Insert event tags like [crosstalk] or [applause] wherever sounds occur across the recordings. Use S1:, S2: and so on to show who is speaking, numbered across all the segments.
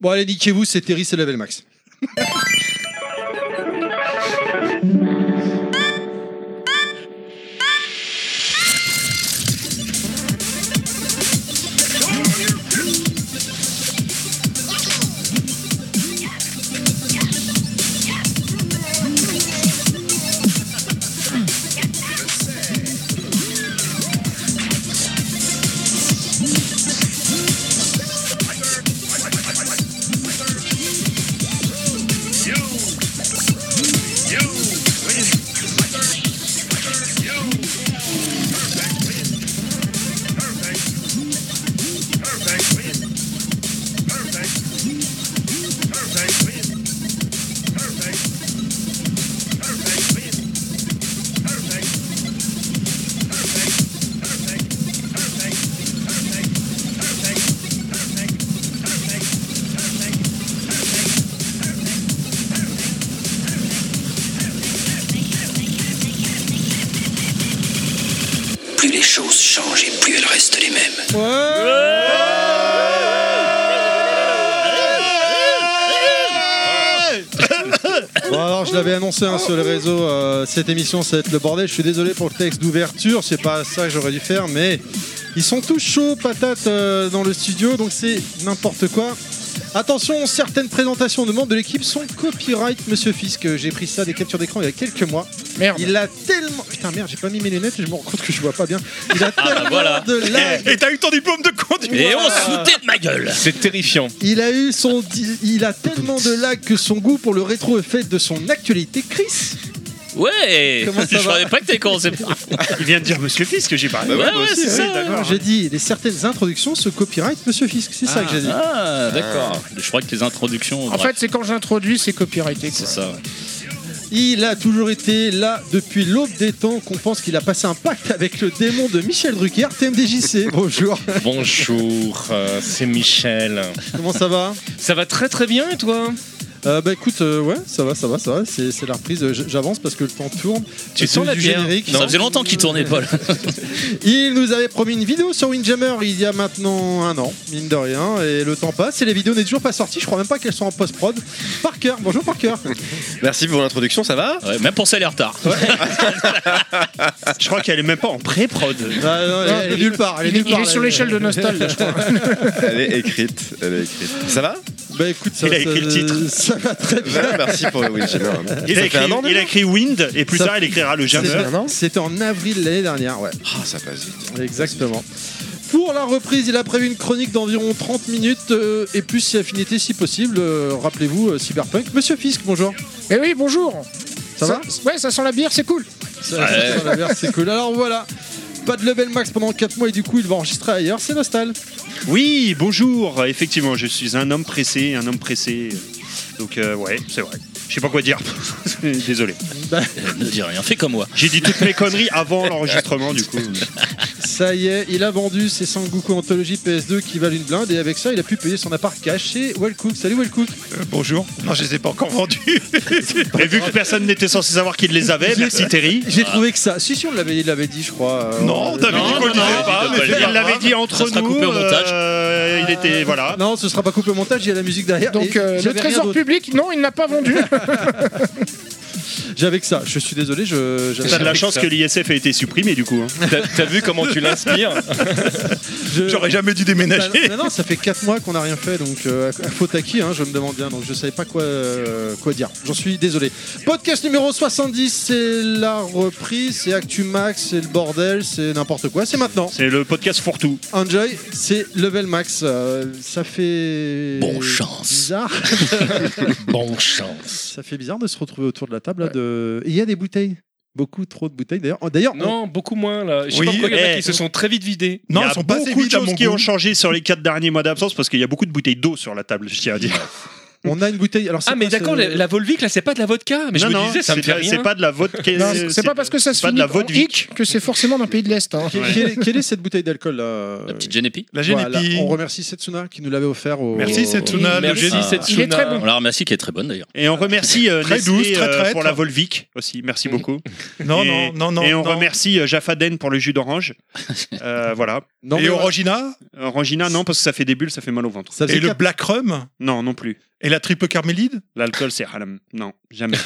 S1: Bon, allez, niquez-vous, c'est Terry, c'est level max.
S2: Plus les choses changent et plus elles restent les mêmes.
S1: Bon, alors, je l'avais annoncé hein, sur le réseau, euh, cette émission, ça va être le bordel. Je suis désolé pour le texte d'ouverture, c'est pas ça que j'aurais dû faire, mais ils sont tous chauds, patates, euh, dans le studio, donc c'est n'importe quoi. Attention, certaines présentations de membres de l'équipe sont copyright, monsieur Fisk. J'ai pris ça des captures d'écran il y a quelques mois.
S3: Merde.
S1: Il a tellement. Putain, merde, j'ai pas mis mes lunettes et je me rends compte que je vois pas bien. Il a tellement
S4: voilà.
S1: de lag.
S5: Et t'as eu ton diplôme de conduite
S4: Et on se foutait de ma gueule
S3: C'est terrifiant.
S1: Il a eu son. di- Il a tellement de lag que son goût pour le rétro est fait de son actualité. Chris
S4: Ouais
S1: Comment ça
S4: [laughs] Je
S1: va
S4: savais pas que t'avais commencé par...
S5: Il vient de dire Monsieur Fils que j'ai parlé.
S4: ouais, ouais, c'est ça
S1: Non, hein, J'ai dit, les certaines introductions se copyright, monsieur Fisk, c'est ça que j'ai dit.
S4: Ah, d'accord. Je crois que les introductions...
S3: En
S4: bref,
S3: fait, c'est quand j'introduis, c'est copyrighté.
S4: c'est
S3: quoi.
S4: ça. ouais. ah.
S1: Il a toujours été là depuis l'aube des temps qu'on pense qu'il a passé un pacte avec le démon de Michel Drucker,
S4: [laughs]
S1: TMDJC. Bonjour,
S3: Bonjour, euh, c'est Michel.
S1: comment ça va
S3: Ça va très très bien et toi
S1: Euh, Bah écoute, euh, ouais, ça va, ça va, ça va, c'est c'est la reprise, euh, j- j'avance parce que le temps tourne.
S3: Tu
S1: Euh,
S3: sens
S1: du-
S3: la
S1: du
S3: bière
S1: générique.
S4: Ça faisait longtemps qu'il tournait, Paul.
S1: Il nous avait promis une vidéo sur Windjammer il y a maintenant un an, mine de rien, et le temps passe et les vidéos n'est toujours pas sorties, je crois même pas qu'elles sont en post-prod. Parker, bonjour
S5: [laughs]
S1: Parker Ah,
S6: Merci pour l'introduction, ça va
S4: Ouais, même pour ça, il est en retard.
S6: Ah,
S5: Je crois qu'elle est même pas en pré-prod.
S1: Ah, non, elle, elle est nulle part, elle est
S3: Il,
S1: nulle
S3: il
S1: part.
S3: est sur
S1: elle-
S3: l'échelle de Nostal, là, je crois.
S6: Elle est écrite, elle est écrite. Ça va
S1: Bah écoute, ça,
S5: Il a écrit
S1: ça-
S5: le titre.
S1: [laughs] Ça va très bien.
S6: Voilà, merci pour le Windjammer.
S5: Il
S6: ça
S5: a,
S6: fait
S5: écrit,
S6: un an
S5: il a écrit Wind et plus
S1: Ça-
S5: tard il écrira le Jammer.
S6: un an
S1: C'était en avril l'année dernière, ouais.
S6: Ah, ça passe vite.
S1: Exactement. Pour la reprise, il a prévu une chronique d'environ 30 minutes euh, et plus si affinité si possible. Euh, Rappelez-vous, euh, Cyberpunk. Monsieur Fisk, bonjour.
S3: Eh oui, bonjour.
S1: Ça va
S3: Ouais, ça sent la bière, c'est cool.
S1: Ça- ça sent la merde, C'est cool. Alors voilà. Pas de level max pendant 4 mois et du coup il va enregistrer ailleurs, c'est nostal.
S5: Oui, bonjour. Effectivement, je suis un homme pressé, un homme pressé. Donc euh, ouais, c'est vrai. Je sais pas quoi dire. [laughs] Désolé.
S4: Ne dis rien, fais comme moi.
S5: J'ai dit toutes mes conneries avant l'enregistrement du coup.
S1: Ça y est, il a vendu ses Sangoku Anthology PS2 qui valent une blinde et avec ça il a pu payer son appart caché Wellcook. Salut Wellcook
S5: [laughs] bonjour. Non, je les ai pas encore vendus. [laughs] et vu que personne n'était censé savoir qu'il les avait, merci Terry.
S1: J'ai trouvé que ça. Si si on l'avait il l'avait dit je crois. euh,
S5: Non,
S1: on-
S5: t'avais
S4: Non,
S5: dit qu'on
S4: non,
S5: le disait
S4: non,
S5: pas,
S4: il
S5: mais
S4: doit pas le dire.
S5: il l'avait dit
S4: Ça
S5: entre
S4: sera
S5: nous.
S4: coupé au montage.
S5: euh, il était voilà.
S1: Non, ce sera pas coupé au montage, il y a la musique derrière.
S3: Donc,
S1: Et
S3: euh, le
S1: j'avais rien
S3: trésor
S1: d'autre.
S3: public, non, il n'a
S1: [laughs]
S3: pas vendu.
S1: J'avais que ça. Je suis désolé, je j'avais-
S5: T'as de la chance que l'ISF a été supprimé du coup. hein.
S3: T'as vu comment tu l'inspires
S1: je-
S5: jamais dû
S1: Bah, non, non, ça fait 4 mois qu'on n'a rien fait, donc euh, à faute à qui, hein, je me demande bien, donc je savais pas quoi, euh, quoi dire. J'en suis désolé. Podcast numéro 70, c'est la reprise, c'est Actu Max, c'est le bordel, c'est n'importe quoi, c'est maintenant.
S5: C'est le podcast fourre-tout.
S1: Enjoy, c'est level max. euh, ça fait.
S4: Bon chance.
S1: Bizarre.
S4: [laughs] Bon chance.
S1: ça fait bizarre de se retrouver autour de la table. là, de... Et il y a des bouteilles. Beaucoup trop de bouteilles d'ailleurs. Oh, D'ailleurs,
S7: Non, beaucoup moins là. Je sais
S5: Oui,
S7: pas pourquoi il y en a
S5: eh.
S7: qui se sont très vite vidés.
S5: il y a beaucoup de choses qui ont changé sur les quatre derniers mois d'absence parce qu'il y a beaucoup de bouteilles d'eau sur la table, je tiens à dire.
S1: On a une bouteille. Alors, c'est
S2: Ah, mais
S1: quoi,
S2: d'accord,
S1: c'est-
S2: la, la Volvic, là, c'est pas de la vodka. Mais je
S5: non,
S2: me
S5: non,
S2: disais, ça me
S5: c'est
S2: fait
S5: pas-
S2: rien.
S5: C'est pas de la vodka.
S3: Non, c'est- c'est pas parce que ça se
S5: pas de
S3: finit
S5: la
S3: en
S5: vodka.
S3: hic que c'est forcément d'un pays de l'Est. hein.
S1: Quelle,
S5: Ouais.
S1: quelle est- quelle est cette bouteille d'alcool là euh,
S4: La petite Genepi.
S6: La
S1: Voilà,
S6: Genepi.
S1: On remercie Setsuna qui nous l'avait offert au.
S6: Merci Setsuna, le
S4: Merci.
S6: génie
S4: Ah.
S6: Setsuna.
S3: Il est très bon.
S4: On la remercie qui est très bonne d'ailleurs.
S5: Et on remercie euh,
S6: Très
S5: Nestlé,
S6: douce, très
S5: euh,
S6: traître.
S5: pour la Volvic aussi. Merci beaucoup.
S6: [laughs] Non,
S5: Et-
S6: non, non, non.
S5: Et on
S6: non.
S5: remercie euh, Jaffa Den pour le
S6: [laughs]
S5: jus d'orange. Euh, voilà.
S1: Non,
S6: Et
S1: mais-
S6: Orangina
S5: Orangina, non, parce que ça fait des bulles, ça fait mal au ventre.
S1: Ça faisait
S6: Et le
S1: quatre-
S6: Black Rum
S5: Non, non plus.
S6: Et la triple carmélide
S5: L'alcool, c'est haram. Non, jamais.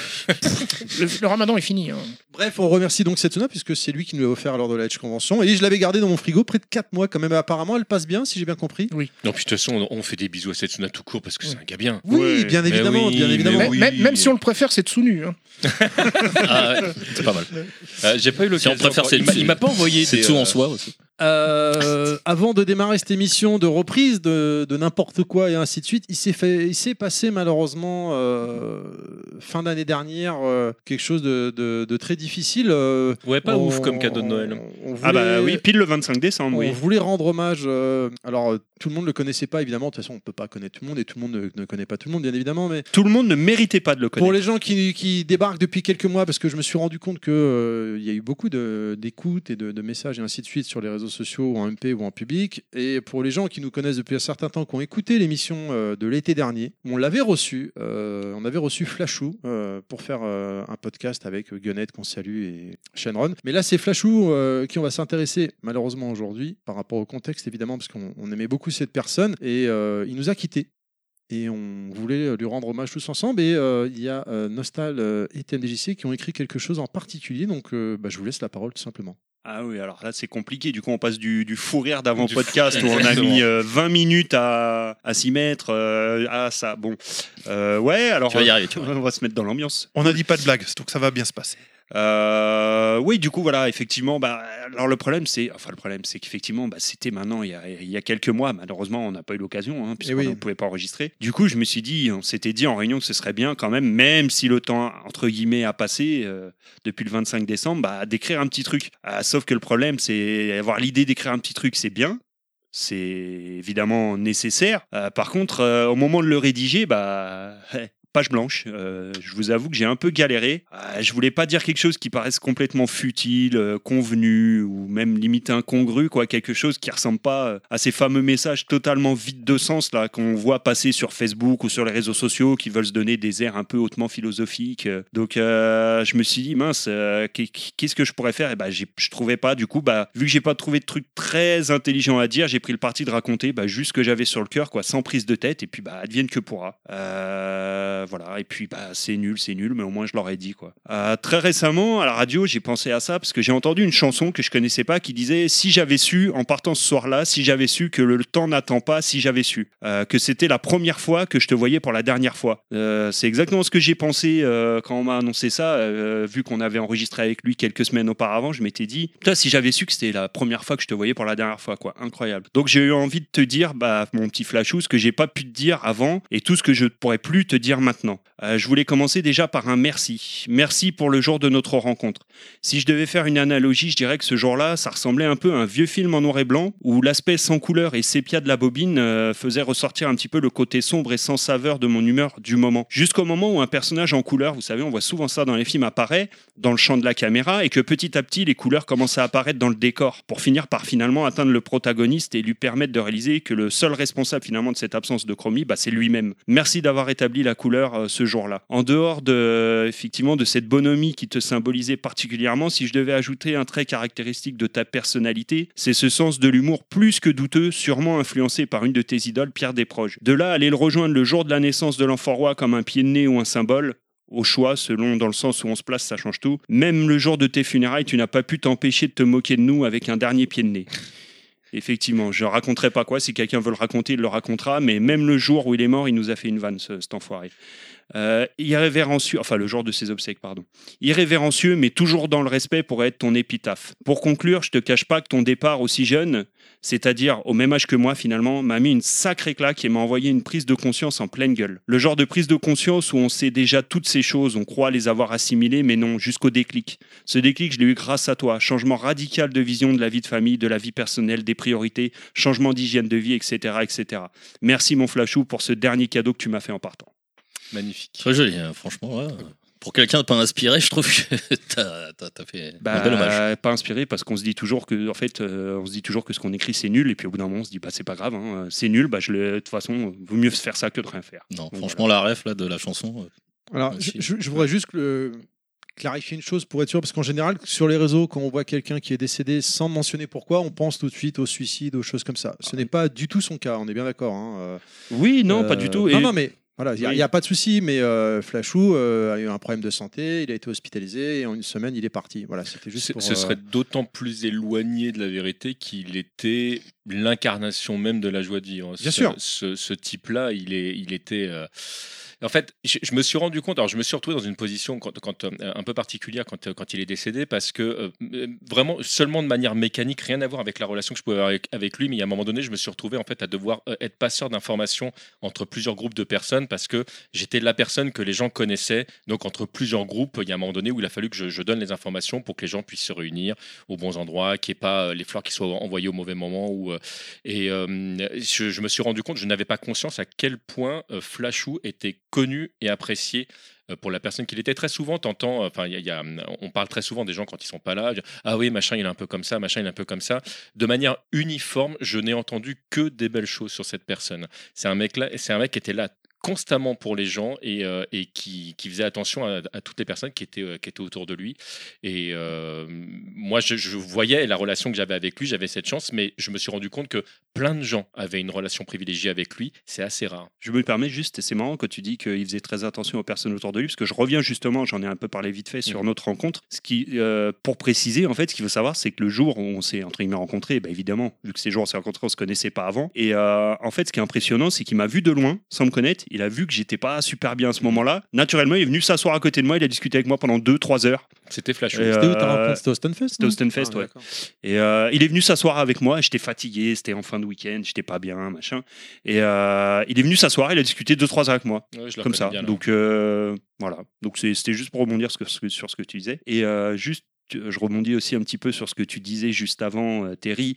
S3: Le, le ramadan est fini. hein.
S1: Bref, on remercie donc Setsuna puisque c'est lui qui nous l'avait offert lors de la Edge Convention. Et je l'avais gardée dans mon frigo près de 4 mois quand même. Apparemment, elle passe bien si j'ai bien compris.
S2: Non, puis de toute façon, on on fait des bisous à Setsuna tout court parce que c'est un gars bien.
S1: Oui,
S5: Ouais.
S1: bien évidemment,
S2: ben oui,
S1: bien
S2: mais
S1: évidemment.
S3: Mais-
S2: oui.
S3: même, même si on le préfère, c'est Tsunu. hein.
S4: Ah ouais, c'est pas mal.
S2: Euh, J'ai pas eu
S4: Si
S2: l'occasion.
S4: on préfère,
S2: encore.
S4: c'est
S2: Il m'a- il m'a pas envoyé.
S4: C'est
S2: des,
S4: tout en
S2: euh,
S4: soi aussi.
S1: Euh, avant de démarrer cette émission de reprise de, de n'importe quoi et ainsi de suite, il s'est fait, il s'est passé malheureusement euh, fin d'année dernière euh, quelque chose de, de- de très difficile. euh,
S2: Ouais, pas
S1: on-
S2: ouf comme cadeau de Noël.
S1: on- on
S5: Ah bah
S1: voulait-
S5: oui, pile le 25 décembre,
S1: On
S6: Oh.
S5: oui.
S1: voulait rendre hommage. euh, alors, euh, tout le monde ne le connaissait pas, évidemment. De toute façon, on ne peut pas connaître tout le monde et tout le monde ne, ne connaît pas tout le monde, bien évidemment. Mais
S5: Tout le monde ne méritait pas de le
S1: pour
S5: connaître.
S1: les gens qui, qui débarquent depuis quelques mois, parce que je me suis rendu compte qu'il y a eu beaucoup de- d'écoutes et de, de messages et ainsi de suite sur les réseaux sociaux ou en MP ou en public. Et pour les gens qui nous connaissent depuis un certain temps, qui ont écouté l'émission euh, de l'été dernier, on l'avait reçu. euh, on avait reçu Flashou euh, pour faire euh, un podcast avec Guionette qu'on salue et Shenron. Mais là, c'est Flashou euh, qui on va s'intéresser malheureusement aujourd'hui par rapport au contexte évidemment, parce qu'on on aimait beaucoup cette personne et euh, il nous a quittés et on voulait euh, lui rendre hommage tous ensemble. Et euh, il y a euh, Nostal euh, et TMDJC qui ont écrit quelque chose en particulier, donc euh, bah, je vous laisse la parole tout simplement.
S5: Ah oui, alors là, c'est compliqué. Du coup, on passe du, du fou rire d'avant
S2: Du
S5: podcast
S2: fou-
S5: où on a
S2: Exactement.
S5: mis euh, 20 minutes à, à s'y mettre. euh, à ça, bon. Euh, ouais, alors.
S4: Tu vas y arriver, tu vas y
S5: [laughs] on va se mettre dans l'ambiance.
S6: On n'a dit pas de blague, donc ça va bien se passer.
S5: Euh, oui, du coup, voilà, effectivement, bah, alors le problème, c'est, enfin, le problème, c'est qu'effectivement, bah, c'était maintenant il y, a, il y a quelques mois. Malheureusement, on n'a pas eu l'occasion, hein, puisqu'on
S1: Eh oui.
S5: ne pouvait pas enregistrer. Du coup, je me suis dit, on s'était dit en réunion que ce serait bien quand même, même si le temps entre guillemets a passé euh, depuis le 25 décembre, bah, d'écrire un petit truc. Ah, sauf que le problème, c'est avoir l'idée d'écrire un petit truc, c'est bien. C'est évidemment nécessaire. Euh, par contre, euh, au moment de le rédiger, bah, [laughs] page blanche. Euh, je vous avoue que j'ai un peu galéré. Euh, je voulais pas dire quelque chose qui paraisse complètement futile, euh, convenu ou même limite incongru, quoi, quelque chose qui ressemble pas euh, à ces fameux messages totalement vides de sens là qu'on voit passer sur Facebook ou sur les réseaux sociaux qui veulent se donner des airs un peu hautement philosophiques. Euh, Donc euh, je me suis dit mince, euh, qu'est- qu'est-ce que je pourrais faire Et bah j'ai- je trouvais pas. Du coup, bah vu que j'ai pas trouvé de truc très intelligent à dire, j'ai pris le parti de raconter bah, juste ce que j'avais sur le cœur, quoi, sans prise de tête. Et puis bah advienne que pourra. Euh, voilà. Et puis bah c'est nul, c'est nul, mais au moins je l'aurais dit quoi. Euh, très récemment à la radio, j'ai pensé à ça parce que j'ai entendu une chanson que je connaissais pas qui disait si j'avais su en partant ce soir-là, si j'avais su que le temps n'attend pas, si j'avais su Euh, que c'était la première fois que je te voyais pour la dernière fois. Euh, c'est exactement ce que j'ai pensé euh, quand on m'a annoncé ça. euh, vu qu'on avait enregistré avec lui quelques semaines auparavant, je m'étais dit putain si j'avais su que c'était la première fois que je te voyais pour la dernière fois quoi, incroyable. Donc j'ai eu envie de te dire bah mon petit flashou ce que j'ai pas pu te dire avant et tout ce que je ne pourrais plus te dire maintenant. Euh, je voulais commencer déjà par un merci. Merci pour le jour de notre rencontre. Si je devais faire une analogie, je dirais que ce jour-là, ça ressemblait un peu à un vieux film en noir et blanc, où l'aspect sans couleur et sépia de la bobine euh, faisait ressortir un petit peu le côté sombre et sans saveur de mon humeur du moment. Jusqu'au moment où un personnage en couleur, vous savez, on voit souvent ça dans les films, apparaît dans le champ de la caméra, et que petit à petit, les couleurs commencent à apparaître dans le décor, pour finir par finalement atteindre le protagoniste et lui permettre de réaliser que le seul responsable finalement de cette absence de chromie, bah, c'est lui-même. Merci d'avoir établi la couleur euh, ce jour-là. En dehors de, euh, effectivement, de cette bonhomie qui te symbolisait particulièrement, si je devais ajouter un trait caractéristique de ta personnalité, c'est ce sens de l'humour plus que douteux, sûrement influencé par une de tes idoles, Pierre Desproges. De là, à aller le rejoindre le jour de la naissance de l'enfant roi comme un pied de nez ou un symbole, au choix, selon dans le sens où on se place, ça change tout. Même le jour de tes funérailles, tu n'as pas pu t'empêcher de te moquer de nous avec un dernier pied de nez. Effectivement, je raconterai pas quoi. Si quelqu'un veut le raconter, il le racontera. Mais même le jour où il est mort, il nous a fait une vanne, ce- cet enfoiré. Euh, irrévérencieux, enfin le jour de ses obsèques, pardon. Irrévérencieux, mais toujours dans le respect pourrait être ton épitaphe. Pour conclure, je te cache pas que ton départ aussi jeune, c'est-à-dire au même âge que moi finalement, m'a mis une sacrée claque et m'a envoyé une prise de conscience en pleine gueule. Le genre de prise de conscience où on sait déjà toutes ces choses, on croit les avoir assimilées, mais non, jusqu'au déclic. Ce déclic, je l'ai eu grâce à toi. Changement radical de vision de la vie de famille, de la vie personnelle, des priorités, changement d'hygiène de vie, etc., etc. Merci mon flashou pour ce dernier cadeau que tu m'as fait en partant.
S4: Magnifique.
S2: Très joli, hein, franchement. ouais. Pour quelqu'un de pas inspiré, je trouve que
S4: [laughs]
S2: t'as t'as- t'as fait
S5: Bah,
S2: un bel hommage.
S5: Pas inspiré parce qu'on se dit toujours que, en fait, euh, on se dit toujours que ce qu'on écrit c'est nul et puis au bout d'un moment on se dit bah c'est pas grave, hein, c'est nul, bah je le, de toute façon vaut mieux faire ça que de rien faire.
S2: Non,
S5: Voilà.
S2: franchement, la ref là, de la chanson. euh,
S8: Alors, je,
S2: Aussi.
S8: je- je voudrais juste que le- clarifier une chose pour être sûr, parce qu'en général, sur les réseaux, quand on voit quelqu'un qui est décédé sans mentionner pourquoi, on pense tout de suite au suicide, aux choses comme ça.
S1: Ah
S8: Ce n'est pas du tout son cas, on est bien d'accord. hein, euh,
S5: Oui, non,
S8: euh,
S5: pas du tout.
S8: Non,
S5: et-
S8: non, mais voilà, il n'y a,
S5: Oui.
S8: y a pas de souci, mais euh, Flashou euh, a eu un problème de santé, il a été hospitalisé, et en une semaine, il est parti. Voilà, c'était juste
S4: Ce
S8: pour.
S4: ce
S8: euh,
S4: serait d'autant plus éloigné de la vérité qu'il était l'incarnation même de la joie de vivre.
S8: Bien
S4: Ce-
S8: sûr.
S4: Ce, ce type-là, il, est, il était. euh, En fait, je, je me suis rendu compte, alors je me suis retrouvé dans une position quand, quand, euh, un peu particulière quand, euh, quand il est décédé, parce que euh, euh, vraiment, seulement de manière mécanique, rien à voir avec la relation que je pouvais avoir avec, avec lui, mais à un moment donné, je me suis retrouvé en fait à devoir euh, être passeur d'informations entre plusieurs groupes de personnes, parce que j'étais la personne que les gens connaissaient. Donc, entre plusieurs groupes, il y a un moment donné où il a fallu que je, je donne les informations pour que les gens puissent se réunir aux bons endroits, qu'il n'y ait pas euh, les fleurs qui soient envoyées au mauvais moment. Ou, euh, et euh, je, je me suis rendu compte, je n'avais pas conscience à quel point euh, Flashou était connu et apprécié euh, pour la personne qu'il était très souvent t'entends enfin il y a- il y a, hum, on parle très souvent des gens quand ils sont pas là dire, ah oui machin il est un peu comme ça machin il est un peu comme ça de manière uniforme je n'ai entendu que des belles choses sur cette personne c'est un mec là c'est un mec qui était là constamment pour les gens et, euh, et qui, qui faisait attention à, à toutes les personnes qui étaient, euh, qui étaient autour de lui. Et euh, moi, je, je voyais la relation que j'avais avec lui, j'avais cette chance, mais je me suis rendu compte que plein de gens avaient une relation privilégiée avec lui. C'est assez rare.
S5: Je me permets juste, et c'est marrant quand tu dis qu'il faisait très attention aux personnes autour de lui, parce que je reviens justement, j'en ai un peu parlé vite fait sur notre rencontre. Ce qui, euh, pour préciser, en fait, ce qu'il faut savoir, c'est que le jour où on s'est entre guillemets rencontrés, bah, évidemment, vu que ces jours on s'est rencontrés, on se connaissait pas avant. Et euh, en fait, ce qui est impressionnant, c'est qu'il m'a vu de loin, sans me connaître. Il a vu que j'étais pas super bien à ce moment-là. Naturellement, il est venu s'asseoir à côté de moi. Il a discuté avec moi pendant 2-3 heures.
S4: C'était flash.
S5: Et,
S8: C'était où ta
S5: euh,
S8: rencontre C'était au Stunfest
S5: C'était au Stunfest, ouais. Et euh, il est venu s'asseoir avec moi. J'étais fatigué, c'était en fin de week-end, j'étais pas bien, machin. Et euh, il est venu s'asseoir, il a discuté deux trois heures avec moi comme ça. Donc euh, voilà. Donc c'est- c'était juste pour rebondir ce que- ce que- sur ce que tu disais. Et euh, juste, tu- je rebondis aussi un petit peu sur ce que tu disais juste avant, euh, Terry,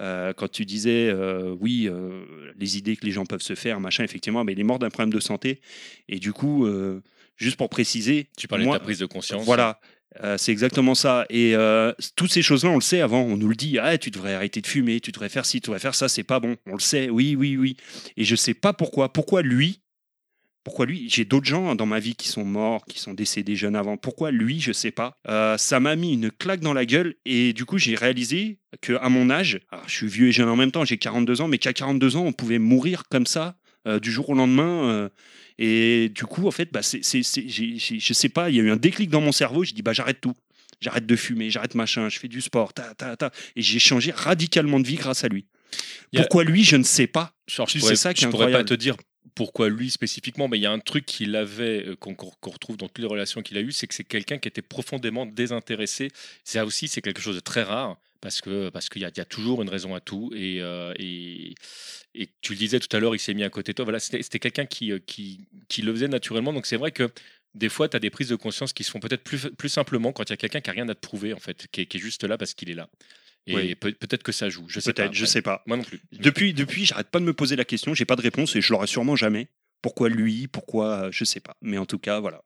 S5: euh, quand tu disais euh, oui, euh, les idées que les gens peuvent se faire, machin. Effectivement, mais il est mort d'un problème de santé. Et du coup, euh, juste pour préciser,
S4: tu parlais
S5: moi-
S4: de ta prise de conscience.
S5: voilà. Euh, c'est exactement ça. Et euh, toutes ces choses-là, on le sait avant. On nous le dit. Ah, tu devrais arrêter de fumer. Tu devrais faire ci. Tu devrais faire ça. C'est pas bon. On le sait. Oui, oui, oui. Et je sais pas pourquoi. Pourquoi lui Pourquoi lui J'ai d'autres gens hein, dans ma vie qui sont morts, qui sont décédés jeunes avant. Pourquoi lui Je sais pas. Euh, ça m'a mis une claque dans la gueule. Et du coup, j'ai réalisé que à mon âge, alors, je suis vieux et jeune en même temps. J'ai 42 ans, mais qu'à 42 ans, on pouvait mourir comme ça euh, du jour au lendemain. euh, et du coup, en fait, bah, c'est, c'est, c'est- j'ai- j'ai- je sais pas, il y a eu un déclic dans mon cerveau. J'ai dit, bah, j'arrête tout. J'arrête de fumer, j'arrête machin, je fais du sport, ta, ta, ta. Et j'ai changé radicalement de vie grâce à lui.
S4: Il y a-
S5: Pourquoi lui, je ne sais pas.
S4: Genre,
S5: C'est
S4: je pourrais,
S5: ça qui est
S4: je pourrais pas
S5: incroyable.
S4: te dire pourquoi lui spécifiquement, mais il y a un truc qu'il avait, euh, qu'on qu'on- qu'on retrouve dans toutes les relations qu'il a eues, c'est que c'est quelqu'un qui était profondément désintéressé. Ça aussi, c'est quelque chose de très rare. Parce que parce qu'il y, a- il y a toujours une raison à tout et, euh, et et tu le disais tout à l'heure il s'est mis à côté de toi voilà c'était c'était quelqu'un qui, euh, qui qui le faisait naturellement donc c'est vrai que des fois tu as des prises de conscience qui se font peut-être plus plus simplement quand il y a quelqu'un qui a rien à te prouver en fait qui est, qui est juste là parce qu'il est là et
S5: Oui.
S4: peut- peut-être que ça joue je sais
S5: Peut-être,
S4: pas
S5: je sais pas.
S4: moi non plus
S5: Depuis, depuis, j'arrête pas de me poser la question, j'ai pas de réponse et je l'aurai sûrement jamais. Pourquoi lui Pourquoi euh, Je sais pas. Mais en tout cas, voilà.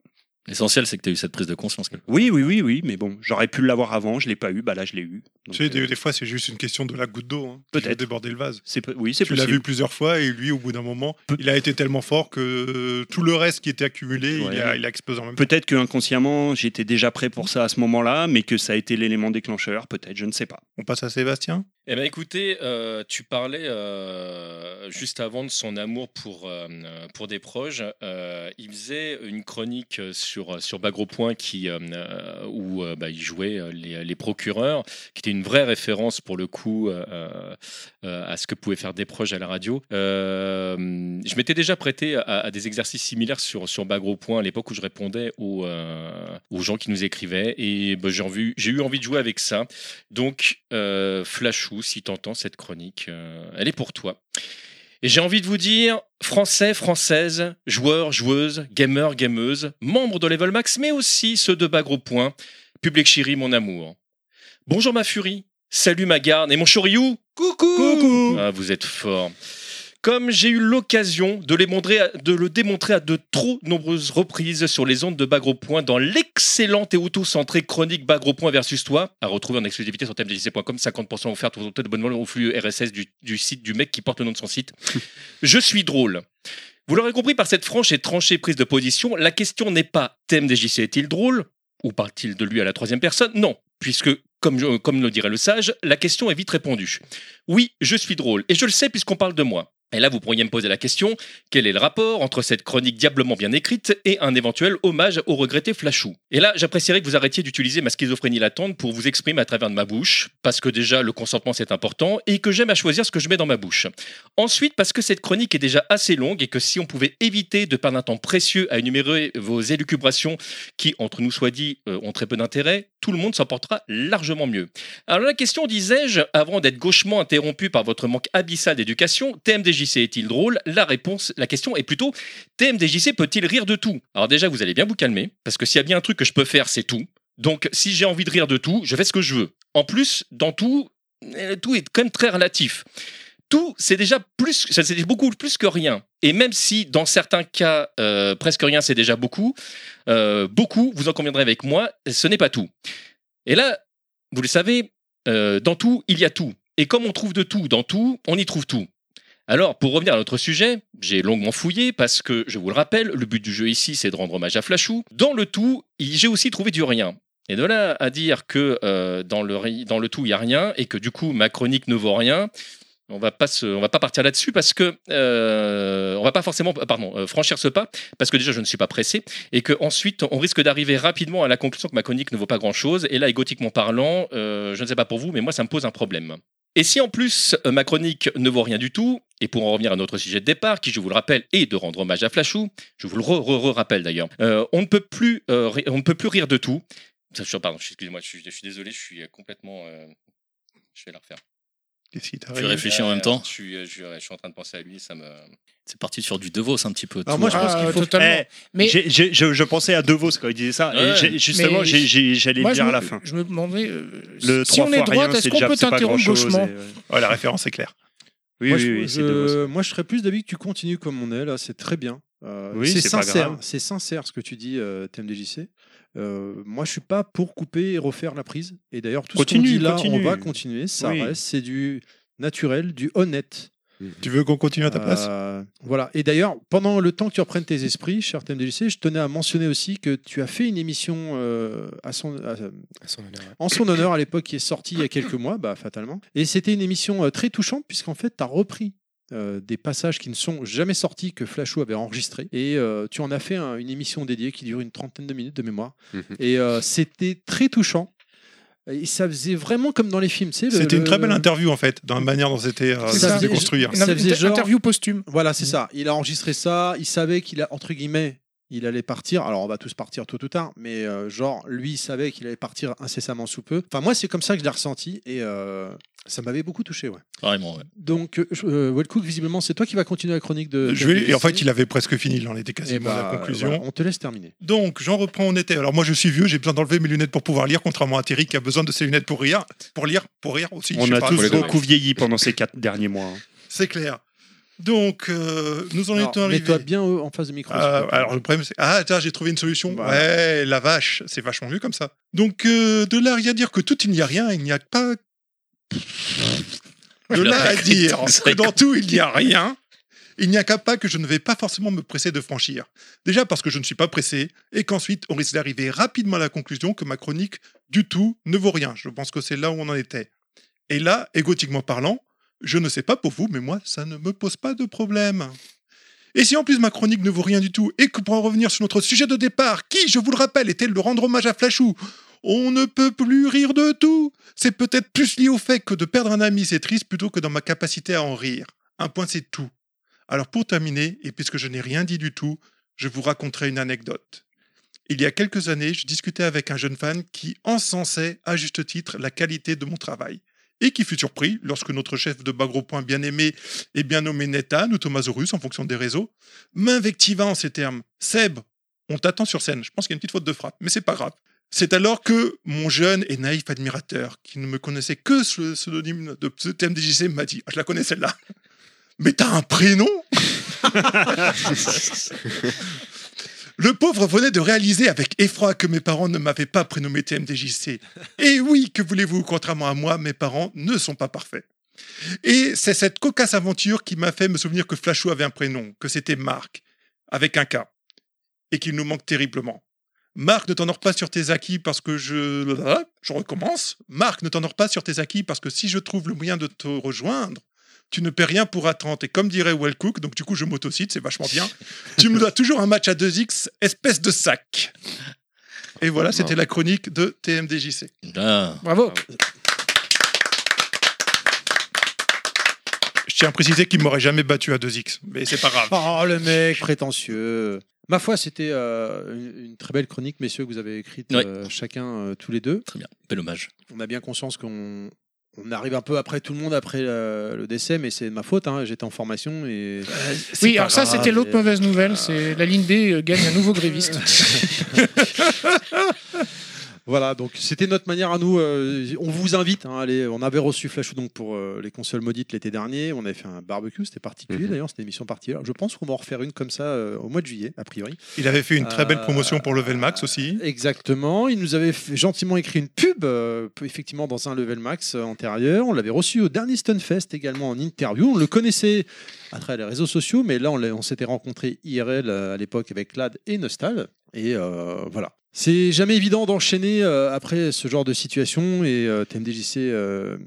S2: L'essentiel, c'est que tu as eu cette prise de conscience. quoi.
S5: Oui, oui, oui, oui, mais bon, j'aurais pu l'avoir avant, je l'ai pas eu, bah là, je l'ai eu. Donc,
S6: Tu sais,
S5: euh,
S6: des, des fois, c'est juste une question de la goutte d'eau. hein, qui va
S5: Peut-être.
S6: Déborder le vase.
S5: c'est, pe- oui, c'est
S6: Tu l'as
S5: possible.
S6: vu plusieurs fois et lui, au bout d'un moment, il a été tellement fort que euh, tout le reste qui était accumulé,
S5: Ouais.
S6: il, a, il a explosé en même temps.
S5: Peut-être que inconsciemment, j'étais déjà prêt pour ça à ce moment-là, mais que ça a été l'élément déclencheur, peut-être, je ne sais pas.
S6: On passe à Sébastien
S4: Eh bien, écoutez, euh, tu parlais euh, juste avant de son amour pour, euh, pour des proches. Euh, il faisait une chronique sur, sur Bagro Point qui, euh, euh, où euh, bah, il jouait euh, les, les procureurs, qui était une vraie référence pour le coup euh, euh, à ce que pouvaient faire des proches à la radio. Euh, je m'étais déjà prêté à, à des exercices similaires sur, sur Bagro Point à l'époque où je répondais aux, euh, aux gens qui nous écrivaient. Et bah, j'ai envie- j'ai eu envie de jouer avec ça. Donc, euh, Flashou, si t'entends cette chronique, euh, elle est pour toi. Et j'ai envie de vous dire, Français, Françaises, joueurs, joueuses, gamers, gameuses, membres de Level Max, mais aussi ceux de Bagro Point, public chéri, mon amour. Bonjour ma furie, salut ma garde et mon choriou. Coucou, Coucou. Ah, vous êtes fort. Comme j'ai eu l'occasion de, les montrer à- de le démontrer à de trop nombreuses reprises sur les ondes de Bagro Point dans l'excellente et auto-centrée chronique Bagro Point versus toi, à retrouver en exclusivité sur thèmedjc.com, 50% offert tout de bonne au flux RSS du, du site du mec qui porte le nom de son site. Je suis drôle. Vous l'aurez compris par cette franche et tranchée prise de position, la question n'est pas thème des JC est-il drôle ou parle-t-il de lui à la troisième personne Non, puisque, comme, je- comme le dirait le sage, la question est vite répondue. Oui, je suis drôle, et je le sais puisqu'on parle de moi. Et là, vous pourriez me poser la question, quel est le rapport entre cette chronique diablement bien écrite et un éventuel hommage au regretté Flachou Et là, j'apprécierais que vous arrêtiez d'utiliser ma schizophrénie latente pour vous exprimer à travers de ma bouche, parce que déjà, le consentement c'est important, et que j'aime à choisir ce que je mets dans ma bouche. Ensuite, parce que cette chronique est déjà assez longue et que si on pouvait éviter de perdre un temps précieux à énumérer vos élucubrations qui, entre nous soit dit, euh, ont très peu d'intérêt, tout le monde s'en portera largement mieux. Alors la question, disais-je, avant d'être gauchement interrompu par votre manque abyssal d'éducation, TMDJC est-il drôle La réponse, la question est plutôt TMDJC peut-il rire de tout Alors déjà, vous allez bien vous calmer, parce que s'il y a bien un truc que je peux faire, c'est tout. Donc si j'ai envie de rire de tout, je fais ce que je veux. En plus, dans tout, euh, tout est quand même très relatif tout, c'est déjà plus, ça, c'est beaucoup plus que rien. Et même si dans certains cas, euh, presque rien, c'est déjà beaucoup, euh, beaucoup, vous en conviendrez avec moi, ce n'est pas tout. Et là, vous le savez, euh, dans tout, il y a tout. Et comme on trouve de tout dans tout, on y trouve tout. Alors, pour revenir à notre sujet, j'ai longuement fouillé parce que, je vous le rappelle, le but du jeu ici, c'est de rendre hommage à Flashou. Dans le tout, il- j'ai aussi trouvé du rien. Et de là à dire que euh, dans, le, ri- dans le tout, il n'y a rien et que du coup, ma chronique ne vaut rien, on va pas se- on va pas partir là-dessus parce que euh, on va pas forcément pardon euh, franchir ce pas parce que déjà je ne suis pas pressé et que ensuite on risque d'arriver rapidement à la conclusion que ma chronique ne vaut pas grand-chose et là égotiquement parlant euh, je ne sais pas pour vous mais moi ça me pose un problème. Et si en plus euh, ma chronique ne vaut rien du tout et pour en revenir à notre sujet de départ qui je vous le rappelle est de rendre hommage à Flashou, je vous le re, re- re- rappelle d'ailleurs. euh, on ne peut plus euh, ri- on ne peut plus rire de tout. Je suis- Pardon, je suis- excusez-moi, je suis, je suis désolé, je suis euh, complètement euh, je vais la refaire. Euh,
S6: Qu'est-ce qui
S9: Tu
S6: t'arrive
S9: réfléchis en même temps.
S4: Je suis, je, suis- je suis en train de penser à lui, ça me.
S9: C'est parti sur du Devos un petit peu.
S1: Alors moi, je pense
S3: Ah,
S1: qu'il faut-
S3: totalement.
S5: Eh,
S3: Mais-
S5: j'ai- j'ai- je, je pensais à Devos quand il disait ça.
S9: Ouais.
S5: et j'ai- justement,
S3: Mais-
S5: j'ai- j'ai- j'allais
S3: Moi,
S5: le
S3: je
S5: dire
S3: me,
S5: à la fin.
S3: je me demandais, euh,
S5: Le
S3: si
S5: trois
S3: on
S5: fois
S3: est
S5: rien,
S3: droite,
S5: c'est
S3: est-ce qu'on
S5: déjà-
S3: peut
S5: c'est pas
S3: t'interrompre
S5: grand-chose,
S3: gauchement
S5: et, euh,
S6: Ouais, Oh, La référence est claire.
S5: Oui,
S1: moi,
S5: oui,
S1: je,
S5: oui,
S1: je-
S5: c'est Devos.
S1: moi, je serais plus d'avis que tu continues comme on est là. C'est très bien. Euh,
S5: Oui,
S1: c'est
S5: c'est pas
S1: sincère.
S5: grave.
S1: C'est sincère ce que tu dis, euh, TMDJC. Euh, moi, je suis pas pour couper et refaire la prise. Et d'ailleurs, tout
S5: Continue,
S1: ce qu'on dit là,
S5: continue.
S1: on va continuer. Ça
S5: Oui.
S1: reste, c'est du naturel, du honnête.
S6: Tu veux qu'on continue à ta place
S1: Euh, Voilà. Et d'ailleurs, pendant le temps que tu reprennes tes esprits, cher TMDJC, je tenais à mentionner aussi que tu as fait une émission euh, à son, à- en son honneur à l'époque qui est sortie il y a quelques mois, bah, fatalement. Et c'était une émission euh, très touchante puisqu'en fait, tu as repris. euh, des passages qui ne sont jamais sortis que Flashou avait enregistrés et euh, tu en as fait un- une émission dédiée qui dure une trentaine de minutes de mémoire
S10: Mhm.
S1: et euh, c'était très touchant et ça faisait vraiment comme dans les films tu sais, le-
S6: C'était une
S1: le-
S6: très belle interview en fait, dans la manière dont c'était euh,
S3: C'est ça.
S6: c'était construit. hein.
S3: Une
S1: Ça faisait
S3: inter-
S1: genre-
S3: interview posthume.
S1: voilà, c'est ça. Il a enregistré ça. Il savait qu'il a entre guillemets, il allait partir. Alors on va tous partir tôt ou tard, mais euh, genre lui il savait qu'il allait partir incessamment sous peu. Enfin moi c'est comme ça que je l'ai ressenti et euh, ça m'avait beaucoup touché. Ouais.
S9: hein. Vraiment, ouais.
S1: Donc euh, je- euh, Wellcook, visiblement c'est toi qui va continuer la chronique de.
S6: Je vais- et en fait, il
S1: a.
S6: avait presque fini, il en était quasiment
S1: Eh
S6: à la conclusion.
S1: bah, on te laisse terminer.
S6: Donc, j'en reprends, on était. Alors, moi, je suis vieux, j'ai besoin d'enlever mes lunettes pour pouvoir lire, contrairement à Thierry qui a besoin de ses lunettes pour rire. Pour lire, pour rire aussi. je
S5: On
S6: sais
S5: a
S6: pas,
S5: tous
S6: c'est-
S5: beaucoup vieilli pendant ces [laughs] quatre derniers mois. hein.
S6: C'est clair. Donc, euh, nous en
S1: Alors,
S6: étions arrivés.
S1: Mets-toi bien euh, en face de micro. s'il
S6: Euh,
S1: te plaît.
S6: alors le problème c'est ah tiens j'ai trouvé une solution
S1: Voilà.
S6: ouais la vache c'est vachement mieux comme ça donc euh, de là à rien dire que tout il n'y a rien il n'y a pas de là à dire que dans tout il n'y a rien il n'y a qu'un pas que je ne vais pas forcément me presser de franchir déjà parce que je ne suis pas pressé et qu'ensuite on risque d'arriver rapidement à la conclusion que ma chronique du tout ne vaut rien je pense que c'est là où on en était et là égotiquement parlant je ne sais pas pour vous mais moi ça ne me pose pas de problème et si en plus ma chronique ne vaut rien du tout, et que pour en revenir sur notre sujet de départ, qui, je vous le rappelle, était de rendre hommage à Flashou, on ne peut plus rire de tout. C'est peut-être plus lié au fait que de perdre un ami, c'est triste, plutôt que dans ma capacité à en rire. Un point, c'est tout. Alors pour terminer, et puisque je n'ai rien dit du tout, je vous raconterai une anecdote. Il y a quelques années, je discutais avec un jeune fan qui encensait, à juste titre, la qualité de mon travail. Et qui fut surpris lorsque notre chef de bas gros point bien aimé et bien nommé Netan ou Thomasaurus en fonction des réseaux, m'invectiva en ces termes. Seb, on t'attend sur scène. Je pense qu'il y a une petite faute de frappe, mais c'est pas grave. C'est alors que mon jeune et naïf admirateur, qui ne me connaissait que sous le pseudonyme de pse- TMDJC, m'a dit Ah, Je la connais celle-là. Mais t'as un prénom [laughs] Le pauvre venait de réaliser avec effroi que mes parents ne m'avaient pas prénommé TMDJC. Et oui, que voulez-vous, contrairement à moi, mes parents ne sont pas parfaits. Et c'est cette cocasse aventure qui m'a fait me souvenir que Flashou avait un prénom, que c'était Marc, avec un K, et qu'il nous manque terriblement. Marc, ne t'endors pas sur tes acquis parce que je... Je recommence. Marc, ne t'endors pas sur tes acquis parce que si je trouve le moyen de te rejoindre, tu ne paies rien pour attendre. Et comme dirait Wellcook, donc du coup je m'autocite, c'est vachement
S3: [laughs]
S6: bien, tu me dois toujours un match à 2x, espèce de sac. Et voilà, c'était la chronique de TMDJC.
S4: Ah.
S3: Bravo.
S6: Je tiens à préciser qu'il m'aurait jamais battu à 2x, mais c'est pas grave.
S1: Oh, le mec prétentieux. Ma foi, c'était euh, une, une très belle chronique, messieurs, que vous avez écrite
S4: Ouais.
S1: euh, chacun, euh, tous les deux.
S4: Très bien, bel hommage.
S1: On a bien conscience qu'on on arrive un peu après tout le monde, après euh, le décès, mais c'est de ma faute. hein, J'étais en formation et.
S3: Oui, alors
S1: pas
S3: ça,
S1: grave,
S3: c'était l'autre
S1: mais-
S3: mauvaise nouvelle.
S5: Ah.
S3: C'est la ligne B euh, gagne un nouveau
S5: [laughs]
S3: gréviste.
S1: [laughs] Voilà, donc c'était notre manière à nous. euh, on vous invite. hein, allez, on avait reçu Flashou donc pour euh, les consoles maudites l'été dernier. On avait fait un barbecue, c'était particulier
S2: Mhm.
S1: d'ailleurs, c'était une émission particulière. Je pense qu'on va en refaire une comme ça euh, au mois de juillet, a priori.
S6: Il avait fait une très belle promotion pour Level Max
S1: Euh,
S6: aussi.
S1: Exactement. Il nous avait fait- gentiment écrit une pub, euh, effectivement, dans un level max euh, antérieur. On l'avait reçu au dernier Stunfest également en interview. On le connaissait à travers les réseaux sociaux, mais là, on, l'a- on s'était rencontré IRL euh, à l'époque avec Lad et Nostal. Et euh, voilà. C'est jamais évident d'enchaîner euh, après ce genre de situation et euh, TMDJC euh,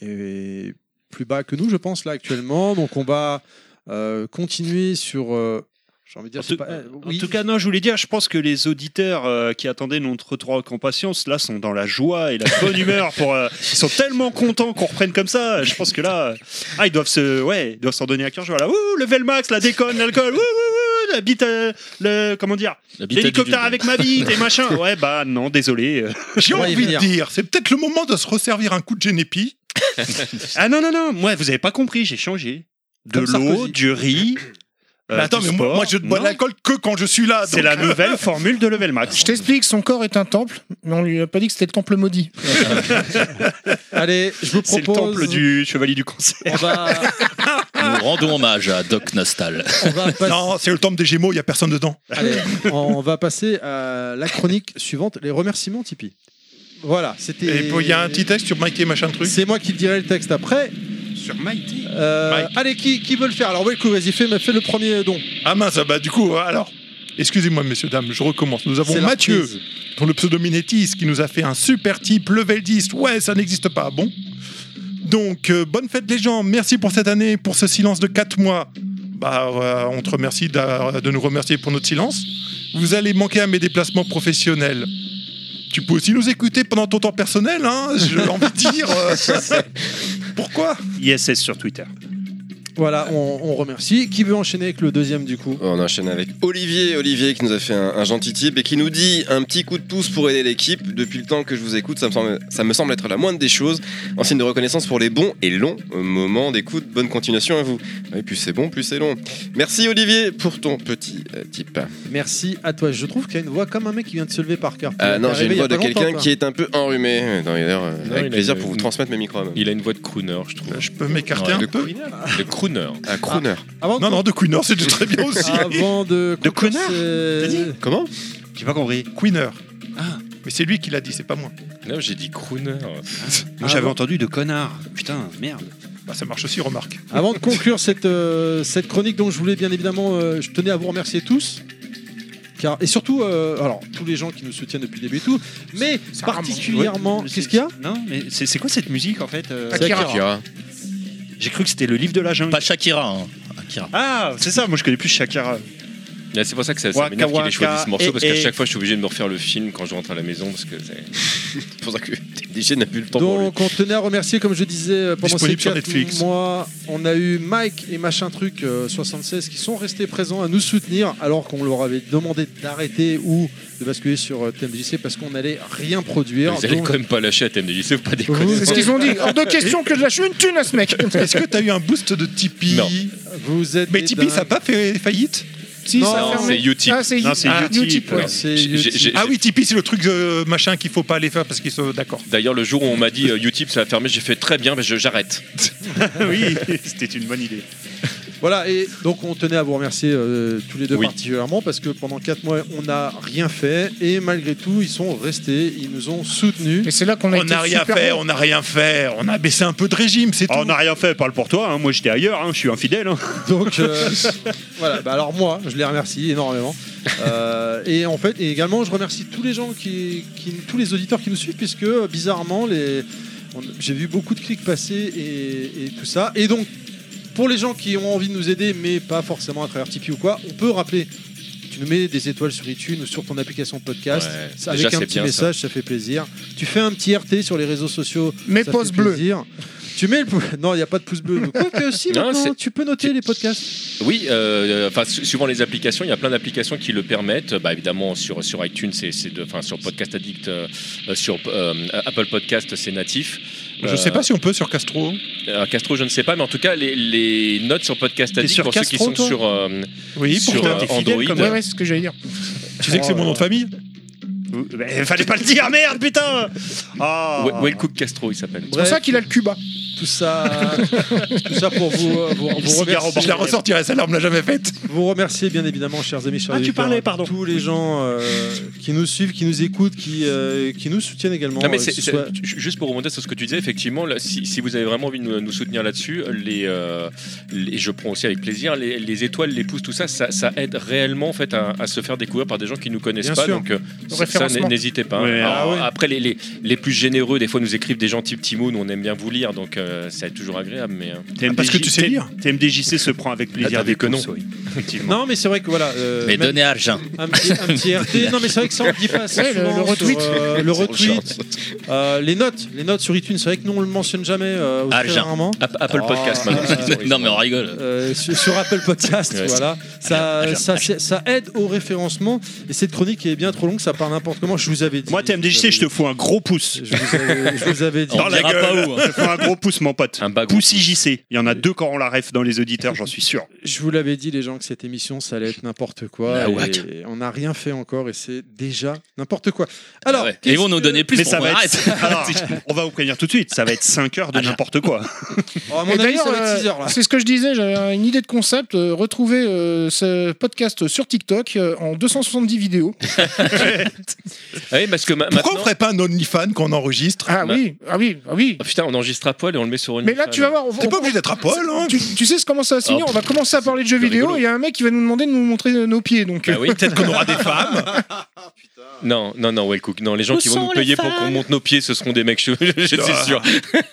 S1: est plus bas que nous, je pense, là actuellement. Donc on va euh, continuer sur. euh, j'ai envie de dire,
S5: En
S1: c'est
S5: tout,
S1: pas- euh,
S5: en
S1: oui.
S5: tout cas, non, je voulais dire, je pense que les auditeurs euh, qui attendaient notre 3 avec impatience, là, sont dans la joie [laughs] et la bonne humeur. Pour, euh, ils sont tellement contents qu'on reprenne comme ça. Je pense que là, euh, ah, ils doivent se, ouais, ils doivent s'en donner à cœur joie. Là, ouh, level max, la déconne, l'alcool, ouh, ouh, ouh, la bite, euh, le, comment dire,
S4: La bite à
S5: l'hélicoptère
S4: Dudu.
S5: avec ma bite et [laughs] machin. Ouais, bah non, désolé. euh.
S6: J'ai
S1: on va y
S6: envie de
S1: venir.
S6: dire, c'est peut-être le moment de se resservir un coup de Genepi.
S5: Ah non, non, non, moi, vous avez pas compris, j'ai changé. De
S1: Comme Sarkozy.
S5: l'eau, du riz. euh,
S6: Mais attends,
S5: du
S6: mais moi,
S5: sport.
S6: moi, je ne bois de
S5: Non,
S6: l'alcool que quand je suis là.
S5: C'est la nouvelle [laughs] formule de level max.
S3: Je t'explique, son corps est un temple, mais on lui a pas dit que c'était le temple maudit.
S1: Allez, je vous
S5: C'est
S1: propose.
S5: le temple du chevalier du cancer.
S1: On va,
S4: Nous rendons hommage à Doc Nostal.
S1: on va passer-
S6: Non, c'est le temple des Gémeaux, il n'y a personne dedans.
S1: [laughs] Allez, on va passer à la chronique suivante, les remerciements Tipeee. Voilà, c'était.
S6: Et puis, il y a un petit texte sur Mikey machin truc.
S1: C'est moi qui dirai le texte après.
S6: Sur Mighty
S1: Euh,
S6: Mike.
S1: allez, qui, qui veut le faire Alors, ouais, le coup, vas-y, fais, fais le premier don.
S6: Ah mince, ah bah du coup, alors. Excusez-moi, messieurs, dames, je recommence. Nous avons
S1: C'est la
S6: Mathieu,
S1: reprise.
S6: dont le pseudo Minetis, qui nous a fait un super type, level 10. Ouais, ça n'existe pas, bon. Donc, euh, bonne fête les gens, merci pour cette année, pour ce silence de 4 mois. Bah, euh, on te remercie d'a- de nous remercier pour notre silence. Vous allez manquer à mes déplacements professionnels. Tu peux aussi nous écouter pendant ton temps personnel, hein, j'ai envie de dire. euh, pourquoi
S5: ISS sur Twitter.
S1: Voilà, on, on remercie. Qui veut enchaîner avec le deuxième du coup
S2: On enchaîne avec Olivier, Olivier qui nous a fait un, un gentil type et qui nous dit un petit coup de pouce pour aider l'équipe. Depuis le temps que je vous écoute, ça me semble, ça me semble être la moindre des choses. En signe de reconnaissance pour les bons et longs moments d'écoute. Bonne continuation à vous. Et plus c'est bon, plus c'est long. Merci Olivier pour ton petit euh, type.
S1: Merci à toi. Je trouve qu'il y a une voix comme un mec qui vient de se lever par cœur.
S2: Ah non, j'ai une
S1: Arrivé il y a
S2: voix de
S1: pas longtemps,
S2: quelqu'un
S1: quoi.
S2: qui est un peu enrhumé. D'ailleurs, euh,
S11: Non, il a
S2: avec plaisir
S11: une-
S2: pour vous
S11: une-
S2: transmettre mes micros. même.
S11: Il a une voix de crooner, je trouve.
S6: Je peux m'écarter
S11: Ouais,
S6: un
S2: de
S6: peu
S11: Le crooner.
S2: Un crooner.
S1: Avant de-
S6: [laughs] Non, non, de Queener, c'est déjà très
S1: [laughs]
S6: bien aussi.
S1: Avant de.
S5: De connard,
S1: c'est-
S5: t'as dit
S2: Comment
S5: J'ai pas compris.
S6: Queener. Ah. Mais c'est lui qui l'a dit, c'est pas moi.
S11: Non, j'ai dit crooner.
S1: Ah bon
S5: entendu de connard. Putain, merde.
S6: Bah, ça marche aussi, remarque.
S1: Avant de conclure cette, euh, cette chronique dont je voulais bien évidemment, euh, je tenais à vous remercier tous. Car, et surtout, euh, alors tous les gens qui nous soutiennent depuis le début et tout, mais particulièrement, qu'est-ce qu'il y a
S5: Non, mais c'est c'est quoi cette musique en fait euh,
S1: C'est Akira.
S2: Akira.
S5: J'ai cru que c'était le livre de la jungle.
S4: Pas Shakira, hein. Akira.
S5: Bah, Ah, c'est ça, moi je connais plus Shakira.
S11: Là, c'est pour ça que ça,
S5: Waka
S11: ça m'énerve qu'il ait choisi
S5: waka
S11: ce morceau, parce qu'à
S5: et-
S11: chaque fois, je suis obligé de me refaire le film quand je rentre à la maison, parce que c'est-
S2: C'est pour ça que TDG n'a plus le temps pour lui.
S1: Donc on tenait à remercier, comme je disais, euh, pendant
S6: Disponible
S1: ces
S6: sur
S1: quatre
S6: Netflix.
S1: mois, on a eu Mike et machin truc euh, 76 qui sont restés présents à nous soutenir alors qu'on leur avait demandé d'arrêter ou de basculer sur euh, TMDJC parce qu'on n'allait rien produire.
S11: Ils allaient
S1: Donc,
S11: quand même pas lâcher à TMDJC, faut pas déconner.
S1: Vous-
S3: C'est ce qu'ils ont dit. Hors de question que je lâche une thune à ce mec.
S6: Est-ce que t'as eu un boost de Tipeee
S11: Non.
S1: vous êtes
S6: Mais
S1: des
S6: Tipeee,
S1: dingues.
S6: ça n'a pas fait faillite
S3: Si,
S1: Non,
S3: ça a
S4: Non, c'est
S3: fermé.
S4: Utip.
S3: Ah, c'est
S5: Non, c'est
S3: ah,
S5: Utip.
S3: Utip, ouais.
S4: Alors,
S1: C'est
S4: j'ai-
S1: Utip.
S4: j'ai-
S6: Ah
S4: j'ai-
S6: oui, Tipeee, c'est le truc euh, machin qu'il faut pas aller faire parce qu'ils sont d'accord.
S4: D'ailleurs, le jour où on m'a dit euh, Utip, ça va fermer, j'ai fait très bien, mais je- j'arrête.
S5: oui, [laughs] c'était une bonne idée.
S1: Voilà, et donc on tenait à vous remercier euh, tous les deux
S4: Oui.
S1: particulièrement parce que pendant 4 mois on n'a rien fait et malgré tout ils sont restés, ils nous ont soutenus.
S3: Et c'est là qu'on a
S6: On
S3: été
S6: n'a rien
S3: super
S6: fait,
S3: bons.
S6: on n'a rien fait, on a baissé un peu de régime, c'est
S5: Ah, on
S6: tout.
S5: n'a rien fait, parle pour toi. hein. Moi, j'étais ailleurs, hein, je suis infidèle. hein.
S1: Donc euh, voilà, bah alors moi je les remercie énormément. Euh, et en fait, et également je remercie tous les gens qui, qui- tous les auditeurs qui nous suivent puisque euh, bizarrement les, on- j'ai vu beaucoup de clics passer et, et tout ça. Et donc pour les gens qui ont envie de nous aider mais pas forcément à travers Tipeee ou quoi, on peut rappeler. Tu nous mets des étoiles sur iTunes ou sur ton application podcast.
S4: Ouais.
S1: Ça,
S4: Déjà,
S1: avec un
S4: c'est
S1: petit
S4: bien, ça.
S1: message, ça. fait plaisir. Tu fais un petit RT sur les réseaux sociaux.
S3: Mes
S1: ça
S3: pauses
S1: fait
S3: bleues.
S1: plaisir. Tu mets le pou- [laughs] Non, il n'y a pas de pouce bleu. Quoique, si,
S4: Non,
S1: maintenant,
S4: c'est-
S1: tu peux noter les podcasts.
S4: Oui, euh, enfin, su- suivant les applications, il y a plein d'applications qui le permettent. Bah, évidemment, sur, sur iTunes, c'est c'est de, enfin, sur Podcast Addict, euh, euh, sur euh, Apple Podcast, c'est natif.
S6: Je sais pas si on peut sur Castro.
S4: Euh, Castro, je ne sais pas, mais en tout cas, les, les notes sur Podcast Addict
S6: sur
S4: pour ceux qui
S6: Castro,
S4: sont
S6: toi
S4: sur euh,
S6: Oui,
S4: Sur,
S6: pourtant,
S4: euh,
S6: t'es fidèle
S4: Android.
S6: comme-
S3: Ouais, ouais, c'est ce que j'allais dire.
S6: Tu sais que c'est mon nom de famille
S5: Mais fallait pas le dire, merde, putain Ah.
S4: Well- Wellcook Castro, il s'appelle.
S3: C'est pour ça qu'il a le Cuba.
S1: Tout ça, [laughs] tout ça pour vous, euh, vous, vous remercier,
S6: Je la ressortirai, celle-là, on me l'a jamais faite.
S1: vous remercier, bien évidemment, chers amis, chers
S5: Ah, tu
S1: auditeurs,
S5: parlais, pardon.
S1: Tous les gens euh, qui nous suivent, qui nous écoutent, qui, euh, qui nous soutiennent également.
S4: Non, mais
S1: euh,
S4: c'est-
S1: que ce
S4: c'est-
S1: soit-
S4: ju- juste pour remonter sur ce que tu disais, effectivement, là, si, si vous avez vraiment envie de nous, nous soutenir là-dessus, les, euh, les- je prends aussi avec plaisir les, les étoiles, les pouces, tout ça, ça, ça aide réellement en fait à, à se faire découvrir par des gens qui nous connaissent
S1: Bien
S4: pas.
S1: sûr.
S4: Donc euh,
S3: Le
S4: ça, ça,
S3: référencement.
S4: n'hésitez pas. hein.
S5: Ouais,
S4: Alors,
S1: ah ouais.
S4: Après, les, les, les plus généreux, des fois, nous écrivent des gens type Timo, nous on aime bien vous lire, donc euh, ça est toujours agréable. Mais euh,
S5: TMDJ
S6: parce que tu sais lire.
S5: TMDJC se prend avec plaisir
S4: Ah, t'as
S5: des
S4: vu que non.
S5: cons, oui. Effectivement.
S1: Non, mais c'est vrai que voilà. euh,
S2: Mais
S1: même
S2: donnez argent.
S1: un, petit, un petit
S4: [laughs]
S1: RT. Non, mais c'est vrai que ça, on le dit pas assez
S3: Ouais, le-
S1: souvent
S3: le retweet.
S1: sur, euh, le retweet.
S12: Chance.
S1: Euh, les notes, les notes sur iTunes, c'est vrai que nous on le mentionne jamais, euh, ou
S2: Ah,
S1: très
S2: j'ai-
S1: rarement.
S4: App- Apple
S1: Oh.
S4: Podcast, maintenant.
S1: Ah,
S4: parce qu'ils sont-
S2: non, mais on rigole.
S1: Euh, sur, sur Apple Podcast,
S4: Ouais.
S1: voilà. Ça,
S2: Ah, j'ai-
S1: ça,
S2: ah,
S1: c'est- ça aide au référencement. Et cette chronique est bien trop longue, ça part n'importe comment. Je vous avais dit.
S5: Moi, TMDJC, je te
S1: vous
S5: fous un gros pouce.
S1: avais- je vous avais, je vous avais dit.
S2: On
S5: Dans la
S2: dira pas où. hein.
S5: Je te fous un gros pouce, mon pote.
S4: Un bague.
S5: Pouce IJC. Il y en a deux quand on la ref dans les auditeurs, j'en suis sûr.
S1: Je vous l'avais dit, les gens, que cette émission, ça allait être n'importe quoi.
S2: La
S1: et
S2: whack.
S1: on n'a rien fait encore et c'est déjà n'importe quoi. Alors,
S4: Ah
S2: Ouais. Et ils vont nous donner plus.
S5: Mais
S2: bon,
S5: ça
S2: on
S5: va
S2: arrête.
S4: [laughs]
S5: être. Alors, on va vous prévenir tout de suite, ça va être 5 heures de
S2: Ah, j'ai-
S5: n'importe quoi.
S1: oh, à mon
S3: Et
S1: avis,
S3: d'ailleurs,
S1: ça va être 6
S3: euh,
S1: heures là.
S3: c'est ce que je disais, j'avais une idée de concept, euh, retrouver euh, ce podcast sur TikTok euh, en 270 vidéos.
S4: Ah oui, parce que ma-
S6: Pourquoi on
S4: maintenant-
S6: ferait pas un OnlyFans qu'on enregistre
S3: Ah
S4: Bah.
S3: oui, ah oui, ah oui.
S4: Oh, putain, on enregistre à poil et on le met sur une.
S3: Mais là, tu vas voir, on,
S6: T'es pas
S3: on-
S6: obligé d'être à Paul, hein
S3: tu, tu sais comment ça va se finir,
S4: Oh,
S3: on va commencer à parler de jeux
S4: c'est
S3: vidéo,
S4: rigolo.
S3: et il y a un mec qui va nous demander de nous montrer euh, nos pieds, donc... euh,
S4: Ah oui,
S6: Peut-être qu'on aura des
S5: [laughs]
S6: femmes.
S4: Non, non, non, Wellcook. Non, les gens qui vont nous payer pour qu'on monte nos pieds, ce seront des mecs cheveux, je
S6: Ah.
S4: suis
S5: [laughs]
S4: sûr.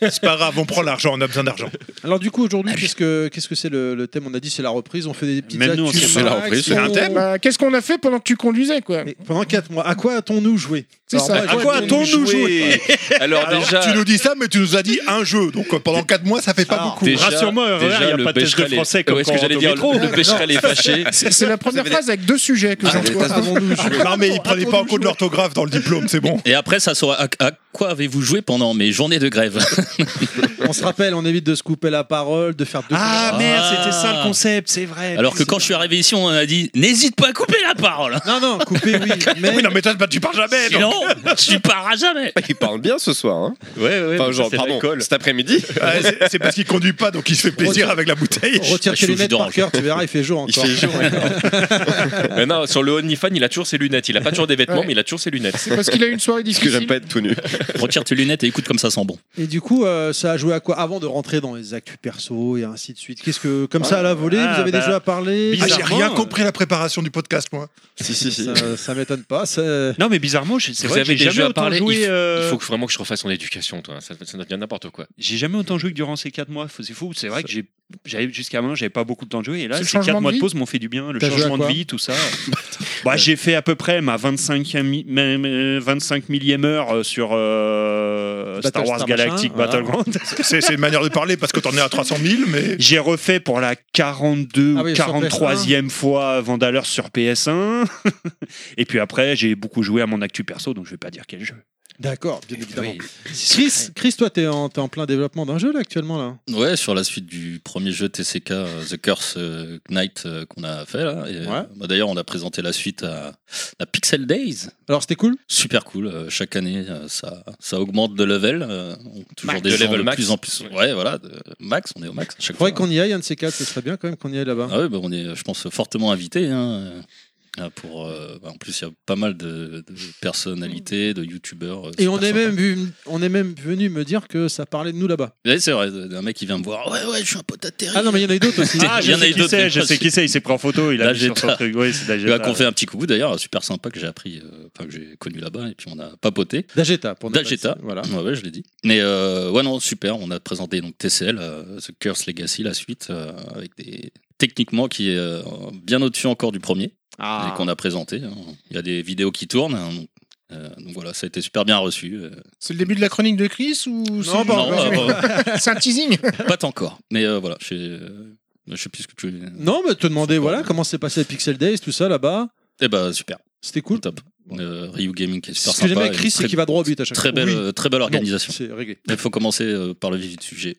S6: C'est pas grave, on prend l'argent, on a besoin d'argent.
S1: Alors, du coup, aujourd'hui, qu'est-ce que qu'est-ce que c'est le, le thème On a dit c'est la reprise, on fait des petites
S5: Même nous, on
S1: actus
S5: sait pas.
S1: par
S12: C'est la reprise,
S1: action.
S6: c'est un thème.
S3: bah, Qu'est-ce qu'on a fait pendant que tu conduisais, quoi
S1: Et pendant 4 mois, à quoi a-t-on-nous joué
S3: C'est
S1: Alors,
S3: ça.
S1: moi,
S3: À
S1: je-
S3: quoi
S6: a-t-on-nous joué
S4: Alors,
S6: Alors,
S4: déjà,
S6: tu nous dis ça, mais tu nous as dit un jeu, donc euh, pendant 4 mois, ça fait pas
S1: Alors,
S6: beaucoup.
S4: déjà-
S5: Rassure-moi,
S4: déjà,
S5: il n'y a
S4: le
S5: pas de test de
S4: Becherel est-
S5: français comme
S4: Ouais, ce que
S5: quand
S4: j'allais
S5: on
S4: dire,
S5: est au métro.
S4: le Becherel est
S5: [laughs]
S4: fâché.
S3: C'est c'est la première
S12: avez-
S3: phrase avec deux sujets que
S12: Ah, les
S3: j'emploie.
S12: tasses de-
S1: Avons-nous joué
S6: Non,
S4: Ah,
S6: mais ils prenaient pas en compte l'orthographe dans le diplôme,
S4: [laughs]
S6: c'est bon.
S2: Et après, ça sera à, à quoi avez-vous joué pendant mes journées de grève
S1: On se rappelle, on évite de se couper la parole, de faire deux.
S5: Ah
S2: Ah.
S5: merde, c'était ça le concept, c'est vrai.
S2: Alors que quand je suis arrivé ici, on m'a dit n'hésite pas à couper la parole. hein.
S5: Ah,
S1: Non, non, couper, oui. Mais
S6: Oui, non, mais toi, bah, tu parles jamais. non.
S2: Sinon, [laughs] tu pars à jamais.
S12: Il parle bien ce soir. Hein.
S4: Ouais, ouais,
S12: Enfin,
S4: mais
S12: genre,
S4: ça, c'est
S12: pardon,
S4: l'alcool.
S12: cet après-midi,
S5: [laughs]
S6: Ouais, c'est- c'est parce qu'il conduit pas, donc il se fait plaisir avec la bouteille.
S1: retire tes
S2: Je suis
S1: lunettes par
S2: d'orange.
S1: cœur, tu verras, il fait jour
S12: il
S1: encore.
S12: fait jour.
S4: Mais non, sur le OnlyFans, il a toujours ses lunettes. Il a pas toujours des vêtements,
S3: Ouais.
S4: mais il a toujours ses lunettes.
S3: Parce qu'il a eu une soirée
S12: Parce que j'aime
S3: difficile.
S12: pas être tout nu.
S2: Retire tes lunettes et écoute comme ça sent bon.
S1: Et du coup, euh, ça a joué à quoi Avant de rentrer dans les actus perso et ainsi de suite. Qu'est-ce que, comme ça à la volée,
S5: Ah,
S1: vous avez
S5: bah,
S1: déjà parlé
S6: Ah, j'ai
S5: bizarrement,
S6: rien
S5: euh,
S6: compris à la préparation du podcast, moi.
S12: Si, si, si.
S1: Ça, ça m'étonne pas. ça-
S5: Non, mais bizarrement, je- c'est
S4: Vous
S5: vrai que
S4: avez
S5: j'ai
S4: déjà
S5: jamais autant
S4: parlé,
S5: joué.
S4: il faut-
S5: euh,
S4: Il faut que vraiment que je refasse son éducation, toi. Ça, ça devient n'importe quoi.
S5: J'ai jamais autant joué que durant ces 4 mois. Faut- C'est fou. C'est vrai que j'ai- j'avais jusqu'à maintenant, j'avais pas beaucoup de temps de jouer. Et là,
S3: C'est le
S5: ces
S3: changement
S5: 4
S3: de
S5: mois de
S3: vie
S5: pause m'ont fait du bien. Le
S1: T'as joué à
S5: changement de
S1: quoi
S5: vie,
S1: [laughs]
S5: tout ça. bah, j'ai fait à peu près ma 25 25 millième heure euh, sur euh, Star Wars
S1: Battlestar
S5: Galactic
S1: machin, voilà. [laughs]
S5: Battleground.
S6: C'est c'est une manière de parler parce que t'en es à 300 000, mais.
S5: J'ai refait pour la 42
S1: Ah
S5: ou
S1: oui, sur
S5: 43e fois [laughs] Vandaleur sur PS1. et puis après, j'ai beaucoup joué à mon actu perso, donc je vais pas dire quel jeu.
S3: D'accord, bien évidemment.
S8: Chris, Chris, toi, t'es en, t'es en plein développement d'un jeu là actuellement là.
S2: Ouais, sur la suite du premier jeu TCK, euh, The Curse euh, Knight, euh, qu'on a fait là. Et, euh,
S8: Ouais.
S2: bah, D'ailleurs, on a présenté la suite à, à Pixel Days.
S8: Alors c'était cool.
S2: Super cool. euh, chaque année, euh, ça, ça augmente de level. euh, on- toujours
S4: Max.
S2: des
S4: De
S2: gens
S4: level
S2: de
S4: max.
S2: plus en plus. Ouais, voilà. de- max, on est au max à chaque fois.
S8: Faudrait qu'on y aille, un de ces quatre. Ce serait bien quand même qu'on y aille là-bas.
S2: Ah ouais, bah, on est, je pense, fortement invité. hein, euh, pour, euh, bah, en plus, il y a pas mal de, de personnalités, de youtubeurs. euh,
S8: Et
S2: super
S8: on est
S2: sympas.
S8: même vu- on est même venu me dire que ça parlait de nous là-bas.
S2: Ouais, c'est vrai, d'un mec qui vient me voir. Ouais, ouais, je suis un pote à Terry.
S8: Ah non, mais il y en a eu d'autres aussi.
S2: Ah,
S5: Ah,
S2: je Il
S5: je
S2: y en a sais eu
S5: sais
S2: qui
S5: qui
S2: d'autres, c'est,
S5: c'est,
S2: mais je
S5: je
S2: pas sais
S5: sais
S2: qui
S5: qui c'est, il s'est pris en photo, il
S2: a
S5: a
S2: mis sur son Vegeta.
S5: truc. Oui, c'est
S2: Lui a fait un petit coucou d'ailleurs, super sympa que j'ai appris, euh, enfin que j'ai connu là-bas, et puis on a papoté.
S8: Dageta pour ne pas-
S2: Dageta.
S8: Voilà.
S2: Ah, bah Ouais, ouais, je l'ai dit. Mais euh, ouais, non, super, on a présenté donc TCL, euh, The Curse Legacy, la suite, euh, avec des. Techniquement, qui est euh, bien au-dessus encore du premier,
S8: Ah.
S2: et qu'on a présenté. hein. Il y a des vidéos qui tournent, hein, donc, euh, donc voilà, ça a été super bien reçu. euh.
S3: C'est le début de la chronique de Chris ou c'est-
S2: Non,
S8: bah,
S2: euh,
S3: c'est un teasing
S2: pas tant encore, mais euh, voilà, je sais, euh, je sais plus ce que tu veux.
S8: Non, mais te demander
S2: Faut pas-
S8: voilà comment s'est passé Pixel Days, tout ça là-bas.
S2: Eh ben, super,
S8: C'était cool.
S2: top. Euh, Ryu Gaming qui est super
S8: Ce que j'aime
S2: sympa,
S8: avec
S2: et
S8: Chris, c'est
S2: très-
S8: qu'il va droit au but à chaque
S2: Très
S8: fois.
S2: belle,
S8: Oui.
S2: euh, très belle organisation.
S8: Non, C'est réglé.
S2: Il faut commencer euh, par le vif du sujet.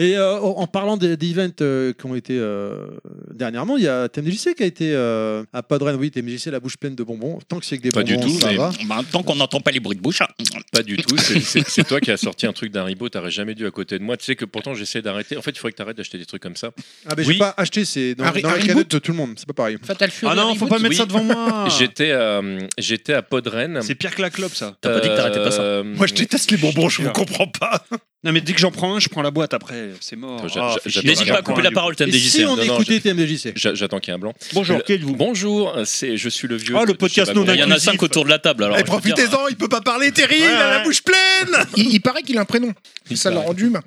S8: Et euh, en en parlant des, des events euh, qui ont été euh, dernièrement, il y a TMDJC qui a été euh, à Podren. Oui, TMDJC, la bouche pleine de bonbons. Tant que c'est que des
S4: Pas du
S8: bonbons,
S4: tout,
S8: ça
S4: mais-
S8: va.
S2: Bah, tant qu'on n'entend pas les bruits de bouche. hein.
S4: Pas du tout. c'est- C'est c'est toi qui as sorti un truc d'un ribot. T'aurais jamais dû à côté de moi. Tu sais que pourtant j'essaie d'arrêter. En fait, il faudrait que t'arrêtes d'acheter des trucs comme ça.
S8: Ah, mais
S4: Oui.
S8: j'ai pas acheté, c'est dans,
S3: Un ri-
S8: dans
S3: un
S8: la
S3: reboot
S8: canette de tout le monde, c'est pas pareil.
S3: Fatal Fury.
S5: Ah non, faut
S3: reboot.
S5: pas mettre
S4: Oui.
S5: ça devant moi.
S4: J'étais euh, j'étais à Podren.
S5: C'est pire que la clope, ça.
S2: T'as pas dit que t'arrêtais pas ça.
S4: Euh,
S6: Moi, je déteste les bonbons, je vous comprends pas.
S5: Non, mais dès que j'en prends un, je prends la boîte après. C'est mort.
S4: J'a-
S5: Ah,
S4: j'a-
S5: fais chier.
S4: j'adore
S2: N'hésite pas à couper la parole,
S8: Et
S2: TMDJC.
S8: si on
S2: hein. Non, non,
S8: écoutait TMDJC
S4: j'a- J'attends qu'il y ait un blanc.
S5: Bonjour,
S4: Le-
S5: quel vous
S4: Bonjour, euh, c'est je suis le vieux.
S5: Ah,
S4: de-
S5: le
S4: de
S5: podcast
S4: Chababon.
S5: non
S2: Il y en a cinq
S5: inclusif.
S2: autour de la table. Alors,
S6: Eh,
S2: je veux dire,
S6: profitez-en, il peut pas parler, Terry, il a la
S5: ouais.
S6: bouche pleine
S3: Il, il paraît qu'il a un prénom. Ça l'a rendu humain.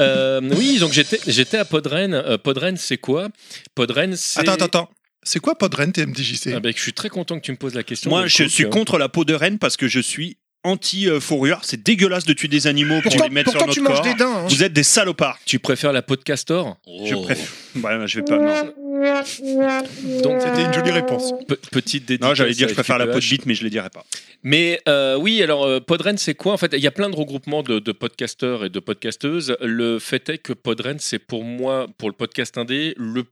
S4: Euh, oui, donc j'étais j'étais à Podren. Euh, Podren, c'est quoi Podren, c'est.
S6: Attends, attends, attends. C'est quoi Podren TMDJC
S4: Ah ben, je suis très content que tu me poses la question.
S5: Moi,
S4: le
S5: je
S4: cook,
S5: suis
S4: euh,
S5: contre la peau de renne parce que je suis anti-fourrure. C'est dégueulasse de tuer des animaux pour
S3: Pourtant,
S5: les mettre
S3: pourtant
S5: sur
S3: tu
S5: notre
S3: manges
S5: corps.
S3: des daims. hein.
S5: [laughs] Vous êtes des salopards.
S4: Tu préfères la podcastor
S2: oh.
S5: Je préfère. Bah, je vais pas. Non,
S4: Donc,
S6: C'était une jolie réponse.
S4: pe- petite dédicace.
S5: Non, j'allais dire,
S4: à
S5: je préfère la peau de
S4: FQPH.
S5: bite, mais je les dirai pas.
S4: Mais euh, oui, alors euh, Podren, c'est quoi En fait, il y a plein de regroupements de, de podcasteurs et de podcasteuses. Le fait est que Podren, c'est pour moi, pour le podcast indé, le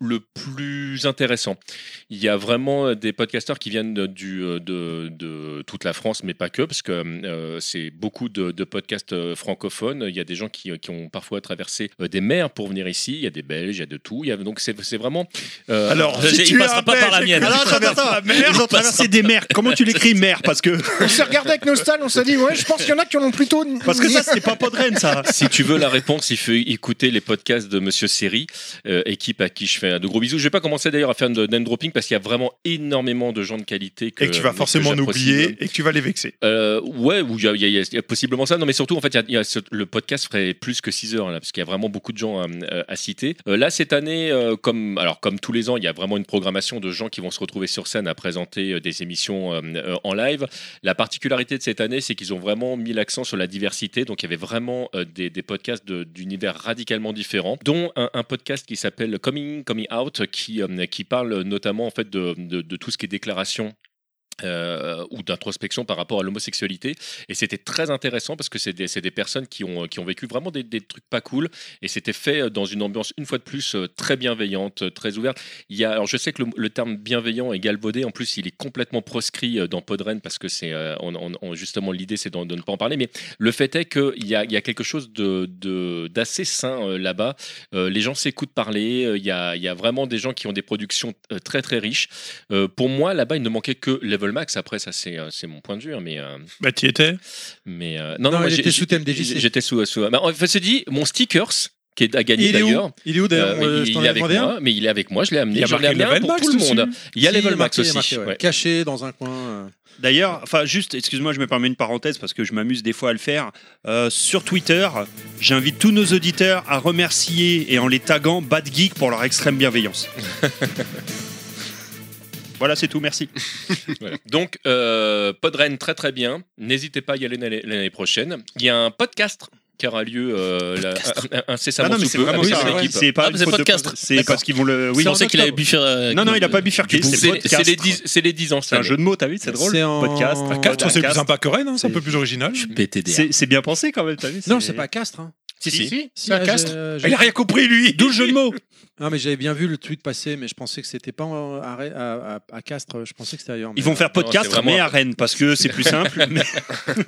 S4: le plus intéressant. Il y a vraiment euh, des podcasteurs qui viennent de- du, euh, de, de toute la France, mais pas que, parce que euh, c'est beaucoup de, de podcasts euh, francophones. Il y a des gens qui, euh, qui ont parfois traversé euh, des mers pour venir ici. Il y a des Belges, il y a de tout. Il y a, donc c'est c'est vraiment. euh,
S6: Alors,
S2: je-
S6: si
S2: Oh. il
S6: tu es
S2: passera
S6: un
S2: pas
S6: Belge
S2: par ben, la
S6: et que-
S2: mienne.
S6: Alors, attends, attends, attends, merde.
S5: Ils ont traversé des mers. Comment tu l'écris, mer Parce que
S3: On s'est regardé avec Nostal, on s'est dit, ouais, je pense qu'il y en a qui en ont plutôt.
S5: parce que ça, c'est pas peau de renne, ça.
S4: si tu veux la réponse, il faut écouter les podcasts de Monsieur Seri, euh, équipe à qui je fais de gros bisous. Je vais pas commencer d'ailleurs à faire de name dropping parce qu'il y a vraiment énormément de gens de qualité que
S6: Et que tu vas
S4: euh, que
S6: forcément
S4: j'apprécie. hein.
S6: l'oublier et que tu vas les vexer.
S4: Euh, ouais, ou il y, a- il y a- il y a possiblement ça. Non, mais surtout, en fait, il y a- il y a ce- le podcast ferait plus que 6 heures, là, parce qu'il y a vraiment beaucoup de gens à, à citer. Euh, là, cette année, euh, comme, alors, comme tous les ans, il y a vraiment une programmation de gens qui vont se retrouver sur scène à présenter euh, des émissions euh, euh, en live. La particularité de cette année, c'est qu'ils ont vraiment mis l'accent sur la diversité. Donc, il y avait vraiment euh, des, des podcasts de- d'univers radicalement différents, dont un, un podcast qui s'appelle Coming, Coming Out, qui, euh, qui parle notamment en fait, de, de- de tout ce qui est déclaration euh, ou d'introspection par rapport à l'homosexualité. Et c'était très intéressant parce que c'est des, c'est des personnes qui ont, qui ont vécu vraiment des, des trucs pas cool. Et c'était fait euh, dans une ambiance, une fois de plus, euh, très bienveillante, euh, très ouverte. Il y a, alors je sais que le, le terme bienveillant est galvaudé. En plus, il est complètement proscrit euh, dans Podren parce que c'est euh, on- on- on- justement l'idée, c'est d'en- de, ne pas en parler. Mais le fait est qu'il y a, il y a quelque chose d'assez de, d'assez sain euh, là-bas. Euh, les gens s'écoutent parler. Euh, Il y, a, il y a vraiment des gens qui ont des productions euh, très, très riches. Euh, pour moi, là-bas, il ne manquait que Level Max. Après, ça, c'est euh, c'est mon point de vue. hein, Mais, euh,
S6: Bah, t'y étais
S4: mais euh, non,
S8: Non,
S4: moi,
S8: il
S4: j'ai-
S8: était sous
S4: j'ai-
S8: TMDJC.
S4: J'étais sous. sous bah, enfin, c'est dit, mon stickers, qui est à gagner
S8: Il est
S4: d'ailleurs.
S8: où Il est où d'ailleurs
S4: euh,
S8: Euh, je
S4: il,
S8: t'en
S4: est
S8: ai
S4: avec
S8: demandé un.
S4: moi, mais il est avec moi, je l'ai amené,
S6: Il y a
S4: je l'ai
S6: marqué
S4: amené un
S6: Level
S4: pour
S6: Max
S4: tout le monde.
S6: dessus.
S4: Il y a
S8: Si,
S4: Level Max
S8: marqué,
S4: aussi.
S8: marqué, ouais.
S4: ouais.
S8: Caché dans un coin. euh.
S5: D'ailleurs, enfin juste, excuse-moi, je me permets une parenthèse parce que je m'amuse des fois à le faire. Euh, sur Twitter, j'invite tous nos auditeurs à remercier et en les taguant Bad Geek pour leur extrême bienveillance. voilà, c'est tout, merci.
S4: Voilà. Donc, euh, Podren, très très bien. N'hésitez pas à y aller l'année l'année prochaine. Il y a un podcast qui aura lieu euh, la-
S5: Ah
S4: incessamment
S5: non, mais
S4: sous
S5: c'est
S4: peu,
S5: vraiment
S4: avec
S5: ça.
S4: cette
S5: ouais.
S4: équipe.
S5: C'est pas
S2: Ah,
S5: une
S2: c'est
S5: faute de
S2: podcast.
S5: pod- C'est
S2: D'accord.
S5: parce qu'ils vont le.
S2: Oui,
S5: Oui,
S2: je pensais qu'il avait euh, bifurqué.
S5: Non, non, il a pas bifurqué.
S4: C'est
S5: C'est
S4: c'est
S5: podcast.
S4: les 10 c'est les 10 ans.
S5: C'est un
S4: cette
S5: jeu de mots, t'as vu C'est drôle.
S8: C'est en-
S5: Podcast.
S8: À
S6: Je trouve que c'est plus
S5: Podcast.
S6: sympa que Rennes, hein, c'est un
S5: C'est-
S6: peu plus original.
S2: PTD.
S5: C'est c'est bien pensé quand même, t'as vu
S1: Non, c'est pas Castres. Hein.
S4: Si, si.
S1: Si, Ah,
S3: un
S1: là,
S3: castre.
S1: j'ai- j'ai-
S5: Il a rien compris, lui
S1: D'où le jeu de
S5: [laughs]
S1: mots Non, mais j'avais bien vu le tweet passer, mais je pensais que c'était pas en- à, Ré- à- à- à Castres, je pensais que c'était ailleurs. mais-
S5: Ils vont faire
S4: Non,
S5: podcast,
S4: c'est vraiment-
S5: mais à Rennes, parce que c'est plus simple. mais-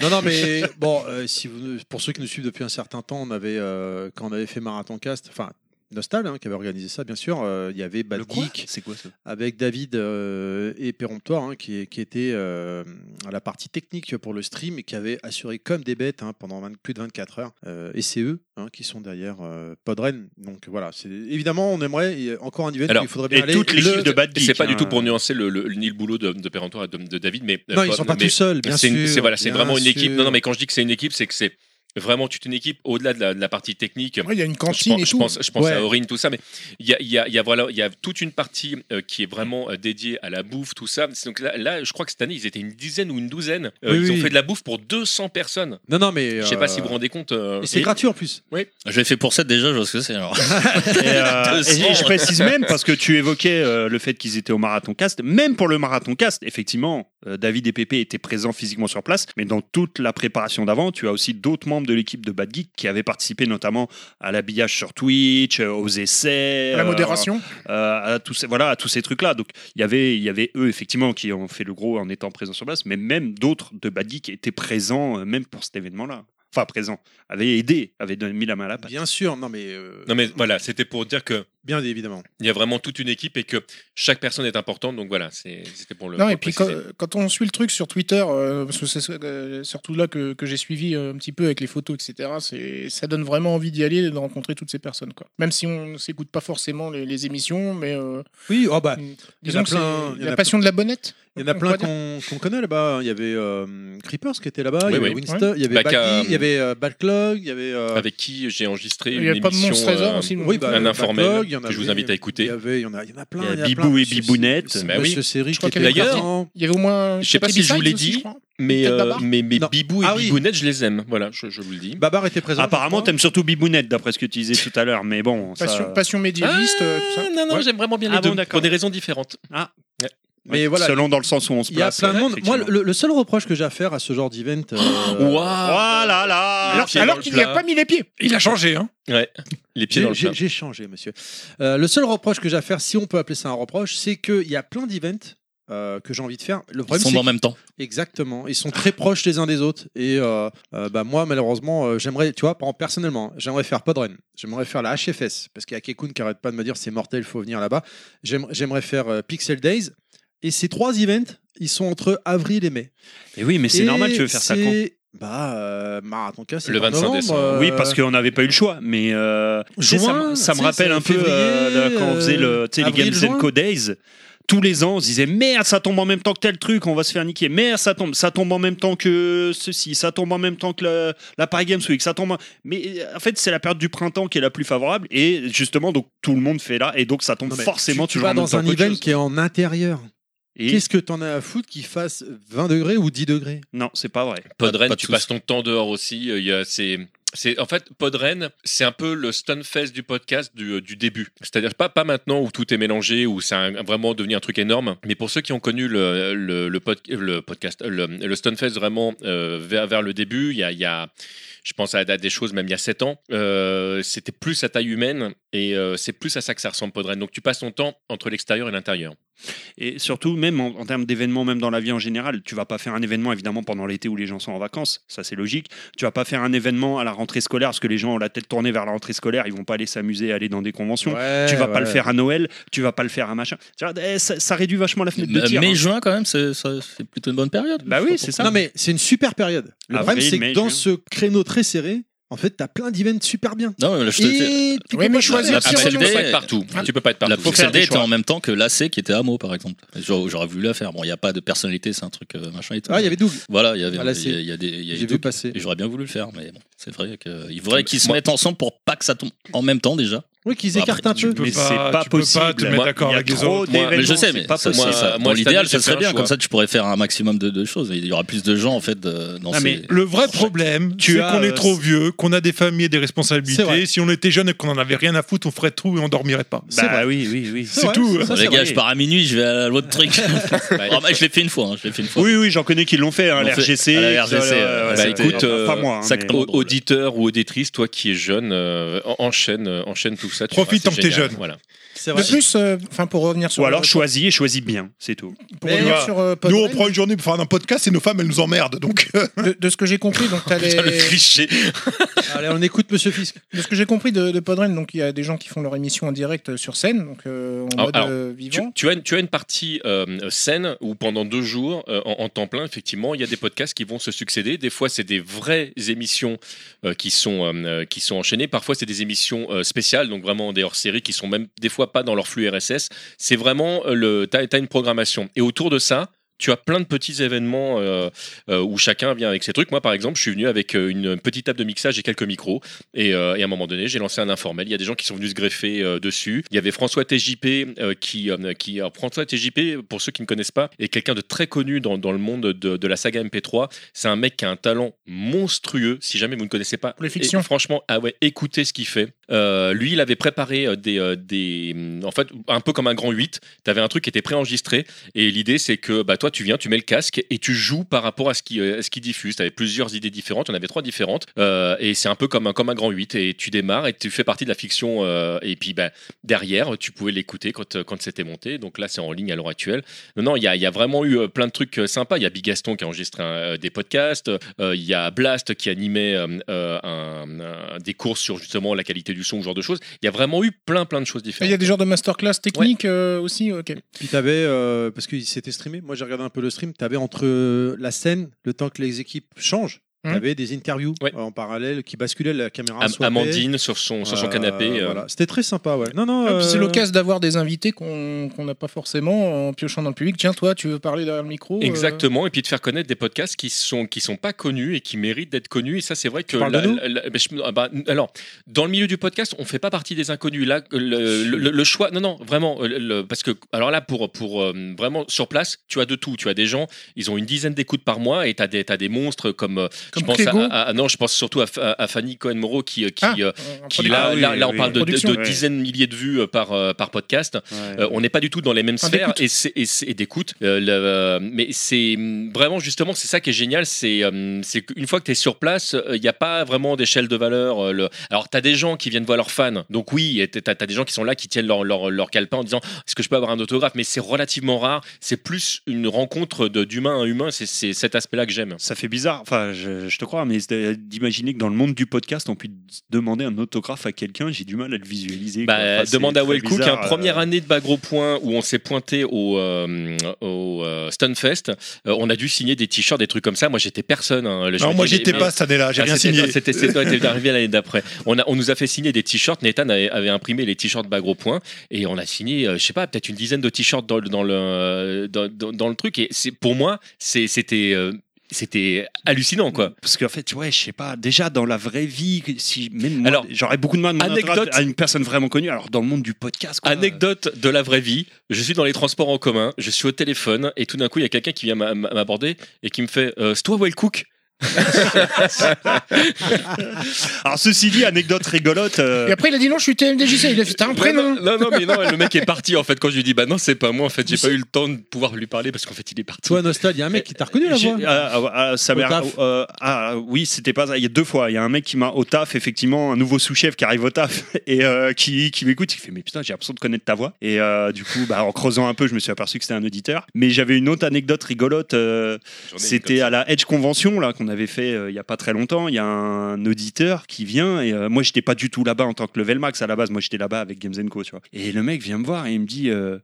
S1: Non, non, mais [laughs] bon, euh, si vous, pour ceux qui nous suivent depuis un certain temps, on avait, euh, quand on avait fait Marathon Cast, enfin, Nostal hein, qui avait organisé ça, bien sûr, euh, il y avait Bad Geek
S5: C'est quoi ça
S1: avec David euh, et Péremptoire hein, qui, qui était euh, à la partie technique pour le stream et qui avait assuré comme des bêtes hein, pendant 20 plus de 24 heures. Euh, et c'est eux hein, qui sont derrière euh, Podren. Donc voilà, c'est- évidemment, on aimerait il y a encore un event
S4: Alors,
S1: où il faudrait bien
S5: Et
S1: aller.
S5: toute l'équipe
S1: Le-
S5: de Bad
S4: Et
S5: Geek.
S4: C'est pas
S5: hein.
S4: du tout pour nuancer le, le- ni le boulot de, de Perrentoir et de, de David, mais
S1: Non,
S4: euh,
S1: ils sont pas
S4: mais-
S1: tout seuls, bien
S4: c'est
S1: sûr.
S4: une- c'est- voilà, c'est
S1: bien
S4: vraiment une
S1: sûr.
S4: équipe. Non, non, mais quand je dis que c'est une équipe, c'est que c'est vraiment toute une équipe au-delà de, la- de la partie technique.
S3: Après, il y a une
S4: Je
S3: cantine
S4: pense,
S3: et
S4: je
S3: tout.
S4: pense, je pense
S1: Ouais.
S4: à Aurine, tout ça, mais il y a, il y a- il y a, voilà, il y a toute une partie euh, qui est vraiment euh, dédiée à la bouffe, tout ça. Donc là, là, je crois que cette année, ils étaient une dizaine ou une douzaine. Euh,
S1: Oui, oui.
S4: ils ont fait de la bouffe pour 200 personnes.
S1: Non, non, mais.
S4: Je sais pas
S1: euh,
S4: si vous vous rendez compte. euh,
S1: Et c'est
S4: et-
S1: gratuit en plus.
S2: Je l'ai fait pour 7 déjà, je vois ce que c'est alors.
S5: Et, euh,
S2: 200.
S5: et je précise même, parce que tu évoquais euh, le fait qu'ils étaient au Marathon Cast, même pour le Marathon Cast, effectivement, euh, David et Pépé étaient présents physiquement sur place, mais dans toute la préparation d'avant, tu as aussi d'autres membres de l'équipe de Bad Geek qui avaient participé notamment à l'habillage sur Twitch, euh, aux essais,
S3: La
S5: euh,
S3: modération.
S5: euh, à tous ces, voilà, à tous ces trucs-là. Donc il y avait, il y avait eux effectivement qui ont fait le gros en étant présents sur place, mais même d'autres de Bad Geek étaient présents euh, même pour cet événement-là. Enfin présents, avaient aidé, avaient don- mis la main à la pâte.
S1: Bien sûr, Ah bah. non, mais. euh,
S4: Non, mais voilà, c'était pour dire que
S1: Bien évidemment.
S4: il y a vraiment toute une équipe et que chaque personne est importante. Donc voilà, c'est- c'était pour le.
S3: Non,
S4: pour
S3: et
S4: le
S3: puis quand,
S4: préciser.
S3: quand on suit le truc sur Twitter, euh, parce que c'est euh, surtout là que, que j'ai suivi euh, un petit peu avec les photos, etc., c'est- ça donne vraiment envie d'y aller et de rencontrer toutes ces personnes. Quoi. Même si on ne s'écoute pas forcément les, les émissions, mais euh,
S1: Oui, oh bah, Il y en
S3: disons
S1: a
S3: que c'est
S1: plein, il y en
S3: la
S1: a
S3: passion de la bonnette.
S1: il y en a
S3: on
S1: plein
S3: pourrait dire.
S1: qu'on qu'on connaît là-bas. hein. Il y avait euh, Creepers qui était là-bas, il y
S4: Oui,
S1: avait
S4: oui.
S1: Winston, il y avait
S4: Bah,
S1: Baki,
S4: qu'à-
S1: il y avait euh, Backlog, il y avait. euh,
S4: avec qui j'ai enregistré
S3: Il
S4: une
S3: n'y a
S4: émission.
S3: pas de monstre trésor
S4: euh,
S3: aussi. non
S1: oui, bah,
S4: un
S1: euh,
S4: informel
S1: Backlog, il y en
S4: que je vous
S1: avait, euh,
S4: invite à écouter.
S1: Il y avait, il y en a, il y en a plein.
S5: Il y
S1: plein,
S5: a Bibou et
S1: monsieur-
S5: Bibounette.
S1: Monsieur,
S4: Bah oui.
S1: monsieur Seri
S3: Je crois
S1: qui
S3: qu'il y
S1: était
S4: avait
S1: présent.
S3: Il y avait au moins.
S4: Je sais pas
S3: quatre
S4: si je vous l'ai
S3: B-sides aussi,
S4: dit,
S3: je crois.
S4: Mais,
S3: Peut-être
S4: euh,
S3: Babar
S4: mais, mais
S1: Non.
S4: Bibou et
S1: Ah oui. Bah,
S4: Bibounette, je les aime. Voilà, je, je vous le dis.
S1: Babar était présent.
S5: Apparemment,
S1: je crois.
S5: t'aimes surtout Bibounette, d'après ce que tu disais tout à l'heure, mais bon. Ça...
S3: Passion, passion médiéviste, euh, tout ça.
S4: Ah, Non, non,
S5: Ouais.
S4: j'aime vraiment bien les
S5: Ah bon,
S4: deux.
S5: d'accord.
S4: pour des raisons différentes.
S1: Mais voilà.
S5: Selon dans le sens où on se
S1: Il y a
S5: place.
S1: plein de
S5: ouais,
S1: monde. Moi,
S5: effectivement.
S1: le, le seul reproche que j'ai à faire à ce genre d'event,
S4: [gasps]
S1: euh,
S5: Voilà, là
S4: Le
S3: Alors,
S4: pied dans
S3: alors
S4: le
S3: qu'il n'y a
S4: plat.
S3: pas mis les pieds.
S6: Il a changé, hein
S4: Les pieds dans
S1: J'ai-
S4: le plat.
S1: J'ai j'ai changé, monsieur. Euh, le seul reproche que j'ai à faire, si on peut appeler ça un reproche, c'est qu'il y a plein d'events euh, que j'ai envie de faire. Le
S2: Ils
S1: problème,
S2: sont
S1: c'est
S2: en même temps.
S1: que- exactement, ils sont très proches les uns des autres. Et euh, euh, bah, moi, malheureusement, euh, j'aimerais, tu vois, par exemple, personnellement, j'aimerais faire Podren, j'aimerais faire la HFS parce qu'il y a Kekun qui arrête pas de me dire c'est mortel, faut venir là-bas. J'aime- J'aimerais faire euh, Pixel Days. Et ces trois events, ils sont entre avril et mai.
S5: Et oui, mais c'est
S1: Et
S5: normal, tu veux faire ça quand
S1: c'est- Bah, euh, marathon Cast, c'est
S4: Le
S1: en
S4: 25
S1: novembre,
S4: décembre.
S1: euh,
S5: Oui, parce qu'on n'avait pas eu le choix, mais euh, tu sais, ça, me-
S1: Juin,
S5: ça
S1: tu
S5: me
S1: sais,
S5: rappelle
S1: c'est
S5: un peu
S1: février,
S5: euh, là, quand on faisait le, tu sais, les
S1: avril,
S5: Games
S1: juin.
S5: and Co Days. Tous les ans, on se disait merde, ça tombe en même temps que tel truc, on va se faire niquer. Merde, ça tombe, ça tombe en même temps que ceci, ça tombe en même temps que la, la Paris Games Week, ça tombe. en- Mais euh, en fait, c'est la période du printemps qui est la plus favorable et justement, donc tout le monde fait là et donc ça tombe
S1: Non, mais
S5: forcément
S1: tu, tu
S5: toujours
S1: vas
S5: en même
S1: dans
S5: temps
S1: un
S5: qu'autre
S1: event
S5: chose.
S1: qui est en intérieur.
S5: Et-
S1: Qu'est-ce que t'en as à foutre qu'il fasse 20 degrés ou 10 degrés
S5: Non, c'est pas vrai.
S4: Podren,
S2: Pas de
S4: tu
S2: sous.
S4: passes ton temps dehors aussi. euh, il y a- c'est- c'est- en fait, Podren, c'est un peu le stunfest du podcast du, euh, du début. C'est-à-dire pas, pas maintenant où tout est mélangé, où c'est un- vraiment devenu un truc énorme. Mais pour ceux qui ont connu le, le, le pod- le podcast, le, le stunfest vraiment euh, vers, vers le début, il y a, il y a- je pense à, à des choses même il y a 7 ans, euh, c'était plus à taille humaine et euh, c'est plus à ça que ça ressemble Podren. Donc tu passes ton temps entre l'extérieur et l'intérieur.
S5: Et surtout, même en, en termes d'événements, même dans la vie en général, tu vas pas faire un événement évidemment pendant l'été où les gens sont en vacances, ça c'est logique. Tu vas pas faire un événement à la rentrée scolaire parce que les gens ont la tête tournée vers la rentrée scolaire, ils vont pas aller s'amuser, aller dans des conventions. tu vas pas le faire à Noël, tu vas pas le faire à machin. Tu vois, eh, ça, ça réduit vachement la fenêtre de tir. hein.
S2: Mais juin quand même, c'est ça- c'est plutôt une bonne période.
S5: Bah oui, c'est ça.
S1: Non mais c'est une super période. Le
S5: Avril,
S1: problème c'est
S5: mai,
S1: que dans
S5: juin.
S1: ce créneau très serré, en fait, t'as plein d'events super bien.
S2: Non, mais là, je te-
S1: Et tu
S3: Oui,
S1: peux
S3: mais
S1: pas
S3: choisir
S2: la
S4: Ah,
S3: si
S4: bah,
S3: on
S2: Pixel
S4: tu
S3: veut-
S4: peux
S2: Day,
S4: pas être partout. Tu peux pas être
S2: La
S4: partout.
S2: Pixel
S5: faire des
S2: Day était
S5: choix.
S2: en même temps que l'AC qui était à Meaux, par exemple. J'aurais j'aurais voulu la faire. Bon, il n'y a pas de personnalité, c'est un truc euh, machin et tout.
S1: Ah, il y avait Doug.
S2: Voilà, il y avait.
S1: Ah,
S2: Il
S1: l'AC.
S2: y a- il y a des. il y a des
S1: J'ai vu
S2: trucs.
S1: passer.
S2: Et j'aurais bien voulu le faire, mais bon, c'est vrai qu'il faudrait qu'ils se
S4: Moi-
S2: mettent ensemble pour pas que ça tombe en même temps déjà.
S8: Oui, qu'ils écartent un
S2: Après, tu
S8: peu.
S6: peux
S5: mais
S6: pas-
S5: c'est pas
S6: tu peux pas te
S5: possible.
S6: mettre
S4: Moi,
S6: d'accord
S5: il y a
S6: avec les
S5: trop
S6: autres.
S5: d'événements,
S2: mais je sais,
S5: c'est
S2: mais
S5: pas
S2: ça-
S5: possible.
S2: moi,
S4: Moi,
S2: moi,
S4: cette
S2: l'idéal,
S4: année,
S2: ce
S4: j'ai
S2: serait
S4: fait un
S2: bien. Comme
S4: choix.
S2: ça, tu pourrais faire un maximum de, de choses. Il y aura plus de gens, en fait, de- dans
S5: Ah, mais
S2: ces.
S6: Le vrai problème,
S5: Tu
S6: c'est
S5: as,
S6: qu'on
S5: euh,
S6: est trop
S5: c'est-
S6: vieux, qu'on a des familles et des
S8: C'est vrai.
S6: responsabilités. Si on était jeune et qu'on en avait rien à foutre, on ferait tout et on dormirait pas.
S8: C'est vrai.
S5: Bah oui, oui, oui.
S8: vrai,
S6: C'est tout.
S8: ça,
S2: Bon,
S8: c'est
S2: les gars,
S8: vrai.
S2: je pars à minuit, je vais à l'autre
S5: [laughs]
S2: truc. Ah, bah, je l'ai fait une fois. hein, je l'ai fait une fois.
S5: Oui, oui, j'en connais qui l'ont fait, hein,
S2: L'ont fait
S5: l'RGC.
S2: à la RGC, euh, bah,
S4: écoute, euh,
S5: pas moi. hein,
S2: ça-
S5: mais-
S2: Vraiment
S4: Au-
S2: drôle.
S4: Auditeur ou auditrice, toi qui es jeune, euh, en- enchaîne, euh, enchaîne tout ça. tu
S6: Profite
S4: verras,
S6: tant
S4: c'est
S6: que t'es
S4: génial.
S6: jeune.
S4: Voilà. [laughs]
S1: bah,
S8: C'est
S3: De
S8: vrai.
S3: plus, euh, enfin pour revenir sur.
S5: Ou alors
S3: euh,
S5: choisis et choisis bien, c'est tout.
S3: Pour
S6: Mais
S3: revenir
S6: voilà.
S3: sur. euh,
S6: Nous, on
S3: Podren,
S6: prend une journée pour faire un podcast et nos femmes, elles nous emmerdent. Donc, [laughs] euh,
S3: de, de ce que j'ai compris, donc t'as les-
S2: cliché.
S1: Allez, on écoute Monsieur Fisk.
S3: de ce que j'ai compris de, de Podren, donc il y a des gens qui font leur émission en direct euh, sur scène, donc euh, en
S5: Ah,
S4: Alors-
S3: mode
S4: alors,
S3: euh,
S4: Tu,
S3: vivant.
S4: tu as une, tu as une partie euh, scène où pendant deux jours, euh, en, en temps plein, effectivement, il y a des podcasts qui vont se succéder. Des fois, c'est des vraies émissions euh, qui, sont, euh, euh, qui sont enchaînées. Parfois, c'est des émissions euh, spéciales, donc vraiment des hors-séries qui sont même des fois pas dans leur flux RSS. C'est vraiment euh, le. Tu as, une programmation. Et autour de ça, tu as plein de petits événements euh, euh, où chacun vient avec ses trucs. Moi, par exemple, je suis venu avec euh, une petite table de mixage et quelques micros. Et, euh, et à un moment donné, j'ai lancé un informel. Il y a des gens qui sont venus se greffer euh, dessus. Il y avait François TJP euh, qui, euh, qui alors, François TJP, pour ceux qui ne connaissent pas, est quelqu'un de très connu dans, dans le monde de, de la saga MP3. C'est un mec qui a un talent monstrueux. Si jamais vous ne connaissez pas,
S3: Pour les
S4: et
S3: fictions.
S4: franchement, ah ouais, écoutez ce qu'il fait. Euh, lui, il avait préparé euh, des, euh, des, hum, en fait, un peu comme un grand 8. T'avais un truc qui était préenregistré et l'idée, c'est que bah, toi, tu viens, tu mets le casque et tu joues par rapport à ce qui, euh, à ce qui diffuse. Tu avais plusieurs idées différentes, on avait trois différentes. Euh, et c'est un peu comme un, comme un grand 8. Et tu démarres et tu fais partie de la fiction. euh, et puis bah, derrière, tu pouvais l'écouter quand, euh, quand c'était monté. Donc là, c'est en ligne à l'heure actuelle. Non, non, il y a, il y a vraiment eu euh, plein de trucs euh, sympas. Il y a Bigaston qui a enregistré un, euh, des podcasts. Euh, Il y a Blast qui animait euh, euh, un- un- des courses sur justement la qualité du son, ce genre de choses. Il y a vraiment eu plein, plein de choses
S3: Il y a
S4: différentes.
S3: des genres de masterclass techniques euh, aussi. Ok.
S1: Puis t'avais, euh, parce qu'il s'était streamé, moi j'ai regardé un peu le stream, t'avais entre euh, la scène, le temps que les équipes changent,
S2: Hum.
S3: Mhm.
S1: t'avais des interviews
S4: Ouais.
S1: euh, en parallèle qui basculaient la caméra.
S4: Am-
S1: swappait.
S4: Amandine sur son, sur son
S1: Euh,
S4: canapé. euh,
S1: voilà. C'était très sympa, ouais. Non, non.
S3: Ah, puis C'est
S1: euh,
S3: l'occasion d'avoir des invités qu'on qu'on n'a pas forcément en piochant dans le public. Tiens, toi, tu veux parler derrière le micro euh,
S4: Exactement, et puis de faire connaître des podcasts qui sont qui sont pas connus et qui méritent d'être connus. Et ça, c'est vrai que
S1: parles de nous
S4: la- ben, je- ah bah, n- alors dans le milieu du podcast, on fait pas partie des inconnus. Là, le, le- le choix, non, non, vraiment, euh, le- parce que alors là, pour pour euh, vraiment sur place, tu as de tout. Tu as des gens, ils ont une dizaine d'écoutes par mois, et t'as des t'as des monstres comme, euh,
S3: Comme
S4: je pense
S3: Clégo.
S4: à, à- non, je pense surtout à, Fa- à Fanny Cohen Moreau qui euh, qui
S3: Ah,
S4: euh,
S3: on
S4: qui,
S3: prend des-
S4: là,
S5: Ah oui,
S4: là, là, on
S5: oui,
S4: parle de, de-
S3: production.
S4: de dizaines de milliers de vues euh, par, euh, par podcast. Euh, on n'est pas du tout dans les mêmes
S3: Enfin,
S4: sphères
S3: d'écoute.
S4: et, c'est- et, c'est- et d'écoute. Euh, le- euh, mais c'est hum, vraiment justement, c'est ça qui est génial. C'est hum, c'est qu'une fois que tu es sur place, euh, il n'y a pas vraiment d'échelle de valeur. euh, le- Alors, tu as des gens qui viennent voir leurs fans. Donc, oui, tu as, des gens qui sont là, qui tiennent leur, leur, leur calepin en disant Est-ce que je peux avoir un autographe Mais c'est relativement rare. C'est plus une rencontre de- d'humain à humain. C'est- C'est cet aspect-là que j'aime.
S5: Ça fait bizarre, enfin je, je te crois, mais c'est- d'imaginer que dans le monde du podcast, on puisse demander un autographe à quelqu'un, j'ai du mal à le visualiser. quoi.
S4: Bah,
S5: Enfin, c'est
S4: demande à
S5: très
S4: Will Cook,
S5: bizarre,
S4: hein,
S5: euh.
S4: première année de Bagro Point où on s'est pointé au, euh, au euh, Stunfest, euh, on a dû signer des t-shirts, des trucs comme ça. Moi, j'étais personne. hein. Le- je
S6: non, moi,
S4: m'étais-
S6: j'étais
S4: mais-
S6: pas cette année-là. J'ai
S4: Ah,
S6: rien
S4: c'était-
S6: signé.
S4: non, C'était c'est- toi, t'es arrivé l'année d'après. On, a- on nous a fait signer des t-shirts. Nathan avait, avait imprimé les t-shirts Bagro Point et on a signé, euh, je sais pas, peut-être une dizaine de t-shirts dans, le- dans le, dans, dans- dans le truc. Et c'est- pour moi, c'est- c'était. euh, c'était hallucinant quoi.
S5: Parce qu'en fait, ouais, je sais pas, déjà dans la vraie vie, que si même moi,
S4: Alors,
S5: j'aurais beaucoup de mal à demander un autographe
S4: anecdote-
S5: à une personne vraiment connue, alors dans le monde du podcast. quoi.
S4: Anecdote de la vraie vie, je suis dans les transports en commun, je suis au téléphone et tout d'un coup il y a quelqu'un qui vient m'a- m'a- m'aborder et qui me fait euh, C'est toi Well Cook
S5: Alors ceci dit, anecdote rigolote. euh,
S3: Et après, il a dit non, je suis TMDJC. Il a fait t'as un prénom.
S4: Non, non, non, mais non, le mec est parti en fait quand je lui dis Bah non, c'est pas moi en fait, j'ai pas eu le temps de pouvoir lui parler parce qu'en fait il est parti.
S1: Toi, Nostal, il y a un mec qui t'a reconnu la
S5: J'ai-
S1: voix.
S5: ah, ah, ah, ça
S1: Au
S5: m'est-
S1: taf.
S5: euh, ah, oui, c'était pas ça. Il y a deux fois. Il y a un mec qui m'a au taf, effectivement, un nouveau sous-chef qui arrive au taf [laughs] et euh, qui, qui m'écoute. Il fait Mais putain, j'ai l'impression de connaître ta voix. Et euh, du coup, bah, en creusant un peu, je me suis aperçu que c'était un auditeur. Mais j'avais une autre anecdote rigolote. euh, c'était à la Edge Convention là qu'on avait fait euh, il y a pas très longtemps. Il y a un auditeur qui vient et euh, moi j'étais pas du tout là-bas en tant que level max à la base. Moi j'étais là-bas avec Games Co. Tu vois. Et le mec vient me voir et il me dit. euh,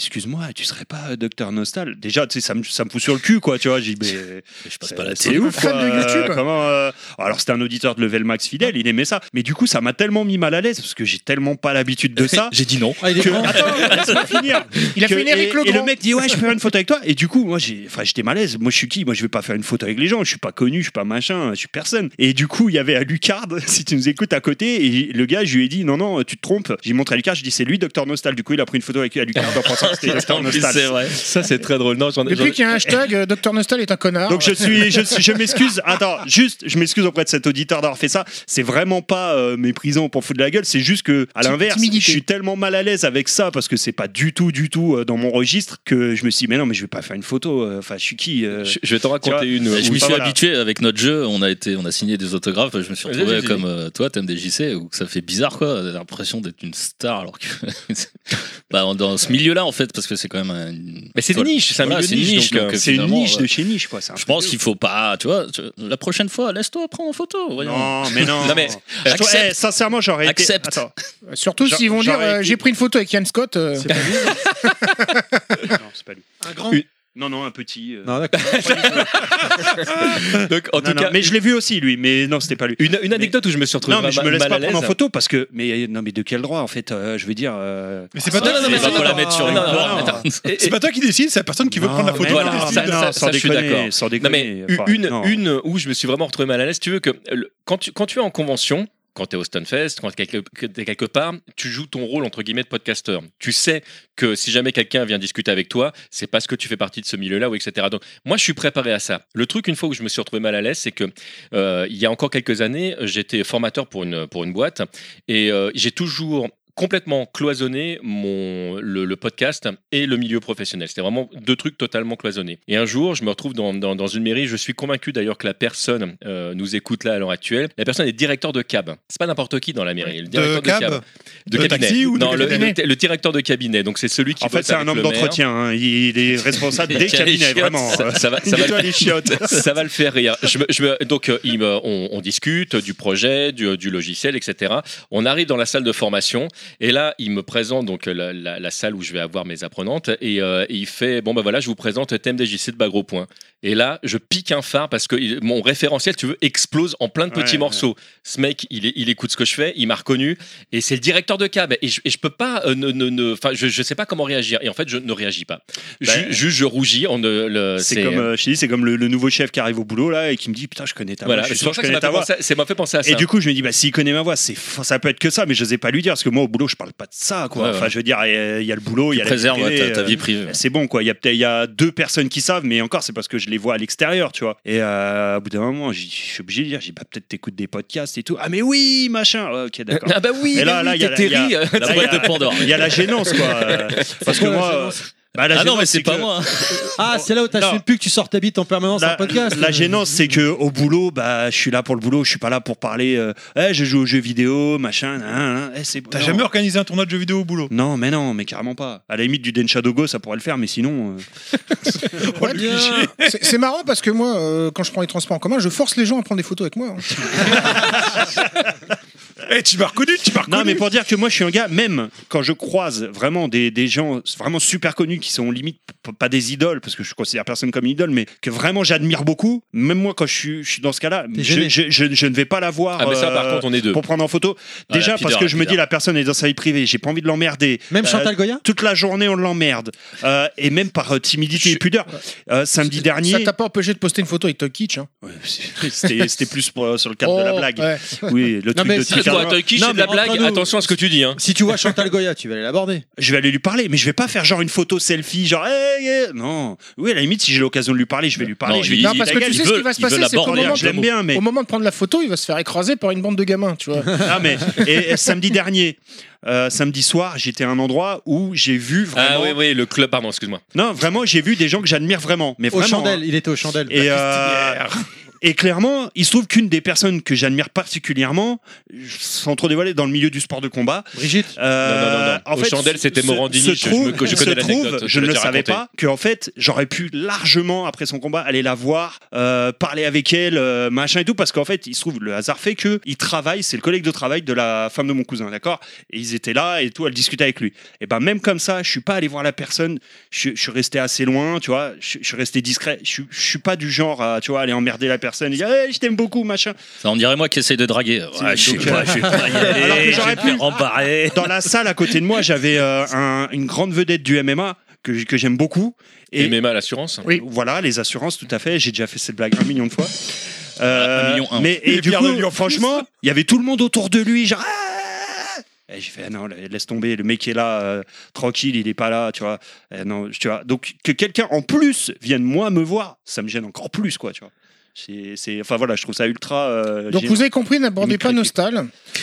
S5: excuse-moi, tu serais pas euh, Docteur Nostal Déjà, tu sais, ça me, ça me fout sur le cul, quoi, tu vois. J'ai dit,
S2: [laughs]
S5: mais
S2: Je passe pas la
S5: c'est-
S2: télé.
S5: C'est ouf,
S3: fan
S5: quoi.
S3: de YouTube.
S5: Euh, comment, euh, Alors, c'était un auditeur de Level Max fidèle, il aimait ça. Mais du coup, ça m'a tellement mis mal à l'aise, parce que j'ai tellement pas
S2: [laughs]
S5: l'habitude de ça.
S2: J'ai dit non.
S3: Ah,
S5: que... Attends, laisse-moi finir.
S3: Il a
S5: Que-
S3: fait une Eric
S5: et- et,
S3: Legrand.
S5: le mec dit ouais je peux faire une faute avec toi et du coup moi j'ai enfin j'étais mal à l'aise moi je suis qui moi je vais pas faire une faute avec les gens je suis pas connu je suis pas machin je suis personne et du coup il y avait Alucard [laughs] si tu nous écoutes à côté et le gars je lui ai dit non non tu te trompes j'ai montré Alucard je dis c'est lui Docteur Nostal du coup il a pris une photo avec Alucard en pensant que
S3: [laughs]
S5: c'était Docteur
S2: C'est
S5: Nostal
S2: vrai.
S4: Ça, c'est très drôle. Non, j'en ai.
S3: Depuis qu'il y a un hashtag, euh, Dr Nostal est un connard.
S5: donc je suis, je, suis- je m'excuse. Attends, juste, je m'excuse auprès de cet auditeur d'avoir fait ça. C'est vraiment pas euh, méprisant pour foutre de la gueule. C'est juste que, à
S3: Ti-
S5: l'inverse,
S3: timidité.
S5: je suis tellement mal à l'aise avec ça parce que c'est pas du tout, du tout euh, dans mon registre que je me suis dit, mais non, mais je vais pas faire une photo. euh, Enfin, je suis qui euh,
S4: Je, je vais t'en raconter
S5: vois,
S4: une.
S5: oui, bah
S4: où-
S2: je m'y suis
S5: voilà.
S2: habitué avec notre jeu. On a été, on a signé des autographes. Je me suis
S4: Vas-y,
S2: retrouvé
S4: vas-y.
S2: comme euh, toi, TMDJC, où ça fait bizarre, quoi. T'as l'impression d'être une star, alors que [laughs] bah, en- dans ce milieu-là, en fait, parce que c'est quand même. un-
S4: Mais c'est une
S2: Voilà,
S4: niche, c'est un
S2: voilà,
S4: milieu
S2: c'est une
S4: niche.
S2: niche,
S4: donc,
S2: donc,
S4: euh,
S5: C'est une
S2: finalement,
S5: niche
S2: ouais.
S5: de chez niche, quoi. c'est un
S2: Je
S5: truc
S2: pense
S5: de
S2: qu'il faut pas, tu vois, tu- la prochaine fois, laisse-toi prendre en photo.
S5: ouf.
S2: Voyons.
S5: Non, mais non.
S4: [laughs] Non, mais
S5: Je-
S2: accepte.
S5: eh, sincèrement, j'aurais été.
S2: Accepte.
S4: [laughs]
S5: Attends.
S3: Euh, Surtout
S5: J'a-
S3: s'ils vont dire
S5: j'aurais
S3: euh,
S5: été-
S3: j'ai pris une photo avec Ian Scott. euh,
S5: Non, c'est pas lui. Un grand. Non, non, un petit. euh,
S1: Non, d'accord.
S4: Donc, en
S5: non,
S4: tout
S5: non,
S4: cas,
S5: mais je l'ai vu aussi, lui. Mais non, c'était pas lui.
S4: une, une anecdote où je me suis retrouvé
S5: Non, mais je me
S4: mal-
S5: laisse
S4: mal
S5: pas
S4: à l'aise.
S5: prendre en photo parce que. Mais non, mais de quel droit en fait euh, Je veux dire. euh,
S6: Mais c'est pas,
S2: Non,
S6: toi
S2: non, non,
S6: qui
S2: mais
S6: décide.
S2: on va pas la mettre sur
S6: Ah,
S2: une.
S6: voilà.
S2: non, attends.
S4: Et-
S6: C'est pas toi qui décide, c'est la personne qui veut
S5: non,
S2: Ah,
S6: prendre la
S5: mais
S6: photo.
S4: voilà,
S5: non,
S6: qui
S4: ça-
S6: décide.
S4: ça-
S5: sans
S4: je suis
S5: déconner,
S4: d'accord.
S5: Sans
S4: Non mais
S5: déconner.
S4: u-
S5: enfin,
S4: une,
S5: non.
S4: une où je me suis vraiment retrouvé mal à l'aise. Tu veux que le- quand tu, quand tu es en convention, quand tu es au Stunfest, quand tu es quelque, que t'es quelque part, tu joues ton rôle entre guillemets de podcasteur. Tu sais que si jamais quelqu'un vient discuter avec toi, c'est parce que tu fais partie de ce milieu-là ou etc. Donc moi je suis préparé à ça. Le truc une fois où je me suis retrouvé mal à l'aise, c'est que euh, il y a encore quelques années, j'étais formateur pour une pour une boîte et euh, j'ai toujours complètement cloisonné mon, le, le podcast et le milieu professionnel. C'était vraiment deux trucs totalement cloisonnés. Et un jour, je me retrouve dans, dans- dans une mairie. Je suis convaincu d'ailleurs que la personne euh, nous écoute là à l'heure actuelle. La personne est directeur de cab. C'est pas n'importe qui dans la mairie. Le
S6: De
S4: directeur
S2: de,
S6: cab.
S2: De,
S6: De
S2: cabinet.
S6: taxi ou de
S2: non, le,
S6: cabinet
S2: le- le directeur de cabinet. Donc c'est celui qui.
S5: En fait,
S2: bosse
S5: c'est un
S2: avec
S5: homme
S2: le maire.
S5: d'entretien. hein. Il il est
S2: [laughs]
S5: responsable
S2: Et
S5: des
S2: qui a les
S5: cabinets,
S2: chiottes.
S5: [laughs] vraiment.
S2: Ça, ça va, ça va
S5: Il doit les chiottes.
S2: [laughs] ça va le faire rire. Je me- je me- donc, euh, il me- on, on discute du projet, du, du logiciel, etc. On arrive dans la salle de formation et là, il me présente donc la, la- la salle où je vais avoir mes apprenantes et, euh, et il fait bon ben voilà, je vous présente TMDJC de Bagro Point. Et là, je pique un phare parce que il- mon référentiel, tu veux, explose en plein de petits
S5: Ouais,
S2: morceaux. Ce mec, il, est- il écoute ce que je fais, il m'a reconnu et c'est le directeur de cab et je, et je peux pas, euh, ne, ne- ne- enfin, je, je sais pas comment réagir et en fait, je ne réagis pas. Ju-
S5: Ben,
S2: juste, je rougis. On ne- le-
S5: [laughs] C'est comme, euh, je te dis, c'est comme le, le nouveau chef qui arrive au boulot là et qui me dit putain je connais ta
S2: voilà,
S5: voix, Ah, je,
S2: c'est
S5: suis
S2: pour ça
S5: sûr que
S2: que
S5: je
S2: ça m'a
S5: connais
S2: fait,
S5: ta voix.
S2: penser- ça m'a fait penser à ça.
S5: Et du coup je me dis bah s'il connaît ma voix, c'est ça peut être que ça, mais je n'osais pas lui dire parce que moi au boulot je parle pas de ça quoi.
S2: Ouais, ouais.
S5: Enfin je veux dire il y a le boulot, il y a la vie
S2: préserve
S5: privée,
S2: ta, ta
S5: euh,
S2: vie privée.
S5: Bah, c'est bon quoi. Il y a peut-être il y a deux personnes qui savent, mais encore c'est parce que je les vois à l'extérieur, tu vois. Et euh, au bout d'un moment, j'y- je suis obligé de dire, j'ai bah peut-être t'écoutes des podcasts et tout. Ah mais oui machin. Ouais, ok d'accord.
S2: [laughs] Ah bah oui,
S5: Et
S2: bah
S5: là, là,
S2: oui,
S5: il y a
S2: t'es
S5: la- il y a-
S2: terri,
S5: là,
S2: la
S5: il y
S2: boîte
S5: a-
S2: de Pandore.
S5: Il y a la gênance quoi.
S2: [laughs]
S5: Euh, parce que
S1: quoi, la
S5: moi.
S1: gênance
S5: euh, bah, la
S2: Ah non,
S5: gênance,
S2: mais c'est pas
S5: que-
S2: moi.
S1: Ah, c'est là où
S5: Non.
S1: t'assumes plus que tu sors ta bite en permanence
S5: La,
S1: en podcast.
S5: la gênance, c'est que au boulot, bah, je suis là pour le boulot, je suis pas là pour parler. euh, Eh, je joue aux jeux vidéo, machin. nan, nan, nan. Eh, c'est
S6: T'as
S5: non.
S6: jamais organisé un tournoi de jeux vidéo au boulot
S5: Non, mais non, mais carrément pas. À la limite du Den Shadow Go, ça pourrait le faire, mais sinon. euh,
S3: ouais, c'est c'est marrant parce que moi, euh, quand je prends les transports en commun, je force les gens à prendre des photos avec moi. hein.
S6: Eh, tu m'as reconnu, tu m'as reconnu.
S5: Non, mais pour dire que moi, je suis un gars, même quand je croise vraiment des, des gens vraiment super connus qui sont limite p- pas des idoles, parce que je considère personne comme une idole, mais que vraiment j'admire beaucoup, même moi, quand je suis, je suis dans ce cas-là, je,
S1: gêné.
S5: je, je- je ne vais pas la voir.
S2: Ah mais ça, par
S5: euh,
S2: contre, on est deux.
S5: Pour prendre en photo,
S2: Ah, la
S5: déjà
S2: pudeur,
S5: parce que
S2: la
S5: je me dis
S2: pudeur.
S5: la personne est dans sa vie privée, j'ai pas envie de l'emmerder.
S1: Même
S5: Euh,
S1: Chantal Goya
S5: toute la journée on l'emmerde Euh, et même par euh, timidité
S3: Je-
S5: et pudeur Euh, samedi
S3: Ça
S5: dernier
S3: t'a pas empêché de poster une photo avec Toy Kitsch. Hein.
S5: Ouais, [laughs] c'est- c'était c'était plus pour, euh, sur le cadre de la
S3: Oh,
S5: blague
S3: ouais.
S5: oui le truc
S1: mais
S5: de
S1: si,
S5: Twitter.
S1: toi,
S2: qui
S1: Non,
S2: c'est de la
S1: mais
S2: blague
S1: entre nous-
S2: Attention à ce que tu dis. Hein.
S1: Si tu vois Chantal Goya, tu vas aller l'aborder.
S5: je vais aller lui parler mais je vais pas faire genre une photo selfie genre hey, hey. non oui à la limite si j'ai l'occasion de lui parler je vais lui parler
S2: Non,
S5: je vais
S2: il-
S5: lui
S3: Non,
S5: dire
S3: parce que
S5: ta
S3: tu
S5: gueule,
S3: sais
S5: il
S3: ce
S5: veut-
S3: qui va se
S2: il veut
S3: passer,
S2: la
S3: c'est qu'au
S2: border,
S5: Regarde,
S3: moment,
S5: je l'aime bien mais
S3: au moment de prendre la photo, il va se faire écraser par une bande de gamins, tu vois.
S5: ah
S3: [laughs]
S5: mais et, et samedi dernier euh, samedi soir j'étais à un endroit où j'ai vu
S2: Ah
S5: vraiment
S2: oui, oui, le club, pardon, excuse-moi.
S5: non vraiment j'ai vu des gens que j'admire vraiment mais
S1: Aux
S5: vraiment, hein.
S1: chandelles, il était aux chandelles.
S5: Et, euh,
S3: Bah,
S5: et clairement, il se trouve qu'une des personnes que j'admire particulièrement, sans trop dévoiler, dans le milieu du sport de combat,
S1: Brigitte
S5: euh,
S2: Non, non, non, non.
S5: en
S2: Aux
S5: fait,
S2: chandelles, c'était
S5: se-
S2: Morandini,
S5: se
S2: je- je
S5: trouve-
S2: me- je
S5: se
S2: connais
S5: trouve,
S2: l'anecdote, tu
S5: Je
S2: l'as
S5: ne le
S2: déjà
S5: savais
S2: raconté.
S5: pas qu'en fait, j'aurais pu largement, après son combat, aller la voir, euh, parler avec elle, euh, machin et tout, parce qu'en fait, il se trouve, le hasard fait que il travaille, c'est le collègue de travail de la femme de mon cousin, d'accord Et ils ils étaient là et tout, elle discutait avec lui. Et ben même comme ça, je suis pas allé voir la personne, je, je suis resté assez loin, tu vois, je, je suis resté discret, je, je suis pas du genre à, tu vois, aller emmerder la personne et dire Hey, je t'aime beaucoup, machin.
S2: Ça, on dirait moi qui essaye de draguer. Ouais, je sais
S5: donc,
S2: pas, je sais pas y aller,
S5: Alors que
S2: je
S5: j'aurais
S2: vais me faire embarrer.
S5: Dans la salle à côté de moi, j'avais euh, un- une grande vedette du MMA que, j- que j'aime beaucoup.
S4: Et même à l'assurance.
S3: Oui.
S5: Voilà, les assurances, tout à fait. J'ai déjà fait cette blague un million de fois. Euh,
S2: Un million, un.
S5: Mais et
S6: Et
S5: du
S6: Pierre
S5: coup,
S6: Lelio en plus.
S5: franchement, il y avait tout le monde autour de lui, genre. Ah Et j'ai fait ah non, laisse tomber, le mec est là, euh, tranquille, il est pas là, tu vois. Eh non, tu vois. Donc que quelqu'un en plus vienne moi me voir, ça me gêne encore plus, quoi, tu vois. C'est, c'est- enfin voilà, je trouve ça ultra. euh,
S3: Donc
S5: gênant.
S3: vous avez compris, n'abordez
S5: Il
S3: pas
S5: me
S3: Nostal.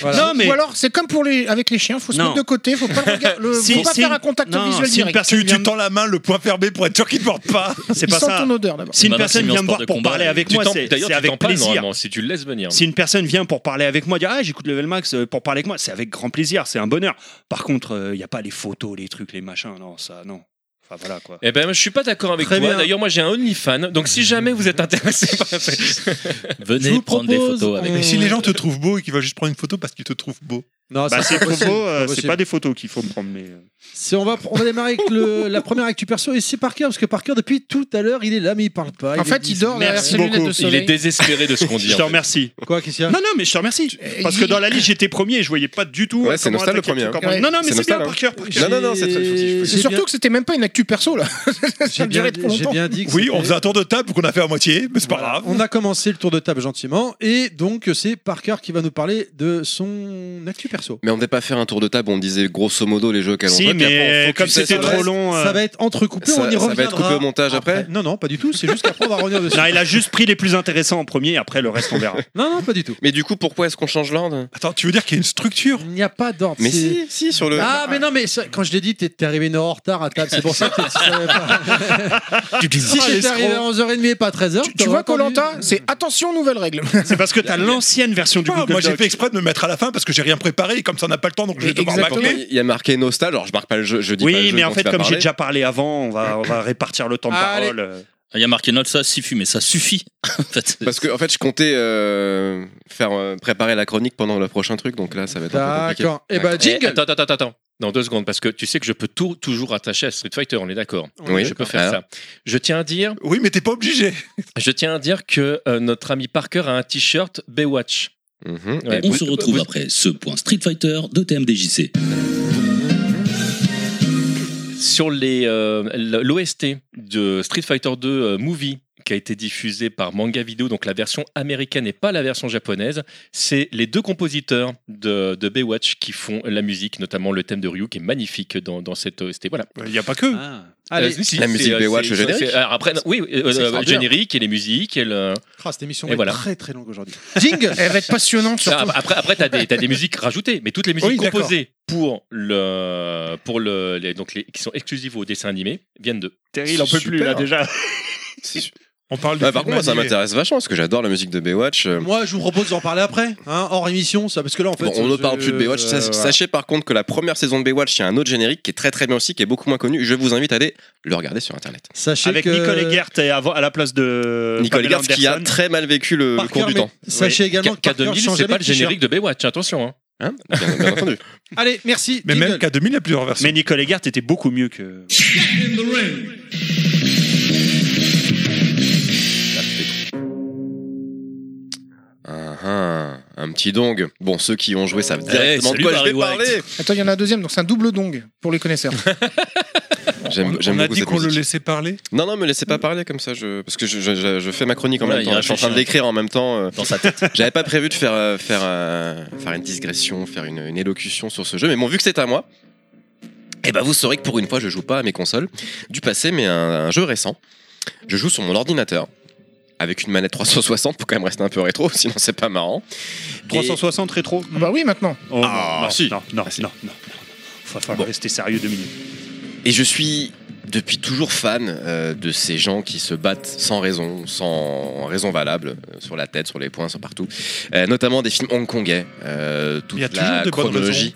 S5: Non mais
S3: Ou alors, c'est comme pour les... avec les chiens, faut se
S5: Non.
S3: mettre de côté, faut pas, le regard- le-
S5: [laughs] Si-
S3: faut pas
S5: si-
S3: faire un contact
S5: non,
S3: visuel
S5: si une
S3: direct.
S5: personne
S6: Tu,
S5: vient
S6: tu
S5: me-
S6: tends la main, le poing fermé pour
S5: [laughs]
S6: être sûr qu'il ne porte pas.
S5: c'est
S3: Il
S5: pas
S3: sent
S5: ça. Ah,
S3: ton odeur d'abord.
S5: Si une
S2: Bah,
S5: personne
S2: Maxime,
S5: vient
S2: en
S5: me voir
S2: sport de
S5: pour
S2: combat,
S5: parler avec
S4: Tu
S5: moi,
S4: t'en-
S5: c'est
S4: D'ailleurs,
S5: c'est
S4: tu t'en
S5: avec
S4: parles
S5: plaisir.
S4: normalement si tu le laisses venir.
S5: Si une personne vient pour parler avec moi, dire ah j'écoute Level Max euh, pour parler avec moi, c'est avec grand plaisir, c'est un bonheur. Par contre, il n'y a pas les photos, les trucs, les machins, non ça non. Enfin voilà quoi.
S4: Eh ben, moi, je suis pas d'accord avec
S8: Très
S4: toi.
S8: bien.
S4: D'ailleurs, moi, j'ai un OnlyFan. Donc, si jamais vous êtes intéressé par
S5: [laughs]
S4: ça,
S8: Je vous
S2: Venez prendre des
S8: propose,
S2: photos avec
S8: on-
S6: Et ben, si les gens te trouvent beau et qu'ils veulent juste prendre une photo parce qu'ils te trouvent beau
S1: Non,
S5: Bah,
S1: Ah, ça,
S5: c'est
S1: pas possible.
S5: photos, euh,
S1: Pas
S5: c'est
S1: possible.
S5: pas des photos qu'il faut me prendre mais. euh,
S1: Si on va, on va démarrer avec le- la première actu perso et c'est Parker parce que Parker depuis tout à l'heure il est là mais il parle pas.
S3: En
S1: il
S3: fait,
S1: est-
S3: il dort derrière
S5: Merci
S3: ses lunettes
S5: beaucoup.
S3: de
S4: il est
S3: soleil.
S4: désespéré de ce
S5: [laughs]
S4: qu'on dit.
S5: Je
S4: en
S5: te
S4: fait.
S5: remercie.
S1: quoi Christian
S5: Non non mais je te remercie parce
S3: il-
S5: que dans la liste j'étais premier, et je voyais pas du tout.
S7: Ouais, c'est
S5: comment
S7: Nostal le
S5: attaquer
S7: premier,
S5: truc
S7: hein.
S5: en premier. Non non mais
S7: C'est
S5: c'est bien
S7: Nostal, hein.
S5: par cœur. par cœur.
S7: Non, non, non, c'est très fautif.
S3: C'est surtout que c'était même pas une actu perso là. [laughs] Ça
S1: j'ai bien,
S3: durait trop
S1: j'ai
S3: longtemps.
S1: bien dit. que
S6: Oui,
S1: c'était-
S6: on faisait un tour de table qu'on a fait à moitié, mais c'est pas grave.
S1: On a commencé le tour de table gentiment et donc c'est Parker qui va nous parler de son actu perso.
S7: Mais on devait pas faire un tour de table, on disait grosso modo les jeux auxquels on
S5: Si
S7: joue, puis après, on
S5: mais
S7: focusait
S5: comme c'était
S7: sur le
S5: trop
S7: reste.
S5: long.
S1: Ça
S5: euh,
S1: va être entrecoupé,
S7: ça-
S1: on y
S7: ça va
S1: reviendra.
S7: être coupé au montage après
S1: Non non pas du tout, c'est juste qu'après on va revenir
S7: [laughs]
S1: dessus.
S5: Non, il a juste pris les plus intéressants en premier, et après le reste on verra.
S1: Non non pas du tout.
S7: Mais du coup, pourquoi est-ce qu'on change l'ordre
S6: Attends, tu veux dire qu'il y a une structure
S1: Il n'y a pas d'ordre.
S7: Mais
S1: c'est-
S7: si, si, sur le.
S1: Ah mais non mais ça- quand je l'ai dit t'es t'es arrivé une heure en retard à table c'est pour ça que
S7: [laughs]
S1: tu savais pas.
S5: Ah,
S7: Ah,
S1: si j'étais arrivé à 11h30 et pas à 13h
S3: Tu- Tu vois Colanta, c'est attention nouvelle règle.
S5: C'est parce que t'as l'ancienne version du
S6: Ah,
S5: Google
S6: Moi j'ai
S5: Doc.
S6: fait exprès de me mettre à la fin parce que j'ai rien préparé et comme ça on n'a pas le temps donc je vais devoir
S3: Exactement.
S6: bâcler.
S7: Il y a marqué Nostal, alors je marque pas le jeu, je dis pas le
S5: Oui,
S7: jeu
S5: mais en
S7: dont
S5: fait,
S7: tu vas
S5: comme j'ai
S7: parler.
S5: déjà parlé avant, on va, on va répartir le temps de
S1: Allez.
S5: parole. euh.
S2: Il y a marqué note ça, si fume, mais ça suffit. [laughs] En fait,
S7: Parce que en fait, je comptais euh, faire euh, préparer la chronique pendant le prochain truc, donc là, ça va être un peu compliqué.
S1: D'accord. Et
S5: ben,
S1: bah
S4: Eh,
S1: jingle.
S4: attends, attends, attends, attends. Dans deux secondes, parce que tu sais que je peux tout, toujours attacher à Street Fighter, on est d'accord.
S7: Oui.
S4: je peux faire
S7: Ah.
S4: ça. Je tiens à dire,
S6: Oui, mais t'es pas obligé.
S4: je tiens à dire que euh, notre ami Parker a un t-shirt Baywatch.
S7: Mhm.
S4: Ouais,
S13: On
S4: vous-
S13: se retrouve
S4: vous-
S13: après ce point Street Fighter de TMDJC.
S4: sur les euh, l- l'OST de Street Fighter 2 euh, Movie qui a été diffusé par Manga Video, donc la version américaine et pas la version japonaise. C'est les deux compositeurs de, de Baywatch qui font la musique, notamment le thème de Ryu qui est magnifique dans, dans cette OST. Voilà.
S6: Il n'y a pas que.
S1: Allez.
S4: Euh, si,
S7: La
S4: c'est,
S7: musique
S4: euh,
S7: Baywatch,
S4: c'est-
S7: le générique
S4: c'est- alors après, non, oui, euh,
S1: C'est
S4: euh,
S1: extraordinaire.
S4: générique et les musiques. Et le-
S1: Ah, cette émission
S4: Et
S1: est
S4: voilà.
S1: très très longue aujourd'hui.
S3: Jingle, elle va être passionnante surtout.
S1: bah.
S4: Ah, après, après t'as des, t'as des musiques rajoutées, mais toutes les musiques
S6: Oui, d'accord.
S4: composées pour le, pour le, les- donc les, qui sont exclusives au dessin animé viennent de.
S5: Terry, il en peut plus, là, déjà.
S7: C'est su-
S6: On parle de.
S7: Ah, par contre, moi, ça m'intéresse vachement parce que j'adore la musique de Baywatch. Euh,
S1: Moi, je vous propose d'en parler après, hein, hors émission, ça, parce que là, en fait,
S7: bon, on ne
S1: je-
S7: parle plus de Baywatch.
S1: euh,
S7: Sa-
S1: voilà.
S7: Sachez par contre que la première saison de Baywatch, il y a un autre générique qui est très très bien aussi, qui est beaucoup moins connu. Je vous invite à aller le regarder sur internet.
S1: Sachez
S5: Avec
S1: que-
S6: euh,
S5: Nicole Eggert et à, à la place de.
S7: Nicole
S5: Pamela
S7: Eggert qui a
S5: Euh, Anderson.
S7: très mal vécu le, le
S1: Parker,
S7: cours du
S1: mais-
S7: temps.
S1: Sachez également que
S4: K-
S1: Parker
S4: K2000,
S1: change
S4: c'est
S1: jamais
S4: pas
S1: de
S4: le
S1: t-shirt.
S4: générique de Baywatch, attention. hein.
S7: Hein bien, bien entendu.
S1: Allez, merci.
S6: Mais
S1: jingle.
S6: même qu'à 2000, il y a plusieurs versions.
S5: Mais Nicole Eggert était beaucoup mieux que.
S7: Ah, ah, un petit dong. Bon, ceux qui ont joué savent
S2: Eh,
S7: directement de
S2: salut,
S7: quoi je
S2: Barry
S7: vais
S2: White.
S7: parler.
S3: Attends, il y en a un deuxième, donc c'est un double dong pour les
S1: [laughs]
S3: connaisseurs.
S7: J'aime
S6: On-
S7: j'aime
S6: on a
S7: beaucoup
S6: dit
S7: cette
S6: qu'on le
S7: musique.
S6: laissait parler.
S7: Non, non, me laissez pas parler comme ça, je... parce que je, je- je- je fais ma chronique en
S2: Ouais,
S7: même
S2: Mm. il
S7: temps. Je suis en train de
S2: réfléchit.
S7: l'écrire en même temps. euh.
S2: dans sa tête.
S7: [laughs] J'avais pas prévu de faire, euh, faire, euh, faire une digression, faire une, une élocution sur ce jeu, mais bon, vu que c'est à moi, eh ben vous saurez que pour une fois, je joue pas à mes consoles du passé, mais à un, un jeu récent. Je joue sur mon ordinateur avec une manette 360 pour quand même rester un peu rétro, [laughs] sinon c'est pas marrant. Et-
S5: 360 rétro
S3: Ah bah oui, maintenant.
S5: Oh,
S7: Ah,
S5: non,
S7: si.
S5: non, non,
S7: Ah, si.
S5: non, non, non. Faut falloir
S7: Bon.
S5: rester sérieux deux minutes.
S7: Et je suis depuis toujours fan euh, de ces gens qui se battent sans raison, sans raison valable, euh, sur la tête, sur les poings, sur partout. Euh, notamment des films hongkongais, euh, toute
S6: Il y a toujours
S7: la
S6: des bonnes
S7: chronologie.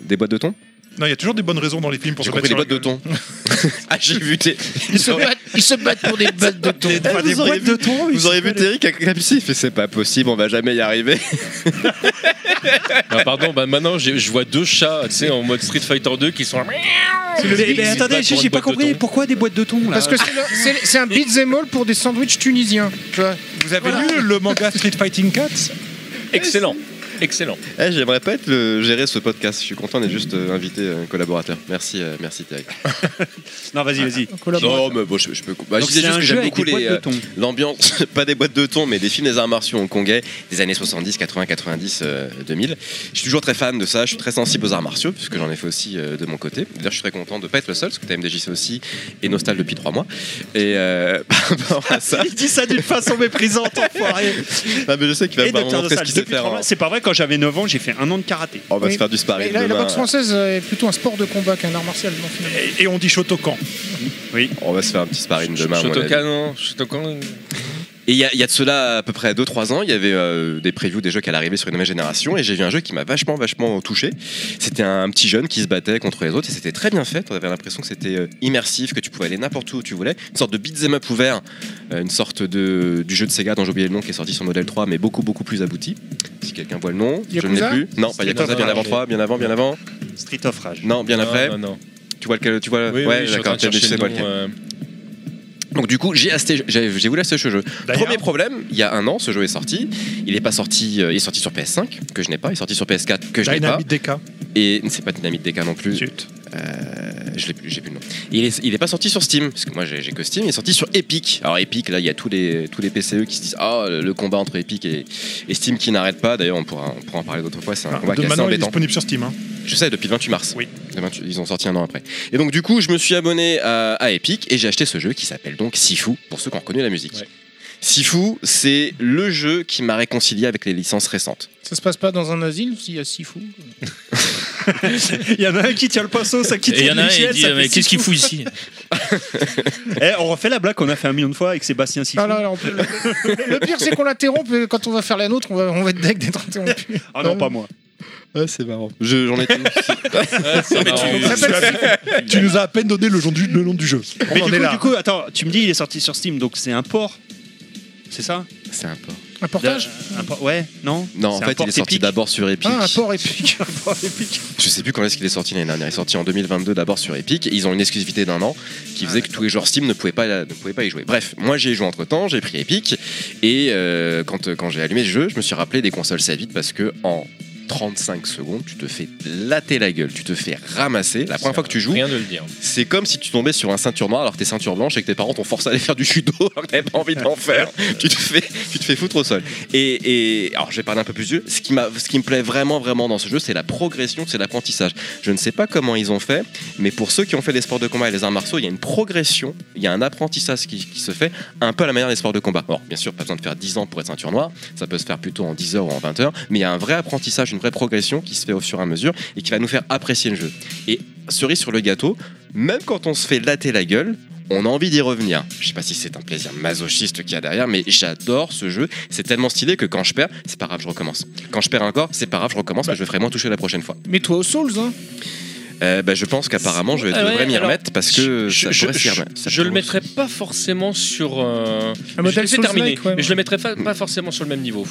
S7: Des boîtes de thon
S6: Non, il y a toujours des bonnes raisons dans les films pour
S7: J'ai
S6: se
S7: compris
S6: mettre
S7: des
S6: sur la
S7: [laughs] boîtes de
S6: gueule.
S7: thon. ah, j'ai vu tes.
S3: Ils se battent, Ils se battent pour des bottes de thon.
S7: Des- pas des
S1: vous auriez
S7: boîtes de
S1: vu-
S7: thon,
S1: il
S7: Vous auriez vu
S1: s'appelle-
S7: Terry qui a clapsé, il fait c'est pas possible, on va jamais y arriver. [laughs]
S4: Ah, pardon, bah maintenant j'ai- je vois deux chats, tu sais, en mode Street Fighter 2 qui sont.
S14: Mais, mais
S4: Ils se
S14: attendez,
S4: battent
S14: j'ai
S4: pour
S14: j'ai pas
S4: une boîte de
S14: compris
S4: thon.
S14: pourquoi des boîtes de thon là.
S3: Parce que c'est le- c'est c'est un beat'em all pour des sandwichs tunisiens. Tu vois.
S14: vous avez lu le manga Street Fighting Cats
S4: Excellent, excellent.
S7: Eh, J'aimerais pas être le gérer ce podcast, je suis content d'être juste euh, invité euh, collaborateur. Merci, euh, merci Terry.
S5: Non, vas-y, vas-y.
S4: Oh,
S7: Non, mais bon, je, je peux. Bah, je
S14: Donc
S7: disais
S14: c'est un
S7: juste que
S14: jeu
S7: j'aime
S14: avec
S7: beaucoup
S14: des boîtes
S7: les, euh,
S14: de thon.
S7: l'ambiance, [laughs] pas des boîtes de thon, mais des films des arts martiaux hongkongais des années 70, 80, 90, euh, 2000. Je suis toujours très fan de ça, je suis très sensible aux arts martiaux, puisque j'en ai fait aussi euh, de mon côté. D'ailleurs, je suis très content de pas être le seul, parce que TMDJC aussi et Nostal depuis trois mois. Et euh, [laughs] par rapport
S5: Ah,
S7: à ça,
S14: Il dit ça d'une façon méprisante,
S2: [laughs]
S14: enfoiré.
S7: Ah, mais je sais qu'il va
S5: Et
S7: pas me
S5: Dr.
S7: montrer ce
S5: Nosal,
S7: qu'il sait
S5: depuis
S7: faire.
S5: trois
S7: en-
S5: mois,
S2: hein.
S5: C'est pas vrai, quand j'avais 9 ans, j'ai fait un an de karaté.
S7: On va
S3: Oui.
S7: se faire du
S4: bah,
S7: sparring
S3: Et là, la
S7: demain.
S3: boxe française est plutôt un sport de combat qu'un art martial. donc, finalement.
S5: Et, et on dit Shotokan.
S7: On va se faire un petit sparring demain. à mon avis.
S4: Shotokan, non Shotokan.
S7: Et il y, a- il y a de cela à peu près 2-3 ans, il y avait euh, des previews des jeux qui allaient arriver sur une nouvelle génération et j'ai vu un jeu qui m'a vachement vachement touché. C'était un petit jeune qui se battait contre les autres et c'était très bien fait. On avait l'impression que c'était euh, immersif, que tu pouvais aller n'importe où, où tu voulais. Une sorte de beat'em up ouvert, euh, une sorte de, du jeu de Sega dont j'ai oublié le nom qui est sorti sur modèle 3 mais beaucoup beaucoup plus abouti. Si quelqu'un voit le nom, je ne
S3: Yakuza
S7: l'ai plus. Non, pas Yakuza,
S4: Yakuza,
S7: bien avant
S4: j'ai-
S7: 3, bien avant, bien avant.
S5: Street of Rage.
S7: Non, bien
S4: Non,
S7: après.
S4: non, non.
S7: Tu vois lequel Tu vois
S4: Oui, oui,
S7: Ouais,
S4: je suis en
S7: d'accord,
S4: train de
S7: tu sais
S4: chercher
S7: pas
S4: le
S7: lequel.
S4: nom, euh,
S7: Donc du coup, j'ai acheté, j'ai j'ai voulu acheter ce jeu.
S5: D'ailleurs-
S7: Premier problème, il y a un an, ce jeu est sorti. Il est pas sorti, euh, il est sorti sur PS5 que je n'ai pas, il est sorti sur PS4 que je n'ai pas.
S14: Dynamite DK.
S7: Et c'est pas Dynamite DK non plus.
S5: Zut.
S7: Euh, je l'ai plus, j'ai plus le nom. Il est, il est pas sorti sur Steam parce que moi j'ai j'ai que Steam. Il est sorti sur Epic. Alors Epic, là, il y a tous les tous les PCE qui se disent ah le combat entre Epic et, et Steam qui n'arrête pas. D'ailleurs, on pourra on pourra en parler d'autres fois. C'est un
S6: Ah,
S7: combat
S6: de
S7: qui est assez
S6: maintenant, il est
S7: embêtant.
S6: disponible sur Steam. hein.
S7: Je sais, depuis le 28 mars.
S5: Oui.
S7: Le 28 ils ont sorti un an après. Et donc, du coup, je me suis abonné à, à Epic et j'ai acheté ce jeu qui s'appelle donc Sifu, pour ceux qui ont reconnu la musique.
S4: Ouais.
S7: Sifu, c'est le jeu qui m'a réconcilié avec les licences récentes.
S3: Ça se passe pas dans un asile s'il y a six fous.
S14: Il y en a un qui tient le pinceau, ça qui
S2: Et il y
S14: tient
S2: en a un, il
S14: l'échelle,
S2: dit
S14: ça
S2: Mais
S14: fait
S2: qu'est-ce
S14: six
S2: qu'il
S14: [laughs]
S2: fout ici
S5: [laughs] Eh, on refait la blague qu'on a fait un million de fois avec Sébastien Sifu.
S3: Ah, là, là, on peut- le, le pire, c'est qu'on l'interrompt et quand on va faire la nôtre, on va, on va être deg d'être interrompu.
S5: Ah non, pas moi.
S7: Ouais, c'est marrant. J'en étais.
S4: ah, c'est marrant.
S3: Ça s'appelle-
S6: [laughs] Tu nous as à peine donné le nom du, le nom du jeu.
S5: Mais
S6: On en
S5: du
S6: est
S5: coup,
S6: là.
S5: du coup, attends, tu me dis il est sorti sur Steam, donc c'est un port. C'est ça
S7: c'est un port.
S3: Un portage
S5: Un port- Ouais, non
S7: Non, en
S5: C'est un
S7: fait,
S5: port
S7: il est sorti
S5: épique.
S7: d'abord sur Epic.
S3: Ah, un port
S4: [laughs]
S3: épique.
S7: Je sais plus quand est-ce qu'il est sorti l'année dernière. Il est sorti en 2022 d'abord sur Epic. Ils ont une exclusivité d'un an qui faisait que tous les joueurs Steam ne pouvaient pas, ne pouvaient pas y jouer. Bref, moi j'ai joué entre temps, j'ai pris Epic et euh, quand, euh, quand j'ai allumé le jeu, je me suis rappelé des consoles ça vite parce que en 35 secondes, tu te fais latter la gueule, tu te fais ramasser. La première fois que tu joues,
S4: Rien de le dire.
S7: c'est comme si tu tombais sur un ceinture noire alors que t'es ceinture blanche et que tes parents t'ont forcé à aller faire du judo alors que t'avais pas envie d'en faire. tu, te fais, tu te fais foutre au sol. Et, et- alors je vais parler un peu plus du jeu. Ce qui, m'a- ce qui me plaît vraiment vraiment dans ce jeu, c'est la progression, c'est l'apprentissage. Je ne sais pas comment ils ont fait, mais pour ceux qui ont fait des sports de combat et les arts martiaux, il y a une progression, il y a un apprentissage qui, qui se fait un peu à la manière des sports de combat. Alors bien sûr, pas besoin de faire 10 ans pour être ceinture noire, ça peut se faire plutôt en 10 heures ou en 20 heures, mais il y a un vrai apprentissage, une vraie progression qui se fait au fur et à mesure et qui va nous faire apprécier le jeu. Et cerise sur le gâteau, même quand on se fait latter la gueule, on a envie d'y revenir. Je sais pas si c'est un plaisir masochiste qu'il y a derrière, mais j'adore ce jeu. C'est tellement stylé que quand je perds, c'est pas grave, je recommence. Quand je perds encore, c'est pas grave, je recommence,
S4: Bah.
S7: mais je me ferai moins toucher la prochaine fois.
S3: Mais toi aux Souls, hein
S7: Euh, bah, je pense qu'apparemment, je vais
S4: Ah ouais,
S7: devrais m'y
S4: alors,
S7: remettre parce que
S4: je,
S7: ça
S4: je-
S7: pourrait s'y
S4: je-
S7: remettre. Ça
S4: je le
S7: pourrait-
S4: mettrais pas forcément sur. euh,
S3: Un modèle
S4: je- c'est
S3: Souls-like,
S4: terminé.
S3: ouais.
S4: mais je le mettrais pas, pas forcément sur le même niveau.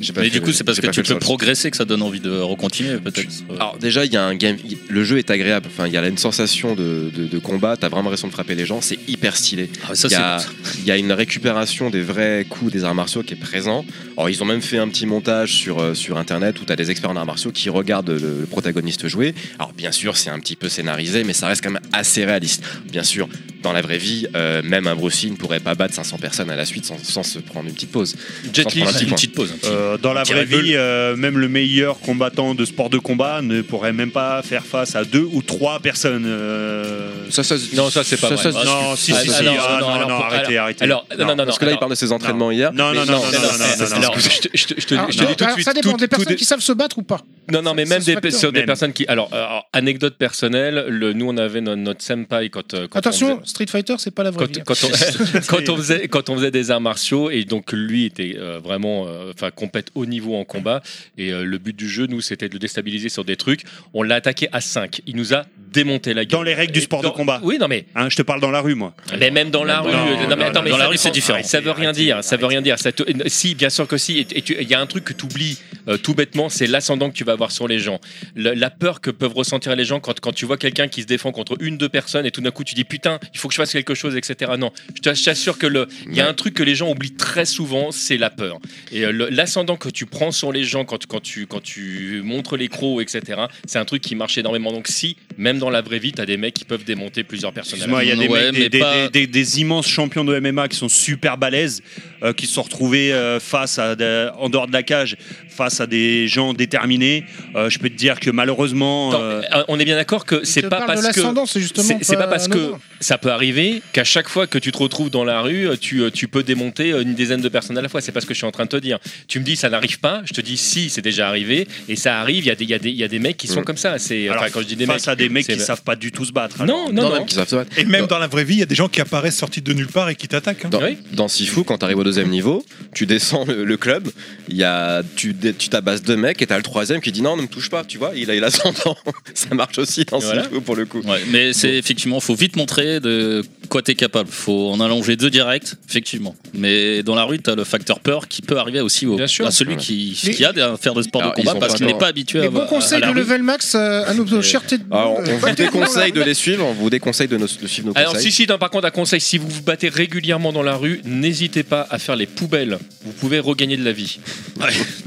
S7: J'ai pas
S2: Mais
S7: fait
S2: du
S7: le-
S2: coup, c'est parce
S7: j'ai
S2: que
S7: pas
S2: tu
S7: fait Ah, le
S2: peux
S7: sol.
S2: progresser que ça donne envie de recontinuer, peut-être.
S7: Alors déjà, il y a un game, le jeu est agréable. Enfin, il y a une sensation de, de, de combat. T'as vraiment l'impression de frapper les gens. C'est hyper stylé.
S2: Ah, ça,
S7: Il y,
S2: c'est.
S7: a, il y a une récupération des vrais coups des arts martiaux qui est présent. Alors, ils ont même fait un petit montage sur, euh, sur internet où tu as des experts en arts martiaux qui regardent le, le protagoniste jouer. Alors, bien sûr, c'est un petit peu scénarisé, mais ça reste quand même assez réaliste. Bien sûr, dans la vraie vie, euh, même un Bruce Lee ne pourrait pas battre 500 personnes à la suite sans, sans se prendre une petite pause.
S4: Jet
S7: prend
S4: Li,
S7: un petit
S4: une
S7: point.
S4: petite pause.
S5: Euh, dans la
S4: Petit
S5: vraie
S4: rebelle.
S5: vie, euh, même le meilleur combattant de sport de combat ne pourrait même pas faire face à deux ou trois personnes. euh,
S7: Ça, ça,
S4: Non, ça, c'est pas vrai.
S7: se
S5: non, si,
S7: Ah,
S5: si,
S7: ça,
S5: si,
S7: non,
S5: ah,
S4: non,
S5: non,
S4: alors,
S5: non,
S4: pour-
S5: arrêtez, arrêtez.
S4: Alors, non, non, non.
S7: Parce que là, il
S4: alors-
S7: parle de ses entraînements hier.
S5: Non, non,
S7: mais
S5: non, non, non, non, non, non,
S4: Alors,
S5: non.
S4: je te- je te je te-
S3: Alors,
S4: je te
S3: Ah, non,
S4: dis tout de
S3: alors,
S4: suite.
S3: ça dépend
S4: tout-
S3: des
S4: tout
S3: personnes
S4: dé-
S3: qui savent se battre ou pas.
S4: Non, non, mais
S3: Ça,
S4: même
S3: ça se
S4: des,
S3: facture.
S4: sur des
S5: Même.
S4: personnes qui. Alors, alors, anecdote personnelle, le, nous, on avait no- notre, senpai quand. euh, quand
S3: Attention,
S4: on
S3: Street Fighter, c'est pas la vraie vie.
S4: quand, quand on, [laughs] quand on faisait, quand on faisait des arts martiaux, et donc lui était euh, vraiment euh, enfin compète haut niveau en combat, et euh, le but du jeu, nous, c'était de le déstabiliser sur des trucs. On l'a attaqué à 5. Il nous a démonté la gueule.
S5: Dans les règles du
S4: Et
S5: sport de
S4: dans-
S5: combat.
S4: Oui, non, mais
S5: Hein, je te parle dans la rue, moi.
S4: Mais même dans la
S5: Non,
S4: rue,
S5: non,
S4: euh, non,
S5: non,
S4: mais attends,
S5: non,
S4: mais
S5: dans la
S4: ça-
S5: rue, c'est différent.
S4: Ça veut rien
S5: Arrêtez,
S4: dire, ça veut
S5: arrêtez.
S4: rien dire. Ça te- euh, Si, bien sûr que si. Et, et tu- il y a un truc que tu oublies euh, tout bêtement, c'est l'ascendant que tu vas avoir sur les gens, Le- la peur que peuvent ressentir les gens quand quand tu vois quelqu'un qui se défend contre une deux personnes et tout d'un coup tu dis putain, il faut que je fasse quelque chose, etc. Non, je te- je t'assure que le, il y a un truc que les gens oublient très souvent, c'est la peur. Et euh, le- l'ascendant que tu prends sur les gens quand tu quand tu quand tu montres les crocs, etc. C'est un truc qui marche énormément. Donc si, même dans la vraie vie, t'as des mecs qui peuvent démonter plusieurs personnes. à la
S5: Excuse-moi, il y a des,
S2: Ouais,
S5: mecs, des-
S2: mais
S5: des-
S2: pas-
S5: des- des- des immenses champions de MMA qui sont super balèzes, euh, qui se sont retrouvés euh, face à de- en dehors de la cage, face à des gens déterminés. Euh, je peux te dire que malheureusement,
S4: Attends,
S5: euh,
S4: euh, on est bien d'accord que c'est pas parce que
S3: c'est justement.
S4: c'est c'est pas parce que
S3: anodin.
S4: ça peut arriver qu'à chaque fois que tu te retrouves dans la rue, euh, tu, euh, tu peux démonter euh, une dizaine de personnes à la fois. C'est pas ce que je suis en train de te dire. Tu me dis ça n'arrive pas, je te dis si c'est déjà arrivé et ça arrive. Il y, a des- il y, a des- il y a des mecs qui sont
S7: Mm.
S4: comme ça. C'est enfin
S5: alors,
S4: quand je dis des mecs.
S5: face à des mecs
S4: c'est-
S5: qui savent pas du tout se battre. alors.
S4: Non, non, non.
S7: même qu'ils savent se battre.
S6: Et même dans la vraie vie, il y a des gens qui apparaissent sortis de nulle part et qui t'attaquent. hein.
S7: Dans,
S4: Oui.
S7: dans Sifu, quand t'arrives au deuxième niveau, tu descends le, le club, il y a, tu, dé- tu tabasses deux mecs et t'as le troisième qui dit non, ne me touche pas, tu vois, il a il a l'ascendant. [laughs] Ça marche aussi dans
S4: Et voilà.
S7: Sifu pour le coup.
S2: Ouais, mais c'est effectivement, faut vite montrer de quoi t'es capable. Faut en allonger deux directs, effectivement. Mais dans la rue, t'as le facteur peur qui peut arriver aussi au,
S4: Bien sûr.
S2: à celui qui,
S3: Mais-
S2: qui a des- à faire de sport
S7: Alors,
S2: de
S7: ils
S2: combat
S7: sont
S2: parce
S7: pas
S2: qu'il n'est
S7: dans-
S2: pas habitué
S3: Les
S2: à,
S7: bah,
S3: bons conseils
S2: à la
S3: de
S2: rue.
S3: level max euh, à nos chers euh, têtes.
S7: Alors, Ah, on vous déconseille de
S3: les
S7: les suivre, on vous déconseille de nos, de suivre nos
S4: Alors
S7: conseils.
S4: si si, non, par contre un conseil, si vous vous battez régulièrement dans la rue, n'hésitez pas à faire les poubelles. Vous pouvez regagner de la vie.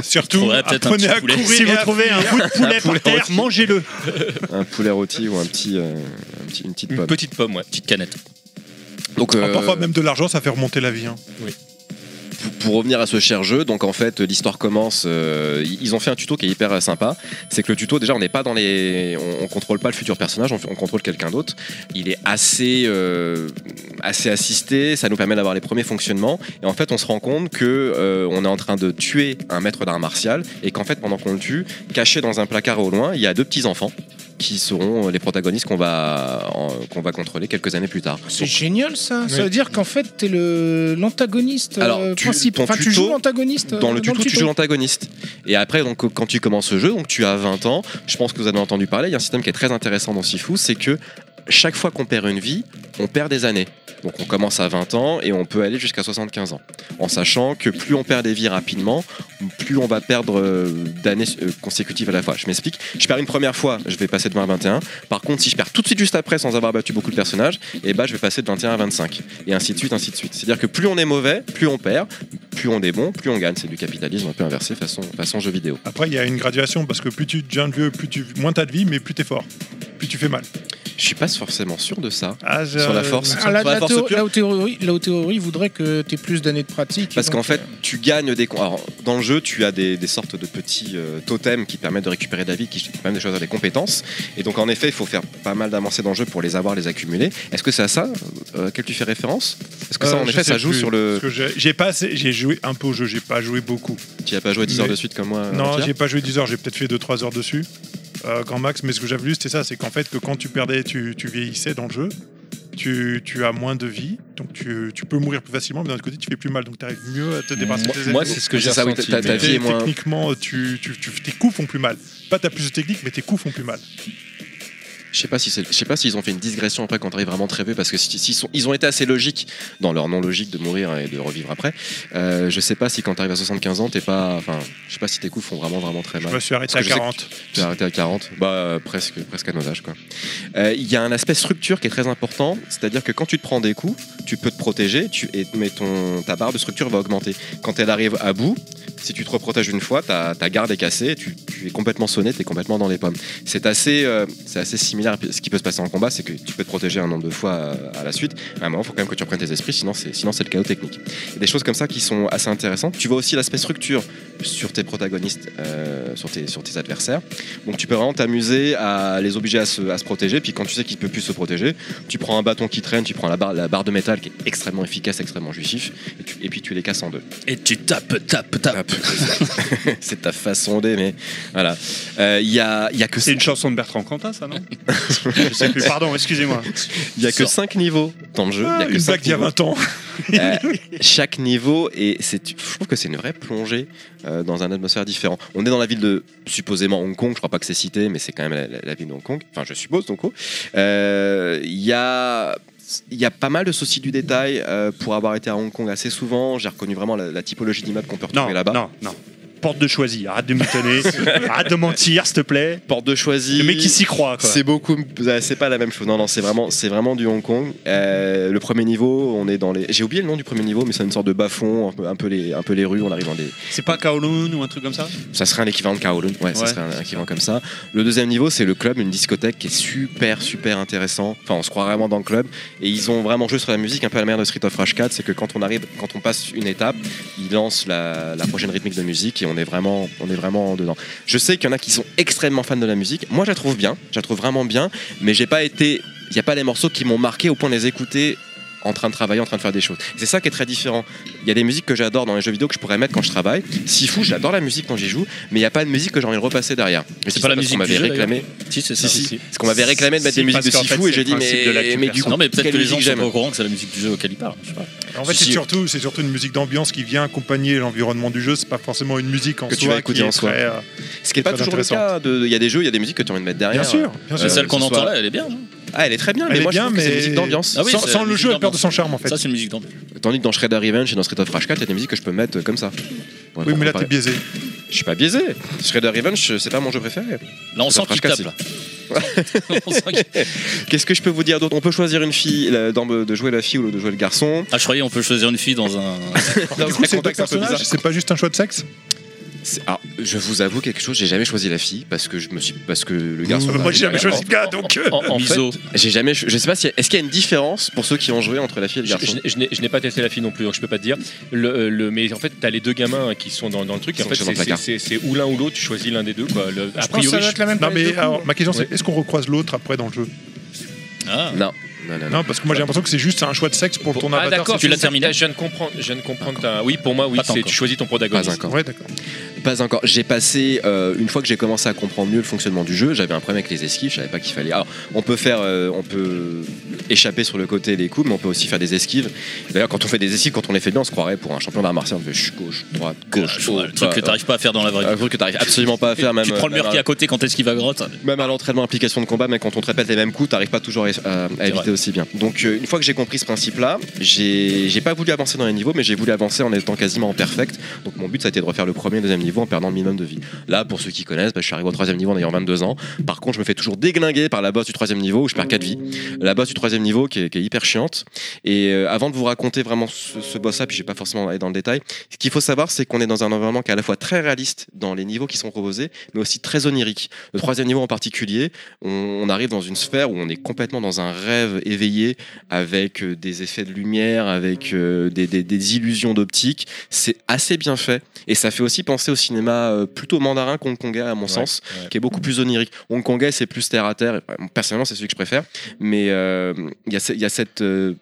S6: Surtout,
S2: Faudrait peut-être un
S6: apprenez
S2: petit
S6: à
S2: poulet.
S6: courir.
S5: Si vous trouvez un bout de poulet
S7: poulet
S5: par terre,
S7: rôti.
S5: mangez-le.
S7: Un poulet rôti ou un petit, euh, un petit- une petite
S4: Une
S7: pomme.
S4: petite pomme, ouais.
S2: Petite canette.
S7: Donc, euh,
S6: Ah, Parfois, même de l'argent, ça fait remonter la vie. hein.
S7: pour, pour revenir à ce cher jeu, donc en fait l'histoire commence. euh, ils ont fait un tuto qui est hyper euh, sympa. C'est que le tuto déjà on n'est pas dans les, on, on contrôle pas le futur personnage, on, on contrôle quelqu'un d'autre. Il est assez euh, assez assisté. Ça nous permet d'avoir les premiers fonctionnements. Et en fait on se rend compte que euh, on est en train de tuer un maître d'art martial et qu'en fait pendant qu'on le tue, caché dans un placard au loin, il y a deux petits enfants qui seront les protagonistes qu'on va en- qu'on va contrôler quelques années plus tard.
S3: C'est génial ça. Ça veut dire qu'en fait t'es le l'antagoniste euh,
S7: Alors, tu-
S3: principal.
S7: ton
S3: Enfin, tu
S7: tuto-
S3: joues l'antagoniste. euh,
S7: dans le tuto, tu joues l'antagoniste. Et après, donc, quand tu commences ce jeu, donc tu as 20 ans, je pense que vous avez entendu parler, il y a un système qui est très intéressant dans Sifu, c'est que chaque fois qu'on perd une vie, on perd des années. Donc on commence à 20 ans et on peut aller jusqu'à 75 ans. En sachant que plus on perd des vies rapidement, plus on va perdre euh, d'années euh, consécutives à la fois. Je m'explique. Je perds une première fois, je vais passer de 20 à 21. Par contre, si je perds tout de suite juste après sans avoir battu beaucoup de personnages, et bah je vais passer de 21 à 25. Et ainsi de suite, ainsi de suite. C'est-à-dire que plus on est mauvais, plus on perd plus on est bon, plus on gagne. C'est du capitalisme un peu inversé façon, façon jeu vidéo.
S6: Après, il y a une graduation parce que plus tu deviens vieux, plus tu... moins t'as de vie, mais plus t'es fort. Plus tu fais mal.
S7: Je suis pas forcément sûr de ça.
S6: Ah, je-
S7: Sur la force.
S3: Ah, là,
S7: Sur la
S3: la
S7: force
S3: théo-
S7: pure.
S3: la haute théorie, la haute théorie voudrait que t'aies plus d'années de pratique.
S7: Parce
S3: donc, euh,
S7: qu'en fait, tu gagnes des. com- Alors, dans le jeu, tu as des, des sortes de petits euh, totems qui te permettent de récupérer de la vie, qui te permettent de choisir des compétences. Et donc, en effet, il faut faire pas mal d'avancées dans le jeu pour les avoir, les accumuler. Est-ce que c'est à ça euh, auquel tu fais référence Est-ce que ça,
S6: Euh,
S7: en
S6: je
S7: effet, ça
S6: sais
S7: joue
S6: plus,
S7: sur le.
S6: parce que j'ai- j'ai pas assez- j'ai joué un peu au jeu, j'ai pas joué beaucoup.
S7: Tu n'y as pas joué 10 heures
S6: Mais-
S7: de suite comme moi
S6: non,
S7: Pierre
S6: j'ai pas joué 10 heures, j'ai peut-être fait 2-3 heures dessus. Euh, grand max, mais ce que j'avais lu, c'était ça, c'est qu'en fait, que quand tu perdais, tu, tu vieillissais dans le jeu, tu, tu as moins de vie, donc tu, tu peux mourir plus facilement, mais d'un autre côté, tu fais plus mal, donc tu arrives mieux à te débarrasser
S4: Moi,
S6: des ennemis.
S4: moi, c'est ce que j'ai
S7: C'est ça, oui,
S4: ressenti.
S7: t'as- t'as
S4: mais-
S7: Ta vie est moins-
S6: Techniquement, tu, tu- tu- tes coups font plus mal. Pas t'as plus de technique, mais tes coups font plus mal.
S7: Je sais pas si c'est- je sais pas s'ils ont fait une digression après quand t'arrives vraiment très vieux parce que si- s'ils sont- ils ont été assez logiques dans leur non logique de mourir et de revivre après. Euh, je sais pas si quand t'arrives à 75 ans t'es pas, enfin, je sais pas si tes coups font vraiment vraiment très
S6: Je
S7: mal.
S6: me suis arrêté à
S7: Parce que je sais
S6: 40.
S7: T'es arrêté à 40, bah euh, presque presque à nos âges quoi. Euh, Il y a un aspect structure qui est très important, c'est-à-dire que quand tu te prends des coups, tu peux te protéger, tu et mais ton ta barre de structure va augmenter. Quand elle arrive à bout, si tu te reprotèges une fois, ta, ta garde est cassée, tu, tu es complètement sonné, tu es complètement dans les pommes. C'est assez, euh, c'est assez similaire. à Ce qui peut se passer en combat, c'est que tu peux te protéger un nombre de fois euh, à la suite. À un moment, il faut quand même que tu reprennes tes esprits, sinon c'est, sinon c'est le chaos technique. Il y a des choses comme ça qui sont assez intéressantes. Tu vois aussi l'aspect structure sur tes protagonistes, euh, sur, tes, sur tes adversaires. Donc tu peux vraiment t'amuser à les obliger à se, à se protéger. Puis quand tu sais qu'ils ne peuvent plus se protéger, tu prends un bâton qui traîne, tu prends la barre, la barre de métal qui est extrêmement efficace, extrêmement jouissif, et, tu- et puis tu les casses en deux. [laughs]
S2: Et tu tapes, tapes, tapes.
S7: c'est ta façon d'aimer. Voilà. Euh, Il y, a, il y a que
S5: C'est une chanson de Bertrand Cantat, ça, non Je sais plus, pardon, excusez-moi.
S7: Il n'y a que
S5: Sort.
S7: 5 niveaux dans le jeu.
S6: Ah,
S7: il y a que
S5: Une
S7: cinq
S5: blague d'il y a
S7: niveaux.
S5: 20 ans.
S7: Euh, chaque niveau et c'est je trouve que c'est une vraie plongée euh, dans un atmosphère différent on est dans la ville de supposément Hong Kong je crois pas que c'est cité mais c'est quand même la, la- la ville de Hong Kong enfin je suppose donc oh. Euh, il y a il y a pas mal de soucis du détail euh, pour avoir été à Hong Kong assez souvent j'ai reconnu vraiment la, la typologie d'immeubles qu'on peut
S5: Non,
S7: retrouver là-bas
S5: non, non. Porte de choisie, arrête de m'étonner. arrête de mentir, s'il te plaît.
S7: porte de choisie
S5: Le mec qui s'y croit, quoi.
S7: C'est beaucoup, euh, c'est pas la même chose. Non, non, c'est vraiment, c'est vraiment du Hong Kong. Euh, le premier niveau, on est dans les. J'ai oublié le nom du premier niveau, mais c'est une sorte de bas-fond, un peu, un peu les, un peu les rues. On arrive dans des.
S5: C'est pas Kowloon ou un truc comme ça
S7: Ça serait un équivalent de Kowloon. Ouais, ça
S5: Ouais.
S7: serait un équivalent comme ça. Le deuxième niveau, c'est le club, une discothèque qui est super, super intéressant. Enfin, on se croit vraiment dans le club. Et ils ont vraiment joué sur la musique, un peu à la manière de Street of Rage 4. C'est que quand on arrive, quand on passe une étape, ils lancent la, la prochaine rythmique de musique et on est vraiment, on est vraiment dedans. Je sais qu'il y en a qui sont extrêmement fans de la musique. Moi, je la trouve bien. Je la trouve vraiment bien. Mais j'ai pas été. Il n'y a pas les morceaux qui m'ont marqué au point de les écouter en train de travailler, en train de faire des choses. Et C'est ça qui est très différent. Il y a des musiques que j'adore dans les jeux vidéo que je pourrais mettre quand je travaille. Si fou, j'adore la musique quand j'y joue, mais il n'y a pas de musique que j'ai envie de repasser derrière. Mais
S2: C'est pas la
S7: parce
S2: musique
S7: qu'on m'avait
S2: du jeu,
S7: réclamé.
S2: Si, c'est ça.
S7: Si, si. Parce qu'on m'avait réclamé de mettre
S5: Si,
S7: des musiques
S5: parce
S7: de
S5: qu'en
S7: si
S5: fait,
S7: fou et
S5: c'est
S7: j'ai
S5: le
S7: dit
S5: principe de
S7: mais,
S5: l'actu
S7: mais du
S5: perso.
S7: coup
S2: Non, mais peut-être
S7: quelle
S2: que les gens
S7: musique
S2: sont
S7: j'aime
S2: pas au courant que c'est la musique du jeu auquel ils parlent. je sais pas.
S6: En fait,
S7: Si,
S6: c'est
S7: si.
S6: surtout, c'est surtout une musique d'ambiance qui vient accompagner l'environnement du jeu. C'est pas forcément une musique en
S7: Que
S6: soi
S7: tu vas écouter
S6: qui est
S7: en soi.
S6: très, euh,
S7: Ce qui n'est pas
S6: Très
S7: toujours le cas. de- de- Il y a des jeux, il y a des musiques que tu as envie de mettre derrière.
S6: Bien sûr, bien
S7: Euh,
S6: sûr.
S2: C'est celle qu'on
S7: ce
S2: entend
S7: soir.
S2: là, elle est bien. non
S7: Ah, elle est très bien,
S6: Elle
S7: mais
S6: est
S7: moi je
S6: bien,
S7: trouve que c'est une
S6: mais-
S7: musique d'ambiance.
S2: Ah oui,
S6: sans,
S2: c'est
S6: sans
S2: la
S6: le
S2: musique
S6: jeu, elle perd de
S2: d'ambiance.
S6: son charme en fait.
S2: Ça, c'est une musique d'ambiance.
S7: Tandis que dans Shredder Revenge et dans Street of Rage 4, il y a des musiques que je peux mettre euh, comme ça. Ouais,
S6: oui, mais là
S7: pour
S6: t'es biaisé.
S7: comparer. Je suis pas biaisé. Shredder Revenge, c'est pas mon jeu préféré.
S2: Là, on
S7: Ça
S2: sent qu'il
S7: fracasse,
S2: tape. Là. On sent qu'il-
S7: Qu'est-ce que je peux vous dire d'autre On peut choisir une fille, la- dans- de jouer la fille ou de jouer le garçon.
S2: Ah, je croyais on peut choisir une fille dans un.
S7: Dans
S6: Du
S7: un
S6: coup, c'est deux
S7: contexte un peu bizarre.
S6: personnages, c'est pas juste un choix de sexe
S7: C'est- Alors, je vous avoue quelque chose, j'ai jamais choisi la fille parce que je me suis parce que le garçon.
S6: [laughs] Moi j'ai jamais choisi de gars donc. euh,
S4: En, en fait,
S2: Miso.
S7: J'ai jamais je sais pas si est-ce qu'il y a une différence pour ceux qui ont joué entre la fille et le
S4: je,
S7: garçon.
S4: je- je n'ai- je n'ai pas testé la fille non plus, donc je peux pas te dire. Le, euh, le- mais en fait, t'as les deux gamins qui sont dans, dans le truc.
S7: Ils
S4: Et en fait,
S7: sont dans le
S4: c'est-
S7: placard.
S4: c'est c'est ou l'un ou l'autre. Tu choisis l'un des deux. Quoi. Le- a
S3: Je pense que ça
S4: priori,
S3: doit être la même
S6: Non
S3: palette de
S6: mais
S3: coups,
S6: alors
S3: hein.
S6: ma question c'est
S4: Ouais.
S6: est-ce qu'on recroise l'autre après dans le jeu
S2: Ah.
S7: Non, non, non, non.
S6: Non parce que moi j'ai l'impression que c'est juste un choix de sexe pour ton
S4: Ah,
S6: avatar.
S4: d'accord,
S2: tu l'as
S4: c'est-
S2: terminé.
S4: ah, Je viens de comprendre. Je viens de comprendre ta- Oui, pour moi, oui,
S2: Pas
S4: c'est-
S2: encore.
S4: tu choisis ton
S7: Pas
S4: protagoniste.
S7: encore.
S6: Ouais d'accord.
S7: Pas encore. J'ai passé euh, une fois que j'ai commencé à comprendre mieux le fonctionnement du jeu, j'avais un problème avec les esquives, je savais pas qu'il fallait. Alors, on peut faire, euh, on peut échapper sur le côté des coups, mais on peut aussi faire des esquives. D'ailleurs, quand on fait des esquives, quand on les fait bien, on se croirait pour un champion d'art martial. On fait chut, gauche, droite, gauche.
S2: Je vois,
S7: haut,
S2: le truc
S7: bas,
S2: que t'arrives pas à faire dans la vraie vie.
S7: un truc que t'arrives absolument pas à faire. Même
S2: tu prends le
S7: même
S2: mur qui est à côté quand t'es esquive à grotte.
S7: Même à l'entraînement, application de combat, mais quand on te répète les mêmes coups, t'arrives pas toujours à, à- à éviter
S2: vrai.
S7: aussi bien. Donc euh, une fois que j'ai compris ce principe-là, j'ai j'ai pas voulu avancer dans les niveaux, mais j'ai voulu avancer en étant quasiment en perfect. Donc mon but, ça a été de refaire le premier et le deuxième niveau en perdant le minimum de vie. Là, pour ceux qui connaissent, bah, je suis arrivé au troisième niveau en ayant 22 ans. Par contre, je me fais toujours déglinguer par la boss du troisième niveau où je perds 4 vies. La boss du troisième niveau qui est, qui est hyper chiante. Et euh, avant de vous raconter vraiment ce, ce boss-là, puis j'ai pas forcément aller dans le détail, ce qu'il faut savoir, c'est qu'on est dans un environnement qui est à la fois très réaliste dans les niveaux qui sont proposés, mais aussi très onirique. Le troisième niveau en particulier, on, on arrive dans une sphère où on est complètement dans un rêve éveillé avec euh, des effets de lumière, avec euh, des, des- des illusions d'optique. C'est assez bien fait et ça fait aussi penser au cinéma euh, plutôt mandarin hongkongais à mon sens,
S4: ouais.
S7: qui est beaucoup plus onirique. Hongkongais c'est plus terre à terre. Et, euh, Personnellement c'est celui que je préfère, mais euh, il y, a ce- il y a cette euh,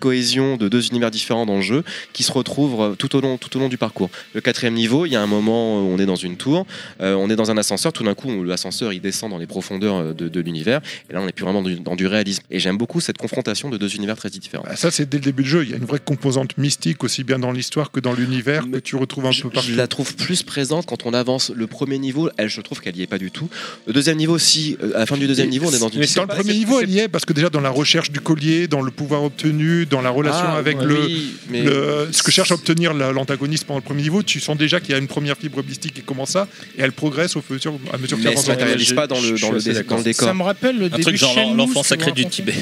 S7: cohésion de deux univers différents dans le jeu qui se retrouvent euh, tout au long, tout au long du parcours. Le quatrième niveau, il y a un moment où on est dans une tour, euh, on est dans un ascenseur, tout d'un coup, on- l'ascenseur il descend dans les profondeurs euh, de, de l'univers, et là on est plus vraiment du- dans du réalisme. Et j'aime beaucoup cette confrontation de deux univers très différents.
S6: Bah, ça c'est dès le début du jeu. Il y a une vraie composante mystique aussi bien dans l'histoire que dans l'univers que tu retrouves un
S7: Je,
S6: peu partout.
S7: je la trouve plus présente quand on avance. Le premier niveau, elle, je trouve qu'elle y est pas du tout. Le deuxième niveau, si, euh, à la fin du deuxième
S6: Et
S7: niveau, on est dans une.
S6: dans le premier niveau, elle y est parce que déjà dans la recherche du collier, dans le pouvoir obtenu, dans la relation
S7: Ah,
S6: avec
S7: ouais,
S6: le,
S7: oui, mais-
S6: Le- ce que cherche à obtenir la- l'antagoniste pendant le premier niveau, tu sens déjà qu'il y a une première fibre mystique qui commence ça, et elle progresse au fur, à mesure qu'elle
S7: mais elle
S6: avance.
S7: se matérialise pas dans le,
S4: Je
S7: dans le,
S4: suis assez
S7: dé- dans le décor.
S3: Ça me rappelle le
S2: Un
S3: début
S2: truc genre
S3: Shenmue,
S2: l'enfant
S3: si
S2: sacré
S3: vous
S2: du
S3: racontez.
S2: Tibet.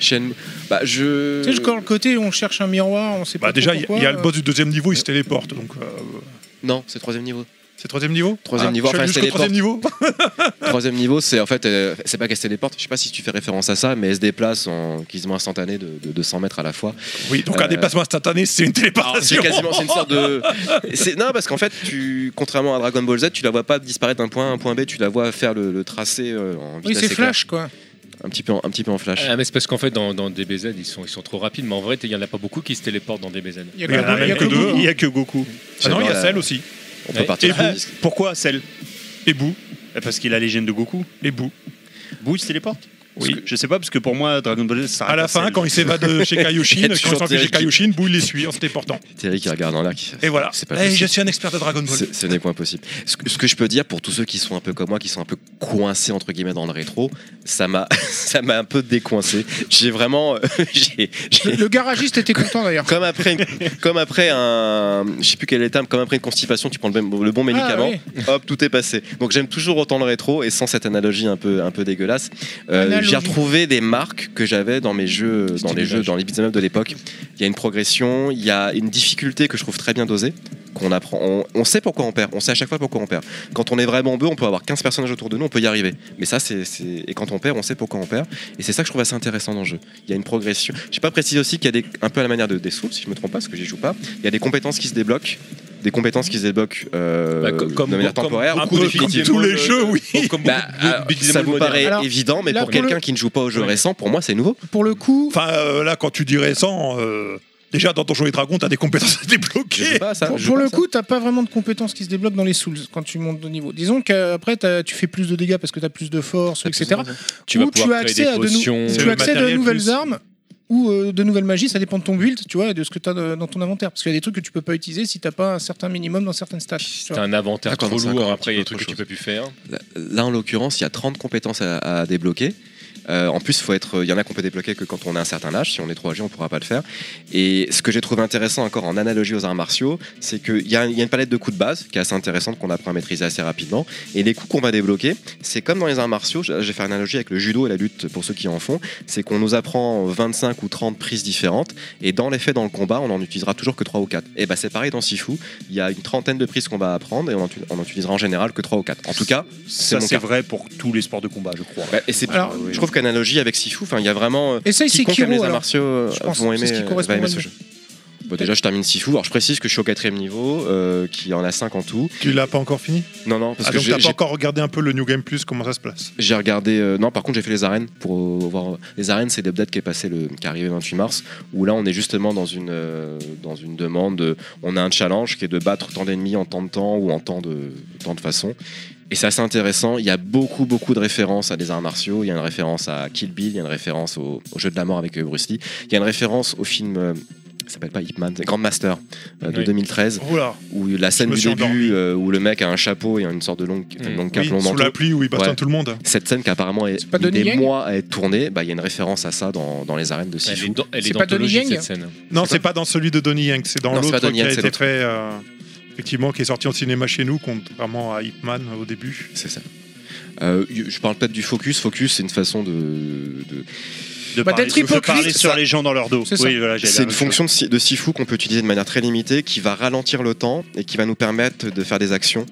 S7: Shenmue- Bah, je.
S3: Tu sais, quand le côté où on cherche un miroir, on sait pas
S6: Bah, déjà, il y,
S3: trop
S6: a- il y a le
S3: pourquoi,
S7: euh,
S6: boss du deuxième niveau, il se téléporte. Donc, euh,
S7: Non, c'est le troisième niveau.
S6: c'est le troisième niveau
S7: Troisième
S6: Ah,
S7: niveau,
S6: je suis
S7: enfin,
S6: allé
S7: elle se
S6: jusqu'au
S7: téléporte.
S6: troisième niveau
S7: Troisième niveau, c'est en fait, euh, c'est pas qu'elle se téléporte, je sais pas si tu fais référence à ça, mais elle se déplace en quasiment instantané de, de 200 mètres à la fois.
S6: Oui, donc
S7: Euh,
S6: un déplacement instantané, c'est une
S7: Alors, Ah, C'est
S6: téléportation.
S7: quasiment c'est une sorte de. [laughs] c'est- Non, parce qu'en fait, tu, contrairement à Dragon Ball Z, tu la vois pas disparaître d'un point A à un point B, tu la vois faire le, le tracé euh, en
S3: Oui,
S7: vitesse
S3: c'est
S7: éclair.
S3: Flash, quoi.
S7: Un petit peu en, un petit peu en flash.
S4: Ah, mais c'est parce qu'en fait, dans, dans DBZ, ils sont, ils sont trop rapides, mais en vrai, il y en a pas beaucoup qui se téléportent dans
S7: [laughs]
S4: DBZ.
S3: Il y a
S6: Il y en a
S3: il y a
S6: même que
S3: Goku,
S6: deux.
S3: hein.
S5: Il y a que Goku.
S6: Ah non, il y a
S7: la-
S6: celle aussi.
S7: On
S4: Ouais.
S7: peut partir.
S5: Pourquoi celle Eh,
S6: Et Bou.
S5: Parce qu'il a les gènes de Goku.
S6: Et Bou.
S5: Bouille, c'est les portes
S4: Oui.
S5: Parce que- Je sais pas, parce que pour moi, Dragon Ball, ça.
S6: À la fin, quand il s'évade chez
S7: [laughs]
S6: Kaioshin,
S7: Être
S6: quand il
S7: sur
S6: s'en fait chez
S7: Terre.
S6: Kaioshin, Bouille les suit en se déportant.
S7: Terry qui regarde en l'air. qui-
S6: Et voilà.
S7: C'est pas
S6: Eh,
S7: possible.
S6: je suis un expert de Dragon Ball.
S7: Ce ce n'est point possible. Ce que, ce que je peux dire pour tous ceux qui sont un peu comme moi, qui sont un peu coincés entre guillemets dans le rétro, ça m'a, [laughs] ça m'a un peu décoincé. J'ai vraiment, euh, [laughs] j'ai, j'ai-
S3: Le, le garagiste était
S6: [laughs]
S3: content d'ailleurs.
S7: comme après, une- comme après un, je sais plus quel est le terme, comme après une constipation, tu prends le, même- le bon médicament,
S3: Ah, oui.
S7: hop, tout est passé. Donc j'aime toujours autant le rétro et sans cette analogie un peu, un peu dégueulasse, euh,
S3: Analogie.
S7: j'ai retrouvé des marques que j'avais dans mes jeux, dans les jeux, dans les beat'em up de l'époque. Il y a une progression, il y a une difficulté que je trouve très bien dosée. Qu'on apprend, on, on sait pourquoi on perd, on sait à chaque fois pourquoi on perd. Quand on est vraiment peu, on peut avoir 15 personnages autour de nous, on peut y arriver. Mais ça, c'est. c'est- Et quand on perd, on sait pourquoi on perd. Et c'est ça que je trouve assez intéressant dans le jeu. Il y a une progression. J'ai pas précisé aussi qu'il y a des, un peu à la manière de des Souls, si je me trompe pas, parce que j'y joue pas. Il y a des compétences qui se débloquent, des compétences qui se débloquent euh,
S4: Bah, co- comme-
S7: de manière
S4: comme-
S7: temporaire.
S4: un
S6: Ah,
S7: ou
S4: peu comme
S7: définitives.
S6: Tous les jeux, oui.
S4: Comme- Comme
S7: Bah,
S4: beaucoup de
S7: euh,
S4: beat'em
S7: ça
S4: up
S7: vous
S4: modernes.
S7: paraît
S3: Alors,
S7: évident, mais
S3: là,
S7: pour
S3: pour
S7: quelqu'un
S3: le-
S7: qui ne joue pas aux jeux récents, pour moi, c'est nouveau.
S3: Pour le coup,
S6: Enfin, euh, là, quand tu dis récent, euh, déjà dans ton jeu et dragon, t'as des compétences à
S7: Je joue
S6: débloquer.
S7: pas à ça.
S3: pour,
S7: je joue
S3: pour
S7: pas à
S3: le
S7: ça.
S3: coup, t'as pas vraiment de compétences qui se débloquent dans les Souls quand tu montes de niveau. Disons qu'après, t'as- tu fais plus de dégâts parce que t'as plus de force,
S4: T'as plus
S3: etc.
S4: de- pouvoir
S3: ou tu as
S4: créer
S3: accès
S4: des
S3: à de, nou-
S4: potions. euh,
S6: C'est
S3: tu
S6: le
S3: as accès à de
S6: matériel
S3: nouvelles
S6: plus.
S3: armes ou euh, de nouvelles magies, ça dépend de ton build, tu vois, et de ce que tu as dans ton inventaire. Parce qu'il y a des trucs que tu peux pas utiliser si t'as pas un certain minimum dans certaines stats. tu
S4: T'as
S3: vois.
S4: un inventaire
S7: D'accord,
S4: trop
S7: c'est encore
S4: lourd,
S7: un
S4: après il y a des
S7: petit
S4: trucs
S7: peu
S4: que tu peux plus faire.
S7: Là, là, en l'occurrence, il y a 30 compétences à, à débloquer. Euh, en plus, faut être, il y en a qu'on peut débloquer que quand on a un certain âge. Si on est trop âgé, on pourra pas le faire. Et ce que j'ai trouvé intéressant encore en analogie aux arts martiaux, c'est qu'il y, a- il y a une palette de coups de base qui est assez intéressante qu'on apprend à maîtriser assez rapidement. Et les coups qu'on va débloquer, c'est comme dans les arts martiaux. Je je vais faire une analogie avec le judo et la lutte pour ceux qui en font. C'est qu'on nous apprend 25 ou 30 prises différentes. Et dans les faits, dans le combat, on en utilisera toujours que 3 ou 4. Et ben c'est pareil dans Sifu. Il y a une trentaine de prises qu'on va apprendre et on en, tu- on en utilisera en général que 3 ou 4. En tout cas,
S5: Ça,
S7: mon
S5: c'est
S7: cas.
S5: vrai pour tous les sports de combat, je crois.
S7: bah, et c'est-
S3: Alors,
S7: je trouve qu'analogie avec Sifu, enfin, il y a vraiment. euh,
S3: Essaye
S7: Quiconque aime
S3: Sekiro,
S7: les arts
S3: alors.
S7: martiaux euh,
S3: Je pense
S7: vont
S3: que c'est
S7: aimer,
S3: ce qui
S7: euh,
S3: correspond
S7: va aimer
S3: le
S7: ce
S3: mieux.
S7: jeu. Bon, déjà, je termine Sifu. Alors, je précise que je suis au quatrième niveau, euh, qu'il y en a 5 en tout.
S6: Tu l'as pas encore fini
S7: Non, non, parce
S6: Ah,
S7: que
S6: donc
S7: j'ai
S6: t'as pas
S7: j'ai-
S6: encore regardé un peu le New Game Plus, comment ça se place
S7: j'ai regardé. euh, non, par contre, j'ai fait les arènes pour euh, voir. Les arènes, c'est l'update qui est passé le, qui est arrivé le 28 mars, où là, on est justement dans une euh, dans une demande. de- on a un challenge qui est de battre tant d'ennemis en tant de temps ou en tant de tant de façons. Et c'est assez intéressant. Il y a beaucoup, beaucoup de références à des arts martiaux. Il y a une référence à Kill Bill. Il y a une référence au, au jeu de la mort avec euh, Bruce Lee. Il y a une référence au film. euh, ça s'appelle pas Hitman, c'est Grandmaster euh, de
S4: Oui.
S7: 2013,
S6: Oula,
S7: où la scène
S6: me
S7: du
S6: suis endormi.
S7: début euh, où le mec a un chapeau et une sorte de longue,
S4: Mm.
S7: longue cape,
S6: oui,
S7: long
S6: sous
S7: manteau
S6: la pluie où il bastonne
S7: Ouais.
S6: tout le monde.
S7: cette scène qui apparemment est,
S3: pas Donnie
S7: des
S3: Yang
S7: mois à être tournée, bah, il y a une référence à ça dans, dans les arènes de
S4: Elle
S7: Sifu.
S4: est dans, elle est
S3: C'est
S4: dans
S3: pas Donnie
S4: Anthologie, cette
S3: Yang
S4: scène.
S6: Non, c'est pas dans celui de Donnie Yang, c'est dans
S7: Non, c'est pas
S6: l'autre
S7: Donnie
S6: qui a
S7: Yang, c'est
S6: été
S7: l'autre.
S6: fait, euh, effectivement, qui est sorti au cinéma chez nous, contrairement à Hitman euh, au début.
S7: C'est ça. Euh, je parle peut-être du focus. Focus, c'est une façon de. de-
S5: De
S3: Bah,
S5: parler,
S3: d'être
S5: de
S3: hypocrite,
S5: parler sur
S3: ça-
S5: les gens dans leur dos.
S3: C'est ça.
S5: Oui, voilà, j'allais
S7: C'est
S5: dire
S7: une
S5: la même
S7: fonction de, si- de Sifu qu'on peut utiliser de manière très limitée, qui va ralentir le temps et qui va nous permettre de faire des actions.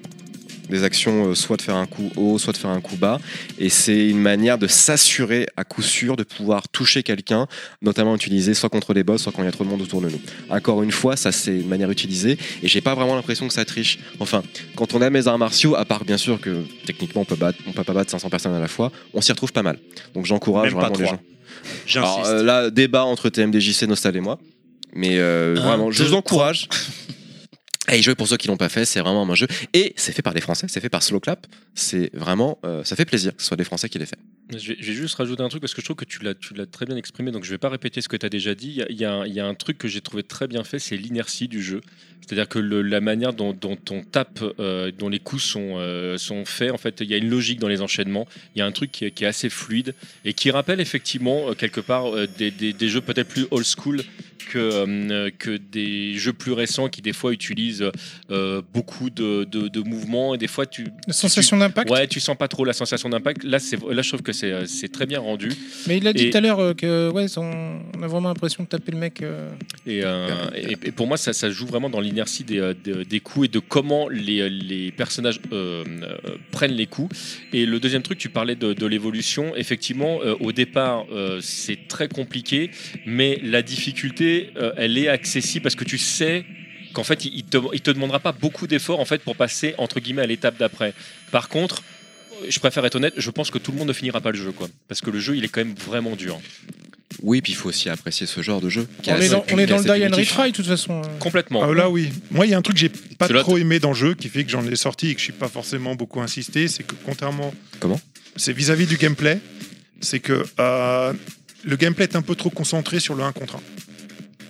S7: Des actions, euh, soit de faire un coup haut, soit de faire un coup bas. Et c'est une manière de s'assurer à coup sûr de pouvoir toucher quelqu'un, notamment utilisé soit contre les boss, soit quand il y a trop de monde autour de nous. Encore une fois, ça c'est une manière utilisée et j'ai pas vraiment l'impression que ça triche. Enfin, quand on aime les arts martiaux, à part bien sûr que techniquement on peut, battre, on peut pas battre 500 personnes à la fois, on s'y retrouve pas mal. Donc j'encourage
S5: Même pas
S7: vraiment les
S5: trois.
S7: gens.
S5: chose.
S7: Alors
S5: J'insiste.
S7: euh, là, débat entre TMDJC, Nostal et moi. Mais euh,
S2: Un,
S7: vraiment, je
S2: deux,
S7: vous [laughs] encourage. à y jouer pour ceux qui l'ont pas fait, c'est vraiment un bon jeu. Et c'est fait par des Français, c'est fait par Slow Clap. C'est vraiment, euh, ça fait plaisir que ce soit des Français qui l'aient fait.
S4: Je vais, je vais juste rajouter un truc parce que je trouve que tu l'as, tu l'as très bien exprimé, donc je vais pas répéter ce que tu as déjà dit. Il y a- il y, a un- il y a un truc que j'ai trouvé très bien fait, c'est l'inertie du jeu. C'est-à-dire que le- la manière dont, dont on tape, euh, dont les coups sont, euh, sont faits, en fait, il y a une logique dans les enchaînements. Il y a un truc qui, est- qui est assez fluide et qui rappelle effectivement euh, quelque part euh, des, des- des jeux peut-être plus old school que, euh, que des jeux plus récents qui des fois utilisent euh, beaucoup de, de- de mouvements et des fois tu,
S3: La sensation d'impact.
S4: Ouais, tu sens pas trop la sensation d'impact. Là, c'est là, je trouve que c'est euh, c'est très bien rendu.
S3: Mais il a dit
S4: Et-
S3: tout à l'heure euh, que ouais, on, on a vraiment l'impression de taper le mec. euh,
S4: Et, euh, et- et pour moi, ça, ça joue vraiment dans l'inertie des, euh, des, des coups et de comment les, les personnages euh, euh, prennent les coups. Et le deuxième truc, tu parlais de, de l'évolution. Effectivement, euh, au départ, euh, c'est très compliqué, mais la difficulté, euh, elle est accessible parce que tu sais qu'en fait, il il te, il te demandera pas beaucoup d'efforts en fait pour passer entre guillemets à l'étape d'après. Par contre. Je préfère être honnête, je pense que tout le monde ne finira pas le jeu, quoi. Parce que le jeu, il est quand même vraiment dur.
S7: Oui, puis il faut aussi apprécier ce genre de jeu. qui
S3: On est
S7: assez
S3: dans,
S7: pu-
S3: on est
S7: qui
S3: dans le
S7: assez
S3: die and
S7: punitif.
S3: retry de toute façon. euh.
S4: Complètement.
S6: Ah, là, oui. Moi, il y a un truc que j'ai pas
S4: Celui-là,
S6: trop aimé dans le jeu, qui fait que j'en ai sorti et que je suis pas forcément beaucoup insisté, c'est que contrairement.
S7: Comment
S6: c'est vis-à-vis du gameplay, c'est que euh, le gameplay est un peu trop concentré sur le 1 contre 1,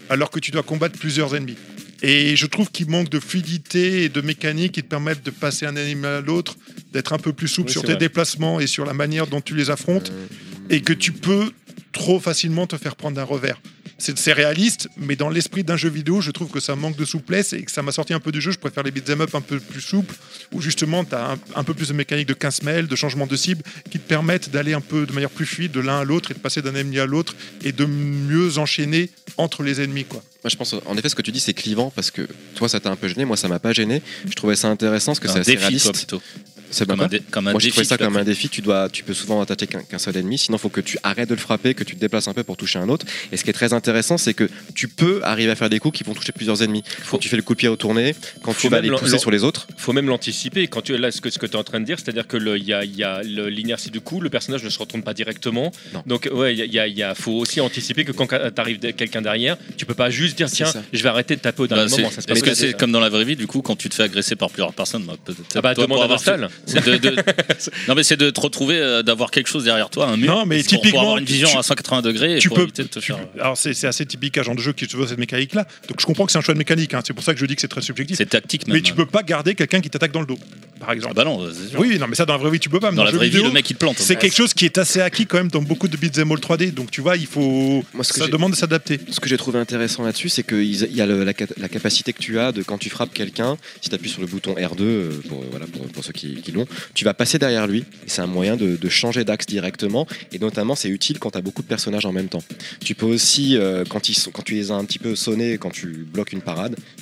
S6: alors que tu dois combattre plusieurs ennemis. Et je trouve qu'il manque de fluidité et de mécanique qui te permettent de passer un ennemi à l'autre, d'être un peu plus souple
S4: Oui,
S6: sur
S4: c'est
S6: tes
S4: vrai.
S6: déplacements et sur la manière dont tu les affrontes,
S7: Euh,
S6: et que tu peux trop facilement te faire prendre un revers. C'est c'est réaliste, mais dans l'esprit d'un jeu vidéo, je trouve que ça manque de souplesse et que ça m'a sorti un peu du jeu. Je préfère les beat'em up un peu plus souples, où justement, tu as un, un peu plus de mécanique de 15 mails, de changement de cible, qui te permettent d'aller un peu de manière plus fluide de l'un à l'autre et de passer d'un ennemi à l'autre et de mieux enchaîner entre les ennemis. quoi.
S7: Moi, je pense, en effet, ce que tu dis, c'est clivant parce que toi, ça t'a un peu gêné, moi, ça m'a pas gêné. Je trouvais ça intéressant parce que c'est
S2: un
S7: assez
S2: défi, toi,
S7: réaliste.
S2: plutôt.
S7: C'est pas
S2: Comme un,
S7: mal.
S2: dé- comme un
S7: Moi, j'ai
S2: défi.
S7: trouvé ça
S2: tu l'as
S7: comme un défi. Tu, dois, tu peux souvent attaquer qu'un qu'un seul ennemi, sinon, il faut que tu arrêtes de le frapper, que tu te déplaces un peu pour toucher un autre. Et ce qui est très intéressant, c'est que tu peux arriver à faire des coups qui vont toucher plusieurs ennemis. Quand tu fais le coup de pied retourné, quand
S4: Faut
S7: tu vas
S4: même
S7: les
S4: l'en-
S7: pousser
S4: l'en-
S7: sur les autres.
S4: faut même l'anticiper. Quand tu là, ce que, ce que tu es en train de dire, c'est-à-dire que le- il y a, il y a le- l'inertie du coup, le personnage ne se retourne pas directement.
S7: Non.
S4: Donc ouais, il y a- il y a, il y a- faut aussi anticiper que quand t'arrives de- quelqu'un derrière, tu peux pas juste dire tiens,
S7: ça.
S4: je vais arrêter de taper au
S2: Bah,
S4: dernier
S2: c'est-
S4: moment. Ça se
S2: parce
S4: passe
S2: que
S4: pas.
S2: c'est comme dans la vraie vie, du coup, quand tu te fais agresser par plusieurs personnes, bah, peut-être
S4: ah bah,
S2: toi,
S4: demande
S2: pour
S4: à
S2: avoir fait-
S4: Nostal.
S2: c'est de,
S6: [laughs]
S2: de- non mais c'est de te retrouver euh, d'avoir quelque chose derrière toi, un mur.
S6: Non, mais
S2: pour- pour,
S6: typiquement,
S2: avoir une vision
S6: tu-
S2: à 180 degrés, et
S6: tu
S2: pour
S6: peux-
S2: éviter de te
S6: Tu-
S2: faire. euh,
S6: Alors c'est c'est assez typique à genre de jeu qui veut cette mécanique là. Donc je comprends que c'est un choix de mécanique, hein. c'est pour ça que je dis que c'est très subjectif.
S2: C'est tactique même.
S6: Mais tu peux pas garder quelqu'un qui t'attaque dans le dos, par
S2: Ah
S6: exemple.
S2: bah non, c'est sûr.
S6: oui, non, mais ça dans la vraie vie tu peux pas. mais
S2: dans
S6: dans
S2: la
S6: le jeu
S2: vraie vie,
S6: vidéo,
S2: le mec il te plante.
S6: c'est quelque chose qui est assez acquis quand même dans beaucoup de beat'em all 3D. Donc tu vois, il faut
S7: Moi, ce que
S6: ça
S7: j'ai-
S6: demande de s'adapter.
S7: ce que j'ai trouvé intéressant là-dessus, c'est qu'il y a le- la, cap- la capacité que tu as de quand tu frappes quelqu'un, si tu appuies sur le bouton R2, euh, pour, voilà, pour, pour ceux qui, qui l'ont, tu vas passer derrière lui. Et c'est un moyen de, de changer d'axe directement. Et notamment, c'est utile quand tu as beaucoup de personnages en même temps. Tu peux aussi, euh, quand, ils sont, quand tu les as un petit peu sonnés, quand tu bloques une parade, [clears throat]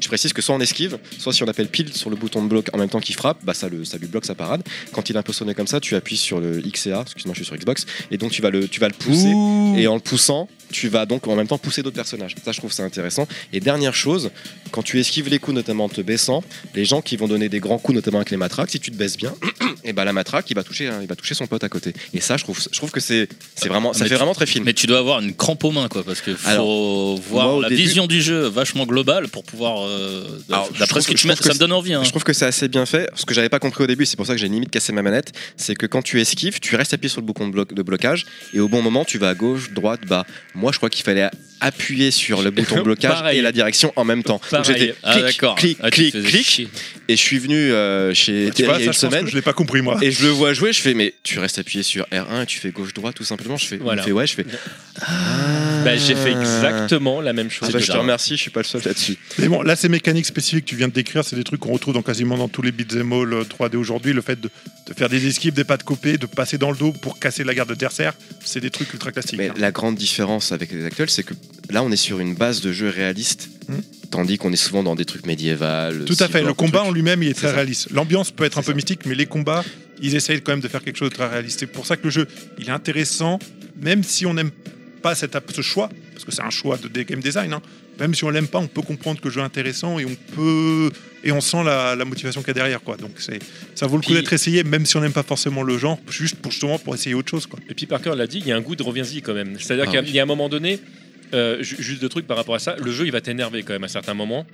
S7: je précise que soit on esquive, soit si on appelle pile sur le bouton de bloc en même temps qu'il frappe, bah ça, le, ça lui bloque sa parade. Quand il est un peu sonné comme ça, tu appuies sur le X et A, excuse-moi, je suis sur Xbox, et donc tu vas le, tu vas le pousser et en le poussant, tu vas donc en même temps pousser d'autres personnages. Ça, je trouve ça intéressant. Et dernière chose, quand tu esquives les coups, notamment en te baissant, les gens qui vont donner des grands coups, notamment avec les matraques, si tu te baisses bien, [clears throat] et ben la matraque, il va toucher, il va toucher son pote à côté. Et ça, je trouve, je trouve que c'est, c'est vraiment, ça
S2: Mais
S7: fait
S2: tu-
S7: vraiment très film.
S2: Mais tu dois avoir une crampe aux mains, quoi, parce que faut voir
S7: moi, au
S2: la
S7: début-
S2: vision du jeu vachement globale pour pouvoir. euh,
S7: Alors, je
S2: D'après
S7: trouve
S2: ce que
S7: que-
S2: tu
S7: je
S2: mets,
S7: trouve que
S2: ça me donne envie. hein.
S7: Je trouve que c'est assez bien fait. Ce que j'avais pas compris au début, c'est pour ça que j'ai limite cassé ma manette, c'est que quand tu esquives, tu restes appuyé sur le bouton de, bloc- de blocage et au bon moment, tu vas à gauche, droite, bas. Moi, je crois qu'il fallait appuyer sur
S2: [laughs]
S7: le bouton de blocage
S4: Pareil.
S7: et la direction en même temps. Donc,
S4: Pareil.
S7: j'étais clic,
S2: Ah d'accord.
S7: clic,
S2: Ah, tu
S7: clic,
S2: te faisais
S7: clic.
S2: chier.
S7: Et je suis venu euh, chez
S6: Bah, Tu
S7: Thierry
S6: vois,
S7: il
S6: ça,
S7: y a une
S6: je pense
S7: semaine.
S6: que je l'ai pas compris moi.
S7: Et je le vois jouer, je fais, mais tu restes appuyé sur R1 et tu fais gauche-droite tout simplement. Je fais, il me
S4: Voilà.
S7: fait, ouais, je fais.
S4: Bah, j'ai fait
S7: Ah.
S4: exactement la même
S7: Ah
S4: chose.
S7: bah, je
S4: que
S7: te
S4: ça.
S7: remercie, je suis pas le seul là-dessus.
S6: Mais bon, là, ces mécaniques spécifiques que tu viens de décrire, c'est des trucs qu'on retrouve dans quasiment dans tous les beat'em all euh, 3D aujourd'hui. Le fait de, de faire des esquives, des pas de copé, de passer dans le dos pour casser la garde adversaire, c'est des trucs ultra classiques.
S7: Mais
S6: hein.
S7: la grande différence avec les actuels, c'est que là, on est sur une base de jeu réaliste,
S6: Hmm.
S7: tandis qu'on est souvent dans des trucs médiévaux.
S6: Tout à fait. Le
S7: cyborg,
S6: combat en
S7: trucs.
S6: lui-même, il est
S7: C'est
S6: très
S7: ça.
S6: réaliste. L'ambiance peut être un
S7: C'est
S6: peu
S7: ça.
S6: mystique, mais les combats, ils essayent quand même de faire quelque chose de très réaliste. C'est pour ça que le jeu, il est intéressant, même si on n'aime pas cet, ap- ce choix, parce que c'est un choix de de game design. hein. Même si on l'aime pas, on peut comprendre que le jeu est intéressant et on peut et on sent la, la motivation qu'il y a derrière. Quoi. Donc c'est ça vaut le coup
S4: Puis-
S6: d'être essayé, même si on n'aime pas forcément le genre, juste pour justement pour essayer autre chose. Quoi.
S4: Et puis Parker l'a dit, il y a un goût de reviens-y quand même. C'est-à-dire
S7: Ah
S4: qu'il y a-
S7: oui.
S4: il y a un moment donné, euh, ju- juste deux trucs par rapport à ça, le jeu il va t'énerver quand même à certains moments.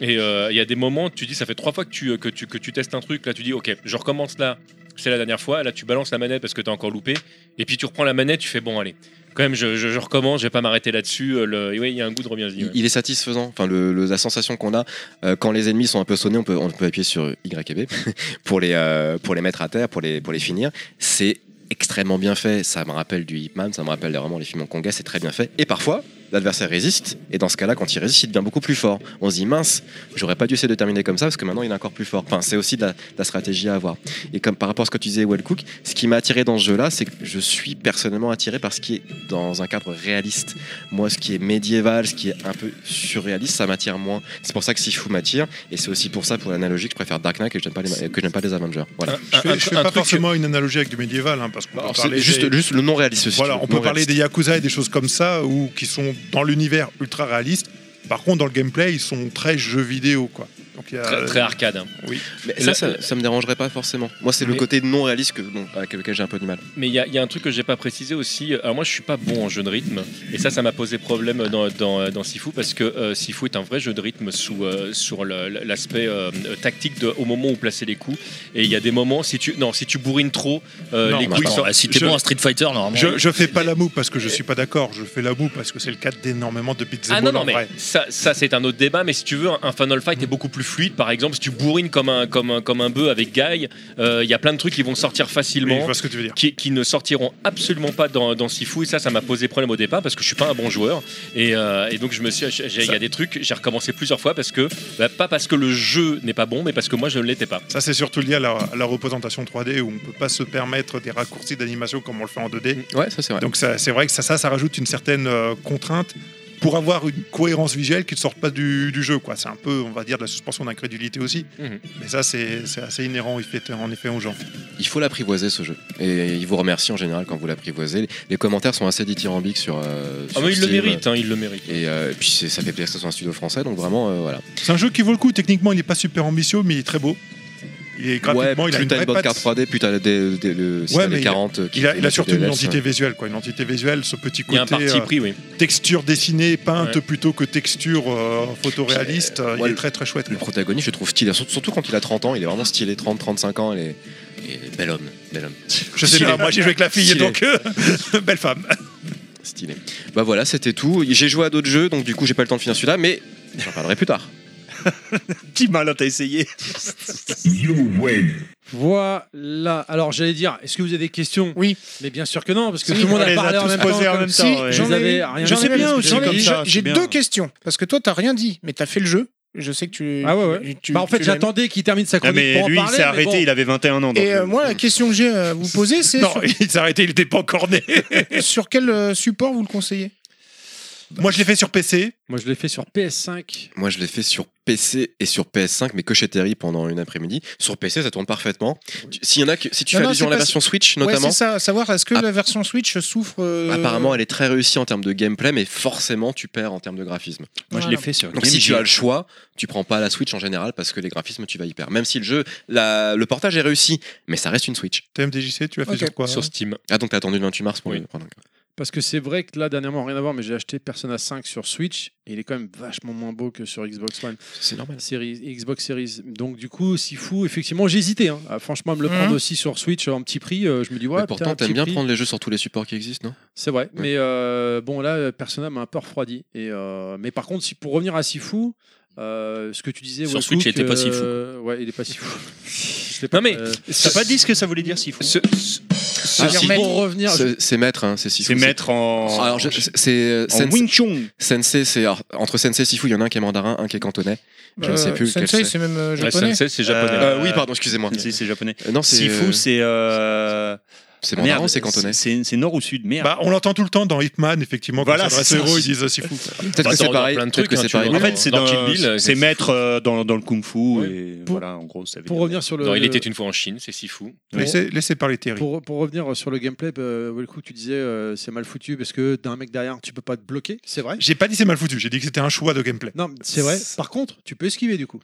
S4: Et euh, il y a des moments, tu dis, ça fait trois fois que tu, euh, que tu, que tu testes un truc, là tu dis, ok, je recommence là, c'est la dernière fois, là tu balances la manette parce que t'as encore loupé, et puis tu reprends la manette, tu fais, bon allez, quand même je, je- je recommence, je vais pas m'arrêter là-dessus, euh, le... et ouais, il y a un goût de reviens-y.
S7: Il,
S4: ouais.
S7: il est satisfaisant. Enfin, le, le- la sensation qu'on a euh, quand les ennemis sont un peu sonnés, on peut, on peut appuyer sur Y et B [laughs] pour les euh, pour les mettre à terre, pour les pour les finir. C'est extrêmement bien fait. Ça me rappelle du Hitman, ça me rappelle vraiment les films hongkongais. C'est très bien fait. Et parfois. L'adversaire résiste, et dans ce cas-là, quand il résiste, il devient beaucoup plus fort. On se dit, mince, j'aurais pas dû essayer de terminer comme ça, parce que maintenant il est encore plus fort. Enfin, c'est aussi de la, de la stratégie à avoir. Et comme par rapport à ce que tu disais, Wellcook, ce qui m'a attiré dans ce jeu-là, c'est que je suis personnellement attiré par ce qui est dans un cadre réaliste. Moi, ce qui est médiéval, ce qui est un peu surréaliste, ça m'attire moins. C'est pour ça que Sifu m'attire, et c'est aussi pour ça, pour l'analogie, que je préfère Dark Knight et que je n'aime pas les, que j'aime pas les Avengers. Voilà.
S6: Je fais,
S4: un-
S6: je fais
S4: un
S6: pas
S4: truc-
S6: forcément une analogie avec du médiéval, hein, parce qu'on peut
S7: Alors,
S6: parler
S7: c'est juste,
S6: des-
S7: juste le non réaliste. si
S6: Voilà,
S7: tu veux,
S6: on peut
S7: non
S6: parler
S7: réaliste.
S6: des Yakuza et des choses comme ça, ou qui sont dans l'univers ultra réaliste. Par contre, dans le gameplay, ils sont très jeux vidéo, quoi. Donc, il y a-
S4: Très, très arcade. hein.
S7: Mais
S4: Là-
S7: ça, ça, ça me dérangerait pas forcément. Moi, c'est le
S4: Mais-
S7: côté non réaliste que, bon, avec lequel j'ai un peu du mal.
S4: Mais il y, a- il y a un truc que j'ai pas précisé aussi. Alors moi, je suis pas bon en jeu de rythme, et ça, ça m'a posé problème dans, dans, dans Sifu parce que euh, Sifu est un vrai jeu de rythme sous euh, sur le- l'aspect euh, tactique de, au moment où placer les coups. Et il y a des moments si tu non si tu bourrines trop, euh,
S6: Non,
S4: les
S6: mais
S4: coups. ils
S2: Attends,
S4: sortent-
S2: bah, si t'es
S6: je-
S2: bon à Street Fighter, normalement. euh,
S6: Je, je fais pas la moue parce que je suis pas d'accord. Je fais la moue parce que c'est le cas d'énormément de beats
S4: Ah
S6: and
S4: non,
S6: all
S4: non,
S6: en
S4: mais
S6: vrai.
S4: ça, ça c'est un autre débat, mais si tu veux, un- un Final Fight est beaucoup plus fluide, par exemple, si tu bourrines comme un, comme un, comme un bœuf avec Guy, euh, il y a plein de trucs qui vont sortir
S6: Oui, je
S4: facilement.
S6: vois ce que tu veux dire.
S4: Qui, qui ne sortiront absolument pas dans, dans Sifu et ça ça m'a posé problème au départ parce que je suis pas un bon joueur et, euh, et donc je me suis j'ai- il y a des trucs j'ai recommencé plusieurs fois parce que bah, pas parce que le jeu n'est pas bon mais parce que moi je ne l'étais pas
S6: Ça, c'est surtout lié à la, à la représentation 3D où on peut pas se permettre des raccourcis d'animation comme on le fait en
S4: Mm.
S6: 2D.
S7: Ouais, ça c'est vrai.
S6: Donc ça- c'est vrai que ça, ça, ça rajoute une certaine euh, contrainte pour avoir une cohérence visuelle qui ne sorte pas du, du jeu. quoi. C'est un peu, on va dire, de la suspension d'incrédulité aussi.
S4: Mhm.
S6: Mais ça, c'est c'est assez inhérent effet- en effet aux gens.
S7: Il faut l'apprivoiser ce jeu. Et il vous remercie en général quand vous l'apprivoisez. Les commentaires sont assez dithyrambiques sur. euh,
S4: ah
S7: sur
S4: mais il le
S7: Steam.
S4: mérite hein, il le mérite
S7: Et, euh, et puis c'est- ça fait plaisir que ce soit un studio français, donc vraiment, euh, voilà.
S6: C'est un jeu qui vaut le coup. Techniquement, il n'est pas super ambitieux, mais il est très beau. Il est graphiquement,
S7: ouais,
S6: il a
S7: plus
S6: une
S7: t'as une,
S6: vraie
S7: bonne
S6: patte.
S7: carte 3D, plus t'as des, des- le, si
S6: Ouais,
S7: t'as
S6: mais
S7: les
S6: il a-
S7: 40. qui
S6: Il a,
S7: font
S6: il a
S7: des
S6: surtout une
S7: DLS,
S6: identité visuelle, quoi, une identité visuelle, ce petit
S4: il y
S6: côté
S4: a un parti
S6: euh,
S4: pris oui
S6: texture dessinée, peinte
S4: Ouais.
S6: plutôt que texture euh, photoréaliste, euh,
S7: ouais,
S6: il est très très
S7: [laughs]
S6: chouette.
S7: Le protagoniste, je le trouve stylé, surtout surtout quand il a 30 ans, il est vraiment stylé, 30-35 ans, il est, il est bel homme, bel homme,
S6: Je sais pas, moi j'ai joué avec la fille,
S7: Stylé.
S6: donc euh, belle femme.
S7: stylé. Bah voilà, c'était tout. J'ai joué à d'autres jeux, donc du coup j'ai pas le temps de finir celui-là, mais j'en parlerai plus tard.
S5: Petit malin, t'as essayé.
S1: Voilà. Alors, j'allais dire, est-ce que vous avez des questions
S3: Oui.
S1: Mais bien sûr que non, parce que
S3: Si,
S1: tout le monde
S5: on
S1: a
S5: les a
S1: parlé en
S5: tous
S1: même
S5: posés
S1: temps.
S5: en
S1: comme
S5: même
S1: ça.
S5: temps,
S1: Vous
S5: ouais.
S3: J'en
S1: avez
S3: ai,
S1: rien
S3: j'en
S1: dit,
S3: ai
S1: parce
S3: bien,
S1: que
S3: j'en
S1: c'est
S3: ai-
S1: comme ça,
S3: j'en- j'ai
S1: c'est bien.
S3: deux questions parce que toi t'as rien dit, mais t'as fait le jeu. Je sais que tu.
S1: Ah ouais, ouais.
S3: tu-
S1: Bah, en fait,
S3: tu
S1: j'attendais qu'il termine sa
S5: Ah,
S1: chronique
S5: mais
S1: pour en
S5: lui, il
S1: parler,
S5: s'est
S1: mais
S5: arrêté,
S1: bon.
S5: il avait 21 ans.
S3: l'aimes.
S5: donc,
S3: Et euh,
S5: euh,
S3: moi, la question que j'ai à vous poser, c'est
S6: Non,
S3: sur,
S6: il s'est arrêté, il était pas encore né.
S3: [laughs] sur quel euh, support vous le conseillez
S6: Moi je l'ai fait sur PC.
S1: Moi, je l'ai fait sur PS5.
S7: Moi, je l'ai fait sur PC et sur PS5, mais que chez Terry pendant une après-midi. Sur PC, ça tourne parfaitement. Tu- S'il y en a que, si tu
S3: Non,
S7: fais
S3: non, c'est
S7: allusion à la
S3: pas-
S7: version Switch,
S3: Ouais,
S7: notamment,
S3: c'est ça, savoir est-ce que
S7: Ah.
S3: la version Switch souffre. euh,
S7: apparemment, elle est très réussie en termes de gameplay, mais forcément, tu perds en termes de graphisme.
S3: Moi, je l'ai
S5: je l'ai
S3: Voilà.
S5: fait sur
S7: Donc, si tu as le choix, tu prends pas la Switch en général parce que les graphismes, tu vas y perdre. Même si le jeu, la- le portage est réussi, mais ça reste une Switch.
S6: TMDJC, tu l'as fait
S3: Ok.
S6: sur quoi
S4: sur Steam
S7: Ah, donc t'as attendu le 28 mars pour
S4: Oui.
S7: le prendre.
S1: Parce que c'est vrai que là, dernièrement, rien à voir, mais j'ai acheté Persona 5 sur Switch et il est quand même vachement moins beau que sur Xbox One,
S7: C'est normal.
S1: série, Xbox Series. Donc, du coup, si fou, effectivement, j'hésitais. Hein, à franchement, me le
S3: Mhm.
S1: prendre aussi sur Switch en petit prix, euh, je me dis, ouais,
S7: mais
S1: putain,
S7: pourtant,
S1: un
S7: t'aimes
S1: petit
S7: bien
S1: prix.
S7: prendre les jeux sur tous les supports qui existent, non
S1: C'est vrai, mais euh, bon là, euh, Persona m'a un peu refroidi. Et, euh, mais par contre, si, pour revenir à Sifu, euh, ce que tu disais,
S2: Sur
S1: Wes
S2: Switch, il
S1: Cook,
S2: était pas si
S1: euh, ouais, il est pas si fou. [laughs] Je l'ai
S4: Non, mais
S1: euh,
S5: T'as pas dit ce que ça voulait dire, s'il faut.
S4: Ce- ce-
S7: Ah,
S1: pour
S3: euh,
S1: revenir, je-
S7: C'est c'est maître, hein, c'est si
S5: C'est mettre en.
S7: Alors, je- c'est- c'est
S5: En
S7: Sense-
S5: Wing Chun.
S7: Sensei, c'est alors, entre Sensei et Sifu, il y en a un qui est mandarin, un qui est cantonais. Je ne sais plus lequel
S3: Sensei,
S7: c'est.
S3: c'est même euh,
S4: Ouais,
S3: japonais.
S4: Sensei, c'est japonais
S5: Euh,
S7: oui, pardon, excusez-moi.
S5: C'est c'est japonais.
S7: Euh, Non, c'est
S5: Sifu, c'est. euh,
S7: c'est
S5: merde,
S7: mandarin, ou c'est cantonais.
S5: C'est c'est nord ou sud, merde.
S6: Bah, on l'entend tout le temps dans Hitman, effectivement. Quand
S5: Voilà,
S6: voilà,
S5: c'est
S6: c'est
S5: ça.
S6: héros, ils disent si fou.
S4: Bah,
S7: Peut-être que
S4: ça
S7: c'est
S4: regarde
S7: pareil.
S4: plein de
S7: Peut-être
S4: trucs,
S7: que
S4: hein,
S7: c'est
S4: tu
S7: pareil.
S4: vois.
S5: en fait, c'est
S4: dans Kill
S5: dans,
S4: Bill,
S5: c'est
S4: c'est-
S5: mettre euh, dans, dans le kung fu
S1: Ouais.
S5: et
S1: Pour-
S5: voilà en gros ça veut
S1: pour
S5: dire-
S1: revenir sur le,
S4: Non, il était une fois en Chine c'est Sifu
S6: Laissez, laissez parler Terry.
S1: pour, pour revenir sur le gameplay, euh, Wilco, tu disais euh, c'est mal foutu parce que d'un mec derrière, tu peux pas te bloquer. C'est vrai.
S6: J'ai pas dit c'est mal foutu, j'ai dit que c'était un choix de gameplay.
S1: Non, c'est vrai. Par contre, tu peux esquiver du coup.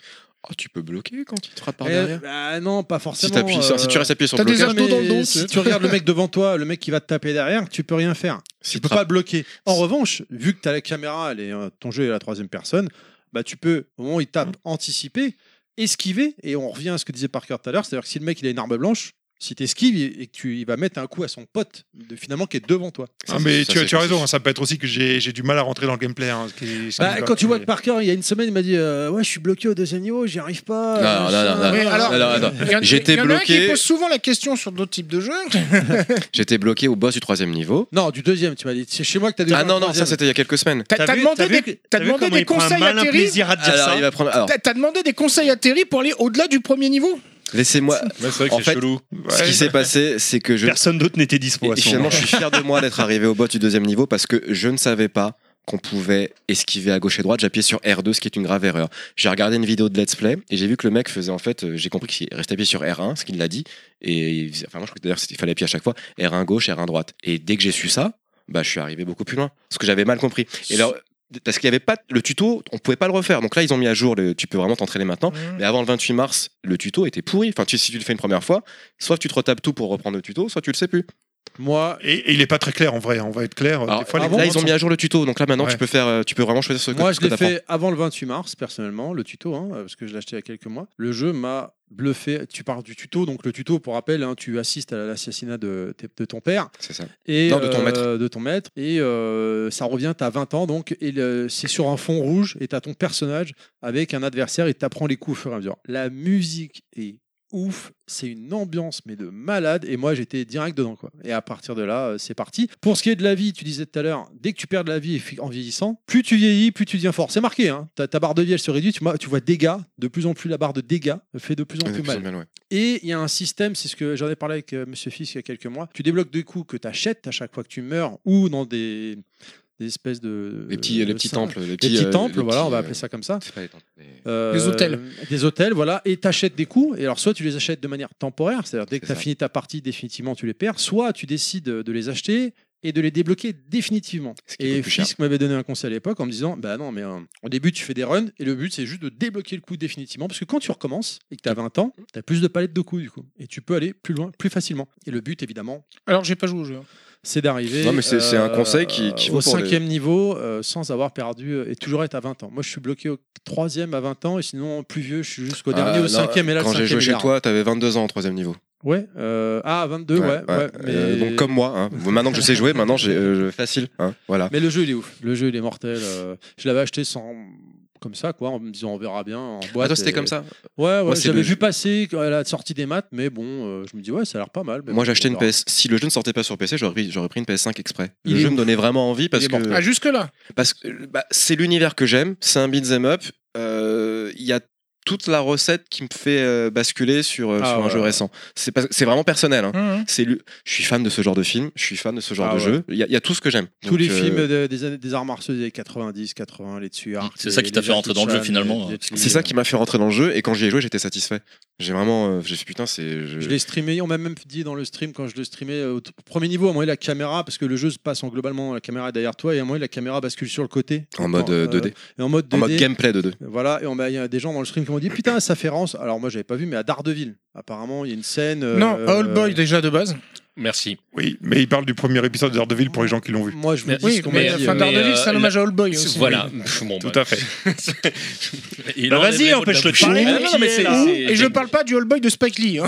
S7: Oh, tu peux bloquer quand il te frappe par
S1: Eh,
S7: derrière.
S1: bah, non, pas
S7: Si,
S1: forcément.
S7: t'appuies sur- si tu
S1: euh,
S7: restes appuyé sur
S3: t'as
S7: le
S3: des
S7: blocage,
S3: abdos dans le dos,
S1: mais
S3: tu
S1: si
S3: sais.
S1: tu regardes le mec devant toi, le mec qui va te taper derrière, tu peux rien faire.
S7: si
S1: tu peux pas bloquer. En revanche, vu que tu as la caméra, elle est, euh, ton jeu est à la troisième personne, bah tu peux, au moment où il tape,
S7: Mm.
S1: anticiper, esquiver, et on revient à ce que disait Parker tout à l'heure, c'est-à-dire que si le mec il a une arme blanche, si tu esquives et que tu, il va mettre un coup à son pote, de, finalement, qui est devant toi.
S7: Ça,
S6: Ah,
S7: c'est-
S6: mais
S7: ça,
S6: tu, as-
S7: c'est
S6: tu as
S7: classique.
S6: raison, hein, ça peut être aussi que j'ai j'ai du mal à rentrer dans le gameplay. hein, ce qui- ce qui
S1: Bah,
S6: me va.
S1: quand tu vois que Parker, il y a une semaine, il m'a dit euh, Ouais, je suis bloqué au deuxième niveau, j'y arrive pas.
S7: Non, non, non, non,
S1: machin.
S3: Oui, alors-
S7: Alors, attends.
S3: Il y en-
S7: J'étais
S3: il y en a un qui
S7: bloqué.
S3: pose souvent la question sur d'autres types de jeux.
S7: J'étais bloqué au boss du troisième niveau.
S1: Non, du deuxième, tu m'as dit. C'est chez moi que t'as déjà.
S7: Ah non, non, ça c'était il y a quelques semaines.
S3: T'as
S5: T'as
S3: t'as
S5: vu-
S3: demandé
S5: t'as vu-
S3: des, t'as
S5: T'as vu
S3: demandé
S5: comment
S3: des
S5: il prend un
S3: conseils à
S5: malin
S3: Terry
S5: plaisir à te dire
S7: Alors,
S5: ça
S7: il va prendre. Alors,
S3: T'as t'as demandé des conseils à Terry pour aller au-delà du premier niveau
S7: laissez-moi.
S4: Ouais, c'est vrai que
S7: En
S4: c'est
S7: fait,
S4: chelou
S7: Ce qui s'est passé, c'est que je.
S5: Personne d'autre n'était dispo à
S7: Et
S5: ce
S7: finalement,
S5: moment-là.
S7: je suis fier de moi d'être arrivé au boss du deuxième niveau parce que je ne savais pas qu'on pouvait esquiver à gauche et droite. J'appuyais sur R2, ce qui est une grave erreur. J'ai regardé une vidéo de Let's Play et j'ai vu que le mec faisait en fait, euh, j'ai compris qu'il restait appuyé sur R1, ce qu'il l'a dit. Et il faisait- enfin, moi, je crois que d'ailleurs, il fallait appuyer à chaque fois R1 gauche, R1 droite. Et dès que j'ai su ça, bah, je suis arrivé beaucoup plus loin, ce que j'avais mal compris. Et alors, parce qu'il y avait pas le tuto, on pouvait pas le refaire. Donc là, ils ont mis à jour le, tu peux vraiment t'entraîner maintenant.
S3: Mhm.
S7: Mais avant le 28 mars, le tuto était pourri. Enfin, tu, si tu le fais une première fois, soit tu te retapes tout pour reprendre le tuto, soit tu le sais plus.
S1: Moi,
S6: Et, et il est pas très clair en vrai, hein. on va être clair. euh,
S7: Alors,
S6: des fois, les
S1: ah bon
S7: là,
S6: commandes
S7: ils ont mis à jour le tuto. Donc là, maintenant,
S6: Ouais.
S7: tu peux faire, euh, tu peux vraiment choisir ce que
S1: Moi,
S7: ce
S1: je
S7: que
S1: l'ai
S7: t'apprends.
S1: fait avant le 28 mars, personnellement, le tuto, hein, euh, parce que je l'ai acheté il y a quelques mois. Le jeu m'a bluffé. Tu parles du tuto, donc le tuto, pour rappel, hein, tu assistes à l'assassinat de, de ton père.
S7: C'est ça.
S1: Et,
S7: Non, de ton
S1: euh,
S7: maître.
S1: de ton maître. Et euh, ça revient, t'as 20 ans, donc et le- c'est sur un fond rouge, et t'as ton personnage avec un adversaire, et t'apprends les coups au fur et à mesure. La musique est ouf, c'est une ambiance, mais de malade, et moi j'étais direct dedans. Quoi. Et à partir de là, euh, c'est parti. Pour ce qui est de la vie, tu disais tout à l'heure, dès que tu perds de la vie fi- en vieillissant, plus tu vieillis, plus tu deviens fort. C'est marqué, hein. ta, ta barre de vie, elle se réduit, tu, vois- tu vois dégâts, de plus en plus la barre de dégâts fait de plus en
S7: Ouais,
S1: plus
S7: plus
S1: mal.
S7: ou moins, ouais.
S1: Et il y a un système, c'est ce que j'en ai parlé avec euh, Monsieur Fisk il y a quelques mois. Tu débloques des coups que tu achètes à chaque fois que tu meurs ou dans des, des espèces de.
S7: Les petits, les
S1: de
S7: petits
S1: salles.
S7: temples, les
S1: Des
S7: petits,
S1: Euh, petits
S7: euh,
S1: temples,
S7: les
S1: voilà,
S7: petits,
S1: on va
S7: euh,
S1: appeler ça comme ça.
S7: c'est pas les temples, les-
S1: Euh,
S3: Des hôtels.
S1: Des hôtels, voilà. Et tu achètes des coups. Et alors, soit tu les achètes de manière temporaire, c'est-à-dire dès que
S7: C'est
S1: tu as
S7: ça.
S1: fini ta partie, définitivement, tu les perds. Soit tu décides de les acheter et de les débloquer définitivement.
S7: Ce qui
S1: Et
S7: coûte plus cher.
S1: Fisk m'avait donné un conseil à l'époque en me disant Bah non, mais euh, au début, tu fais des runs et le but, c'est juste de débloquer le coup définitivement. Parce que quand tu recommences et que tu as 20 ans, tu as plus de palettes de coups, du coup. Et tu peux aller plus loin, plus facilement. Et le but, évidemment,
S3: Alors, j'ai pas joué au jeu. hein.
S1: c'est d'arriver euh,
S7: Non, mais c'est- c'est un conseil qui- qui vaut
S1: au
S7: pour les-
S1: cinquième niveau euh, sans avoir perdu euh, et toujours être à 20 ans. Moi, je suis bloqué au troisième à 20 ans et sinon plus vieux, je suis jusqu'au
S7: Ah,
S1: dernier au
S7: non,
S1: cinquième et là
S7: Quand
S1: le
S7: j'ai
S1: cinquième
S7: joué
S1: est
S7: chez
S1: là.
S7: toi, t'avais 22 ans en troisième niveau.
S1: Ouais. euh, ah, 22, ouais. ouais, mais...
S7: Euh, donc comme moi, hein. maintenant que je sais jouer, maintenant j'ai euh, je- facile, hein, voilà.
S1: mais le jeu, il est ouf. Le jeu, il est mortel. euh, je l'avais acheté sans comme ça, quoi, en me disant on verra bien en
S7: Ah,
S1: boîte. euh, et-
S7: ça.
S1: Ouais, ouais.
S7: Moi, c'est
S1: J'avais
S7: le-
S1: vu passer à la sortie des maths, mais bon, euh, je me dis ouais, ça a l'air pas mal. mais
S7: Moi
S1: bon,
S7: j'ai acheté
S1: on
S7: une
S1: verra.
S7: PS. Si le jeu ne sortait pas sur PC, j'aurais pris, j'aurais pris une PS5 exprès. Le
S1: Il est
S7: jeu me
S1: ouf.
S7: donnait vraiment envie parce
S1: est
S7: que
S3: Ah, jusque-là.
S7: parce que euh, bah, c'est l'univers que j'aime, c'est un beat'em up. euh, Il y a toute la recette qui me fait euh, basculer sur, euh,
S1: Ah,
S7: sur un
S1: ouais. Mmh,
S7: jeu récent. C'est pas- c'est vraiment personnel. hein.
S3: Hum,
S7: C'est lu- Je suis fan de ce genre de film, je suis fan de ce genre
S1: Ah,
S7: de
S1: ouais.
S7: jeu. Il y, a- il y a tout ce que j'aime.
S1: Tous
S7: Donc,
S1: les
S7: euh,
S1: films de- des, années- des arts martiaux des années 90, 80, les dessus
S2: C'est ça qui t'a fait rentrer dans le jeu, finalement. hein,
S7: C'est ça qui m'a fait rentrer dans le jeu et quand j'y ai joué, j'étais satisfait. J'ai vraiment, euh, j'ai fait putain, c'est. je-
S1: Je l'ai streamé, on m'a même dit dans le stream quand je le streamais euh, au t- premier niveau, à un moment donné, la caméra, parce que le jeu se passe en globalement, la caméra est derrière toi et à un moment donné, la caméra bascule sur le côté.
S7: En mode
S1: euh,
S7: euh, 2D,
S1: et en mode 2D.
S7: en mode gameplay 2D.
S1: Voilà, et on m'a- il y a des gens dans le stream qui m'ont dit Putain, ça fait rance. Alors moi, j'avais pas vu, mais à Daredevil. Apparemment, il y a une scène. euh,
S3: Non, à Old Boy
S1: euh,
S3: déjà de base.
S4: Merci.
S6: Oui, mais il parle du premier épisode d'Ardeville pour les gens qui l'ont vu.
S1: Moi, je vous
S4: Mais-
S1: dis
S3: Oui,
S1: ce qu'on
S3: mais
S1: m'a dit.
S3: enfin,
S1: euh,
S4: Daredevil,
S3: Daredevil,
S4: euh,
S3: c'est un
S4: la-
S3: hommage à Old Boy aussi.
S4: Voilà. Pff, bon,
S6: Tout
S4: bah,
S6: à
S4: [laughs]
S6: fait.
S4: il
S5: Bah,
S4: en
S5: vas-y,
S4: est vraiment
S5: empêche-le de
S4: la
S5: parler.
S4: bouche. Ah, non, non, mais c'est-
S5: Ou-
S4: c'est-
S3: Et je parle pas du Old Boy de Spike Lee. hein.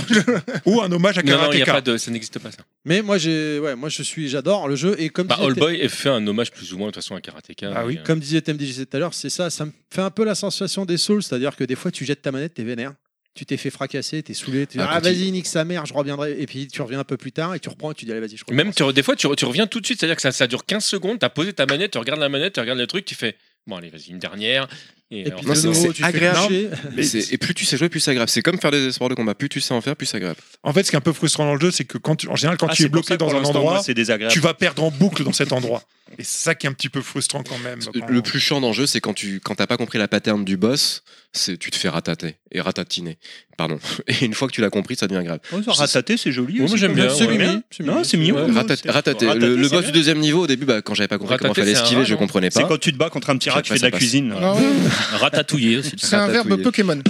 S6: Ou un hommage à
S4: Non, non, il y a
S6: Karateka.
S4: pas de- ça n'existe pas ça.
S1: euh. Mais moi, j'ai, ouais, moi, je suis, j'adore le jeu et comme.
S4: Bah,
S1: disait-
S4: All Boy fait un hommage plus ou moins de toute façon à Karateka.
S6: Ah oui.
S4: Et, euh,
S1: Comme disait TMDJC tout à l'heure, c'est ça, ça me fait un peu la sensation des souls, c'est-à-dire que des fois tu jettes ta manette, t'es vénère, tu t'es fait fracasser, t'es saoulé, tu dis
S7: Ah,
S1: ah,
S7: quand il-
S1: vas-y nique sa mère, je reviendrai, et puis tu reviens un peu plus tard et tu reprends et tu dis allez vas-y je reprends.
S4: Même tu- des fois, tu, tu reviens tout de suite, c'est-à-dire que ça, ça dure 15 secondes, t'as posé ta manette, tu regardes la manette, tu regardes le truc, tu fais bon, allez, vas-y, une dernière. Et,
S1: et
S4: alors,
S1: puis
S7: Non,
S1: de
S7: c'est-
S1: nouveau
S7: c'est
S1: tu te fais
S7: agréable.
S1: lyncher. [laughs]
S7: Mais c'est- et plus tu sais jouer, plus c'est agréable. C'est comme faire des sports de combat. Plus tu sais en faire, plus c'est agréable.
S6: En fait, ce qui est un peu frustrant dans le jeu, c'est que quand tu- en général, quand
S5: Ah,
S6: tu es
S5: c'est pour
S6: bloqué
S5: ça que pour
S6: dans un
S5: l'instant, moi,
S6: endroit,
S5: c'est désagréable.
S6: tu vas perdre en boucle dans cet endroit. Et c'est ça qui est un petit peu frustrant quand même. Quand-
S7: Bah, Le plus chiant dans le jeu, c'est quand tu quand t'as pas compris la pattern du boss, c'est tu te fais ratater et ratatiner. Pardon. [laughs] Et une fois que tu l'as compris, ça devient grave.
S5: Rataté, c'est joli.
S4: Ouais, moi,
S5: aussi,
S4: j'aime
S5: comme
S4: bien,
S5: ça.
S4: ouais.
S5: bien. Non, c'est mignon.
S4: Ouais.
S7: Ratat- ratater.
S5: Ratater,
S7: Le, le
S5: c'est
S7: boss
S5: bien.
S7: du deuxième niveau au début, bah, quand j'avais pas compris
S4: Ratater,
S7: comment fallait
S4: c'est un
S7: esquiver,
S4: rat,
S7: je
S4: non
S7: comprenais
S5: C'est
S7: pas.
S5: quand tu te bats contre un petit rat
S7: Chaque
S5: qui
S7: fois,
S5: fait de la
S7: ça passe.
S5: cuisine. là.
S3: Ah ouais,
S2: Ratatouillé aussi.
S3: C'est un verbe
S7: Ratatouille.
S3: Pokémon.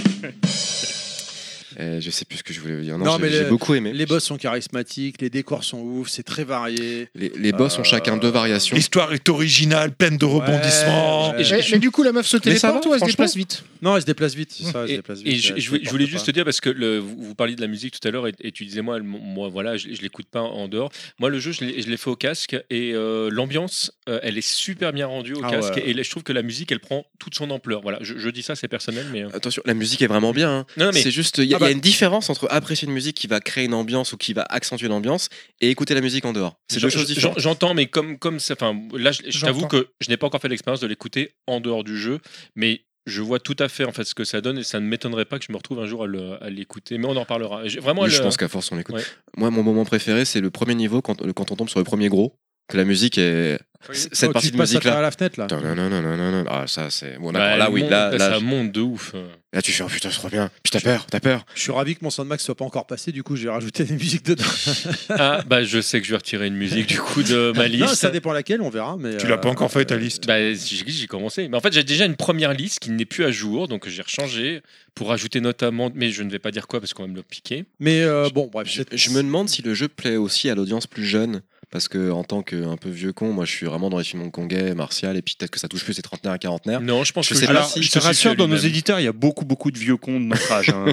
S7: Euh, je sais plus ce que je voulais dire. Non,
S1: Non,
S7: j'ai
S1: mais
S7: j'ai
S1: le-
S7: beaucoup aimé.
S1: Les boss sont charismatiques, les décors sont ouf, c'est très varié.
S7: Les, les boss ont chacun deux variations.
S6: L'histoire est originale, pleine de rebondissements.
S1: ouais.
S3: Mais, mais du coup, la meuf se
S7: Mais ça va,
S3: téléporte ou elle se
S7: franchement
S3: déplace vite
S1: Non, elle se déplace vite, c'est ça, elle se
S4: Et,
S1: déplace
S4: et
S1: vite,
S4: je,
S1: elle
S4: je
S1: se
S4: voulais- je voulais
S1: porte
S4: juste
S1: pas.
S4: te dire parce que le- vous, vous parliez de la musique tout à l'heure et, et tu disais moi, elle- moi voilà, je, je l'écoute pas en dehors. Moi le jeu je l'ai je l'ai fait au casque et euh, l'ambiance euh, elle est super bien rendue au
S1: Ah
S4: casque
S1: ouais.
S4: et, là, je trouve que la musique elle prend toute son ampleur. Voilà, je, je dis ça c'est personnel mais euh,
S7: Attention, la musique est vraiment bien. hein.
S4: non, non, mais
S7: C'est juste, il y, a-
S1: Ah bah-
S7: il y a une différence entre apprécier une musique qui va créer une ambiance ou qui va accentuer l'ambiance et écouter la musique en dehors. C'est deux
S4: J'en-
S7: choses
S4: j'en-
S7: différentes.
S4: J'entends, mais comme comme ça, enfin là, je, je t'avoue
S3: J'entends.
S4: que je n'ai pas encore fait l'expérience de l'écouter en dehors du jeu, mais je vois tout à fait en fait ce que ça donne et ça ne m'étonnerait pas que je me retrouve un jour à le- à l'écouter. Mais on en reparlera. J'ai- Vraiment,
S7: Oui,
S4: elle,
S7: je pense qu'à force on l'écoute.
S4: ouais.
S7: Moi, mon moment préféré, c'est le premier niveau quand, quand on tombe sur le premier gros. que la musique est. c- Cette
S1: Oh,
S7: partie
S1: tu
S7: de
S1: passes à
S7: musique
S1: travers
S7: là.
S1: la fenêtre là.
S7: Tanananananana. Ah, ça, c'est. Bon, d'accord,
S4: Bah,
S7: là,
S4: elle
S7: oui,
S4: monte,
S7: là, là,
S4: ça monte de ouf.
S7: là, tu fais, oh putain, c'est trop bien. Puis t'as peur, t'as peur.
S1: Je suis ravi que mon Soundmax soit pas encore passé, du coup j'ai rajouté des musiques dedans.
S7: [laughs]
S4: Ah, bah je sais que je vais retirer une musique du coup de
S7: [laughs]
S4: ma liste.
S1: Non, ça dépend laquelle, on verra. Mais
S6: Tu l'as pas
S1: euh,
S6: encore fait ta liste.
S4: Bah, j'ai j'ai commencé. Mais en fait, j'ai déjà une première liste qui n'est plus à jour, donc j'ai rechangé pour ajouter notamment, mais je ne vais pas dire quoi parce qu'on va me le piquer.
S1: Mais euh, bon, bref.
S7: Je,
S1: c'est-
S7: je me demande si le jeu plaît aussi à l'audience plus jeune. Parce que, en tant qu'un peu vieux con, moi, je suis vraiment dans les films hongkongais, martial, et puis peut-être que ça touche plus les trentenaires et quarantenaires.
S1: Mm.
S4: Non, je pense
S7: Je
S4: que
S7: sais
S4: je-
S7: pas
S4: alors,
S7: si-
S4: je
S5: Je te
S4: suis
S5: rassure,
S4: sûr
S5: dans nos
S4: lui-même.
S5: éditeurs, il y a beaucoup, beaucoup de vieux cons de notre âge. [laughs] hein.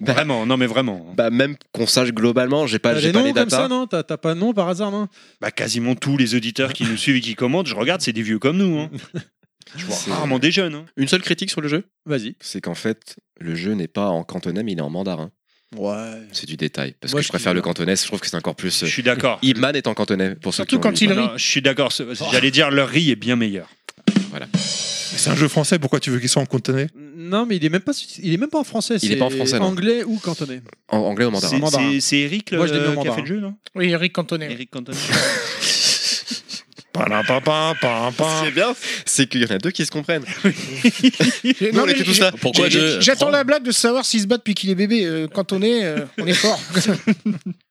S7: Bah-
S5: vraiment, non mais vraiment.
S7: Bah, même qu'on sache globalement, j'ai pas,
S1: T'as
S7: j'ai
S1: Bah, des
S7: pas les
S1: noms comme ça,
S7: datas.
S1: non T'as t'as pas de nom par hasard, non
S5: Bah, quasiment tous les auditeurs qui nous suivent et qui commentent, je regarde, c'est des vieux comme nous. hein. Je vois
S7: C'est-
S5: rarement des jeunes. hein.
S7: Une seule critique sur le jeu
S1: Vas-y.
S7: C'est qu'en fait, le jeu n'est pas en cantonais, mais il est en mandarin.
S1: Ouais.
S7: C'est du détail. Parce
S1: Moi,
S7: que je
S1: je
S7: préfère
S1: kiffe.
S7: le cantonais, je trouve que c'est encore plus.
S5: Je suis d'accord.
S7: Ibman est en cantonais, pour ceux
S3: Surtout
S7: qui ont
S3: quand
S7: lu.
S3: il rit.
S5: Non, je suis d'accord. ce- J'allais dire leur riz est bien meilleur.
S6: C'est un jeu français, pourquoi tu veux qu'il soit en cantonais
S1: Non, mais il est même pas, il est même pas en français.
S7: Il est
S1: c'est
S7: pas en français, non. Oh,
S1: Anglais ou cantonais.
S7: En anglais ou en
S5: C'est-
S7: mandarin
S1: Mandarin.
S5: c'est- C'est Eric le-
S1: Moi, je l'ai mis en
S5: qui a fait
S1: mandarin.
S5: le jeu, non
S3: Oui, Eric Cantone.
S5: Eric Cantona.
S6: Palampapin,
S7: Ce qui
S6: palampin.
S7: est bien, c'est qu'il y en a deux qui se comprennent.
S3: Non,
S7: Nous, on
S3: mais
S7: était tous là.
S2: Pourquoi
S3: j'ai-
S2: je-
S3: J'attends
S2: prends-
S3: la blague de savoir s'il se bat depuis qu'il est bébé. Euh, quand on est, euh, on est fort.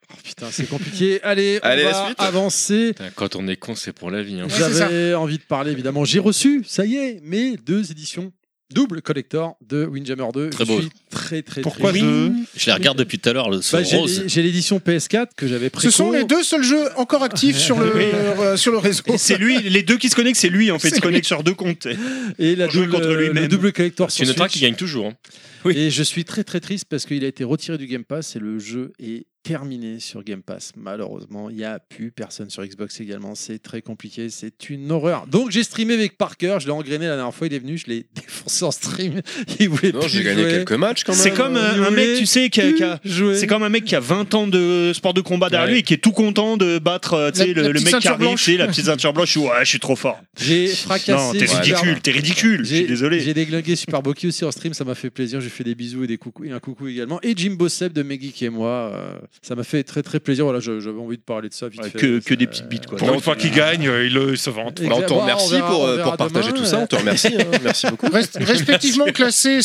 S1: Oh, putain, c'est compliqué. Allez, on
S7: Allez, la
S1: va
S7: suite.
S1: avancer.
S4: Putain, Quand on est con, c'est pour la vie. hein.
S3: Ouais, c'est
S1: J'avais envie de parler évidemment. J'ai reçu, ça y est, mes deux éditions double collector de Windjammer 2.
S2: Très
S1: Je
S2: beau.
S1: suis très très
S6: Pourquoi
S1: très...
S6: deux
S2: Je les regarde depuis tout à l'heure, le son
S1: Bah,
S2: rose.
S1: j'ai j'ai l'édition PS4 que j'avais pris.
S3: Ce sont les deux seuls jeux encore actifs sur le,
S5: Oui.
S3: euh, sur le réseau.
S5: Et [laughs] C'est lui, les deux qui se connectent, c'est lui en fait,
S3: C'est
S5: se connectent sur deux comptes.
S1: et la
S5: Pour jouer
S1: double,
S5: contre lui-même.
S1: le double collector
S4: Tu
S1: sur
S4: noteras
S1: Switch.
S4: qu'il gagne toujours. hein.
S1: Et je suis très très triste parce qu'il a été retiré du Game Pass et le jeu est terminé sur Game Pass. Malheureusement, il n'y a plus personne sur Xbox également. C'est très compliqué, c'est une horreur. Donc j'ai streamé avec Parker, je l'ai engrainé la dernière fois, il est venu, je l'ai [laughs] défoncé en stream. Il voulait
S7: Non,
S1: plus
S7: j'ai gagné
S1: jouer.
S7: quelques matchs quand même.
S5: C'est comme
S1: euh,
S5: euh, un
S1: Yuri,
S5: mec, tu sais, qui a- qui a-
S1: Jouer.
S5: C'est comme un mec qui a 20 ans de sport de combat derrière
S4: Ouais.
S5: lui et qui est tout content de battre euh, tu sais,
S3: La-
S5: le,
S3: la
S5: le
S3: petite
S5: mec qui
S3: ceinture
S5: arrive,
S3: blanche.
S5: tu sais, la petite ceinture blanche, ouais, je suis trop fort.
S1: J'ai fracassé.
S5: non, t'es
S1: Super-
S5: ridicule, t'es ridicule, je suis
S1: J'ai-
S5: désolé.
S1: J'ai déglingué Super Boki aussi en stream, ça m'a fait plaisir. J'ai fait des bisous et, des coucou, et un coucou également. Et Jim Bossep de Meggy qui est moi, euh, ça m'a fait très très plaisir. Voilà, je- j'avais envie de parler de ça vite
S5: Ouais,
S1: fait.
S5: que,
S1: Ça-
S5: que des petites bites quoi.
S6: Pour une fois qu'il gagne, euh, il, le- il se vante.
S1: Et-
S7: Bah, on te
S1: Bon,
S7: remercie
S1: verra-
S7: pour,
S1: on
S7: euh,
S1: verra
S7: pour partager
S1: demain,
S7: tout ça.
S1: euh.
S7: On te remercie. hein, merci beaucoup.
S3: Rest- respectivement classés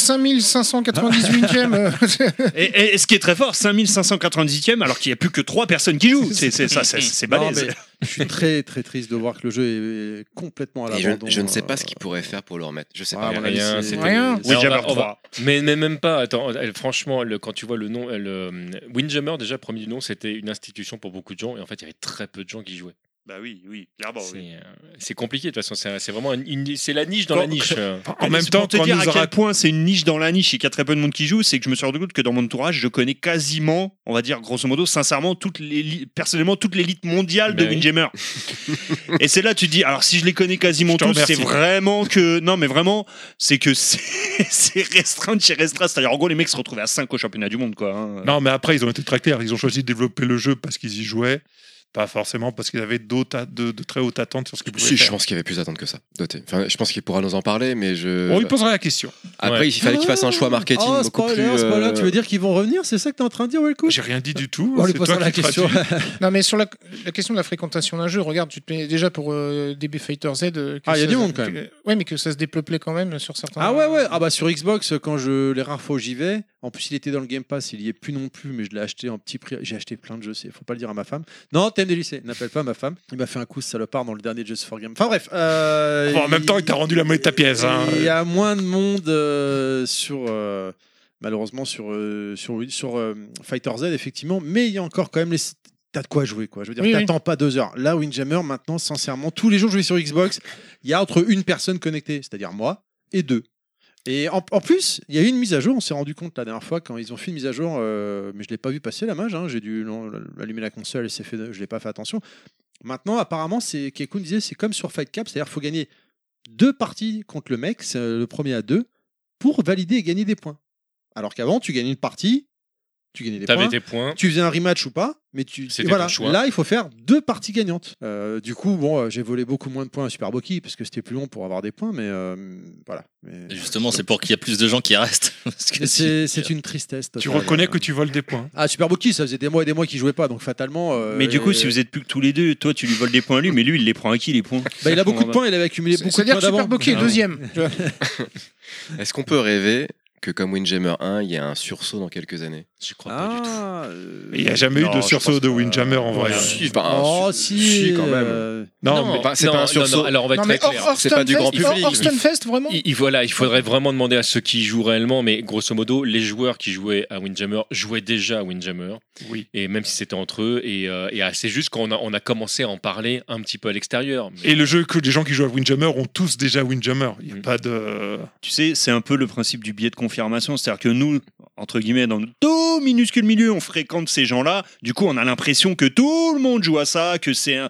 S3: 5598e. euh,
S5: Et, et- et ce qui est très fort, 5598ème, alors qu'il n'y a plus que 3 personnes qui jouent. C'est c'est- ça, c'est- c'est
S1: Non,
S5: balèze.
S1: mais je suis très très triste de voir que le jeu est- est complètement à
S7: Et je,
S1: Oh, l'abandon. euh,
S7: je ne sais pas ce qu'ils pourraient faire pour le remettre. Je sais
S1: Ah,
S7: pas.
S1: à mon avis,
S4: Rien,
S1: c'est-
S4: c'était-
S3: Rien.
S1: c'est-
S4: Oui,
S5: Windjammer
S4: on va- on
S5: 3.
S4: Mais, mais même pas. Attends, elle- franchement, le- quand tu vois le nom, elle, euh, Windjammer, déjà, premier du nom, c'était une institution pour beaucoup de gens. Et en fait, il y avait très peu de gens qui jouaient.
S5: Bah oui, oui, clairement.
S4: c'est
S5: oui.
S4: euh, c'est compliqué, de toute façon. C'est c'est vraiment une- une- c'est la niche dans
S5: Quand-
S4: la niche. euh.
S6: En même
S5: C'est
S6: temps,
S5: pour te
S6: quand
S5: dire
S6: nous
S5: à quel
S6: aura...
S5: point c'est une niche dans la niche et qu'il y a très peu de monde qui joue, c'est que je me suis rendu compte que dans mon entourage, je connais quasiment, on va dire grosso modo, sincèrement, toute l'éli- personnellement toute l'élite mondiale de
S4: Ben oui.
S5: Windjammer. et c'est là tu te dis, alors si je les connais quasiment
S6: Je te
S5: tous, c'est
S6: remercie.
S5: vraiment que non, mais vraiment, c'est que c'est [laughs] c'est restreint de chez restreint. C'est-à-dire en gros, les mecs se retrouvaient à 5 au championnat du monde, quoi. hein.
S6: Non, mais après, ils ont été très clairs. Ils ont choisi de développer le jeu parce qu'ils y jouaient. Pas forcément parce qu'ils avaient d'autres a- de, de très hautes attentes sur ce qu'ils pouvaient
S7: Si, je
S6: faire.
S7: pense qu'il y avait plus d'attentes que ça. Doté. Enfin, je pense qu'il pourra nous en parler, mais je.
S6: On lui posera la question.
S7: Après, il fallait qu'il fasse un choix marketing
S1: Oh,
S7: beaucoup
S1: spoiler,
S7: plus. euh,
S1: spoiler, tu veux dire qu'ils vont revenir C'est ça que t'es en train de dire, Welcook
S6: J'ai rien dit du tout.
S1: On lui
S6: c'est toi
S1: posera la
S6: qui
S1: question.
S6: traduis.
S3: non, mais sur la, la question de la fréquentation d'un jeu, regarde, tu te mets déjà pour euh, DB Fighter Z. euh, que
S1: Ah, il y a
S3: ça-
S1: du monde, quand
S3: que- ouais, mais que ça se dépeuplait quand même sur certains.
S1: Ah ouais ouais ah bah sur Xbox quand je les rares fois où j'y vais en plus il était dans le Game Pass il y est plus non plus mais je l'ai acheté en petit prix j'ai acheté plein de jeux c'est faut pas le dire à ma femme non thème des lycées n'appelle pas ma femme il m'a fait un coup ce salopard dans le dernier Just for Game enfin bref euh,
S6: Bon, en même temps, il t'a rendu la monnaie de ta pièce, hein.
S1: il y a moins de monde euh, sur euh, malheureusement sur euh, sur sur euh, Fighter Z effectivement mais il y a encore quand même les T'as de quoi jouer, quoi. Je veux dire,
S3: Oui, oui.
S1: t'attends pas deux heures. Là, Windjammer, maintenant, sincèrement, tous les jours, je vais sur Xbox. Il y a entre une personne connectée, c'est-à-dire moi, et deux. Et en, en plus, il y a eu une mise à jour, on s'est rendu compte la dernière fois quand ils ont fait une mise à jour, euh, mais je ne l'ai pas vu passer la mage, hein, j'ai dû l'en- allumer la console et c'est fait, je l'ai pas fait attention. Maintenant, apparemment, c'est Kekun disait, c'est comme sur Fight Cap, c'est-à-dire qu'il faut gagner deux parties contre le mec, c'est, euh, le premier à deux, pour valider et gagner des points. Alors qu'avant, tu gagnais une partie, tu gagnais des
S4: T'avais
S1: points.
S4: des points.
S1: Tu faisais un rematch ou pas, mais tu
S4: C'était
S1: voilà.
S4: ton choix.
S1: Là, il faut faire deux parties gagnantes. Euh, du coup, bon, euh, j'ai volé beaucoup moins de points à Super Boki parce que c'était plus long pour avoir des points, mais euh, voilà. Mais-
S2: Et Justement, c'est pour qu'il y ait plus de gens qui restent. [laughs] Parce que
S1: C'est
S2: si-
S1: c'est une tristesse.
S14: Tu
S1: totale.
S14: reconnais que tu voles des points.
S1: Ah, Super Boki, ça faisait des mois et des mois qu'il jouait pas, donc fatalement. euh,
S5: Mais du coup,
S1: et-
S5: si vous êtes plus que tous les deux, toi tu lui voles des points à lui, mais lui il les prend à qui les points
S1: Bah, il a beaucoup de points, il avait accumulé beaucoup de
S3: C'est-à-dire
S1: points
S3: que Super
S1: d'avant.
S3: Bokeh est
S5: Ah.
S3: deuxième. tu vois.
S7: Est-ce qu'on peut rêver que comme Windjammer 1, il y a un sursaut dans quelques années
S4: Je crois pas du tout.
S1: Ah, euh,
S6: Il n'y a jamais eu
S5: Non,
S6: de
S5: je
S6: sursaut
S5: pense
S6: de
S5: pas.
S6: Windjammer en vrai.
S7: Si, Euh, enfin, un
S1: Oh,
S7: sur-
S1: si,
S7: Ah, si, quand même.
S1: euh,
S6: Non,
S7: mais pas- c'est pas un sursaut.
S4: alors on va être
S3: Non, mais
S4: très clair.
S3: Hor- Horston
S7: C'est pas du
S3: Fest-
S7: grand public.
S3: Hor- Horston Fest, vraiment
S4: Il, il- voilà, il faudrait vraiment demander à ceux qui y jouent réellement, mais grosso modo, les joueurs qui jouaient à Windjammer jouaient déjà à Windjammer,
S5: Oui.
S4: et même si c'était entre eux, et, euh, et, ah, c'est juste qu'on a, on a commencé à en parler un petit peu à l'extérieur. mais-
S6: Et le jeu que les gens qui jouent à Windjammer ont tous déjà Windjammer. Il n'y a
S4: Mm.
S6: pas de.
S5: Tu sais, c'est un peu le principe du biais de confirmation, c'est-à-dire que nous, entre guillemets, dans notre tout minuscule milieu, on fréquente ces gens-là, du coup on a l'impression que tout le monde joue à ça, que c'est un...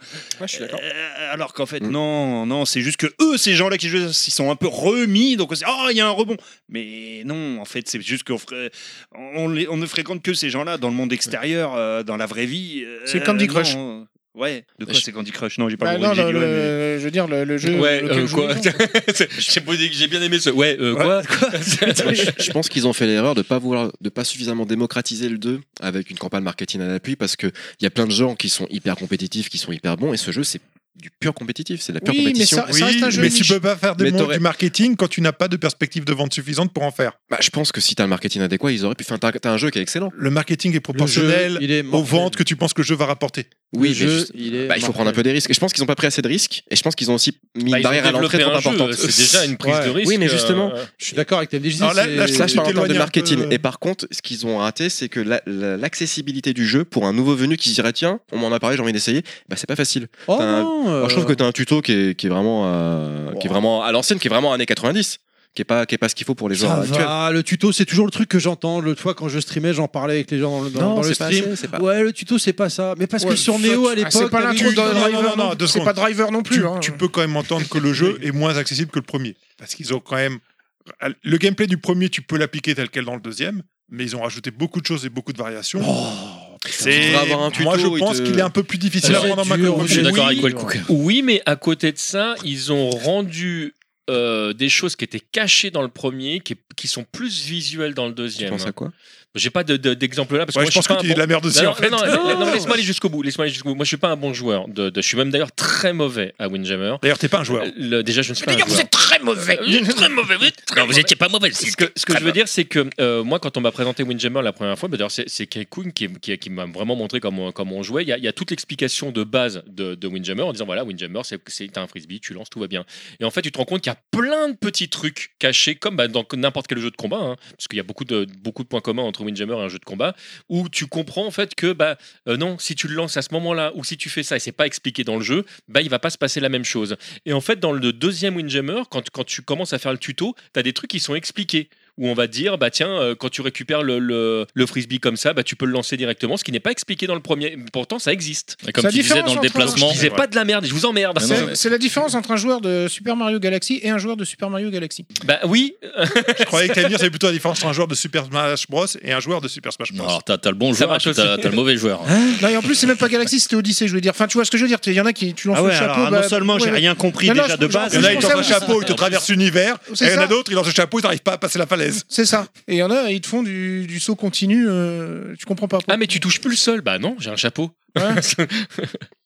S5: Euh, alors qu'en fait,
S7: Mm.
S5: non, non, c'est juste que eux, ces gens-là qui jouent, à ça, ils sont un peu remis, donc on se dit, oh, il y a un rebond. Mais non, en fait, c'est juste qu'on fré- on, les- on ne fréquente que ces gens-là dans le monde extérieur, euh, dans la vraie vie. euh,
S3: C'est Candy
S5: non,
S3: Crush.
S5: euh, Ouais, de quoi
S4: Je-
S5: c'est Candy Crush Non, j'ai pas
S3: Bah
S5: le
S3: non,
S5: droit de
S3: le,
S5: dire, ouais, mais-
S3: le- je veux dire, le, le jeu.
S4: Ouais,
S3: auquel
S4: euh,
S3: je
S4: quoi
S3: joue les gens.
S4: J'ai pas dit que J'ai bien aimé ce. Ouais, euh, quoi,
S7: Moi, je, je pense qu'ils ont fait l'erreur de pas vouloir, de pas suffisamment démocratiser le 2 avec une campagne marketing à l'appui parce que il y a plein de gens qui sont hyper compétitifs, qui sont hyper bons et ce jeu c'est du pur compétitif, c'est de la pure
S3: Oui, mais
S7: compétition.
S3: Ah, ça- reste un jeu
S6: mais
S3: niche.
S6: tu peux pas faire des
S7: Mais
S6: mon-
S7: t'aurais-
S6: du marketing quand tu n'as pas de perspective de vente suffisante pour en faire.
S7: Bah, je pense que si t'as le marketing adéquat, ils auraient pu faire t'as, t'as un jeu qui est excellent.
S6: Le marketing est
S1: le jeu,
S6: proportionnel
S1: il est
S6: aux
S1: mortel.
S6: ventes que tu penses que le jeu va rapporter.
S1: Le
S7: Oui, mais
S1: jeu,
S7: juste-
S1: il est
S7: bah, il faut
S1: mortel.
S7: prendre un peu des risques. Et je pense qu'ils ont pas pris assez de risques. Et je pense qu'ils ont aussi
S4: Bah, ils
S7: mis une
S4: ont
S7: barrière à l'entrée
S4: développé
S7: trop
S4: un jeu, euh,
S7: importante.
S4: C'est déjà une prise de
S1: Ouais.
S4: risque.
S7: Oui, mais justement,
S4: euh,
S1: Je suis d'accord avec TMDJ.
S6: Alors là- là, je
S7: Ça,
S6: trouve
S7: je
S1: c'est-
S7: parle en termes de
S6: t'éloignes un
S7: marketing.
S6: peu.
S7: Et par contre, ce qu'ils ont raté, c'est que la- la- l'accessibilité du jeu pour un nouveau venu qui se dirait tiens, on m'en a parlé, j'ai envie d'essayer, bah, c'est pas facile.
S1: Oh
S7: T'as-
S1: non, euh,
S7: Alors, je trouve que tu as un tuto qui est, qui est vraiment, euh, qui est vraiment à l'ancienne, qui est vraiment années 90, qui est pas, qui est pas ce qu'il faut pour les joueurs
S1: ça
S7: actuels.
S1: va, ah, le tuto, c'est toujours le truc que j'entends. L'autre fois, quand je streamais, j'en parlais avec les gens dans le, dans- dans le
S7: c'est pas
S1: stream.
S7: assez, c'est pas-
S1: Ouais, le tuto, c'est pas ça. Mais parce que
S3: Ouais,
S1: sur
S3: fuck.
S1: Neo, à
S3: Ah,
S1: l'époque.
S3: C'est pas
S1: t'avais
S3: l'intro
S1: une-
S3: de
S6: Non, non, non,
S3: Driver.
S6: non,
S3: non
S6: deux
S3: plus. C'est
S6: secondes.
S3: pas Driver non plus.
S6: tu,
S3: hein.
S6: tu peux quand même entendre que le jeu est moins accessible que le premier. Parce qu'ils ont quand même. Le gameplay du premier, tu peux l'appliquer tel quel dans le deuxième, mais ils ont rajouté beaucoup de choses et beaucoup de variations.
S7: tu
S6: c'est
S7: devrais avoir un tuto,
S6: Moi, je
S7: il
S6: pense
S7: te-
S6: qu'il est un peu plus difficile à
S1: C'est
S6: prendre en main que le
S1: dur,
S6: premier.
S2: Je suis d'accord avec
S1: Oui.
S2: Wellcook.
S4: Oui, mais à côté de ça, ils ont rendu euh, des choses qui étaient cachées dans le premier, qui, qui sont plus visuelles dans le
S7: Tu
S4: deuxième.
S7: penses à quoi
S4: J'ai pas de- de- d'exemple là parce que
S6: Ouais,
S4: moi,
S6: je pense
S4: suis
S6: que
S4: pas
S6: tu
S4: un
S6: dis de
S4: bon-
S6: la merde aussi,
S4: Non,
S6: en fait.
S4: non, non, non, mais laisse-moi aller jusqu'au bout. Laisse-moi aller jusqu'au bout. Moi, je suis pas un bon joueur. De, de- je suis même d'ailleurs très mauvais à Windjammer.
S6: D'ailleurs, t'es pas un joueur.
S4: Le- déjà, je ne suis pas un
S13: D'ailleurs, vous
S4: joueur.
S13: êtes très mauvais. Vous êtes très mauvais. Vous êtes très
S2: Non, vous
S13: mauvais.
S2: étiez pas mauvais.
S4: Ce que, ce que je veux dire, c'est que euh, moi, quand on m'a présenté Windjammer la première fois, bah, d'ailleurs, c'est- c'est Kei Kuhn qui, qui- qui m'a vraiment montré comment, comment on jouait. Il y a, il y a toute l'explication de base de, de Windjammer en disant voilà, Windjammer, c'est- c'est t'as un frisbee, tu lances, tout va bien. Et en fait, tu te rends compte qu'il y a plein de petits trucs cachés, comme bah, dans n'importe quel jeu de combat, hein, parce qu'il y a beaucoup de, beaucoup de points communs entre Windjammer et un jeu de combat, où tu comprends en fait que bah, euh, non, si tu le lances à ce moment-là, ou si tu fais ça et c'est pas expliqué dans le jeu, bah, il va pas se passer la même chose. Et en fait, dans le deuxième Windjammer, quand, quand tu commences à faire le tuto, tu as des trucs qui sont expliqués où on va dire bah tiens euh, quand tu récupères le, le- le frisbee comme ça bah tu peux le lancer directement ce qui n'est pas expliqué dans le premier pourtant ça existe
S2: Et Comme tu
S3: C'est la
S2: disais
S3: différence
S2: dans le
S3: entre-
S2: déplacement.
S4: je disais pas de la merde je vous emmerde
S2: Mais non,
S4: C'est-
S2: mais-
S3: C'est c'est la différence entre un joueur de Super Mario Galaxy et un joueur de Super Mario Galaxy.
S4: bah oui
S6: Je croyais que t'allais dire, c'est plutôt la différence entre un joueur de Super Smash Bros. et un joueur de Super Smash
S2: Non,
S6: Bros.
S2: alors, Ah, t'as t'as le bon
S4: Ça
S2: joueur,
S4: marche
S2: puis t'as
S4: aussi.
S2: t'as le mauvais joueur.
S3: Non, et en plus, c'est même pas Galaxy, c'était Odyssey, je veux dire. Enfin, tu vois ce que je veux dire Il y en a qui, tu lances
S5: Ah ouais,
S3: le chapeau.
S5: alors, ah,
S3: bah,
S5: non seulement j'ai
S3: ouais,
S5: rien compris
S3: Non, non,
S5: déjà
S3: je-
S5: de
S3: je-
S5: base,
S6: Il y en a,
S5: mais-
S6: ils
S3: C'est
S6: t'enfient un
S3: pour Ah, ça-
S6: chapeau, ils te traversent l'univers. Et
S3: C'est
S6: il y en a
S3: ça.
S6: d'autres, ils lancent le chapeau, ils n'arrivent pas à passer la falaise.
S3: C'est ça. Et il y en a, ils te font du, du saut continu. euh, tu comprends pas. pourquoi.
S4: ah mais tu touches plus le sol bah non j'ai un chapeau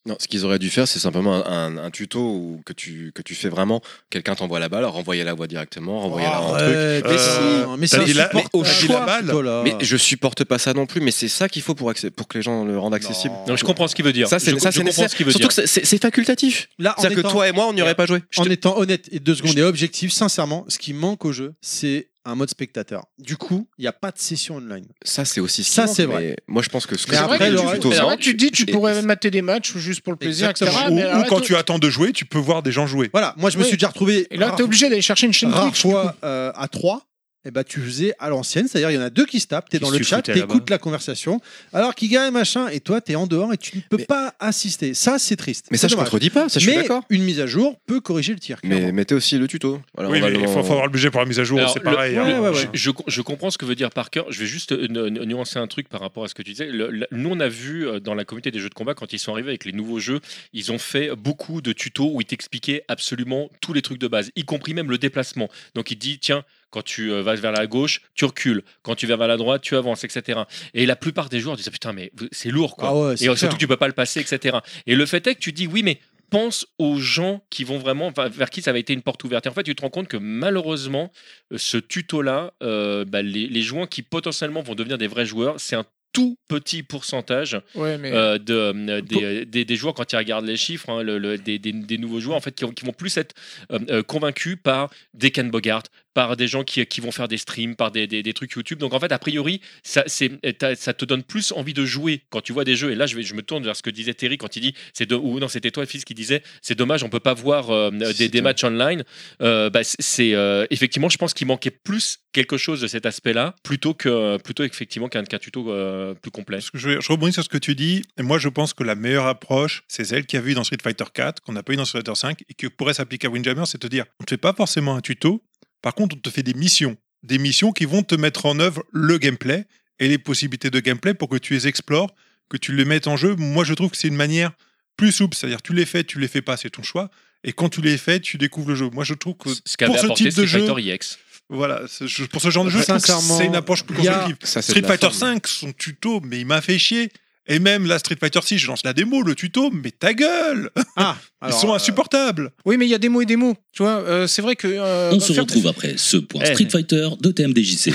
S7: Non, ce qu'ils auraient dû faire, c'est simplement un, un- un tuto où que tu que tu fais vraiment. Quelqu'un t'envoie la balle, renvoyer la voie directement, renvoyer la un truc.
S1: Ouais,
S6: Mais
S1: putain, mais
S6: t'as
S1: c'est
S6: dit la-
S1: insupportable,
S6: mais au choix.
S1: ce tuto-là.
S7: Mais je supporte pas ça non plus. Mais c'est ça qu'il faut pour accé- pour que les gens le rendent accessible.
S4: non je comprends ce qu'il veut dire
S7: Ça c'est
S4: je,
S7: ça
S4: je
S7: c'est
S4: comprends
S7: nécessaire.
S4: ce qu'il veut
S7: Surtout
S4: dire
S7: que c'est- c'est c'est facultatif.
S1: Là, en
S7: C'est-à-dire que
S1: étant-
S7: toi et moi, on n'y aurait pas joué. Je
S1: En
S7: te-
S1: étant honnête et deux secondes et objectif, sincèrement, ce qui manque au jeu, c'est un mode spectateur. Du coup, il n'y a pas de session online.
S7: Ça c'est aussi. ce qui
S1: Ça,
S7: manque,
S1: c'est vrai.
S7: mais Moi je pense que ce que
S1: Mais
S7: ça
S1: après,
S7: fait du
S1: le-
S7: tuto,
S3: C'est
S7: ça-
S3: vrai que tu te dis, tu
S7: Et-
S3: pourrais mater des matchs juste pour le plaisir, etc.
S6: Ou,
S3: mais alors
S6: ou
S3: là,
S6: quand
S3: tu-
S6: tu attends de jouer, tu peux voir des gens jouer.
S1: Voilà, moi je me
S3: Oui.
S1: suis déjà retrouvé
S3: Et là,
S1: rare-
S3: t'es obligé d'aller chercher une chaîne
S1: rare
S3: Twitch. du coup.
S1: fois euh, à 3 eh ben, tu faisais à l'ancienne, c'est-à-dire il y en a deux qui se tapent, t'es
S5: Qui
S1: dans
S5: se
S1: le chat,
S5: foutaient
S1: t'écoutes la conversation, alors qui gagne machin, et toi t'es en dehors et tu ne peux
S7: Mais-
S1: pas assister. Ça c'est triste.
S7: Mais ça,
S1: C'est
S7: je
S1: dommage.
S7: contredis pas, ça, je suis
S1: Mais
S7: d'accord.
S1: une mise à jour peut corriger le tir.
S7: Mais
S1: clairement.
S7: mettez aussi le tuto. Voilà,
S6: oui,
S7: on va
S6: mais il
S7: le-
S6: faut, faut avoir le budget pour la mise à jour,
S4: Alors,
S6: c'est
S4: le-
S6: pareil. hein.
S1: Ouais, ouais, ouais.
S4: Je, je com- je comprends ce que veut dire Parker. Je vais juste euh, nu- nu- nuancer un truc par rapport à ce que tu disais. Le- le- nous, on a vu euh, dans la communauté des jeux de combat, quand ils sont arrivés avec les nouveaux jeux, ils ont fait beaucoup de tutos où ils t'expliquaient absolument tous les trucs de base, y compris même le déplacement. Donc, il te dit, tiens, quand tu euh, vas vers la gauche, tu recules. Quand tu vas vers la droite, tu avances, etc. Et la plupart des joueurs disent, ah, putain, mais vous- c'est lourd, quoi.
S1: Ah ouais, c'est
S4: Et surtout
S1: clair.
S4: que tu peux pas le passer, etc. Et le fait est que tu dis oui, mais pense aux gens qui vont vraiment enfin, vers qui ça va été une porte ouverte. Et en fait, tu te rends compte que malheureusement, euh, ce tuto-là, euh, bah, les, les joueurs qui potentiellement vont devenir des vrais joueurs, c'est un tout petit pourcentage
S3: Ouais, mais.
S4: euh, de, euh, des, euh, des- des joueurs quand ils regardent les chiffres, hein, le- le- des, des- des nouveaux joueurs en fait qui, vont- qui vont plus être euh, euh, convaincus par des Ken Bogart, par des gens qui, qui vont faire des streams, par des, des- des trucs YouTube. Donc en fait, a priori, ça, c'est, t'as- ça te donne plus envie de jouer quand tu vois des jeux. Et là, je, vais, je me tourne vers ce que disait Terry quand il dit, c'est de, ou non, c'était toi, fils, qui disait, c'est dommage, on peut pas voir euh, des, des matchs online. Euh, bah, c'est- c'est euh, effectivement, je pense qu'il manquait plus quelque chose de cet aspect-là, plutôt que plutôt effectivement qu'un qu'un tuto euh, plus complet.
S6: Parce que je, je rebondis sur ce que tu dis, et moi je pense que la meilleure approche, c'est celle qu'il y a eu dans Street Fighter 4, qu'on n'a pas eu dans Street Fighter 5, et qui pourrait s'appliquer à Windjammer, c'est de te dire, on ne te fait pas forcément un tuto, par contre on te fait des missions. Des missions qui vont te mettre en œuvre le gameplay et les possibilités de gameplay pour que tu les explores, que tu les mettes en jeu. Moi je trouve que c'est une manière plus souple, c'est-à-dire tu les fais, tu les fais pas, c'est ton choix, et quand tu les fais, tu découvres le jeu. Moi je trouve que
S4: ce qu'avait
S6: pour ce
S4: apporté
S6: type de
S4: Street
S6: jeu,
S4: Fighter EX.
S6: voilà, ce- je- pour ce genre de jeu, je trouve que
S1: Sincèrement,
S6: c'est une approche plus
S1: il y a-
S6: constructive.
S7: Ça, c'est de
S6: Street
S7: la
S6: Fighter
S7: forme.
S6: 5, son tuto, mais il m'a fait chier. Et même la Street Fighter 6, je lance la démo, le tuto, mais ta gueule [laughs]
S1: Ah,
S6: Ils
S1: alors,
S6: sont
S1: euh,
S6: insupportables
S3: Oui, mais il y a des mots et des mots. Tu vois, euh, c'est vrai que. euh,
S13: On se
S3: faire-
S13: retrouve après ce point
S5: Eh.
S13: Street Fighter de TMDJC.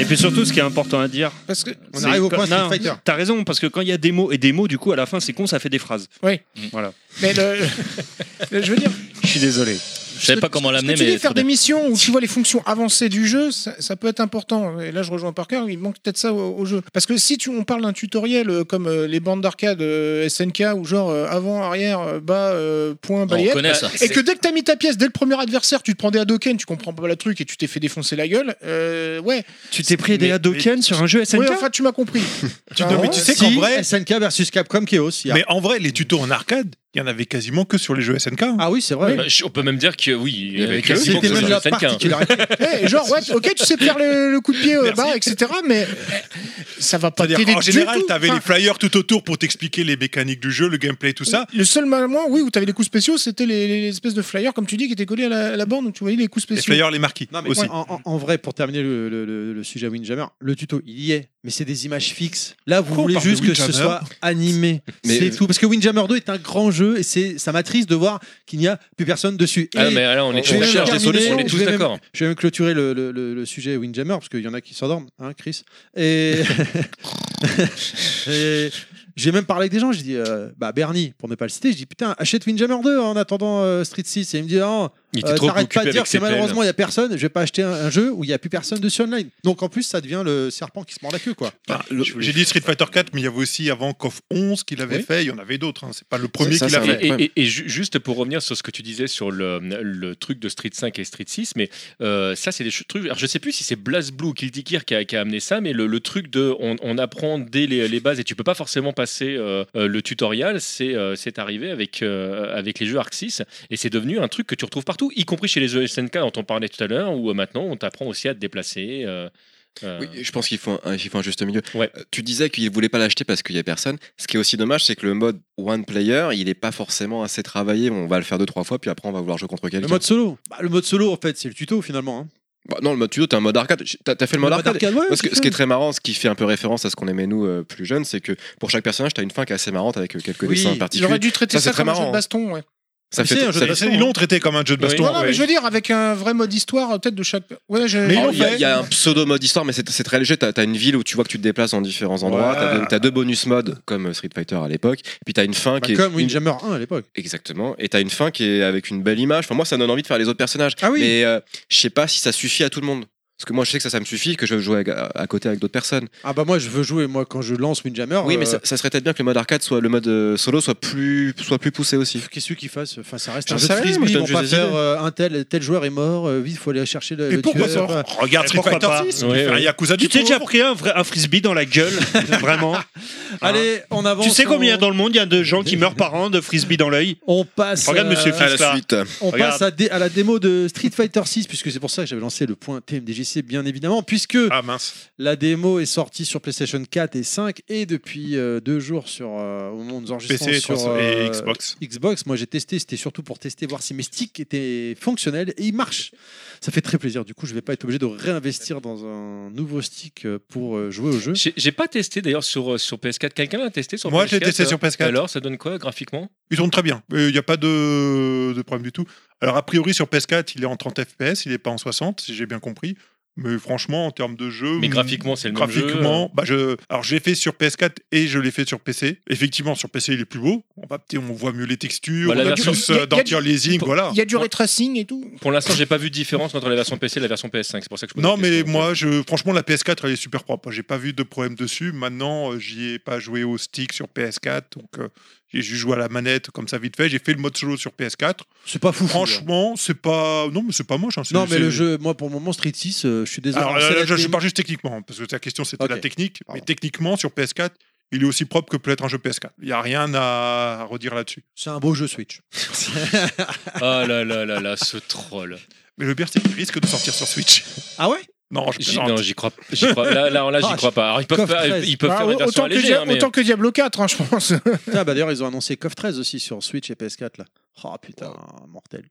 S5: Et puis surtout, ce qui est important à dire,
S3: Parce que.
S1: On
S5: c'est
S1: arrive au
S5: que-
S1: point Street
S5: non,
S1: Fighter.
S5: T'as raison, parce que quand il y a des mots et des mots, du coup, à la fin, c'est con, ça fait des phrases.
S3: Oui.
S5: Voilà.
S3: Mais le- [laughs] je veux dire.
S5: Je suis désolé.
S2: Je savais pas comment
S3: Ce que
S2: l'amener,
S3: tu
S2: mais.
S3: dis, faire des missions où tu vois les fonctions avancées du jeu, ça, ça peut être important. Et là, je rejoins Parker, il manque peut-être ça au, au jeu. Parce que si tu, on parle d'un tutoriel euh, comme euh, les bandes d'arcade euh, SNK, où genre euh, avant, arrière, euh, bas, euh, point,
S2: On
S3: balayette,
S2: connaît ça.
S3: et que dès que t'as mis ta pièce, dès le premier adversaire, tu te prends des Hadoken, tu comprends pas le truc et tu t'es fait défoncer la gueule, euh, ouais.
S5: Tu t'es pris des
S6: Mais-
S5: Hadoken sur un jeu SNK
S3: Ouais, enfin, tu m'as compris. Ah
S6: non, mais
S3: ouais
S6: [laughs] tu sais
S1: si,
S6: qu'en vrai-
S1: SNK versus Capcom Chaos. il y a-
S6: Mais en vrai, les tutos en arcade, il y en avait quasiment que sur les jeux SNK. hein.
S1: Ah oui, c'est vrai.
S4: Bah, je- on peut même dire que oui, il y avait
S7: que
S4: quasiment
S1: C'était
S4: que
S1: même
S4: sur
S1: la
S4: SNK.
S1: particularité.
S3: Eh, genre, ouais, ok, tu sais faire le, le coup de pied euh, bas, etc., mais eh, ça va pas t'aider
S6: C'est-à-dire, en
S3: du
S6: général,
S3: tout.
S6: t'avais
S3: Enfin,
S6: les flyers tout autour pour t'expliquer les mécaniques du jeu, le gameplay, tout ça.
S3: Le seul moment, oui, où tu avais les coups spéciaux, c'était les, les espèces de flyers, comme tu dis, qui étaient collés à la, à la borne, où tu voyais les coups
S6: Les
S3: spéciaux.
S6: flyers, les marquis
S1: Non, mais
S6: aussi.
S1: en, en- en vrai, pour terminer le, le- le- le sujet Windjammer, le tuto, il y est, mais c'est des images fixes. Là, vous
S6: Pourquoi on
S1: voulez
S6: parle de
S1: juste que ce
S6: Windjammer
S1: soit animé.
S7: Mais-
S1: C'est tout. Parce que Windjammer 2 est un grand jeu et c'est sa matrice de voir qu'il n'y a plus personne dessus.
S4: Ah,
S1: Et
S4: mais là, on, est,
S7: on
S4: on
S1: je vais
S4: cherche
S1: terminer,
S4: des solutions, on est
S1: je
S4: tous
S1: vais même-
S4: d'accord.
S1: Je vais même clôturer le, le- le- le sujet Windjammer, parce qu'il y en a qui s'endorment, hein, Chris.
S7: [laughs]
S1: Et, Et j'ai même parlé avec des gens, j'ai dit, euh, bah Bernie, pour ne pas le citer, je dis, putain, achète Windjammer 2 en attendant euh, Street 6. Et il me dit, non,
S4: Il était
S1: euh,
S4: trop
S1: t'arrêtes
S4: occupé
S1: pas de
S4: avec
S1: dire que
S4: ses
S1: malheureusement il n'y a personne, je vais pas acheter un, un jeu où il n'y a plus personne dessus online. Donc en plus ça devient le serpent qui se mord la queue quoi.
S4: Bah,
S6: Enfin, J'ai dit Street Fighter 4, mais il y avait aussi avant KOF 11 qu'il avait
S1: Oui.
S6: fait, il y en avait d'autres. hein. C'est pas le premier
S7: Ça,
S6: qu'il
S7: ça,
S6: a
S7: c'est
S6: fait.
S7: vrai.
S4: Et, et- et ju- juste pour revenir sur ce que tu disais sur le, le truc de Street 5 et Street 6, mais euh, ça, c'est des ch- trucs. Alors, je sais plus si c'est Blaze Blue ou Kildikir qui a, qui a amené ça, mais le, le truc de on, on apprend dès les, les bases et tu peux pas forcément passer euh, euh, le tutoriel, c'est euh, c'est arrivé avec, euh, avec les jeux Arc 6 et c'est devenu un truc que tu retrouves partout, y compris chez les E jeux SNK dont on parlait tout à l'heure, où euh, maintenant on t'apprend aussi à te déplacer. euh, euh,
S7: Oui, je pense qu'il faut, un- il faut un juste milieu.
S4: Ouais.
S7: Euh, Tu disais qu'il ne voulait pas l'acheter parce qu'il n'y a personne. Ce qui est aussi dommage, c'est que le mode one player, il n'est pas forcément assez travaillé. On va le faire deux, trois fois, puis après, on va vouloir jouer contre
S1: Le
S7: quelqu'un.
S1: mode solo, Bah, le mode solo en fait c'est le tuto finalement. hein.
S7: Bah, non, le mode tuto, t'as un mode arcade. J- T'as as fait le mode arcade.
S1: ouais,
S7: Parce que
S1: putain.
S7: ce qui est très marrant, ce qui fait un peu référence à ce qu'on aimait nous euh, plus jeunes, c'est que pour chaque personnage, t'as une fin qui est assez marrante avec euh, quelques
S1: Oui,
S7: dessins
S3: Il
S7: particuliers.
S3: aurait dû traiter
S7: Ça, c'est
S3: ça,
S7: très
S3: comme un jeu
S7: marrant,
S3: de
S7: hein.
S3: baston, ouais.
S7: Ça
S1: Mais
S7: fait
S1: c'est un jeu de
S7: ça-
S1: baston. hein.
S6: Ils l'ont traité comme un jeu de
S4: Oui.
S6: baston.
S4: Non,
S3: Non, non, mais
S6: ouais.
S3: je veux dire, avec un vrai mode histoire, euh, peut-être de chaque. Ouais, je-
S6: Mais ils l'ont
S7: Il y, a-
S6: fait.
S7: il y a un pseudo mode histoire, mais c'est c'est très léger. T'as as une ville où tu vois que tu te déplaces dans différents endroits.
S6: Ouais.
S7: T'as deux- T'as deux bonus modes comme euh, Street Fighter à l'époque. Puis t'as une fin
S1: Bah,
S7: qui est
S1: comme
S7: une-
S1: Windjammer 1 à l'époque.
S7: Exactement. Et t'as une fin qui est avec une belle image. Enfin, moi, ça donne envie de faire les autres personnages.
S1: Ah oui.
S7: Mais euh, je sais pas si ça suffit à tout le monde. Parce que moi, je sais que ça, ça me suffit, que je veux jouer avec- à, à côté avec d'autres personnes.
S1: Ah bah moi je veux jouer, moi quand je lance Windjammer.
S7: oui, mais
S1: euh,
S7: ça, ça serait peut-être bien que le mode arcade soit le mode euh, solo soit plus soit plus poussé aussi.
S1: Qu'est-ce qu'il fasse Enfin, ça reste
S7: J'en
S1: un jeu de
S7: sais rien, moi,
S1: frisbee.
S7: je
S1: Ils
S7: donne
S1: vont pas
S7: juste des
S1: faire
S7: idées.
S1: euh, un tel, tel joueur est mort. euh, vite, faut aller chercher le.
S6: Et
S1: le
S6: pourquoi
S1: tueur.
S6: ça
S5: Regarde
S6: Street Fighter 6
S4: Ouais,
S6: Un
S4: ouais.
S6: Yakuza
S5: Tu
S6: du
S5: t'es déjà
S6: pauvre.
S5: pris un, vrai- un frisbee dans la gueule, vraiment.
S1: Allez, on avance.
S5: Tu sais combien il y a
S1: on-
S5: dans le monde Il y a de gens qui meurent par an de frisbee dans l'œil.
S1: On passe.
S5: Regarde,
S1: euh,
S5: monsieur
S7: À
S5: Fisk.
S7: la suite.
S1: On
S5: Regarde.
S1: passe à, dé- à la démo de Street Fighter 6 puisque c'est pour ça que j'avais lancé le point TMDJC bien évidemment puisque
S6: Ah mince.
S1: la démo est sortie sur PlayStation 4 et 5 et depuis euh, deux jours sur euh, au moment de enregistrements
S6: PC
S1: sur
S6: et
S1: euh,
S6: Xbox.
S1: Xbox, moi j'ai testé, c'était surtout pour tester, voir si mes sticks étaient fonctionnels et ils marchent. Ça fait très plaisir. Du coup, je vais pas être obligé de réinvestir dans un nouveau stick euh, pour euh, jouer au jeu.
S4: J'ai j'ai pas testé d'ailleurs sur, euh, sur PS4. Quelqu'un l'a testé sur
S6: Mmh. Moi,
S4: PS4
S6: j'ai testé sur PS4.
S4: euh, Alors, ça donne quoi graphiquement
S6: Il tourne très bien. Il n'y a pas de, de problème du tout. Alors, a priori, sur PS4, il est en 30 FPS, il n'est pas en 60, si j'ai bien compris. Mais franchement, en termes de jeu.
S4: Mais
S6: mm,
S4: graphiquement, c'est le même jeu.
S6: Graphiquement, bah, je, alors je l'ai fait sur PS4 et je l'ai fait sur PC. Effectivement, sur PC, il est plus beau. On, va, peut-être- on voit mieux les textures,
S4: Bah, la
S6: on a
S4: version-
S6: plus
S3: Il y a-
S6: euh, dans
S3: il y a
S6: tier leasing, voilà.
S3: Il y a du ray tracing et tout.
S4: Pour l'instant, j'ai pas vu de différence entre la version PC et la version PS5. C'est pour ça que je pose
S6: Non,
S4: la
S6: mais
S4: question.
S6: moi, je, franchement, la PS4, elle est super propre. J'ai pas vu de problème dessus. Maintenant, euh, j'y ai pas joué au stick sur PS4, donc euh, j'ai juste joué à la manette comme ça vite fait. J'ai fait le mode solo sur PS4.
S1: C'est pas fou.
S6: Franchement, c'est pas, non, mais c'est pas moche. hein. C'est-
S1: Non, mais le
S6: c'est-
S1: jeu, moi pour le moment, Street 6, euh, je suis désolé.
S6: Alors,
S1: C'est
S6: là,
S1: la
S6: je, je
S1: démo-
S6: parle juste techniquement, hein, parce que ta question c'était
S1: Ok.
S6: la technique, mais
S1: Pardon.
S6: techniquement sur PS4, il est aussi propre que peut l'être un jeu PS4. Il n'y a rien à, à redire là-dessus.
S1: C'est un beau jeu Switch.
S4: Ah là là là là, ce troll.
S6: Mais le pire, c'est qu'il risque de sortir sur Switch.
S1: Ah ouais
S6: Non, je
S4: J'y-
S6: plaisante.
S4: Non, j'y crois, j'y crois. Là, là, là, j'y
S1: Ah,
S4: crois pas. Alors, ils peuvent,
S1: coffre
S4: faire,
S1: 13.
S4: ils peuvent
S3: Bah,
S4: faire une version
S3: autant, que
S4: allégée.
S3: Dia-
S4: hein, mais-
S3: autant que Diablo 4, hein, je pense.
S1: Putain, bah d'ailleurs, ils ont annoncé coffre 13 aussi sur Switch et PS4 là. Oh putain, mortel.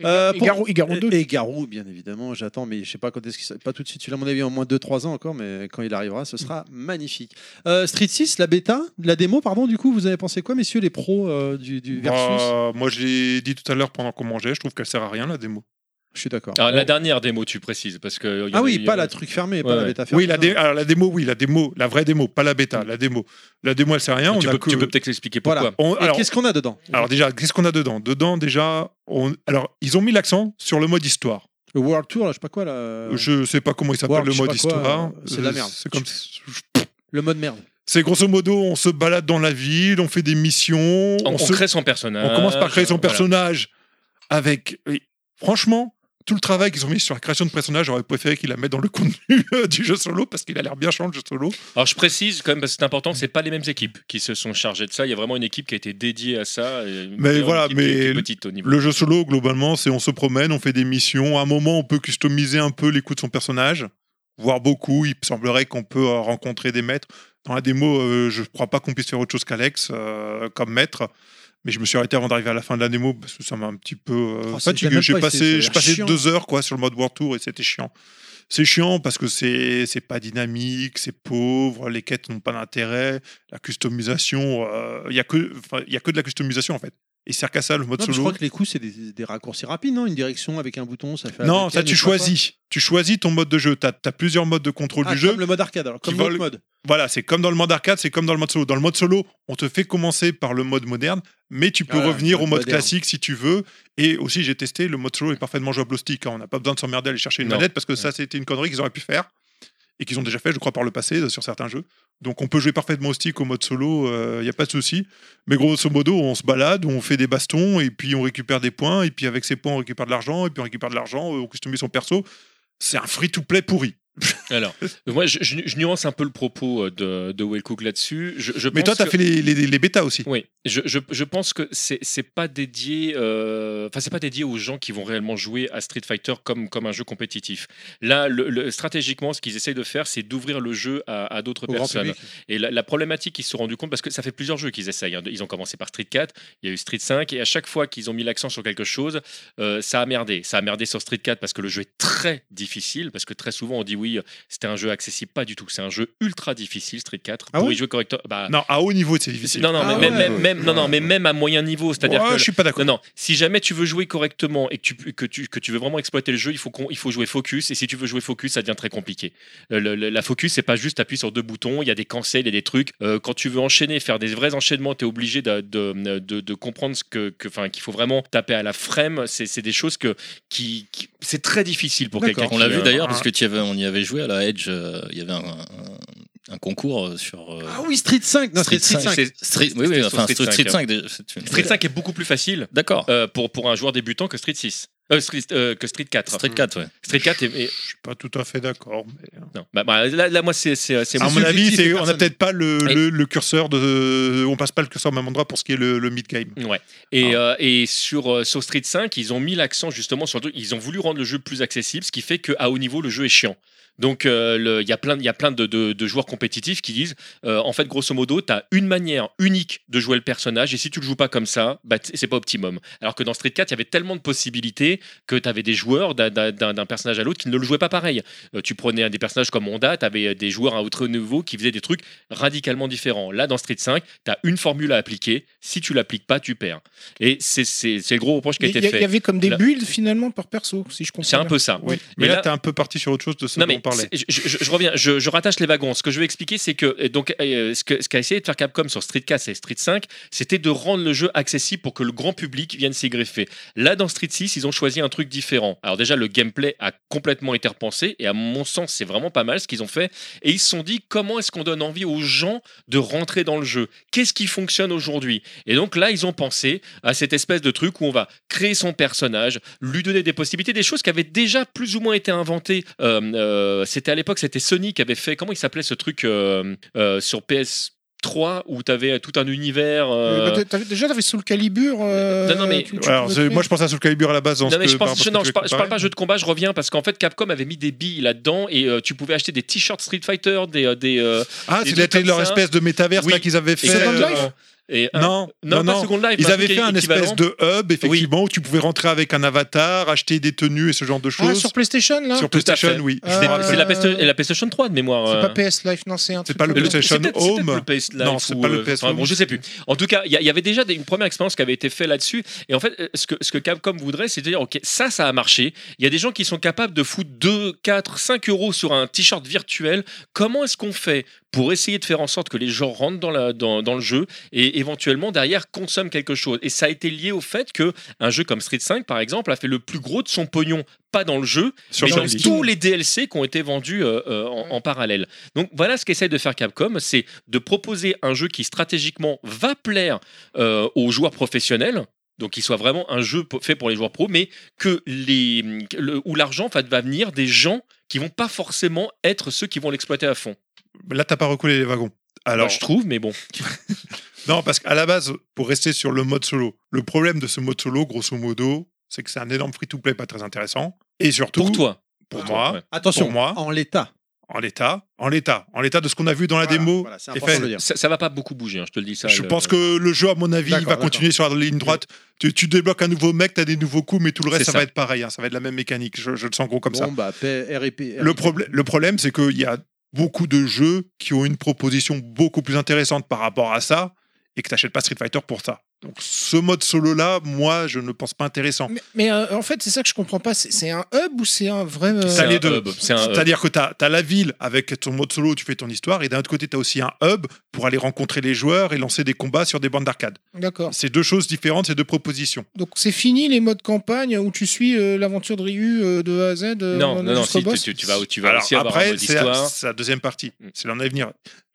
S3: Et
S1: Euh, pour-
S3: Garou- et Garou 2.
S1: Et, et Garou, bien évidemment, j'attends, mais je sais pas quand est-ce qu'il sera- Pas tout de suite, celui-là, à mon avis, en moins 2-3 ans encore, mais quand il arrivera, ce sera magnifique. Euh, Street 6, la bêta, la démo, pardon, du coup, vous avez pensé quoi, messieurs, les pros euh, du, du Versus
S6: Bah, moi, je l'ai dit tout à l'heure pendant qu'on mangeait, je trouve qu'elle sert à rien la démo.
S1: Je suis d'accord.
S6: ah,
S4: Alors, la dernière démo, tu précises. Parce que, euh, il y en
S1: Ah
S4: a-
S1: oui,
S4: il y en
S1: pas
S4: a-
S1: la truc fermée, pas
S4: Ouais,
S1: la
S4: ouais.
S1: bêta fermée.
S6: Oui, la, dé- alors, la démo, oui, la démo, la vraie démo, pas la bêta, la démo. La démo, elle sert à rien.
S4: Tu
S6: on a
S4: peux,
S6: que-
S4: tu peux peut-être expliquer pourquoi.
S1: Voilà.
S6: on-
S1: Et
S6: alors,
S1: qu'est-ce qu'on a dedans
S6: alors déjà, qu'est-ce qu'on a dedans Dedans, déjà, on- alors ils ont mis l'accent sur le mode histoire.
S1: Le World Tour, là, je sais pas quoi, là.
S6: Je sais pas comment il s'appelle
S1: World,
S6: le
S1: Euh, je sais
S6: mode
S1: pas quoi,
S6: histoire.
S1: euh, c'est de la merde.
S6: C'est comme
S1: Le mode merde.
S6: C'est grosso modo, on se balade dans la ville, on fait des missions,
S4: On,
S6: on,
S4: on
S6: se-
S4: crée son personnage.
S6: on commence par créer son
S4: Voilà.
S6: personnage avec. oui, Franchement, tout le travail qu'ils ont mis sur la création de personnage, j'aurais préféré qu'ils la mettent dans le [laughs] contenu euh, du jeu solo parce qu'il a l'air bien chiant le jeu solo.
S4: Alors je précise quand même parce que c'est important, c'est pas les mêmes équipes qui se sont chargées de ça. Il y a vraiment une équipe qui a été dédiée à ça. et une-
S6: Mais
S4: une
S6: voilà,
S4: équipe qui est- qui est
S6: mais
S4: petite au niveau.
S6: Le jeu solo, globalement, c'est on se promène, on fait des missions. À un moment, on peut customiser un peu les coups de son personnage, voire beaucoup. Il semblerait qu'on peut euh, rencontrer des maîtres. Dans la démo, euh, je crois pas qu'on puisse faire autre chose qu'Alex euh, comme maître. Mais je me suis arrêté avant d'arriver à la fin de la démo parce que ça m'a un petit peu euh,
S1: Oh, c'est- j'ai
S6: fatigué.
S1: même
S6: J'ai
S1: pas essayé, ça a
S6: passé, j'ai
S1: l'air
S6: passé
S1: chiant.
S6: deux heures quoi, sur le mode World Tour et c'était chiant. C'est chiant parce que c'est c'est pas dynamique, c'est pauvre, les quêtes n'ont pas d'intérêt, la customisation, euh, il n'y y a que enfin, y a que de la customisation en fait. Et sert qu'à ça le mode
S1: Non, mais je
S6: solo.
S1: crois que les coups, c'est des, des raccourcis rapides, non Une direction avec un bouton, ça fait.
S6: Non,
S1: avec
S6: ça
S1: elle,
S6: tu
S1: je sais pas
S6: choisis. Tu choisis ton mode de jeu. Tu as, plusieurs modes de contrôle
S1: quoi. Ah,
S6: du jeu.
S1: Comme le mode arcade, alors. Comme
S6: Qui
S1: l'autre
S6: vole-
S1: mode.
S6: Voilà, c'est comme dans le mode arcade, c'est comme dans le mode solo. Dans le mode solo, on te fait commencer par le mode moderne, mais tu peux
S1: Ah,
S6: revenir
S1: mode
S6: au mode
S1: moderne.
S6: classique si tu veux. Et aussi, j'ai testé, le mode solo est parfaitement jouable au stick. hein. On n'a pas besoin de s'emmerder à aller chercher une
S4: Non.
S6: manette parce que ça, c'était une connerie qu'ils auraient pu faire et qu'ils ont déjà fait, je crois, par le passé euh, sur certains jeux. Donc on peut jouer parfaitement au stick au mode solo, il n'y a pas de souci. Mais grosso modo, on se balade, on fait des bastons, et puis on récupère des points, et puis avec ces points, on récupère de l'argent, et puis on récupère de l'argent, euh, on customise son perso. C'est un free-to-play pourri.
S4: Alors moi je, je- je nuance un peu le propos euh, de, de Will Cook là-dessus. Je, je
S6: Mais
S4: pense
S6: toi, t'as
S4: que-
S6: fait les, les, les bêtas aussi.
S4: Oui, je, je, je pense que c'est c'est pas dédié, euh, enfin c'est pas dédié aux gens qui vont réellement jouer à Street Fighter comme comme un jeu compétitif. Là, le, le- stratégiquement, ce qu'ils essayent de faire, c'est d'ouvrir le jeu à, à d'autres
S1: Au grand
S4: personnes.
S1: public.
S4: Et la, la problématique qu'ils se sont rendus compte, parce que ça fait plusieurs jeux qu'ils essayent. hein. Ils ont commencé par Street 4, il y a eu Street 5, et à chaque fois qu'ils ont mis l'accent sur quelque chose, euh, ça a merdé. Ça a merdé sur Street 4 parce que le jeu est très difficile, parce que très souvent on dit oui, c'était un jeu accessible, pas du tout. C'est un jeu ultra difficile, Street 4.
S1: Ah
S4: pour
S1: oui
S4: y jouer correctement. Bah,
S6: Non, à haut niveau, c'est difficile.
S4: non, non,
S1: Ah
S4: mais
S1: ouais.
S4: même, même, même, non, non, mais même à moyen niveau, c'est-à-dire
S6: Ouais,
S4: que
S6: je suis pas d'accord.
S4: non, non. Si jamais tu veux jouer correctement et que tu, que tu, que tu veux vraiment exploiter le jeu, il faut, qu'on- il faut jouer focus. Et si tu veux jouer focus, ça devient très compliqué. Euh, le- le- la focus, c'est pas juste appuyer sur deux boutons. Il y a des cancels, il y a des trucs. Euh, quand tu veux enchaîner, faire des vrais enchaînements, tu es obligé de, de, de- de comprendre ce que, que- enfin, qu'il faut vraiment taper à la frame. C'est c'est des choses que, qui, qui- c'est très difficile pour
S6: D'accord.
S2: On
S4: quelqu'un. qui,
S2: l'a vu
S4: euh,
S2: d'ailleurs parce que tu y avais, on y avait joué à la Edge. euh, Il y avait un, un- un concours euh, sur. euh,
S1: Ah oui, Street 5 non, Street, 5.
S4: c'est-
S2: Street, oui, oui,
S4: Street-
S2: enfin,
S4: Street hein.
S2: Street,
S4: 5,
S2: 5. déjà, c'est-
S4: Street 5 est beaucoup plus facile
S2: D'accord.
S4: euh, pour, pour un joueur débutant que Street 6. Euh, Street- euh, que Street 4.
S2: Street 4, ouais.
S4: Street 4 est, est-
S6: Je suis pas tout à fait d'accord. mais-
S4: Non. Bah, bah, là, là, moi, c'est c'est- c'est
S6: À
S4: mon-
S6: mon avis,
S1: subjectif
S6: c'est-
S1: des
S6: on n'a
S1: personnes.
S6: peut-être pas le,
S4: Oui.
S6: le- le curseur de. On passe pas le curseur au même endroit pour ce qui est le, le mid-game.
S4: Ouais. Et, euh, et sur, euh, sur Street 5, ils ont mis l'accent justement sur le truc. Ils ont voulu rendre le jeu plus accessible, ce qui fait qu'à haut niveau, le jeu est chiant. Donc, euh, le- il y a plein, il y a plein de, de- de joueurs compétitifs qui disent euh, en fait, grosso modo, tu as une manière unique de jouer le personnage, et si tu le joues pas comme ça, bah, t- c'est pas optimum. Alors que dans Street 4, il y avait tellement de possibilités que tu avais des joueurs d'un- d'un d'un- d'un personnage à l'autre qui ne le jouaient pas pareil. Euh, tu prenais des personnages comme Honda, tu avais des joueurs à autre niveau qui faisaient des trucs radicalement différents. Là, dans Street 5, tu as une formule à appliquer. Si tu l'appliques pas, tu perds. Et c'est c'est- c'est le gros reproche qui a
S3: Mais
S4: été
S3: Il y, a- il y
S4: fait.
S3: avait comme des
S4: Là-
S3: builds finalement par perso, si je comprends.
S4: C'est un
S3: bien.
S4: peu ça.
S6: Oui.
S4: Mais
S6: Mais là,
S4: là-
S6: t'es un peu parti sur autre chose de ce
S4: Non
S6: dont
S4: mais
S6: on parlait.
S4: c'est- je, je- je reviens, je, je rattache les wagons. Ce que je veux expliquer, c'est que euh, donc euh, ce que- ce qu'a essayé de faire Capcom sur Street 4 et Street 5, c'était de rendre le jeu accessible pour que le grand public vienne s'y greffer. Là, dans Street 6, ils ont choisi un truc différent. Alors déjà, le gameplay a complètement été repensé et à mon sens, c'est vraiment pas mal ce qu'ils ont fait. Et ils se sont dit comment est-ce qu'on donne envie aux gens de rentrer dans le jeu Qu'est-ce qui fonctionne aujourd'hui Et donc là, ils ont pensé à cette espèce de truc où on va créer son personnage, lui donner des possibilités, des choses qui avaient déjà plus ou moins été inventées. Euh, euh, c'était à l'époque, c'était Sony qui avait fait, comment il s'appelait ce truc euh, euh, sur PS3 où tu avais tout un univers. euh,
S3: Euh, bah, t'as- t'as- déjà, t'avais sous le Calibur. euh,
S4: Non, non, mais-
S3: tu- tu
S6: Alors,
S3: pouvais
S6: c'est-
S3: trouver-
S6: moi, je pense à Soul Calibur à la base. dans
S4: Non,
S6: ce
S4: mais je,
S6: que-
S4: pense,
S6: par rapport à ce
S4: je- non,
S6: que
S4: je,
S6: tu
S4: par- je parle pas
S6: comparais.
S4: jeu de combat, je reviens parce qu'en fait Capcom avait mis des billes là-dedans et euh, tu pouvais acheter des t-shirts Street Fighter, des. euh, des euh,
S6: Ah,
S4: des trucs
S6: c'était
S4: comme
S6: leur
S4: ça.
S6: espèce de métaverse
S4: Oui.
S6: là qu'ils avaient fait.
S3: Second
S6: euh,
S3: Life
S4: et un-
S6: Non, non,
S4: pas
S6: non.
S4: Second Life,
S6: Ils
S4: un
S6: avaient
S4: truc
S6: fait un
S4: équivalent.
S6: espèce de hub, effectivement, où tu pouvais rentrer avec un avatar, acheter des tenues et ce genre de
S3: Ah,
S6: choses.
S3: sur PlayStation là
S6: Sur
S4: tout à fait.
S6: PlayStation, oui. Ah, Je me
S3: Euh,
S6: rappelle.
S4: Ah, C'est la, PS- la PlayStation 3 de mémoire.
S3: C'est
S4: euh.
S3: pas PS Life, non, c'est un.
S6: C'est
S3: truc
S6: pas le
S3: comme-
S6: PlayStation.
S4: C'est peut-être- c'est peut-être
S6: Home.
S4: le PS Live
S6: Non, c'est
S4: ou,
S6: pas le
S4: euh,
S6: PS
S4: enfin, bon, je sais plus. En tout cas, il y, a- il y avait déjà des- une première expérience qui avait été faite là-dessus. Et en fait, euh, ce que, ce que Capcom voudrait, c'est de dire OK, ça, ça a marché. Il y a des gens qui sont capables de foutre 2, 4, 5 euros sur un t-shirt virtuel. Comment est-ce qu'on fait pour essayer de faire en sorte que les gens rentrent dans, la- dans- dans le jeu et éventuellement derrière consomment quelque chose Et ça a été lié au fait que un jeu comme Street 5, par exemple, a fait le plus gros de son pognon, pas dans le jeu,
S6: Sur
S4: mais
S6: le
S4: dans
S6: samedi.
S4: tous les DLC qui ont été vendus euh, euh, en, en parallèle. Donc voilà ce qu'essaie de faire Capcom, c'est de proposer un jeu qui stratégiquement va plaire euh, aux joueurs professionnels. Donc, qu'il soit vraiment un jeu po- fait pour les joueurs pros, mais que les, que le- où l'argent en fait, va venir des gens qui vont pas forcément être ceux qui vont l'exploiter à fond.
S6: Là, t'as pas recoulé les wagons.
S4: Alors,
S6: Alors,
S4: je trouve, mais bon.
S6: non, parce qu'à la base, pour rester sur le mode solo, le problème de ce mode solo, grosso modo, c'est que c'est un énorme free-to-play pas très intéressant. Et surtout,
S4: Pour toi.
S6: pour
S4: toi,
S6: moi,
S4: ouais.
S1: Attention,
S6: Pour moi.
S1: en l'état.
S6: en l'état, en l'état, en l'état de ce qu'on a vu dans la
S1: Voilà,
S6: démo,
S1: voilà, c'est
S6: est
S1: important de
S6: fait.
S1: le dire.
S4: Ça, ça va pas beaucoup bouger, hein, je te le dis ça.
S6: je
S4: le-
S6: pense que le jeu, à mon avis, il
S1: D'accord,
S6: va
S1: d'accord.
S6: continuer sur la ligne droite. Tu, tu débloques un nouveau mec, t'as des nouveaux coups, mais tout le reste,
S4: C'est
S6: ça,
S4: ça.
S6: va être pareil. hein, ça va être la même mécanique. Je, je le sens gros comme ça.
S1: Bon, bah, P- RIP.
S6: Le, problème- le problème, c'est qu'il y a beaucoup de jeux qui ont une proposition beaucoup plus intéressante par rapport à ça et que tu n'achètes pas Street Fighter pour ça. Donc ce mode solo-là, moi, je ne le pense pas intéressant.
S3: Mais, mais, euh, en fait, c'est ça que je comprends pas. C'est c'est un hub ou c'est un vrai. euh,
S6: Ça
S4: C'est
S6: les
S4: un
S6: deux.
S4: hub, C'est un hub.
S6: C'est-à-dire que tu as, la ville avec ton mode solo, tu fais ton histoire, et d'un autre côté, tu as aussi un hub pour aller rencontrer les joueurs et lancer des combats sur des bandes d'arcade.
S3: D'accord.
S6: C'est deux choses différentes, c'est deux propositions.
S3: Donc c'est fini les modes campagne où tu suis euh, l'aventure de Ryu euh, de A à Z. euh,
S4: Non, non, non,
S3: jusqu'au
S4: si, tu,
S3: boss.
S4: tu- tu vas, tu vas
S6: Alors,
S4: aussi avoir un Mm.
S6: après,
S4: mode
S6: c'est
S4: histoire.
S6: la, c'est la deuxième partie. C'est l'en avenir.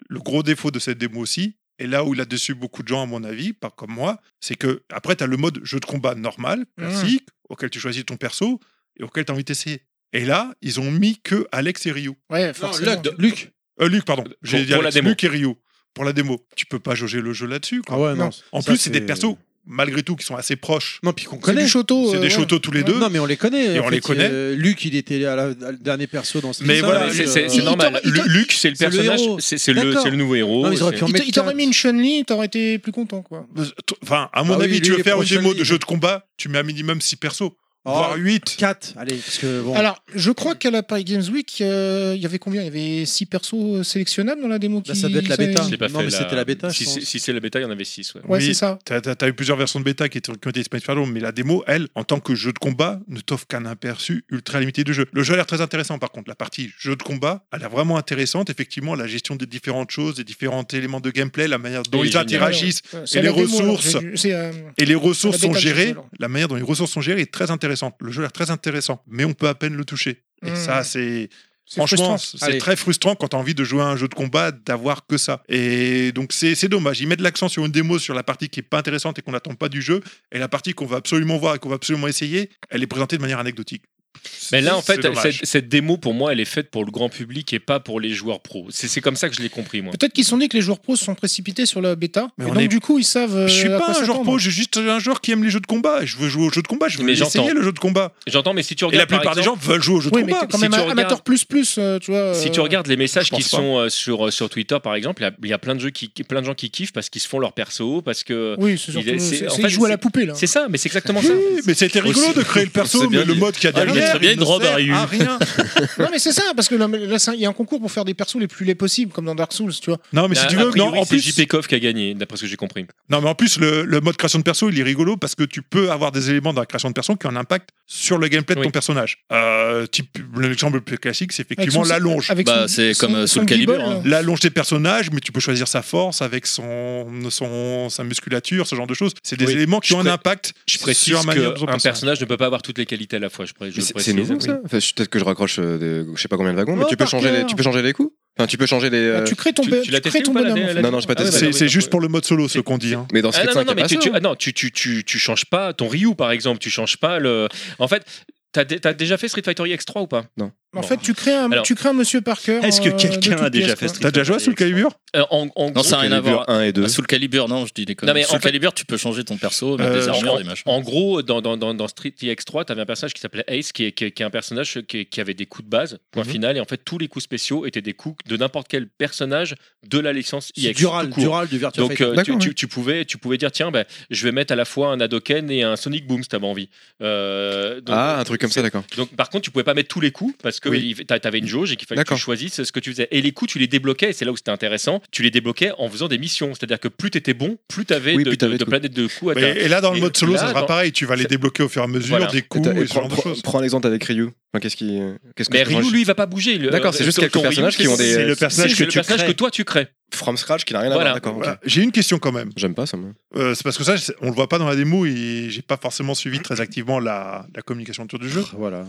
S6: Le gros défaut de cette démo aussi, et là où il a déçu beaucoup de gens, à mon avis, pas comme moi, c'est que après, tu as le mode jeu de combat normal,
S4: Mm.
S6: classique, auquel tu choisis ton perso et auquel tu as envie d'essayer. Et là, ils ont mis que Alex et Ryu.
S3: Ouais, forcément.
S1: Luc.
S6: Euh, Luc, pardon. J'ai
S4: Pour-
S6: dit
S4: pour la
S6: Alex,
S4: démo.
S6: Luc et Ryu. Pour la démo. Tu peux pas jauger le jeu là-dessus. quoi.
S1: Ah ouais,
S3: Non.
S1: non.
S6: en
S1: ça,
S6: plus, c'est des
S1: c'est-
S6: persos, malgré tout, qui sont assez proches.
S1: Non, puis qu'on
S3: C'est
S1: connaît.
S3: du Shoto.
S6: C'est
S3: euh,
S6: des
S3: ouais.
S6: shotos tous les deux.
S1: Non, mais on les connaît.
S6: Et
S1: en
S6: on les
S1: fait,
S6: connaît.
S1: euh, Luc, il était à la- à le dernier perso dans ce
S6: Mais
S1: film.
S6: voilà,
S1: Puis,
S4: C'est- c'est
S1: euh,
S4: c'est
S3: il
S4: normal.
S3: t'aurait- il t'aurait-
S4: Lu- Luc, c'est le
S1: C'est le
S4: personnage,
S1: héros.
S4: c'est c'est le,
S1: D'accord.
S4: c'est le nouveau héros.
S1: Non, mais ils auraient pu en
S3: Il t'a-
S1: mettre
S3: il t'aurait
S1: quatre.
S3: mis une Chun-Li, t'aurais été plus content quoi.
S6: Euh, Enfin, à mon
S1: Ah oui,
S6: avis,
S1: lui,
S6: tu
S1: il
S6: veux
S1: est Ah.
S6: faire un
S1: proche de
S6: démo de
S1: lui.
S6: jeu de combat, tu mets un minimum 6 persos. voire 8.
S1: 4, Oh, allez, parce que bon.
S3: Alors, je crois qu'à la Paris Games Week, euh, il y avait combien Il y avait 6 persos euh, sélectionnables dans la démo qui...
S1: Là, ça doit être la bêta.
S4: Je l'ai pas
S1: Non,
S4: fait,
S1: mais
S4: là.
S1: c'était la bêta,
S4: Si
S1: je
S4: c'est
S1: pense.
S4: si c'est la bêta, il y en avait 6. Ouais.
S3: Ouais,
S6: Oui.
S3: c'est ça.
S6: T'as t'as- t'as eu plusieurs versions de bêta qui étaient qui ont été disponibles sur la Dome, mais la démo, elle, en tant que jeu de combat, ne t'offre qu'un aperçu ultra limité du jeu. Le jeu a l'air très intéressant, par contre. La partie jeu de combat, elle est vraiment intéressante. Effectivement, la gestion des différentes choses, des différents éléments de gameplay, la manière dont
S4: Et
S6: ils
S4: génial.
S6: interagissent
S3: Ouais, Euh, c'est
S6: et
S3: la
S6: les
S3: démo, alors,
S6: ressources.
S3: j'ai- c'est, euh,
S6: et les ressources
S3: La bêta
S6: sont
S3: du jeu,
S6: gérées,
S3: alors.
S6: la manière dont les ressources sont gérées est très intéressante. Le jeu a l'air très intéressant, mais on peut à peine le toucher. Et
S3: Mm.
S6: ça, c'est
S3: c'est
S6: Franchement,
S3: frustrant.
S6: c'est
S1: Allez.
S6: très frustrant quand t'as envie de jouer à un jeu de combat d'avoir que ça. Et donc c'est c'est dommage. Ils mettent l'accent sur une démo sur la partie qui est pas intéressante et qu'on n'attend pas du jeu, et la partie qu'on va absolument voir et qu'on va absolument essayer, elle est présentée de manière anecdotique.
S4: Mais là, en
S6: C'est
S4: fait,
S6: dommage.
S4: cette, cette démo, pour moi, elle est faite pour le grand public et pas pour les joueurs pros. C'est c'est comme ça que je l'ai compris, moi.
S3: Peut-être qu'ils se sont dit que les joueurs pros se sont précipités sur la bêta.
S6: Mais
S3: et
S6: on
S3: donc,
S6: est-
S3: du coup, ils savent. euh,
S6: je suis pas
S3: à quoi
S6: un joueur
S3: s'attendre.
S6: pro, je suis juste un joueur qui aime les jeux de combat. Je veux jouer au jeu de combat, je veux
S4: Mais
S6: essayer
S4: j'entends.
S6: le jeu de combat.
S4: J'entends, mais si tu
S6: Et
S4: regardes.
S6: la plupart
S4: par
S6: des
S4: exemple,
S6: gens veulent jouer au jeu de
S3: Oui, mais
S6: combat.
S3: t'es quand
S4: Si
S3: même
S4: tu
S3: un
S4: regardes-
S3: amateur plus plus, euh, tu vois.
S4: Si
S3: euh,
S4: tu regardes les messages
S6: je pense
S4: qui sont euh, sur, euh, sur Twitter, par exemple, il y a- il y, a plein de, jeux qui, qui- plein de gens qui kiffent parce qu'ils se font leur perso, parce que.
S3: Oui, hein. c'est
S4: il
S3: surtout.
S4: est- c'est-
S3: c'est-
S4: en
S3: c'est-
S4: fait,
S3: Ils jouent à la
S4: c'est-
S3: poupée, là.
S4: C'est ça, mais c'est exactement ça.
S6: Oui, mais c'était rigolo
S4: Aussi.
S6: de [laughs] créer le perso,
S2: C'est bien
S6: mais le
S2: dit.
S6: mode qu'il y a
S2: Ah, il y a
S6: derrière,
S2: très bien
S6: il
S2: une
S6: ne
S2: drogue à eu.
S6: sert à rien.
S3: Non, mais c'est ça, parce que là, là, c'est un- il y a un concours pour faire des persos les plus laids possibles, comme dans Dark Souls, tu vois.
S6: [laughs] Non, [laughs] mais si
S4: Là,
S6: tu
S4: a
S6: veux,
S4: priori,
S6: non, en plus,
S4: c'est JP Koff qui a gagné, d'après ce que j'ai compris.
S6: Non, mais en plus, le, le mode création de perso, il est rigolo parce que tu peux avoir des éléments dans la création de perso qui ont un impact sur le gameplay de
S4: Oui.
S6: ton personnage. Euh, type, l'exemple le plus classique, c'est
S3: Avec
S6: effectivement
S3: son-
S6: l'allonge.
S3: avec
S2: Bah,
S3: son-
S2: c'est
S3: son-
S2: comme, euh,
S3: son
S2: Soul Calibur,
S3: gimbal,
S2: hein.
S3: là.
S6: L'allonge des personnages, mais tu peux choisir sa force avec son, son, sa musculature, ce genre de choses. C'est des
S4: Oui.
S6: éléments qui
S4: Je
S6: ont un
S4: pré-
S6: impact
S4: Je précise
S6: sur la manière dont ton
S4: qu'un
S6: personnage.
S4: personnage ne peut pas avoir toutes les qualités à la fois. Je, pré- je
S7: Mais
S4: le
S7: C'est
S4: précise.
S7: c'est nouveau
S4: Oui.
S7: ça Enfin, je- Peut-être que je raccroche euh, de- je sais pas combien de wagons, mais
S3: Oh,
S7: tu peux,
S3: par
S7: changer les,
S3: cœur.
S7: tu peux changer les coups Enfin, tu peux changer les.
S3: Bah,
S7: euh,
S3: tu crées ton,
S4: Ah, Tu-
S3: pe-
S4: tu l'as
S3: tu crées
S4: testé
S3: ton
S4: ou pas, la-
S3: bonhomme.
S4: la-
S3: en fait.
S7: Non, non, j'ai pas
S4: Ah ouais,
S7: testé.
S4: bah,
S6: C'est c'est
S4: oui,
S6: juste
S4: donc,
S6: pour le mode solo, ce
S4: c'est-
S6: qu'on dit. hein.
S7: Mais dans
S4: Ah
S7: Street
S4: non,
S7: 5,
S4: non,
S7: il y a
S4: mais
S7: pas
S4: tu,
S7: ça. hein.
S4: tu- ah non, tu, tu, tu, tu changes pas ton Ryu par exemple, tu changes pas le. En fait, t'as dé- t'as déjà fait Street Fighter X3 ou pas
S7: Non.
S3: En fait, tu crées un,
S4: Alors,
S3: tu crées un Monsieur Parker.
S5: Est-ce que
S3: euh, de
S5: quelqu'un
S3: toutes
S5: a déjà
S3: pièces,
S5: fait
S3: quoi.
S5: Street
S6: T'as déjà joué à Soul Calibur
S4: Euh, en, en gros,
S2: Non, ça n'a rien à
S7: Calibur
S2: voir.
S7: 1 et 2.
S2: Ah, Sous le calibre, non, je dis des conneries.
S4: Non, mais
S2: Sous
S4: en
S2: le
S4: fait-
S2: calibre, tu peux changer ton perso, mettre
S6: Euh,
S2: des
S6: je
S2: armures,
S4: crois-
S2: des machins.
S4: En gros, dans, dans, dans, dans Street X3, t'avais un personnage qui s'appelait Ace, qui est, qui, est- qui est un personnage qui, est- qui avait des coups de base, point
S7: Mhm.
S4: final, et en fait, tous les coups spéciaux étaient des coups de n'importe quel personnage de la licence
S1: C'est
S4: IX.
S1: Dural,
S4: tout court.
S1: Dural du Virtua
S4: Donc
S1: Fighter.
S4: euh, tu,
S7: D'accord,
S4: tu- tu pouvais, tu pouvais dire tiens ben, je vais mettre à la fois un Hadoken et un Sonic Boom si t'avais envie. Euh, donc,
S7: Ah, un truc comme ça, d'accord.
S4: donc, par contre tu pouvais pas mettre tous les coups parce que
S7: Oui.
S4: il- t'a- t'avais une jauge et qu'il fallait que tu
S7: D'accord.
S4: choisisses ce que tu faisais. Et les coups tu les débloquais et c'est là où c'était intéressant. Tu les débloquais en faisant des missions, c'est-à-dire que plus t'étais bon, plus t'avais
S7: Oui,
S4: de,
S7: plus
S4: de,
S7: t'avais
S4: de
S7: de coups.
S4: planètes de coups. à
S6: Mais-
S4: ta-
S6: Et là, dans le
S4: Et
S6: mode solo,
S4: là,
S6: ça sera
S4: dans-
S6: pareil. Tu vas les
S4: c'est-
S6: débloquer au fur et à mesure,
S4: Voilà.
S6: des coups
S7: T'as-
S6: et ce
S7: prends,
S6: genre de
S7: prends-
S6: choses.
S7: prends l'exemple avec Ryu. Enfin, qu'est-ce qui. euh, Qu'est-ce que
S4: Mais
S7: tu
S4: Ryu
S7: manges
S4: lui il va pas bouger. le-
S7: D'accord, c'est
S4: euh,
S7: juste
S4: ton-
S7: quelques
S4: ton Ryu,
S7: personnages qui
S4: c'est-
S7: ont des- euh,
S6: C'est le
S4: C'est
S6: personnage que
S4: le
S6: tu
S4: personnage
S6: crées.
S4: que toi tu crées.
S7: From scratch qui n'a rien à
S4: Voilà.
S7: voir, d'accord. ok.
S6: Voilà. J'ai une question quand même.
S7: J'aime pas ça, moi.
S6: Euh, c'est parce que ça, c'est- on le voit pas dans la démo et j'ai pas forcément suivi très activement la, la communication autour du jeu.
S1: Voilà.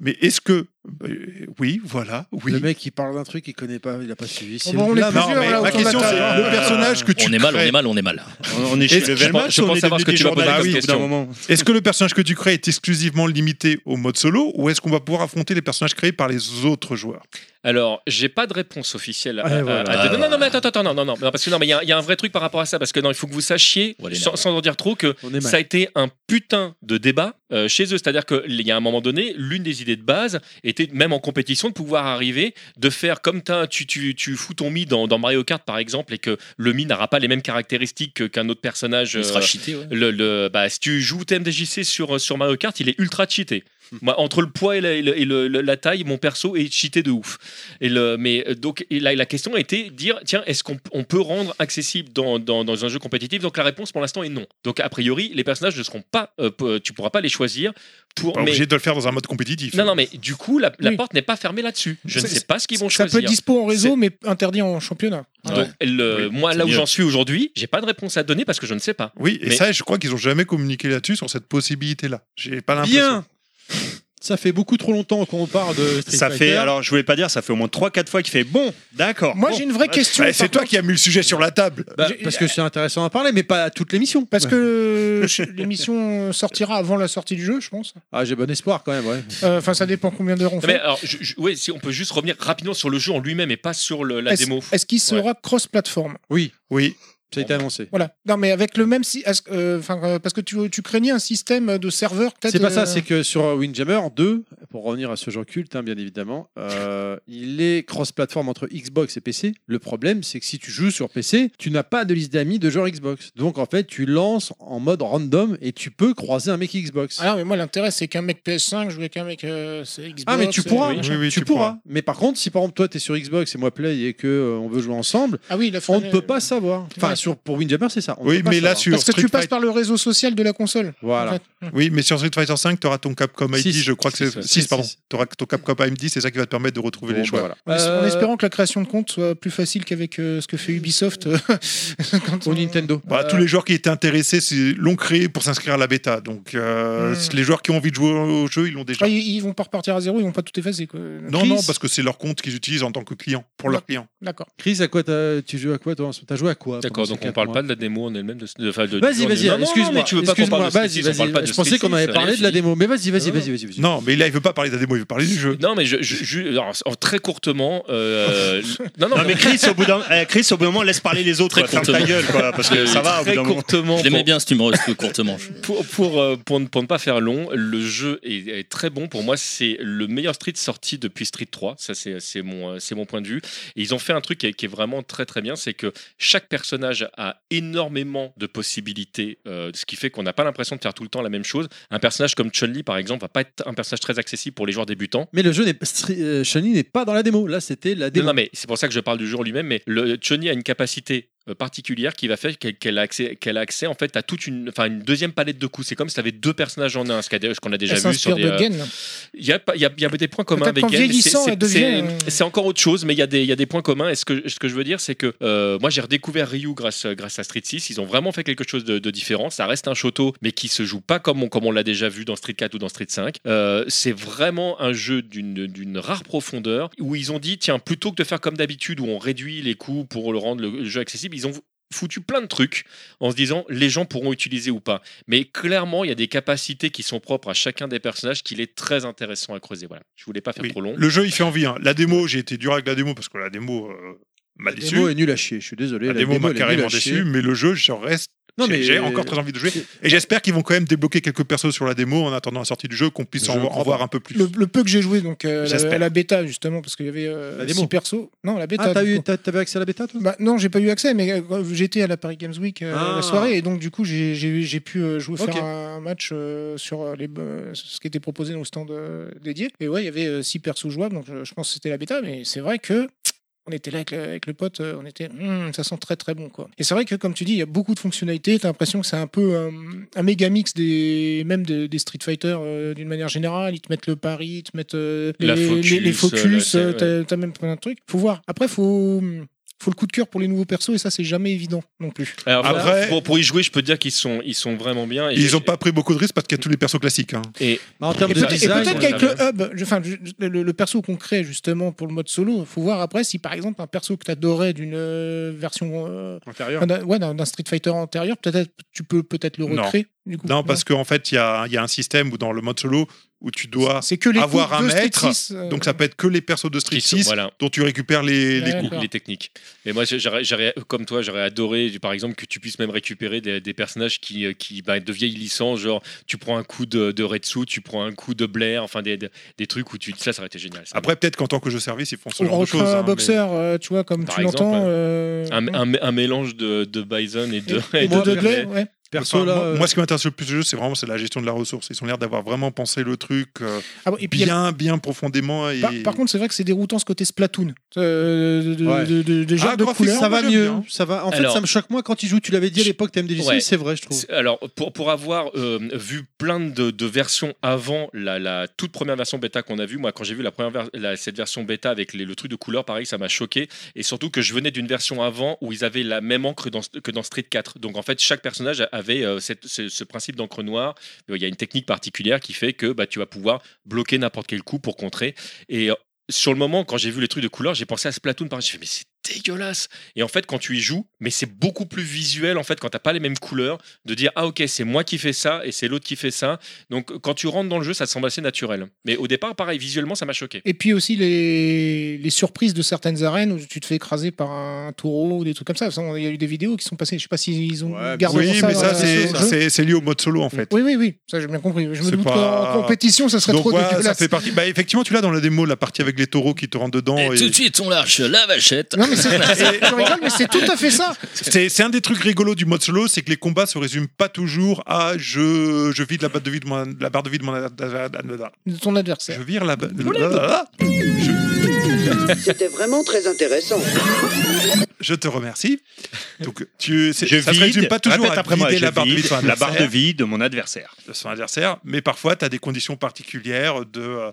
S6: Mais est-ce que. euh, oui, voilà, oui.
S1: Le mec, il parle d'un truc, il connaît pas, il a pas suivi.
S3: Bon, on est
S6: Là, non,
S3: plusieurs,
S6: mais
S3: là,
S6: ma
S3: autour de la
S6: question, c'est
S3: table.
S6: le personnage que tu
S2: On est mal, on
S6: crées.
S2: est mal, on est mal.
S5: On est
S6: chez Est-ce-
S5: chez
S6: Level
S5: Level
S6: je pense- Max,
S5: Match,
S4: je on
S5: on
S4: pense est
S5: est
S4: savoir ce devenu
S5: devenu
S4: que
S5: des
S4: tu des vas poser journalistes comme au bout
S5: journalistes
S4: d'un
S5: d'un
S4: question.
S5: moment.
S6: Est-ce que le personnage que tu crées est exclusivement limité au mode solo ou est-ce qu'on va pouvoir affronter les personnages créés par les autres joueurs
S4: Alors, j'ai pas de réponse officielle à,
S1: Ouais,
S4: à-
S1: voilà.
S4: à
S2: Ah,
S4: donner. Non,
S2: voilà.
S4: non, mais attends, attends, non, non, non, non, parce que non, mais il y, a- il y a un vrai truc par rapport à ça, parce que non, il faut que vous sachiez,
S2: Ouais, les
S4: sans,
S2: nerfs.
S4: sans en dire trop, que
S1: On est mal.
S4: ça a été un putain de débat euh, chez eux. C'est-à-dire qu'il y a un moment donné, l'une des idées de base était, même en compétition, de pouvoir arriver, de faire comme t'as- tu, tu, tu fous ton mi dans, dans Mario Kart, par exemple, et que le mi n'aura pas les mêmes caractéristiques que- qu'un autre personnage.
S2: Il sera
S4: euh,
S2: cheaté, ouais.
S4: le, le- bah, si tu joues TMDJC sur, euh, sur Mario Kart, il est ultra cheaté.
S2: Hmm.
S4: Moi, entre le poids et, la, et le- et le- le- la taille, mon perso est cheaté de ouf. Et le, mais euh, donc, et la, la question a été de dire tiens, est-ce qu'on on peut rendre accessible dans, dans- dans un jeu compétitif Donc la réponse pour l'instant est non. Donc a priori, les personnages ne seront pas, euh, p- tu pourras pas les choisir pour.
S6: Pas
S4: mais-
S6: obligé de le faire dans un mode compétitif.
S4: non, non, mais du coup, la, la
S3: Oui.
S4: porte n'est pas fermée là-dessus. Je ne
S3: C'est-
S4: sais pas ce qu'ils vont
S3: Ça
S4: choisir.
S3: peut être dispo en réseau,
S4: C'est-
S3: mais interdit en championnat.
S4: Donc,
S2: Ouais. Oui,
S4: le- moi,
S2: c'est
S4: là où
S2: mieux.
S4: j'en suis aujourd'hui, j'ai pas de réponse à donner parce que je ne sais pas.
S6: Oui, et
S4: Mais-
S6: ça, je crois qu'ils ont jamais communiqué là-dessus sur cette possibilité-là. J'ai pas l'impression. Bah,
S5: Bien
S1: Ça fait beaucoup trop longtemps qu'on parle de Street
S5: Ça
S1: Fighter.
S5: fait, alors je voulais pas dire, ça fait au moins 3-4 fois qu'il fait bon, d'accord.
S3: Moi,
S5: bon.
S3: j'ai une vraie question.
S6: Ouais, c'est
S3: par
S6: toi
S3: contre,
S6: qui as mis le sujet sur la table.
S1: Bah,
S3: j'ai-
S1: parce que c'est intéressant à parler, mais pas à toute l'émission.
S3: Parce que euh, l'émission sortira avant la sortie du jeu, je pense.
S1: Ah, j'ai bon espoir quand même, ouais.
S3: Euh, Enfin, ça dépend combien d'heures on
S4: Non, mais
S3: fait.
S4: alors, je- je- ouais, si on peut juste revenir rapidement sur le jeu en lui-même et pas sur le- la
S3: Est-ce
S4: démo.
S3: est-ce qu'il sera cross-platform
S1: Oui.
S6: Oui,
S1: Ça a été annoncé.
S3: Voilà. Non, mais avec le même. Si... est-ce que- euh, enfin, euh, parce que tu, tu craignais un système de serveur peut-être.
S1: C'est pas ça,
S3: euh,
S1: c'est que sur Windjammer 2, pour revenir à ce genre culte, hein, bien évidemment, euh, il est cross-platform entre Xbox et PC. Le problème, c'est que si tu joues sur PC, tu n'as pas de liste d'amis de joueurs Xbox. Donc en fait, tu lances en mode random et tu peux croiser un mec Xbox.
S3: Ah non, mais moi, l'intérêt, c'est qu'un mec PS5 joue avec un mec euh, c'est Xbox.
S1: Ah mais tu
S3: euh,
S1: pourras,
S3: machin.
S6: Oui, oui,
S1: tu,
S6: tu
S1: pourras.
S6: pourras.
S1: Mais par contre, si par exemple toi t'es sur Xbox et moi Play et que euh, on veut jouer ensemble,
S3: Ah oui, la
S1: on ne peut pas savoir. Enfin
S3: Ouais.
S1: sur pour Windjammer c'est ça. on ne
S6: Oui,
S1: peut pas
S6: mais là,
S1: savoir.
S6: sur
S3: Parce que
S6: Street
S3: tu passes
S6: Fighter,
S3: par le réseau social de la console.
S1: voilà.
S3: En fait.
S6: oui, mais sur Street Fighter 5, tu auras ton Capcom ID,
S1: Six.
S6: je crois que c'est
S1: Six, ouais.
S6: 6 pardon.
S1: Six.
S6: Tu auras ton Capcom ID, c'est ça qui va te permettre de retrouver
S1: Bon,
S6: les
S1: bah,
S6: joueurs.
S1: voilà.
S3: En es- En
S1: Euh,
S3: espérant que la création de compte soit plus facile qu'avec euh, ce que fait Ubisoft. euh, [laughs] quand
S1: au
S3: on-
S1: Nintendo.
S6: Bah, Tous les joueurs qui étaient intéressés c'est- l'ont créé pour s'inscrire à la bêta. Donc, euh,
S3: Hmm.
S6: les joueurs qui ont envie de jouer au jeu, ils l'ont déjà.
S3: Ah, ils, ils vont pas repartir à zéro, ils vont pas tout effacer. Quoi.
S6: non, non, parce que c'est leur compte qu'ils utilisent en tant que client, pour leurs clients.
S3: D'accord.
S1: Chris, à quoi t'as- tu joues à quoi toi en ce moment T'as joué à quoi
S4: D'accord, donc on parle pas de la démo en elle-même. De, de, enfin, de- du
S1: Vas-y,
S4: jeu en
S1: vas-y,
S4: lui-même. Non, non, non,
S1: excuse-moi.
S4: mais tu veux pas qu'on
S1: excuse-moi,
S4: parle de Street
S1: vas-y,
S4: Six, on
S1: vas-y.
S4: parle pas de
S1: Je pensais
S4: Street
S1: qu'on avait
S4: Six,
S1: parlé
S4: allez,
S1: de la
S4: fini.
S1: démo, mais vas-y, vas-y,
S4: Non,
S1: vas-y, vas-y, vas-y.
S6: Non, mais là, il veut pas parler de la démo, il veut parler du jeu.
S4: Non, mais je, je- je- alors, en- très courtement. euh, non, non,
S14: Non mais Chris au bout
S3: [laughs]
S14: d'un eh, Chris au bout d'un moment laisse parler les autres
S2: Très
S14: quoi, ferme ta
S2: courtement.
S14: gueule quoi parce que
S4: Euh,
S14: ça va au bout
S4: très
S14: d'un moment.
S4: courtement.
S2: Je l'aimais
S4: pour-
S2: bien ce numéro ce
S1: [laughs]
S2: courte manche.
S4: Pour, pour, euh, pour ne, pour ne pas faire long, le jeu est, est très bon. Pour moi, c'est le meilleur Street sorti depuis Street 3. Ça, c'est c'est mon, euh, c'est mon point de vue. Et ils ont fait un truc qui est, qui est vraiment très très bien, c'est que chaque personnage a énormément de possibilités, euh, ce qui fait qu'on n'a pas l'impression de faire tout le temps la même chose. Un personnage comme Chun-Li, par exemple, va pas être un personnage très accessible pour les joueurs débutants.
S1: Mais le jeu n'est Stri- euh, Shiny n'est pas dans la démo. Là, c'était la
S4: Non,
S1: démo.
S4: non, mais c'est pour ça que je parle du jeu en lui-même. Mais le Chun-Li a une capacité euh, particulière qui va faire qu'elle qu'elle a accès, qu'elle a accès en fait à toute une, enfin une deuxième palette de coups. C'est comme si tu avais deux personnages en un, ce qu'a- ce qu'on a déjà
S3: Elle
S4: vu sur
S3: s'inspire
S4: des.
S3: de
S4: euh,
S3: Gen.
S4: Il y a, pas- il y, a, il y a des points communs avec
S3: Peut-être qu'en
S4: elle. mais c'est-
S3: vieillissant,
S4: c'est-
S3: elle devient,
S4: c'est-
S3: euh,
S4: C'est encore autre chose, mais il y, a des- il y a des points communs. Et ce que, ce que je veux dire, c'est que euh, moi, j'ai redécouvert Ryu grâce, grâce à Street 6. Ils ont vraiment fait quelque chose de, de différent. Ça reste un Shoto, mais qui se joue pas comme on, comme on l'a déjà vu dans Street 4 ou dans Street 5. Euh, c'est vraiment un jeu d'une d'une rare profondeur où ils ont dit tiens, plutôt que de faire comme d'habitude, où on réduit les coûts pour le rendre le, le jeu accessible, ils ont foutu plein de trucs en se disant les gens pourront utiliser ou pas. Mais clairement, il y a des capacités qui sont propres à chacun des personnages qu'il est très intéressant à creuser. Voilà. Je voulais pas faire
S6: Oui.
S4: trop long.
S6: Le jeu, il fait envie. hein. La démo, j'ai été dur avec la démo parce que la démo euh, m'a
S1: La
S6: déçu.
S1: démo est nulle à chier. Je suis désolé.
S6: la démo
S1: elle est
S6: m'a
S1: nulle à
S6: carrément
S1: chier.
S6: déçu, mais le jeu, j'en reste.
S1: Non,
S6: j'ai-
S1: mais
S6: J'ai encore très envie de jouer. Et j'espère qu'ils vont quand même débloquer quelques persos sur la démo en attendant la sortie du jeu, qu'on puisse
S1: Je
S6: en, en
S1: crois
S6: voir
S1: pas.
S6: un peu plus.
S3: Le, le peu que j'ai joué donc euh, la,
S6: J'espère.
S3: à la bêta justement parce qu'il y avait euh,
S1: La démo.
S3: six persos. Non, la bêta.
S1: Ah, t'as
S3: du
S1: eu,
S3: coup.
S1: t'as- t'avais accès à la bêta, toi
S3: Bah, non, j'ai pas eu accès, mais euh, j'étais à la Paris Games Week euh,
S1: Ah.
S3: la soirée, et donc du coup j'ai- j'ai j'ai pu euh, jouer
S1: Ok.
S3: faire un match euh, sur euh, les, euh, ce qui était proposé dans le stand euh, dédié. Et ouais, il y avait euh, six persos jouables, donc je, je pense que c'était la bêta, mais c'est vrai que on était là avec le, avec le pote, euh, on était, Hmm, ça sent très très bon quoi. Et c'est vrai que comme tu dis, il y a beaucoup de fonctionnalités. T'as l'impression que c'est un peu un, un méga mix des même des, des Street Fighter euh, d'une manière générale. Ils te mettent le pari, ils te mettent euh, les,
S4: La focus,
S3: les- les
S4: euh, la-
S3: focus.
S4: c'est-
S3: euh, t'as t'as même plein de trucs. Faut voir. Après, faut faut le coup de cœur pour les nouveaux persos et ça c'est jamais évident non plus.
S4: Alors, voilà,
S6: Après-
S4: pour, pour y jouer, je peux te dire qu'ils sont, ils sont vraiment bien. Et
S6: Et ils n'ont pas pris beaucoup de risques parce qu'il y a tous les persos classiques. hein.
S4: Et
S1: Bah, En termes
S3: Et
S1: de
S3: peut-être et
S1: design,
S3: peut-être
S4: ouais,
S3: qu'avec
S4: ouais.
S3: le hub, je- enfin je- je- le, le perso qu'on crée justement pour le mode solo, faut voir après si par exemple un perso que t'adorais d'une euh, version euh,
S1: intérieur.
S3: enfin, d'un ouais, d'un d'un Street Fighter antérieur, peut-être tu peux peut-être le
S6: Non.
S3: recréer. du coup.
S6: Non, parce qu'en fait, il y a, il y a un système où dans le mode solo où tu dois.
S3: c'est que les
S6: avoir
S3: coups
S6: un
S3: de Street
S6: maître,
S3: 6, euh,
S6: Donc ça peut être que les persos de Street
S4: ils sont-
S6: 6
S4: voilà.
S6: dont tu récupères les, les
S3: Ouais.
S6: coups.
S3: D'accord.
S4: Il est technique. Mais moi, j'aurais- j'aurais- comme toi, j'aurais adoré, par exemple, que tu puisses même récupérer des, des personnages qui, euh, qui bah, de vieilles licences, genre tu prends un coup de, de Retsu, tu prends un coup de Blair, enfin des, des, des trucs où tu. Ça, ça aurait été génial. ça.
S6: Après, peut-être qu'en tant que jeu service, ils font ce
S3: on
S6: genre de
S3: recrée
S6: choses. hein,
S3: un
S6: mais-
S3: boxeur, euh, tu vois, comme
S4: Par
S3: tu
S4: exemple,
S3: l'entends.
S4: ouais.
S3: euh,
S4: un,
S3: ouais.
S4: un- un mélange de, de Bison et de.
S3: et de
S1: moi,
S3: Dudley, ouais.
S1: Perso,
S6: Enfin,
S1: là.
S6: moi,
S1: euh,
S6: moi, ce qui m'intéresse le plus du jeu, c'est vraiment c'est la gestion de la ressource. Ils ont l'air d'avoir vraiment pensé le truc euh,
S3: Ah bon, et puis il y a-
S6: bien, bien profondément. Et...
S3: Par, par contre, c'est vrai que c'est déroutant ce côté Splatoon. Euh, de, de,
S1: Ouais.
S3: de- de-
S6: Ah,
S3: de genre de
S6: graphiquement,
S3: couleurs.
S1: ça va
S6: j'aime
S1: mieux.
S6: bien.
S1: Ça va. En fait,
S4: Alors-
S1: ça me choque moins quand ils jouent. Tu l'avais dit à l'époque, TMDJC,
S4: Ouais.
S1: c'est vrai, je trouve.
S4: C'est- Alors, pour, pour avoir euh, vu plein de, de versions avant la, la toute première version bêta qu'on a vue, moi, quand j'ai vu la première ver- la- cette version bêta avec les- le truc de couleur, pareil, ça m'a choqué. Et surtout que je venais d'une version avant où ils avaient la même encre dans- que dans Street 4. Donc, en fait, chaque personnage a- avait euh, cette- ce, ce principe d'encre noire. Il y a une technique particulière qui fait que bah, tu vas pouvoir bloquer n'importe quel coup pour contrer. Et. euh, sur le moment, quand j'ai vu les trucs de couleur, j'ai pensé à Splatoon. Par exemple, j'ai fait, mais c'est dégueulasse. Et en fait, quand tu y joues, mais c'est beaucoup plus visuel en fait quand t'as pas les mêmes couleurs, de dire ah ok c'est moi qui fais ça et c'est l'autre qui fait ça. Donc quand tu rentres dans le jeu, ça te semble assez naturel. Mais au départ, pareil, visuellement, ça m'a choqué.
S3: Et puis aussi les, les surprises de certaines arènes où tu te fais écraser par un taureau ou des trucs comme ça. Il y a eu des vidéos qui sont passées, je sais pas s'ils ont
S6: Ouais,
S3: gardé
S6: oui,
S3: ça.
S6: mais
S3: dans
S6: ça,
S3: la-
S6: c'est-
S3: dans euh, le jeu.
S6: c'est c'est lié au mode solo en fait.
S3: Oui, oui, oui, ça j'ai bien compris. Je me
S6: C'est
S3: doute
S6: pas-
S3: qu'en compétition, ça serait
S6: Donc
S3: trop
S6: voilà, ça
S3: dégueulasse.
S6: fait partie. Bah, effectivement, tu l'as dans la démo, la partie avec les taureaux qui te rentrent dedans.
S2: Et
S6: et-
S2: tout de suite, on lâche la vachette.
S3: Non, mais c'est,
S5: [laughs]
S3: c'est- je rigole, mais c'est tout à fait ça.
S6: C'est c'est un des trucs rigolos du mode solo, c'est que les combats se résument pas toujours à je, je vide la barre de vie de mon, la barre de vie de mon
S3: De ton adversaire.
S6: je vire la Ah, barre
S13: C'était vraiment très intéressant.
S6: je te remercie. Donc tu c'est-
S5: Je
S6: ça se
S5: vide,
S6: résume pas toujours
S5: répète
S6: à
S5: après moi,
S6: vider
S5: je
S6: la barre de vie de
S5: vide
S6: son
S5: la barre de
S6: adversaire,
S5: vie de mon adversaire.
S6: de son adversaire, mais parfois tu as des conditions particulières de euh,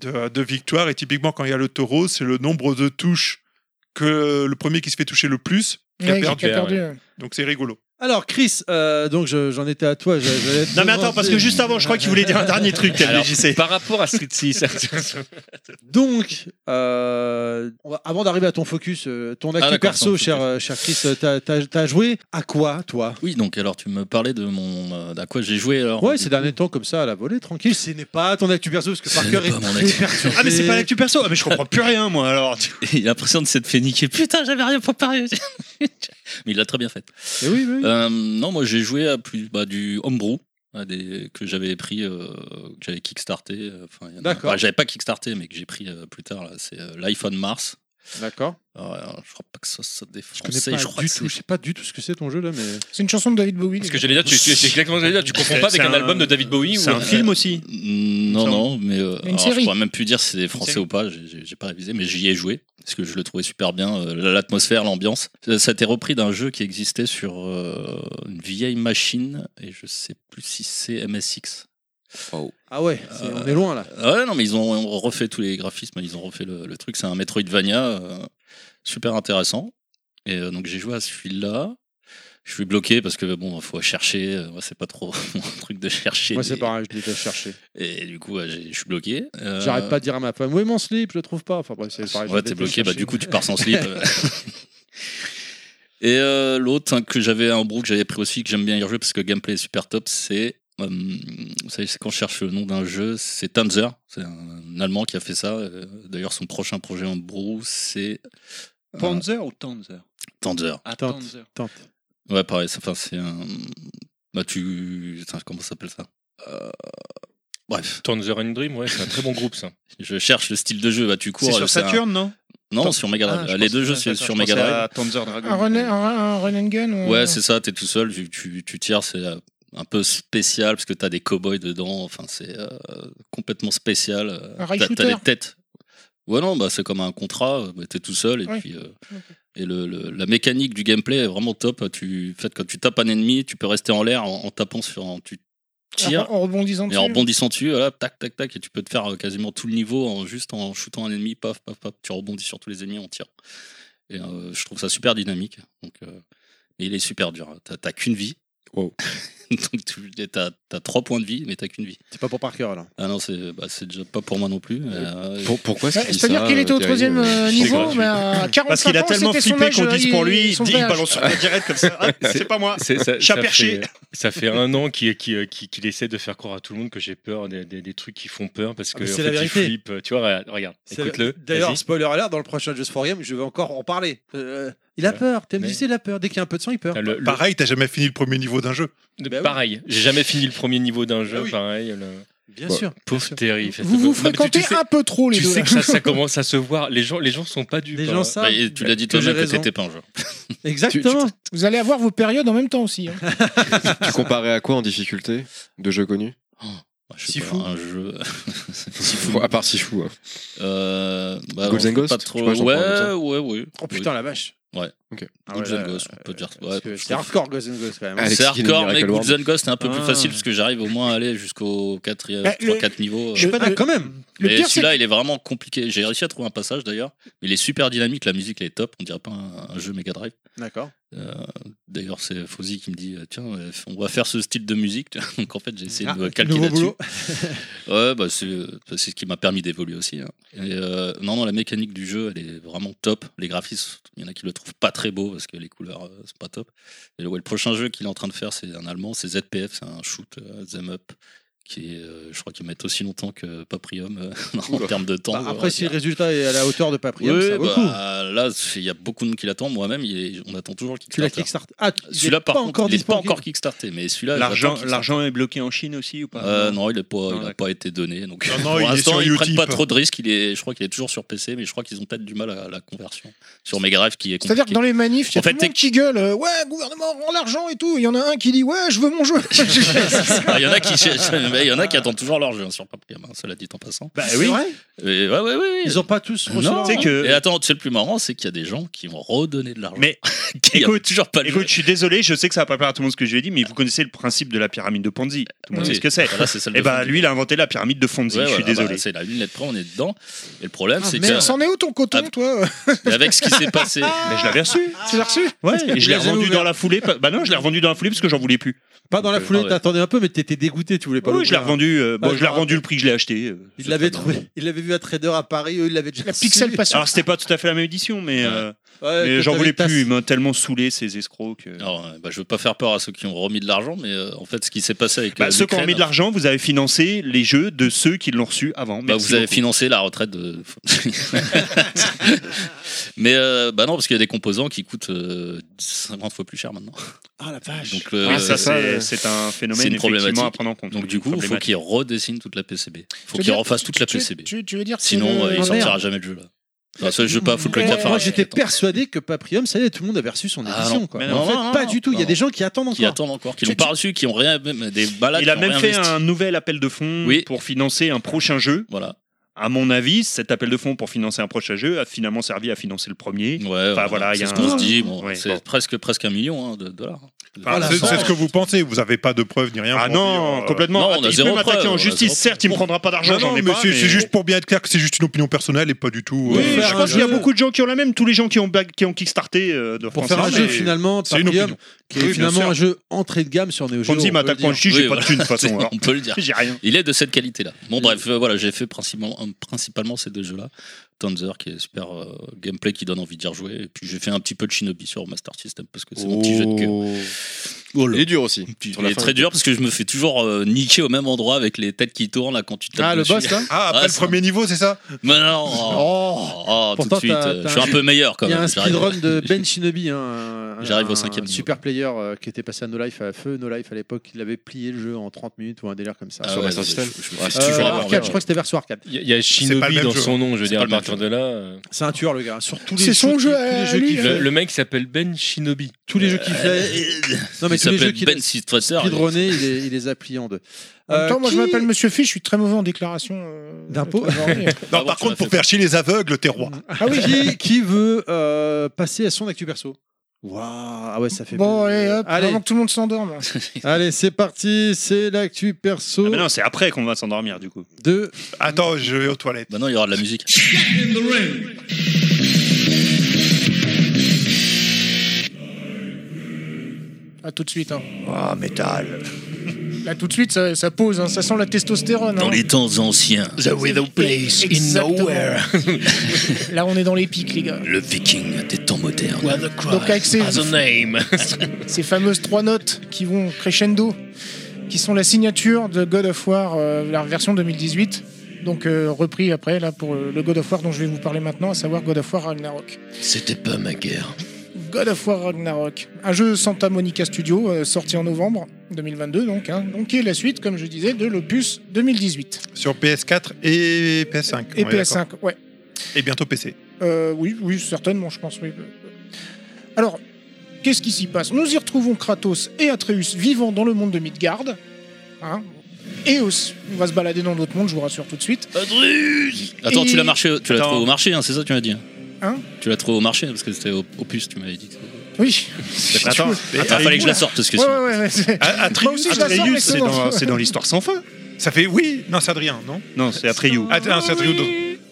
S6: de, de victoire et typiquement quand il y a le taureau, c'est le nombre de touches que le premier qui se fait toucher le plus qui a
S3: Ouais,
S6: perdu.
S3: qui a perdu. euh,
S6: Donc c'est rigolo.
S1: Alors, Chris, euh, donc je- j'en étais à toi. je- j'allais te
S5: Non mais attends, parce que
S1: demander-
S5: juste avant, je crois qu'il voulait dire un dernier truc,
S4: Alors,
S5: TLDJC.
S4: par rapport à Street 6,
S1: Donc, euh, on va- avant d'arriver à ton focus, euh, ton actu
S2: Ah, d'accord, ton
S1: perso,
S2: focus.
S1: cher, euh, cher Chris, euh, t'as- t'as t'as joué à quoi, toi
S2: Oui, donc alors tu me parlais de mon. euh, à quoi j'ai joué alors
S1: Ouais,
S2: du [laughs]
S1: ces
S2: coup.
S1: derniers temps, comme ça, à la volée, tranquille. Ce n'est pas ton actu perso, parce que
S2: Ce
S1: par cœur
S2: n'est pas mon
S1: est
S2: actu.
S1: très perturbé.
S5: [laughs] Ah mais c'est pas l'actu perso, Ah, mais je comprends plus rien moi alors.
S2: Et l'impression de s'être fait niquer. Putain, j'avais rien préparé. [laughs] mais il l'a très bien fait.
S1: Eh oui, oui.
S2: Euh, non, moi j'ai joué à plus, bah, du homebrew à des, que j'avais pris, euh, que j'avais kickstarté. euh, enfin, il y en a-
S1: D'accord.
S2: enfin, j'avais pas kickstarté, mais que j'ai pris euh, plus tard. là, C'est euh, l'iPhone Mars.
S1: D'accord.
S2: Alors, alors, je crois pas que ça soit des
S1: Je connais
S2: Français.
S1: pas
S2: je crois
S1: du
S2: que
S1: tout. Je sais pas du tout ce que c'est ton jeu là, mais.
S3: C'est une chanson de David Bowie.
S4: parce que j'allais dire, tu, tu- c'est exactement ce que j'allais dire, tu confonds pas avec
S5: C'est
S4: un
S5: un-
S4: album de David Bowie
S5: C'est
S4: ou
S5: un film aussi.
S2: Mm, Non,
S5: Ça va.
S2: non, mais euh,
S3: Une
S2: alors, je
S3: série.
S2: pourrais même plus dire si c'est des français
S5: série.
S2: ou pas, j'ai- j'ai j'ai pas révisé, mais j'y ai joué, parce que je le trouvais super bien, euh, l'atmosphère, l'ambiance. Ça, ça a été repris d'un jeu qui existait sur euh, une vieille machine, et je sais plus si c'est MSX.
S1: Ah ouais, c'est- on est loin là.
S2: Ah ouais, non, mais ils ont, ont refait tous les graphismes, ils ont refait le, le truc, c'est un Metroidvania, euh, super intéressant. Et euh, donc j'ai joué à celui-là. Je suis bloqué parce que bon, faut chercher. euh, Moi, c'est pas trop [laughs] mon truc de chercher.
S1: Moi, c'est
S2: des-
S1: pareil, je l'ai déjà cherché.
S2: Et du coup, ouais, j'ai- je suis bloqué. Euh,
S1: J'arrête pas de dire à ma femme, oui, mon slip, je le trouve pas. Enfin bref, c'est pareil. Ah,
S2: Ouais,
S1: je l'ai
S2: t'es
S1: déjà
S2: bloqué, bah,
S1: cherché.
S2: du coup, tu pars sans slip. Et euh, l'autre hein, que j'avais, un brou que j'avais pris aussi, que j'aime bien y rejouer parce que le gameplay est super top, c'est. euh, vous savez, c'est quand je cherche le nom d'un jeu, c'est Tanzer. C'est un Allemand qui a fait ça. Euh, D'ailleurs, son prochain projet en brou, c'est
S14: Panzer ou Tanzer
S2: Tanzer.
S14: Ah,
S1: Tente.
S14: Tanzer.
S1: Tente.
S2: Ouais, pareil, c'est- enfin, c'est un. Bah, tu. Putain, Comment ça s'appelle ça Euh, Bref,
S4: Tanzer and Dream, ouais, c'est un très bon
S1: [laughs]
S4: groupe ça.
S2: je cherche le style de jeu. Bah, tu cours.
S5: C'est
S2: euh,
S5: sur
S2: c'est un-
S5: Saturn, Ah, non
S2: Non, sur Mega Drive. Les deux jeux, c'est sur Mega Drive.
S14: Panzer Dragon.
S3: Un run, un, un run and gun. ou un-
S2: Ouais, c'est ça, t'es tout seul, tu, tu, tu tires, c'est euh, un peu spécial parce que t'as des cow-boys dedans, enfin c'est euh, complètement spécial. euh,
S3: Un rail
S2: t'as- T'as
S3: shooter.
S2: des têtes. Ouais, non, bah, c'est comme un contrat, euh, bah, t'es tout seul et
S3: Ouais.
S2: puis. euh, et le, le- la mécanique du gameplay est vraiment top. Tu, en fait, quand tu tapes un ennemi, tu peux rester en l'air en, en tapant sur. en- tu tires
S3: euh, En, en rebondissant
S2: et
S3: dessus.
S2: en rebondissant dessus, voilà, tac, tac, tac, et tu peux te faire euh, quasiment tout le niveau en juste en shootant un ennemi, paf, paf, paf, tu rebondis sur tous les ennemis en tirant. Et euh, je trouve ça super dynamique. Donc, euh, et il est super dur. hein. T'as t'as qu'une vie. [laughs] Donc tu- et t'as t'as trois points de vie, mais t'as qu'une vie.
S1: C'est pas pour par cœur là.
S2: Ah non, c'est bah, c'est déjà pas pour moi non plus. Euh,
S7: pourquoi
S3: Ouais, C'est-à-dire qu'il était au troisième euh, niveau,
S5: gratuit.
S3: mais à
S4: [laughs]
S3: 45
S5: Parce qu'il a
S3: ans,
S5: tellement
S3: c'était son
S5: flippé
S3: âge, euh,
S5: qu'on dise pour lui,
S3: il-
S5: il
S3: son
S5: dit-
S3: vrai
S5: il
S3: âge.
S5: balance sur le direct comme ça.
S2: [laughs]
S5: Ah, C'est pas moi.
S4: C'est- ça,
S5: Chat
S4: ça
S5: perché.
S4: fait- ça fait un an qu'il qu'il- qu'il- qu'il essaie de faire croire à tout le monde que j'ai peur des, des- des trucs qui font peur parce
S1: Ah,
S4: que
S1: mais
S4: en
S1: c'est
S4: fait,
S1: la
S4: il
S1: vérité.
S4: flippe. Tu vois, regarde, regarde,
S1: C'est-
S4: écoute-le.
S1: D'ailleurs,
S4: vas-y.
S1: spoiler alert, dans le prochain Just for Game, je vais encore en parler. Euh, il a
S4: Ouais.
S1: peur,
S4: Mais-
S1: TMDC, il a peur. Dès qu'il y a un peu de sang, il peur.
S4: Le- le-
S6: Pareil, t'as jamais fini le premier niveau d'un jeu.
S4: le-
S1: bah oui.
S4: pareil, j'ai jamais fini le premier niveau d'un jeu,
S1: Ah oui.
S4: pareil. le-
S1: Bien
S7: Ouais.
S1: sûr.
S4: Pauvre Terry. fait-
S3: Vous vous
S4: Non, mais tu-
S3: fréquentez
S4: tu sais-
S3: un peu trop, les
S4: Tu
S3: deux. hein.
S4: sais
S3: là.
S4: que ça, ça commence à se voir. Les gens, les gens sont pas dupes.
S1: Les
S4: hein.
S1: gens savent.
S2: bah, et tu l'as dit
S1: que j'ai
S2: toi-même que
S1: raison.
S2: t'étais pas un jeu.
S1: Exactement.
S3: Vous allez avoir vos périodes en même temps aussi. hein.
S4: [laughs]
S7: Tu comparais à quoi en difficulté de jeux connus
S2: Bah, je sais
S1: Si
S2: pas,
S1: fou.
S2: Un jeu. [laughs]
S7: Faut- À part si fou. hein.
S2: Euh, bah,
S7: Golden
S2: on peut pas
S7: Ghost,
S2: trop-
S7: je sais pas, j'en
S2: Ouais,
S7: parle comme ça.
S2: ouais, ouais.
S1: Oh putain, la vache.
S2: Ouais.
S5: Ah
S2: Ou John Ghost, on peut dire. ouais,
S1: Parce que
S2: je
S1: C'est
S2: trouve-
S1: hardcore Guns N' Roses, quand même.
S7: Alex
S2: C'est
S7: Kidd in
S2: hardcore, mais
S7: Miracle World.
S2: Goods and Ghost, c'est un peu plus
S14: Ah. facile
S2: facile parce que j'arrive au moins à aller jusqu'au 4
S3: Bah, le-
S2: 4 niveaux. euh.
S3: Je suis pas
S1: Ah,
S3: de-
S1: quand même
S3: Le
S2: Mais
S3: pire, c'est
S2: celui-là, il est vraiment compliqué. J'ai réussi à trouver un passage d'ailleurs. Il est super dynamique, la musique elle est top. On dirait pas un, un jeu Mega Drive.
S1: D'accord.
S2: Euh, d'ailleurs, c'est Fozzy qui me dit Tiens, euh, on va faire ce style de musique. [laughs] Donc en fait, j'ai essayé
S1: Ah,
S2: de me calquer
S1: nouveau
S2: là-dessus.
S1: boulot.
S2: Ouais, bah, c'est c'est ce qui m'a permis d'évoluer aussi. hein. Et, euh, non, non, la mécanique du jeu, elle est vraiment top. Les graphismes, il y en a qui le trouvent pas très beau parce que les couleurs, euh, c'est pas top. Et ouais, le prochain jeu qu'il est en train de faire, c'est un allemand, c'est ZPF, c'est un shoot euh, them up qui est, euh, je crois qu'ils mettent aussi longtemps que Paprium euh, [laughs] en termes de temps.
S1: Bah,
S2: on va
S1: après, si le
S2: dire.
S1: résultat est à la hauteur de Paprium,
S2: Oui,
S1: ça vaut le
S2: bah,
S1: coup.
S2: là, c'est- il y a beaucoup de monde qui l'attend. Moi-même, il est- on attend toujours le
S1: Tu l'as Kickstarter.
S2: Kickstarter.
S1: Ah, tu- il est
S2: Celui-là, par
S1: pas
S2: contre,
S1: encore
S2: il n'est pas
S1: disponible.
S2: encore Kickstarté, mais celui-là,
S5: L'argent,
S2: j'attends qu'il
S5: l'argent est bloqué en Chine aussi ou pas
S2: euh, non, il n'a pas, il a
S5: d'accord.
S2: pas été donné. Donc, [laughs]
S6: Non, non,
S2: pour
S6: il est
S2: l'instant,
S6: sur
S2: ils prennent
S6: Utip.
S2: pas trop de risques. Il est, je crois qu'il est toujours sur PC, mais je crois qu'ils ont peut-être du mal à la conversion sur Mega Drive qui est
S3: C'est-à-dire que
S2: compliqué.
S3: dans les manifs, il y a
S2: En fait,
S3: tout le monde qui gueule euh, Ouais, gouvernement, rend l'argent et tout. Il y en a un qui dit Ouais, je veux mon jeu. [laughs]
S4: [laughs]
S2: Ah, [laughs] il y en a qui, cherchent- mais il y en a qui attendent toujours leur jeu hein, sur papier. hein, cela dit en passant.
S5: Bah
S1: C'est
S5: oui.
S1: vrai
S2: Et ouais, ouais, ouais, ouais.
S1: Ils ont pas tous reçu
S2: Non,
S1: leur-
S5: tu sais que-
S2: Et attends, tu sais, le plus marrant, c'est qu'il y a des gens qui vont redonner de l'argent.
S5: Mais
S2: [laughs] qui n'avaient
S5: écoute,
S2: toujours pas le
S5: Écoute,
S2: jeu.
S5: je suis désolé, je sais que ça va pas plaire à tout le monde ce que je lui ai dit, mais vous connaissez le principe de la pyramide de Ponzi. Tout le monde
S2: Oui.
S5: sait ce que c'est.
S2: Voilà, c'est celle de
S5: Et bah
S2: Fonzie.
S5: lui, il a inventé la pyramide de Fonzi.
S2: Ouais,
S5: je suis
S2: voilà,
S5: désolé.
S2: bah, c'est la une lettre près, on est dedans. Et le problème, c'est
S3: Ah, Mais
S2: que
S3: c'en est où ton coton,
S2: Ah.
S3: toi
S2: avec ce qui s'est passé,
S5: mais je l'avais
S2: Ah,
S5: reçu.
S3: Tu l'as reçu
S5: Ouais, et je
S1: les
S5: l'ai
S1: as
S5: revendu
S1: ouverts.
S5: dans la foulée. pa- Bah non, je l'ai revendu dans la foulée parce que j'en voulais plus.
S1: Pas dans la
S2: Donc, euh,
S1: foulée,
S2: ah ouais.
S1: t'attendais un peu, mais t'étais dégoûté, tu voulais pas
S5: oui, je l'ai
S1: l'ouvrir.
S2: hein.
S5: revendu. euh, bon,
S1: Ah,
S5: je l'ai
S1: je me
S5: revendu le prix que je l'ai acheté. euh,
S1: Il
S5: c'est
S1: l'avait
S5: très bien.
S1: trouvé. Il l'avait vu à Trader à Paris, eux, ils l'avaient déjà
S3: La pixel
S1: su.
S3: passion.
S5: Alors c'était pas tout à fait la même édition, mais, euh,
S1: Ouais,
S5: mais
S1: que
S5: j'en
S1: t'avais
S5: voulais
S1: ta-
S5: plus. Il m'a tellement saoulé ces escrocs. Que...
S2: Alors, euh, bah, je veux pas faire peur à ceux qui ont remis de l'argent, mais euh, en fait, ce qui s'est passé avec
S5: Bah,
S2: euh,
S5: ceux qui ont
S2: l'Ukraine-
S5: remis de l'argent, vous avez financé les jeux de ceux qui l'ont reçu avant.
S2: Bah,
S5: Merci
S2: vous avez
S5: beaucoup.
S2: financé la retraite de. [laughs] Mais euh, bah non, parce qu'il y a des composants qui coûtent euh, 50 fois plus cher maintenant.
S1: Ah la vache.
S2: Donc, le-
S5: Oui, ça,
S2: euh,
S5: c'est-
S7: euh,
S5: c'est un phénomène
S2: c'est une problématique.
S5: effectivement à prendre en compte.
S2: donc du coup, il faut qu'il redessine toute la PCB. Il faut
S3: Tu veux
S2: qu'il
S3: dire-
S2: refasse toute la
S3: tu-
S2: PCB.
S3: Tu, tu veux dire que c'est
S2: Sinon,
S3: le-
S2: euh, il
S3: Ah,
S2: sortira
S3: merde.
S2: jamais le jeu là. Enfin, ça, je veux pas foutre le
S3: Mais-
S2: cafard.
S1: Moi,
S2: à
S1: j'étais
S2: qui attend-
S1: persuadé que Paprium, ça y est, tout le monde avait reçu son
S2: Ah
S1: édition.
S2: non,
S1: quoi.
S2: mais
S1: Mais
S2: non.
S1: en fait,
S2: Non, non,
S1: pas
S2: non,
S1: du tout. Il y a
S2: non.
S1: des gens qui attendent
S2: Qui
S1: encore.
S2: attendent encore, qui
S3: Tu-
S2: l'ont pas reçu, qui ont rien, même des balades.
S5: Il a
S2: qui ont
S5: même
S2: rien
S5: fait
S2: investi.
S5: un nouvel appel de fonds
S2: Oui.
S5: pour financer un prochain jeu.
S2: Voilà.
S5: À mon avis, cet appel de fonds pour financer un prochain jeu a finalement servi à financer le premier.
S2: Ouais,
S5: voilà, il y
S2: c'est
S5: a
S2: ce qu'on
S5: un-
S2: se dit. bon,
S5: Ouais,
S2: c'est
S5: bon.
S2: presque presque un million hein, de dollars.
S6: Enfin, c'est c'est ce que vous pensez, vous avez pas de preuves ni rien.
S5: Ah
S6: pour
S5: non,
S6: dire, euh,
S5: complètement.
S2: Non, on a
S5: il
S2: zéro
S5: peut m'attaquer
S2: preuve, on
S5: en
S2: a zéro
S5: justice, certes, il me prendra pas d'argent,
S6: Non,
S5: j'en
S6: non,
S5: ai
S6: mais
S5: pas.
S6: c'est
S5: mais-
S6: c'est juste pour bien être clair que c'est juste une opinion personnelle et pas du tout.
S5: Oui,
S6: euh,
S1: faire
S5: je
S1: un
S5: pense qu'il y a
S1: jeu.
S5: beaucoup de gens qui ont la même, tous les gens qui ont, back- qui ont kickstarté euh, de
S1: Pour
S5: Francis,
S1: faire un
S5: mais-
S1: jeu finalement,
S6: c'est une
S1: Paprium,
S6: opinion.
S1: qui
S5: Oui,
S1: est
S5: bien
S1: finalement
S5: sûr.
S1: un jeu entrée de gamme sur Neo Geo.
S5: Fonzie
S1: on peut le
S5: m'attaque en
S1: dire.
S5: justice, j'ai
S2: Oui,
S5: pas de thune de toute façon. alors.
S2: [laughs] On peut le dire.
S5: J'ai rien.
S2: Il est de cette qualité-là. Bon, bref, euh, voilà, j'ai fait principalement, euh, principalement ces deux jeux-là. Tanzer, qui est super euh, gameplay qui donne envie d'y rejouer. Et puis j'ai fait un petit peu de Shinobi sur Master System parce que c'est mon petit jeu de cœur.
S1: Oh.
S7: Il est dur aussi.
S2: Puis,
S7: Sur
S2: Il
S7: la
S2: est
S7: fin,
S2: très dur parce que je me fais toujours euh, niquer au même endroit avec les têtes qui tournent là quand tu tapes
S1: Ah, le
S2: dessus.
S1: boss là
S6: Ah, après
S2: Ah,
S6: le
S2: ça-
S6: premier niveau, c'est ça
S2: Mais [laughs] non oh, oh, oh, Tout
S1: Pourtant,
S2: de suite,
S1: t'as-
S2: euh,
S1: t'as
S2: je suis
S1: un-
S2: un peu meilleur quand
S1: Il y
S2: même.
S1: a un
S2: J'arrive-
S1: speedrun
S2: [laughs]
S1: de Ben Shinobi, hein, un,
S2: J'arrive au
S1: un
S2: cinquième niveau.
S1: super player euh, qui était passé à No Life à feu, No Life à l'époque, il avait plié le jeu en 30 minutes ou un délire comme ça.
S2: Ah
S7: Sur
S2: ouais,
S7: Master
S2: je-
S7: System.
S2: je- je me
S7: Ouais,
S2: fais
S1: Euh,
S2: toujours avoir,
S1: arcade,
S2: ouais.
S1: je crois que c'était version arcade.
S4: Il y a- il y
S6: pas
S4: a
S6: le
S4: Shinobi
S6: même
S4: dans
S6: jeu.
S4: son nom, je veux dire,
S2: pas
S4: à
S2: le même
S4: partir de là. euh,
S1: C'est un tueur le gars, hein, sur tous les
S3: C'est
S1: jeux,
S3: son
S1: qui-
S3: jeu
S1: tous
S3: à
S1: les jeux
S3: lui,
S1: qu'il
S4: Le,
S1: fait.
S4: le mec s'appelle Ben Shinobi.
S1: Tous les jeux qu'il fait. Non mais
S2: Euh, il
S1: tous les jeux
S2: s'appelle
S1: qu'il
S2: Ben
S1: a
S2: Streetfighter.
S1: speedrunné, il les- il les a pliés en deux.
S3: En même temps,
S1: Euh,
S3: moi, je
S1: qui-
S3: m'appelle Monsieur Fish, je suis très mauvais en déclaration euh,
S1: D'impôt.
S3: de [laughs]
S6: Non,
S3: trésorerie.
S2: bon,
S6: par
S2: tu l'as
S6: contre, pour
S2: fait.
S6: faire chier les aveugles, t'es roi.
S5: Mm.
S1: Ah oui, [laughs] qui, qui veut euh, passer à son actu perso Waouh, ah ouais, ça fait
S3: bon,
S1: plaisir.
S3: allez, hop,
S1: allez,
S3: avant que tout le monde s'endorme.
S1: allez, c'est parti, c'est l'actu perso
S5: Ah, mais non, c'est après qu'on va s'endormir du coup.
S1: de
S6: Attends, je vais aux toilettes.
S2: Maintenant, il y aura de la musique.
S3: À tout de suite. hein.
S5: Ah, métal.
S3: Là, tout de suite, ça, ça pose. hein. Ça sent la testostérone. hein.
S2: Dans les temps anciens,
S3: The Widow Place in Nowhere. Là, on est dans les pics, les gars.
S2: le viking des temps modernes.
S3: Donc, avec ces,
S2: [laughs]
S3: ces fameuses trois notes qui vont crescendo, qui sont la signature de God of War, euh, la version 2018. Donc, euh, repris après, là, pour euh, le God of War dont je vais vous parler maintenant, à savoir God of War Ragnarok.
S2: C'était pas ma guerre.
S3: God of War Ragnarok, un jeu Santa Monica Studio euh, sorti en novembre 2022 donc, hein, donc qui est la suite comme je disais de l'opus 2018
S6: Sur PS4 et PS5. on
S3: et
S6: est Ah d'accord.
S3: PS5 ouais
S6: Et bientôt PC.
S3: Euh, oui oui certainement je pense oui alors qu'est-ce qui s'y passe nous y retrouvons Kratos et Atreus vivant dans le monde de Midgard hein, et aussi- on va se balader dans d'autres mondes je vous rassure tout de suite
S2: Adrus Attends,
S3: Et-
S2: tu l'as marché, tu l'as
S5: Attends.
S2: trouvé au marché, hein, c'est ça que tu m'as dit. hein
S3: Hein
S2: Tu l'as trouvé au marché parce que c'était au- opus, tu m'avais dit.
S3: Oui.
S5: Attends,
S2: Il fallait que je la sorte parce que
S3: Ouais, ouais, ouais, ouais, c'est-
S5: A-
S3: Moi
S5: Atreus,
S3: aussi, je la sors, mais
S5: Atreus,
S3: c'est
S5: Ah, c'est
S3: bon.
S5: dans, c'est dans l'histoire sans fin.
S6: Ça fait oui, non, c'est Adrien, non
S5: Non, c'est Atreyu.
S6: Attends, c'est Atreus.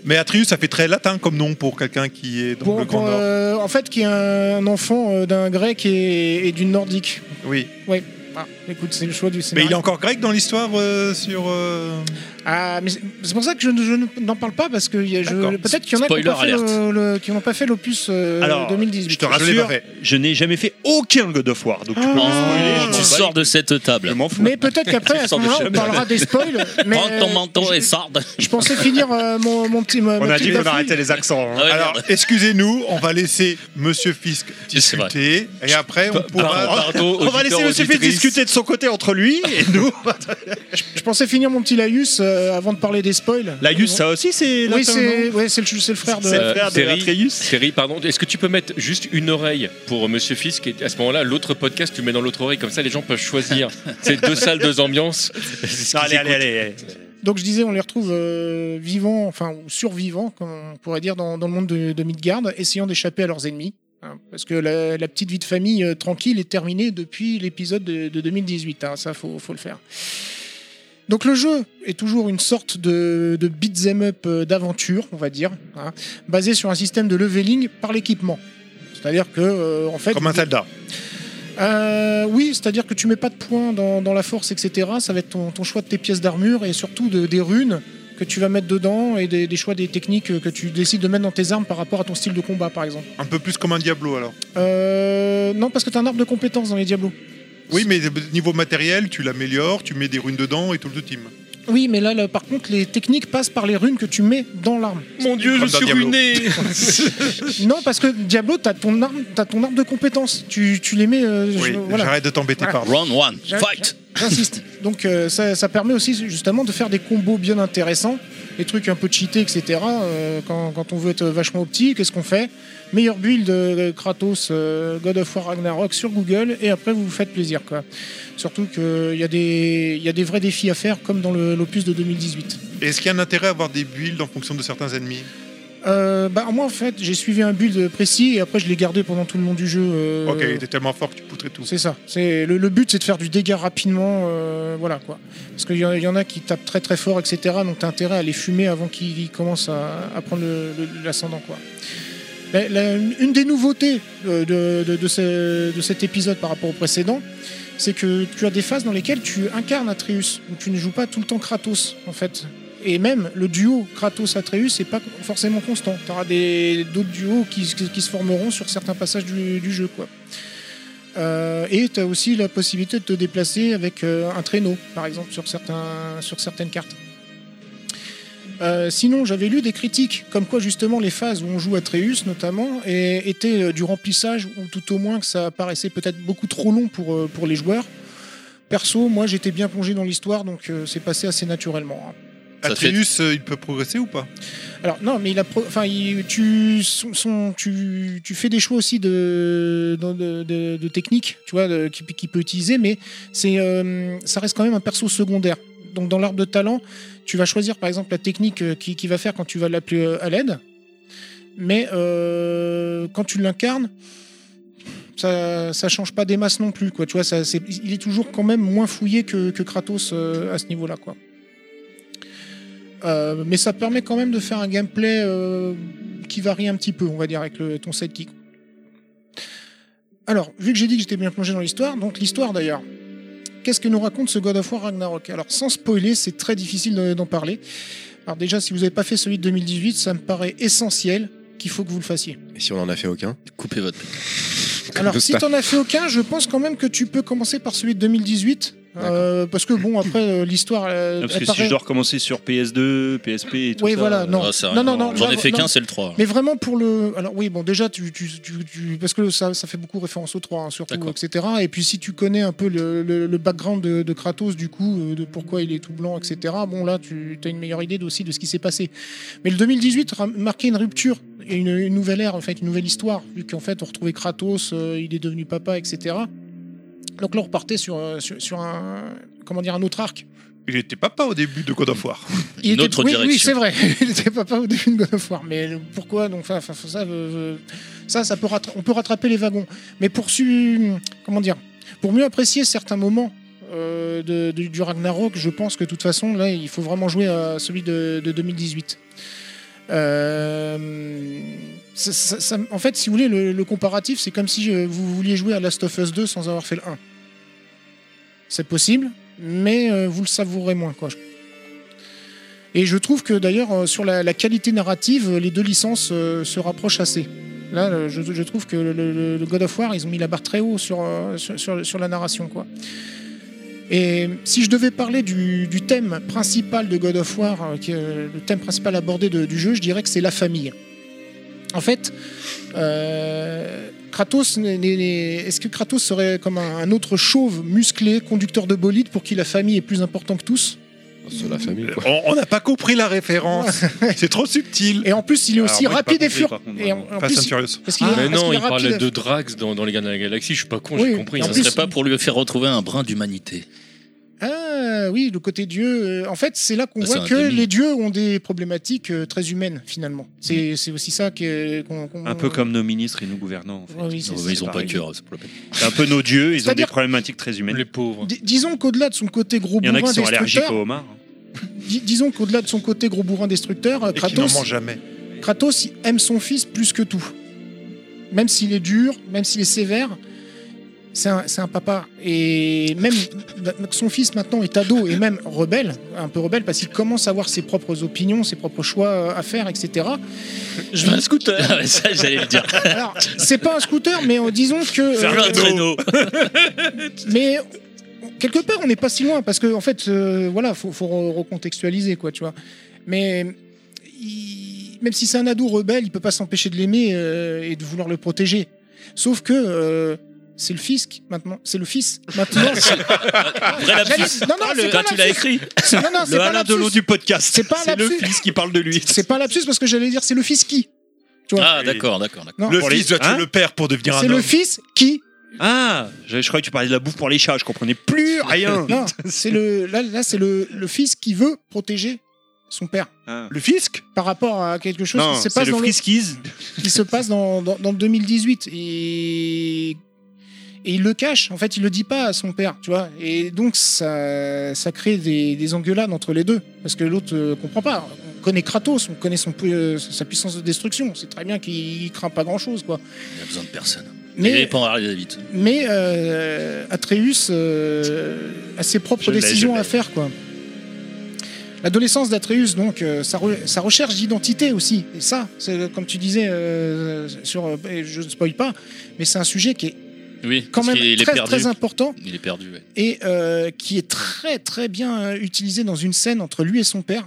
S6: Mais Atreus, ça fait très latin comme nom pour quelqu'un qui est dans
S3: Pour-
S6: le Grand
S3: pour,
S6: Nord.
S3: euh, en fait, qui est un enfant euh, d'un grec et, et d'une nordique.
S6: Oui.
S3: Ah, écoute, c'est le choix du
S6: Mais
S3: scénario.
S6: il est encore grec dans l'histoire euh, sur. euh,
S3: Ah, mais c'est c'est pour ça que je, ne- je ne- n'en parle pas parce que il y a- je-
S6: D'accord.
S3: peut-être qu'il y en a qui
S2: Spoiler
S3: n'ont pas, fait
S2: alerte.
S3: le- le- qui n'ont pas fait l'opus euh,
S5: Alors,
S3: 2018.
S5: Je te
S6: Je l'ai pas
S5: rassure,
S6: fait.
S5: je n'ai jamais fait aucun God of War, donc tu peux me spoiler, je
S2: Ah. tu
S5: m'en bats.
S2: sors de cette
S5: Je
S2: table.
S5: m'en fous.
S3: Mais peut-être qu'après, à ce
S2: Sors de
S3: moment-là,
S2: chez
S3: on
S2: moi.
S3: parlera des spoils. Mais
S2: Prends ton manteau
S3: je,
S2: et sors. de- [laughs]
S3: je pensais finir euh, mon, mon petit. mon
S5: On a
S3: petit
S5: dit qu'on
S3: bafouille.
S5: arrêtait les accents. hein.
S2: Ah ouais,
S6: Alors,
S2: merde.
S6: excusez-nous, on va laisser Monsieur Fisk
S2: C'est vrai.
S6: discuter et après on pourra.
S4: Pardon,
S5: On va laisser le suffit discuter de son côté entre lui et nous.
S3: Je pensais finir mon petit Laïus euh, avant de parler des spoils.
S5: Laius, ça aussi, c'est
S3: Oui,
S5: latin,
S3: c'est ouais, c'est le, c'est le frère de.
S5: C'est le frère de
S4: Terry.
S5: Atreus.
S4: Thierry, pardon, est-ce que tu peux mettre juste une oreille pour euh, Monsieur Fisk et à ce moment-là, l'autre podcast, tu mets dans l'autre oreille, comme ça les gens peuvent choisir. C'est deux salles, deux ambiances. C'est ce
S5: [laughs] Non,
S4: qu'ils
S5: allez, allez,
S4: écoutent.
S5: allez. allez.
S3: Donc je disais, on les retrouve euh, vivants, enfin ou survivants, comme on pourrait dire, dans, dans le monde de, de Midgard, essayant d'échapper à leurs ennemis. hein, parce que la, la petite vie de famille euh, tranquille est terminée depuis l'épisode de, de 2018. hein, ça, faut, faut le faire. Donc le jeu est toujours une sorte de, de beat'em up euh, d'aventure, on va dire, hein, basé sur un système de leveling par l'équipement. C'est-à-dire que, euh, en fait,
S6: Comme un
S3: vous-
S6: Zelda.
S3: euh, oui, c'est-à-dire que tu mets pas de points dans, dans la force, etc. Ça va être ton, ton choix de tes pièces d'armure et surtout de- des runes que tu vas mettre dedans et des, des choix des techniques que tu décides de mettre dans tes armes par rapport à ton style de combat, par exemple.
S6: Un peu plus comme un Diablo alors.
S3: Euh, non, parce que tu as un arbre de compétences dans les Diablos.
S6: Oui, mais niveau matériel, tu l'améliores, tu mets des runes dedans et tout le team.
S3: Oui, mais là, là, par contre, les techniques passent par les runes que tu mets dans l'arme.
S4: Mon Dieu, je
S6: Comme dans
S4: suis
S6: Diablo.
S4: ruiné.
S3: Non, parce que Diablo, tu as, ton arme- t'as ton arbre de compétences. Tu, tu les mets. euh, je-
S6: Oui,
S3: voilà.
S6: j'arrête de t'embêter,
S3: Voilà.
S6: pardon.
S2: Round one,
S3: J'ai-
S2: fight.
S3: J'insiste. Donc euh, ça, ça permet aussi justement de faire des combos bien intéressants, des trucs un peu cheatés, etc. Euh, quand, quand on veut être vachement opti, qu'est-ce qu'on fait Meilleur build euh, Kratos euh, God of War Ragnarok sur Google et après vous vous faites plaisir. Quoi. Surtout qu'il y, a des- il y a des vrais défis à faire comme dans le- l'opus de 2018.
S6: Est-ce qu'il y a un intérêt à avoir des builds en fonction de certains ennemis
S3: Euh, bah, moi en fait j'ai suivi un build précis et après je l'ai gardé pendant tout le long du jeu. euh,
S6: Ok, il était tellement fort que tu poutrais tout.
S3: C'est ça. C'est le, le but, c'est de faire du dégât rapidement, euh, voilà quoi. Parce qu'il y, en- il y en a qui tapent très très fort, etc. Donc t'as intérêt à les fumer avant qu'ils ils commencent à, à prendre le- le- l'ascendant, quoi. La- la- une des nouveautés euh, de, de- de ce- de cet épisode par rapport au précédent, c'est que tu as des phases dans lesquelles tu incarnes Atreus, où tu ne joues pas tout le temps Kratos, en fait. Et même le duo Kratos-Atreus n'est pas forcément constant. Tu auras d'autres duos qui, qui- qui se formeront sur certains passages du, du jeu, quoi. Euh, et tu as aussi la possibilité de te déplacer avec euh, un traîneau, par exemple, sur, certains, sur certaines cartes. Euh, sinon, j'avais lu des critiques comme quoi justement les phases où on joue Atreus notamment et- étaient euh, du remplissage ou tout au moins que ça paraissait peut-être beaucoup trop long pour, euh, pour les joueurs. Perso, moi j'étais bien plongé dans l'histoire donc euh, c'est passé assez naturellement. hein.
S2: Ça fait-
S6: Atreus, euh, il peut progresser ou pas
S3: Alors non, mais il a, pro- enfin, il- tu, son- son- tu, tu fais des choix aussi de, de, de, de- de techniques, tu vois, de- qui, qui peut utiliser, mais c'est, euh, ça reste quand même un perso secondaire. Donc dans l'arbre de talent, tu vas choisir par exemple la technique euh, qui, qui va faire quand tu vas l'appeler euh, à l'aide, mais euh, quand tu l'incarnes. Ça, ça change pas des masses non plus quoi tu vois ça c'est il est toujours quand même moins fouillé que, que Kratos euh, à ce niveau là quoi euh, mais ça permet quand même de faire un gameplay euh, qui varie un petit peu, on va dire, avec le, ton sidekick. Alors, vu que j'ai dit que j'étais bien plongé dans l'histoire, donc l'histoire d'ailleurs. Qu'est-ce que nous raconte ce God of War Ragnarok Alors, sans spoiler, c'est très difficile de- d'en parler. Alors déjà, si vous n'avez pas fait celui de 2018, ça me paraît essentiel qu'il faut que vous le fassiez.
S7: Et si on en a fait aucun
S2: Coupez votre.
S3: Alors,
S7: Comme
S3: si
S7: ça.
S3: t'en as fait aucun, je pense quand même que tu peux commencer par celui de 2018. euh, parce que bon, après, euh, l'histoire... euh,
S5: Parce
S3: elle
S5: que si
S3: paraît-
S5: je dois recommencer sur PS2, PSP et tout
S3: Oui,
S5: ça.
S3: voilà,
S5: euh,
S3: non.
S2: Ah, c'est
S3: non,
S2: rien.
S3: non, non.
S2: J'en ai
S3: là,
S2: fait
S3: non.
S2: qu'un, c'est le 3.
S3: Mais vraiment pour le. Alors oui, bon, déjà, tu, tu- tu- tu- parce que ça, ça fait beaucoup référence au 3, hein, surtout,
S2: D'accord.
S3: etc. Et puis si tu connais un peu le, le- le background de, de Kratos, du coup, euh, de pourquoi il est tout blanc, etc., bon, là, tu as une meilleure idée aussi de ce qui s'est passé. Mais le 2018 ra- marquait une rupture et une, une nouvelle ère, en fait, une nouvelle histoire, vu qu'en fait, on retrouvait Kratos, euh, il est devenu papa, etc. Donc là, on repartait sur, euh, sur, sur un, comment dire, un autre arc
S6: J'étais papa au début de God of War.
S2: Une
S3: était-
S2: autre
S3: oui, Oui,
S2: direction.
S3: c'est vrai. [laughs] Il était papa au début de God of War. Mais le- pourquoi donc, enfin, enfin, ça, euh, ça, ça peut rattra- on peut rattraper les wagons. Mais pour su- comment dire, pour mieux apprécier certains moments. euh, de- du, du Ragnarok, je pense que de toute façon, là, il faut vraiment jouer à celui de, de 2018. Euh, ça- ça- ça- en fait, si vous voulez, le, le comparatif, c'est comme si euh, vous vouliez jouer à Last of Us 2 sans avoir fait le 1. C'est possible, mais euh, vous le savourez moins, quoi. Et je trouve que d'ailleurs, euh, sur la, la qualité narrative, euh, les deux licences euh, se rapprochent assez. Là, euh, je, je trouve que le, le- le God of War, ils ont mis la barre très haut sur, euh, sur, sur- sur la narration. Quoi. Et si je devais parler du, du thème principal de God of War, euh, qui est euh, le thème principal abordé de- du jeu, je dirais que c'est la famille. En fait, euh, Kratos, n'est- n'est- n'est- est-ce que Kratos serait comme un, un autre chauve musclé, conducteur de bolide, pour qui la famille est plus importante que tous
S7: C'est Oh, la
S1: Euh,
S7: famille. quoi.
S6: On on n'a pas compris la référence. C'est trop subtil.
S3: Et en plus, il est
S5: Alors,
S3: aussi
S5: moi, j'ai pas
S3: rapide et
S5: compris,
S3: furieux.
S5: par contre,
S3: Et en,
S5: vraiment.
S3: en
S6: Fast and
S3: plus,
S6: Furious.
S3: parce qu'il est-
S4: mais
S3: parce
S4: non,
S3: Ah, qu'il est
S4: il parle
S3: rapide.
S4: de Drax dans, dans Les Gardiens de la Galaxie. Je suis pas con,
S3: Oui,
S4: j'ai
S3: oui.
S4: compris.
S3: Et en
S4: hein.
S2: Ce
S3: plus-
S2: serait pas pour lui faire retrouver un brin d'humanité.
S3: Ah oui, le côté dieu. euh, En fait, c'est là qu'on
S2: Ah,
S3: voit
S2: c'est
S3: que
S2: un demi.
S3: les dieux ont des problématiques euh, très humaines, finalement. C'est c'est aussi ça que- qu'on. qu'on-
S5: Un peu comme nos ministres et nos gouvernants. en fait.
S3: Ouais, oui, c'est-
S2: Non,
S3: c'est
S2: mais ils ont pas
S3: pareil.
S2: de cœur, c'est pour la peine.
S5: C'est un peu nos dieux, ils ont des
S3: C'est-à-dire-
S5: problématiques très humaines.
S4: Les pauvres.
S3: Di- Disons qu'au-delà de son côté gros
S5: Il y en a qui
S3: bourrin
S5: sont allergiques hein.
S3: destructeur,
S5: aux homards.
S3: di- disons qu'au-delà de son côté gros bourrin destructeur, euh,
S6: Et qui n'en
S3: Kratos,
S6: mange jamais.
S3: Kratos il aime son fils plus que tout. Même s'il est dur, même s'il est sévère, c'est un, c'est un papa. Et même que son fils maintenant est ado et même rebelle, un peu rebelle, parce qu'il commence à avoir ses propres opinions, ses propres choix euh, à faire, etc.
S2: Je veux un [laughs] scooter Ah, Ça, j'allais le dire.
S3: Alors, c'est pas un scooter, mais euh, disons que.
S2: Je veux un traîneau
S3: mais quelque part, on n'est pas si loin parce que en fait, euh, voilà, faut, faut re- recontextualiser quoi, tu vois. Mais il- même si c'est un ado rebelle, il peut pas s'empêcher de l'aimer euh, et de vouloir le protéger. Sauf que euh, c'est le fils qui- maintenant, c'est le fils
S5: [laughs]
S3: maintenant. c'est-
S2: Vrai
S3: J'allais-
S2: lapsus.
S3: Non
S5: Ah,
S3: non, c'est
S2: Quand
S3: pas
S2: tu l'as
S3: lapsus.
S2: écrit
S3: Non non, c'est
S5: Le
S3: pas
S5: Alain Delon
S3: lapsus.
S5: du podcast.
S3: C'est pas un
S5: le
S3: lapsus.
S5: fils qui parle de lui.
S3: C'est pas lapsus parce que j'allais dire c'est le fils qui.
S2: Ah, d'accord, d'accord. d'accord.
S3: Non,
S6: Le
S5: Pour
S6: fils
S5: les-
S6: doit tuer
S5: hein
S6: le père pour devenir
S3: c'est
S6: un
S3: le
S6: homme.
S3: fils qui
S5: Ah, je, je croyais que tu parlais de la bouffe pour les chats, je comprenais plus rien.
S3: Non, c'est le là, là c'est le, le fils qui veut protéger son père
S5: Ah.
S6: Le fisc
S3: par rapport à quelque chose
S5: Non,
S3: qui se
S5: c'est
S3: passe
S5: le
S3: dans le-
S5: friskies.
S3: qui se passe dans, dans, dans le 2018 et et il le cache en fait il le dit pas à son père tu vois et donc ça ça crée des, des engueulades entre les deux parce que l'autre euh, comprend pas on connaît Kratos on connaît son pu- euh, sa puissance de destruction c'est très bien qu'il craint pas grand chose quoi
S2: Il a besoin de personne. Mais... Il
S3: mais
S2: répond à vite.
S3: mais euh, Atreus euh, a ses propres
S5: Je l'ai,
S3: décisions
S5: je l'ai.
S3: à faire quoi. L'adolescence d'Atreus, donc, euh, sa, re- sa recherche d'identité aussi. Et ça, c'est, euh, comme tu disais, euh, sur, euh, et je ne spoil pas, mais c'est un sujet qui est
S2: Oui,
S3: quand
S2: parce
S3: même
S2: qu'il est
S3: très,
S2: perdu.
S3: très important
S2: Il est perdu, ouais.
S3: et euh, qui est très très bien euh, utilisé dans une scène entre lui et son père.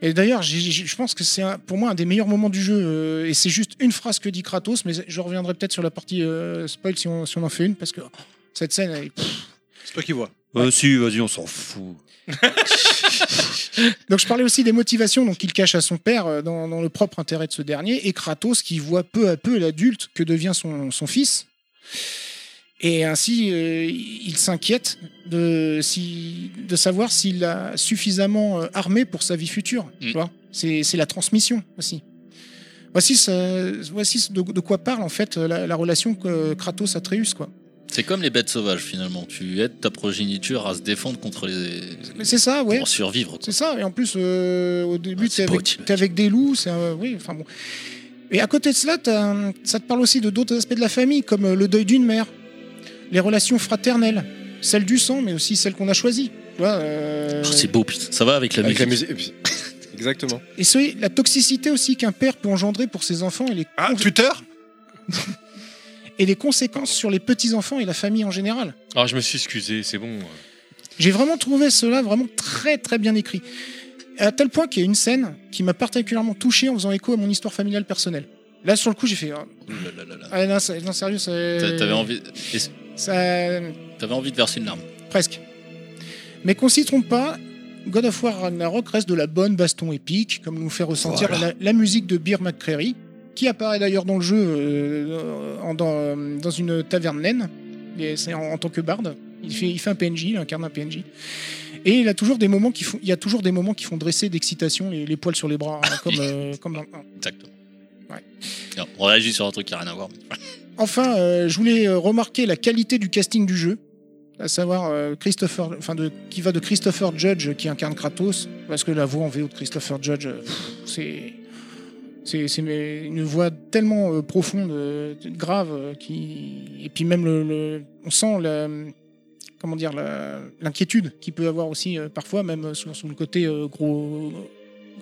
S3: Et d'ailleurs, j'ai- j'ai- je pense que c'est un- pour moi un des meilleurs moments du jeu. euh, et c'est juste une phrase que dit Kratos, mais je reviendrai peut-être sur la partie euh, spoil si on, si on en fait une, parce que oh, cette scène, elle- pff.
S1: C'est toi qui vois.
S5: Euh, si, vas-y, on s'en fout.
S3: Donc je parlais aussi des motivations donc, qu'il cache à son père euh, dans, dans le propre intérêt de ce dernier, et Kratos qui voit peu à peu l'adulte que devient son, son fils. Et ainsi, euh, il s'inquiète de, si, de savoir s'il a suffisamment euh, armé pour sa vie future. tu
S2: Mm.
S3: vois. C'est c'est la transmission aussi. Voici, ce- voici ce- de, de quoi parle en fait la, la relation que Kratos-Atreus. quoi.
S2: C'est comme les bêtes sauvages, finalement. Tu aides ta progéniture à se défendre contre les.
S3: Mais C'est ça, ouais.
S2: Pour survivre. quoi.
S3: C'est ça, et en plus, euh, au début,
S2: Ouais, Ah, c'est
S3: t'es
S2: pas
S3: avec,
S2: optimal.
S3: t'es avec des loups, c'est un- oui, enfin bon. Et à côté de cela, t'as un- ça te parle aussi de d'autres aspects de la famille, comme euh, le deuil d'une mère, les relations fraternelles, celles du sang, mais aussi celles qu'on a choisies. Tu vois, euh,
S2: Oh, c'est beau, putain. Ça va avec la
S7: Avec
S2: musique.
S7: la musique. et puis- Exactement.
S3: et ce, la toxicité aussi qu'un père peut engendrer pour ses enfants et les,
S6: Ah, Twitter
S3: et les conséquences sur les petits-enfants et la famille en général.
S4: Ah, je me suis excusé, c'est bon.
S3: J'ai vraiment trouvé cela vraiment très très bien écrit. À tel point qu'il y a une scène qui m'a particulièrement touché en faisant écho à mon histoire familiale personnelle. Là, sur le coup, j'ai fait. ah,
S2: Ouh là là là là.
S3: Ah non, c'est- non, sérieux, c'est.
S2: T'a- T'avais envie, est-ce-
S3: Ça...
S2: t'avais envie de verser une larme.
S3: Presque. Mais qu'on s'y trompe pas, God of War Ragnarok reste de la bonne baston épique, comme nous fait ressentir la, la musique de Beer McCreary, qui apparaît d'ailleurs dans le jeu euh, en- dans, dans une taverne naine, et c'est en, en tant que barde. Il fait, il fait un PNJ, il incarne un PNJ. Et il a toujours des moments qui font, il y a toujours des moments qui font dresser d'excitation les, les poils sur les bras, hein,
S2: [laughs]
S3: comme, euh, comme dans-
S2: Exactement.
S3: Ouais.
S2: Alors, on réagit sur un truc qui n'a rien à voir.
S3: Enfin, euh, je voulais euh, remarquer la qualité du casting du jeu, à savoir euh, Christopher, enfin de, qui va de Christopher Judge euh, qui incarne Kratos, parce que la voix en VO de Christopher Judge, euh, pff, c'est c'est c'est mais une voix tellement euh, profonde, euh, grave, euh, qui et puis même le, le- on sent la comment dire la- l'inquiétude qu'il peut avoir aussi euh, parfois, même sous, sous le côté euh, gros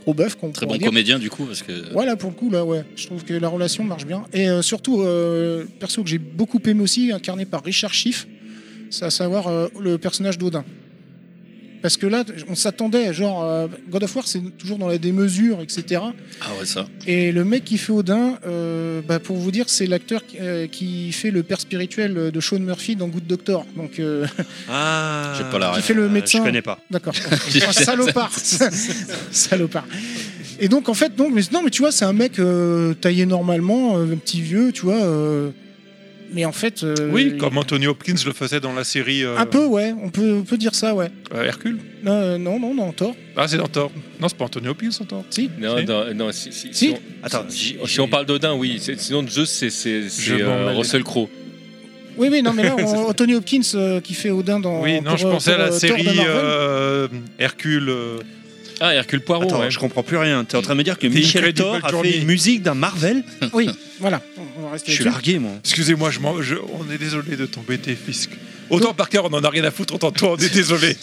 S3: gros bœuf qu'on
S2: Très
S3: pourrait
S2: bon
S3: dire.
S2: comédien, du coup, parce que.
S3: Voilà, pour le coup, là, ouais. Je trouve que la relation marche bien. Et euh, surtout, euh, perso que j'ai beaucoup aimé aussi, incarné par Richard Schiff, c'est à savoir euh, le personnage d'Odin. Parce que là, on s'attendait, genre, euh, God of War, c'est toujours dans la démesure, etc.
S2: Ah ouais, ça.
S3: Et le mec qui fait Odin, euh, bah, pour vous dire, c'est l'acteur qui, euh, qui fait le père spirituel de Sean Murphy dans Good Doctor. Donc, euh, [laughs]
S5: Ah,
S2: J'ai pas la
S3: qui fait le médecin.
S5: Je connais pas.
S3: D'accord.
S2: [laughs]
S6: [laughs]
S3: Un salopard. salopard. Et donc en fait donc mais non mais tu vois c'est un mec euh, taillé normalement euh, un petit vieux tu vois euh, mais en fait euh,
S6: Oui,
S3: il-
S6: comme Anthony Hopkins le faisait dans la série euh,
S3: un peu ouais on peut on peut dire ça ouais
S6: euh, Hercule.
S3: Euh, non non non tort
S6: Ah, c'est dans Thor. Non, c'est pas Anthony Hopkins dans Thor.
S4: Non,
S6: Si.
S4: non, non, si, si-
S3: Si.
S4: si on,
S5: Attends,
S4: si- si on parle d'Odin, oui. c'est- Sinon, Zeus, c'est- c'est c'est,
S6: Je m'en
S4: euh,
S6: mêle.
S4: Russell Crowe.
S3: oui oui non
S6: [laughs]
S3: mais là on- Anthony Hopkins euh, qui fait Odin dans
S6: oui, non,
S3: pour,
S6: je
S3: euh,
S6: pensais à
S3: pour,
S6: la
S3: euh, Thor de
S6: série
S3: Marvel.
S6: euh, Hercule. euh,
S4: Ah, Hercule Poirot,
S5: Attends,
S4: ouais.
S5: je comprends plus rien. T'es en train de me dire que
S6: The
S5: Michel
S6: Incredible
S5: Thor a fait
S6: Journey.
S5: une musique d'un Marvel
S3: oui voilà on- on va rester
S5: Je suis
S3: là-dessus.
S5: largué, moi.
S6: Excusez-moi, je m'en- je- on est désolé de t'embêter, Fisk. Autant par cœur, on en a rien à foutre, autant toi, on est désolé.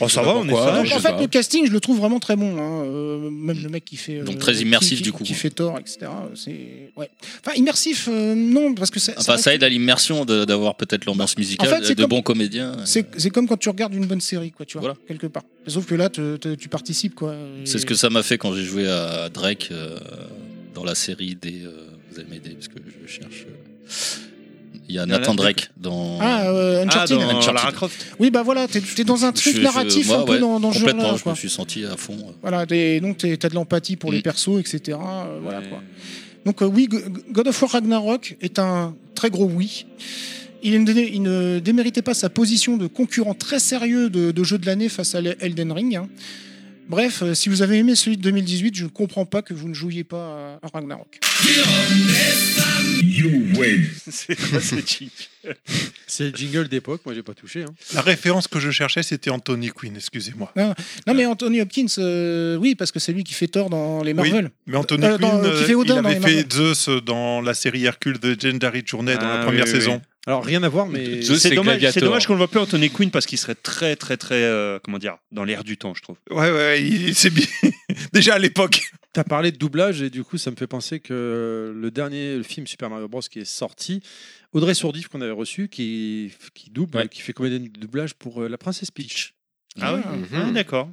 S5: Oh, ça va, on est sage.
S3: Donc en fait le casting je le trouve vraiment très bon hein. Euh, même le mec qui fait euh,
S2: Donc, très immersif,
S3: qui-
S2: du coup.
S3: qui fait tort etc euh, c'est ouais enfin immersif euh, non parce que c'est ça
S2: Enfin,
S3: reste-
S2: Ah, ça aide à l'immersion de- d'avoir peut-être l'ambiance musicale
S3: En fait, c'est
S2: de
S3: comme-
S2: bons comédiens.
S3: C'est c'est comme quand tu regardes une bonne série, quoi, tu vois,
S2: Voilà.
S3: quelque part. Sauf que là, te- te- tu participes, quoi. Et-
S2: C'est ce que ça m'a fait quand j'ai joué à Drake euh, dans la série des. euh, vous allez m'aider parce que je cherche. euh, Il y a
S5: Dans la-
S2: Nathan Drake dans.
S3: Ah, euh,
S5: Ah,
S3: Uncharted.
S5: dans
S2: Uncharted.
S5: Lara Croft. [laughs]
S3: Oui, bah voilà, t'es es dans un
S2: Je-
S3: truc
S2: je-
S3: narratif
S2: moi,
S3: un peu
S2: ouais,
S3: dans, dans ce
S2: Complètement,
S3: genre-là,
S2: je
S3: quoi.
S2: me suis senti à fond. euh.
S3: Voilà, t'es- donc t'es- t'as de l'empathie pour les
S2: Mm.
S3: persos, etc. euh, voilà, quoi. Donc euh, oui, Go- God of War Ragnarok est un très gros oui. Il ne, dé- il ne déméritait pas sa position de concurrent très sérieux de, de jeu de l'année face à l- Elden Ring. hein. Bref, euh, si vous avez aimé celui de 2018, je ne comprends pas que vous ne jouiez pas à, à Ragnarok.
S5: C'est c'est cheap.
S1: C'est le jingle d'époque, moi j'ai pas touché. hein.
S6: [laughs] La référence que je cherchais, c'était Anthony Quinn, excusez-moi.
S3: Non mais Anthony Hopkins, euh, oui, parce que c'est lui qui fait tort dans les
S6: Oui.
S3: Marvel.
S6: Mais Anthony
S3: Euh,
S6: Quinn,
S3: dans- qui
S6: euh,
S3: fait
S6: il
S3: Odin dans
S6: avait
S3: les
S6: fait
S3: Marvel.
S6: Zeus dans la série Hercule de Legendary Journey dans
S5: Ah,
S6: la première
S5: oui, oui,
S6: saison.
S1: Alors rien à voir, mais.
S4: Zeus,
S5: C'est
S4: c'est
S5: dommage,
S4: Gladiator.
S5: c'est dommage qu'on ne voit plus Anthony Quinn parce qu'il serait très, très, très, euh, comment dire, dans l'air du temps, je trouve.
S6: Ouais, ouais, il- c'est bien. [laughs] Déjà à l'époque.
S1: T'as parlé de doublage et du coup ça me fait penser que le dernier le film Super Mario Bros qui est sorti, Audrey Sourdif qu'on avait reçu qui, qui double,
S4: Ouais.
S1: qui fait comédienne de doublage pour euh, la princesse Peach. Euh,
S5: Ah ouais
S6: Mhm.
S5: Ah, D'accord.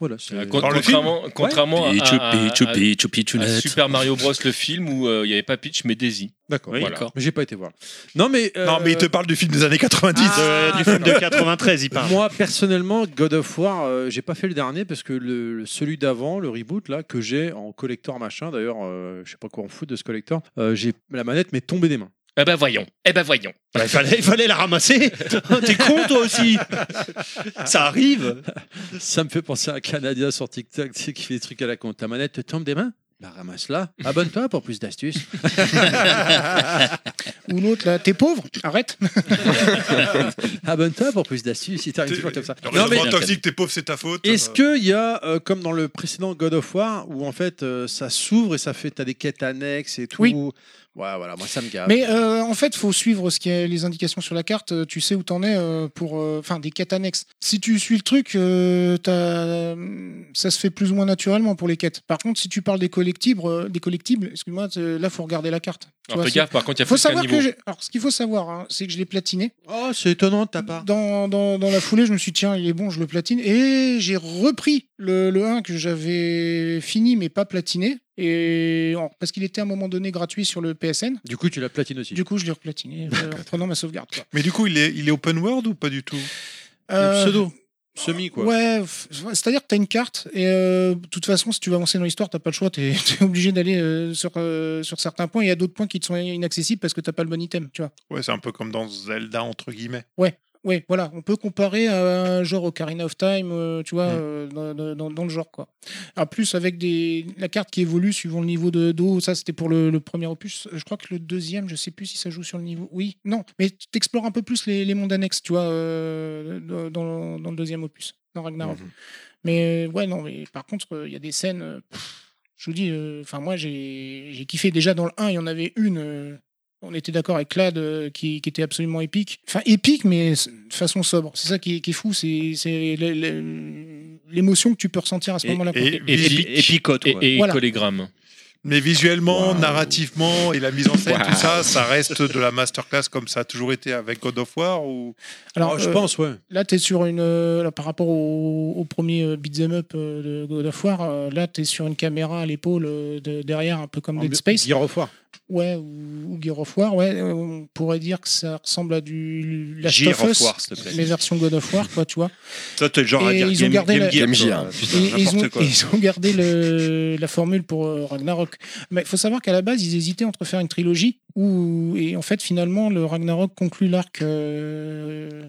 S1: Voilà. c'est-
S4: Euh, con-
S6: Dans le
S4: contrairement contrairement
S5: euh,
S4: à-
S2: Pichu,
S4: à,
S2: pichu,
S4: à-
S2: pichu, pichu,
S4: à
S2: net.
S4: Super Mario Bros, le film où euh, il n'y avait pas Peach mais Daisy.
S1: D'accord.
S4: Oui.
S2: D'accord.
S1: Mais j'ai pas été voir. Non mais. euh,
S6: Non, mais il te parle du film des années 90.
S5: Euh, du film de 93, il parle.
S1: Moi personnellement, God of War, euh, j'ai pas fait le dernier parce que le, celui d'avant, le reboot là que j'ai en collector machin. D'ailleurs, euh, je sais pas quoi en fout de ce collector. euh, j'ai la manette m'est tombée des mains.
S4: Eh ben voyons, eh ben voyons.
S5: Bah, il, fallait, il fallait la ramasser. T'es con, toi aussi. Ça arrive.
S1: Ça me fait penser à un Canadien sur TikTok tu sais, qui fait des trucs à la con. Ta manette te tombe des mains Bah ramasse-la. Abonne-toi pour plus
S3: [laughs]
S1: d'astuces.
S3: Ou l'autre là, t'es pauvre, arrête.
S4: Ah.
S1: Abonne-toi pour plus d'astuces. Si t'arrives toujours comme ça.
S6: Non,
S1: Non, mais
S6: mais toxique, t'es pauvre, c'est ta faute.
S1: Est-ce qu'il y a, euh, comme dans le précédent God of War, où en fait euh, ça s'ouvre et ça fait, t'as des quêtes annexes et tout
S3: Oui.
S1: Ouais, voilà, moi ça me gave.
S3: Mais euh, en fait, faut suivre ce qui est les indications sur la carte. euh, Tu sais où t'en es euh, pour, euh, enfin, des quêtes annexes. Si tu suis le truc, euh, t'as, euh, ça se fait plus ou moins naturellement pour les quêtes. Par contre, si tu parles des collectibles, euh, des collectibles, excuse-moi, t'es- là, faut regarder la carte. Tu
S4: Alors
S3: vois,
S4: fais
S3: c'est-
S4: gaffe, par contre, il y a
S3: Faut
S4: plus qu'un
S3: savoir que
S4: niveau.
S3: j'ai- alors ce qu'il faut savoir, hein, c'est que je l'ai platiné.
S1: Oh, c'est étonnant de ta part.
S3: Dans, dans, dans la foulée, je me suis dit, tiens, il est bon, je le platine. Et j'ai repris le, le 1 que j'avais fini mais pas platiné. Et, en- parce qu'il était à un moment donné gratuit sur le PSN.
S1: Du coup, tu la platines aussi.
S3: Du coup, je l'ai replatiné euh, en prenant ma sauvegarde. quoi.
S6: Mais du coup, il est, il est open world ou pas du tout
S3: Euh,
S1: Pseudo, semi quoi.
S3: Ouais, f- c'est-à-dire que tu as une carte et euh, de toute façon, si tu veux avancer dans l'histoire, t'as pas le choix, [laughs] tu es, obligé d'aller euh, sur, euh, sur certains points. Il y a d'autres points qui te sont inaccessibles parce que t'as pas le bon item, tu vois.
S6: Ouais, c'est un peu comme dans Zelda, entre guillemets.
S3: ouais, voilà, on peut comparer à un genre Ocarina of Time, euh, tu vois,
S1: Mm.
S3: euh, dans- dans, dans- dans le genre, quoi. En Ah, plus, avec des, la carte qui évolue suivant le niveau de d'eau, ça c'était pour le, le premier opus. Je crois que le deuxième, je sais plus si ça joue sur le niveau. Oui, non, mais tu explores un peu plus les, les mondes annexes, tu vois, euh, dans, dans- dans le deuxième opus, dans Ragnarok.
S6: Mhm.
S3: Mais euh, ouais, non, mais par contre, euh, il y a des scènes. euh, pff, je vous dis, euh, enfin, moi j'ai j'ai kiffé déjà dans le 1, il y en avait une. euh, on était d'accord avec Clad euh, qui, qui était absolument épique. Enfin, épique, mais s- de façon sobre. C'est ça qui est, qui est fou, c'est c'est le- le- l'émotion que tu peux ressentir à ce moment-là. quoi.
S6: Et-
S4: Et,
S6: Épique.
S4: et, picote,
S6: Et-
S4: et,
S3: Voilà.
S4: collégramme.
S6: Mais visuellement, narrativement et la mise en scène, tout ça, ça reste de la masterclass comme ça a toujours été avec God of War ou
S3: Alors,
S1: Oh, je
S3: euh,
S1: pense, ouais.
S3: Là, tu es sur une. euh, là, par rapport au, au premier euh, beat'em up euh, de God of War, euh, là, tu es sur une caméra à l'épaule euh, de- derrière, un peu comme Dead Space.
S1: Gear of War.
S3: Ouais, ou, ou Gear of War, ouais. euh, on pourrait dire que ça ressemble à du Last
S5: Gear
S3: of
S5: of
S3: Us,
S5: War, s'il te plaît.
S3: mais version God of War, quoi, tu vois.
S5: Ça, t'es le genre à
S3: Et
S5: dire
S3: ils ont
S5: Game,
S3: gardé
S5: Game
S3: la-
S5: Gear,
S7: Game
S5: toi.
S7: Gear.
S5: Putain,
S3: Et- et ils,
S5: n'importe
S3: ont,
S5: quoi.
S3: et ils ont gardé le- la formule pour euh, Ragnarok. Mais il faut savoir qu'à la base, ils hésitaient entre faire une trilogie ou et en fait, finalement, le Ragnarok conclut l'arc. euh,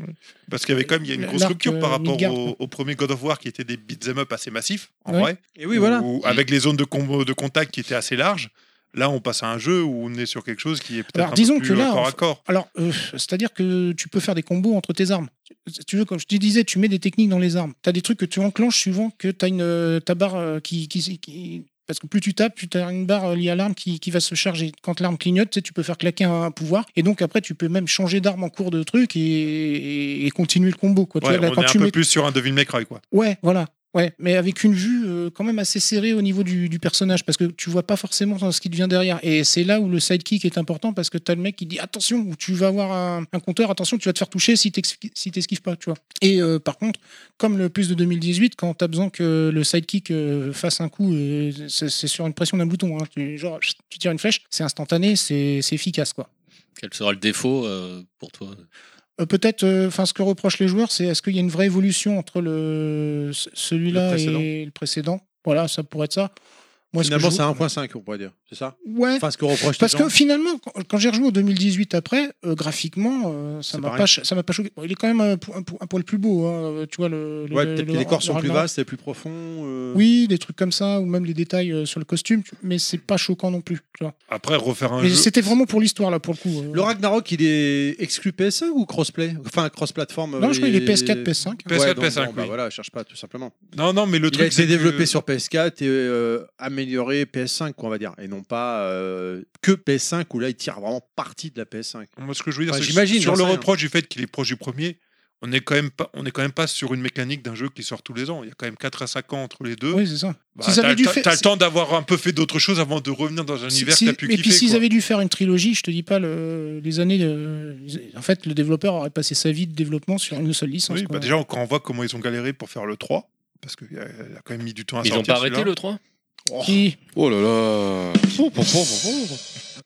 S6: parce qu'il y avait quand même il y a une grosse
S3: L'arc,
S6: rupture par
S3: euh,
S6: rapport
S3: Midgard,
S6: au, au premier God of War qui était des beat'em up assez massifs en
S3: Ouais.
S6: vrai.
S1: Et oui, voilà.
S3: Mm.
S6: Où- avec les zones de combo de contact qui étaient assez larges. Là, on passe à un jeu où on est sur quelque chose qui est
S3: Alors,
S6: peut-être un
S3: disons
S6: peu plus
S3: que là,
S6: corps
S3: en
S6: à
S3: fait-
S6: corps.
S3: Alors, euh, c'est-à-dire que tu peux faire des combos entre tes armes. Tu- Tu veux, comme je te disais, tu mets des techniques dans les armes. Tu as des trucs que tu enclenches suivant que tu as une, euh, ta barre euh, qui, qui- qui- Parce que plus tu tapes, tu as une barre euh, liée à l'arme qui, qui va se charger. Quand l'arme clignote, tu sais, tu peux faire claquer un, un pouvoir. Et donc après, tu peux même changer d'arme en cours de truc et, et- et continuer le combo. Quoi. Tu
S6: Ouais,
S3: vois, là,
S6: on
S3: quand
S6: est un
S3: tu
S6: peu
S3: mets-
S6: plus sur un Devil May Cry quoi.
S3: Ouais, voilà. Ouais, mais avec une vue euh, quand même assez serrée au niveau du, du personnage, parce que tu vois pas forcément ce qui devient derrière. Et c'est là où le sidekick est important, parce que t'as le mec qui dit attention, ou tu vas avoir un, un compteur, attention, tu vas te faire toucher si t'exqui- si t'esquives pas, tu vois. Et euh, par contre, comme le plus de 2018, quand t'as besoin que le sidekick euh, fasse un coup, euh, c'est c'est sur une pression d'un bouton, hein. tu, genre, chut, tu tires une flèche, c'est instantané, c'est c'est efficace, quoi.
S2: Quel sera le défaut euh, pour toi
S3: Euh, Peut-être, enfin, ce que reprochent les joueurs, c'est est-ce qu'il y a une vraie évolution entre le ce- celui-là
S6: Le précédent.
S3: et le précédent Voilà, ça pourrait être ça. Moi, ce que
S1: Finalement,
S3: je-
S1: c'est 1.5, on pourrait dire. C'est ça
S3: ouais.
S1: Enfin, ce que reproche
S3: Parce que finalement, quand- quand j'ai rejoué au 2018 après, euh, graphiquement, euh, ça
S1: C'est
S3: m'a
S1: pareil.
S3: pas, cho- ça m'a pas choqué. Bon, il est quand même un, po- un po- un poil plus beau, hein, tu vois le. le-
S1: Ouais,
S3: le-
S1: peut-être que
S3: le-
S1: les corps
S3: le
S1: sont plus
S3: Ragnarok.
S1: vastes et plus profonds. euh,
S3: Oui, des trucs comme ça, ou même les détails euh, sur le costume, tu- mais c'est pas choquant non plus. Tu vois.
S6: Après refaire un
S3: Mais
S6: jeu.
S3: c'était vraiment pour l'histoire là, pour le coup. euh.
S1: Le Ragnarok, il est exclu PS5 ou crossplay Enfin, cross-platform.
S3: Non, je
S1: euh,
S3: crois qu'il est
S1: et-
S3: PS4, PS5.
S6: PS4,
S1: Ouais, donc,
S6: PS5,
S1: bon, bah
S6: oui.
S1: voilà, cherche pas tout simplement.
S6: Non non mais le
S1: il a
S6: truc
S1: été
S6: c'est
S1: développé
S6: que-
S1: sur PS4 et euh, amélioré PS5, quoi, on va dire, et non pas euh, que PS5 où là il tire vraiment parti de la PS5.
S6: Moi, ce que je veux dire,
S1: Enfin,
S6: c'est que
S1: j'imagine, j'en
S6: sur le
S1: sais rien.
S6: reproche du fait qu'il est proche du premier, on est quand même pas, on est quand même pas sur une mécanique d'un jeu qui sort tous les ans. Il y a quand même 4 à 5 ans entre les deux.
S3: Oui, c'est ça.
S6: Bah,
S3: S'ils avaient
S6: t'as
S3: dû
S6: t'as-
S3: faire-
S6: t'as le temps d'avoir un peu fait d'autres choses avant de revenir dans un
S3: Si-
S6: univers
S3: si-
S6: que t'as pu
S3: et
S6: kiffer.
S3: puis s'ils
S6: quoi.
S3: avaient dû faire une trilogie, je te dis pas le- les années. euh, ils- en fait, le développeur aurait passé sa vie de développement sur une seule licence.
S6: Oui,
S3: quoi.
S6: bah, déjà on- quand on voit comment ils ont galéré pour faire le 3 parce qu'il y a, il a quand même mis du temps à
S4: Mais ils n'ont
S6: sortir
S4: pas arrêté
S6: celui-là.
S4: le 3
S3: Qui-
S7: Oh là là Pou, pou, pou, pou, pou.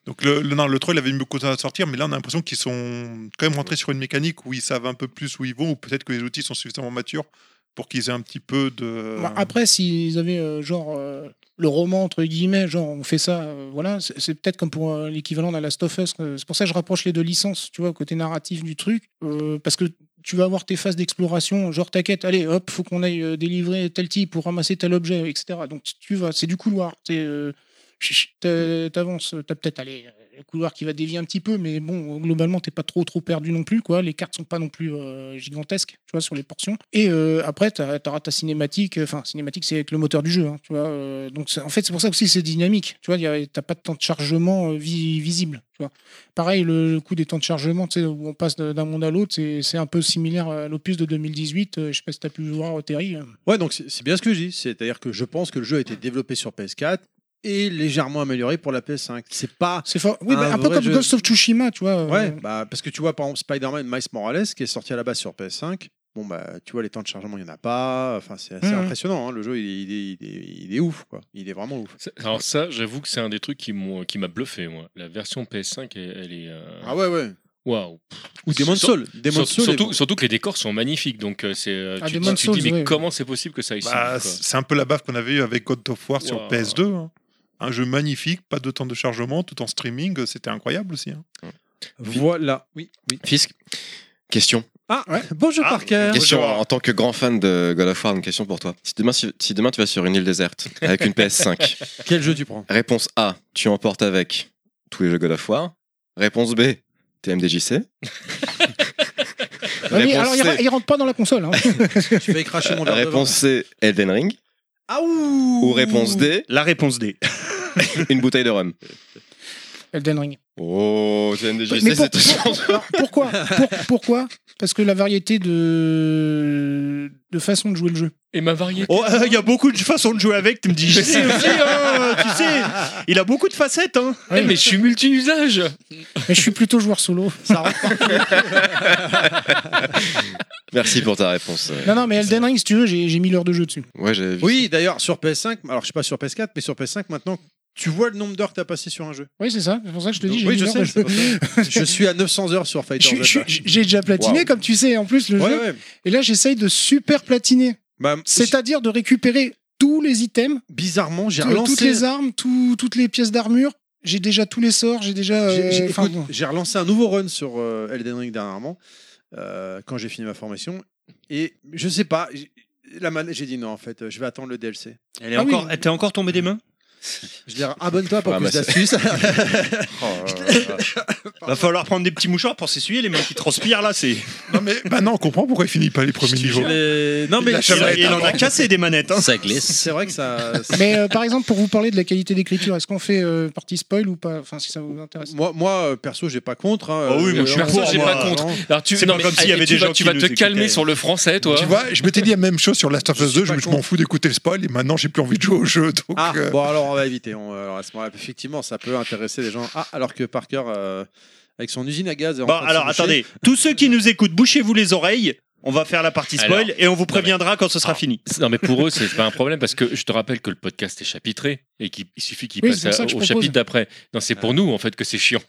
S6: Donc le, le- non, le 3 il avait mis beaucoup de temps à sortir, mais là on a l'impression qu'ils sont quand même rentrés sur une mécanique où ils savent un peu plus où ils vont, ou peut-être que les outils sont suffisamment matures pour qu'ils aient un petit peu de.
S3: Bah, après, s'ils avaient euh, genre euh, le roman entre guillemets, genre on fait ça, euh, voilà, c'est c'est peut-être comme pour euh, l'équivalent d'un Last of Us. euh, c'est pour ça que je rapproche les deux licences, tu vois, au côté narratif du truc, euh, parce que tu vas avoir tes phases d'exploration, genre ta quête, allez, hop, faut qu'on aille euh, délivrer tel type pour ramasser tel objet, etc. Donc tu vas, c'est du couloir, t'es, euh, chut, chut, t'es- t'avances, t'as peut-être allez euh, le couloir qui va dévier un petit peu, mais bon, globalement, t'es pas trop trop perdu non plus, quoi. Les cartes sont pas non plus euh, gigantesques, tu vois, sur les portions. Et euh, après, t'as- t'auras ta cinématique. euh, Enfin, cinématique, c'est avec le moteur du jeu, hein, tu vois. euh, donc, c'est- en fait, c'est pour ça aussi que c'est dynamique. Tu vois, y a- t'as pas de temps de chargement euh, vi- visible, tu vois. Pareil, le, le coup des temps de chargement, tu sais, où on passe de- d'un monde à l'autre, c'est c'est un peu similaire à l'opus de 2018. euh, je sais pas si t'as pu le voir, euh, Terry. euh.
S1: Ouais, donc c'est c'est bien ce que je dis. C'est-à-dire que je pense que le jeu a été développé sur PS4 et légèrement amélioré pour la PS5. C'est pas.
S3: C'est fort.
S1: Ah, Un
S3: Oui, bah, un peu
S1: vrai
S3: comme
S1: jeu.
S3: Ghost of Tsushima, tu vois. euh,
S1: Ouais,
S5: Mmh.
S1: bah, parce que tu vois, par exemple, Spider-Man Miles Morales qui est sorti à la base sur PS5. Bon, bah, tu vois, les temps de chargement, il n'y en a pas. Enfin, c'est assez
S5: Mmh.
S3: Mhm.
S1: impressionnant. hein. Le jeu, il est, il est- il est- il est ouf, quoi. Il est vraiment ouf.
S4: C'est- Alors ça, j'avoue que c'est un des trucs qui m'ont- qui m'a bluffé, moi. La version PS5, elle, elle est... euh,
S1: Ah ouais, ouais.
S4: Waouh.
S1: Ou Demon's
S4: Sur-
S1: Soul. Demon's
S4: Surtout,
S1: Soul est
S4: surtout,
S1: bon.
S4: surtout que les décors sont magnifiques, donc euh, c'est, euh,
S3: Ah,
S4: tu,
S3: Demon's
S4: tu te dis,
S3: Souls,
S4: mais
S3: ouais.
S4: comment c'est possible que ça aille si
S6: Bah,
S4: vite, quoi.
S6: c'est un peu la baffe qu'on avait eu avec God of War sur
S4: Wow.
S6: PS2. hein. Un jeu magnifique, pas de temps de chargement, tout en streaming, euh, c'était incroyable aussi. hein.
S1: Voilà. Oui, oui.
S7: Fisk Question.
S1: Ah,
S3: Ouais.
S1: [laughs] bonjour
S5: Ah.
S1: Parker.
S7: Question en tant que grand fan de God of War, une question pour toi. Si demain, si, si demain tu vas sur une île déserte avec
S3: [laughs]
S7: une PS5,
S1: Quel jeu tu prends
S7: réponse A, tu emportes avec tous les jeux God of War. Réponse B,
S3: [laughs]
S7: TMDJC.
S3: Ah oui, alors,
S7: réponse,
S3: il, re-
S7: C,
S3: il rentre pas dans la
S7: [laughs]
S3: console. hein.
S1: Tu vas écracher mon verre de
S7: réponse C, Elden Ring. Ou réponse D,
S5: La réponse D.
S7: une bouteille
S3: [laughs]
S7: de rhum.
S3: Elden Ring.
S7: Oh, TMDJC,
S3: Mais pour-
S7: c'est
S3: [laughs]
S7: très
S3: Alors, pourquoi Pour- Pourquoi Parce que la variété de de façon de jouer le jeu.
S4: Et ma variété.
S5: Oh, euh, il y a beaucoup de façons de jouer avec, tu me dis. Je sais
S1: [laughs]
S5: aussi, hein, tu sais. Il a beaucoup de facettes. Hein.
S4: Eh, mais je suis multi-usage
S3: Mais je suis plutôt joueur solo.
S7: [laughs] Merci pour ta réponse. euh,
S3: Non, non, mais Elden Ring, si tu veux, j'ai j'ai 1000 heures de jeu dessus.
S7: Ouais, j'avais vu.
S1: Oui, d'ailleurs, sur PS5, alors je suis pas sur PS4, mais sur PS5, maintenant, tu vois le nombre d'heures que tu as passé sur un jeu.
S3: Oui, c'est ça. C'est pour ça que je te dis, j'ai
S1: oui,
S3: 1000
S1: je
S3: heures
S1: sais.
S3: de
S1: c'est
S3: jeu.
S1: pour ça. je suis à 900 heures sur
S3: Je
S1: Fighter
S3: suis- je
S1: Zelda.
S3: suis- J'ai déjà platiné,
S7: Wow.
S3: comme tu sais, en plus, le
S1: Ouais,
S3: jeu.
S1: ouais.
S3: Et là, j'essaye de super platiner.
S1: Bah,
S3: C'est-à-dire de récupérer tous les items,
S1: bizarrement, j'ai
S3: tout-
S1: relancé.
S3: toutes les armes, tout- toutes les pièces d'armure. J'ai déjà tous les sorts, j'ai déjà.
S1: J'ai- j'ai-
S3: euh, enfin,
S1: écoute, J'ai relancé un nouveau run sur euh, Elden Ring dernièrement, euh, quand j'ai fini ma formation. Et je sais pas, j'ai- la manette- j'ai dit non, en fait, euh, je vais attendre le DLC.
S5: Elle est
S3: Ah oui.
S5: encore, T'es encore tombé des mains
S1: Je
S3: [laughs]
S1: dis abonne-toi pour
S7: Ah,
S1: plus
S7: bah,
S1: d'astuces. [laughs]
S5: Va falloir prendre des petits mouchoirs pour s'essuyer les mains qui transpirent là. C'est.
S6: Bah Non, mais maintenant, on comprend pourquoi il finit pas les premiers niveaux.
S1: non, mais
S5: Il, en a cassé des manettes. Hein.
S2: Ça
S1: [laughs]
S2: glisse.
S1: c'est vrai que ça.
S3: Mais euh, par exemple, pour vous parler de la qualité d'écriture, est-ce qu'on fait euh, partie spoil ou pas Enfin, si ça vous intéresse.
S1: Moi, moi, euh, perso, j'ai pas contre. hein.
S5: Ah oui,
S1: Euh,
S5: moi, je suis
S1: perso,
S5: pour,
S1: j'ai
S5: moi.
S1: pas contre.
S4: Alors, tu,
S5: C'est
S4: non,
S5: pas
S4: mais-
S5: comme s'il y
S4: et
S5: avait
S4: tu
S5: des
S4: vas,
S5: gens
S4: tu
S5: qui
S4: vas
S5: nous
S4: te
S5: écoutaient.
S4: calmer sur le français, toi.
S6: Tu vois, je m'étais dit la même chose sur Last of Us 2, je,
S1: pas
S6: me- je m'en
S1: contre.
S6: fous d'écouter le spoil et maintenant j'ai plus envie de jouer au jeu. Donc,
S1: Ah,
S6: euh,
S1: bon, alors on va éviter. On- alors, à ce moment-là, effectivement, ça peut intéresser les gens. Ah, alors que Parker, euh, avec son usine à gaz. est en
S5: Bon,
S1: train de se
S5: Bah, alors
S1: boucher.
S5: attendez. Tous ceux qui nous écoutent, bouchez-vous les oreilles. On va faire la partie spoil et on vous préviendra quand ce sera
S4: Alors,
S5: fini.
S4: Non, mais pour eux, c'est pas un problème parce que je te rappelle que le podcast est chapitré et qu'il il suffit qu'il
S3: Oui,
S4: passe
S3: c'est pour ça
S4: à-
S3: que je
S4: au
S3: propose.
S4: chapitre d'après. Non, c'est
S6: Ah.
S4: pour nous en fait que c'est chiant.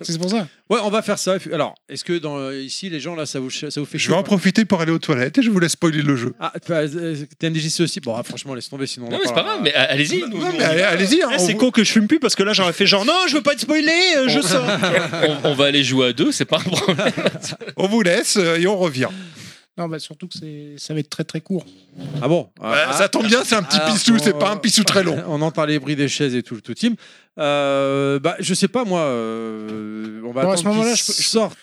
S3: C'est pour ça.
S1: Ouais, on va faire ça. Alors, est-ce que dans, ici, les gens, là, ça vous, ça vous fait
S6: je
S1: chaud,
S6: vais en
S1: quoi
S6: profiter pour aller aux toilettes et je vous laisse spoiler le jeu.
S1: Ah, euh, TMDJC aussi. Bon, ah, franchement, laisse tomber, sinon. on
S4: Non,
S1: en
S4: mais c'est pas
S1: parlera.
S4: grave, mais a- allez-y. nous-
S6: Non,
S4: nous,
S6: mais allez- allez-y, hein,
S5: Eh,
S6: on
S5: c'est
S6: vous-
S5: con que je fume plus parce que là j'aurais fait genre
S1: Oh,
S5: non je veux pas te spoiler euh, je sors
S4: on, on va aller jouer à deux, c'est pas un problème.
S6: on vous laisse euh, et on revient.
S3: Non, bah, surtout que c'est- ça va être très très court.
S1: Ah bon
S6: Euh,
S1: Ah,
S6: ça tombe bien, c'est un petit
S1: alors,
S6: pissou, c'est
S1: on-
S6: pas un pissou très long.
S1: [laughs] On entend les bris des chaises et tout le tout team. Euh, bah, je sais pas, moi. euh, on va
S3: Bon, à
S1: attendre
S3: ce moment-là,
S1: qu'ils
S3: je peux- je-
S1: sortent.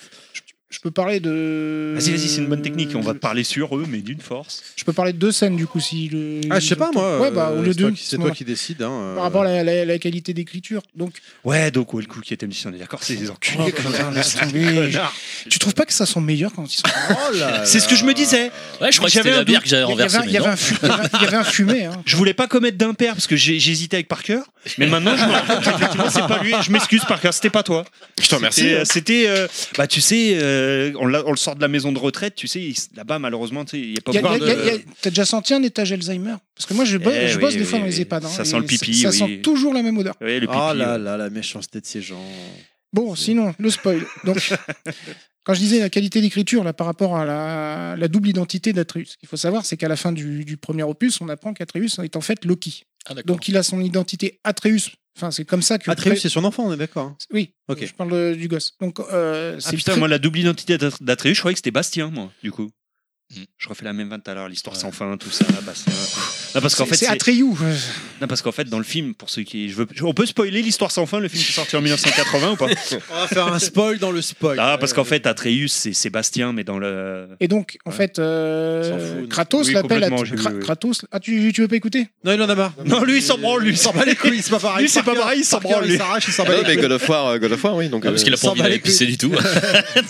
S3: Je peux parler de.
S5: vas-y vas-y c'est une bonne technique on va te parler sur eux mais d'une force
S3: Je peux parler de deux scènes du coup si le.
S1: Ah, je sais pas, moi.
S3: Ouais, bah au
S1: euh,
S3: lieu
S1: c'est toi
S3: de.
S1: qui- C'est toi qui décide. hein, euh.
S3: Par rapport à la, la- la qualité d'écriture, donc.
S5: ouais donc ouais, le coup qui était mission on est d'accord c'est des
S1: Oh,
S5: enculés quand même. Oh, [laughs]
S3: tu trouves pas que ça sent meilleur quand ils sont.
S1: Oh là
S5: c'est ce que je me disais
S2: Ouais, je crois que c'était
S5: J'avais un
S2: la
S5: doute.
S2: bière que j'avais
S3: Il y avait
S2: renversée.
S3: un- il y
S2: mais
S3: avait
S2: non.
S3: un fu- il y avait un- il y avait un fumet. hein.
S5: je voulais pas commettre d'impair parce que j'ai- j'hésitais avec Parker mais maintenant je me rends compte qu'effectivement, c'est pas lui je m'excuse Parker c'était pas toi
S7: Je te remercie.
S5: C'était- euh, C'était, euh, bah tu sais, euh, on, l'a- on le sort de la maison de retraite, tu sais, il- là-bas malheureusement, tu sais, il n'y a pas
S3: Y a-
S5: beaucoup
S3: y a- y a- y a-
S5: de.
S3: T'as déjà senti un étage Alzheimer Parce que moi, je, bo-
S5: euh, Eh
S3: je bosse
S5: oui,
S3: des
S5: oui,
S3: fois dans
S5: oui.
S3: les EHPAD. hein,
S5: Ça
S3: et
S5: sent le pipi,
S3: Ça,
S5: oui.
S3: ça sent toujours la même odeur.
S5: Ouais, le pipi,
S1: Oh
S5: ouais.
S1: là là, la méchanceté de ces gens.
S3: Bon, sinon, le spoil.
S5: [laughs]
S3: Donc, quand je disais la qualité d'écriture là, par rapport à la, la double identité d'Atreus, ce qu'il faut savoir, c'est qu'à la fin du, du premier opus, on apprend qu'Atreus est en fait Loki.
S2: Ah, d'accord.
S3: Donc, il a son identité Atreus. Enfin, c'est comme ça que.
S1: Atreus, Ah, c'est son enfant, on est d'accord. hein.
S3: Oui,
S1: Ok.
S3: je parle euh, du gosse. Donc, euh,
S5: Ah
S3: c'est
S5: putain,
S3: très-
S5: moi la double identité d'At- d'Atreus, je croyais que c'était Bastien, moi, du coup.
S2: Hmm.
S5: Je refais la même vanne tout à l'heure, l'histoire sans fin, tout ça, là, Bastien. Non, parce qu'en
S3: c'est-
S5: fait,
S3: c'est
S5: c'est-
S3: Atreyu.
S5: non, parce qu'en fait, dans le film, pour ceux qui, je veux, on peut spoiler l'histoire sans fin, le film qui est
S3: [laughs]
S5: sorti en 1980 ou pas
S1: On va faire un spoil dans le spoil.
S5: Ah, parce qu'en fait, Atreus, c'est Sébastien, mais dans le.
S3: Et donc, en
S5: Ouais.
S3: fait, euh,
S1: S'en fout, nous.
S3: Kratos
S5: Oui,
S3: l'appelle. à-
S5: complètement, j'ai vu,
S3: Kra-
S5: oui.
S3: Kratos. Ah, tu, tu veux pas écouter
S1: Non, il en a marre.
S5: Non, lui, il s'en branle, lui, il s'en
S1: bat les couilles, c'est pas pareil.
S5: Lui, c'est pas
S1: Parker-
S5: pareil, il s'en
S1: Parker,
S5: branle,
S1: Il
S5: lui.
S1: s'arrache, il s'en bat
S7: Non,
S1: les
S7: mais
S1: couilles.
S7: God of War, euh, God of War, oui. Donc,
S2: Ah, parce
S7: euh,
S2: qu'il a pas
S1: s'en
S2: envie
S1: bat
S2: d'aller
S1: les couilles.
S2: pisser du tout. hein,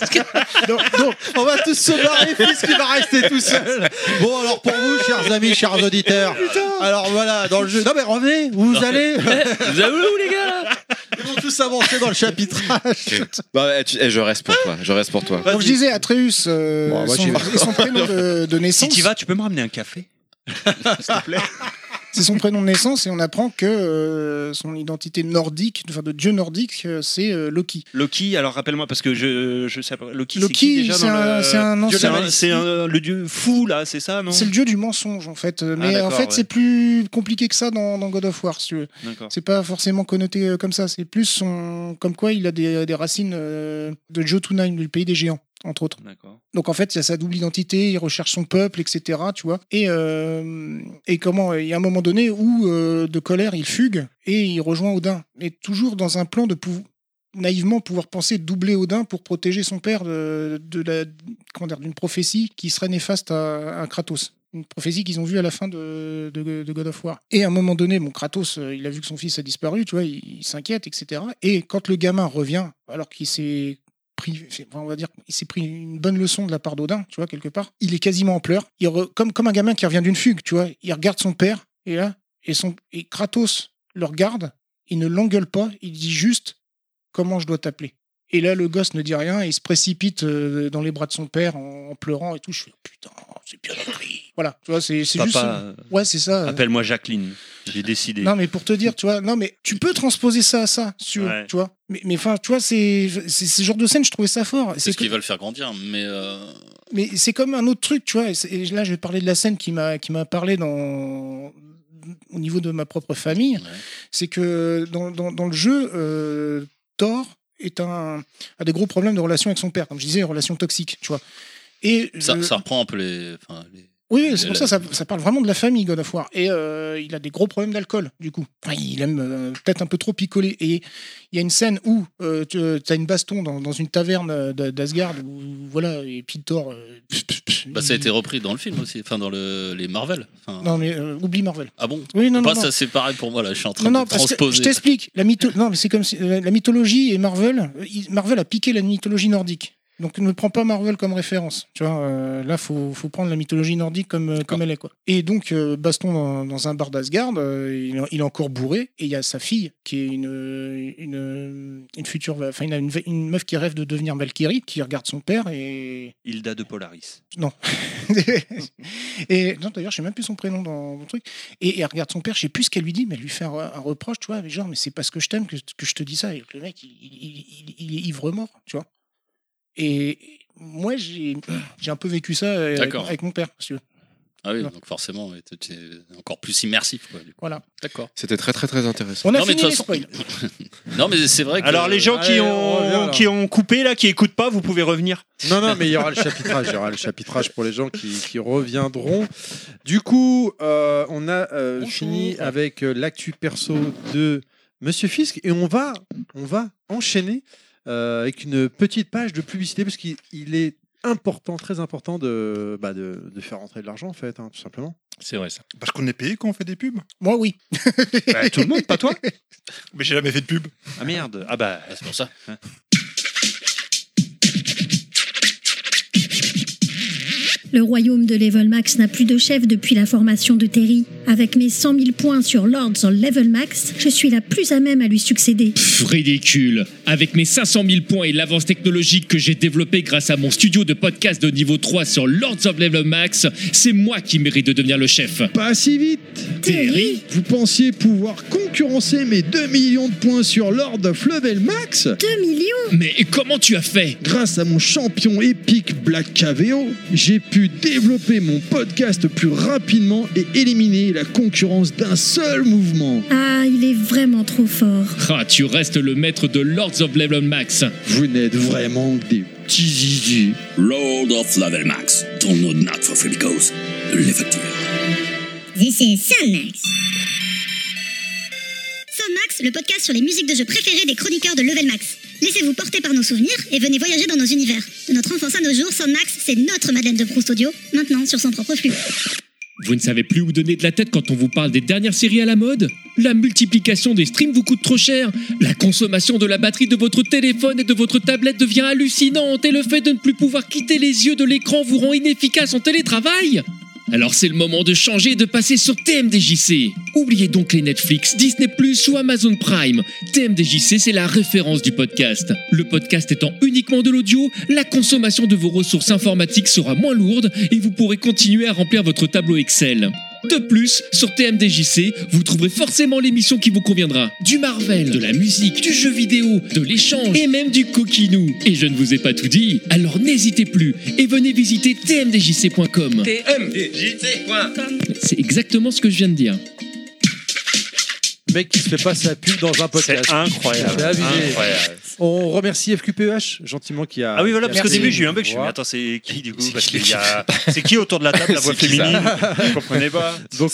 S1: On va tous se
S5: [laughs]
S1: barrer puisqu'il va rester tout seul. Bon, alors pour vous, chers amis, chers auditeurs. Alors voilà, dans le jeu. Non, mais revenez, où vous
S5: [laughs]
S1: allez
S2: Vous avez où, les gars
S1: Ils vont tous avancer dans le chapitrage.
S7: bah, eh, tu- eh, je reste pour toi. Je reste pour toi.
S3: Donc, je disais Atreus euh,
S1: Bon, moi,
S3: son,
S1: j'y vais.
S3: et son prénom de, de
S5: bah, Si
S3: naissance.
S5: tu vas, tu peux me ramener un café
S3: C'est son prénom de naissance et on apprend que euh, son identité nordique, enfin de dieu nordique, euh, c'est euh, Loki.
S5: Loki, alors rappelle-moi, parce que je, je sais pas. Loki, c'est qui
S3: Loki,
S5: déjà
S3: c'est
S5: dans
S3: un,
S5: le-
S3: c'est un
S5: C'est
S3: ancien.
S5: un- C'est un- le dieu fou là, c'est ça, non Ah,
S3: C'est le dieu du mensonge en fait, Euh, mais en
S5: d'accord,
S3: fait
S5: ouais.
S3: c'est plus compliqué que ça dans, dans God of War. Si tu veux.
S5: D'accord.
S3: c'est pas forcément connoté euh, comme ça, c'est plus son, comme quoi il a des, des racines euh, de Jotunheim, du pays des géants. entre autres.
S4: D'accord.
S3: Donc en fait, il y a sa double identité, il recherche son peuple, etc. Tu vois. Et, euh, et comment Il y a un moment donné où, euh, de colère, il fugue et il rejoint Odin. Et toujours dans un plan de pou- naïvement pouvoir penser doubler Odin pour protéger son père de, de la comment dire, d'une prophétie qui serait néfaste à, à Kratos. Une prophétie qu'ils ont vue à la fin de, de- de God of War. Et à un moment donné, bon, Kratos, euh, il a vu que son fils a disparu, tu vois, il, il s'inquiète, etc. Et quand le gamin revient, alors qu'il s'est pris, enfin, on va dire, il s'est pris une bonne leçon de la part d'Odin, tu vois, quelque part. Il est quasiment en pleurs. Il re- comme, comme un gamin qui revient d'une fugue, tu vois. Il regarde son père, et là, et, son, et Kratos le regarde, il ne l'engueule pas, il dit juste comment je dois t'appeler. Et là, le gosse ne dit rien, et il se précipite euh, dans les bras de son père en, en pleurant et tout. Je fais oh, putain, c'est bien écrit. Voilà, tu vois, c'est c'est juste.
S5: Papa, euh,
S3: Ouais, c'est ça. euh.
S5: appelle-moi Jacqueline. J'ai décidé.
S3: Non, mais pour te dire, tu vois, non, mais tu peux transposer ça à ça, sur,
S5: Ouais.
S3: tu vois. Mais mais enfin, tu vois, c'est c'est- ce genre de scène, je trouvais ça fort.
S2: C'est ce
S3: que-
S2: qu'ils veulent faire grandir, mais euh,
S3: mais c'est comme un autre truc, tu vois. et c'est- Et là, je vais parler de la scène qui m'a qui m'a parlé dans au niveau de ma propre famille.
S2: Ouais.
S3: C'est que dans, dans, dans le jeu, euh, Thor est un a des gros problèmes de relation avec son père, comme je disais, relation toxique, tu vois. Et
S2: ça,
S3: je-
S2: ça reprend un peu les. enfin, les-
S3: oui, oui, c'est pour
S2: La-
S3: ça, ça, ça parle vraiment de la famille, God of War. Et euh, il a des gros problèmes d'alcool, du coup. Enfin, il aime euh, peut-être un peu trop picoler. Et il y a une scène où euh, tu as une baston dans, dans une taverne euh, d'A- d'Asgard, où, voilà, et puis Thor. euh,
S2: Bah, ça a
S3: il-
S2: été repris dans le film aussi, enfin dans le- les Marvel. Enfin,
S3: Non, mais euh, oublie Marvel.
S2: Ah bon
S3: Oui, non,
S2: Moi,
S3: non. non.
S2: ça c'est pareil pour moi là, je suis en train
S3: Non, non,
S2: de
S3: parce que je
S2: transposer.
S3: t'explique. La, mytho- non, mais c'est comme si- la la mythologie et Marvel, euh, il- Marvel a piqué la mythologie nordique. Donc ne prends pas Marvel comme référence. Tu vois, euh, là, faut, faut prendre la mythologie nordique comme, euh, comme elle est. Quoi. Et donc, euh, Baston, dans, dans un bar d'Asgard, euh, il, est- il est encore bourré, et il y a sa fille, qui est une, euh, une, une future... Enfin, il a une, une meuf qui rêve de devenir Valkyrie, qui regarde son père, et
S5: Hilda de Polaris.
S3: [laughs] et non, d'ailleurs, je sais même plus son prénom dans mon truc. Et, et elle regarde son père, je sais plus ce qu'elle lui dit, mais elle lui fait un, un reproche, tu vois, mais genre, mais c'est parce que je t'aime que, que je te dis ça. Et le mec, il, il- il- il est ivre mort, tu vois. Et moi, j'ai j'ai un peu vécu ça euh, avec,
S2: D'accord.
S3: avec mon père, parce que
S2: Ah oui,
S3: Non.
S2: donc forcément, ouais, t'es- t'es encore plus immersif. Quoi, du coup.
S3: voilà.
S2: D'accord.
S7: C'était très très très intéressant.
S3: On a
S2: Non, mais
S3: fini
S2: de
S3: les
S2: toute
S3: spoils.
S2: Non, mais c'est vrai que.
S5: Alors les gens
S1: Allez,
S5: qui
S1: on revient,
S5: ont
S1: là.
S5: qui ont coupé là, qui écoutent pas, vous pouvez revenir.
S1: Non, non, mais il y
S5: [laughs]
S1: aura le chapitrage. Il y aura le chapitrage pour les gens qui, qui reviendront. Du coup, euh, on a euh, fini avec euh, l'actu perso de Monsieur Fisk et on va, on va enchaîner euh, avec une petite page de publicité parce qu'il il est important, très important de, bah, de, de faire rentrer de l'argent en fait, hein, tout simplement.
S4: C'est vrai ça.
S6: Parce qu'on est payé quand on fait des pubs.
S3: Moi, oui.
S5: Bah, tout le monde, pas toi.
S6: [laughs] Mais j'ai jamais fait de pub.
S5: Ah merde. Ah bah
S2: Ah, c'est pour ça.
S15: Le royaume de Level Max n'a plus de chef depuis la formation de Terry. Avec mes 100 000 points sur Lords en Level Max, je suis la plus à même à lui succéder.
S16: Pff, ridicule. Avec mes 500 000 points et l'avance technologique que j'ai développée grâce à mon studio de podcast de niveau 3 sur Lords of Level Max, c'est moi qui mérite de devenir le chef.
S1: Pas si vite
S15: Terry
S1: Vous pensiez pouvoir concurrencer mes 2 millions de points sur Lord of Level Max
S15: 2 millions
S16: Mais comment tu as fait
S1: Grâce à mon champion épique Black KVO, j'ai pu développer mon podcast plus rapidement et éliminer la concurrence d'un seul mouvement.
S15: Ah, il est vraiment trop fort.
S16: Ah, tu restes le maître de Lords of Level Max.
S1: Vous n'êtes vraiment que des petits zizi.
S13: Lord of Level Max. Download not for free because les factures.
S15: This is Sonmax. Sonmax, le podcast sur les musiques de jeux préférées des chroniqueurs de Level Max. Laissez-vous porter par nos souvenirs et venez voyager dans nos univers. De notre enfance à nos jours, Sonmax, c'est notre Madeleine de Proust audio, maintenant sur son propre flux.
S16: Vous ne savez plus où donner de la tête quand on vous parle des dernières séries à la mode La multiplication des streams vous coûte trop cher La consommation de la batterie de votre téléphone et de votre tablette devient hallucinante et le fait de ne plus pouvoir quitter les yeux de l'écran vous rend inefficace en télétravail alors c'est le moment de changer et de passer sur TMDJC. Oubliez donc les Netflix, Disney ⁇ ou Amazon Prime. TMDJC, c'est la référence du podcast. Le podcast étant uniquement de l'audio, la consommation de vos ressources informatiques sera moins lourde et vous pourrez continuer à remplir votre tableau Excel. De plus, sur TMDJC, vous trouverez forcément l'émission qui vous conviendra. Du Marvel, de la musique, du jeu vidéo, de l'échange et même du coquinou. Et je ne vous ai pas tout dit, alors n'hésitez plus et venez visiter tmdjc.com. C'est exactement ce que je viens de dire.
S1: Le mec qui se fait pas sa pub dans un podcast.
S5: C'est incroyable.
S1: C'est abusé.
S5: Incroyable.
S1: On remercie FQPEH gentiment qui a.
S5: Ah oui, voilà,
S1: qui
S5: parce
S1: a
S5: qu'au
S1: fait-
S5: début, j'ai eu un bug. Je me suis dit, mais
S1: Voilà.
S5: attends, c'est qui du coup
S1: C'est
S5: Parce
S1: qui,
S5: qu'il y a- C'est qui autour de la table, la voix
S1: C'est qui, ça
S5: féminine [laughs] Je comprenais pas.
S1: on-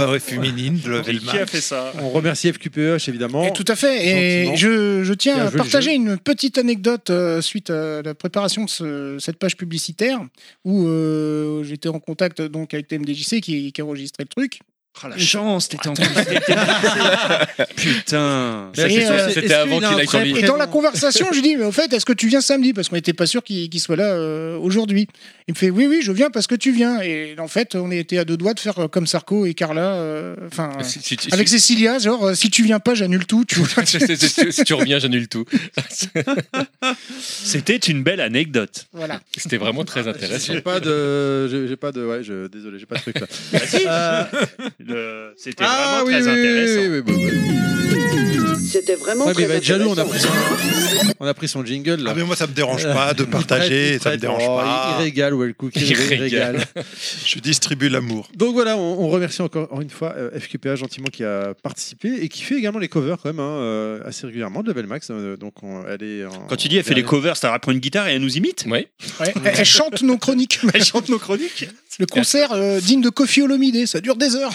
S17: voix féminine de
S5: Level Qui a Max. fait ça
S1: On remercie FQPEH évidemment.
S3: Et tout à fait. Et
S1: Gentiment.
S3: je, je tiens
S1: Bien
S3: à
S1: joué, le
S3: partager
S1: jeu.
S3: une petite anecdote euh, suite à la préparation de ce- cette page publicitaire où euh, j'étais en contact donc avec TMDJC qui, qui a enregistré le truc.
S5: Ah la
S3: chance, t'étais en contact. [laughs]
S5: Putain.
S3: Et, euh,
S4: C'était avant qu'il aille sur
S3: Et dans la conversation, je lui dis, mais au fait, est-ce que tu viens samedi Parce qu'on n'était pas sûr qu'il qu'il soit là euh, aujourd'hui. Il me fait, oui, oui, je viens parce que tu viens. Et en fait, on était à deux doigts de faire euh, comme Sarko et Carla, euh, enfin, euh,
S4: Si- si- si-
S3: avec Cécilia, genre, euh, si tu viens pas, j'annule tout.
S1: [laughs]
S3: Tu vois
S4: si tu reviens, j'annule tout.
S5: C'était une belle anecdote.
S3: Voilà.
S4: C'était vraiment
S1: Ah, bah,
S4: très intéressant.
S1: J'ai pas de. j'ai- J'ai pas de. Ouais, je- désolé, j'ai pas de truc [laughs] là. Euh,
S5: Le- C'était
S1: Ah
S5: vraiment
S1: oui,
S5: très
S1: oui, oui,
S5: intéressant.
S1: oui, oui, bon,
S18: C'était vraiment
S1: Ouais, mais il va
S18: très
S1: être jaloux, on a
S18: intéressant.
S1: pris son, on a pris son jingle. Là.
S6: Ah, mais moi, ça me dérange pas de
S1: [laughs] Il
S6: partager, ça
S1: traite,
S6: me
S1: il traite.
S6: dérange
S1: Oh,
S6: pas.
S1: Il, il régale, ouais, le cookie, il, régale.
S6: Je distribue l'amour.
S1: [laughs] Donc voilà, on, on remercie encore une fois euh, FQPA gentiment qui a participé et qui fait également les covers quand même hein, euh, assez régulièrement de Level Max. euh, donc on- elle est en-
S5: Quand tu dis elle fait les covers, ça rapprend une guitare et elle nous imite
S4: Oui.
S3: Ouais, elle, elle chante nos
S1: [laughs]
S3: chroniques.
S5: Elle chante nos chroniques.
S3: Le concert euh, digne de Kofi Olomide, ça dure des heures.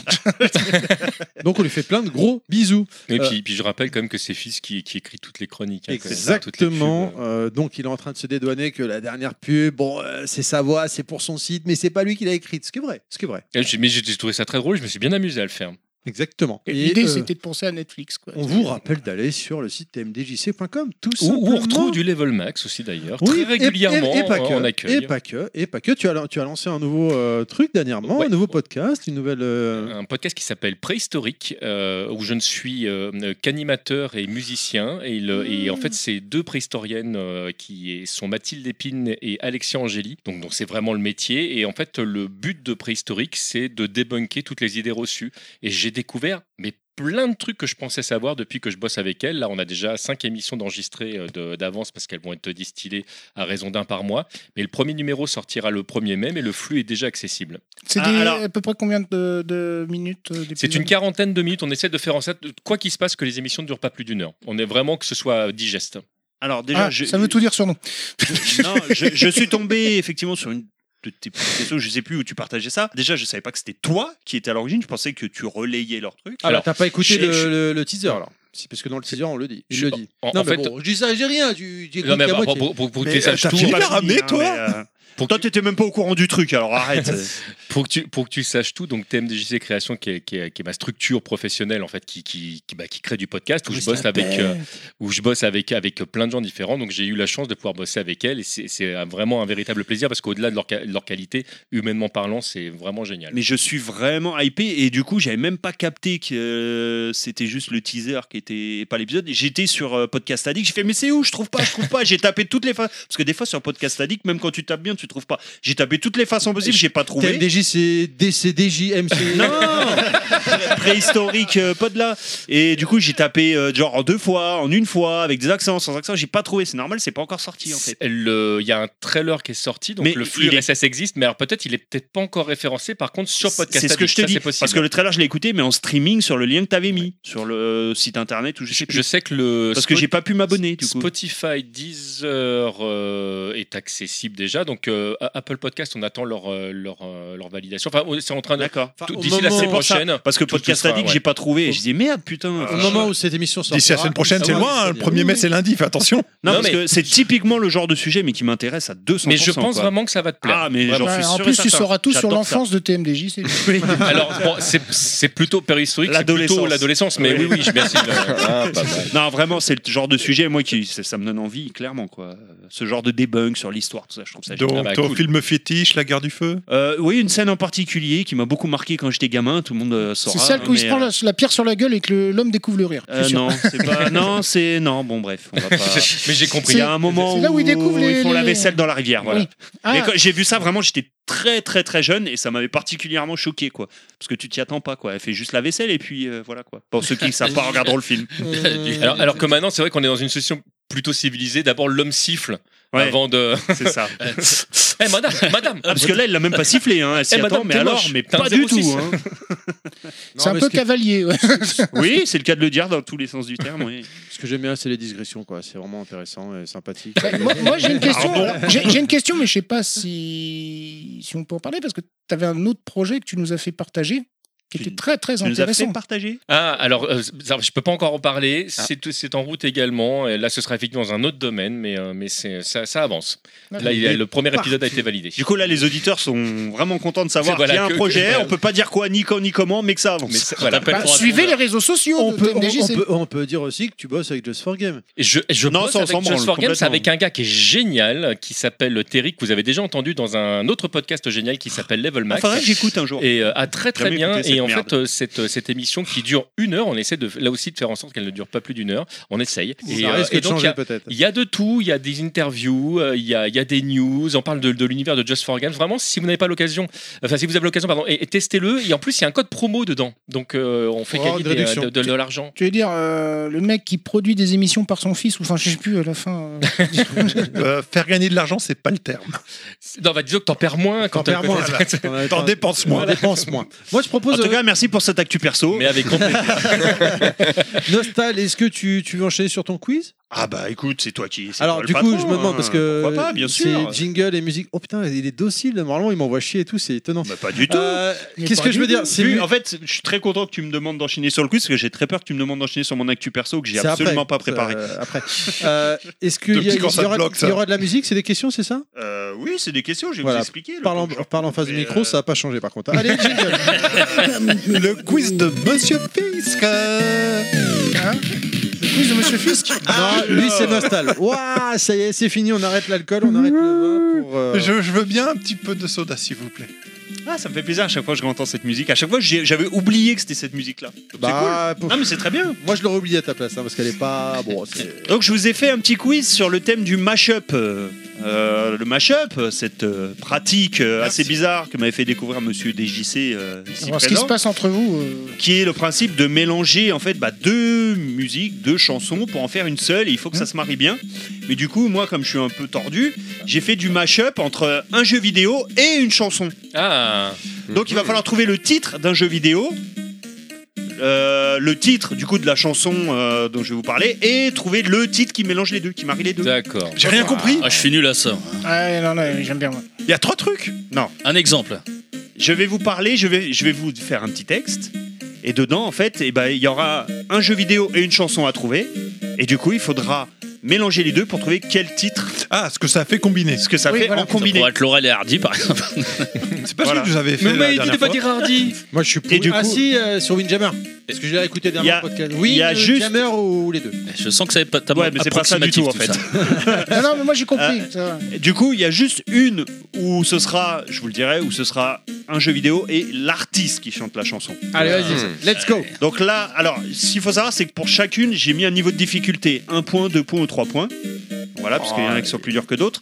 S1: Donc on lui fait plein de gros bisous.
S4: Et
S1: Euh,
S4: puis, puis je rappelle quand même que c'est Fils qui, qui écrit toutes les chroniques. hein, quand même, toutes les pubs.
S1: Exactement. Euh, donc il est en train de se dédouaner que la dernière pub, bon, euh, c'est sa voix, c'est pour son site, mais c'est pas lui qui l'a écrite. Ce qui est vrai. Ce qui est vrai.
S4: euh. Et j'ai- Mais j'ai j'ai trouvé ça très drôle, je me suis bien amusé à le faire.
S1: Exactement. Et,
S3: [laughs] L'idée,
S1: euh,
S3: c'était de penser à Netflix. Quoi.
S1: on vous rappelle d'aller sur le site tmdjc.com. Tout
S4: Où, où
S1: simplement.
S4: on retrouve du level max aussi d'ailleurs,
S1: Oui,
S4: très
S1: et-
S4: régulièrement hein,
S1: et, et pas que,
S4: en
S1: Et
S4: accueil.
S1: pas que, et pas que. Tu as, tu as lancé un nouveau euh, truc dernièrement, un nouveau podcast, une nouvelle. euh,
S4: un podcast qui s'appelle Préhistorique, euh, où je ne suis euh, euh, qu'animateur et musicien. Et, le- et en fait, c'est deux préhistoriennes euh, qui est- sont Mathilde Épine et Alexia Angéli. Donc, donc c'est vraiment le métier. Et en fait, le but de Préhistorique, c'est de débunker toutes les idées reçues. Et j'ai découvert, mais plein de trucs que je pensais savoir depuis que je bosse avec elles. Là, on a déjà cinq émissions d'enregistrées euh, de- d'avance parce qu'elles vont être distillées à raison d'un par mois. Mais le premier numéro sortira le 1er mai, mais le flux est déjà accessible.
S3: C'est
S4: Ah,
S3: des-
S4: alors-
S3: à peu près combien de, de minutes euh, d'épisode
S4: c'est une quarantaine de minutes. On essaie de faire en sorte, quoi qu'il se passe, que les émissions ne durent pas plus d'une heure. On est vraiment que ce soit digeste.
S5: Alors déjà,
S3: Ah,
S5: je,
S3: Ça veut tout dire sur nous.
S5: non, je, je suis tombé effectivement sur une de tes photos, je sais plus où tu partageais ça. Déjà, je savais pas que c'était toi qui étais à l'origine. Je pensais que tu relayais leur truc.
S1: Alors, t'as pas écouté
S5: je-
S1: le,
S5: je-
S1: le- le teaser alors Si, parce que dans le teaser, on le dit. Il
S4: je-
S1: le dit.
S4: en- en
S1: non, mais
S4: fait-
S1: bon, je dis ça, j'ai rien. Tu, tu
S4: Non, mais bah,
S1: écoutes qu'à
S4: pour-
S1: moitié.
S4: pour- pour- pour que
S1: Mais,
S4: tu saches
S1: euh, t'as
S4: tout, en
S1: fini
S4: fait.
S1: la ramener,
S5: Mais,
S1: toi
S5: euh, Toi, t'étais même pas au courant du truc. Alors arrête.
S4: pour, que tu, pour que tu saches tout, donc TMDJC Création, qui est, qui est- qui est ma structure professionnelle, en fait, qui, qui, qui- bah, qui crée du podcast, où
S1: Comment
S4: je
S1: ça
S4: bosse, avec,
S1: s'appelle
S4: euh, où je bosse avec, avec euh, plein de gens différents. Donc j'ai eu la chance de pouvoir bosser avec elles. Et c'est- c'est un- vraiment un véritable plaisir parce qu'au-delà de leur, ca- de leur qualité, humainement parlant, c'est vraiment génial.
S5: Mais je suis vraiment hypé et du coup, j'avais même pas capté que euh, c'était juste le teaser qui était pas l'épisode. J'étais sur euh, Podcast Addict, j'ai fait mais c'est où Je trouve pas, je trouve pas. J'ai tapé toutes les façons parce que des fois sur Podcast Addict, même quand tu tapes bien, tu trouves pas. J'ai tapé toutes les façons possibles, j'ai pas trouvé.
S1: TMDJ, c'est DCDJ,
S4: [laughs]
S1: MC.
S5: Non préhistorique euh, pod là et du coup j'ai tapé euh, genre en deux fois en une fois avec des accents sans accent j'ai pas trouvé c'est normal c'est pas encore sorti en fait
S4: Le- Il y a un trailer qui est sorti, donc
S5: Mais
S4: le flux
S5: il est-
S4: RSS existe, mais alors peut-être il est peut-être pas encore référencé. Par contre, sur podcast,
S5: c'est ce que je te
S4: Addict, ça,
S5: dis
S4: c'est possible.
S5: parce que le trailer je l'ai écouté mais en streaming sur le lien que t'avais mis sur le euh, site internet ou je sais plus
S4: Je sais que le
S5: parce que j'ai pas pu m'abonner du coup
S4: Spotify, Deezer euh, est accessible déjà. Donc euh, à- Apple Podcast, on attend leur euh, leur, euh, leur validation. Enfin, on- c'est en train de
S5: D'accord.
S4: tout-
S5: Au
S4: d'ici la
S5: moment-
S4: semaine
S5: C'est pour ça,
S4: prochaine.
S5: parce que
S4: tout- tout
S5: Podcast
S4: sera,
S5: Addict,
S4: ouais.
S5: j'ai pas trouvé. Je dis merde, putain.
S1: Au moment où cette émission sortira.
S6: D'ici la semaine prochaine, c'est
S1: Ah ouais,
S6: loin. hein, le
S1: c'est-à-dire-
S6: 1er mai, c'est lundi. Fais attention.
S5: Non,
S4: Non,
S5: parce
S4: mais-
S5: que c'est typiquement le genre de sujet mais qui m'intéresse à 200%.
S4: Mais je pense
S5: quoi.
S4: vraiment que ça va te plaire.
S5: Ah mais j'en
S4: Vraiment.
S5: suis
S3: En
S5: sûr et
S3: plus, tu
S5: certain.
S3: sauras tout sur
S5: J'adore ça.
S3: l'enfance de TMDJ. c'est-
S4: Alors bon, c'est- c'est plutôt périhistorique, c'est plutôt
S5: L'adolescence. Ah.
S4: l'adolescence. Mais oui, oui, je-
S5: [laughs]
S4: merci. de-
S5: non, vraiment, c'est le genre de sujet, moi, qui ça, ça me donne envie, clairement, quoi. Ce genre de debunk sur l'histoire, tout ça, je trouve ça
S6: Donc,
S5: génial.
S6: ton film fétiche, La guerre du feu
S5: Euh, oui, une scène en particulier qui m'a beaucoup marqué quand j'étais gamin, tout le monde euh, saura.
S3: C'est celle où il se
S5: mais,
S3: prend la,
S5: euh,
S3: la pierre sur la gueule et que le- l'homme découvre le rire. je suis [laughs]
S5: euh,
S3: sûr.
S5: non, c'est pas. Non, c'est. Non, bon, bref,
S3: [laughs]
S5: on va pas.
S4: Mais j'ai compris.
S5: Il y a un moment
S3: c'est là où ils découvrent les-
S5: ils font la
S3: les-
S5: vaisselle dans la rivière, voilà.
S3: Oui. Ah.
S5: Mais quand j'ai vu ça, vraiment, j'étais très, très, très jeune et ça m'avait particulièrement choqué, quoi. Parce que tu t'y attends pas, quoi. Elle fait juste
S4: [laughs]
S5: la vaisselle et puis euh, voilà, quoi. Pour ceux qui ne savent pas, regarderont le film.
S4: alors, alors que maintenant, c'est vrai qu'on est dans une session plutôt civilisé. D'abord, l'homme siffle
S5: Ouais,
S4: avant de.
S5: c'est
S4: [laughs]
S5: ça.
S4: Eh, madame, madame
S5: Ah, parce que là, il l'a même pas sifflé, hein. Elle s'y
S4: Eh, madame,
S5: attend, mais
S4: t'es
S5: alors,
S4: moche.
S5: mais
S4: T'as un
S5: pas
S4: 06.
S5: du tout,
S4: [laughs]
S5: hein.
S3: C'est un peu cavalier. ouais.
S5: Oui, c'est le cas de le dire dans tous les sens du terme. Oui.
S1: Ce que j'aime bien, c'est les digressions, quoi. C'est vraiment intéressant et sympathique.
S3: Bah, Moi, moi, j'ai une question.
S1: Pardon.
S3: J'ai j'ai une question, mais je sais pas si si on peut en parler parce que tu avais un autre projet que tu nous as fait partager, qui était très très
S5: tu nous as fait
S3: intéressant.
S5: partager
S4: Ah, alors, euh, ça, je peux pas encore en parler.
S5: Ah.
S4: C'est c'est en route également. Et là, ce sera effectivement dans un autre domaine, mais, euh, mais c'est- ça, ça avance. Là, il y a- le premier épisode a été validé.
S5: bah, Du coup, là, les auditeurs sont vraiment contents de savoir
S4: C'est- voilà,
S5: qu'il y a un
S4: que-
S5: projet.
S4: que-
S5: on peut pas dire quoi, ni quand, ni comment, mais que ça avance.
S4: Mais c'est- voilà.
S3: Bah, suivez les réseaux sociaux.
S1: On
S3: de
S1: peut, on,
S3: TMDJ,
S1: on
S3: c'est-
S1: peut, on peut dire aussi que tu bosses avec Just for
S5: [laughs]
S1: Game.
S4: Et Je, et je
S5: Non,
S4: bosse
S5: ça, on
S4: avec
S5: s'en branle
S4: Just for Games
S5: complètement.
S4: avec un gars qui est génial, euh, qui s'appelle Terry, que vous avez déjà entendu dans un autre podcast génial qui s'appelle Level Max.
S5: Enfin, j'écoute un jour.
S4: Et euh, ah, très très
S5: Ah, Jamais
S4: bien.
S5: écouté cette
S4: Et en
S5: merde.
S4: fait, euh, cette, cette émission qui dure une heure, on essaie de, là aussi de faire en sorte qu'elle ne dure pas plus d'une heure. On essaye.
S1: Ça
S4: Et,
S1: risque de
S4: donc,
S1: changer,
S4: il y a-
S1: peut-être.
S4: Il y a de tout. Il y a des interviews, euh, il y, a, il y a des news. On parle de, de l'univers de Just for Games. Vraiment, si vous n'avez pas l'occasion, enfin si vous avez l'occasion, pardon, et, et testez-le. Et en plus, il y a un code promo dedans. Donc euh, on fait
S3: Oh, une
S4: gagner des-
S3: réduction.
S4: de, de- de l'argent.
S3: Tu veux dire euh, le mec qui produit des émissions par son fils ou enfin je sais plus à
S6: [laughs]
S3: la fin. euh,
S6: Euh, faire gagner de l'argent, c'est pas le terme.
S4: Non, bah, disons que t'en perds moins quand
S6: T'en perds moins, là. T'en dépenses moins.
S1: dépense moins. Moi, je
S5: En
S1: propose.
S5: tout cas, merci pour cette actu perso.
S4: Mais avec
S1: euh, Nostal, est-ce que tu, tu veux enchaîner sur ton quiz
S5: Ah bah écoute, c'est toi qui. c'est toi
S1: Alors,
S5: le
S1: du coup,
S5: patron,
S1: je me demande
S5: hein.
S1: parce que.
S5: Pourquoi pas, bien sûr.
S1: C'est jingle et musique. Oh putain, il est docile. Normalement, il m'envoie chier et tout. C'est étonnant.
S5: Pas Bah, du tout.
S1: Euh, Qu'est-ce que je veux dire C'est
S5: Vu-
S1: mu-
S5: En fait, je suis très content que tu me demandes d'enchaîner sur le quiz parce que j'ai très peur que tu me demandes d'enchaîner sur mon actu perso que j'ai
S1: C'est après.
S5: absolument pas préparé.
S1: Euh,
S5: [laughs]
S1: après. Euh, Est-ce qu'il
S5: Depuis
S1: y, a- il y,
S5: quand ça te
S1: aura-
S5: bloque, ça
S1: il y aura de la musique C'est des questions, c'est ça
S5: Euh, oui, c'est des questions, je vais
S1: Voilà.
S5: vous expliquer. le
S1: Parle en,
S5: temps que je-
S1: parle en face du
S5: Mais,
S1: micro,
S5: euh,
S1: ça n'a pas changé par contre. [laughs] Allez, jingle
S6: Le quiz de Monsieur Fisk.
S3: hein le quiz de Monsieur Fisk.
S1: Ah, lui, c'est Nostal. Waouh, ça y est, c'est fini, on arrête l'alcool, on arrête le vin pour. euh,
S6: Je, je veux bien un petit peu de soda, s'il vous plaît.
S5: Ah, ça me fait plaisir à chaque fois que je réentends cette musique. À chaque fois, j'ai- j'avais oublié que c'était cette musique-là. Donc, c'est
S1: Bah,
S5: cool.
S1: pour-
S5: Non, mais c'est très bien.
S1: Moi, je l'aurais oublié à ta place, hein, parce qu'elle est pas. Bon, c'est.
S5: Donc, je vous ai fait un petit quiz sur le thème du mash-up. Euh, euh, le mash-up, cette euh, pratique euh, assez bizarre que m'avait fait découvrir Monsieur DJC euh, ici
S3: Alors, ce qui
S5: présent.
S3: se passe entre vous. euh,
S5: qui est le principe de mélanger en fait bah, deux musiques, deux chansons pour en faire une seule. Et il faut que ça se marie bien. Mais du coup, moi, comme je suis un peu tordu, j'ai fait du mash-up entre un jeu vidéo et une chanson.
S4: Ah.
S5: Donc il va falloir trouver le titre d'un jeu vidéo. euh, le titre du coup de la chanson euh, dont je vais vous parler et trouver le titre qui mélange les deux, qui marie les deux.
S4: D'accord.
S6: J'ai rien compris.
S4: Ah, je suis nul à ça.
S3: Ouais, non, non, j'aime bien. moi.
S6: Il y a trois trucs.
S5: Non,
S4: Un exemple.
S5: je vais vous parler, je vais, je vais vous faire un petit texte et dedans en fait, eh ben, il y aura un jeu vidéo et une chanson à trouver et du coup il faudra mélanger les deux pour trouver quel titre
S6: Ah, ce que ça a fait combiner.
S5: ce que ça
S3: Oui,
S5: fait
S3: voilà.
S5: en combiné.
S4: Pour être Laurel et Hardy, par exemple.
S6: C'est pas
S5: Voilà.
S6: ce que j'avais fait. la dernière fois.
S4: Hardy
S1: Moi, je suis
S5: Et du
S1: Ah,
S5: coup-
S1: si, euh, sur Windjammer. Parce que j'ai écouté
S5: Il y a-
S1: dernier podcast. Oui,
S5: il y a
S1: euh,
S5: juste-
S1: Jammer ou les deux
S4: Je sens que ça n'est pas tellement
S5: Ouais, mais c'est pas ça du tout, en
S4: approximatif,
S3: Non, non, mais moi j'ai compris.
S6: Ah,
S3: ça va.
S5: Du coup, il y a juste une où ce sera, je vous le dirai, où ce sera un jeu vidéo et l'artiste qui chante la chanson.
S1: Allez, vas-y, let's go
S5: Donc là, alors, ce qu'il faut savoir, c'est que pour chacune, j'ai mis un niveau de difficulté 1 point, 2 points ou 3 points. Voilà, parce qu'il y en a qui sont plus durs que d'autres.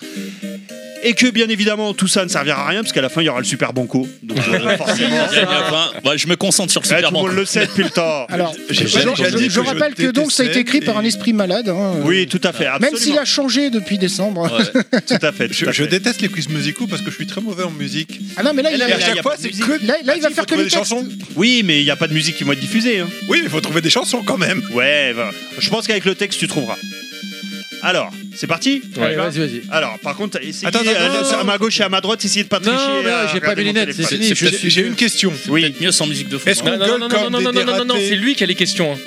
S5: Et que bien évidemment, tout ça ne servira à rien, parce qu'à la fin, il y aura le super banco. Donc, euh, forcément.
S4: ça. Enfin, bah, je me concentre sur le
S5: Eh, tout
S4: Super
S5: le monde le sait depuis le temps.
S3: Alors,
S6: J'ai
S3: je,
S6: pas dit
S3: je-
S6: que
S3: je
S6: je
S3: rappelle que donc ça a été écrit
S6: détestais
S3: par un
S6: et-
S3: esprit malade. hein, euh,
S5: Oui, tout à fait.
S3: Même s'il
S5: Absolument.
S3: a changé depuis décembre.
S5: Tout à fait. tout
S6: Je,
S5: à
S6: je
S5: fait.
S6: déteste les quiz musicaux parce que je suis très mauvais en musique.
S3: Ah non, mais là, il
S5: là,
S6: Et
S3: a-
S6: à
S5: là, y
S6: chaque
S5: a
S6: fois,
S5: pas de
S6: c'est
S5: musique.
S6: que. Bah,
S3: là- là, il va
S6: faut
S3: faire que
S6: trouver
S3: les
S6: des
S3: textes.
S6: chansons.
S5: Oui, mais il n'y a pas de musique qui vont être diffusée. hein.
S6: Oui, mais il faut trouver des chansons quand même.
S5: Ouais, bah, je pense qu'avec le texte, tu trouveras. Alors, c'est parti On y
S1: Allez,
S5: va
S1: vas-y, vas-y.
S5: Alors, par contre, essayez
S6: Attends, attends,
S5: euh,
S6: attends,
S5: à ma gauche et à ma droite, essayez de pas tricher.
S1: Non,
S5: à
S1: non, j'ai pas
S5: regarder
S1: mes
S5: mon
S1: lunettes, c'est
S5: téléphone.
S1: fini. je suis-
S6: J'ai une question.
S5: Oui.
S4: Peut-être mieux sans musique de fond.
S6: Est-ce qu'on
S4: Non, non,
S6: gueule
S4: non,
S6: comme
S4: non, non,
S6: des
S4: non, non, non,
S6: dératés
S4: c'est lui qui a les questions. hein.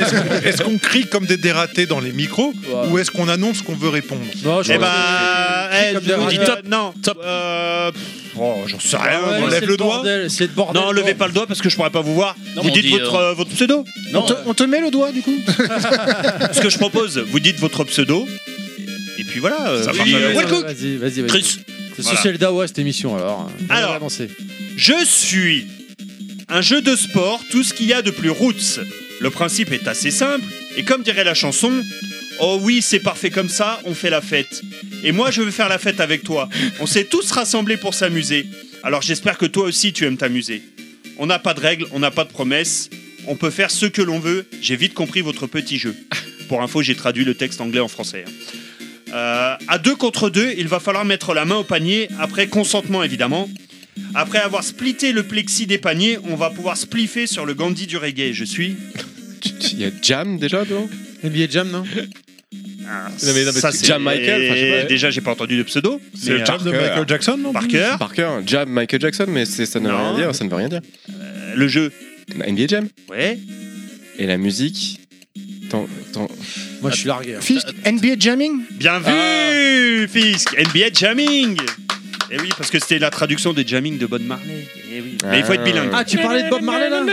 S6: Est-ce qu'on- Est-ce qu'on crie comme des dératés dans les micros ou est-ce qu'on annonce qu'on veut répondre
S1: Non, je crois
S5: Eh
S1: que-
S5: bah, eh,
S1: comme des
S5: vous
S1: ratés.
S5: dites top. Non,
S4: Top.
S5: Euh, pff, oh, j'en sais rien.
S1: Ah ouais,
S5: on
S1: c'est
S5: lève le doigt.
S1: bordel, C'est le bordel.
S5: Non, levez pas le doigt parce que je pourrais pas vous voir.
S4: Non,
S5: vous
S4: on
S5: dites
S4: dit,
S5: votre, euh, votre
S1: [laughs]
S5: pseudo.
S3: On,
S4: Non,
S3: te, on te met le doigt du coup
S6: Ah,
S5: Ce que je propose, vous dites votre pseudo. Et puis voilà. euh,
S6: Ça
S5: puis,
S6: marche
S5: euh,
S6: bien.
S5: Will Cook.
S1: Vas-y, vas-y, vas-y.
S4: Chris.
S1: C'est
S5: Voilà.
S1: social dawa cette émission alors.
S5: Alors.
S1: Avancez.
S5: Je suis un jeu de sport, tout ce qu'il y a de plus roots. Le principe est assez simple, et comme dirait la chanson, Oh oui, c'est parfait comme ça, on fait la fête. Et moi, je veux faire la fête avec toi. On s'est tous rassemblés pour s'amuser. Alors j'espère que toi aussi, tu aimes t'amuser. On n'a pas de règles, on n'a pas de promesses. On peut faire ce que l'on veut. J'ai vite compris votre petit jeu. Pour info, j'ai traduit le texte anglais en français. hein. Euh, à deux contre deux, il va falloir mettre la main au panier, après consentement évidemment. Après avoir splitté le plexi des paniers, on va pouvoir spliffer sur le Gandhi du reggae. Je suis.
S7: Il y a Jam déjà, non
S1: NBA Jam, non
S5: Ah,
S7: Non, mais- non, mais
S5: ça,
S7: c'est
S5: c'est-
S7: Jam Michael, enfin, je sais pas.
S5: Déjà, j'ai pas entendu de pseudo.
S7: C'est
S5: mais, euh,
S7: le
S6: euh,
S7: Jam de
S5: Parker.
S7: Michael
S6: Jackson, non
S5: Parker.
S7: Parker, Jam Michael Jackson, mais c'est- ça ne veut
S5: Non.
S7: rien dire, ça ne veut rien dire.
S5: le jeu.
S7: NBA Jam.
S5: Ouais.
S7: Et la musique. Attends, attends.
S1: Moi, je suis largué.
S3: Fisk, NBA Jamming
S5: Bien vu, Fisk. NBA Jamming. Et oui, parce que c'était la traduction des Jamming de Bob Marley. Eh oui. Mais il faut être bilingue.
S1: Ah, tu parlais de Bob Marley là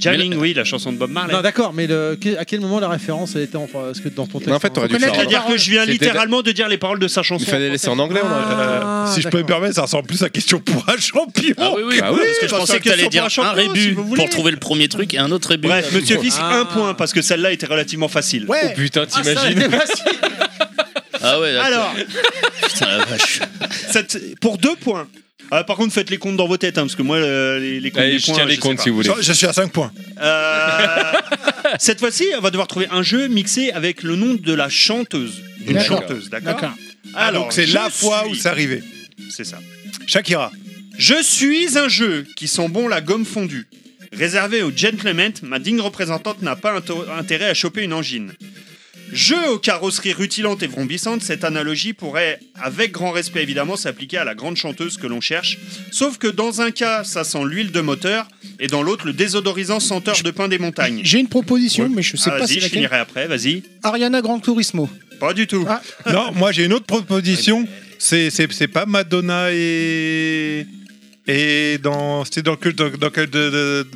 S5: Jamming, oui, la chanson de Bob Marley.
S1: Non, d'accord, mais le- que- à quel moment la référence elle était en, parce que dans ton texte hein,
S7: en fait, t'aurais dû faire-
S5: C'est-à-dire que je viens
S7: C'était-
S5: littéralement de dire les paroles de sa chanson.
S7: Il fallait laisser en anglais. on aurait fait-
S5: euh,
S6: si je peux me permettre, ça ressemble plus à question pour un champion.
S2: Ah oui, oui,
S7: Ah oui,
S2: parce que je
S5: parce
S2: pensais
S5: que
S2: que t'allais
S5: sur
S2: dire
S5: un
S2: un
S5: champion,
S2: rébut
S5: si vous voulez.
S2: pour trouver le premier truc et un autre rébut.
S5: Bref, monsieur Fisk,
S2: Ah,
S5: un point, parce que celle-là était relativement facile.
S2: Ouais. Oh putain, t'imagines Ah ouais, d'accord.
S5: Alors,
S2: Putain, la
S5: [laughs]
S2: vache.
S5: cette- pour deux points. Ah, par contre, faites les comptes dans vos têtes, hein, parce que moi, euh, les, les comptes.
S6: Allez,
S5: des
S6: je
S5: points,
S6: tiens les
S5: sais
S6: comptes,
S5: pas.
S6: si vous voulez. Je suis à 5 points.
S5: Euh, [laughs] cette fois-ci, on va devoir trouver un jeu mixé avec le nom de la chanteuse. D'une
S6: D'accord.
S5: chanteuse, d'accord
S6: D'accord. Ah, donc c'est
S5: je
S6: la fois où
S5: suis-
S6: c'est arrivé.
S5: C'est ça.
S6: Shakira.
S5: Je suis un jeu qui sent bon la gomme fondue. Réservé aux gentlemen, ma digne représentante n'a pas into- intérêt à choper une angine. Jeu aux carrosseries rutilantes et vrombissantes, cette analogie pourrait, avec grand respect évidemment, s'appliquer à la grande chanteuse que l'on cherche. Sauf que dans un cas, ça sent l'huile de moteur, et dans l'autre, le désodorisant senteur de pain des montagnes.
S3: J'ai une proposition, mais je sais
S5: Ah,
S3: pas
S5: vas-y,
S3: si
S5: je
S3: laquelle.
S5: finirai après, vas-y.
S3: Ariana Grand Turismo.
S5: Pas du
S3: Ah,
S5: tout.
S6: Non, moi j'ai une autre proposition. C'est c'est c'est pas Madonna et et dans c'était dans quel dans, dans quel de, de-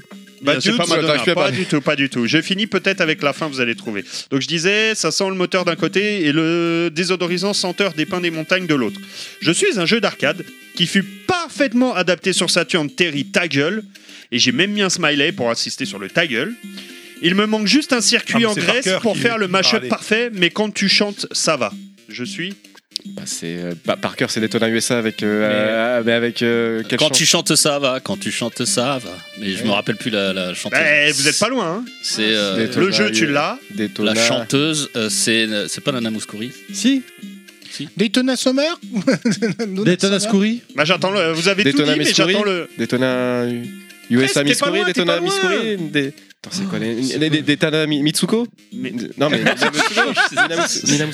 S5: Bah,
S6: Bah,
S5: c'est
S6: Dude,
S5: pas Madonna,
S6: attends, je fais
S5: pas
S6: pas-
S5: du tout, pas du tout. Je finis peut-être avec la fin, vous allez trouver. Donc je disais, ça sent le moteur d'un côté et le désodorisant senteur des pins des montagnes de l'autre. Je suis un jeu d'arcade qui fut parfaitement adapté sur Saturn Terry Ta gueule, et j'ai même mis un smiley pour insister sur le Ta gueule. Il me manque juste un circuit
S6: Ah, mais
S5: en
S6: c'est
S5: Grèce
S6: Parker
S5: pour
S6: qui-
S5: faire le
S6: qui
S5: match-up
S6: parlait.
S5: parfait, mais quand tu chantes, ça va. Je suis.
S7: Bah, c'est euh, bah, Parker, c'est Daytona USA avec euh, euh, mais avec euh, quelle
S2: Quand
S7: chanson
S2: tu chantes ça va, quand tu chantes ça va. Mais je me rappelle plus la, la chanteuse.
S5: Eh, vous êtes pas loin, hein
S2: C'est euh,
S7: Daytona,
S5: le jeu, tu
S7: euh,
S5: l'as
S7: Daytona.
S2: la chanteuse, euh, c'est euh, c'est pas Nana Mouskouri.
S1: Si
S3: Daytona Summer [laughs]
S1: Daytona
S3: Summer
S1: Scoury
S5: Bah, j'attends le- Vous avez tout
S7: Daytona
S5: dit, mais
S7: Missouri,
S5: j'attends le.
S7: Daytona euh, USA
S5: Eh, t'es pas
S7: Missouri,
S5: loin, t'es
S7: Daytona
S5: pas loin.
S7: Missouri. des- Attends, c'est quoi les- les- les- Daytona Mi- Mitsuko
S5: Mais-
S7: Non mais euh.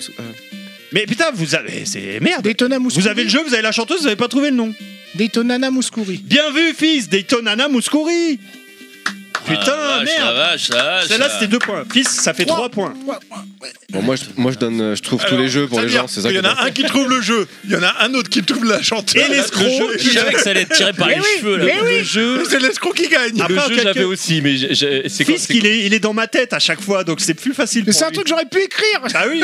S5: Mais putain, vous avez. C'est merde
S3: Daytona Mouskouri.
S5: Vous avez le jeu, vous avez la chanteuse, vous avez pas trouvé le nom.
S3: Daytona Mouskouri.
S5: Bien vu, fils Daytonana Mouskouri
S2: Ah,
S17: Ah,
S5: Putain, merde Celle-là, c'était deux points. Fils, ça fait trois points.
S7: Bon, moi je moi je donne euh, je trouve tous les jeux pour les gens, c'est ça.
S6: Il y en
S7: qui est
S6: a un qui trouve le jeu, il y en a un autre qui trouve la chanteuse.
S5: Et l'escroc
S6: Le jeu-
S2: Je savais que ça allait être tiré par les cheveux. Là.
S6: Le jeu- C'est l'escroc qui gagne.
S5: Après,
S17: Ah, Le
S5: en
S17: jeu,
S5: quelques-
S17: j'avais aussi, mais j'ai- j'ai- c'est quoi
S5: Fils, il est, il est dans ma tête à chaque fois, donc c'est plus facile.
S3: Mais
S5: pour
S3: c'est un
S5: lui.
S3: truc que j'aurais pu écrire
S5: Ah oui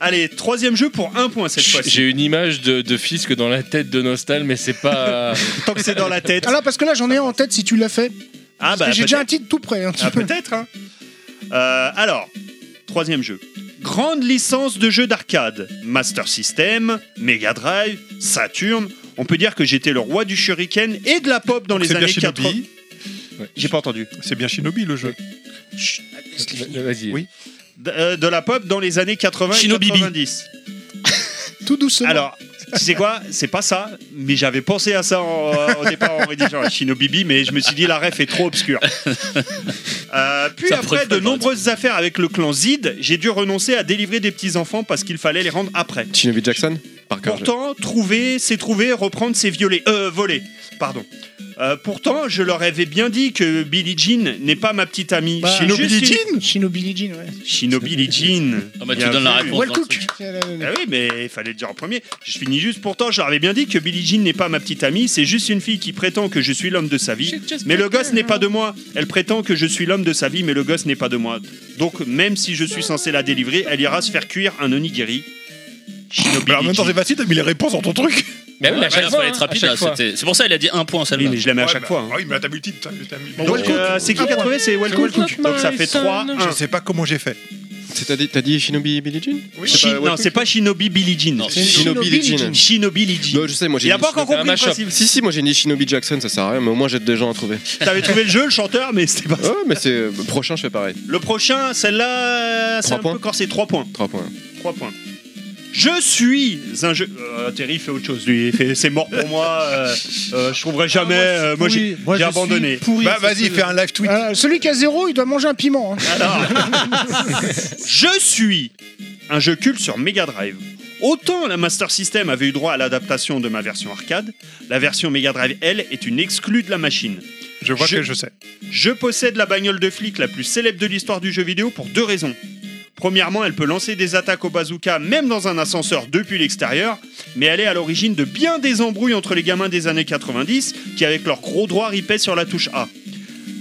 S5: Allez, troisième jeu pour un point cette fois-ci.
S17: J'ai une image de, de Fisk dans la tête de Nostal, mais c'est
S5: [laughs]
S17: pas.
S5: Tant que c'est dans la tête.
S3: Alors parce que Ah là j'en ai un en tête si tu l'as fait.
S5: Ah
S3: Parce
S5: bah.
S3: que j'ai
S5: peut-être.
S3: déjà un titre tout prêt. hein.
S5: Ah, peut-être, hein. Euh, alors, troisième jeu. Grande licence de jeux d'arcade. Master System, Mega Drive, Saturn. On peut dire que j'étais le roi du shuriken et de la pop dans les
S6: C'est bien
S5: années 80.
S6: Shinobi.
S5: J'ai pas entendu.
S6: C'est bien Shinobi le jeu.
S17: Vas-y.
S6: Oui.
S5: D- euh, de la pop dans les années 80
S2: Shinobi.
S5: et 90.
S3: [laughs] Tout doucement.
S5: Alors, tu sais quoi C'est pas ça, mais j'avais pensé à ça en- euh, au départ en
S2: [laughs]
S5: rédigeant Shinobibi, mais je me suis dit la ref est trop obscure. Euh, puis
S2: Ça pourrait
S5: après de
S2: être mal,
S5: nombreuses affaires avec le clan Zid, j'ai dû renoncer à délivrer des petits-enfants parce qu'il fallait les rendre après.
S7: Shinobi Jackson Parker. je-
S5: Pourtant, trouver, c'est trouver, reprendre, c'est violer. Euh, voler, pardon. Euh, pourtant, je leur avais bien dit que Billie Jean n'est pas ma petite amie.
S3: Bah,
S5: Shinobi
S3: Chino Billie Jean, ouais.
S5: Shinobi Jean.
S2: Ah bah, tu
S5: Bien
S2: donnes la
S5: vu.
S2: réponse.
S3: Well
S2: dans le
S3: Cook.
S2: truc.
S5: Ah oui, mais il fallait le dire en premier. Je finis juste. Pourtant, je leur avais bien dit que Billie Jean n'est pas ma petite amie, c'est juste une fille qui prétend que je suis l'homme de sa
S3: Euh,
S5: vie. Mais le gosse n'est pas de moi. Elle prétend que je suis l'homme de sa vie, mais le gosse n'est pas de moi. Donc, même si je suis censé la délivrer, elle ira se faire cuire un onigiri. Shinobi
S6: Mais Bah, en même temps,
S5: Jean.
S6: c'est facile, t'as mis les réponses dans ton truc.
S17: Mais oui, mais à
S2: Ouais,
S17: chaque
S2: là,
S17: fois,
S2: fallait
S17: hein,
S2: être
S17: à
S2: rapide,
S17: chaque
S2: là,
S17: fois.
S2: c'était- C'est pour ça il a dit un point
S5: Oui,
S2: celle-là.
S5: mais je la mets à
S6: Ouais,
S5: chaque
S6: bah,
S5: fois. hein.
S6: ah Oui, mais là, t'as mis le titre. t'as- t'as mis-
S5: Donc, euh, c'est qui qui a trouvé C'est Wellcook. Donc, ça fait 3-1.
S6: Je sais pas comment j'ai fait.
S7: C'est- T'as dit, t'as dit Shinobi Billie Jean
S5: Oui. Shin- non, c'est pas Shinobi Billie Jean.
S7: Non, c'est Shinobi Billie Jean.
S5: Shinobi Billie Jean.
S7: Non, je sais, moi j'ai
S5: Il a
S7: dit
S5: pas encore
S7: Shinobi-
S5: compris le principe.
S7: Si, si, moi j'ai dit Shinobi Jackson, ça sert à rien, mais au moins j'aide des gens à trouver.
S5: T'avais trouvé le jeu, le chanteur, mais
S7: [laughs]
S5: c'était pas
S7: Ouais, mais c'est. euh, Prochain, je fais pareil.
S5: Le prochain, celle-là, c'est
S7: Trois
S5: un
S7: points.
S5: peu corsé. 3 points.
S7: 3 points.
S5: 3 points. Je suis un jeu. Euh, Terry fait autre chose, lui. il fait- C'est mort pour moi. euh, euh, je trouverai jamais.
S6: Ah,
S5: euh, moi, j'ai
S3: Moi,
S5: j'ai
S3: je
S5: abandonné.
S3: suis pourri.
S5: Bah,
S3: C'est-
S5: live tweet.
S3: Euh, celui qui a zéro, il doit manger un piment. hein.
S5: Je suis un jeu culte sur Mega Drive. Autant la Master System avait eu droit à l'adaptation de ma version arcade, la version Mega Drive, elle, est une exclue de la machine.
S6: Je vois que je sais.
S5: Je possède la bagnole de flic la plus célèbre de l'histoire du jeu vidéo pour deux raisons. Premièrement, elle peut lancer des attaques au bazooka même dans un ascenseur depuis l'extérieur, mais elle est à l'origine de bien des embrouilles entre les gamins des années 90 qui, avec leur gros droit, ripaient sur la touche A.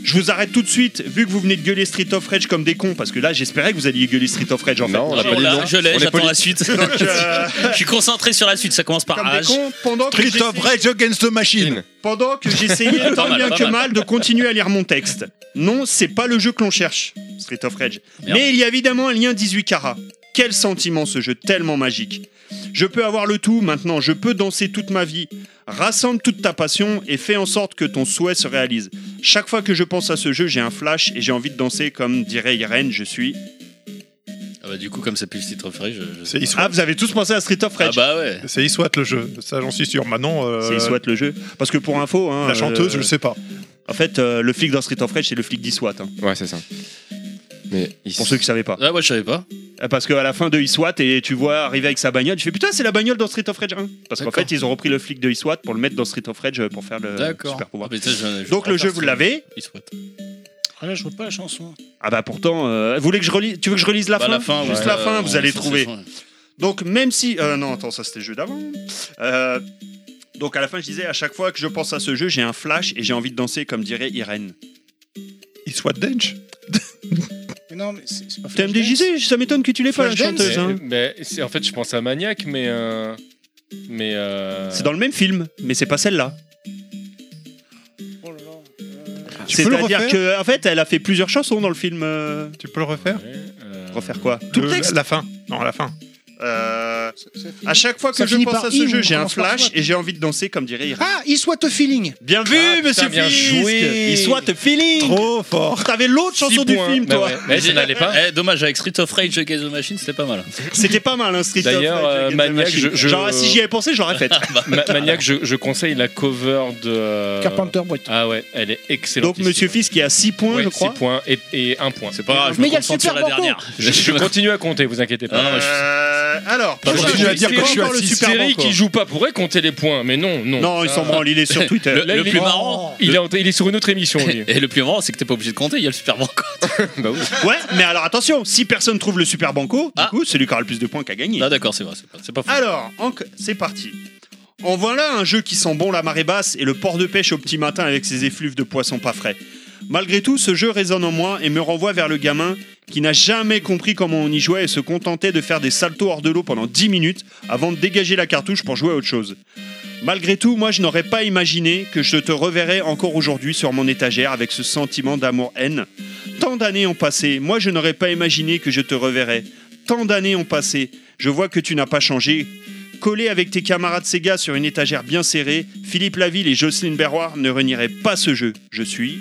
S5: Je vous arrête tout de suite, vu que vous venez de gueuler Street of Rage comme des cons, parce que là j'espérais que vous alliez gueuler Street of Rage en
S7: Non,
S5: fait.
S7: on a pas dit non.
S2: Je l'ai,
S5: hein. On est
S2: j'attends
S5: poli.
S2: la
S5: [laughs]
S2: suite.
S5: Donc, euh,
S2: [laughs] Je suis concentré sur la suite, ça commence par
S5: Comme des
S2: Rage.
S5: cons, pendant que
S6: Street of
S5: j'essaie-
S6: Rage Against the Machine.
S5: pendant
S2: [laughs]
S5: que j'essayais
S2: Pas
S5: tant
S2: mal,
S5: bien
S2: pas
S5: que
S2: mal.
S5: mal de continuer à lire mon texte. Non, c'est pas le jeu que l'on cherche, Street of Rage.
S2: Merde.
S5: Mais il y a évidemment un lien 18 carats. Quel sentiment ce jeu tellement magique. Je peux avoir le tout maintenant, je peux danser toute ma vie. Rassemble toute ta passion et fais en sorte que ton souhait se réalise. Chaque fois que je pense à ce jeu, j'ai un flash et j'ai envie de danser comme dirait Irène, je suis.
S2: Ah bah, du coup, comme c'est plus Street of Rage, je- je-
S6: C'est Iswat.
S5: Ah, vous avez tous pensé à Street of
S2: Ah
S5: Rage.
S2: bah ouais.
S6: C'est Iswat le jeu. Ça, j'en suis sûr. Maintenant, euh,
S5: C'est Iswat le jeu. Parce que pour info, hein,
S6: la chanteuse,
S5: euh,
S6: je sais pas.
S5: En fait, euh, le flic dans Street of Rage, c'est le flic d'Iswat. hein,
S7: Ouais, c'est ça. Mais ils-
S5: pour ceux qui savaient pas.
S2: Ah ouais, je savais pas.
S5: Euh, Parce qu'à la fin de Iswat, et tu vois arriver avec sa bagnole, tu fais putain, c'est la bagnole dans Street of Rage 1. Parce qu'en
S2: D'accord.
S5: fait, ils ont repris le flic de Iswat pour le mettre dans Street of Rage euh, pour faire le
S2: D'accord.
S5: super pouvoir.
S2: Ah, mais ça, je- je
S5: Donc le
S2: préfère
S5: jeu, vous
S2: Street-
S5: l'avez.
S2: Il souhaite.
S3: Ah là, je vois pas la chanson.
S5: Ah bah pourtant, euh, vous voulez que je relise Tu veux que je relise la
S2: Bah,
S5: fin
S2: la fin,
S5: Juste
S2: ouais.
S5: la
S2: Euh,
S5: fin, vous
S2: on
S5: allez
S2: s'en
S5: trouver.
S2: fout, ouais.
S5: Donc même si... euh, non, attends, ça c'était le jeu d'avant. Euh, donc à la fin, je disais, à chaque fois que je pense à ce jeu, j'ai un flash et j'ai envie de danser comme dirait Irène.
S6: Iswat Dench.
S3: Mais non, mais c'est c'est pas
S5: TMDJC, ça m'étonne que tu l'aies pas, la
S3: Flashdance
S5: chanteuse. hein.
S17: Mais, mais c'est- en fait, je pense à Maniac, mais. euh, mais euh,
S5: C'est dans le même film, mais c'est pas celle-là.
S3: Oh là là.
S6: Tu peux le
S5: C'est-à-dire
S6: refaire
S5: que en fait, elle a fait plusieurs chansons dans le film. euh,
S6: Tu peux le refaire
S17: ouais, euh,
S5: Refaire quoi Tout le
S6: Le-
S5: texte
S6: La fin. Non, la fin.
S5: Euh,
S3: Ça- ça finit-
S5: À chaque fois que
S3: Ça
S5: je
S3: finit
S5: pense
S3: par
S5: à ce
S3: in,
S5: jeu,
S3: on
S5: j'ai un
S3: commence par
S5: flash
S3: soit.
S5: et j'ai envie de danser comme dirait Irène.
S3: Ah, il soit a feeling.
S5: bien vu,
S17: Ah, putain,
S5: monsieur
S17: bien
S5: Fisk
S17: joué.
S5: Il soit te feeling
S6: Trop fort.
S5: T'avais l'autre
S17: six
S5: chanson du
S17: points.
S5: film,
S17: Bah
S5: toi
S17: ouais, Mais ça n'allait
S4: Hein
S17: pas.
S5: [laughs]
S2: Eh, dommage, avec Street of Rage Against the Machine, c'était pas mal.
S5: C'était pas mal, hein, Street of
S17: D'ailleurs,
S5: Rage,
S17: euh,
S5: Against the
S17: Maniac,
S5: Machine.
S17: je- Ah, je-
S5: Genre, si j'y avais pensé, je l'aurais faite.
S17: Ma- Maniac, je, je conseille la cover de. euh,
S3: Carpenter Brut.
S17: Ah ouais, elle est excellente.
S5: Donc, monsieur Fisk est à 6 points,
S17: Ouais,
S5: je crois.
S17: six points et, et un point.
S2: C'est pas grave, je me
S3: Mais il y a le
S2: concentre sur la
S3: Super Banco.
S2: dernière.
S17: Je, je continue à compter, vous inquiétez pas.
S2: Ah, moi, je-
S5: Euh, alors,
S17: Pas
S5: prochain
S17: de
S5: jeu,
S17: à dire
S5: c'est
S17: que je suis
S5: encore le Super
S17: Terry
S5: Banco.
S17: qui joue Euh, pas pourrait compter les points, mais non, non.
S5: Non, il
S17: Ça-
S5: s'en branle, il est sur Twitter.
S2: Le-
S17: Là,
S2: le
S17: il est-
S2: plus marrant.
S17: Il est, en- il est sur une autre émission,
S2: [laughs]
S17: lui.
S2: Et le plus marrant, c'est que t'es pas obligé de compter, il y a le Super Banco.
S5: Ouais, mais alors attention, si personne trouve le Super Banco, du
S2: Ah.
S5: coup, celui qui aura le plus de points qu'à gagner.
S2: Ah, d'accord, c'est vrai, c'est pas, c'est pas fou.
S5: Alors, en- c'est parti. En voilà un jeu qui sent bon la marée basse et le port de pêche au petit matin avec ses effluves de poissons pas frais. Malgré tout, ce jeu résonne en moi et me renvoie vers le gamin qui n'a jamais compris comment on y jouait et se contentait de faire des saltos hors de l'eau pendant 10 minutes avant de dégager la cartouche pour jouer à autre chose. Malgré tout, moi je n'aurais pas imaginé que je te reverrais encore aujourd'hui sur mon étagère avec ce sentiment d'amour-haine. Tant d'années ont passé, moi je n'aurais pas imaginé que je te reverrais. Tant d'années ont passé, je vois que tu n'as pas changé. Collé avec tes camarades Sega sur une étagère bien serrée, Philippe Laville et Jocelyne Berroir ne renieraient pas ce jeu. Je suis.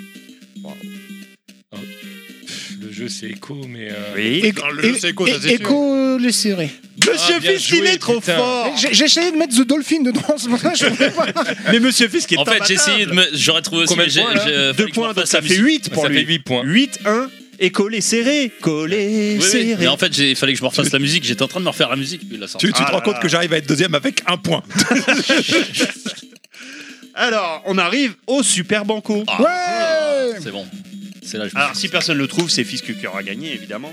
S17: Le jeu, c'est écho, mais. euh,
S5: Oui.
S4: Bah,
S6: Dans
S3: Et-
S6: le c'est quoi, ça, c'est sûr.
S3: Écho euh, les serrés.
S5: Monsieur
S17: Ah, bien
S5: Fisk, il
S17: joué,
S5: est trop
S17: putain.
S5: fort
S3: J'ai j'ai essayé de mettre The Dolphin dedans [laughs] ce matin, je pouvais pas.
S5: [laughs] Mais Monsieur Fisk est
S2: en fait,
S5: imbattable.
S2: j'ai essayé de me. J'aurais trouvé aussi.
S17: Combien
S2: mais
S17: de
S2: j'ai-
S17: points, là
S2: j'ai- euh,
S5: Deux
S2: fallait que je
S5: points,
S2: me
S5: donc
S2: refasse
S5: ça
S2: la
S5: fait
S2: musique.
S5: 8 pour
S17: ça fait
S5: lui.
S17: 8 points.
S5: 8-1 et collé serré. Collé
S2: Oui, oui,
S5: serré.
S2: Mais en fait, j'ai- il fallait que je me refasse la musique. J'étais en train de me refaire la musique, puis il l'a sorti.
S6: Tu, tu
S5: Ah
S6: te
S5: là
S6: rends compte
S5: là.
S6: que j'arrive à être deuxième avec un point.
S5: Alors, on arrive au Super Banco.
S2: Ah,
S3: Ouais
S2: C'est bon. C'est là, je me
S5: Alors, si personne le trouve, c'est Fisk qui aura gagné, évidemment.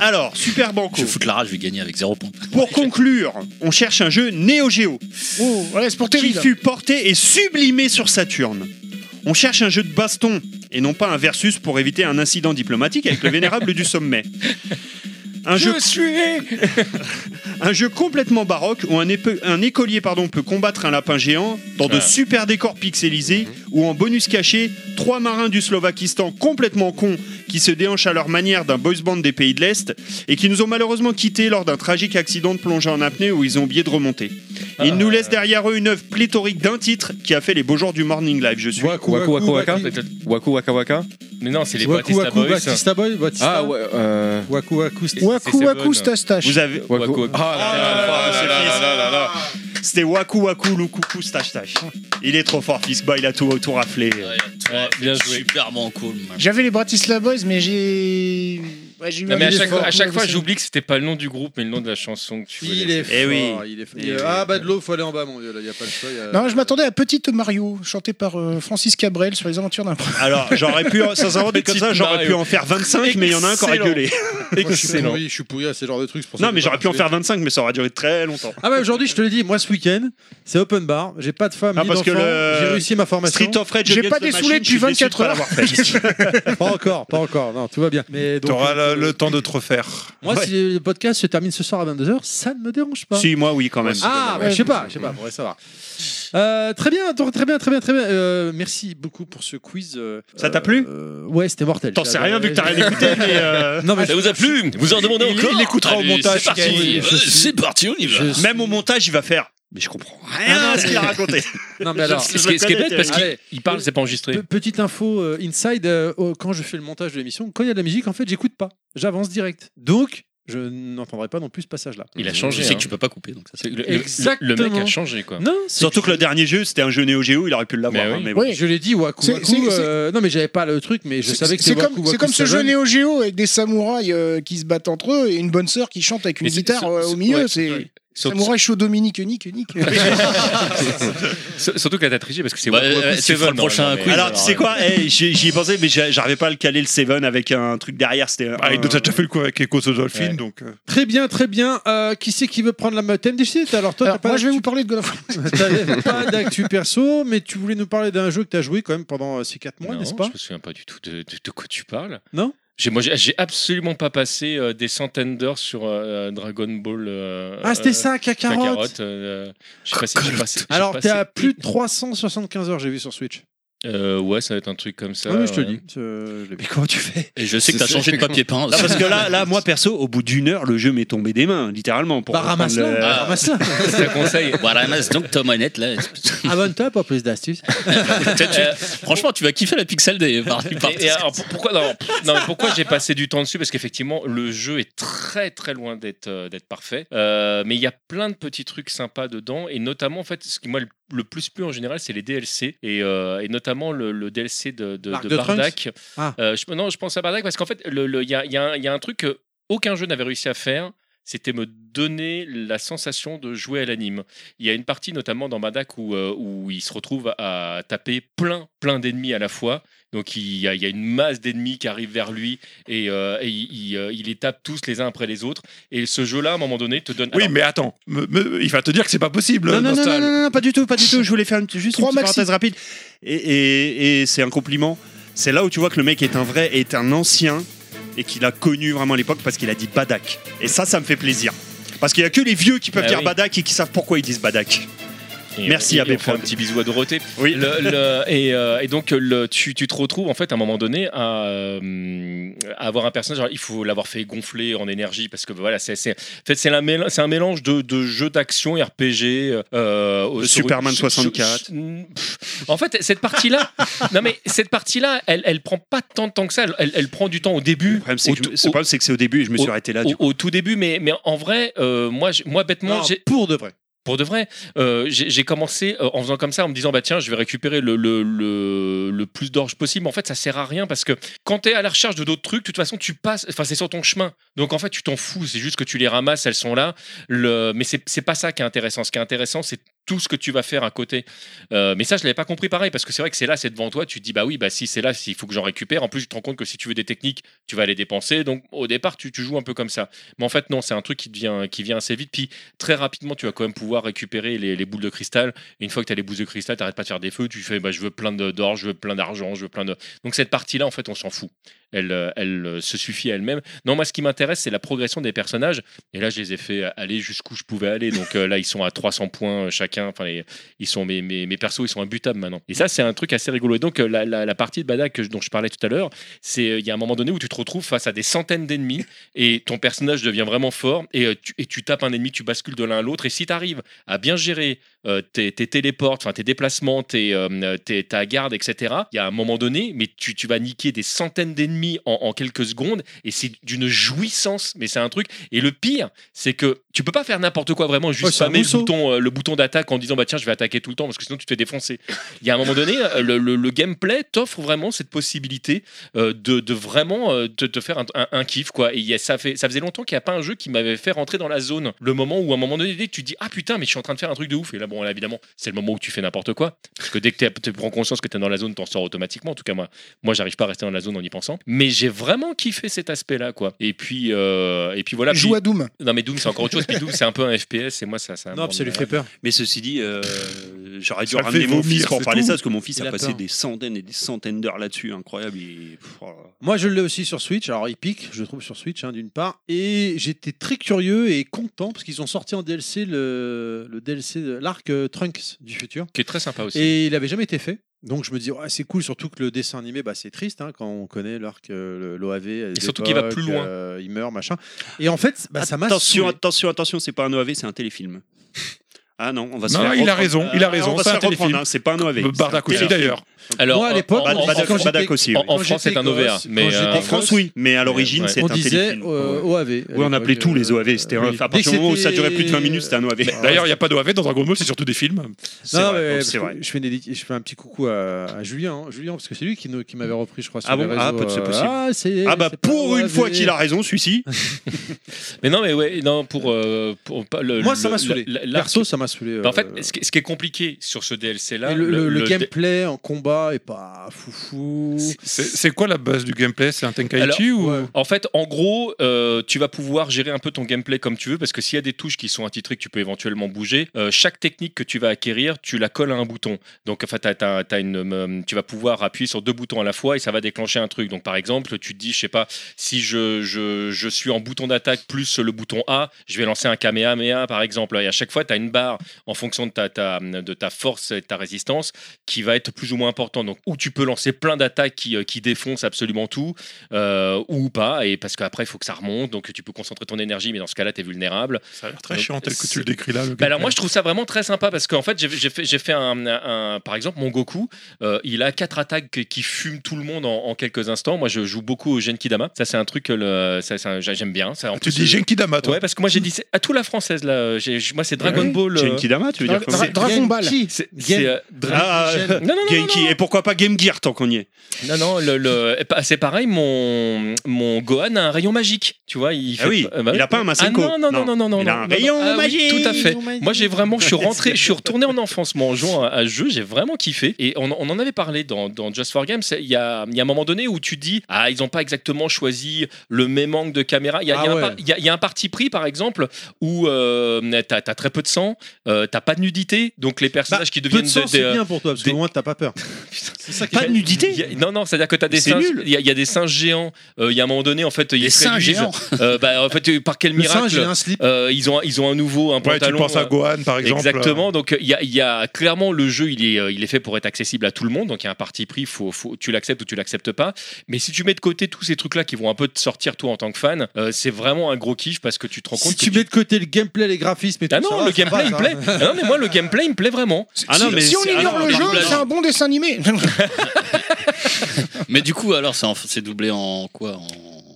S5: Alors, Super Banco.
S2: Je vais foutre la rage, je vais gagner avec 0 points.
S5: Pour conclure, on cherche un jeu Neo Geo
S3: Oh, voilà, c'est pour
S5: qui
S3: Terry. là.
S5: fut porté et sublimé sur Saturne. On cherche un jeu de baston et non pas un versus pour éviter un incident diplomatique avec le vénérable du sommet. un
S19: Je
S5: jeu [laughs] un jeu complètement baroque où un, épe- un écolier pardon peut combattre un lapin géant dans de
S19: Ah.
S5: super décors pixelisés ou en bonus caché trois marins du Slovakistan complètement cons qui se déhanchent à leur manière d'un boys band des pays de l'Est et qui nous ont malheureusement quittés lors d'un tragique accident de plongée en apnée où ils ont oublié de remonter. Ils nous laissent derrière eux une œuvre pléthorique d'un titre qui a fait les beaux jours du Morning Live, je suis.
S1: Waku, Waku, Waku, Waka
S19: Waku Waka Waka
S4: Mais non, c'est les
S1: Waku
S4: Batista
S1: Waku
S4: Boys.
S1: Batista Boy Batista
S19: Ah ouais, euh...
S1: Waku Waku
S3: Waku Waku Stastache.
S5: Vous avez Oh
S19: Waku
S4: Ah,
S5: Ah, C'était Waku Waku Loukoukou Stache Stache. Il est trop fort, Fisba, il a tout, tout raflé.
S2: bien joué. Superment cool. man.
S3: J'avais les Bratislava Boys, mais j'ai. Ouais, j'ai eu
S4: Non,
S3: un
S4: mais à
S3: mauvais
S4: chaque,
S3: effort.
S4: à chaque
S3: Ouais,
S4: fois,
S3: c'est-
S4: j'oublie que c'était pas le nom du groupe, mais le nom de la chanson que tu voulais.
S1: Il est fort.
S4: Eh
S5: Oh,
S1: Il est fort.
S4: Eh oui.
S1: Ah, bah de l'eau, faut aller en bas, mon vieux. Là, y a pas le choix. y
S4: Euh,
S1: a-
S3: Non, je m'attendais à Petite Mario, chantée par euh, Francis Cabrel sur les aventures d'un prince.
S5: Alors, j'aurais pu, sincèrement, des comme ça, j'aurais pu
S1: Mario.
S5: en faire 25, mais il y en a un qui aurait
S1: Excellent.
S5: gueulé.
S1: Moi, je suis pourri, je suis pourri à ce genre de trucs. c'est pour ça
S5: Non,
S1: que
S5: mais
S1: j'ai
S5: j'aurais
S1: pas
S5: pu en
S1: fait.
S5: faire 25, mais ça aurait duré très longtemps.
S1: Ah bah aujourd'hui je te l'ai dit, moi ce week-end c'est open bar, j'ai pas de femme
S5: Ah,
S1: ni
S5: parce que
S1: d'enfant,
S5: le-
S1: j'ai réussi ma formation.
S5: Street of Rage J'ai Against pas the dessoulé Machine, depuis je suis déçu de 24 pas heures. l'avoir
S1: pas encore, pas encore, non tout va bien. Mais donc,
S6: T'auras
S1: euh,
S6: le, le temps de te refaire.
S1: Moi
S6: Ouais.
S1: si le podcast se termine ce soir à 22h, ça ne me dérange pas.
S5: Si, moi, oui, quand même.
S1: Ah, bah, je sais pas, je sais pas, faudrait savoir. Euh, très bien, donc, très bien, très bien, très bien. Euh, merci beaucoup pour ce quiz. euh,
S5: Ça t'a plu
S1: euh, Ouais, c'était mortel.
S5: T'en sais rien vu que t'as rien écouté, mais. euh,
S1: Non, mais
S2: Ça vous a plu Vous en demandez
S5: Il-
S2: encore
S5: il écoutera au
S2: Allez,
S5: montage,
S2: C'est parti.
S5: Kevin.
S2: Euh,
S5: Je
S2: C'est parti, on y va.
S5: Même au montage, il va faire. Mais je comprends rien à ce qu'il a raconté.
S1: Non, mais alors,
S5: Je-
S4: Ce qui est- ce qui est bête, parce
S1: Ah
S4: qu'il
S1: ouais.
S4: il parle, c'est pas enregistré.
S1: Pe- Petite info euh, inside, euh, oh, quand je fais le montage de l'émission, quand il y a de la musique, en fait, j'écoute pas. J'avance direct. Donc, je n'entendrai pas non plus ce passage-là.
S4: Il a changé.
S2: Je sais
S4: hein.
S2: que tu peux pas couper, donc ça c'est.
S4: Le- le-
S1: Exactement.
S4: Le mec a changé,
S5: Ah.
S4: quoi.
S1: Non, c'est
S5: Surtout que le dernier jeu, c'était un jeu Neo Geo, il aurait pu l'avoir.
S4: Mais
S5: hein,
S4: oui.
S5: mais bon.
S3: Oui,
S1: Je l'ai dit, Waku
S3: C'est-
S1: Waku.
S3: c'est- c'est-
S1: euh, non, mais j'avais pas le truc, mais je savais que
S3: c'est
S1: Waku
S3: comme,
S1: Waku
S3: c'est comme ce jeu
S1: Seven.
S3: Néo Géo avec des samouraïs euh, qui se battent entre eux et une bonne sœur qui chante avec une
S4: Mais c'est-
S3: guitare
S4: c'est-
S3: euh, au
S4: c'est-
S3: milieu.
S4: ouais,
S3: c'est
S4: ouais. Sauf-
S3: samouraï chaud Dominique, nique, nique. euh,
S4: [laughs] S- Surtout que la tatrie, parce que c'est
S2: Bah,
S4: Waku Waku
S2: euh, tu
S4: Seven,
S2: feras le prochain
S4: normalement, mais-
S2: quiz,
S5: Alors, tu sais quoi Eh, J'y j'y ai pensé, mais j'a- j'arrivais pas à le caler le Seven avec un truc derrière. C'était.
S6: Ah,
S5: un-
S6: il nous a déjà fait le coup avec Echo the Dolphin,
S5: Ouais.
S6: donc. euh,
S1: Très bien, très bien. Euh, qui c'est qui veut prendre la ma- thème des chutes Alors, toi, t'as
S3: Alors,
S1: pas
S3: moi, je vais vous
S1: d'actu-
S3: parler de God of War.
S1: [laughs] t'avais pas d'actu perso, mais tu voulais nous parler d'un jeu que t'as joué quand même pendant euh, ces 4 mois,
S4: Non,
S1: n'est-ce pas
S4: Je me souviens pas du tout de, de- de quoi tu parles.
S1: Non
S4: j'ai, moi, j'ai, j'ai absolument pas passé euh, des centaines d'heures sur euh, Dragon Ball. euh,
S1: Ah, c'était
S4: euh,
S1: ça,
S4: Kakarot.
S1: Kakarot
S4: euh, j'ai passé, j'ai passé- j'ai
S1: Alors, t'es
S4: passé-
S1: à plus de 375 heures, j'ai vu sur Switch.
S4: Euh, ouais, ça va être un truc comme ça.
S1: Ah oui, je te
S4: ouais.
S1: le
S4: [laughs]
S1: dis. Euh, je l'ai vu.
S5: Mais comment tu fais
S2: Et je sais que t'as
S20: C'est-
S2: changé de papier peint.
S5: Non, parce que là, là, moi perso, au bout d'une heure, le jeu m'est tombé des mains, littéralement. Pour
S1: Bah,
S5: reprendre
S1: ramasse-la.
S4: Ah,
S5: le-
S1: bah,
S5: [laughs]
S1: ramasse-la.
S4: C'est un conseil.
S2: [laughs] Voilà, ramasse donc ta manette là.
S1: Abonne-toi pour plus d'astuces.
S5: Ah,
S2: Peut-être tu- Franchement, tu vas kiffer la Pixel Day. par- par-
S4: Et alors, pour- pourquoi, non, pff, non, mais pourquoi j'ai passé du temps dessus Parce qu'effectivement, le jeu est très très loin d'être euh, d'être parfait. Euh, mais il y a plein de petits trucs sympas dedans. Et notamment, en fait, ce qui m'a le- le plus plu en général, c'est les DLC. Et, euh, et notamment le, le DLC de, de,
S1: L'arc
S4: de
S1: de Trunks
S4: Bardak.
S1: Ah.
S4: Euh, je- non, je pense à Bardak parce qu'en fait, le- le- il y a, il y a un- il y a un truc que aucun jeu n'avait réussi à faire c'était me donner la sensation de jouer à l'anime. Il y a une partie notamment dans Bardak où, euh, où il se retrouve à taper plein, plein d'ennemis à la fois. Donc il y a, il y a une masse d'ennemis qui arrivent vers lui et, euh, et il, il, euh, il les tape tous les uns après les autres. Et ce jeu-là, à un moment donné, te donne...
S6: Oui,
S4: Alors,
S6: mais attends, me- me- il va te dire que c'est pas possible.
S5: Non, non, non, non,
S6: Nostal.
S5: non, non, pas du tout, pas du tout. Je voulais faire une, juste
S3: Trois
S5: une petite
S3: maxi.
S5: parenthèse rapide. Et, et- et c'est un compliment. C'est là où tu vois que le mec est un vrai, est un ancien et qu'il a connu vraiment à l'époque parce qu'il a dit Badak. Et ça, ça me fait plaisir. Parce qu'il y a que les vieux qui peuvent
S4: Ah
S5: dire
S4: oui.
S5: Badak et qui savent pourquoi ils disent Badak.
S4: et-
S5: merci,
S4: et- et
S5: Abbé
S4: on fait un
S5: Prod.
S4: petit bisou à Dorothée.
S5: Oui.
S4: Le-
S5: [laughs]
S4: le- et, euh, et donc le- tu, tu te retrouves en fait à un moment donné à, euh, à avoir un personnage. Alors, il faut l'avoir fait gonfler en énergie parce que voilà, c'est c'est- en fait, c'est un mél- c'est un mélange de, de jeux d'action RPG. euh, au-
S5: De
S4: sur-
S5: Superman
S4: sur-
S5: 64.
S4: sur- pff, en fait, cette partie là, [laughs] non mais cette partie là, elle, elle prend pas tant de temps que ça. Elle- Elle, elle prend du temps au début.
S5: Le problème, c'est
S4: au
S5: que, je-
S4: tout-
S5: c'est
S4: au-
S5: pas- c'est que c'est au début et je me suis arrêté là. du
S4: au, au tout début, mais, mais en vrai, euh, moi, j'ai- moi bêtement,
S1: Non,
S4: j'ai-
S1: pour de vrai.
S4: pour de vrai, euh, j'ai j'ai commencé euh, en faisant comme ça, en me disant, bah tiens, je vais récupérer le, le, le, le plus d'orge possible. En fait, ça sert à rien parce que quand tu es à la recherche de d'autres trucs, de toute façon, tu passes, enfin, c'est sur ton chemin. Donc, en fait, tu t'en fous, c'est juste que tu les ramasses, elles sont là. Le... Mais c'est c'est pas ça qui est intéressant. Ce qui est intéressant, c'est tout ce que tu vas faire à côté. Euh, mais ça, je l'avais pas compris pareil parce que c'est vrai que c'est là, c'est devant toi. Tu te dis, bah oui, bah si c'est là, il faut que j'en récupère. En plus, tu te rends compte que si tu veux des techniques, tu vas les dépenser. Donc, au départ, tu, tu joues un peu comme ça. Mais en fait, non, c'est un truc qui, devient, qui vient assez vite. Puis, très rapidement, tu vas quand même pouvoir récupérer les, les boules de cristal. Et une fois que tu as les boules de cristal, tu pas de faire des feux. Tu fais, bah, je veux plein de- d'or, je veux plein d'argent, je veux plein de. Donc cette partie-là, en fait, on s'en fout. elle, euh, elle euh, se suffit à elle-même. Non, moi, ce qui m'intéresse, c'est la progression des personnages. Et là, je les ai fait aller jusqu'où je pouvais aller. Donc euh, là, ils sont à 300 points euh, chacun. Enfin, les- ils sont mes, mes, mes persos, ils sont imbutables maintenant. Et ça, c'est un truc assez rigolo. Et donc, euh, la, la- la partie de Badak que je- dont je parlais tout à l'heure, c'est euh, il y a un moment donné où tu te retrouves face à des centaines d'ennemis et ton personnage devient vraiment fort et, euh, tu, et tu tapes un ennemi, tu bascules de l'un à l'autre. Et si tu arrives à bien gérer euh, tes, tes téléportes, enfin tes déplacements, tes, euh, tes- ta garde, etc. Il y a un moment donné, mais tu, tu vas niquer des centaines d'ennemis en, en quelques secondes et c'est d'une jouissance. Mais c'est un truc. Et le pire, c'est que tu peux pas faire n'importe quoi vraiment juste
S8: Ouais, c'est un
S4: spammer le
S8: mousseau.
S4: bouton, euh, le bouton d'attaque en disant bah tiens je vais attaquer tout le temps parce que sinon tu te fais défoncer. Il y a un moment donné, euh, le, le- le gameplay t'offre vraiment cette possibilité euh, de, de vraiment euh, te, te faire un, un- un kiff quoi. Et il y a- ça fait ça faisait longtemps qu'il n'y a pas un jeu qui m'avait fait rentrer dans la zone. Le moment où à un moment donné tu te dis ah putain mais je suis en train de faire un truc de ouf et là bon là, évidemment c'est le moment où tu fais n'importe quoi parce que dès que tu prends conscience que tu es dans la zone t'en sors automatiquement. En tout cas moi moi j'arrive pas à rester dans la zone en y pensant. Mais j'ai vraiment kiffé cet aspect là quoi. Et puis euh, et puis voilà.
S3: Joue
S4: Puis-
S3: à Doom.
S4: Non mais Doom c'est encore autre chose. Puis Doom c'est un peu un FPS et moi ça ça.
S5: Non,
S4: me-
S5: ça lui fait peur. Mais ceci dit, euh, j'aurais dû
S4: Ça le
S5: ramener
S4: fait
S5: mon
S4: vomir,
S5: fils pour
S4: c'est
S5: parler de
S4: tout.
S5: ça, parce que mon fils
S4: Il
S5: a
S4: a
S5: passé
S4: peur.
S5: des centaines et des centaines d'heures là-dessus, incroyable. et, pff, oh là là.
S1: Moi, je l'ai aussi sur Switch. Alors, il pique, je le trouve sur Switch, hein, d'une part. Et j'étais très curieux et content parce qu'ils ont sorti en DLC le, le DLC, de- l'arc euh, Trunks du futur.
S4: Qui est très sympa aussi.
S1: Et il avait jamais été fait. Donc, je me dis, ouais, c'est cool, surtout que le dessin animé, bah, c'est triste hein, quand on connaît l'arc, euh, le- l'OAV.
S5: Et surtout qu'il va plus loin.
S1: il meurt, machin. Et en fait, bah, ça m'a.
S5: Attention,
S1: saoulé.
S5: attention, attention, c'est pas un OAV, c'est un téléfilm. Ah non, on va se
S1: Non,
S5: faire
S1: il a
S5: reprendre.
S1: raison, il a
S5: Ah,
S1: raison,
S5: on va
S1: c'est
S5: se
S1: un
S5: faire reprendre,
S1: téléfilm. Bah,
S5: hein, c'est pas un OAV. c'est un
S6: Bardak aussi,
S5: téléfilm.
S6: d'ailleurs.
S4: Alors,
S1: Moi, à l'époque,
S5: Bad-
S1: en-
S5: Bad-
S1: en- quand
S5: Badak
S1: j'étais-
S5: aussi, oui.
S4: en- en Quand France, c'est un j'étais OVA, gosse, mais, quand euh, j'étais
S5: en France,
S4: gosse,
S5: oui, mais à l'origine,
S4: ouais.
S5: c'est
S1: On
S5: un
S1: disait
S5: téléfilm.
S1: euh, OAV.
S5: Oui, on appelait tous les OAV. C'était un-
S1: oui.
S5: enfin, à
S1: Dès que
S5: partir du moment où ça
S1: c'était-
S5: durait plus de 20 minutes, c'était un OAV.
S4: Bah,
S6: D'ailleurs, il n'y a pas d'OAV dans Dragon Ball, c'est surtout des films.
S5: C'est
S1: Non, non,
S5: vrai,
S1: mais
S5: donc
S1: parce
S5: c'est
S1: que
S5: vrai.
S1: Je fais, une édite- je fais un petit coucou à, à Julien, hein. Julien, parce que c'est lui qui, nous- qui m'avait repris, je crois, sur
S5: Ah
S1: les
S5: bon
S1: réseaux.
S5: Ah, peut-être c'est
S1: euh,
S5: possible.
S1: Ah, c'est-
S5: Ah bah,
S1: c'est pas
S5: pour une
S1: grave,
S5: fois
S1: et-
S5: qu'il a raison, celui-ci.
S4: Mais non, mais ouais, non, pour. euh, pour- pas le,
S1: Moi, ça
S4: le-
S1: m'a saoulé.
S4: la- la-
S1: Perso, ça m'a saoulé.
S4: Bah, en fait,
S1: euh,
S4: ce qui, ce qui est compliqué sur ce DLC-là,
S1: et le, le- le
S4: dé-
S1: gameplay en combat est pas foufou.
S6: C'est- C'est quoi la base du gameplay C'est un Tenkaichi
S4: Alors,
S6: ou
S4: En fait, en gros, euh, tu vas pouvoir gérer un peu ton gameplay comme tu veux, parce que s'il y a des touches qui sont attitrées que tu peux éventuellement bouger, euh, chaque technique que tu vas acquérir, tu la colles à un bouton. Donc, enfin, t'as- t'as- t'as une, euh, tu vas pouvoir appuyer sur deux boutons à la fois et ça va déclencher un truc. Donc, par exemple, tu te dis, je sais pas, si je, je, je suis en bouton d'attaque plus le bouton A, je vais lancer un Kamehameha, par exemple. Et à chaque fois, tu as une barre en fonction de ta, ta- de ta force et de ta résistance qui va être plus ou moins importante. Donc, ou tu peux lancer plein d'attaques qui, euh, qui défoncent absolument tout, euh, ou pas, et parce qu'après, il faut que ça remonte, donc tu peux concentrer ton énergie, mais dans ce cas-là, tu es vulnérable.
S6: Ça a l'air très
S4: Donc,
S6: chiant tel que
S4: c'est-
S6: tu le décris là. le
S4: bah alors
S6: gameplay.
S4: moi je trouve ça vraiment très sympa parce qu'en fait j'ai j'ai fait, j'ai fait un, un- par exemple mon Goku euh, il a quatre attaques qui- qui fument tout le monde en, en quelques instants moi je joue beaucoup au Genkidama ça c'est un truc que le- ça, ça, j'a- j'aime bien
S5: Ah,
S4: ça, en euh,
S6: Tu dis Genkidama, toi.
S4: ouais parce que moi j'ai dit c'est à tout la française là j'ai- moi c'est Dragon
S5: Ah Ouais.
S4: Ball euh,
S5: Genkidama, tu veux dire
S4: Dra-
S5: comment
S4: Dra- Dragon Ball C'est- c'est, euh,
S5: Ah,
S4: Gen- Non, non, non,
S5: Genki. Et pourquoi pas Game Gear tant qu'on y est
S4: non, non, le, le- bah, c'est pareil, mon, mon Gohan a un rayon magique, tu vois. Il
S5: Ah
S4: fait,
S5: oui,
S4: bah
S5: il a pas un Masenko.
S4: Ah non, non, non, non,
S5: Non.
S4: non, non.
S5: Il
S4: non,
S5: a un
S4: non,
S5: rayon
S4: non. Ah oui,
S5: magique.
S4: tout à fait.
S5: Rayon magique.
S4: Moi, j'ai vraiment, je suis rentré, je suis retourné en enfance, moi, en jouant à, à ce jeu, j'ai vraiment kiffé. Et on, on en avait parlé dans, dans Just for Games, c'est- il y a, il y a un moment donné où tu dis, ah, ils n'ont pas exactement choisi le même angle de caméra. Il y a, il y a
S1: Ah
S4: un
S1: ouais.
S4: par- il y a- il y a un parti pris, par exemple, où euh, t'as as très peu de sang, euh, t'as pas de nudité, donc les personnages qui
S1: Peu
S4: deviennent
S1: de sang,
S4: des- des,
S1: c'est
S4: euh,
S1: bien pour toi, parce qu'au moins, t'as pas peur.
S4: pas de nudité Non, non, c'est-à-dire que t'as des
S1: C'est
S4: singes.
S1: nul.
S4: Il y, a- il y a des singes géants. Euh, Il y a un moment donné, en fait, ils
S1: Des
S4: se
S1: singes
S4: réduisent.
S1: géants
S4: Euh, bah, En fait, euh, par quel
S6: Le singe,
S4: miracle
S6: il a un slip.
S4: euh, ils, ont, un- ils ont un nouveau, un
S6: tu
S4: pantalon.
S6: penses à
S4: euh,
S6: Gohan, par exemple. euh.
S4: Exactement. Donc, il y a, il y a- clairement le jeu, il est, euh, il est fait pour être accessible à tout le monde. Donc, il y a un parti pris. Faut, faut, tu l'acceptes ou tu l'acceptes pas. Mais si tu mets de côté tous ces trucs-là qui vont un peu te sortir, toi, en tant que fan, euh, c'est vraiment un gros kiff parce que tu te rends compte
S1: Si
S4: que
S1: tu mets de côté le gameplay, les graphismes et tout
S4: Ah non,
S1: ça,
S4: le
S1: ça
S4: gameplay, il me
S1: passe,
S4: plaît.
S1: hein.
S4: Ah non, mais moi, le gameplay, il me plaît vraiment.
S5: Ah non, mais
S3: si on
S5: c'est- ah
S3: ignore
S5: non,
S3: le
S5: mais
S3: jeu,
S5: là-
S3: c'est un bon
S4: [laughs]
S3: dessin animé.
S2: Mais du coup, alors, c'est en- c'est doublé en quoi en...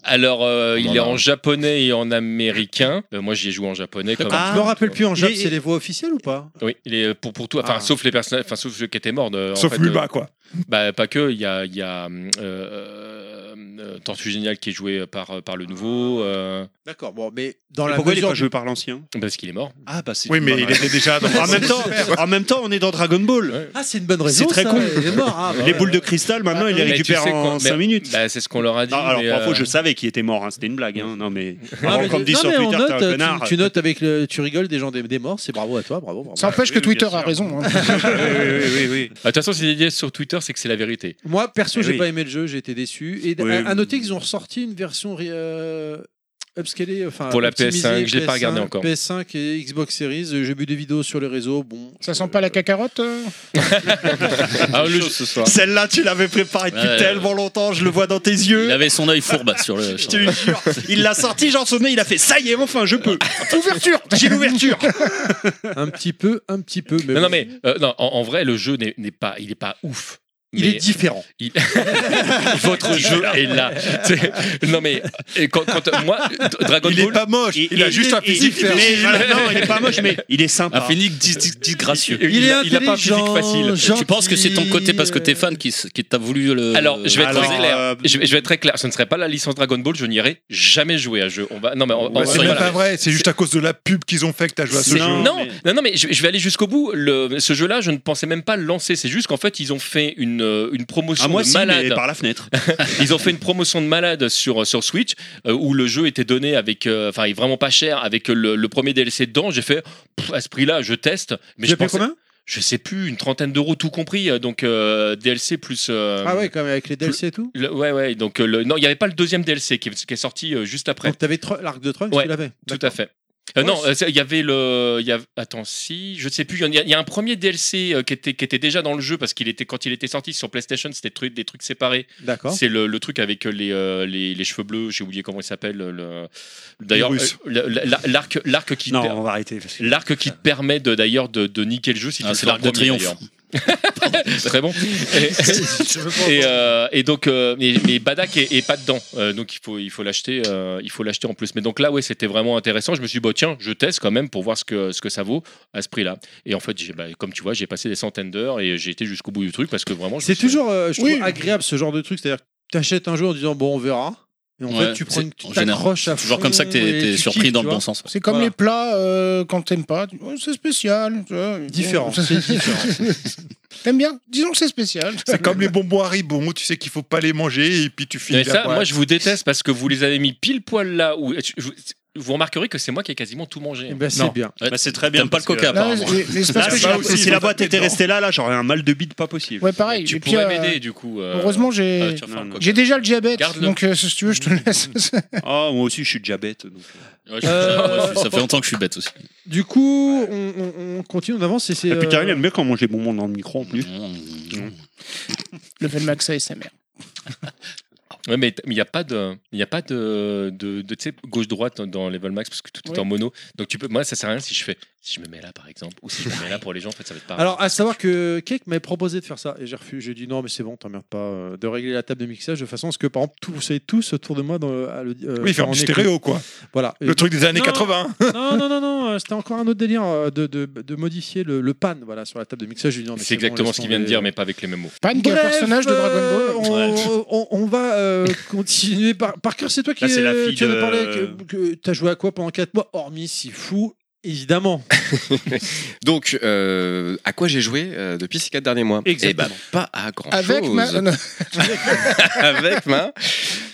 S4: Alors, euh, il
S2: en
S4: est
S2: a un.
S4: en japonais et en américain. Euh, moi, j'y ai joué en japonais. Comme
S1: Je me rappelle plus en Jap, c'est les voix officielles ou pas
S4: Oui, il est euh, pour, pour tout, enfin,
S1: Ah.
S4: sauf les personnages, enfin, sauf ceux qui étaient morts. de- en
S6: Sauf
S4: fait,
S6: Bulma,
S4: euh,
S6: quoi.
S4: Bah, pas que, il y a, il y a euh, euh, euh, Tortue Génial qui est joué par, par le nouveau. euh,
S1: D'accord, bon, mais dans
S5: Mais
S1: la
S5: pourquoi il est
S1: mesure
S5: pas
S1: du-
S5: joué par l'ancien
S4: parce qu'il est mort.
S5: Ah bah c'est
S6: Oui,
S5: une
S6: mais
S5: bonne
S6: il
S5: raison.
S6: était déjà dans-
S5: en même temps. En même temps, on est dans Dragon Ball.
S1: Ah, c'est une bonne
S5: C'est
S1: raison.
S5: très
S1: ça,
S5: con.
S1: il est mort, ah, bah
S5: Les
S1: ouais.
S5: boules de cristal, maintenant, il les
S4: Mais tu
S5: récupère
S4: sais
S5: en
S4: quoi,
S5: 5
S4: mais-
S5: minutes.
S4: bah, c'est ce qu'on leur a dit.
S5: Non, alors
S4: mais,
S5: parfois
S4: euh,
S5: je savais qu'il était mort, hein, c'était une blague. hein, Non mais [laughs]
S1: Ah,
S5: avant
S1: mais-
S5: qu'on me dise
S1: non,
S5: sur
S1: mais on
S5: Twitter,
S1: note,
S5: t'es un
S1: tu-
S5: connard.
S1: Tu, notes avec le, tu rigoles des gens des, des morts, c'est bravo à toi, bravo. bravo.
S3: Ça
S4: bah,
S3: empêche que Twitter a raison. hein.
S5: oui, oui, oui, oui.
S4: De toute façon, si c'est dit sur Twitter, c'est que c'est la vérité.
S1: [laughs] Moi, perso,
S4: Eh
S1: j'ai
S4: oui.
S1: pas aimé le jeu, j'ai été déçu. Et
S5: Oui.
S1: À, à noter qu'ils ont ressorti une version ri- euh, upscalée, enfin
S4: Pour la
S1: optimisée,
S4: PS5, je l'ai pas
S1: PS5,
S4: regardé encore.
S1: PS5 et Xbox Series. euh, J'ai vu des vidéos sur les réseaux. Bon,
S3: Ça sent pas la cacarotte euh
S2: Ah, le-
S5: Celle-là, tu l'avais préparée depuis
S2: Ouais.
S5: tellement longtemps, je le vois dans tes yeux.
S2: Il avait son œil fourbe sur le.
S5: Je te jure, il l'a sorti, j'en souvenais, il a fait ça y est, enfin, je peux.
S6: Ah,
S3: [laughs]
S5: Ouverture, j'ai l'ouverture.
S1: un petit peu, un petit peu. Mais
S4: Non,
S1: bon.
S4: non, mais euh, non, en, en vrai, le jeu n'est n'est pas, il est pas ouf.
S1: Il
S4: Mais
S1: est différent.
S4: il- Votre jeu est là. C'est- Non mais et quand, quand- moi, D- Dragon
S6: Il
S4: Ball,
S6: est pas moche, il, a juste un physique.
S5: il- mais- voilà, non, il est pas moche, mais il est
S2: Un
S5: sympa.
S2: phénix dis- dis- disgracieux.
S4: Il- il a- il a pas un physique facile.
S2: Tu penses que c'est ton côté parce que t'es fan qui, s- qui t'a voulu le.
S4: Alors, je vais être
S5: Alors,
S4: très clair.
S5: euh,
S4: Je, vais, je vais être très clair. Ce ne serait pas la licence Dragon Ball, je n'irai jamais jouer à jeu. On va. Non mais on-
S1: Bah,
S4: on-
S6: c'est même
S4: voilà.
S6: pas vrai, c'est juste à cause de la pub qu'ils ont fait que t'as joué à ce
S4: C'est-
S6: jeu.
S4: Non, non,
S5: mais-
S4: non, mais je, je vais aller jusqu'au bout. Le, ce jeu-là, je ne pensais même pas le lancer. C'est juste qu'en fait, ils ont fait une, euh, une promotion
S5: Ah, moi,
S4: de
S5: si,
S4: malade.
S5: mais par la fenêtre.
S4: Ils ont fait une promotion de malade sur, sur Switch euh, où le jeu était donné avec, euh, enfin, il est vraiment pas cher, avec euh, le, le premier DLC dedans. J'ai fait pff, à ce prix-là, je teste. Mais je
S1: J'ai pris
S4: pensais-
S1: combien
S4: Je sais plus, une trentaine d'euros tout compris. euh, Donc euh, DLC plus. euh,
S1: Ah ouais, quand même avec les DLC et tout.
S4: le- ouais, ouais. Donc euh, le- non, il n'y avait pas le deuxième DLC qui, est- qui est sorti euh, juste après.
S1: Donc t'avais Tro- l'arc de Troy,
S4: Ouais,
S1: tu l'avais.
S4: Tout à fait. Euh,
S1: Ouais,
S4: non, euh, c'est- il y avait le. il Y avait- attends, si, je ne sais plus. Il y en- il y, a- il y a un premier DLC euh, qui, était, qui était déjà dans le jeu parce qu'il était quand il était sorti sur PlayStation, c'était tru- des trucs séparés.
S1: D'accord.
S4: C'est le, le truc avec les, euh, les, les cheveux bleus, j'ai oublié comment il s'appelle. le- D'ailleurs,
S5: Les Russes.
S4: euh, le- la- la- l'arc l'arc qui, te
S5: Non,
S4: per-
S5: on va arrêter. parce que-
S4: l'arc qui te permet de- d'ailleurs de, de niquer le jeu si
S2: Ah,
S4: tu le
S2: c'est
S4: fais en
S2: l'arc de
S4: premier,
S2: triomphe.
S4: d'ailleurs. Très bon. [laughs] Et, euh, et donc, euh, mais, mais Badak est, est pas dedans, Euh, donc il faut il faut l'acheter, euh, il faut l'acheter en plus. Mais donc là, ouais, c'était vraiment intéressant. Je me suis dit, bah, tiens, je teste quand même pour voir ce que ce que ça vaut à ce prix-là. Et en fait, j'ai- bah, comme tu vois, j'ai passé des centaines d'heures et j'ai été jusqu'au bout du truc parce que vraiment, je me
S1: C'est
S4: suis-
S1: toujours, euh, je trouve,
S3: Oui.
S1: agréable ce genre de truc. C'est-à-dire, que t'achètes un jeu en disant bon, on verra. Et en
S2: Ouais,
S1: fait, tu
S2: c'est-
S1: prends, une- tu
S2: en général,
S1: t'accroches à fond.
S2: Toujours comme ça que t'es
S1: et
S2: t'es
S1: tu
S2: surpris
S1: kiffes,
S2: dans
S1: tu
S2: le
S1: vois.
S2: bon sens.
S3: C'est comme
S1: Voilà.
S3: les plats euh, quand t'aimes pas. tu- Oh, c'est spécial. tu vois.
S1: Différent, [laughs] c'est
S4: [laughs]
S1: différent.
S3: T'aimes bien Disons que c'est spécial.
S6: C'est comme les bonbons Haribo, tu sais qu'il faut pas les manger et puis tu finis
S4: Mais ça,
S6: la boîte.
S4: moi, je vous déteste parce que vous les avez mis pile poil là où je- vous, vous remarquerez que c'est moi qui ai quasiment tout mangé.
S1: Eh ben,
S5: Non.
S1: c'est bien.
S5: Bah, c'est très bien.
S2: T'aimes pas le
S5: parce que-
S2: coca,
S3: Non,
S2: apparemment.
S3: mais- mais c'est parce
S5: Là,
S3: que
S5: si
S3: j'ai-
S5: la- si la boîte était
S6: dedans.
S5: restée là, là, j'aurais un mal de bide pas possible.
S3: Ouais, pareil.
S4: tu
S3: Et puis,
S4: pourrais
S3: euh,
S4: m'aider du coup. euh,
S3: Heureusement,
S2: Ah,
S3: j'ai.
S2: tu refais un coca.
S3: J'ai déjà le diabète,
S4: Garde-le.
S3: donc euh, si tu [laughs] veux, je te le laisse.
S5: Ah, moi aussi, je suis diabète. donc.
S2: Ouais, je-
S1: Euh,
S2: Ça fait longtemps que je suis bête aussi.
S1: Du coup, on, on- on continue, on avance. Et c'est.
S5: Et puis,
S1: euh,
S5: Karine Ah, aime bien quand on mange les bonbons dans le micro en plus.
S3: le Velmax ASMR.
S4: Ouais, mais t- mais il n'y a pas de, il y a pas de, de, de, tu sais, gauche-droite dans Level Max parce que tout est
S3: Oui.
S4: en mono. Donc tu peux, moi, ça sert à rien si je fais, si je me mets là par exemple, ou si je me mets là pour les gens, en fait, ça va être pareil.
S1: Alors, à savoir que Cake m'avait proposé de faire ça et j'ai refusé. J'ai dit non, mais c'est bon, t'emmerdes pas euh, de régler la table de mixage de façon à ce que, par exemple, tous, vous savez tous autour de moi dans le, à le- euh,
S6: Oui, faire
S1: en
S6: du
S1: écho.
S6: stéréo, quoi.
S1: Voilà.
S6: Le truc des années
S1: Non.
S6: 80.
S1: Non, non, non, non, euh, c'était encore un autre délire euh, de, de- de modifier le, le pan voilà, sur la table de mixage. J'ai dit non, mais
S4: c'est exactement
S1: bon,
S4: ce qu'il
S1: laisse
S4: vient de
S1: tomber.
S4: dire, mais pas avec les mêmes mots.
S3: Pan, qui est un
S1: Bref,
S3: personnage de
S1: euh,
S3: Dragon Ball.
S1: on, on- on va euh, [laughs] continuer. Par, par cœur, c'est toi qui
S5: Là, c'est la
S1: euh,
S5: fille
S1: tu en as
S5: de-
S1: parlé. que- que T'as joué à quoi pendant 4 mois Hormis si fou, évidemment.
S7: Donc, euh, à quoi j'ai joué euh, depuis ces quatre derniers mois
S1: Exactement.
S7: Eh ben, pas à grand
S3: Avec
S7: chose.
S3: ma. euh, non,
S7: Avec ma.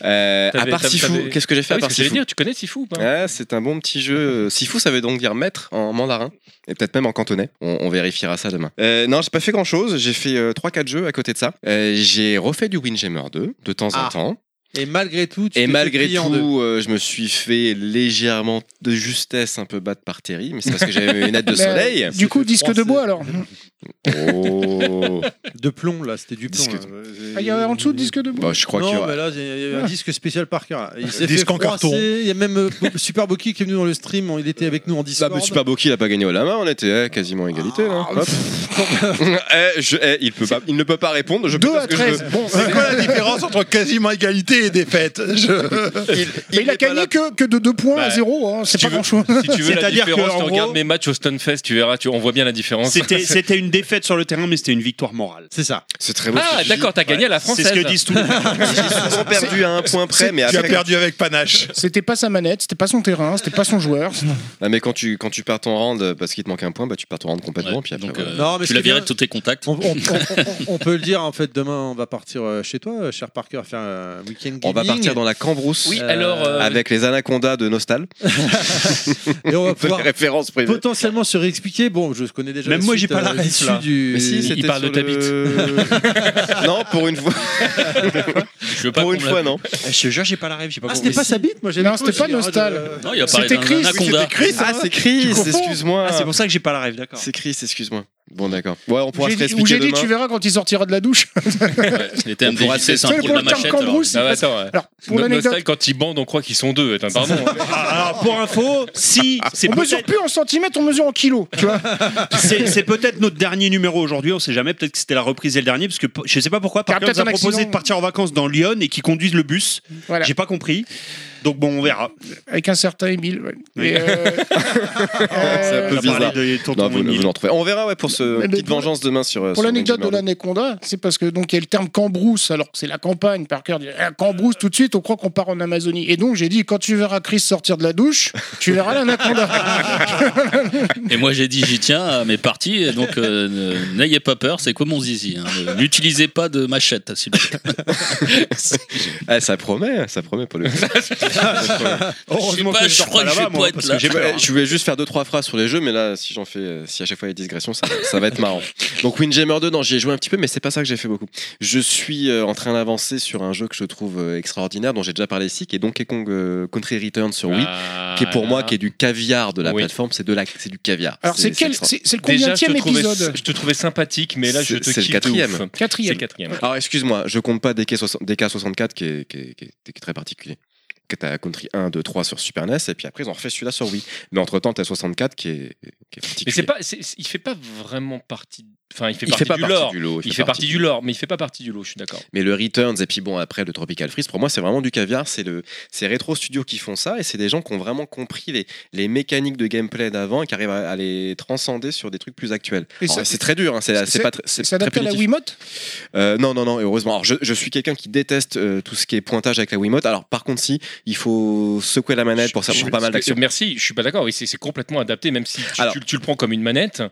S7: Euh, à
S4: T'avais-
S7: part
S4: t'avais-
S7: Sifu,
S4: t'avais-
S7: qu'est-ce que j'ai fait
S4: Ah
S7: à
S4: oui, ce
S7: part
S4: que j'allais
S7: Sifu
S4: dire, tu connais Sifu ou pas
S7: Ah, c'est un bon petit jeu. Sifu, ça veut donc dire maître en mandarin, et peut-être même en cantonais. On, on vérifiera ça demain. Euh, non, j'ai pas fait grand-chose. J'ai fait 3-4 jeux à côté de ça. Euh, j'ai refait du Windjammer 2 de temps en
S1: Ah.
S7: temps.
S1: Et malgré tout, tu
S7: Et
S1: t'es
S7: malgré
S1: plié en deux.
S7: tout, euh, je me suis fait légèrement de justesse un peu battre par Terry, mais c'est parce que j'avais mes lunettes de
S1: [laughs]
S3: Mais,
S7: soleil.
S3: Du coup,
S1: Ça fait
S3: disque de
S1: français.
S3: bois alors.
S7: Oh.
S1: De plomb, là, c'était du plomb.
S7: Disque-
S1: là.
S3: Ah, il y a en dessous de disque Ah. de bois.
S7: Bon, Bah, je crois qu'il y
S1: non,
S7: aura-
S1: mais là, il y a- il y a un disque spécial par cœur. là. Il s'est
S6: Disque
S1: fait
S6: en carton.
S1: froisser. Il y a même euh, Bo- Super Boki qui est venu dans le stream. Il était avec nous en
S7: Bah,
S1: Discord.
S7: mais Super Boki, il a pas gagné au lama, on était eh, quasiment à égalité. là. Hop. Eh, je- eh, il, peut pas- il ne peut pas répondre. Je peux
S3: 2
S7: faire
S3: à
S7: ce que je
S3: 13.
S7: veux.
S3: Bon,
S6: C'est quoi la différence entre quasiment égalité et défaite Je-
S3: mais il a
S7: n'est pas
S3: gagné
S7: là.
S3: que, que de 2 points à
S4: Bah,
S3: 0. hein, C'est
S4: tu
S3: pas
S4: veux-
S3: grand [laughs] chose.
S4: Si tu veux la
S5: C'est-à-dire que,
S4: différence,
S5: en
S4: tu regardes
S5: gros-
S4: mes matchs au Stunfest, tu verras, tu, on voit bien la différence.
S5: C'était c'était une défaite sur le terrain, mais c'était une victoire morale.
S1: C'est ça.
S7: C'est très beau.
S4: Ah,
S7: ce que
S4: d'accord, t'as gagné à la
S5: C'est
S4: française.
S5: ce que disent tous les
S7: Ils ont perdu à un point près, mais
S6: tu as
S7: après.
S6: perdu avec panache.
S3: C'était pas sa manette, c'était pas son terrain, c'était pas son joueur.
S7: Ah, mais quand tu, quand tu perds ton round parce qu'il te manque un point, bah, tu perds ton round complètement.
S2: Ouais,
S7: puis après,
S2: donc,
S7: voilà.
S2: euh,
S1: Non, mais
S2: tu
S1: ce qui
S2: l'as
S1: est
S2: viré
S1: bien-
S2: de tous tes contacts.
S1: On, on- on- on- on peut le dire, en fait, demain, on va partir euh, chez toi, euh, cher Parker, faire un week-end Ken
S7: On va
S1: Gaming.
S7: partir dans la cambrousse
S1: Oui, alors, euh,
S7: avec les anacondas de Nostal.
S1: Et
S7: [laughs]
S1: on va
S7: Des
S1: pouvoir
S7: références privées.
S1: potentiellement se réexpliquer. Bon, je connais déjà.
S7: Même
S1: la
S7: moi, j'ai
S1: suite,
S7: pas la
S1: euh,
S7: ref,
S1: l'issue
S7: là.
S1: du- Ah,
S7: Mais si, c'était sur [laughs] le- non, pour une fois. pour une fois, non.
S5: Eh, Je te jure, j'ai pas la rêve, j'ai pas
S1: Ah,
S5: compris.
S1: c'était pas sa bite, moi j'ai
S3: Non, c'était pas Nostal.
S1: euh,
S5: Non, il a parlé
S3: C'était
S5: d'un
S3: Chris.
S5: anaconda.
S3: C'était Chris,
S7: Ah,
S3: hein.
S7: c'est Chris,
S3: Tu confonds
S7: excuse-moi.
S5: Ah, c'est pour ça que j'ai pas la rêve,
S7: [laughs]
S5: d'accord.
S7: C'est Chris, excuse-moi. Bon, d'accord. Ouais, on pourra
S3: J'ai
S7: se
S3: dit- Ou j'ai
S7: réexpliquer
S3: dit,
S7: demain.
S3: tu verras quand il sortira de la douche. [laughs]
S2: Les
S7: On pourra
S2: TMDJC, c'est
S7: tester.
S2: un
S7: C'est
S2: trou de
S7: pour
S2: la
S7: le terme
S2: machette.
S7: cambrousse,
S2: alors.
S7: c'est
S2: Ah ouais, attends,
S7: parce-
S2: ouais.
S3: Alors, pour
S2: Notre
S3: l'anecdote-
S2: nostal, quand ils bandent, on croit qu'ils sont deux. Attends, Pardon.
S5: Ah, Alors, pour info, si c'est
S3: On mesure
S5: peut-être
S3: plus en centimètres, on mesure en kilos. Tu [laughs] vois
S5: c'est- c'est peut-être notre dernier numéro aujourd'hui, on sait jamais, peut-être que c'était la reprise et le dernier, parce que po- je sais pas pourquoi,
S3: Il y a
S5: Parker nous a
S3: peut-être un
S5: proposé
S3: accident.
S5: de partir en vacances dans Lyon et qu'ils conduisent le bus.
S3: Voilà.
S5: J'ai pas compris. Donc bon, on verra.
S3: Avec un certain Emile. ouais.
S5: Oui.
S3: Et,
S7: [laughs]
S3: euh, [laughs]
S7: C'est un peu
S5: Euh, On a parlé
S7: bizarre.
S5: de tonton
S7: Non, vous,
S5: Emile.
S7: vous en trouvez. On verra ouais, pour ce
S3: Mais
S7: petite
S3: pour-
S7: vengeance demain sur. euh,
S3: Pour
S7: sur
S3: l'anecdote de
S7: Benjamin.
S3: l'anaconda, c'est parce que donc il y a le terme cambrousse, alors que c'est la campagne, Parker dit Ah, cambrousse tout de suite, on croit qu'on part en Amazonie. Et donc j'ai dit quand tu verras Chris sortir de la douche, tu verras
S7: [laughs]
S3: l'anaconda.
S2: Et moi j'ai dit j'y tiens à mes parties, et donc euh, ne- n'ayez pas peur, c'est quoi mon zizi hein. Ne- N'utilisez pas de machette, s'il vous plaît.
S7: Ah, ça promet, ça promet pour le.
S5: Heureusement
S2: pas,
S5: que
S2: je
S5: dors
S2: crois que
S5: pas
S2: je vais
S5: là-bas, moi,
S2: pas
S5: parce
S2: être
S5: que j'ai
S7: Je voulais-
S5: peur.
S7: eh, je voulais juste faire deux trois phrases sur les jeux, mais là, si j'en fais, euh, si à chaque fois il y a digression, ça, ça va être marrant. Donc Windjammer 2, non, j'y ai joué un petit peu, mais c'est pas ça que j'ai fait beaucoup. Je suis euh, en train d'avancer sur un jeu que je trouve euh, extraordinaire, dont j'ai déjà parlé ici, qui est Donkey Kong euh, Country Return sur Wii, qui est pour moi
S4: Ah.
S7: qui est du caviar de la
S4: Oui.
S7: plateforme, c'est de la, c'est du caviar.
S3: Alors c'est quel,
S7: extra-
S3: c'est c'est le
S4: Déjà, je te,
S3: combienième
S4: trouvais,
S3: épisode
S4: je te trouvais sympathique, mais là, je
S7: C'est-
S4: te
S7: c'est le
S4: kiffe de
S7: quatrième.
S4: ouf. C'est
S3: Quatrième.
S4: le quatrième.
S7: Alors excuse-moi, je compte pas DK64 DK64 qui est, qui, est, qui, est, qui est très particulier. Que t'as Country 1, 2, 3 sur Super NES, et puis après ils ont refait celui-là sur Wii. Mais entre-temps, t'as 64 qui est, qui est particulier.
S4: Mais c'est pas, c'est- c'est- il fait pas vraiment partie. Enfin, il fait
S7: Il
S4: partie
S7: fait pas
S4: du
S7: partie
S4: lore.
S7: du lot,
S4: Il fait partie du lore, mais il fait pas partie du lot. Je suis d'accord.
S7: Mais le Returns et puis bon après le Tropical Freeze, pour moi c'est vraiment du caviar. C'est le, c'est Retro Studio qui font ça et c'est des gens qui ont vraiment compris les, les mécaniques de gameplay d'avant et qui arrivent à, à les transcender sur des trucs plus actuels.
S3: Et
S7: Alors,
S3: ça-
S7: C'est très dur, hein, c'est,
S3: c'est-
S7: c'est pas, tr- c'est
S3: C'est adapté
S7: très
S3: à la
S7: punitif.
S3: Wiimote
S7: Euh, non, non, non, et heureusement. Alors, je, je suis quelqu'un qui déteste euh, tout ce qui est pointage avec la Wiimote. Alors, par contre, si, il faut secouer la manette pour savoir
S4: Je-
S7: pas mal
S4: parce que-
S7: d'actions.
S4: Merci, je suis pas d'accord. Oui, c'est c'est complètement adapté, même si tu,
S7: Alors-
S4: tu- tu le prends comme une manette.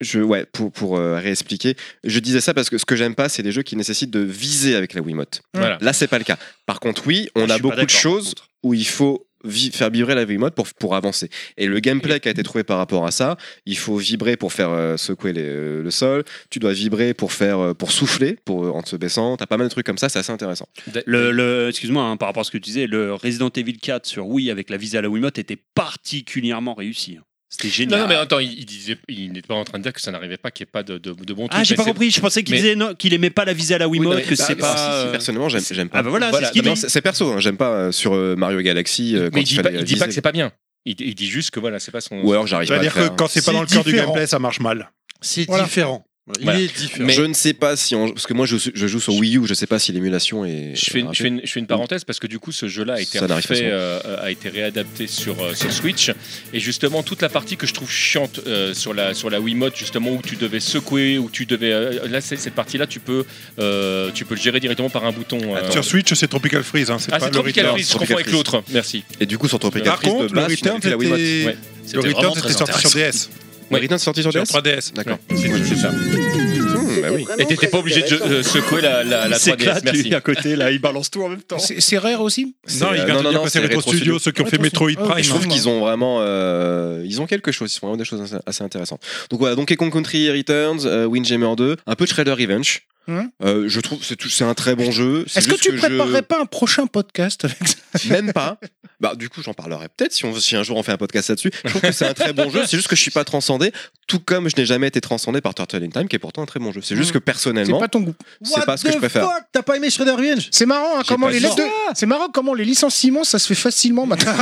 S7: Je, ouais, pour, pour euh, réexpliquer, je disais ça parce que ce que j'aime pas, c'est les jeux qui nécessitent de viser avec la Wiimote.
S4: Voilà.
S7: Là, c'est pas le cas. Par contre, oui, on
S5: Ah, Je
S7: a
S5: suis pas
S7: beaucoup de
S5: d'accord, par
S7: choses
S5: contre.
S7: où il faut vi- faire vibrer la Wiimote pour, pour avancer. Et le gameplay qui a été trouvé par rapport à ça, il faut vibrer pour faire euh, secouer les- euh, le sol, tu dois vibrer pour faire euh, pour souffler pour, euh, en te baissant, t'as pas mal de trucs comme ça, c'est assez intéressant.
S5: Le, le- excuse-moi, hein, par rapport à ce que tu disais, le Resident Evil 4 sur Wii avec la visée à la Wiimote était particulièrement réussi. hein. C'était
S4: Non,
S5: génial.
S4: non, mais attends, il, il disait, il n'est pas en train de dire que ça n'arrivait pas, qu'il n'y ait pas de, de, de bon
S5: ah, j'ai pas compris. Je pensais qu'il
S4: mais-
S5: disait non, qu'il aimait pas la visée à la Wiimote,
S7: mais-
S5: que
S7: bah,
S5: c'est
S7: bah,
S5: pas.
S7: si, si,
S5: euh,
S7: personnellement, j'aime- j'aime pas.
S5: Ah bah voilà,
S4: Voilà,
S5: c'est ce qu'il
S7: Non,
S5: dit.
S7: c'est c'est perso, hein, j'aime pas euh, sur euh, Mario Galaxy euh, quand
S4: Mais il dit, pas,
S7: fallait
S4: il dit pas
S7: viser.
S4: que c'est pas bien. Il, il dit juste que voilà, c'est pas son.
S7: ou alors j'arrive pas à le
S6: C'est-à-dire
S7: faire.
S6: que quand c'est
S1: C'est
S6: pas dans le cœur du
S1: différent.
S6: gameplay, ça marche mal.
S1: C'est
S3: Voilà.
S1: différent. Il
S4: Voilà.
S1: est différent.
S4: Mais-
S7: Je ne sais pas si on- parce que moi je, je joue sur Wii U, je sais pas si l'émulation est.
S4: Je fais, une, je, fais une, je fais une parenthèse parce que du coup ce jeu-là a été
S7: euh, Ça n'arrive pas
S4: refait,
S7: souvent.
S4: euh, euh, a été réadapté sur, euh, sur Switch et justement toute la partie que je trouve chiante euh, sur la sur la Wiimote justement où tu devais secouer où tu devais euh, là c'est- cette partie-là tu peux euh, tu peux le gérer directement par un bouton. euh,
S6: Sur Switch, c'est Tropical Freeze, hein, c'est pas
S4: ah c'est
S6: le
S4: Tropical
S6: rythme.
S4: Freeze, je
S7: Tropical
S4: confonds avec
S7: Freeze.
S4: l'autre. Merci.
S7: Et du coup sur Tropical
S6: Par
S7: Freeze de
S6: contre, le
S7: base, on
S6: Return,
S7: avait la Wiimote.
S6: c'était
S4: Ouais.
S6: le
S4: C'était
S6: Return,
S4: vraiment
S6: c'était
S4: très
S6: sorti sur
S4: intéressant.
S6: DS,
S7: Le Return sorti sur
S6: sur
S7: DS.
S6: 3DS.
S7: D'accord.
S4: C'était- c'est ça.
S7: Hmm, bah oui.
S4: Et t'étais pas obligé de euh, secouer la, la, la 3DS. Merci.
S5: à côté, là, il balance tout en même temps.
S3: C'est c'est rare aussi
S7: C'est,
S6: Non, il
S7: euh,
S6: vient de dire que c'est
S7: c'est
S6: Retro Studio, ceux qui ont fait
S3: Retro Studio.
S6: Metroid
S3: Ah, oui.
S7: Et je
S6: Prime. hein.
S7: trouve qu'ils ont vraiment, euh, ils ont quelque chose, ils font vraiment des choses assez- assez intéressantes. Donc voilà, Donkey Kong Country Returns, euh, Windjammer 2, un peu de Shredder Revenge.
S3: Hum.
S7: Euh, je trouve c'est tout- c'est un très bon jeu. C'est
S3: Est-ce que
S7: juste
S3: tu
S7: je-
S3: préparerais pas un prochain podcast avec ça
S7: [laughs] même pas Bah du coup j'en parlerai peut-être si, on- si un jour on fait un podcast là-dessus. Je trouve que c'est un très bon jeu. C'est juste que je suis pas transcendé, tout comme je n'ai jamais été transcendé par Turtle in Time, qui est pourtant un très bon jeu. C'est
S1: Mm.
S7: juste
S3: Hum.
S7: que
S3: C'est
S7: personnellement,
S3: pas ton goût.
S7: c'est pas ce que je préfère.
S1: Fuck, t'as pas aimé Shredder Revenge
S3: C'est marrant, hein,
S7: J'ai
S3: comment
S7: pas
S3: les
S7: dit
S3: lettres de- C'est marrant comment les licenciements ça se fait facilement maintenant.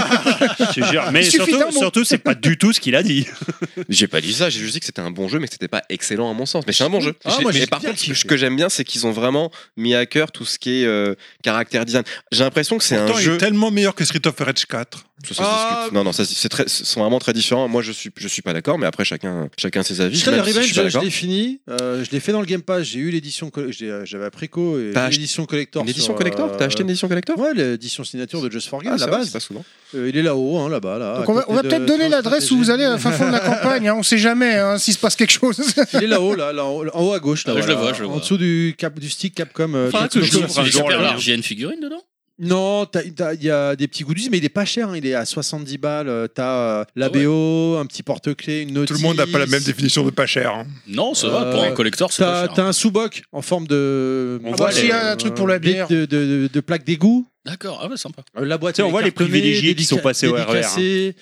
S5: Je te
S7: [laughs]
S5: jure, Mais
S3: Il suffit d'un
S5: surtout,
S3: mot.
S5: surtout, c'est pas du tout ce qu'il a dit.
S7: J'ai pas dit ça, j'ai juste dit que c'était un bon jeu, mais que c'était pas excellent à mon sens. Mais c'est un bon jeu.
S1: Ah,
S7: J'ai-
S1: moi,
S7: mais
S1: j'ai
S7: par
S1: bien
S7: contre, ce que-
S1: kiffé.
S7: ce que j'aime bien, c'est qu'ils ont vraiment mis à cœur tout ce qui est euh, caractère design. J'ai l'impression que c'est un
S6: Pourtant, il
S7: jeu.
S6: est tellement meilleur que Street of Rage 4.
S7: Ça, ça se discute. Non, non, ça, c'est très, ce sont vraiment très différents. Moi, je suis, je suis pas d'accord, mais après, chacun, chacun ses avis.
S1: Shredder
S7: même si je
S1: Revenge,
S7: suis pas
S1: je
S7: d'accord.
S1: l'ai fini. euh, je l'ai fait dans le Game Pass. J'ai eu l'édition. coll- j'ai- euh, J'avais appris co et
S7: T'as
S1: l'édition collector.
S7: Une édition
S1: sur,
S7: collector
S1: euh,
S7: T'as acheté une édition collector
S1: Ouais, l'édition signature de Just for Game,
S7: Ah,
S1: à la
S7: c'est vrai,
S1: base.
S7: c'est pas souvent.
S1: Euh, il est là-haut, hein, là-bas. Là,
S3: Donc
S1: à
S3: on va,
S1: côté
S3: on va
S1: de-
S3: peut-être donner
S1: de-
S3: l'adresse où vous allez à la fin fond de la campagne. Hein, on sait jamais hein, s'il se passe quelque chose.
S1: Il est là-haut, là, là, en en haut à gauche. Là,
S2: Ah, je
S1: voilà.
S2: le vois, je le
S1: en
S2: vois.
S1: dessous du, cap, du stick Capcom. euh,
S2: Faudra
S1: Capcom.
S2: que je
S5: l'ouvre un
S2: l'ouvre
S5: jour,
S2: super
S5: là.
S2: large. Il y a une figurine dedans
S1: Non, t'as- t'as- il y a des petits goûts d'usine, mais il est pas cher. hein, Il est à 70 balles. Euh, T'as euh,
S2: Ah
S1: la BO, un petit porte-clés, une notice.
S6: Tout le monde n'a pas la même définition de pas cher. hein.
S2: Non, ça va, pour un collector, c'est pas
S1: T'as
S2: cher. hein.
S1: t'as un sous-boc en forme de. euh,
S2: On Ah voit bah, les- si,
S3: un truc pour la
S1: des-
S3: bière.
S1: De, de, de, de plaque d'égout.
S2: D'accord, ah ouais, sympa.
S1: Euh, La boîte.
S5: Tu sais, on
S1: elle est
S5: voit les
S1: cartonnée,
S5: privilégiés qui
S1: dédica-
S5: sont passés au RER, hein.
S1: dédicacée.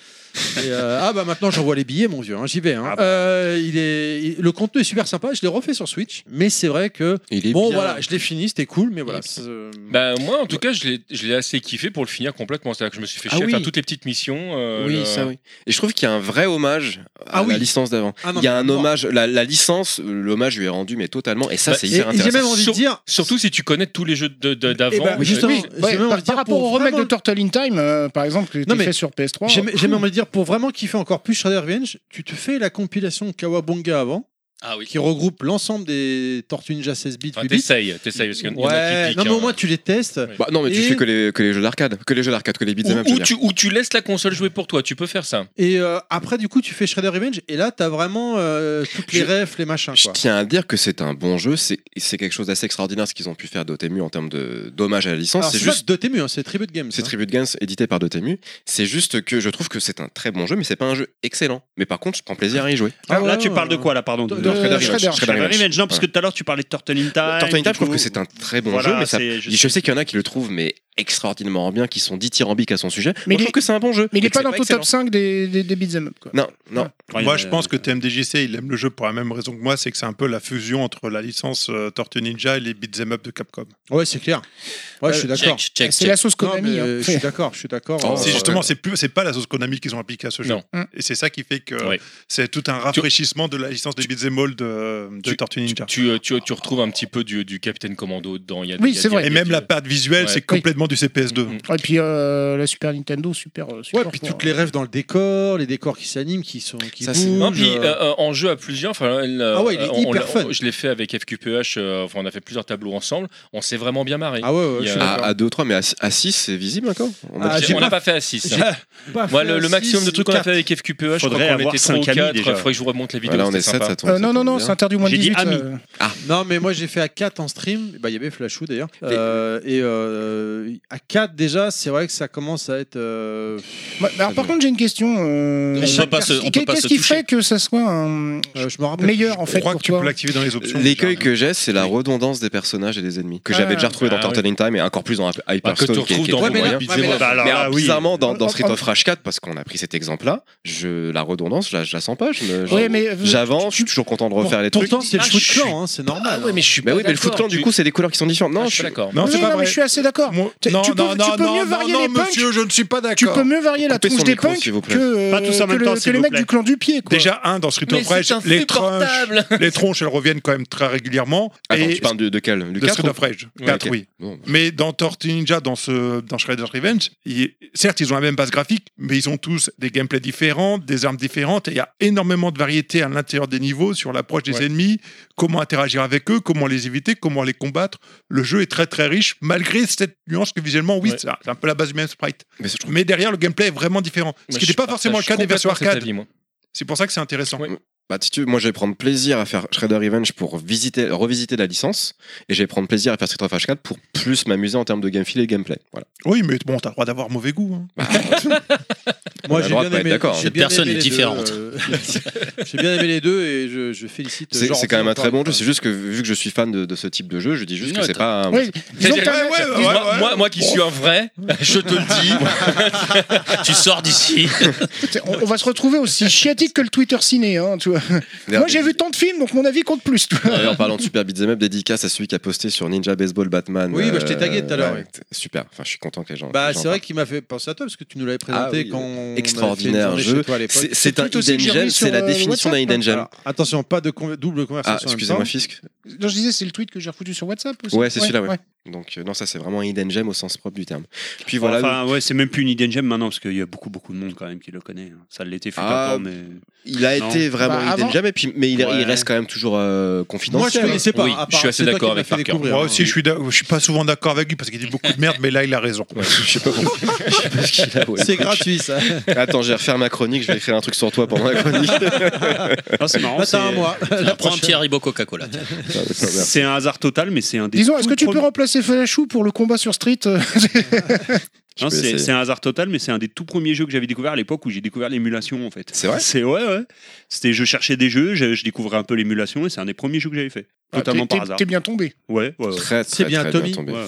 S1: Et, euh, ah bah maintenant j'envoie les billets mon vieux, hein, j'y vais. hein. Euh, il est, il- le contenu est super sympa, je l'ai refait sur Switch, mais c'est vrai que
S7: Eh
S1: bon
S17: bien.
S1: voilà, je l'ai fini, c'était cool, mais voilà. c'est- euh,
S4: Bah, moi, en tout cas, je l'ai- je l'ai assez kiffé pour le finir complètement. C'est-à-dire que je me suis fait
S7: Ah
S4: chier à faire
S7: oui.
S4: toutes les petites missions. euh,
S7: oui,
S4: le-
S7: ça oui. Et je trouve qu'il y a un vrai hommage à
S4: Ah oui.
S7: la licence d'avant.
S4: Ah non,
S7: Il y a
S4: mais
S7: un
S4: d'accord.
S7: hommage, la, la licence, euh, l'hommage lui est rendu, mais totalement. Et ça,
S4: Bah,
S7: c'est hyper intéressant.
S4: Sur- Surtout si tu connais tous les jeux de- de- d'avant.
S7: ben,
S4: euh,
S7: justement,
S4: oui.
S7: j'ai même envie
S3: par,
S7: de dire
S3: par rapport
S7: pour
S3: au remake
S7: vraiment-
S3: de Turtle in Time, euh, par exemple, qui
S1: Non,
S3: était
S1: mais
S3: fait sur PS3.
S1: J'aime- J'aime envie de dire, pour vraiment kiffer encore plus Shredder Revenge, tu te fais la compilation Kawabonga avant,
S2: Ah oui.
S1: qui regroupe l'ensemble des Tortues Ninja 16 bits.
S4: Enfin,
S1: 8 bits.
S4: T'essayes, t'essayes, parce qu'il y en a qui
S1: Ouais,
S4: piquent,
S1: non mais
S4: hein.
S1: au moins tu les testes.
S7: Bah, non, mais tu
S1: Et-
S7: fais que les, que les jeux d'arcade, que les jeux d'arcade, que les beat'em up. je
S4: Ou,
S7: veux
S4: ou
S7: dire.
S4: tu, ou tu laisses la console jouer pour toi, tu peux faire ça.
S1: Et euh, après, du coup, tu fais Shredder Revenge, et là, t'as vraiment euh, toutes les refs, les machins.
S7: Je
S1: quoi.
S7: tiens à dire que c'est un bon jeu, c'est c'est quelque chose d'assez extraordinaire ce qu'ils ont pu faire Dotemu en termes de d'hommage à la licence.
S1: Alors,
S7: C'est
S1: c'est juste
S7: juste
S1: de Tému, c'est Tribute Games.
S7: c'est
S1: hein.
S7: Tribute Games édité par Dotemu. C'est juste que je trouve que c'est un très bon jeu, mais c'est pas un jeu excellent. Mais par contre, je prends plaisir à y jouer.
S5: Ah, là, tu parles de quoi, là, pardon
S7: De- de Shredder Shredder. Shredder Revenge.
S5: Revenge, non, parce que
S7: Ouais.
S5: tout à l'heure, tu parlais de Turtle in Time.
S7: Tortue Ninja,
S5: Ah, du
S7: je trouve
S5: coup.
S7: que c'est un très bon
S5: Voilà,
S7: jeu, mais ça-
S5: c'est-
S7: je, sais qu'il y en a qui le trouvent mais extraordinairement bien, qui sont dithyrambiques à son sujet.
S3: Mais
S7: Moi, je
S3: il
S7: trouve que c'est un bon jeu.
S3: Mais il
S7: mais
S3: n'est
S7: que
S3: pas
S7: c'est
S3: dans
S7: pas
S3: ton
S7: excellent.
S3: top 5 des, des, des beat'em up. Quoi.
S7: Non, non.
S6: Moi, je pense que TMDJC, il aime le jeu pour la même raison que moi, c'est que c'est un peu la fusion entre la licence euh, Tortue Ninja et les beat'em up de Capcom.
S1: Ouais, c'est clair. Ouais, je suis
S6: Euh,
S1: d'accord.
S6: check, check, C'est check. la sauce Konami,
S1: Non, mais,
S6: hein.
S1: euh, Je suis d'accord, je suis d'accord.
S6: Oh, c'est
S1: Euh,
S6: justement, c'est plus, c'est pas la sauce Konami qu'ils ont appliquée à ce jeu.
S4: Non.
S6: Et c'est ça qui fait que c'est tout un rafraîchissement de la licence des beat'em all de, de Tortue Ninja.
S4: Tu, euh, tu, tu retrouves un petit peu du, du Capitaine Commando dedans. il y a- il y a- il y a-
S6: Et
S4: il y a
S6: même
S4: du-
S6: la patte visuelle,
S4: Ouais.
S6: c'est complètement du CPS2.
S3: Et puis euh, la Super Nintendo, super. euh, super
S1: ouais, puis
S3: fort.
S1: toutes les refs dans le décor, les décors qui s'animent, qui sont, qui bougent.
S4: Non, puis,
S1: euh,
S4: euh, euh, en jeu à plusieurs, enfin, euh,
S1: Ah ouais, il est
S4: on- on
S1: hyper
S4: l'a-
S1: fun.
S4: je l'ai fait avec FQPH, euh, enfin, on a fait plusieurs tableaux ensemble, on s'est vraiment bien marré.
S1: Ah ouais, ouais,
S4: Il y a-
S7: À, 2 ou 3, mais à 6, c'est visible encore. On a
S4: Ah,
S7: dit-
S4: [laughs] j'ai- on n'a pas fait à 6. Moi, le, le maximum de trucs qu'on a fait avec FQPE, je crois
S7: Faudrait
S4: qu'on
S7: avoir
S4: était
S7: cinq
S4: 3 ou 4. Il
S7: amis déjà.
S4: faudrait que je vous remonte la vidéo.
S7: Voilà, on
S4: c'était
S7: est sept,
S4: sympa.
S7: ça tourne, Euh,
S3: non, non, non, c'est interdit au moins de
S1: J'ai dit
S3: 18.
S1: ami.
S3: euh.
S1: Non, mais moi j'ai fait à 4 en stream. Bah, Il y avait Flashou d'ailleurs. Euh, et euh, à 4 déjà, c'est vrai que ça commence à être. euh,
S3: Bah, alors, par contre, j'ai une question. euh,
S1: On peut
S3: Jacques
S1: pas se-
S3: Garcia.
S1: on peut pas
S3: Qu'est-ce
S1: se
S3: qui
S1: toucher.
S3: fait que ça soit un
S1: je me rappelle.
S3: meilleur en
S7: Je
S3: fait
S7: crois
S3: pour
S7: que tu
S3: toi
S7: peux
S6: l'activer dans les options.
S7: L'écueil
S4: euh,
S7: que j'ai, c'est la redondance des personnages et des ennemis que j'avais
S3: Ah.
S7: déjà retrouvé dans
S3: Ah,
S7: Turtle in Time et encore plus dans
S4: Bah, que tu
S7: Hyperstone. qui est-
S4: retrouves
S7: qui est
S4: dans
S7: très
S4: Bomberman
S7: moyen.
S4: Beat'em Up.
S5: Bah,
S7: Mais
S4: Alors là,
S5: Ah,
S7: alors,
S4: oui.
S7: bizarrement, dans, dans
S4: En-
S7: Street
S4: en-
S7: of Rage 4, parce qu'on a pris cet exemple-là, je, la redondance, je la, je la sens pas. je me-
S3: Ouais, mais, euh,
S7: J'avance, je suis toujours content de refaire les trucs.
S1: Pourtant, c'est le foot clan, hein, c'est normal.
S7: mais je suis bah oui, mais le foot clan, du
S4: Ah,
S7: coup, c'est des couleurs qui sont différentes. Non, je suis
S4: d'accord.
S3: Non, non, mais je suis assez d'accord. Tu,
S6: Non,
S3: tu peux,
S6: non,
S3: tu
S6: non,
S3: peux
S6: non,
S3: mieux
S6: non,
S3: varier
S6: non,
S3: les punks.
S6: monsieur, je ne suis pas
S3: Tu
S6: d'accord.
S3: peux mieux varier la
S6: Coupez son
S3: trousse des
S6: micro,
S3: punks
S6: s'il vous
S3: que, euh,
S6: plaît. Pas tous en
S3: que
S6: même
S3: le-
S6: temps,
S3: que
S6: s'il
S3: les
S6: vous
S3: mecs
S6: plaît.
S3: du clan du pied. Quoi.
S6: Déjà, un, dans Street
S3: Mais
S6: of Rage,
S3: c'est
S6: les tronches, [laughs]
S3: insupportable.
S6: les tronches, elles reviennent quand même très régulièrement.
S7: Attends, tu parles de, de quel Du
S6: de
S7: quatre,
S6: Street
S7: ou-
S6: of Rage
S7: Ouais,
S6: 4,
S7: ok.
S6: oui.
S7: Bon. bah.
S6: Mais dans Tortue Ninja, dans, ce, dans Shredder's Revenge, il- certes, ils ont la même base graphique, mais ils ont tous des gameplays différents, des armes différentes, et il y a énormément de variétés à l'intérieur des niveaux sur l'approche des ennemis, comment interagir avec eux, comment les éviter, comment les combattre. Le jeu est très très riche, malgré cette nuance que visuellement, oui, c'est un- c'est un peu la base du même sprite.
S7: Mais,
S6: derrière, le gameplay est vraiment différent. Ce
S4: Moi,
S6: qui
S4: je
S6: n'est Bah, pas
S4: partage
S6: forcément le cas des versions
S4: complètement cet
S6: arcade.
S4: avis, moi.
S6: C'est pour ça que c'est intéressant.
S7: Bah, si tu veux, moi, je vais prendre plaisir à faire Shredder Revenge pour visiter, revisiter la licence, et je vais prendre plaisir à faire Street of Rage 4 pour plus m'amuser en termes de game feel et gameplay. Voilà.
S6: Oui, mais bon, t'as le droit d'avoir mauvais goût. hein.
S7: On a
S1: Moi,
S7: le
S1: j'ai
S7: droit
S1: bien
S7: de pas être
S1: aimé.
S7: d'accord, hein.
S1: j'ai
S7: Cette
S1: bien
S7: personne
S1: aimé
S7: est
S1: les deux,
S7: différente. [laughs]
S1: euh, [laughs] j'ai bien aimé les deux et je, je félicite.
S7: C'est
S1: Jean
S7: c'est quand même un
S1: encore
S7: très
S1: une
S7: bon
S1: fois.
S7: jeu, c'est juste que vu que je suis fan de, de ce type de jeu, je dis juste que c'est pas un-
S1: Oui,
S7: disons que t'as-
S4: Ouais, ouais, ouais,
S7: Moi-
S4: ouais, ouais. Moi, moi qui suis un vrai, je
S2: [laughs]
S4: te le dis, tu sors d'ici.
S3: T'sais, On, on va se retrouver aussi chiatique que le Twitter ciné. hein, tu vois. Moi, j'ai vu tant de films, donc mon avis compte plus. tu vois.
S7: D'ailleurs, Euh, en parlant de Super Beat'em Up, dédicace à celui qui a posté sur Ninja Baseball Batman. euh,
S1: Oui, bah, je t'ai tagué tout à l'heure,
S7: ouais,
S1: oui.
S7: t- Super, enfin, je suis content que les gens.
S1: Bah,
S7: les gens
S1: c'est vrai qu'il m'a fait penser à toi parce que tu nous l'avais
S7: parlent. Ah
S1: présenté
S7: oui,
S1: quand.
S7: euh,
S1: on avait
S7: extraordinaire
S1: fait une journée
S7: jeu.
S1: chez toi à l'époque.
S7: C'est- C'est un
S3: tout aussi
S7: hidden
S3: que j'ai
S7: gem,
S3: remis sur,
S7: c'est la
S3: euh,
S7: définition d'un
S3: WhatsApp,
S7: hidden gem.
S1: Alors, attention, pas de con- double conversation.
S7: Ah,
S1: en même
S7: excusez-moi,
S1: temps.
S7: Fisk.
S3: Non, je disais, c'est le tweet que j'ai refoutu sur WhatsApp aussi.
S7: Ouais, c'est celui-là, ouais. Donc, euh, non, ça, c'est vraiment un hidden gem au sens propre du terme. Puis voilà.
S5: Enfin, ouais, c'est même plus une idée de gemme maintenant, parce qu'il y a beaucoup, beaucoup de monde quand même qui le connaît. hein. Ça l'était fut
S7: Ah,
S5: un temps, mais.
S7: Il a
S5: Non.
S7: été vraiment hidden gem, et puis, mais il,
S5: Ouais.
S7: il reste quand même toujours euh, confidentiel.
S5: Moi, je connaissais pas,
S7: Oui,
S5: à part- je suis assez c'est toi d'accord qui m'as avec fait Parker. découvrir,
S6: Moi
S5: hein.
S6: aussi, je suis, d'ac- je suis pas souvent d'accord avec lui parce qu'il dit beaucoup de merde, mais là, il a
S7: [laughs]
S6: raison.
S7: [laughs] Je sais pas pourquoi. Je sais pas ce qu'il a, ouais.
S1: C'est gratuit, ça.
S7: Attends, je vais refaire ma chronique, je vais écrire un truc sur toi pendant la chronique.
S5: Ah, c'est marrant.
S1: Là, t'as un mois.
S2: Tiens, prends un petit Haribo Coca-Cola. tiens.
S5: C'est un hasard total, mais c'est un des.
S3: Disons, est-ce
S5: tout
S3: que tu peux
S5: premiers-
S3: remplacer assez falachou pour le combat sur Street. euh, [laughs]
S5: Non,
S3: peux
S5: c'est
S3: essayer.
S5: c'est un hasard total, mais c'est un des tout premiers jeux que j'avais découvert à l'époque où j'ai découvert l'émulation en fait.
S7: C'est vrai
S5: [laughs] C'est ouais, ouais. C'était, je cherchais des jeux, je, je découvrais un peu l'émulation et c'est un des premiers jeux que j'avais fait.
S3: Ah,
S5: Totalement
S3: t'es-
S5: par
S3: t'es-
S5: hasard.
S3: T'es bien tombé.
S5: Ouais, ouais, ouais.
S7: Très, très, très bien
S5: Ouais,
S7: tombé.
S5: ouais.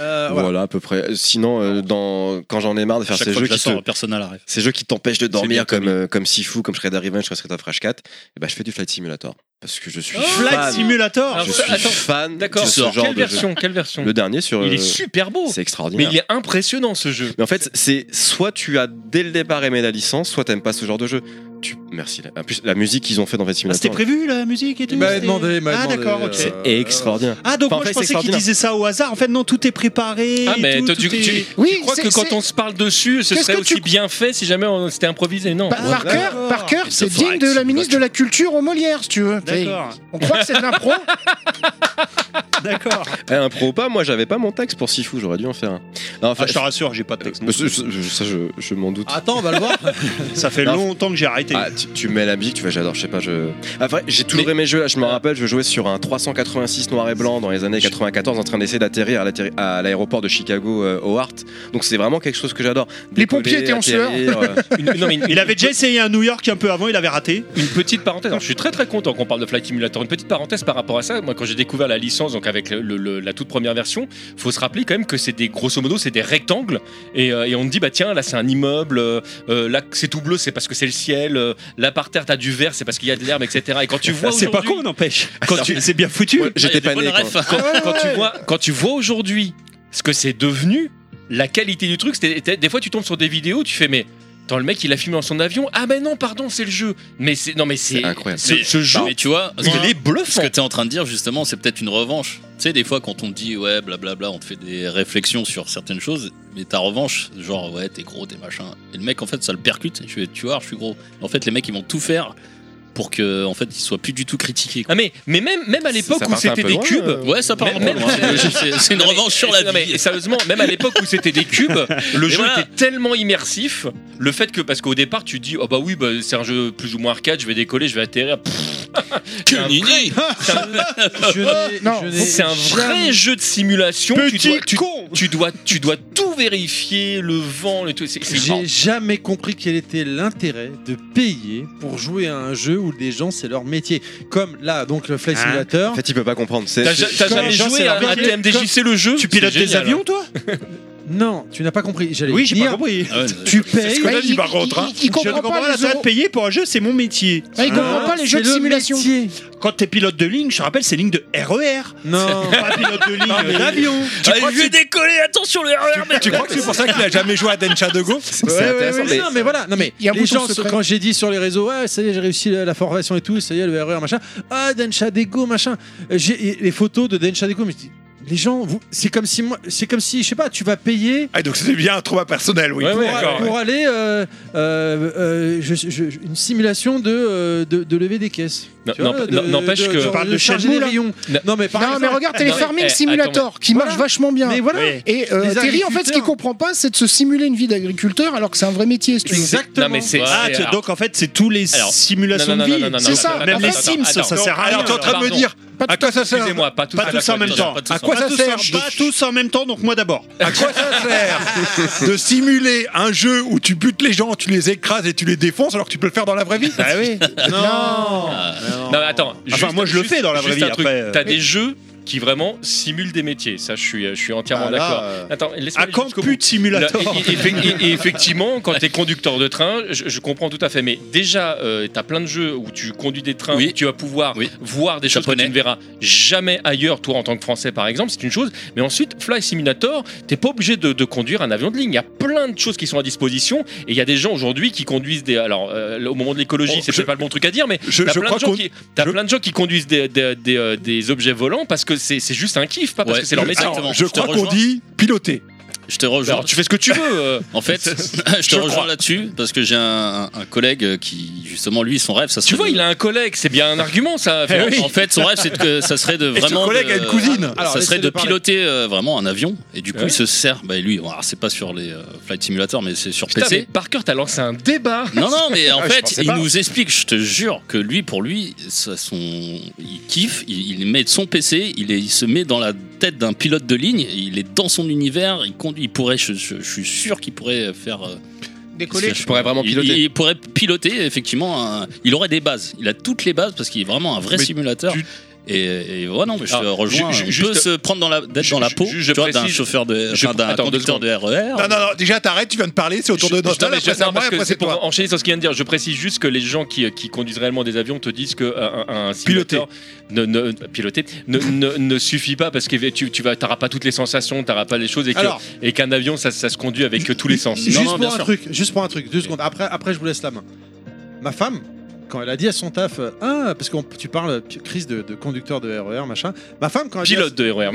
S1: Euh,
S7: voilà. à peu près. Sinon, euh, dans... quand j'en ai marre de faire
S2: Chaque
S7: ces
S2: fois
S7: jeux,
S2: que je la
S7: qui te...
S2: sors, personne à la ref.
S7: ces jeux qui t'empêchent de dormir
S2: bien
S7: comme, euh, comme Sifu, comme Shredder Revenge, comme Shredder Fresh 4, et ben je fais du Flight Simulator. Parce que je suis
S5: Flight
S7: fan.
S5: Simulator
S7: Je
S4: Alors,
S7: suis
S4: Oh attends,
S7: fan
S4: d'accord,
S7: de ce
S4: sors.
S7: genre
S4: Quelle
S7: de jeu.
S4: version, quelle version
S7: Le dernier sur.
S4: Il est
S7: euh,
S4: super beau.
S7: C'est
S4: Mais
S7: extraordinaire.
S4: il est impressionnant ce jeu.
S7: Mais en fait, c'est soit tu as dès le départ aimé la licence, soit t'aimes pas ce genre de jeu. Tu... Merci. la- En plus, la musique qu'ils ont fait dans Flight
S5: Ah,
S7: Simulator.
S5: c'était prévu la musique et tout
S1: Il m'avait
S5: c'était-
S1: demandé, il m'avait
S5: Ah,
S1: demandé,
S5: d'accord, ok.
S1: euh,
S7: Et extraordinaire.
S5: Ah, donc
S7: Enfin, en
S5: moi
S7: fait,
S5: je
S7: c'est
S5: pensais qu'il
S7: extraordinaire.
S5: disait ça au hasard. En fait, non, tout est préparé.
S4: Ah,
S5: et
S4: mais
S5: tout,
S4: toi,
S5: tout
S4: tu,
S5: est-
S4: tu-
S3: Oui,
S4: tu crois
S3: c'est-
S4: que quand
S3: c'est-
S4: on se parle dessus, ce
S3: Qu'est-ce
S4: serait
S3: que tu-
S4: aussi bien fait si jamais on- c'était improvisé Non.
S3: Par, par cœur, par cœur, c'est
S4: Faudra
S3: digne
S4: que
S3: de
S4: ça
S3: la ministre de la Culture au Molière, si tu veux.
S5: D'accord.
S3: On croit que c'est de l'impro.
S5: D'accord.
S7: Eh, un pro ou pas, moi j'avais pas mon texte pour Sifu, j'aurais dû en faire un. Non, en
S5: Ah,
S7: fait-
S5: je te rassure, j'ai pas de texte. non. Ah,
S7: Euh, ce- ce- je- ça, je, je m'en doute.
S1: Attends, on va le voir.
S7: [laughs]
S5: Ça fait
S7: Non.
S5: longtemps que j'ai arrêté.
S7: Ah, tu, tu mets la musique, tu vois, j'adore, je sais pas, je. Après, j'ai toujours aimé le jeu, là, je me rappelle, je jouais sur un 386 noir et blanc dans les années 94 en train d'essayer d'atterrir à l'atterri- à l'aéroport de Chicago euh, Howard. Donc c'est vraiment quelque chose que j'adore.
S3: Les pompiers étaient en
S7: atterrir,
S3: sueur.
S7: euh,
S4: Une- non, mais une-
S5: Il avait déjà essayé un New York un peu avant, il avait raté.
S4: Une petite parenthèse, Alors, je suis très très content qu'on parle de Flight Simulator. Une petite parenthèse par rapport à ça, moi quand j'ai découvert la licence, donc avec le- le- la toute première version, faut se rappeler quand même que c'est des grosso modo c'est des rectangles et, euh, et on te dit bah tiens là c'est un immeuble, euh, euh, là c'est tout bleu c'est parce que c'est le ciel, euh, là par terre t'as du vert c'est parce qu'il y a de l'herbe etc. Et quand
S5: [laughs]
S4: tu vois
S5: C'est pas
S4: aujourd'hui- Ah,
S5: con, n'empêche.
S4: Quand tu-
S5: C'est bien foutu.
S7: ouais, J'étais
S4: Ah,
S7: pas
S4: il y
S7: né.
S4: a des bonnes
S7: quoi.
S2: [laughs]
S4: refs. Quand- quand tu vois quand tu vois aujourd'hui ce que c'est devenu, la qualité du truc, c'était- c'était- des fois tu tombes sur des vidéos, tu fais mais Attends, le mec, il a filmé en son avion. Ah, mais non, pardon, c'est le jeu. Mais c'est non, mais c'est
S7: C'est incroyable.
S4: Ce, ce jeu,
S2: Bah, Mais tu vois, ce
S4: il est
S2: que, ce
S4: bluffant.
S2: que t'es en train de dire justement, c'est peut-être une revanche. Tu sais, des fois quand on te dit ouais, blablabla, on te fait des réflexions sur certaines choses, mais ta revanche, genre ouais, t'es gros, t'es machin. Et le mec, en fait, ça le percute. Je fais, tu vois, je suis gros. En fait, les mecs, ils vont tout faire pour que, en fait, ils soient plus du tout critiqués. quoi.
S4: Ah mais, mais même, même à l'époque
S7: Ça
S4: où
S7: part un
S4: c'était
S7: peu
S4: des
S7: loin,
S4: cubes,
S7: euh.
S2: Ouais, ça part
S4: Mais-
S2: un peu
S4: mais-
S2: loin. C'est- [laughs] c'est- C'est une revanche sur la
S4: Non, mais,
S2: vie.
S4: sérieusement, même à l'époque où c'était
S2: [laughs]
S4: des cubes, le
S2: Et
S4: jeu
S2: voilà.
S4: était tellement immersif, le fait que parce qu'au départ tu te dis oh bah oui bah, c'est un jeu plus ou moins arcade, je vais décoller, je vais atterrir. Pff,
S2: Que nini
S1: Je n'ai-
S3: Non,
S1: je n'ai
S4: C'est un vrai
S1: jamais-
S4: jeu de simulation. tu
S5: Petit
S4: dois, tu,
S5: con.
S4: tu dois, tu dois tout vérifier, le vent, le tout. C'est c'est-
S1: J'ai jamais compris quel était l'intérêt de payer pour jouer à un jeu où les gens c'est leur métier. Comme là, donc le Flight
S5: Hein
S1: Simulator.
S7: En fait, il peut pas comprendre. C'est
S4: T'as ja- t'as
S7: c'est-
S4: jamais
S5: gens, c'est
S4: joué à
S5: leur
S4: un
S5: métier.
S4: TMDJC le jeu
S5: Tu pilotes
S4: C'est
S5: des
S4: génial.
S5: avions, toi
S1: Non, tu n'as pas compris. J'allais
S5: Oui, j'ai pas
S1: dire,
S5: compris.
S2: Ah ouais, non.
S1: tu
S5: C'est ce
S1: payes.
S5: que là,
S3: il-
S5: dit par contre.
S3: il-
S5: hein.
S3: il- il
S5: Je
S3: comprend
S5: ne comprends
S3: pas
S5: pas
S3: les
S5: l'intérêt de
S3: euros.
S5: payer pour un jeu, c'est mon métier.
S3: Ah, il
S5: Hein
S3: comprend pas les jeux
S1: c'est
S3: de
S1: le
S3: simulation.
S1: métier.
S5: Quand t'es pilote de ligne, je te rappelle, c'est ligne de RER. [laughs]
S1: Non.
S5: Pas pilote de ligne euh, [laughs] d'avion.
S4: hein.
S2: Ah,
S4: Oh,
S2: je vais décoller, attention le RER, mais
S14: Tu crois que c'est pour ça qu'il a jamais joué à Dencha de Go
S7: C'est intéressant.
S1: Mais
S7: mais-
S1: non, mais voilà, non, mais
S3: Il y a un
S1: les
S3: bouton
S1: gens,
S3: secret.
S1: quand j'ai dit sur les réseaux, ouais, ça y est, j'ai réussi la, la formation et tout, ça y est, le RER, machin, ah, Densha Dego, machin, Euh, j'ai et les photos de Densha Dego, mais je dis, les gens, vous- c'est comme si moi, c'est comme si, je sais pas, tu vas payer.
S14: Ah, donc c'est bien un trauma personnel, oui.
S4: Ouais,
S1: Pour,
S4: ouais, d'accord,
S1: pour aller euh, euh, euh, je- je- je- une simulation de, euh, de, de lever des caisses.
S4: Non,
S1: Tu vois,
S4: n'empê-
S1: de-
S4: non, n'empêche
S1: de-
S4: que-
S1: genre
S4: Tu parles
S1: de
S4: de
S1: charger
S4: Shenmue,
S1: les
S4: là
S1: rayons.
S4: Non.
S1: Non, mais par
S3: non, mais
S1: exemple-
S3: regarde, t'as les
S4: Non, mais-
S3: Farming
S4: eh,
S3: Simulator
S4: attends,
S3: qui marchent
S1: Voilà.
S3: vachement bien.
S1: Mais voilà.
S5: Oui.
S3: Et euh,
S1: Les
S3: Terry, en fait, ce qu'il
S1: agriculteurs.
S3: comprend pas, c'est de se simuler une vie d'agriculteur alors que c'est un vrai métier, si tu veux.
S1: Exactement.
S4: Non mais c'est.
S5: Ah,
S4: c'est-
S5: tu- donc en fait, c'est tous les
S4: Alors, non,
S5: simulations
S4: non,
S5: de
S4: non,
S5: vie.
S4: non, non,
S3: c'est
S4: non,
S3: ça.
S4: non,
S5: Même
S4: non,
S5: les
S4: attends,
S5: Sims, ça,
S4: attends.
S5: ça sert à rien.
S14: Alors, t'es en train de me
S4: Pardon.
S14: dire,
S3: Pas
S14: à
S3: tout-
S14: quoi ça sert
S4: Excusez-moi, pas tout
S5: Pas
S4: à
S5: tous
S4: la
S5: en
S4: fois,
S5: même
S4: Ah, déjà,
S5: temps.
S4: pas tous
S14: À
S4: en-
S14: quoi
S5: Pas
S14: ça
S5: tous
S14: sert
S5: en- Pas tous en même temps, donc moi d'abord.
S14: À quoi ça sert de simuler un jeu où tu butes les gens, tu les écrases et tu les défonces alors que tu peux le faire dans la vraie vie
S5: Ah oui.
S1: Non.
S4: Ah, Non, mais attends. juste-
S5: moi, je le
S4: juste-
S5: fais dans la vraie
S4: juste un
S5: vie,
S4: truc.
S5: après, euh.
S4: T'as des jeux qui vraiment simulent des métiers. Ça, je suis, je suis entièrement
S5: Ah, là,
S4: d'accord.
S5: euh,
S4: Attends, laisse-moi
S5: À
S4: aller
S5: quand
S4: jusqu'au
S5: pute simulator
S4: Là, et- et- effe- et- et effectivement, quand t'es conducteur de train, je, je comprends tout à fait. Mais déjà, euh, t'as plein de jeux où tu conduis des trains,
S2: Oui.
S4: où tu vas pouvoir
S2: Oui.
S4: voir des choses que
S2: Japonais.
S4: tu ne verras jamais ailleurs, toi en tant que Français par exemple, c'est une chose. Mais ensuite, Fly Simulator, t'es pas obligé de, de conduire un avion de ligne. Il y a plein de choses qui sont à disposition. Et il y a des gens aujourd'hui qui conduisent des. Alors, euh, au moment de l'écologie,
S14: Oh,
S4: c'est
S14: je-
S4: peut-être pas le bon truc à dire, mais
S14: Je,
S4: T'as
S14: je
S4: plein,
S14: crois
S4: de gens
S14: qu'on.
S4: qui- t'as
S14: je-
S4: plein de gens qui conduisent des, des- des, euh, des objets volants parce que c'est c'est juste un kiff, pas parce
S2: Ouais.
S4: que c'est leur
S2: Je-
S4: métier.
S2: alors,
S14: Alors, je
S2: je te
S14: crois qu'on
S2: rejoins.
S14: dit piloter.
S4: Euh,
S2: Je te rejoins.
S4: Alors, tu fais ce que tu veux. euh.
S2: En fait,
S4: [laughs]
S2: [laughs] je te rejoins là-dessus parce que j'ai un, un collègue qui, justement, lui, son rêve, ça serait.
S4: tu vois,
S2: de-
S4: il a Eh un collègue, c'est bien un argument ça.
S2: En-
S4: Florent.
S2: En fait, son rêve, c'est que ça serait de
S14: Et
S2: vraiment.
S14: ce collègue
S2: de-
S14: a une cousine.
S1: Alors,
S2: ça serait
S1: laissez-le
S2: de
S1: parler.
S2: piloter euh, vraiment un avion et du coup
S4: Ouais.
S2: il se sert bah lui bon, alors, c'est pas sur les euh, flight simulator mais c'est sur
S4: Putain, mais
S2: PC
S4: par cœur, t'as lancé un débat.
S2: non non mais en
S7: Ah, je
S2: fait
S7: pensais
S2: il
S7: pas.
S2: nous explique je te jure que lui pour lui ça, son il kiffe il, il met son PC il, est- il se met dans la tête d'un pilote de ligne. Il est dans son univers. Il conduit. Il pourrait. Je, je- je suis sûr qu'il pourrait faire. euh,
S3: Décoller.
S2: je Il, il pourrait piloter, effectivement. un- il aurait des bases. Il a toutes les bases parce qu'il est vraiment un vrai
S4: Mais
S2: simulateur. Et, et ouais, non, mais je te
S4: Alors,
S2: rejoins.
S4: Ah, ju- ju-
S2: on
S4: juste-
S2: peut se prendre dans la, d'être dans la peau
S4: ju- je
S2: tu vois, d'un
S4: précise-
S2: chauffeur de,
S4: je-
S2: enfin, d'un
S4: attends, deux
S2: conducteur de E RER.
S6: Non, non, non, déjà t'arrêtes, tu viens de parler, c'est autour de
S4: Non,
S6: Nostal,
S4: mais
S6: après
S4: je-
S6: c'est à
S4: non,
S6: moi,
S4: parce que
S6: après
S4: c'est
S6: c'est
S4: pour
S6: toi.
S4: enchaîner sur ce qu'il vient de dire. Je précise juste que les gens qui, euh, qui conduisent réellement des avions te disent que euh, un, un simulateur ne, ne- piloter ne, ne- ne suffit pas parce que tu, tu vas t'auras pas toutes les sensations, t'auras pas les choses et que-
S1: Alors.
S4: et qu'un avion ça, ça se conduit avec tous les sens.
S1: Juste pour un truc, juste pour un truc, deux secondes. Après, après, je vous laisse la main. Ma femme, quand elle a dit à son taf, euh, ah, parce que tu parles p- crise de, de conducteur de RER, machin. Ma femme, quand elle a dit à-
S4: Pilote de E RER.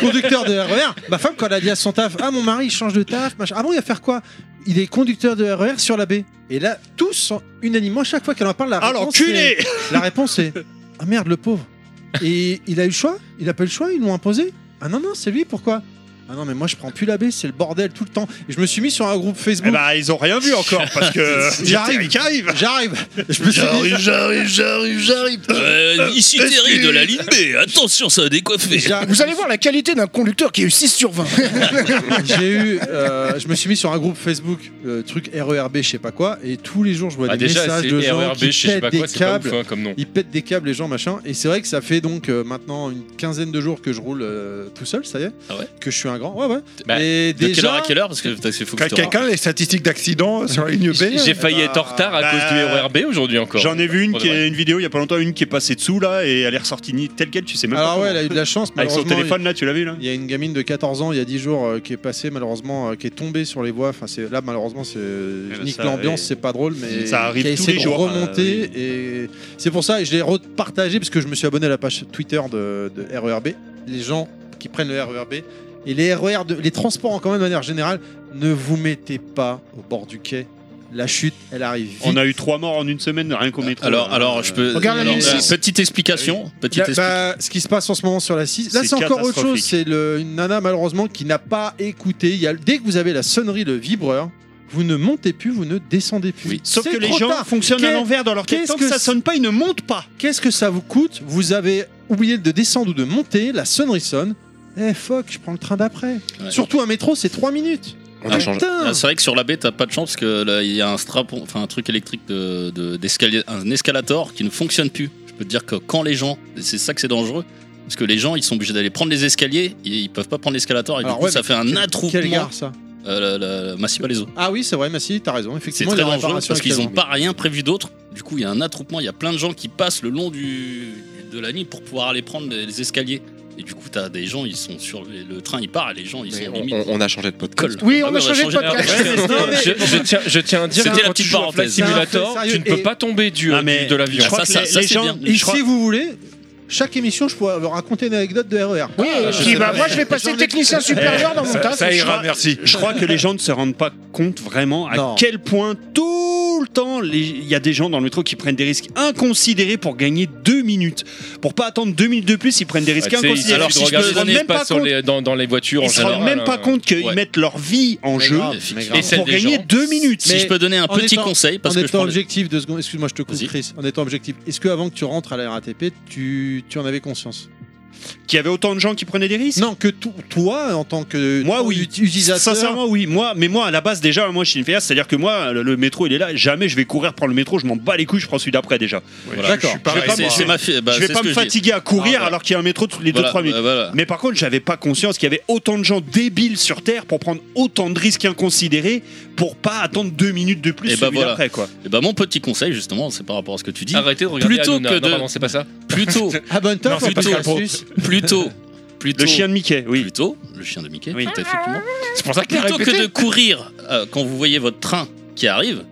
S1: conducteur de RER. Ma femme, quand elle a dit à son taf, ah mon mari, il change de taf, machin. Ah bon, il va faire quoi Il est conducteur de RER sur la baie. Et là, tous, en- unanimement, chaque fois qu'elle en parle, la
S6: Ah,
S1: réponse,
S6: l'enculé
S1: est- la réponse est, ah merde, le pauvre. Et il a eu le choix Il a pas eu le choix Ils l'ont imposé Ah non, non, c'est lui, pourquoi ah non mais moi je prends plus la baie, c'est le bordel tout le temps. Et je me suis mis sur un groupe
S5: Eh
S1: Facebook.
S5: ben,
S6: bah ils ont rien vu encore parce
S1: [laughs]
S6: que
S1: j'arrive,
S4: Eh ben.
S6: j'arrive,
S1: j'arrive. Je me suis dit-
S6: J'arrive, j'arrive, j'arrive,
S2: [laughs]
S6: j'arrive.
S2: Euh, ici
S6: Est-ce
S2: Terry de
S6: que-
S2: la ligne B, attention ça a décoiffé.
S3: Vous allez voir la qualité d'un conducteur qui a eu 6 sur 20.
S1: J'ai eu, euh, je me suis mis sur un groupe Facebook, euh, truc RERB, je sais pas quoi, et tous les jours je vois
S4: Ah,
S1: des
S4: déjà,
S1: messages
S4: c'est
S1: de gens
S4: RERB,
S1: qui
S4: je sais
S1: pètent
S4: pas
S1: des
S4: quoi, c'est pas
S1: câbles,
S4: ouf, hein, comme nom.
S1: ils pètent des câbles les gens machin, et c'est vrai que ça fait donc euh, maintenant une quinzaine de jours que je roule euh, tout seul, ça y est, que je suis un grand, ouais ouais. et
S2: de quelle
S1: déjà,
S2: heure à quelle heure Parce que putain, c'est fou que je te
S6: Quelqu'un a les statistiques d'accident sur la ligne B
S4: J'ai failli être en retard
S1: euh,
S4: à cause du RERB aujourd'hui encore.
S5: J'en ai vu une,
S4: Pour de
S5: qui
S4: vrai.
S5: est, une vidéo il y a pas longtemps, une qui est passée dessous là et elle est ressortie ni- telle quelle, tu sais même pas.
S1: alors ouais,
S5: comment.
S1: elle a eu de la chance.
S5: [laughs] Avec son
S1: malheureusement,
S5: téléphone là, tu l'as vu là
S1: Il y a une gamine de 14 ans il y a 10 jours euh, qui est passée malheureusement, euh, qui est tombée sur les voies. Enfin, c'est là malheureusement, c'est je
S5: ben,
S1: nique
S5: ça
S1: l'ambiance,
S5: arrive.
S1: c'est pas drôle, mais
S5: Ça arrive
S1: qui a
S5: tous
S1: essayé
S5: les
S1: de
S5: jours. Ah,
S1: remonter et c'est pour ça que je l'ai repartagé parce que je me suis abonné à la page Twitter de, de RERB. Les gens qui prennent le RERB et les RER, de- les transports en commun de manière générale, ne vous mettez pas au bord du quai. La chute, elle arrive. Vite.
S5: On a eu trois morts en une semaine, rien qu'au métro.
S2: Alors, alors, je peux.
S1: Regarde la
S2: alors, euh,
S1: ligne six.
S2: petite explication. Petite
S1: Là,
S2: expli-
S1: bah, ce qui se passe en ce moment sur la 6, là
S2: C'est
S1: c'est encore autre chose,
S2: catastrophique.
S1: c'est le- une nana malheureusement qui n'a pas écouté. Il y a- dès que vous avez la sonnerie, le vibreur, vous ne montez plus, vous ne descendez plus.
S5: Sauf
S1: C'est
S5: que les
S1: trop
S5: gens
S1: tard.
S5: fonctionnent à
S1: Qu'est-
S5: l'envers dans leur tête.
S1: qu'est-ce
S5: Tant que ça sonne pas, ils ne montent pas.
S1: Qu'est-ce que ça vous coûte Vous avez oublié de descendre ou de monter, la sonnerie sonne. Eh fuck, je prends le train d'après.
S2: Ouais.
S1: Surtout un métro, c'est 3 minutes.
S2: Ah,
S1: Putain
S2: ah, c'est vrai que sur la baie, t'as pas de chance parce que là, il y a un strapon, enfin un truc électrique de, de- d'escalier- un escalator qui ne fonctionne plus. Je peux te dire que quand les gens, et c'est ça que c'est dangereux, parce que les gens, ils sont obligés d'aller prendre les escaliers, et ils peuvent pas prendre l'escalator et
S1: Alors
S2: du coup,
S1: ouais,
S2: ça
S1: mais
S2: fait un
S1: quel-
S2: attroupement.
S1: Quelle gare ça
S2: euh, la, la, Massif Palaiso.
S1: Ah oui, c'est vrai, mais si, t'as raison.
S2: C'est
S1: Effectivement,
S2: très
S1: il y a
S2: dangereux
S1: réparation
S2: parce qu'ils ont
S1: actuellement.
S2: pas rien prévu d'autre. Du coup, il y a un attroupement, il y a plein de gens qui passent le long du, de la ligne pour pouvoir aller prendre les, les escaliers. Et du coup, t'as des gens, ils sont sur les- le train, ils partent, les gens, ils sont limite.
S7: On, on a changé de podcast.
S2: Oui, on Ah, a mais on a changé de changé de podcast. podcast. Non, mais-
S4: je, je tiens, je tiens à dire
S2: C'était
S4: que
S2: la
S4: quand tu
S2: petite
S4: joues à
S2: parenthèse.
S4: Flight
S1: C'est un
S4: Simulator,
S1: fait
S4: tu
S1: sérieux.
S4: ne peux
S1: Et-
S4: pas tomber du,
S5: Non, mais
S4: du- de l'avion.
S5: je crois que les- les gens-
S1: Et si vous voulez, chaque émission, je pourrais raconter une anecdote de E RER.
S3: Oui, qui va- moi, je vais passer technicien supérieur dans mon
S5: Ça-
S3: taf.
S5: ça
S3: Je
S5: ira,
S3: crois-
S5: merci. Je crois que les gens ne se rendent pas compte vraiment à
S1: Non.
S5: quel point tout le temps les- il y a des gens dans le métro qui prennent des risques inconsidérés pour gagner deux minutes. Pour pas attendre deux minutes de plus, ils prennent des risques
S4: Ah, tu sais,
S5: inconsidérés.
S4: alors, si je
S5: Ils se rendent
S4: peux
S5: même pas compte-
S4: dans, dans les voitures en
S5: ils se rendent
S4: général.
S5: même pas
S4: hein.
S5: compte qu'ils
S4: Ouais.
S5: mettent leur vie en
S4: Mais
S5: jeu
S4: grave, mais grave.
S5: pour
S4: Et celle des
S5: gagner
S4: gens.
S5: deux minutes.
S2: Si je peux donner un
S1: en
S2: petit
S1: étant-
S2: conseil, parce
S1: en
S2: que je
S1: étant
S2: prends le-
S1: objectif deux secondes, excuse-moi, je te coupe, Chris. En étant objectif, est-ce que avant que tu rentres à la RATP, tu, tu en avais conscience
S5: Qu'il y avait autant de gens qui prenaient des risques
S1: Non, que to- toi, en tant que
S5: Moi, oui.
S1: ut- utilisateur.
S5: Sincèrement, oui. Moi, mais moi, à la base, déjà, moi, je suis une fainéante. C'est-à-dire que moi, le, le métro, il est là. Jamais je vais courir prendre le métro. Je m'en bats les couilles. Je prends celui d'après déjà.
S2: Voilà. D'accord.
S5: Je, suis pareil,
S2: C'est-
S5: moi.
S2: c'est ma fi- bah,
S5: Je vais
S2: c'est
S5: pas
S2: ce
S5: me
S2: que je dis.
S5: fatiguer à courir
S2: Ah, voilà.
S5: alors qu'il y a un métro toutes les
S2: Voilà,
S5: 2-3 minutes.
S2: bah, voilà.
S5: Mais par contre, j'avais pas conscience qu'il y avait autant de gens débiles sur Terre pour prendre autant de risques inconsidérés pour pas attendre deux minutes de plus
S2: Et
S5: celui
S2: bah voilà.
S5: d'après, quoi.
S2: Et bah mon petit conseil justement, c'est par rapport à ce que tu dis.
S4: Arrêtez de regarder
S2: plutôt
S4: Hanouna.
S2: que
S4: Non,
S2: de
S4: pardon, c'est pas ça.
S1: [laughs]
S2: plutôt
S1: Abonne-toi
S2: Non,
S1: pour
S2: c'est Pascal
S1: Pascal
S2: Pro.
S1: Suisse.
S2: plutôt plutôt
S5: Le chien de Mickey, oui.
S2: Plutôt le chien de Mickey.
S5: Oui.
S2: tout à fait, effectivement.
S4: C'est pour ça que t'as
S2: plutôt que
S4: répété.
S2: de courir euh, quand vous voyez votre train qui arrive,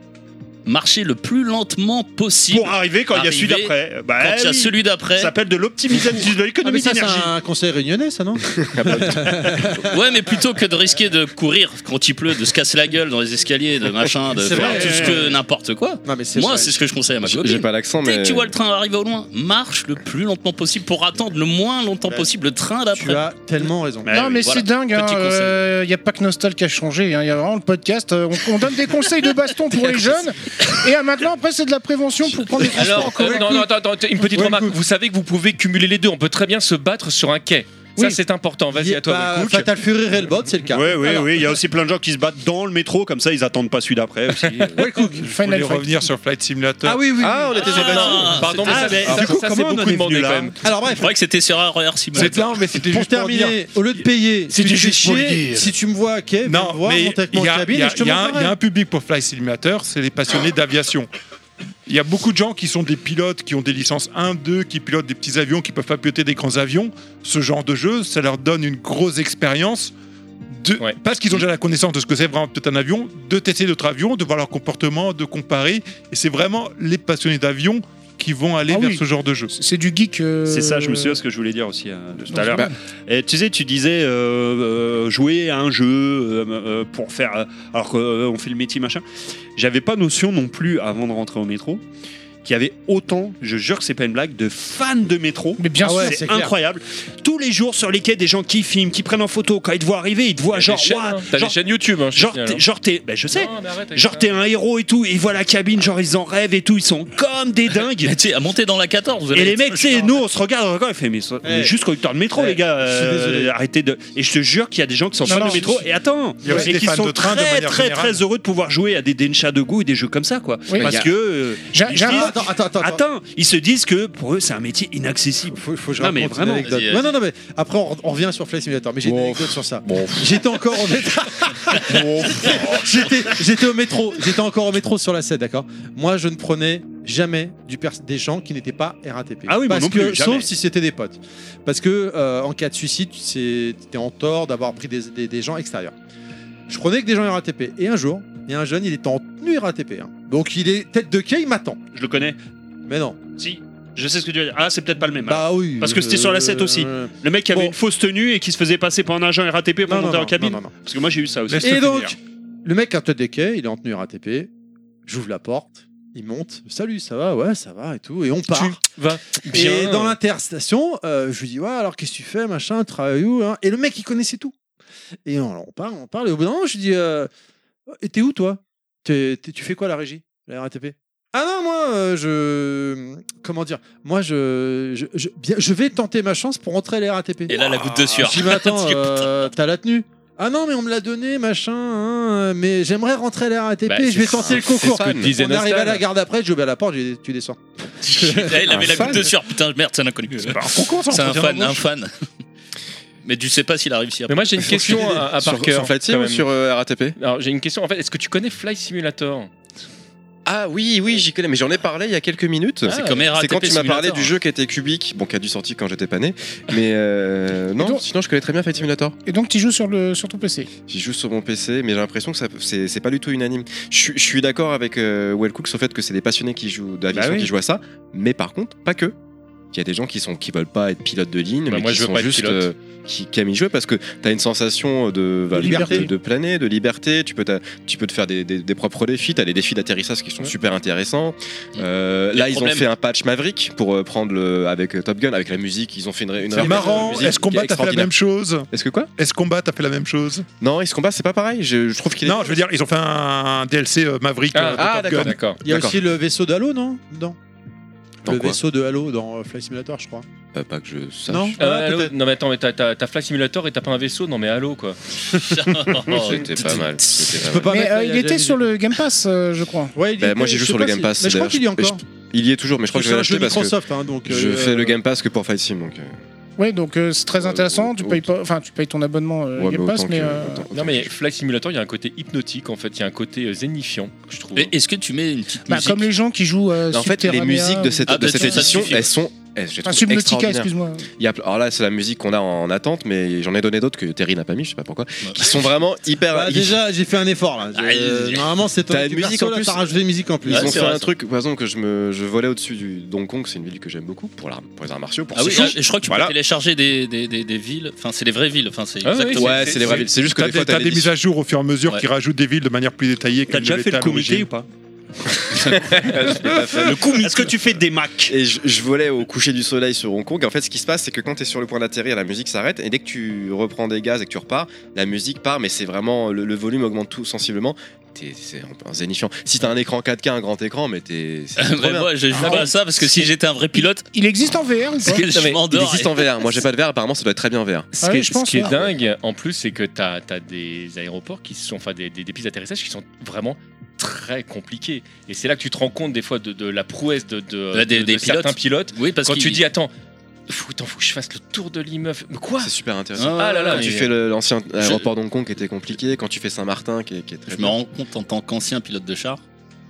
S2: marchez le plus lentement possible
S5: Pour arriver quand il y a celui
S2: Arriver
S5: d'après. Bah,
S2: quand il y a
S5: oui.
S2: celui d'après.
S5: Ça s'appelle de l'optimisation de
S1: Ah, mais
S5: l'économie
S1: ça, c'est
S5: d'énergie.
S1: un conseil réunionnais, ça, non
S2: Ouais, mais plutôt que de risquer de courir quand il pleut, de se casser la gueule dans les escaliers, de machin, de
S1: C'est
S2: faire
S1: vrai.
S2: tout ce que n'importe quoi.
S1: Non, mais c'est
S2: Moi,
S1: vrai.
S2: c'est ce que je conseille à ma
S7: J'ai-
S2: copine.
S7: j'ai pas l'accent,
S2: Dès
S7: mais-
S2: que tu vois le train arriver au loin, marche le plus lentement possible pour attendre le moins longtemps
S7: Bah,
S2: possible le train d'après.
S1: Tu as tellement raison.
S3: Non, mais c'est dingue. hein, Il
S2: Petit conseil.
S3: hein. Euh, n'y a pas que Nostal qui a changé. Il y a vraiment le podcast. euh, on, on donne des conseils de baston pour les jeunes. Et euh, maintenant, après, c'est de la prévention pour prendre les transports en
S4: Alors,
S3: commun.
S4: euh, non, non, attends, attends, une petite
S3: Ouais,
S4: remarque. Vous savez que vous pouvez cumuler les deux. On peut très bien se battre sur un quai. Ça,
S1: Oui.
S4: c'est important. Vas-y, à toi.
S1: bah,
S4: Wellcook.
S1: Fatal Fury Railbot, c'est le cas.
S5: Oui, oui,
S1: Alors.
S5: oui. Il y a aussi plein de gens qui se battent dans le métro, comme ça, ils attendent pas celui d'après aussi.
S6: Je voulais revenir sur Flight Simulator.
S1: Ah oui, oui.
S6: Ah, on était sur Flight Simulator.
S4: Pardon, mais
S6: Ah,
S4: ça,
S6: mais
S4: ça,
S6: du coup,
S4: ça, c'est
S6: comment on en
S4: beaucoup
S6: est
S4: demandé
S6: venu là
S4: quand même.
S1: Alors, bref.
S4: C'est vrai que c'était sur
S2: E
S4: RER Simulator.
S6: C'est- non, mais c'était
S1: pour
S6: juste pour
S1: terminer,
S6: dire.
S1: au lieu de payer,
S6: C'était
S1: si tu
S6: juste pour le dire.
S1: si tu me vois à quai, viens
S6: Non,
S1: me voir,
S6: mais
S1: monte avec
S6: il
S1: moi
S6: y
S1: en
S6: a, il
S1: cabine
S6: y
S1: et
S6: a-
S1: je te
S6: il y a un-
S1: montrerai. Ah.
S6: il y a un public pour Flight Simulator, c'est les passionnés d'aviation. Il y a beaucoup de gens qui sont des pilotes, qui ont des licences 1, 2, qui pilotent des petits avions, qui peuvent pas piloter des grands avions. Ce genre de jeu, ça leur donne une grosse expérience. De, Parce qu'ils ont déjà la connaissance de ce que c'est vraiment peut-être un avion, de tester d'autres avions, de voir leur comportement, de comparer. Et c'est vraiment les passionnés d'avions qui vont
S1: Ah
S6: aller vers ce genre de jeu.
S3: C'est du geek. euh,
S5: C'est ça, je me souviens ce que je voulais dire aussi euh, de tout à
S6: Non,
S5: l'heure.
S6: bah-
S5: Et Tu sais, tu disais euh, euh, jouer à un jeu euh, euh, pour faire. euh, alors qu'on fait le métier, machin. J'avais pas notion non plus avant de rentrer au métro qu'il y avait autant, je jure que c'est pas une blague, de fans de métro. Mais
S3: bien sûr, c'est
S5: Ah c'est
S3: clair.
S5: incroyable. Tous les jours sur les quais, des gens qui filment, qui prennent en photo. Quand ils te voient arriver, ils te voient
S4: des
S5: genre.
S4: chaînes,
S5: ouah,
S4: hein. T'as
S5: genre-
S4: des chaînes YouTube, hein, je te
S5: genre,
S4: signale,
S5: t'es-
S4: hein.
S5: genre t'es, ben, je sais.
S4: Non, mais arrête avec
S5: genre
S4: ça.
S5: t'es un héros et tout. Ils voient la cabine, genre ils en rêvent et tout. Ils sont comme
S3: [laughs]
S5: des dingues.
S2: Mais tu sais, à monter dans la 14, vous allez
S5: Et les
S2: être-
S5: mecs, tu sais, nous, on se regarde encore, il fait, mais so- on est juste conducteur de métro,
S2: Ouais.
S5: les gars.
S2: Je suis
S5: euh,
S2: désolé.
S5: arrêtez de. Et je te jure qu'il y a des gens qui sont
S2: Non,
S5: fans
S2: non,
S5: de métro.
S2: je-
S5: Et attends,
S2: Il y a aussi
S5: et
S2: des
S5: qui
S2: fans
S5: sont
S2: de train de
S5: très,
S2: manière
S5: très,
S2: générale.
S5: très heureux de pouvoir jouer à des Dencha de goût et des jeux comme ça, quoi.
S1: Oui.
S5: Parce
S1: Mais il y a-
S5: que. euh,
S1: J'ai-
S5: ils
S1: j'ai un-
S5: disent-
S1: Attends, attends, attends, attends.
S5: ils se disent que pour eux, c'est un métier inaccessible.
S1: Faut, faut que je
S5: Non, mais
S1: raconte
S5: vraiment.
S1: une anecdote.
S5: Vas-y,
S1: Ouais,
S5: vas-y.
S1: non, non, mais après, on, on revient sur Flight Simulator. Mais j'ai une anecdote sur ça. J'étais encore au métro. [laughs] j'étais, j'étais au métro. J'étais encore au métro sur la 7, d'accord Moi, je ne prenais jamais du pers- des gens qui n'étaient pas RATP.
S5: Ah oui, moi
S1: Parce
S5: non plus,
S1: que-
S5: jamais.
S1: Sauf si c'était des potes. Parce que euh, en cas de suicide, c'est, t'es en tort d'avoir pris des, des- des gens extérieurs. Je prenais que des gens RATP. Et un jour, il y a un jeune, il est en tenue RATP. hein. Donc, il est tête de quai, il m'attend.
S5: Je le connais.
S1: Mais non.
S5: Si. Je sais ce que tu veux dire. Ah, c'est peut-être pas le même.
S1: Bah
S5: alors.
S1: oui,
S5: Parce que c'était sur la 7 aussi.
S1: euh,
S5: Le mec qui avait une fausse tenue et qui se faisait passer pour un agent RATP pour
S1: Non, non,
S5: monter en
S1: non,
S5: cabine.
S1: non, non, non.
S5: Parce que moi, j'ai eu ça aussi.
S1: Et donc, le mec a tête de quai, il est en tenue RATP. J'ouvre la porte, il monte. Salut, ça va Ouais, ça va et tout. Et on part.
S4: Va
S1: Et
S4: bien.
S1: dans l'interstation, euh, je lui dis Ouais, alors qu'est-ce que tu fais, machin, tu travailles où hein Et le mec, il connaissait tout. Et on, on parle, on parle. Et au bout d'un moment, je lui dis euh, Et t'es où, toi T'es- t'es- Tu fais quoi à la régie, la RATP ah non, moi, euh, je. Comment dire Moi, je. Je, je- bien- je vais tenter ma chance pour rentrer à la RATP.
S2: Et là, la goutte de sueur.
S1: Je dis, mais
S2: [laughs]
S1: attends, euh, t'as la tenue Ah non, mais on me l'a donné, machin, hein, mais j'aimerais rentrer à la RATP,
S2: Bah,
S1: je vais
S2: c'est-
S1: tenter le
S2: c'est
S1: concours.
S2: ce que disait
S1: on est arrivé à
S2: Nostal.
S1: la garde après, j'ai ouvert la porte, j'ai dit, tu descends.
S2: Là, il avait
S1: Un
S2: la
S1: fan.
S2: goutte de sueur. Putain, merde, c'est un inconnu.
S7: Euh,
S2: C'est
S6: un concours, ça,
S2: C'est un
S6: entretien
S2: fan, hein. un
S6: d'embauche.
S2: fan. [laughs] Mais tu sais pas s'il a réussi à.
S4: Mais [laughs] moi j'ai une question à, à
S2: Parker.
S4: Parker.
S2: Sur Flight Sim
S4: quand
S2: ou
S4: même.
S2: sur,
S7: RATP
S4: Alors j'ai une question. En fait, est-ce que tu connais Flight Simulator
S7: Ah oui, oui, j'y connais, mais j'en ai parlé il y a quelques minutes.
S4: Ah, C'est comme RATP
S7: C'est quand tu m'as parlé
S2: hein.
S4: Simulator.
S7: du jeu qui était cubique, bon, qui a dû sortir quand j'étais pas né. Mais euh, non, sinon je connais très bien Flight Simulator.
S3: Et donc, tu joues sur, le, sur ton PC
S7: J'y joue sur mon PC, mais j'ai l'impression que ça- c'est c'est pas du tout unanime. Je suis- je suis d'accord avec euh, Wellcook sur le fait que c'est des passionnés qui jouent d'aviation
S4: Bah oui.
S7: qui jouent à ça, mais par contre, pas que. Il y a des gens qui sont qui veulent pas être pilote de ligne,
S4: Bah
S7: mais
S4: moi,
S7: qui
S4: je veux
S7: sont
S4: pas être
S7: juste euh,
S4: pilote.
S7: qui, qui aiment y jouer parce que t'as une sensation de, bah,
S4: liberté.
S7: de, de planer, de liberté. Tu peux t'a- tu peux te faire des, des- des propres défis. T'as des défis d'atterrissage qui sont super intéressants. Euh, là, ils ont
S2: problèmes.
S7: fait un patch Maverick pour euh, prendre le- avec euh, Top Gun, avec la musique. Ils ont fait une, une
S21: C'est marrant. Est-ce qu'on bat, t'as fait la même chose
S7: Est-ce que quoi
S21: Est-ce qu'on bat, t'as fait la même chose
S7: Non, est-ce qu'on bat, c'est pas pareil. Je, je trouve qu'il est.
S21: Non, je veux dire, ils ont fait un DLC euh, Maverick. euh, de
S7: ah,
S21: Top
S7: d'accord,
S21: Gun.
S4: d'accord.
S1: Il y a aussi le vaisseau d'Halo, non Dedans.
S7: Dans
S1: le
S7: quoi
S1: vaisseau de Halo dans euh, Flight Simulator, je crois.
S7: Pas, pas que je sache.
S1: Non.
S4: Euh,
S1: Ah,
S4: Halo-
S1: peut-être.
S4: Non mais attends, mais t'as- t'as t'as Flight Simulator et t'as pas un vaisseau Non mais allô quoi.
S2: hein.
S7: [laughs]
S2: Oh,
S7: Oh, C'était pas mal. C'était
S1: peux pas
S7: mal.
S1: mettre
S3: Mais
S1: la-
S3: euh, il
S1: la-
S3: était sur le Game Pass, euh, je crois.
S1: Ouais,
S7: Bah, moi j'ai joué sur le Game Pass.
S1: Mais je crois
S7: d'ailleurs.
S1: qu'il y est encore.
S7: Je- Il y est toujours, mais je crois que je vais
S1: Parce que
S7: l'acheter
S1: c'est un jeu
S7: parce que
S1: Microsoft, hein, donc,
S7: je
S1: euh,
S7: fais le Game Pass que pour Fight Sim. Donc, euh,
S3: Ouais, donc euh, c'est très intéressant. Tu payes, pas, enfin, tu payes ton abonnement euh,
S7: Ouais,
S3: Game
S7: mais
S3: Pass,
S7: autant
S3: mais.
S7: que-
S3: euh,
S4: Non mais Flight Simulator, il y a un côté hypnotique en fait, il y a un côté euh, zénifiant, je trouve.
S2: Et Est-ce que tu mets une petite
S3: bah,
S2: musique
S3: comme les gens qui jouent. euh,
S7: en fait, les
S3: Subterranea Ah,
S7: musiques de
S3: ou-
S7: cette, de cette édition, elles sont. eh, Elles, je les
S3: Enfin,
S7: trouve
S3: Subnautica,
S7: extraordinaires.
S3: excuse-moi.
S7: Il y a, alors là, c'est la musique qu'on a en attente, mais j'en ai donné d'autres que Terry n'a pas mis, je sais pas pourquoi. Qui sont vraiment hyper.
S1: Bah,
S7: ils-
S1: déjà, j'ai fait un effort là. Je-
S7: Ah, il-
S1: Normalement, c'est ton
S7: T'as
S1: équipe
S7: une musique
S1: perso,
S7: en
S1: là,
S7: plus.
S1: T'as rajouté une musique en plus.
S7: Ils ont fait un truc, par exemple, que je, me, je volais au-dessus du Hong Kong, c'est une ville que j'aime beaucoup pour, l'art- pour les arts martiaux. Pour
S2: Ah
S7: ses
S2: oui,
S7: choses.
S2: je crois que tu
S7: Voilà.
S2: peux télécharger des, des, des, des villes. Enfin, c'est les vraies villes. Enfin, c'est
S21: Ah oui,
S2: exactement-
S7: Ouais, c'est
S2: [laughs]
S7: les vraies villes. C'est juste que
S21: T'as
S7: des fois,
S21: des, t'as des
S7: [laughs]
S21: mises à jour au fur et à mesure
S2: Ouais.
S21: qui rajoutent des villes de manière plus détaillée.
S5: T'as déjà fait le comité ou pas
S7: Le
S5: coup, Est-ce que tu fais des macs
S7: Et je, je volais au coucher du soleil sur Hong Kong. Et en fait, ce qui se passe, c'est que quand t'es sur le point d'atterrir, la musique s'arrête. Et dès que tu reprends des gaz et que tu repars, la musique part, mais c'est vraiment. Le, le volume augmente tout sensiblement. t'es- c'est un- un zénifiant. Si t'as un écran 4K, un grand écran, mais t'es. c'est trop
S2: Mais
S7: bien.
S2: moi, je joue pas à ça parce que si j'étais un vrai pilote.
S7: [laughs]
S3: Il existe en VR ou
S2: Parce que [laughs] je
S7: Non, mais Il
S2: m'endors
S7: existe
S2: et-
S7: en VR. Moi, j'ai pas de VR. Apparemment, ça doit être très bien en VR.
S3: Ah
S4: Ce, qui, est- ce qui est dingue, en plus, c'est que tu as, des aéroports qui sont, enfin des, des, des pistes d'atterrissage qui sont vraiment très compliquées. Et c'est là que tu te rends compte des fois de, de la prouesse de, de-
S2: Là, des-
S4: de- de
S2: des
S4: certains pilotes.
S2: Oui, parce
S4: quand
S2: qu'il-
S4: tu dis, attends, faut, attends, faut que je fasse le tour de l'immeuble. Mais Quoi
S7: C'est super intéressant.
S4: Ah là là,
S7: Quand tu
S4: mais-
S7: fais le- l'ancien aéroport d'Hong Kong qui était compliqué, quand tu fais Saint-Martin qui est, qui est très
S2: Je me
S7: bien.
S2: rends compte en tant qu'ancien pilote de char,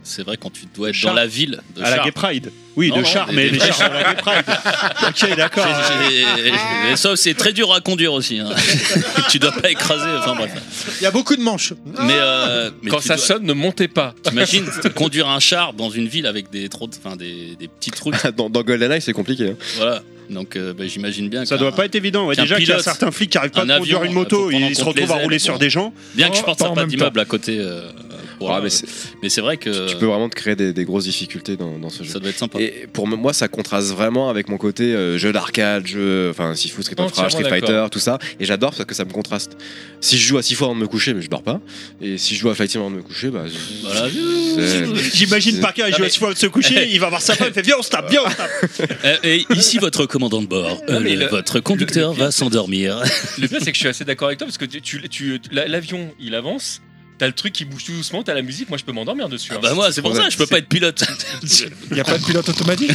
S2: c'est vrai quand tu dois être
S7: char
S2: dans la ville de
S5: À la
S2: char.
S5: Gay Pride. Oui,
S2: Non,
S5: de
S2: non,
S5: char,
S2: des-
S5: mais
S2: des
S5: les chars à la Gay Pride. [laughs] ok, d'accord.
S2: Et- [laughs] et- et- Sauf c'est très dur à conduire aussi. hein. [laughs] tu dois pas écraser. Enfin bref.
S1: Il y a beaucoup de manches.
S2: Mais, euh, mais
S4: Quand
S2: tu
S4: ça
S2: dois-
S4: sonne, ne montez pas.
S2: T'imagines t- conduire un char dans une ville avec des trop, enfin des, des petites routes. [laughs]
S7: [laughs] dans, dans GoldenEye, c'est compliqué. hein.
S2: Voilà. Donc euh, bah, j'imagine bien.
S5: Ça
S2: qu'un-
S5: doit pas être évident. ouais.
S2: qu'un
S5: déjà qu'il y a
S2: pilote,
S5: certains flics qui arrivent pas
S2: un
S5: à conduire
S2: avion,
S5: une moto,
S2: faut prendre en
S5: ils se
S2: compte
S5: retrouvent à
S2: les
S5: rouler
S2: ailes,
S5: sur
S2: bon.
S5: des gens.
S2: Bien que je
S5: Oh,
S2: pense
S5: pas
S2: à
S5: en
S2: pas
S5: même
S2: d'immeuble à côté. euh, pour,
S7: Ah,
S2: euh,
S7: mais c'est-
S2: mais c'est vrai que
S7: Tu peux vraiment te créer des, des grosses difficultés dans, dans ce jeu.
S2: ça doit être sympa.
S7: Et pour moi, ça contraste vraiment avec mon côté euh, jeu d'arcade, jeu, enfin Sifu, Street of Rage,
S4: Entièrement
S7: Street
S4: d'accord.
S7: Fighter, tout ça. Et j'adore parce que ça me contraste. Si je joue à 6 fois avant de me coucher, mais je dors pas. Et si je joue à Flight Sim avant de me coucher, bah. je-
S2: Voilà.
S7: c'est-
S5: J'imagine Parker, il
S2: Non,
S5: joue à
S2: mais-
S5: six fois avant de se coucher, il va voir sa femme, il fait Viens, on se tape, viens, on se tape.
S2: Euh, et ici votre commandant de bord. Euh,
S4: mais
S2: le-
S4: le-
S2: votre conducteur va s'endormir.
S4: [laughs] Le pire, c'est que je suis assez d'accord avec toi parce que tu, tu- tu- la- l'avion, il avance. T'as le truc qui bouge tout doucement, t'as la musique, moi je peux m'endormir dessus. hein.
S2: bah moi c'est pour ça je peux pas être pilote.
S14: Il n'y a pas de pilote automatique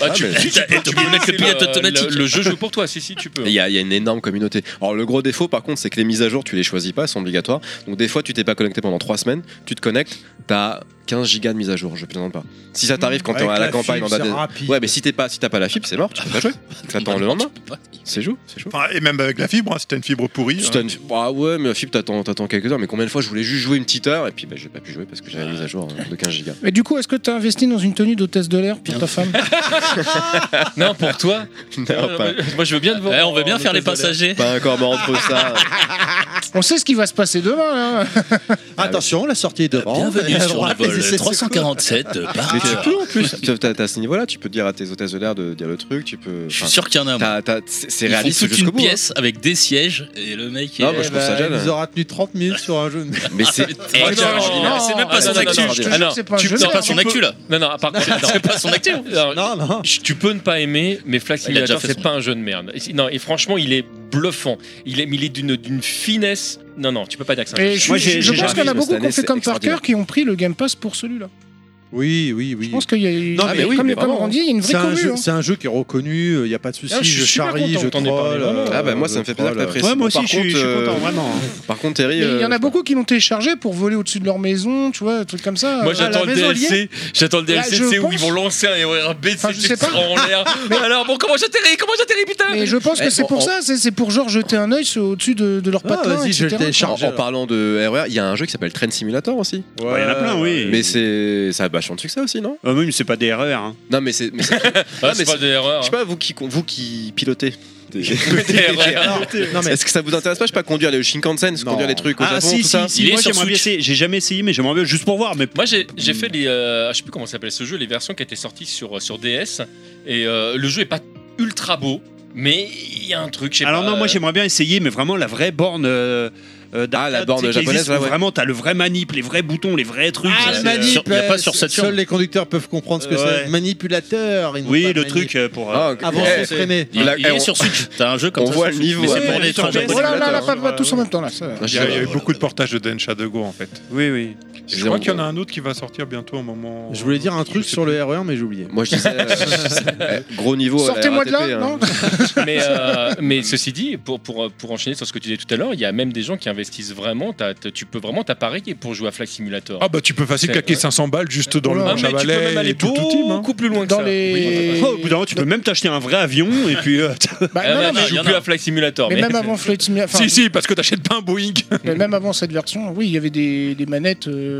S4: Bah, tu,
S7: Ah, mais-
S4: tu- tu peux-
S2: T'as
S4: tu
S2: oublié
S4: peux
S2: de mettre le
S4: lancer
S2: pilote automatique.
S4: Le, le jeu joue pour toi, si, si, tu peux.
S7: Il y, a- il y a une énorme communauté. Alors le gros défaut par contre c'est que les mises à jour tu les choisis pas, elles sont obligatoires. Donc des fois tu t'es pas connecté pendant 3 semaines, tu te connectes, t'as 15 gigas de mise à jour, je plaisante pas. Si ça t'arrive quand t'es
S1: Avec
S7: à la,
S1: Mmh, la
S7: campagne
S1: fibre,
S7: dans ta-
S1: c'est rapide.
S7: Ouais mais si t'es pas si t'as pas la fibre c'est mort, tu peux
S1: [laughs]
S7: pas jouer. [laughs] T'attends le lendemain,
S2: Tu peux pas.
S7: c'est chaud, c'est chaud.
S14: Enfin, Et même avec la fibre, hein, si t'as une fibre pourrie.
S7: Si
S14: hein.
S7: t'as une- Ah ouais mais la fibre t'attends t'attends quelques heures mais combien de fois je voulais juste jouer une petite heure et puis bah, j'ai pas pu jouer parce que j'avais la mise à jour euh, de 15 gigas.
S3: Mais du coup, est-ce que t'as investi dans une tenue d'hôtesse de l'air pour ta femme
S4: Non, pour
S2: [laughs]
S4: toi.
S7: Non, pas,
S4: Euh, moi je veux bien te voir. Euh,
S2: Ouais, Eh, on veut bien
S4: en
S2: faire les
S4: hôtesse de
S2: passagers.
S4: l'air.
S7: pas encore mort entre ça.
S3: [laughs] On sait ce qui va se passer demain, hein. là.
S1: Ah, Attention, la sortie est devant.
S2: Bienvenue
S1: Elle
S2: sur le
S1: droite, les
S2: vol
S1: essais de
S2: 347 de
S7: Mais tu
S2: Parker.
S7: peux en plus. T'as- T'as t'as ce niveau là, tu peux dire à tes hôtesses de l'air de dire le truc, tu peux.
S2: Je suis
S7: enfin,
S2: sûr qu'il y en a. moi.
S7: t'as- t'as- C'est c'est
S2: Ils font
S7: réaliste
S2: toute une
S7: jusqu'au bout. hein.
S2: pièce avec des sièges et le mec.
S7: Non,
S2: est-
S7: moi, je trouve ça
S1: Elle
S7: gêne.
S1: nous aura tenu 30 minutes sur un jeu. de-
S7: Mais c'est
S2: Eh,
S4: Ah,
S2: non,
S4: non,
S2: non,
S4: non,
S2: c'est même pas
S4: ah,
S2: son
S4: non, non,
S2: actu.
S4: non,
S3: Je te
S4: Ah, non,
S3: jure, c'est pas un
S2: Tu
S3: jeu.
S2: c'est
S3: de
S2: pas
S3: merde.
S2: son actu là.
S4: Non, non, ah, par contre,
S2: C'est pas son actu.
S4: non,
S1: Non, non.
S4: je- Tu peux ne pas aimer, mais Flight
S2: Il a déjà
S4: Simulator,
S2: fait
S4: c'est
S2: son-
S4: pas un jeu de merde. Et si- Non, et franchement, il est bluffant. Il est, mais il est d'une d'une finesse. Non, non, tu peux pas dire que c'est un jeu.
S3: Et je,
S5: Moi,
S3: suis-
S5: j'ai-
S3: je
S5: j'ai
S3: pense qu'il y en a
S7: jamais-
S3: beaucoup
S7: cette
S3: qui ont
S7: année,
S3: fait
S7: c'est
S3: comme Parker
S7: extraordinaire.
S3: qui ont pris le Game Pass pour celui-là.
S1: [laughs] Oui, oui,
S3: Je
S1: oui.
S3: pense qu'il y a, Ah,
S1: Non,
S3: comme
S1: mais oui,
S7: mais
S3: les
S7: vraiment.
S3: Pamorandis, il y a une vraie hein.
S1: C'est un,
S3: commune.
S1: jeu, c'est un jeu qui est reconnu, il n'y a pas de souci,
S4: Ah, je suis
S1: je
S4: super
S1: charrie,
S4: content
S1: je
S4: d'entendre parler,
S1: troll.
S4: vraiment.
S1: euh,
S7: Ah bah moi
S1: je
S7: ça me fait plaisir que
S1: troll, euh,
S7: t'apprécies.
S5: Ouais, moi
S7: Bon,
S5: aussi,
S7: par
S5: je suis je
S7: contre,
S5: suis
S7: euh,
S5: content,
S7: [laughs]
S5: vraiment.
S7: Par contre, Terry.
S3: Mais Il y en
S7: euh,
S3: a beaucoup qui l'ont téléchargé pour voler au-dessus de leur maison, tu vois, des trucs comme ça.
S4: Moi
S3: Euh,
S4: j'attends
S3: à
S4: le
S3: la maison, liée.
S4: DLC, j'attends le
S3: Là,
S4: DLC,
S3: je
S4: c'est où
S3: pense-
S4: ils vont lancer un RERB,
S3: Enfin, je sais
S4: c'est
S3: pas.
S4: en l'air. Mais [laughs] alors bon, comment j'atterris Comment j'atterris putain
S3: Mais je pense
S7: Eh,
S3: que c'est
S7: on-
S3: pour
S7: on-
S3: ça, c'est c'est pour genre jeter un œil sur- au-dessus de, de leur
S1: Ah,
S3: patelin,
S1: vas-y, je le
S3: etc. Oh,
S1: télécharge.
S7: en, en parlant de RER, il y a un jeu qui s'appelle Train Simulator aussi.
S1: ouais,
S5: Ouais, il y en a plein, oui.
S1: ouais.
S7: Mais c'est ça a vachement de succès aussi, non
S5: Ah oui, mais c'est pas des erreurs. hein.
S7: Non, mais c'est. mais c'est-
S4: Ah,
S7: mais
S4: c'est pas
S7: c'est-
S4: des erreurs.
S7: Je sais pas vous qui con- vous qui pilotez. des-
S4: [laughs]
S1: Non, mais
S7: [laughs] Est-ce que ça vous intéresse pas Je sais pas conduire les Shinkansen,
S1: Non.
S7: conduire les trucs au
S5: Ah
S7: Japon,
S5: si,
S7: tout
S5: si,
S7: ça.
S5: si,
S2: Il est
S5: moi
S2: sur
S5: j'aimerais bien
S2: Switch.
S5: essayer. J'ai jamais essayé, mais j'aimerais bien juste pour voir. Mais
S4: Moi j'ai j'ai fait les. euh, je sais plus comment ça s'appelle ce jeu, les versions qui étaient sorties sur, sur DS. Et euh, le jeu est pas ultra beau, mais il y a un truc, je sais
S5: alors
S4: pas,
S5: non, moi
S4: euh,
S5: j'aimerais bien essayer, mais vraiment la vraie borne. euh, euh, d'arcade,
S7: Ah, la borne
S5: tu sais, qui
S7: japonaise,
S5: existe,
S7: là,
S5: où
S7: ouais.
S5: Vraiment, t'as le vrai manip, les vrais boutons, les vrais trucs.
S1: Ah,
S5: c'est,
S1: le
S5: euh,
S1: manip,
S2: sur- y a
S1: euh,
S2: pas sur Saturn.
S1: Seuls les conducteurs peuvent comprendre ce que
S5: Euh,
S1: c'est.
S5: ouais.
S1: Manipulateur. ils n'ont pas
S5: Oui,
S1: de
S5: le
S1: manip.
S5: truc euh, pour.
S7: Ah,
S5: euh,
S7: ok.
S1: Avant
S7: Eh,
S1: de se freiner.
S2: Il,
S7: La-
S2: il est
S7: on-
S2: sur
S7: [laughs]
S2: Switch. T'as un jeu comme
S7: on
S2: ça.
S7: voit
S2: sur
S7: le
S2: Switch,
S7: niveau,
S2: Mais
S7: ouais.
S2: c'est pour les
S5: Attends,
S2: étrangers.
S5: mais
S3: Voilà, Oh là, là,
S5: Simulator.
S3: pas, pas tous en même temps, là. ça.
S7: Non,
S14: Il
S7: je
S14: y a, il y a eu
S7: sais
S14: beaucoup de portages de Densha de Go en fait.
S5: Oui, oui.
S14: Je crois qu'il y en a un autre qui va sortir bientôt au moment.
S1: Je voulais dire un truc
S14: sais
S1: sur
S14: plus.
S1: le RER, mais j'ai oublié.
S7: pas. Moi je disais. euh, [laughs] eh, Gros niveau. à la
S3: Sortez-moi de
S7: RATP,
S3: là,
S7: hein.
S3: non
S4: mais,
S3: [laughs]
S4: euh, mais ceci dit, pour, pour, pour enchaîner sur ce que tu disais tout à l'heure, il y a même des gens qui investissent vraiment. t'as- t'as- tu peux vraiment t'appareiller pour jouer à Flight Simulator.
S14: Ah bah tu peux facile
S4: C'est-
S14: claquer
S4: ouais.
S14: 500 balles juste dans
S3: Ah,
S14: le
S3: mais
S14: manche à
S4: mais tu peux même
S14: balai
S4: aller
S14: et tout, tout team. hein.
S4: beaucoup plus loin que
S3: Dans
S4: ça.
S3: les.
S5: Oh, au bout d'un moment, tu peux même t'acheter un vrai avion et puis. euh,
S3: Bah,
S5: [laughs]
S4: Ah,
S3: non,
S4: mais
S3: non, mais,
S4: tu
S2: y en
S4: joues
S2: a.
S4: plus à Flight Simulator.
S3: mais même avant Flight Simulator, enfin,
S14: Si si parce que t'achètes pas un Boeing.
S3: mais même avant cette version, oui, il y avait des, des manettes euh,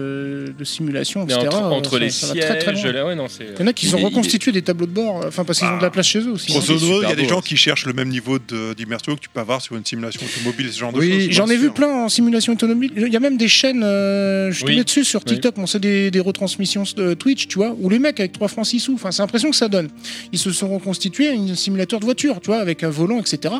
S3: de simulation,
S4: Mais
S3: etc.
S4: entre,
S3: euh,
S4: entre
S3: ça-
S4: les
S3: ça va
S4: sièges,
S3: très, très loin.
S4: là, ouais, non, c'est.
S3: Il y en a qui
S7: Il
S3: ont
S7: est- il est-
S3: reconstitué des tableaux de bord, euh, enfin parce qu'ils ont de la place chez eux aussi.
S14: Grosso
S7: c'est
S14: modo, il y
S7: super
S14: a des
S7: beau,
S14: gens
S7: hein.
S14: qui cherchent le même niveau de- d'immersion que tu peux avoir sur une simulation automobile, ce genre de
S1: Oui,
S14: choses.
S3: J'en ai vu plein en simulation automobile. Il y a même des chaînes, euh, je suis
S4: Oui.
S3: tombé dessus sur
S4: Oui.
S3: TikTok, on sait des, des retransmissions de Twitch, tu vois, où les mecs avec 3 francs 6 sous, enfin, c'est l'impression que ça donne. Ils se sont reconstitués à une simulateur de voiture, tu vois, avec un volant, etc.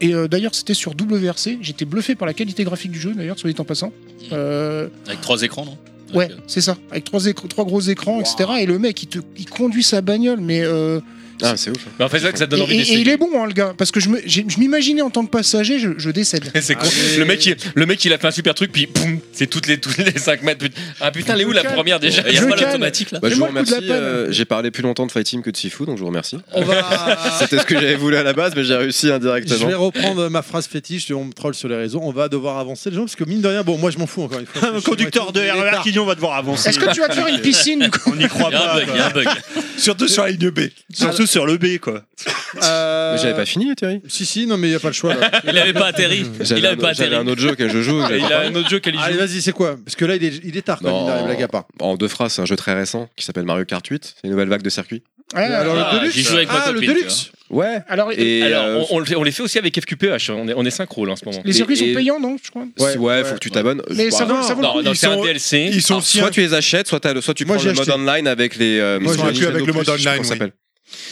S3: Et euh, d'ailleurs, c'était sur WRC. J'étais bluffé par la qualité graphique du jeu, d'ailleurs, soit dit en passant. Euh,
S2: Avec trois écrans, non
S3: Ouais, c'est ça. Avec trois, écr- trois gros écrans, etc. Et le mec, il, te- il conduit sa bagnole, mais. euh,
S7: [laughs] Ah, c'est ouf.
S4: Mais en fait, c'est ça que ça donne
S3: et,
S4: envie
S3: et- et
S4: d'essayer.
S3: il est bon, hein, le gars, parce que je me- j'ai- je m'imaginais en tant que passager, je, je décède.
S4: [laughs] Ah, C'est con. Le mec, il, le mec, il a fait un super truc, puis poum, c'est toutes les, toutes les 5 mètres. putain. Ah putain, elle est où la
S3: Je
S4: première déjà Il n'y a
S3: calme.
S4: pas
S3: Je calme.
S4: l'automatique là
S7: Bah, je vous
S3: Fais-moi le coup de
S7: remercie.
S3: la peine.
S7: euh, j'ai parlé plus longtemps de Fight Team que de Sifu, donc je vous remercie.
S1: [laughs]
S7: C'était ce que j'avais voulu à la base, mais j'ai réussi indirectement.
S1: Je vais reprendre ma phrase fétiche, on me troll sur les réseaux, on va devoir avancer les gens, parce que mine de rien, bon, moi je m'en fous encore une fois.
S5: Un conducteur de E RER qui dit on va devoir avancer.
S3: Est-ce que tu vas te faire une piscine du coup
S5: On n'y croit
S2: Il y a un
S5: pas.
S2: bug, il y a un
S5: quoi.
S2: bug.
S5: Surtout sur la ligne B. Surtout sur le B, quoi.
S1: Euh,
S7: Mais j'avais pas fini, Thierry.
S1: Si, si, non, mais il n'y a pas le choix là.
S2: Il n'avait pas atterri.
S7: J'avais
S2: Il
S7: un,
S2: avait pas
S7: autre- j'avais
S2: atterri.
S7: un autre jeu que je joue. que
S4: Et
S7: j'avais
S4: il
S7: pas
S4: a un autre jeu qu'elle y
S1: Allez,
S4: joue.
S1: vas-y, c'est quoi Parce que là, il est, il est tard quand même, il arrive, la gare part.
S7: En deux phrases, c'est un jeu très récent qui s'appelle Mario Kart 8. C'est une nouvelle vague de circuit.
S3: Ouais,
S1: Alors,
S3: alors,
S1: le Deluxe
S2: J'y joue avec ma
S1: Ah, le
S2: copine. tu
S1: Deluxe
S7: Ouais.
S3: alors,
S7: Et
S4: Alors,
S7: euh,
S4: on, on le fait- on les fait aussi avec FQPH. On est, on est synchro là en ce moment.
S3: les circuits
S7: et-
S3: sont
S7: et-
S3: payants, non Je crois.
S7: ouais,
S1: ouais,
S7: faut que tu t'abonnes.
S3: Mais ça
S7: Bah,
S3: vaut, ça vaut le coup.
S4: Non, non, c'est un
S14: sont-
S4: DLC.
S14: Ils sont
S7: alors,
S14: si
S7: soit tu les achètes, soit, t'as le- soit tu
S1: Moi,
S7: prends
S1: j'ai
S7: le mode
S1: acheté.
S7: online avec les. euh,
S1: Moi,
S7: sur
S1: j'ai
S7: les
S14: inclus avec
S7: Nintendo
S14: le mode
S7: Plus, je crois
S14: online,
S7: que ça
S14: oui.
S7: s'appelle.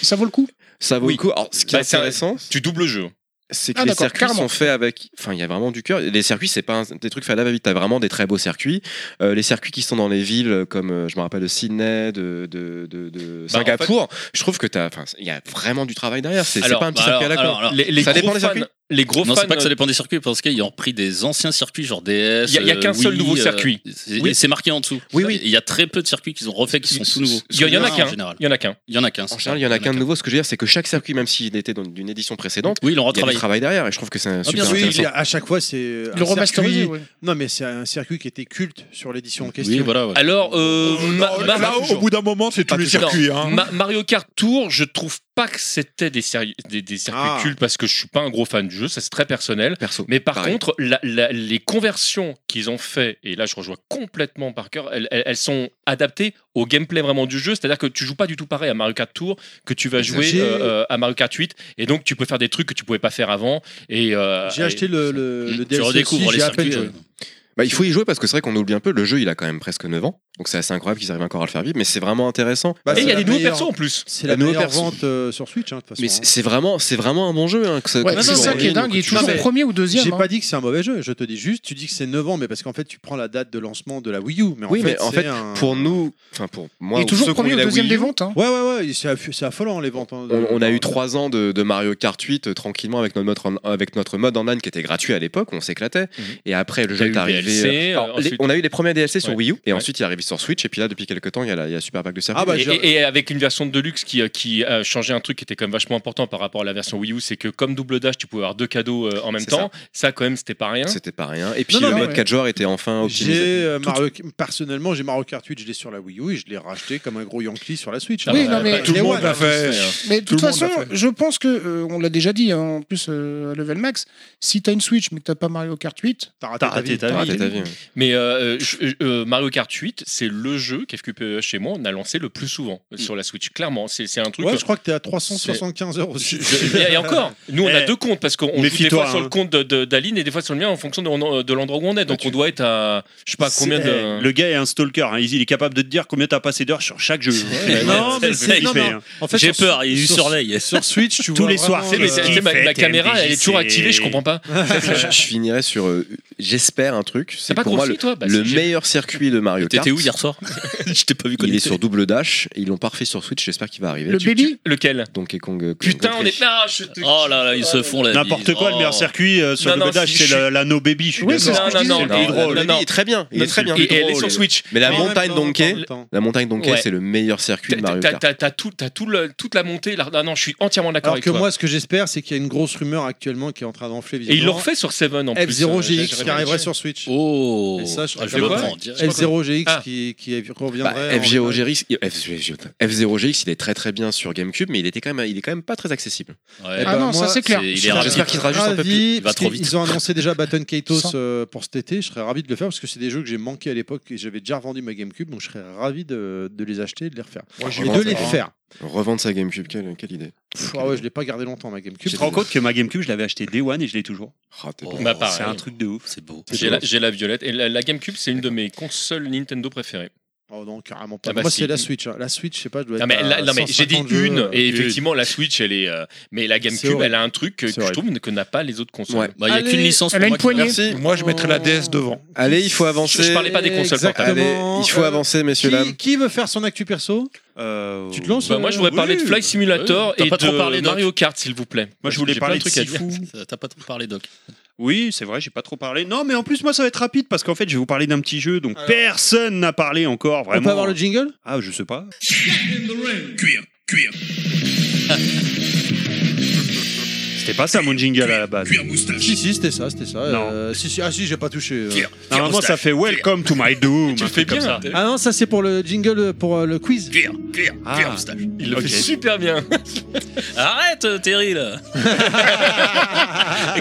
S3: Ça vaut le coup.
S7: Ça vaut
S4: Oui.
S7: le coup. Alors, ce qui est
S4: Bah, c'est un-
S7: intéressant,
S4: Tu doubles le jeu.
S7: c'est que
S3: Ah,
S7: les
S3: d'accord,
S7: circuits
S3: carrément.
S7: sont faits avec. Enfin, il y a vraiment du cœur. Les circuits, c'est pas un- des trucs faits à la va-vite. T'as vraiment des très beaux circuits. Euh, les circuits qui sont dans les villes, euh, comme euh, je me rappelle de Sydney, de, de, de- de
S4: Bah, en
S7: Singapour, je trouve que t'as. Enfin, il y a vraiment du travail derrière. C'est c'est
S2: Alors,
S7: pas un petit
S2: bah,
S7: circuit à la
S2: alors,
S7: con.
S2: alors, alors,
S4: Les, les
S7: Ça
S4: gros
S7: dépend des
S4: fans-
S7: circuits.
S4: Les
S2: Non,
S4: gros fans. euh,
S2: c'est pas que ça dépend des circuits, parce qu'ils ont pris des anciens circuits, genre DS.
S4: Il y a- il y a
S2: euh,
S4: qu'un seul
S2: Wii,
S4: nouveau
S2: euh,
S4: circuit.
S2: c'est-
S4: Oui.
S2: et C'est marqué en dessous.
S7: Oui, oui.
S2: Il y a très peu de circuits qu'ils ont refait qui sont tout nouveaux.
S4: Il y, en a
S2: En
S4: qu'un.
S2: général.
S4: Il y en a qu'un.
S2: Il y en a qu'un.
S7: En général, il y en a qu'un de nouveau. Ce que je veux dire, c'est que chaque circuit, même s'il était dans une édition précédente,
S2: Oui, ils l'ont
S7: il y a du
S2: retravaillé.
S7: travail derrière. Et je trouve que c'est un super
S2: Ah, bien sûr,
S1: Ah, Oui, il
S7: intéressant.
S1: y a- à chaque fois, c'est. un
S3: Le remasterisé,
S1: circuit-
S3: ouais.
S1: Non, mais c'est un circuit qui était culte sur l'édition en question.
S2: Oui, voilà. ouais.
S4: Alors, euh, Ma-
S14: Non,
S4: Ma-
S14: là, au bout d'un moment, c'est tous les
S4: toujours.
S14: circuits. hein.
S4: Ma- Mario Kart Tour, je trouve pas que c'était des, séri- des, des circuits
S1: Ah.
S4: cultes parce que je suis pas un gros fan du jeu, ça c'est très personnel.
S7: Perso.
S4: Mais par
S7: Pareil.
S4: contre, la- la- les conversions qu'ils ont fait, et là je rejoins complètement par cœur, elles, elles- elles sont adaptées au gameplay vraiment du jeu, c'est-à-dire que tu joues pas du tout pareil à Mario Kart Tour que tu vas jouer
S1: J'ai-
S4: euh, euh, à Mario Kart 8, et donc tu peux faire des trucs que tu pouvais pas faire avant. Et euh,
S1: J'ai
S4: et-
S1: acheté le, le, le
S2: tu
S1: DLC.
S2: redécouvres
S1: aussi,
S2: les
S1: j'ai à peine
S2: circuits.
S1: joué.
S2: euh,
S7: Bah, il faut y jouer parce que c'est vrai qu'on oublie un peu. Le jeu, il a quand même presque 9 ans. Donc c'est assez incroyable qu'ils arrivent encore à le faire vivre. Mais c'est vraiment intéressant.
S1: Bah,
S4: Et il y
S1: c'est
S4: a
S1: la
S4: des nouveaux
S1: meilleure-
S4: persos en plus.
S1: C'est la
S7: Bah, nouveau
S1: meilleure
S7: perso.
S1: vente euh, sur Switch, hein, de toute façon.
S7: Mais c'est c'est vraiment, c'est vraiment un bon jeu. hein, que ça-
S3: Ouais,
S7: que
S3: c'est
S7: ça
S3: ça
S7: soit
S3: qui est
S7: en ligne,
S3: dingue, il est
S7: que tu joues.
S3: toujours
S1: mais
S3: premier ou deuxième.
S1: J'ai
S3: hein.
S1: pas dit que c'est un mauvais jeu, je te dis juste, tu dis que c'est 9 ans, mais parce qu'en fait, tu prends la date de lancement de la Wii U. Mais en
S7: Oui,
S1: fait,
S7: mais en
S1: c'est
S7: fait,
S1: un-
S7: pour nous, enfin pour moi,
S3: Il est
S7: ou
S3: toujours
S7: ceux qui ont
S3: premier
S7: eu
S3: ou
S7: la
S3: deuxième des
S7: Wii U,
S3: vente. hein.
S1: Ouais, ouais, ouais, c'est aff- c'est affolant les ventes. hein, de-
S7: On, on a eu
S1: de-
S7: 3 ans de, de Mario Kart 8 euh, tranquillement avec notre, mode en- avec notre mode online qui était gratuit à l'époque, on s'éclatait. Et après, le
S4: T'as
S7: jeu
S4: eu
S7: est
S4: le
S7: arrivé.
S4: DLC,
S7: euh, alors,
S4: euh,
S7: les-
S4: ensuite-
S7: on a eu les premiers DLC sur
S4: Ouais.
S7: Wii U et
S4: Ouais.
S7: ensuite il est arrivé sur Switch. Et puis là, depuis quelques temps, il y a la, il y a Super Pack de service.
S1: Ah bah,
S4: et,
S1: j'ai-
S4: et- et avec une version de Deluxe qui, euh, qui a changé un truc qui était quand même vachement important par rapport à la version Wii U, c'est que comme double dash, tu pouvais avoir deux cadeaux euh, en même
S7: C'est
S4: temps. Ça. quand même, c'était pas rien.
S7: C'était pas rien. Et puis
S1: Non, non,
S7: le
S1: mais-
S7: mode 4 joueurs était enfin optimisé.
S1: J'ai euh, Mario... Personnellement, j'ai Mario Kart 8, je l'ai sur la Wii U et je l'ai racheté comme un gros Yankee sur la Switch. euh,
S4: Ah,
S3: Oui,
S4: bah,
S3: non, mais-
S4: bah,
S14: Tout le
S1: Mais
S14: monde
S1: ouais,
S14: l'a fait.
S3: Mais de
S14: Tout
S3: toute
S14: le monde
S3: façon,
S14: l'a
S3: je pense que, euh, on l'a déjà dit, hein, en plus, euh, à level max, si t'as une Switch mais que t'as pas Mario Kart 8,
S1: T'as raté
S5: T'as
S1: ta
S5: raté
S1: vie.
S5: ta
S7: Ah,
S5: vie.
S7: t'as ta vie, ouais.
S4: Mais euh, je- euh, Mario Kart 8, c'est le jeu qu'FQPE chez moi, on a lancé le plus souvent sur la Switch. Clairement, c'est c'est un truc.
S1: Ouais,
S4: que-
S1: je crois que t'es à 375 heures aussi.
S4: je- et et encore, nous on a
S5: Eh,
S4: deux comptes parce qu'on joue des
S5: méfie-toi,
S4: fois sur
S5: hein.
S4: le compte de- de- d'Aline et des fois sur le mien en fonction de, de l'endroit où on est. Donc on doit être à je sais pas combien
S5: C'est-
S4: de.
S5: Le gars est un stalker. hein. Il il est capable de te dire combien t'as passé d'heures sur chaque jeu.
S1: Non, mais
S5: Le
S1: c'est-
S5: mec,
S1: non,
S5: il fait,
S1: non.
S5: hein.
S1: En fait,
S2: J'ai
S1: sur-
S2: peur, il y
S1: sur-
S2: surveille.
S1: Sur Switch, tu
S5: Tous
S1: vois
S5: les
S1: vraiment
S5: soirs, c'est
S1: le-
S4: Mais c'est-
S5: qu'il
S4: c'est ma,
S5: fait,
S4: ma caméra, elle est
S5: TMDJC.
S4: toujours activée, je comprends pas.
S7: je, je finirai sur. euh, J'espère un truc.
S4: T'as
S7: C'est
S4: pas
S7: pour moi le,
S4: compris toi Bah,
S7: le
S4: si, j'ai-
S7: meilleur circuit de Mario Kart.
S2: T'étais où hier soir Je t'ai pas vu
S7: Il est
S2: connecté.
S7: sur double dash. et Ils l'ont parfait sur Switch. J'espère qu'il va arriver.
S3: le
S7: Tu-
S3: baby,
S4: Lequel
S7: Donkey Kong. euh,
S4: Putain, on
S7: Country.
S4: est. Ah, je te-
S2: Oh là là, ils se font la
S5: N'importe
S2: bise.
S5: quoi, le meilleur
S2: Oh.
S5: circuit euh, sur
S4: Non,
S5: le
S4: non,
S5: godage,
S4: si,
S5: c'est
S4: je
S5: la, la No Baby. Je suis
S3: Oui, c'est
S5: d'accord.
S3: ce que je
S4: Non, non,
S3: disais.
S4: non,
S5: Il est drôle.
S4: non, non.
S7: Le baby est très bien. Il est très bien.
S4: Et et elle est sur
S7: Drôle.
S4: Switch.
S7: Mais la
S1: Ah, Mais
S7: montagne
S1: en même temps, en
S7: Donkey,
S1: même temps.
S7: la montagne Donkey,
S4: Ouais.
S7: c'est le meilleur circuit de
S4: T'as-
S7: Mario
S4: T'as
S7: Kart.
S4: t'as- t'as tout, t'as tout le- toute la montée. là. Ah non, je suis entièrement d'accord
S1: Alors
S4: avec
S1: que
S4: toi.
S1: moi, ce que j'espère, c'est qu'il y a une grosse rumeur actuellement qui est en train d'enfler.
S4: et il le
S1: visiblement.
S4: refait sur Seven en plus. euh, j'ai-
S1: F0GX
S4: j'ai
S1: qui arriverait sur Switch.
S2: Oh
S1: Et ça, je-
S2: Ah,
S1: je
S2: vais
S1: le
S2: le
S1: vois.
S2: prendre, direct.
S1: F0GX
S4: Ah.
S1: qui, qui
S7: Bah,
S1: reviendrait. en-
S7: FGOGX, F0GX, il est très très bien sur GameCube, mais il était quand même, il est quand même pas très accessible.
S2: Ouais.
S1: Eh
S3: Ah
S1: ben,
S3: non, ça
S1: moi,
S3: c'est clair.
S2: c'est- il est
S3: Je suis
S2: rapide.
S3: d'accord.
S7: J'espère qu'il sera juste un peu
S1: Ravi,
S7: plus.
S2: Il va
S1: parce
S2: trop
S1: qu'ils-
S2: vite.
S1: Ils ont annoncé déjà Baton Kaitos
S3: Sans-
S1: euh, pour cet été. Je serais ravi de le faire parce que c'est des jeux que j'ai manqué à l'époque et j'avais déjà revendu ma GameCube. Donc je serais ravi de, de les acheter et de les refaire.
S7: je
S4: Ah,
S1: et
S7: vais
S1: de
S7: faire
S1: les
S7: ça.
S1: faire.
S7: Revendre sa GameCube, quelle, quelle idée.
S1: Pff, ah ouais, je l'ai pas gardé longtemps ma GameCube.
S5: Tu te rends compte que ma GameCube, je l'avais acheté Day One et je l'ai toujours.
S7: Ah, t'es
S2: Oh,
S7: bon.
S4: Bah, pareil.
S5: C'est un truc de ouf.
S2: C'est beau.
S4: J'ai la, j'ai la violette. Et la, la GameCube, c'est une de mes consoles Nintendo préférées.
S1: Oh non, carrément pas.
S4: Ah bah
S1: Moi,
S4: si.
S1: c'est la Switch. hein. La Switch, je sais pas, je dois
S4: Non
S1: être
S4: mais,
S1: à
S4: là- non, mais j'ai dit
S1: 150 jeux.
S4: une et
S1: Oui.
S4: effectivement la Switch elle est euh, mais la GameCube
S1: horrible.
S4: elle a un truc que,
S1: C'est
S4: que je trouve que n'a pas les autres consoles.
S7: Ouais.
S4: Bah, il y a qu'une licence pour moi qui-
S7: Merci.
S14: Moi, je mettrais la DS
S3: Oh.
S14: devant.
S7: Allez, il faut avancer.
S4: Je- je parlais pas des consoles Bah, portables.
S7: Allez, il faut
S4: Euh,
S7: avancer, messieurs, dames.
S1: Qui, qui veut faire son actu perso
S14: Bah,
S1: Tu te lances
S4: Bah, moi je voudrais
S1: euh,
S4: parler
S1: oui.
S4: de Flight Simulator
S2: T'as
S4: et
S2: pas trop
S4: de
S2: parlé, Doc.
S4: Mario Kart s'il vous plaît.
S2: Moi, je voulais
S4: J'ai plein
S2: parler
S4: de trucs
S2: de
S4: à dire.
S2: T'as pas trop parlé, Doc.
S5: Oui, c'est vrai, j'ai pas trop parlé. Non, mais en plus, moi, ça va être rapide parce qu'en fait, je vais vous parler d'un petit jeu dont personne n'a parlé encore, vraiment.
S1: peut
S14: hein.
S1: avoir le jingle
S5: Ah, je sais pas.
S13: Cuir, cuir,
S5: C'était pas ça mon jingle à la base.
S13: cuir moustache.
S1: Si, si, c'était ça, c'était ça.
S5: Non.
S1: Euh, si, si, ah, si, j'ai pas touché. euh.
S13: Cuir, cuir
S5: Normalement, ça
S13: moustache.
S5: fait Welcome to my doom.
S4: Tu le fais bien ça.
S1: Ah non, ça, c'est pour le jingle, euh, pour euh, le quiz.
S13: Cuir, cuir, cuir
S5: Ah.
S13: moustache.
S4: Il le
S5: Ok.
S4: fait super [laughs] bien.
S2: Arrête, euh, Terry, là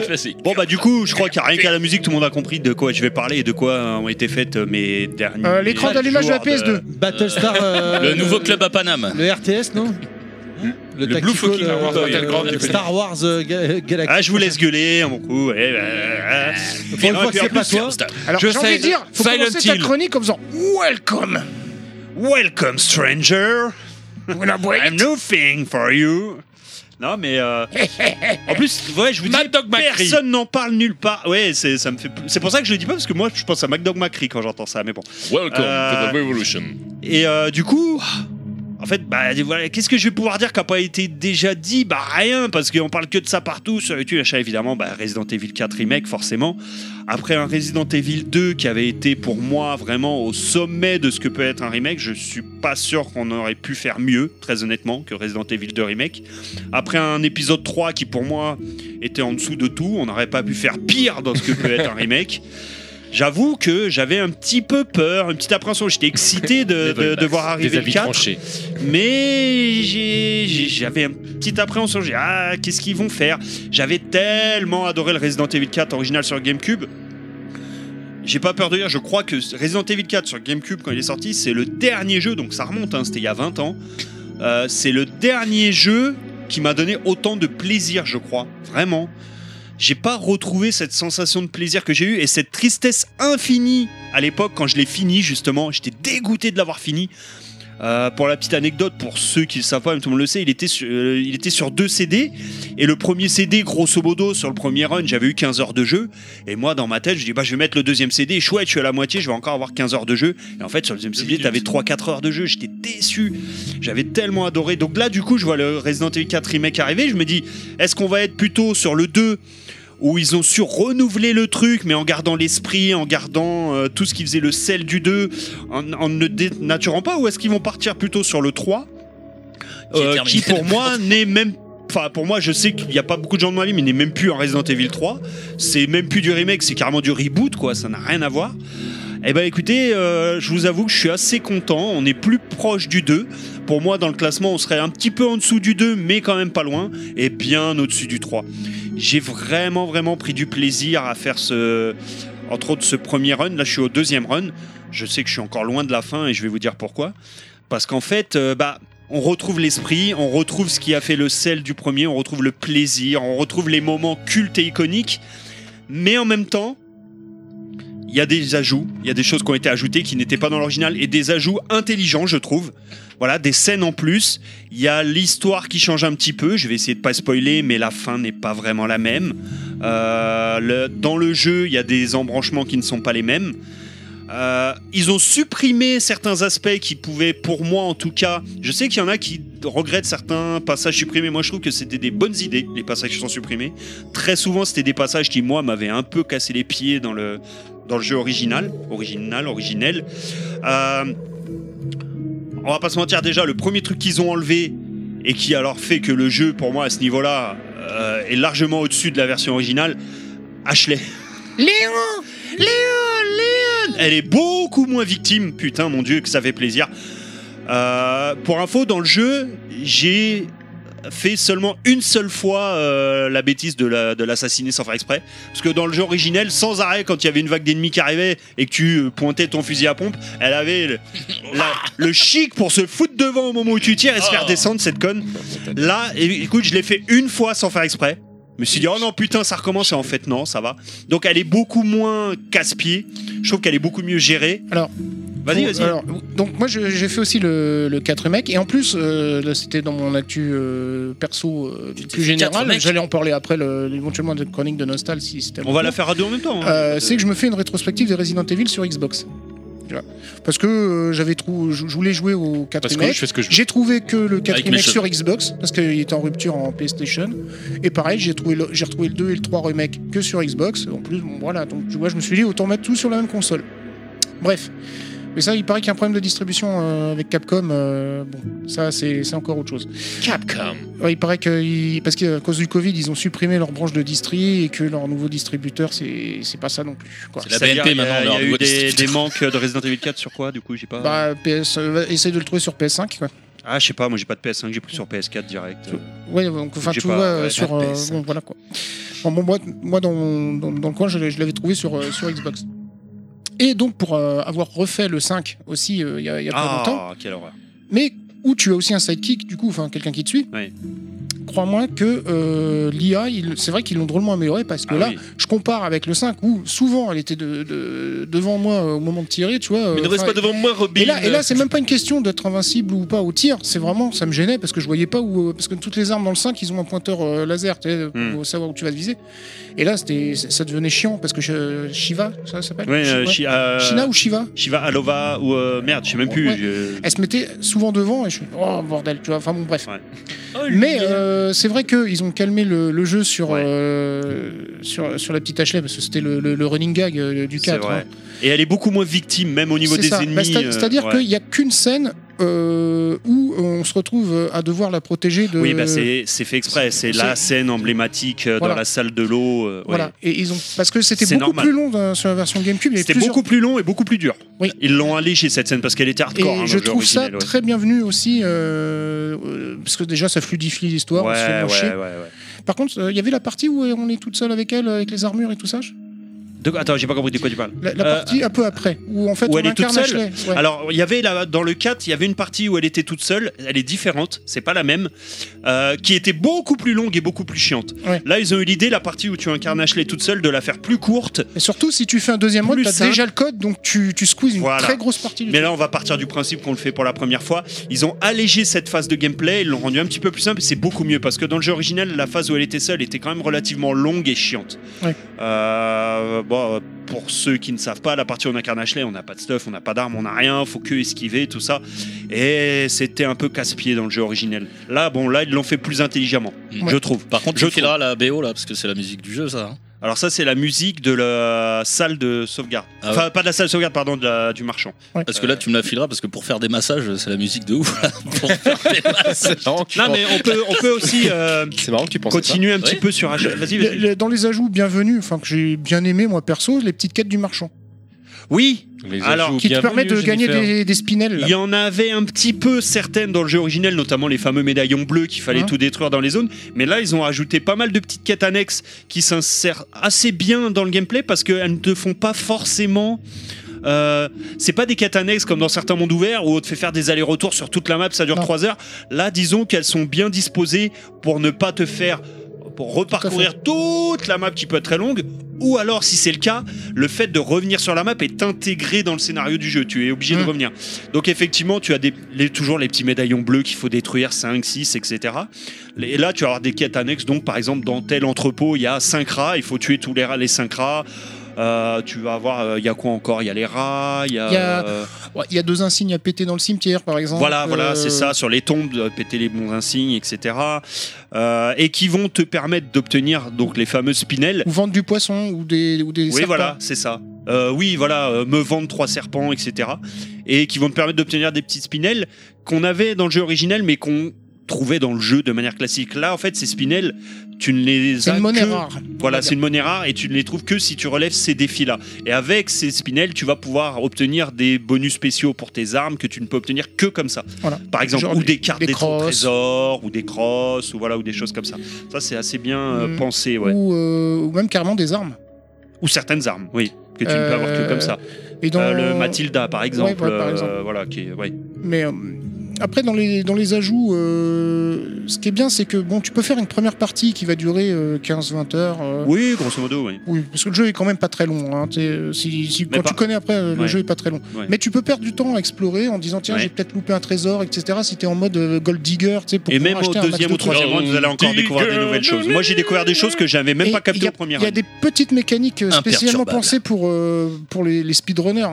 S2: Classique.
S5: Bon bah du coup, je crois qu'il n'y a rien qu'à la musique, tout le monde a compris de quoi je vais parler et de quoi ont été faites euh, mes derniers.
S3: Euh, l'écran
S5: mes
S3: d'allumage de la
S5: jours
S3: PS2.
S1: Battlestar.
S4: [laughs]
S1: euh,
S2: Le nouveau club à Paname.
S1: Le RTS, non Le,
S14: Blue
S1: tactical,
S14: Fucking
S1: euh,
S14: Star Wars
S1: euh,
S14: Battleground,
S1: euh,
S14: tu
S1: Star Wars euh, Ga- euh, Galaxy.
S5: Ah, je vous laisse gueuler à mon coup. eh, bah, euh,
S1: Pour une
S5: non,
S1: fois que
S5: et puis en
S1: c'est pas
S5: plus,
S1: toi.
S3: Alors
S14: Je
S3: j'ai envie
S14: sais,
S3: de dire, faut
S14: Silent
S3: commencer ta
S14: Hill.
S3: chronique en faisant Welcome.
S5: Welcome stranger.
S3: When I wait.
S5: I'm nothing for you. Non
S14: [laughs]
S5: mais euh, en plus ouais je vous dis
S14: Mad Dog McCree.
S5: personne n'en parle nulle part ouais c'est ça me fait c'est pour ça que je le dis pas parce que moi je pense à McDog McCree quand j'entends ça mais bon
S17: Welcome
S5: Euh,
S17: to the revolution.
S5: Et euh, du coup, en fait, bah, voilà, qu'est-ce que je vais pouvoir dire qui n'a pas été déjà dit Bah rien, parce qu'on parle que de ça partout sur YouTube. Achat évidemment, bah, Resident Evil 4 Remake, forcément. Après un Resident Evil 2 qui avait été pour moi vraiment au sommet de ce que peut être un remake, je suis pas sûr qu'on aurait pu faire mieux, très honnêtement, que Resident Evil 2 Remake. Après un épisode 3 qui pour moi était en dessous de tout, on n'aurait pas pu faire pire dans ce que peut être un remake. J'avoue que j'avais un petit peu peur, une petite appréhension. J'étais excité de, de- de voir
S4: des
S5: arriver le
S4: avis
S5: 4,
S4: tranchés.
S5: mais j'ai- j'ai- j'avais une petite appréhension. J'ai dit, ah, qu'est-ce qu'ils vont faire J'avais tellement adoré le Resident Evil 4 original sur GameCube. J'ai pas peur de dire, je crois que Resident Evil 4 sur GameCube, quand il est sorti, c'est le dernier jeu, donc ça remonte, hein, c'était il y a 20 ans. Euh, c'est le dernier jeu qui m'a donné autant de plaisir, je crois. Vraiment. J'ai pas retrouvé cette sensation de plaisir que j'ai eue et cette tristesse infinie à l'époque quand je l'ai fini, justement. J'étais dégoûté de l'avoir fini. Euh, pour la petite anecdote, pour ceux qui le savent pas, même tout le monde le sait, il était, sur, euh, il était sur deux CD. Et le premier CD, grosso modo, sur le premier run, j'avais eu 15 heures de jeu. Et moi, dans ma tête, je dis, bah, je vais mettre le deuxième CD. Chouette, je suis à la moitié, je vais encore avoir 15 heures de jeu. Et en fait, sur le deuxième CD, t'avais 3-4 heures de jeu. J'étais déçu. J'avais tellement adoré. Donc là, du coup, je vois le Resident Evil 4 Remake arriver. Je me dis, est-ce qu'on va être plutôt sur le 2 où ils ont su renouveler le truc, mais en gardant l'esprit, en gardant euh, tout ce qui faisait le sel du 2, en, en ne dénaturant pas, ou est-ce qu'ils vont partir plutôt sur le 3
S2: Qui est
S5: euh,
S2: terminé.
S5: qui
S2: [laughs]
S5: pour moi n'est même Enfin, pour moi, je sais qu'il n'y a pas beaucoup de gens de ma vie, mais il n'est même plus un Resident Evil 3. C'est même plus du remake, c'est carrément du reboot, quoi. Ça n'a rien à voir. Eh ben, écoutez, euh, je vous avoue que je suis assez content. On est plus proche du 2. Pour moi, dans le classement, on serait un petit peu en dessous du 2, mais quand même pas loin. Et bien au-dessus du 3. J'ai vraiment, vraiment pris du plaisir à faire ce. Entre autres, ce premier run. Là, je suis au deuxième run. Je sais que je suis encore loin de la fin et je vais vous dire pourquoi. Parce qu'en fait, euh, bah. On retrouve l'esprit, on retrouve ce qui a fait le sel du premier, on retrouve le plaisir, on retrouve les moments cultes et iconiques, mais en même temps, il y a des ajouts, il y a des choses qui ont été ajoutées qui n'étaient pas dans l'original et des ajouts intelligents, je trouve. Voilà, des scènes en plus. Il y a l'histoire qui change un petit peu. Je vais essayer de pas spoiler, mais la fin n'est pas vraiment la même. Euh, le- dans le jeu, il y a des embranchements qui ne sont pas les mêmes. Euh, ils ont supprimé certains aspects qui pouvaient, pour moi en tout cas, je sais qu'il y en a qui regrettent certains passages supprimés. Moi, je trouve que c'était des bonnes idées, les passages qui sont supprimés. Très souvent, c'était des passages qui, moi, m'avaient un peu cassé les pieds dans le, dans le jeu original, original, originel. Euh, on va pas se mentir, déjà, le premier truc qu'ils ont enlevé et qui alors fait que le jeu, pour moi, à ce niveau-là, euh, est largement au-dessus de la version originale, Ashley.
S3: Léon
S5: Léon, Léon Elle est beaucoup moins victime, putain, mon dieu, que ça fait plaisir. Euh, pour info, dans le jeu, j'ai fait seulement une seule fois euh, la bêtise de la- de l'assassiner sans faire exprès. Parce que dans le jeu originel, sans arrêt, quand il y avait une vague d'ennemis qui arrivait et que tu euh, pointais ton fusil à pompe, elle avait le, la- le chic pour se foutre devant au moment où tu tires et se faire descendre cette conne. Là, é- écoute, je l'ai fait une fois sans faire exprès. Je me suis dit, oh non, putain, ça recommence. Et en fait, non, ça va. Donc, elle est beaucoup moins casse-pied. Je trouve qu'elle est beaucoup mieux gérée.
S3: Alors,
S5: Vas-y,
S3: Pour-
S5: vas-y.
S3: alors, donc moi je- j'ai fait aussi le, le 4 mecs et en plus euh, là, c'était dans mon actu euh, perso euh, plus
S5: quatre
S3: général.
S5: mecs
S3: J'allais en parler après le, éventuellement de chronique de Nostal si c'était.
S5: On va
S3: bon.
S5: la faire à deux en même temps. hein.
S3: Euh, c'est que je me fais une rétrospective des Resident Evil sur Xbox. Tu vois. Parce que euh, j'avais trou... je je voulais jouer au 4
S4: Parce que je fais ce que je veux.
S3: J'ai trouvé que le 4
S4: Avec mes
S3: remake sur
S4: cheveux.
S3: Xbox parce qu'il était en rupture en PlayStation. Et pareil, j'ai trouvé le... j'ai retrouvé le 2 et le 3 remake que sur Xbox. En plus, bon, voilà, donc tu vois, je me suis dit autant mettre tout sur la même console. Bref. Mais ça, il paraît qu'il y a un problème de distribution euh, avec Capcom. euh, bon, ça, c'est c'est encore autre chose.
S4: Capcom.
S3: Ouais, il paraît que ils- parce qu'à cause du Covid, ils ont supprimé leur branche de distri et que leur nouveau distributeur, c'est c'est pas ça non plus. quoi.
S2: C'est la
S5: C'est-à-dire,
S2: BNP
S5: il y a-
S2: maintenant,
S5: Il y
S2: leur
S5: a eu
S2: nouveau
S5: des,
S2: distributeur.
S5: des manques euh, de Resident Evil 4 sur quoi, du coup J'ai pas.
S3: Bah, PS, euh, essaye de le trouver sur PS5. Quoi.
S5: Ah, je sais pas, moi j'ai pas de PS5, j'ai pris sur PS4 direct.
S3: Ouais, donc, enfin,
S5: J'ai
S3: tu
S5: pas-
S3: vois, euh,
S5: ouais,
S3: sur.
S5: pas de
S3: euh,
S5: PS5.
S3: bon, voilà quoi. Bon, bon, moi, moi dans, mon- dans, dans le coin, je, l'ai- je l'avais trouvé sur, euh, sur Xbox. Et donc, pour euh, avoir refait le 5 aussi euh, il y a, il y a pas longtemps,
S5: Ah, quelle horreur.
S3: mais où tu as aussi un sidekick, du coup, enfin, quelqu'un qui te suit. Crois-moi que euh, l'IA, il- c'est vrai qu'ils l'ont drôlement améliorée parce que
S5: Ah
S3: là,
S5: oui.
S3: je compare avec le 5 où souvent elle était de- de- devant moi euh, au moment de tirer, tu vois.
S5: Mais ne
S3: euh,
S5: reste
S3: enfin,
S5: pas devant moi, Robin.
S3: et là, et là, c'est même pas une question d'être invincible ou pas au tir. C'est vraiment, ça me gênait parce que je voyais pas où, euh, parce que toutes les armes dans le 5, ils ont un pointeur euh, laser, tu sais, pour
S5: Hmm.
S3: savoir où tu vas te viser. Et là, c'était, ça devenait chiant parce que je- Shiva, ça s'appelle.
S5: Ouais,
S3: Shi-
S5: euh,
S3: ouais.
S5: Shi- euh,
S3: China ou Shiva.
S5: Shiva Alova ou. euh, merde, je sais même plus.
S3: Ouais.
S5: je-
S3: Elle se mettait souvent devant et je suis oh bordel, tu vois. Enfin bon, bref. Mais euh, c'est vrai qu'ils ont calmé le, le jeu sur, euh, sur, sur la petite Ashley parce que c'était le, le- le running gag euh, du
S5: C'est
S3: 4.
S5: vrai.
S3: hein.
S5: Et elle est beaucoup moins victime, même au niveau
S3: C'est
S5: des
S3: ça.
S5: ennemis.
S3: Bah, c'est-
S5: euh,
S3: C'est-à-dire
S5: ouais.
S3: qu'il n'y a qu'une scène euh, où on se retrouve à devoir la protéger de.
S5: Oui, bah, c'est c'est fait exprès. C'est la scène emblématique euh,
S3: euh, Voilà.
S5: dans la salle de l'eau. euh, ouais.
S3: Voilà. Et ils ont parce que c'était
S5: C'est
S3: beaucoup
S5: normal.
S3: plus long dans- sur la version GameCube. il y avait
S5: C'était
S3: plusieurs-
S5: beaucoup plus long et beaucoup plus dur. Ils l'ont allégé cette scène parce qu'elle était
S3: Et
S5: hardcore. hein, dans
S3: je
S5: le jeu
S3: trouve ça
S5: original, ouais.
S3: très bienvenu aussi euh, euh, parce que déjà ça fluidifie l'histoire. on se fait
S5: Ouais,
S3: moins
S5: ouais,
S3: chier.
S5: ouais, ouais.
S3: Par contre, euh, il y avait la partie où on est toute seule avec elle, avec les armures et tout ça. je-
S5: De quoi- Attends, j'ai pas compris de quoi tu parles.
S3: La, la
S5: Euh,
S3: partie un peu après, où en fait
S5: où
S3: on
S5: elle est toute
S3: incarne
S5: seule.
S3: Ashley. Ouais.
S5: Alors, il y avait là, dans le 4, il y avait une partie où elle était toute seule. Elle est différente, c'est pas la même, euh, qui était beaucoup plus longue et beaucoup plus chiante. Là, ils ont eu l'idée, la partie où tu incarnes Ashley toute seule, de la faire plus courte.
S3: Et surtout, si tu fais un deuxième mode,
S5: Plus
S3: t'as
S5: simple.
S3: déjà le code, donc tu, tu squeezes une
S5: Voilà.
S3: très grosse partie du
S5: Mais là, on va partir du principe qu'on le fait pour la première fois. Ils ont allégé cette phase de gameplay, ils l'ont rendu un petit peu plus simple et c'est beaucoup mieux parce que dans le jeu original, la phase où elle était seule était quand même relativement longue et chiante.
S3: Ouais.
S5: Euh, bon, euh, pour ceux qui ne savent pas, la partie où on incarne Ashley, on n'a pas de stuff, on n'a pas d'armes, on n'a rien, faut que esquiver, tout ça. Et c'était un peu casse-pied dans le jeu original. Là, bon, là, ils l'ont fait plus intelligemment,
S2: Mm.
S5: je trouve.
S2: Par contre,
S5: je
S2: tu fileras la BO là, parce que c'est la musique du jeu, ça. hein.
S5: Alors ça, c'est la musique de la salle de sauvegarde.
S2: Ah
S5: enfin,
S2: ouais.
S5: pas de la salle de sauvegarde, pardon, de la- du marchand.
S2: Parce que là, tu me la fileras, parce que pour faire des massages, c'est la musique de ouf. là. Pour faire des
S5: [laughs]
S2: massages.
S5: Non, mais on peut, on peut aussi euh, continuer un petit
S2: Oui.
S5: peu sur H. Vas-y,
S3: Le-
S5: vas-y.
S3: le- dans les ajouts bienvenus, enfin que j'ai bien aimé moi perso, les petites quêtes du marchand.
S5: Oui,
S3: Alors, qui te permet de gagner des, des spinels. là.
S5: Il y en avait un petit peu certaines dans le jeu originel, notamment les fameux médaillons bleus qu'il fallait
S3: Hein
S5: tout détruire dans les zones. Mais là, ils ont ajouté pas mal de petites quêtes annexes qui s'insèrent assez bien dans le gameplay parce qu'elles ne te font pas forcément. euh, c'est pas des quêtes annexes comme dans certains mondes ouverts où on te fait faire des allers-retours sur toute la map, ça dure 3 heures. Là, disons qu'elles sont bien disposées pour ne pas te faire pour reparcourir toute la map qui peut être très longue, ou alors si c'est le cas, le fait de revenir sur la map est intégré dans le scénario du jeu, tu es obligé
S3: Mmh.
S5: de revenir. Donc effectivement, tu as des, les- toujours les petits médaillons bleus qu'il faut détruire, 5, 6, etc. Et là, tu vas avoir des quêtes annexes, donc par exemple dans tel entrepôt, il y a 5 rats, il faut tuer tous les rats, les 5 rats. Euh, tu vas avoir, euh, il y a quoi encore Il y a les rats, il y a...
S3: Il y a-
S5: euh,
S3: Ouais, il y a deux insignes à péter dans le cimetière, par exemple.
S5: voilà, voilà,
S3: Euh,
S5: c'est ça, sur les tombes, de péter les bons insignes, etc. Euh, et qui vont te permettre d'obtenir donc les fameuses spinels.
S3: Ou vendre du poisson ou des ou des
S5: Oui,
S3: serpents.
S5: voilà, c'est ça. Euh, oui, voilà, euh, me vendre trois serpents, etc. Et qui vont te permettre d'obtenir des petites spinels qu'on avait dans le jeu originel, mais qu'on trouvait dans le jeu de manière classique. Là, en fait, ces spinels, tu ne les
S3: C'est
S5: as
S3: une monnaie
S5: que-
S3: rare.
S5: Voilà, c'est une monnaie rare et tu ne les trouves que si tu relèves ces défis-là. Et avec ces spinels, tu vas pouvoir obtenir des bonus spéciaux pour tes armes que tu ne peux obtenir que comme ça.
S3: Voilà.
S5: Par exemple,
S3: Genre
S5: ou
S3: des-
S5: des cartes
S3: des
S5: des,
S3: crosses.
S5: trésors, ou des crosses, ou voilà, ou des choses comme ça. Ça, c'est assez bien euh,
S3: Mm.
S5: pensé, ouais.
S3: Ou, euh, ou même carrément des armes.
S5: Ou certaines armes, oui, que tu ne peux avoir
S3: Euh,
S5: que comme ça.
S3: et dans-
S5: Euh, le Matilda, par exemple,
S3: Ouais, ouais, par
S5: euh,
S3: exemple.
S5: voilà, qui est- ouais.
S3: Mais euh, après, dans les, dans les ajouts, euh, ce qui est bien, c'est que bon, tu peux faire une première partie qui va durer euh, 15-20 heures. euh,
S5: Oui, grosso modo, oui.
S3: Oui, parce que le jeu est quand même pas très long. hein. T'es, euh, si, si-
S5: Mais
S3: quand
S5: pas-
S3: tu connais après, euh, le
S5: Ouais.
S3: jeu est pas très long.
S5: Ouais.
S3: Mais tu peux perdre du temps à explorer en disant tiens,
S5: Ouais.
S3: j'ai peut-être loupé un trésor, etc. Si t'es en mode euh, gold digger, tu sais, pour
S5: Et
S3: pouvoir
S5: même au
S3: acheter un max
S5: deuxième
S3: de
S5: ou troisième
S3: trucs.
S5: round, vous allez encore découvrir des nouvelles choses. Moi, j'ai découvert des choses que j'avais même
S3: Et
S5: pas
S3: il y
S5: captées
S3: a-
S5: au premier
S3: Il y a
S5: round.
S3: des petites mécaniques euh, spécialement
S5: Imperturbable.
S3: pensées pour, euh, pour les, les speedrunners.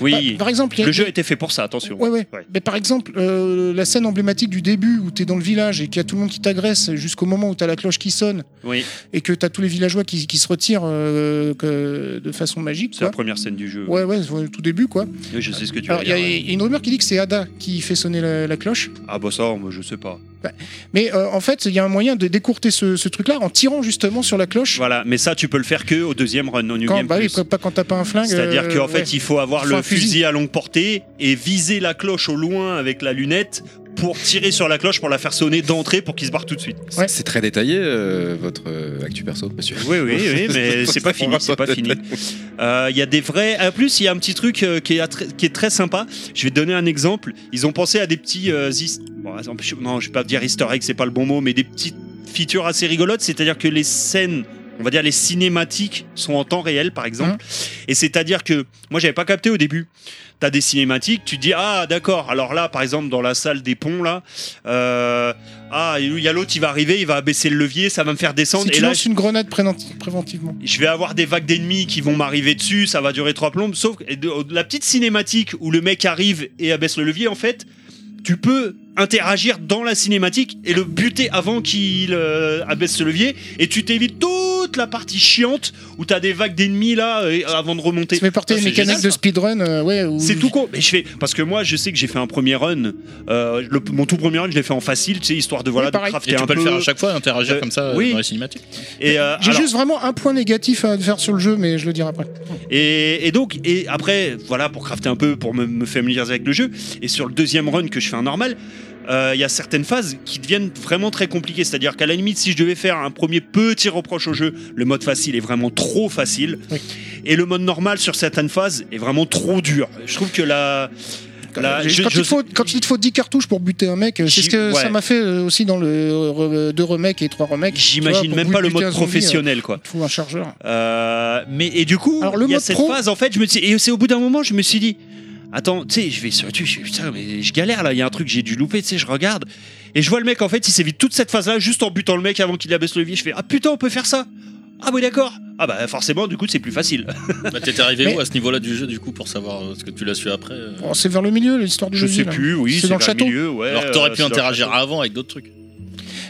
S5: Oui,
S3: par exemple, il y a-
S5: le jeu a été fait pour ça, attention.
S3: Ouais, ouais. Mais par exemple, euh, la scène emblématique du début où t'es dans le village et qu'il y a tout le monde qui t'agresse jusqu'au moment où t'as la cloche qui sonne
S5: Oui,
S3: et que t'as tous les villageois qui, qui se retirent euh, que- de façon magique.
S5: c'est la
S3: quoi.
S5: première scène du jeu.
S3: Ouais, ouais, ouais, tout début quoi.
S5: Oui, Je sais ce que tu veux
S3: Alors, il y, a-
S5: dire. euh,
S3: il y a une rumeur qui dit que c'est Ada qui fait sonner la, la cloche.
S5: Ah bah ça, moi, je sais pas.
S3: Mais euh, en fait, il y a un moyen de décourter ce, ce truc-là en tirant justement sur la cloche.
S5: Voilà, mais ça, tu peux le faire que au deuxième run, au New
S3: Quand,
S5: Game
S3: bah oui,
S5: Plus.
S3: pas quand t'as pas un flingue.
S5: C'est-à-dire
S3: euh,
S5: qu'en fait,
S3: ouais.
S5: il faut avoir
S3: Il faut
S5: le
S3: un
S5: fusil.
S3: fusil.
S5: à longue portée et viser la cloche au loin avec la lunette pour tirer sur la cloche pour la faire sonner d'entrée pour qu'il se barre tout de suite.
S7: C'est très détaillé euh, votre euh, actu perso, monsieur.
S5: Oui, oui,
S3: [laughs]
S5: oui, mais c'est pas fini, c'est pas fini. Euh, Il y a des vrais. En plus, il y a un petit truc euh, qui est, attré- qui est très sympa. Je vais te donner un exemple. Ils ont pensé à des petits. euh, his- bon, attends, je- non, je vais pas dire easter egg, c'est pas le bon mot, mais des petites features assez rigolotes. C'est-à-dire que les scènes, on va dire les cinématiques, sont en temps réel, par exemple.
S3: Mmh.
S5: Et c'est-à-dire que moi, j'avais pas capté au début. T'as des cinématiques, tu te dis ah d'accord. Alors là, par exemple, dans la salle des ponts là, euh, ah il y a l'autre, il va arriver, il va abaisser le levier, ça va me faire descendre.
S3: Si tu
S5: et là,
S3: lances une grenade préventive- préventivement.
S5: je vais avoir des vagues d'ennemis qui vont m'arriver dessus, ça va durer trois plombes. Sauf que de- la petite cinématique où le mec arrive et abaisse le levier, en fait, tu peux interagir dans la cinématique et le buter avant qu'il euh, abaisse le levier et tu t'évites toute la partie chiante où t'as des vagues d'ennemis là euh, avant de remonter.
S3: Tu fais porter
S5: Ah,
S3: une
S5: c'est
S3: mécanique
S5: génial,
S3: de
S5: ça.
S3: speedrun. euh, ouais, où-
S5: C'est tout con. Mais je fais parce que moi, je sais que j'ai fait un premier run. euh, le- mon tout premier run, je l'ai fait en facile, tu sais, histoire de voilà de crafter
S2: Et tu
S5: un
S2: peux
S5: peu.
S2: le faire à chaque fois, interagir
S5: Euh,
S2: comme ça euh,
S5: oui.
S2: dans les cinématiques.
S5: Et euh,
S3: J'ai
S5: alors-
S3: juste vraiment un point négatif à faire sur le jeu, mais je le dirai après.
S5: Et, et donc, et après, voilà, pour crafter un peu, pour me, me familiariser avec le jeu, et sur le deuxième run que je fais en normal, euh, il y a certaines phases qui deviennent vraiment très compliquées. C'est-à-dire qu'à la limite, si je devais faire un premier petit reproche au jeu, le mode facile est vraiment trop facile, et le mode normal sur certaines phases est vraiment trop dur. Je trouve que la... la-
S3: J'ai-
S5: je-
S3: quand,
S5: je-
S3: il te faut, quand il te faut 10 cartouches pour buter un mec, euh, c'est
S5: J'y-
S3: ce que
S5: ouais.
S3: ça m'a fait euh, aussi dans le euh, re- deux remakes et trois remakes. Tu vois,
S5: J'imagine
S3: pour
S5: même pas le
S3: buter
S5: mode
S3: un zombie, euh,
S5: professionnel, quoi.
S3: Il te faut un chargeur.
S5: Euh, mais et du coup,
S3: le
S5: il y a
S3: mode
S5: cette
S3: pro-
S5: phase en fait, je me suis- et c'est au bout d'un moment, je me suis dit attends, tu sais, je vais sur YouTube, je fais, putain, mais je galère là, il y a un truc que j'ai dû louper, tu sais, je regarde et je vois le mec en fait, il s'évite toute cette phase là juste en butant le mec avant qu'il abaisse le levier, je fais ah putain, on peut faire ça. Ah oui d'accord. Ah bah forcément du coup c'est plus facile.
S2: Bah, T'étais arrivé
S5: Mais-
S2: où à ce niveau-là du jeu, du coup, pour savoir euh, ce que tu l'as su après euh
S3: Bon, c'est vers le milieu, l'histoire du
S5: Je
S3: jeu.
S5: sais plus, oui,
S3: hein. C'est dans le
S5: vers
S3: château.
S5: milieu, ouais,
S2: Alors que t'aurais
S5: euh,
S2: pu
S5: c'est dans le
S2: interagir
S5: château.
S2: avant avec d'autres trucs.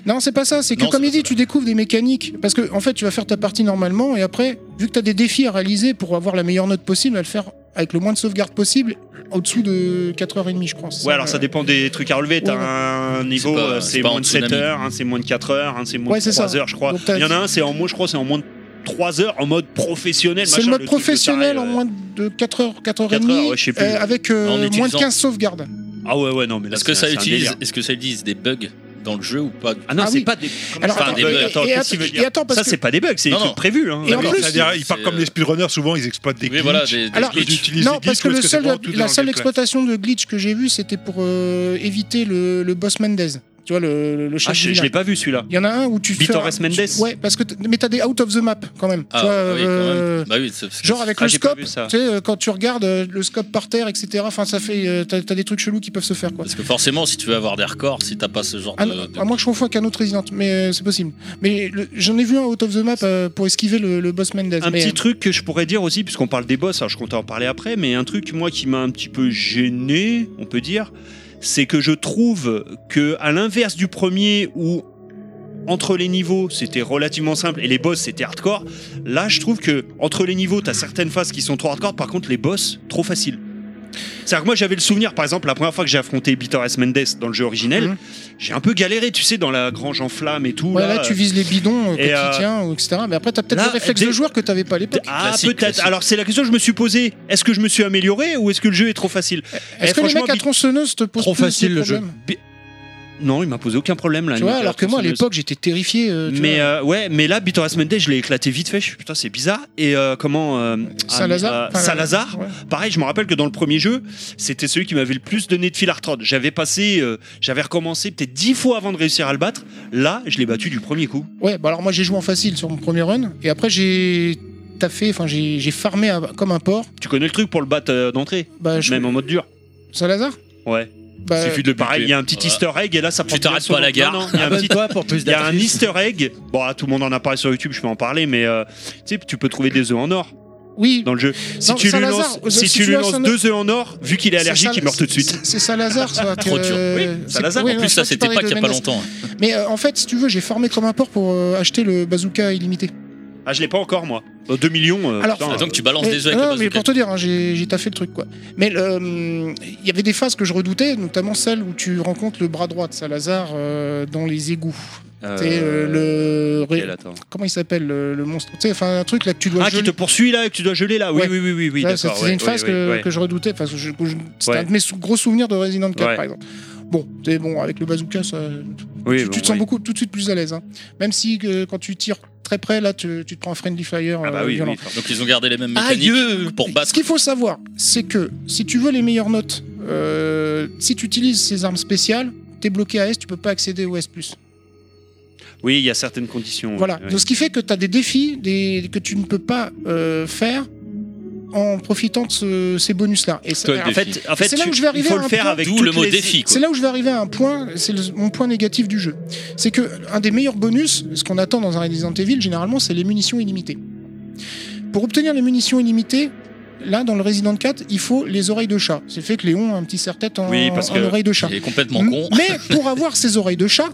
S3: Non, c'est pas ça. C'est que,
S2: Non,
S3: comme il dit, tu découvres des mécaniques. Parce que, en fait, tu vas faire ta partie normalement, et après, vu que tu as des défis à réaliser pour avoir la meilleure note possible, à le faire avec le moins de sauvegarde possible, au-dessous de 4h30, je crois. c'est
S5: Ouais alors ça
S3: euh,
S5: dépend des trucs à relever, t'as
S3: Ouais, ouais.
S5: un niveau
S2: pas-
S5: euh,
S2: c'est
S5: c'est
S2: pas
S5: moins
S2: un
S5: de 7
S2: tsunami.
S5: heures, un c'est moins de 4 heures, un c'est moins
S3: Ouais,
S5: de
S3: c'est
S5: 3
S3: ça.
S5: heures je crois.
S3: Donc, t'as-
S5: Il y en a un c'est en moins je crois c'est en moins de 3 heures en mode professionnel.
S3: C'est le
S5: machin,
S3: mode
S5: truc de taré, euh.
S3: professionnel
S5: ouais.
S3: en moins de 4h, 4h30,
S5: Quatre heures, ouais, je sais plus.
S3: avec euh,
S5: En
S3: moins de
S5: utilisant-
S3: 15 sauvegardes.
S5: Ah ouais ouais non mais là
S2: Est-ce que
S5: c'est-
S2: ça
S5: c'est un
S2: utilise,
S5: délire.
S2: est-ce que ça utilise des bugs dans le jeu ou pas
S5: Ah non,
S3: Ah
S5: c'est
S3: oui.
S5: pas des.
S3: Alors,
S2: Enfin,
S3: attends,
S2: des
S3: et-
S2: bugs.
S3: et-
S5: Attends,
S3: et
S5: qu'est-ce
S3: att-
S5: qu'il veut
S3: et
S5: dire
S3: attends, parce
S5: Ça,
S3: que-
S5: c'est pas des bugs, c'est des
S2: Non, non.
S5: trucs prévus. Hein.
S3: Et en
S5: D'accord.
S14: Ah,
S3: plus-
S6: C'est-à-dire, ils partent
S2: C'est,
S6: comme
S2: euh,
S6: les speedrunners, souvent, ils exploitent des
S2: Oui,
S6: glitches.
S2: voilà, des, des
S3: Alors,
S2: glitches.
S6: Ils utilisent
S3: Non,
S6: des glitches
S3: parce que
S6: ou est-ce
S3: le seul,
S6: c'est vraiment tout dans
S3: la
S6: le
S3: seule
S6: gameplay
S3: exploitation de glitch que j'ai vue, c'était pour euh, éviter le, le boss Mendez. Tu vois, le, le chef
S5: Ah,
S3: du
S5: je, je
S3: vilain.
S5: l'ai pas vu celui-là.
S3: Il y en a un où tu fais.
S5: Vitores
S3: un-
S5: Mendes
S3: tu- Ouais, parce que t- mais t'as des out of the map quand même.
S2: Ah,
S3: tu vois,
S2: oui, quand
S3: euh,
S2: même. Bah oui, c'est parce que
S3: Genre avec
S5: Ah,
S3: le
S5: j'ai pas
S3: scope,
S5: vu
S3: tu
S5: ça.
S3: sais, euh, quand tu regardes euh, le scope par terre, etc. Enfin, ça fait, euh, t'as t'as des trucs chelous qui peuvent se faire quoi.
S2: Parce que forcément, si tu veux avoir des records, si t'as pas ce genre
S3: Ah,
S2: de.
S3: non,
S2: de-
S3: à moins que je confonde avec un autre Resident, mais euh, c'est possible. Mais le- j'en ai vu un out of the map euh, pour esquiver le, le boss Mendez.
S5: Un
S3: mais,
S5: petit
S3: euh,
S5: truc que je pourrais dire aussi, puisqu'on parle des boss, alors je compte en parler après, mais un truc moi qui m'a un petit peu gêné, on peut dire, c'est que je trouve que à l'inverse du premier où entre les niveaux c'était relativement simple et les boss c'était hardcore, là je trouve que entre les niveaux t'as certaines phases qui sont trop hardcore, par contre les boss trop faciles. C'est-à-dire que moi j'avais le souvenir, par exemple, la première fois que j'ai affronté Bitter S. Mendes dans le jeu originel,
S3: Mhm.
S5: j'ai un peu galéré, tu sais, dans la grange en flammes et tout.
S3: ouais, là, tu
S5: euh,
S3: vises les bidons euh, que
S5: Et,
S3: tu
S5: euh,
S3: tiens, ou etc. Mais après, t'as peut-être
S5: là,
S3: des réflexes
S5: dès-
S3: de joueur que t'avais pas à l'époque.
S5: Ah,
S2: Classique,
S5: peut-être.
S2: classique.
S5: Alors, c'est la question que je me suis posée. Est-ce que je me suis amélioré ou est-ce que le jeu est trop facile Eh,
S3: Est-ce que le
S5: franchement,
S3: mec à
S5: Bi-
S3: tronçonneuse te pose
S1: Trop
S3: plus de
S1: facile, le jeu.
S3: problèmes
S5: Non, il m'a posé aucun problème là.
S3: Tu vois, alors que moi, à l'époque, j'étais terrifié. euh, tu
S5: mais
S3: vois.
S5: euh, ouais, mais là, Bitter Asmende, je l'ai éclaté vite fait. Je suis, putain, c'est bizarre. Et euh, comment euh, ah,
S3: Salazar
S5: euh,
S3: Enfin,
S5: Salazar.
S3: ouais.
S5: Pareil, je me rappelle que dans le premier jeu, c'était celui qui m'avait le plus donné de fil à retordre. J'avais passé, euh, j'avais recommencé peut-être dix fois avant de réussir à le battre. Là, je l'ai battu du premier coup.
S3: Ouais, bah alors moi j'ai joué en facile sur mon premier run et après j'ai taffé, enfin j'ai j'ai farmé à- comme un porc.
S5: Tu connais le truc pour le battre euh, d'entrée,
S3: Bah, je-
S5: même en mode dur.
S3: Salazar
S5: Ouais.
S3: Bah,
S5: Suffit de le Euh, pareil, il y a un petit
S2: Voilà.
S5: easter egg et là ça
S2: Tu
S5: prend
S2: t'arrêtes
S5: bien son
S2: pas à la
S5: nom.
S2: gare.
S5: Non, non, il y a un petit-
S2: Abonne-toi pour plus
S5: Il y a un
S2: d'indices.
S5: easter egg. Bon, ah, tout le monde en a parlé sur YouTube, je peux en parler, mais euh, tu sais, tu peux trouver des œufs en or.
S3: Oui.
S5: Dans le jeu. Si
S3: Non,
S5: tu lui
S3: Salazar,
S5: lances,
S3: euh,
S5: si
S3: si
S5: tu
S3: tu
S5: lui
S3: lances
S5: lances
S3: un-
S5: deux œufs en or, vu qu'il est
S3: C'est
S5: allergique,
S3: Sal-
S5: il meurt tout de suite.
S3: C'est Salazar, ça.
S5: [laughs] Trop dur.
S3: euh,
S5: Oui, Salazar, en plus, ça, c'était pas qu'il y a pas longtemps.
S2: hein.
S3: Mais euh, en fait, si tu veux, j'ai farmé comme un porc pour euh, acheter le bazooka illimité.
S5: Ah, je l'ai pas encore, moi. 2 millions. euh,
S3: Alors-
S5: putain,
S2: Attends que tu balances
S3: Mais-
S2: des œufs
S3: non,
S2: avec
S3: mais
S2: le
S3: pour
S2: bazooka.
S3: te dire, hein, j'ai j'ai taffé le truc quoi. Mais le, hum, il y avait des phases que je redoutais, notamment celle où tu rencontres le bras droit de Salazar euh, dans les égouts.
S5: Euh,
S3: T'es, euh, le
S5: lequel, attends.
S3: comment il s'appelle le, le monstre Tu sais, enfin un truc là que tu dois
S5: Ah, qui
S3: geler.
S5: te poursuit là, que tu dois geler là. Oui,
S3: Ouais.
S5: oui, oui, oui, oui.
S3: Là,
S5: d'accord,
S3: C'était
S5: ouais,
S3: une phase
S5: ouais,
S3: que,
S5: ouais,
S3: que
S5: ouais.
S3: je redoutais. Enfin, je- que je- c'était
S5: Ouais.
S3: un de mes sou- gros souvenirs de Resident 4,
S5: Ouais.
S3: par exemple. Bon, mais bon, avec le bazooka, ça,
S5: Oui,
S3: tu,
S5: bon,
S3: tu te sens
S5: oui.
S3: beaucoup tout de suite plus à l'aise. hein. Même si euh, quand tu tires très près, là, tu, tu te prends un friendly fire
S2: Ah bah
S3: euh,
S2: oui,
S3: violent.
S2: oui. Donc ils ont gardé les mêmes
S5: Ah,
S3: Aïe,
S2: mécaniques pour battre.
S3: Ce qu'il faut savoir, c'est que si tu veux les meilleures notes, euh, si tu utilises ces armes spéciales, t'es bloqué à S, tu peux pas accéder au S+.
S5: Oui, il y a certaines conditions. ouais,
S3: Voilà.
S5: ouais.
S3: Donc, ce qui fait que tu as des défis des... que tu ne peux pas euh, faire en profitant de ce- ces bonus-là. Et c'est-
S5: Toi, le
S3: en
S5: défi.
S3: fait,
S5: En fait,
S3: c'est là
S5: tu-
S3: où je vais
S5: il
S3: arriver
S5: faut
S3: à
S5: le
S3: un
S5: faire
S3: point-
S5: avec D'où le toutes mot les- défi, quoi.
S3: C'est là où je vais arriver à un point, c'est le- mon point négatif du jeu. C'est que un des meilleurs bonus, ce qu'on attend dans un Resident Evil, généralement, c'est les munitions illimitées. Pour obtenir les munitions illimitées, là, dans le Resident 4, il faut les oreilles de chat. C'est fait que Léon a un petit serre-tête en,
S2: Oui, parce
S3: en
S2: que
S3: oreille de chat.
S2: il est
S5: Hum.
S2: complètement con.
S3: Mais
S5: [laughs]
S3: pour avoir ces oreilles de chat,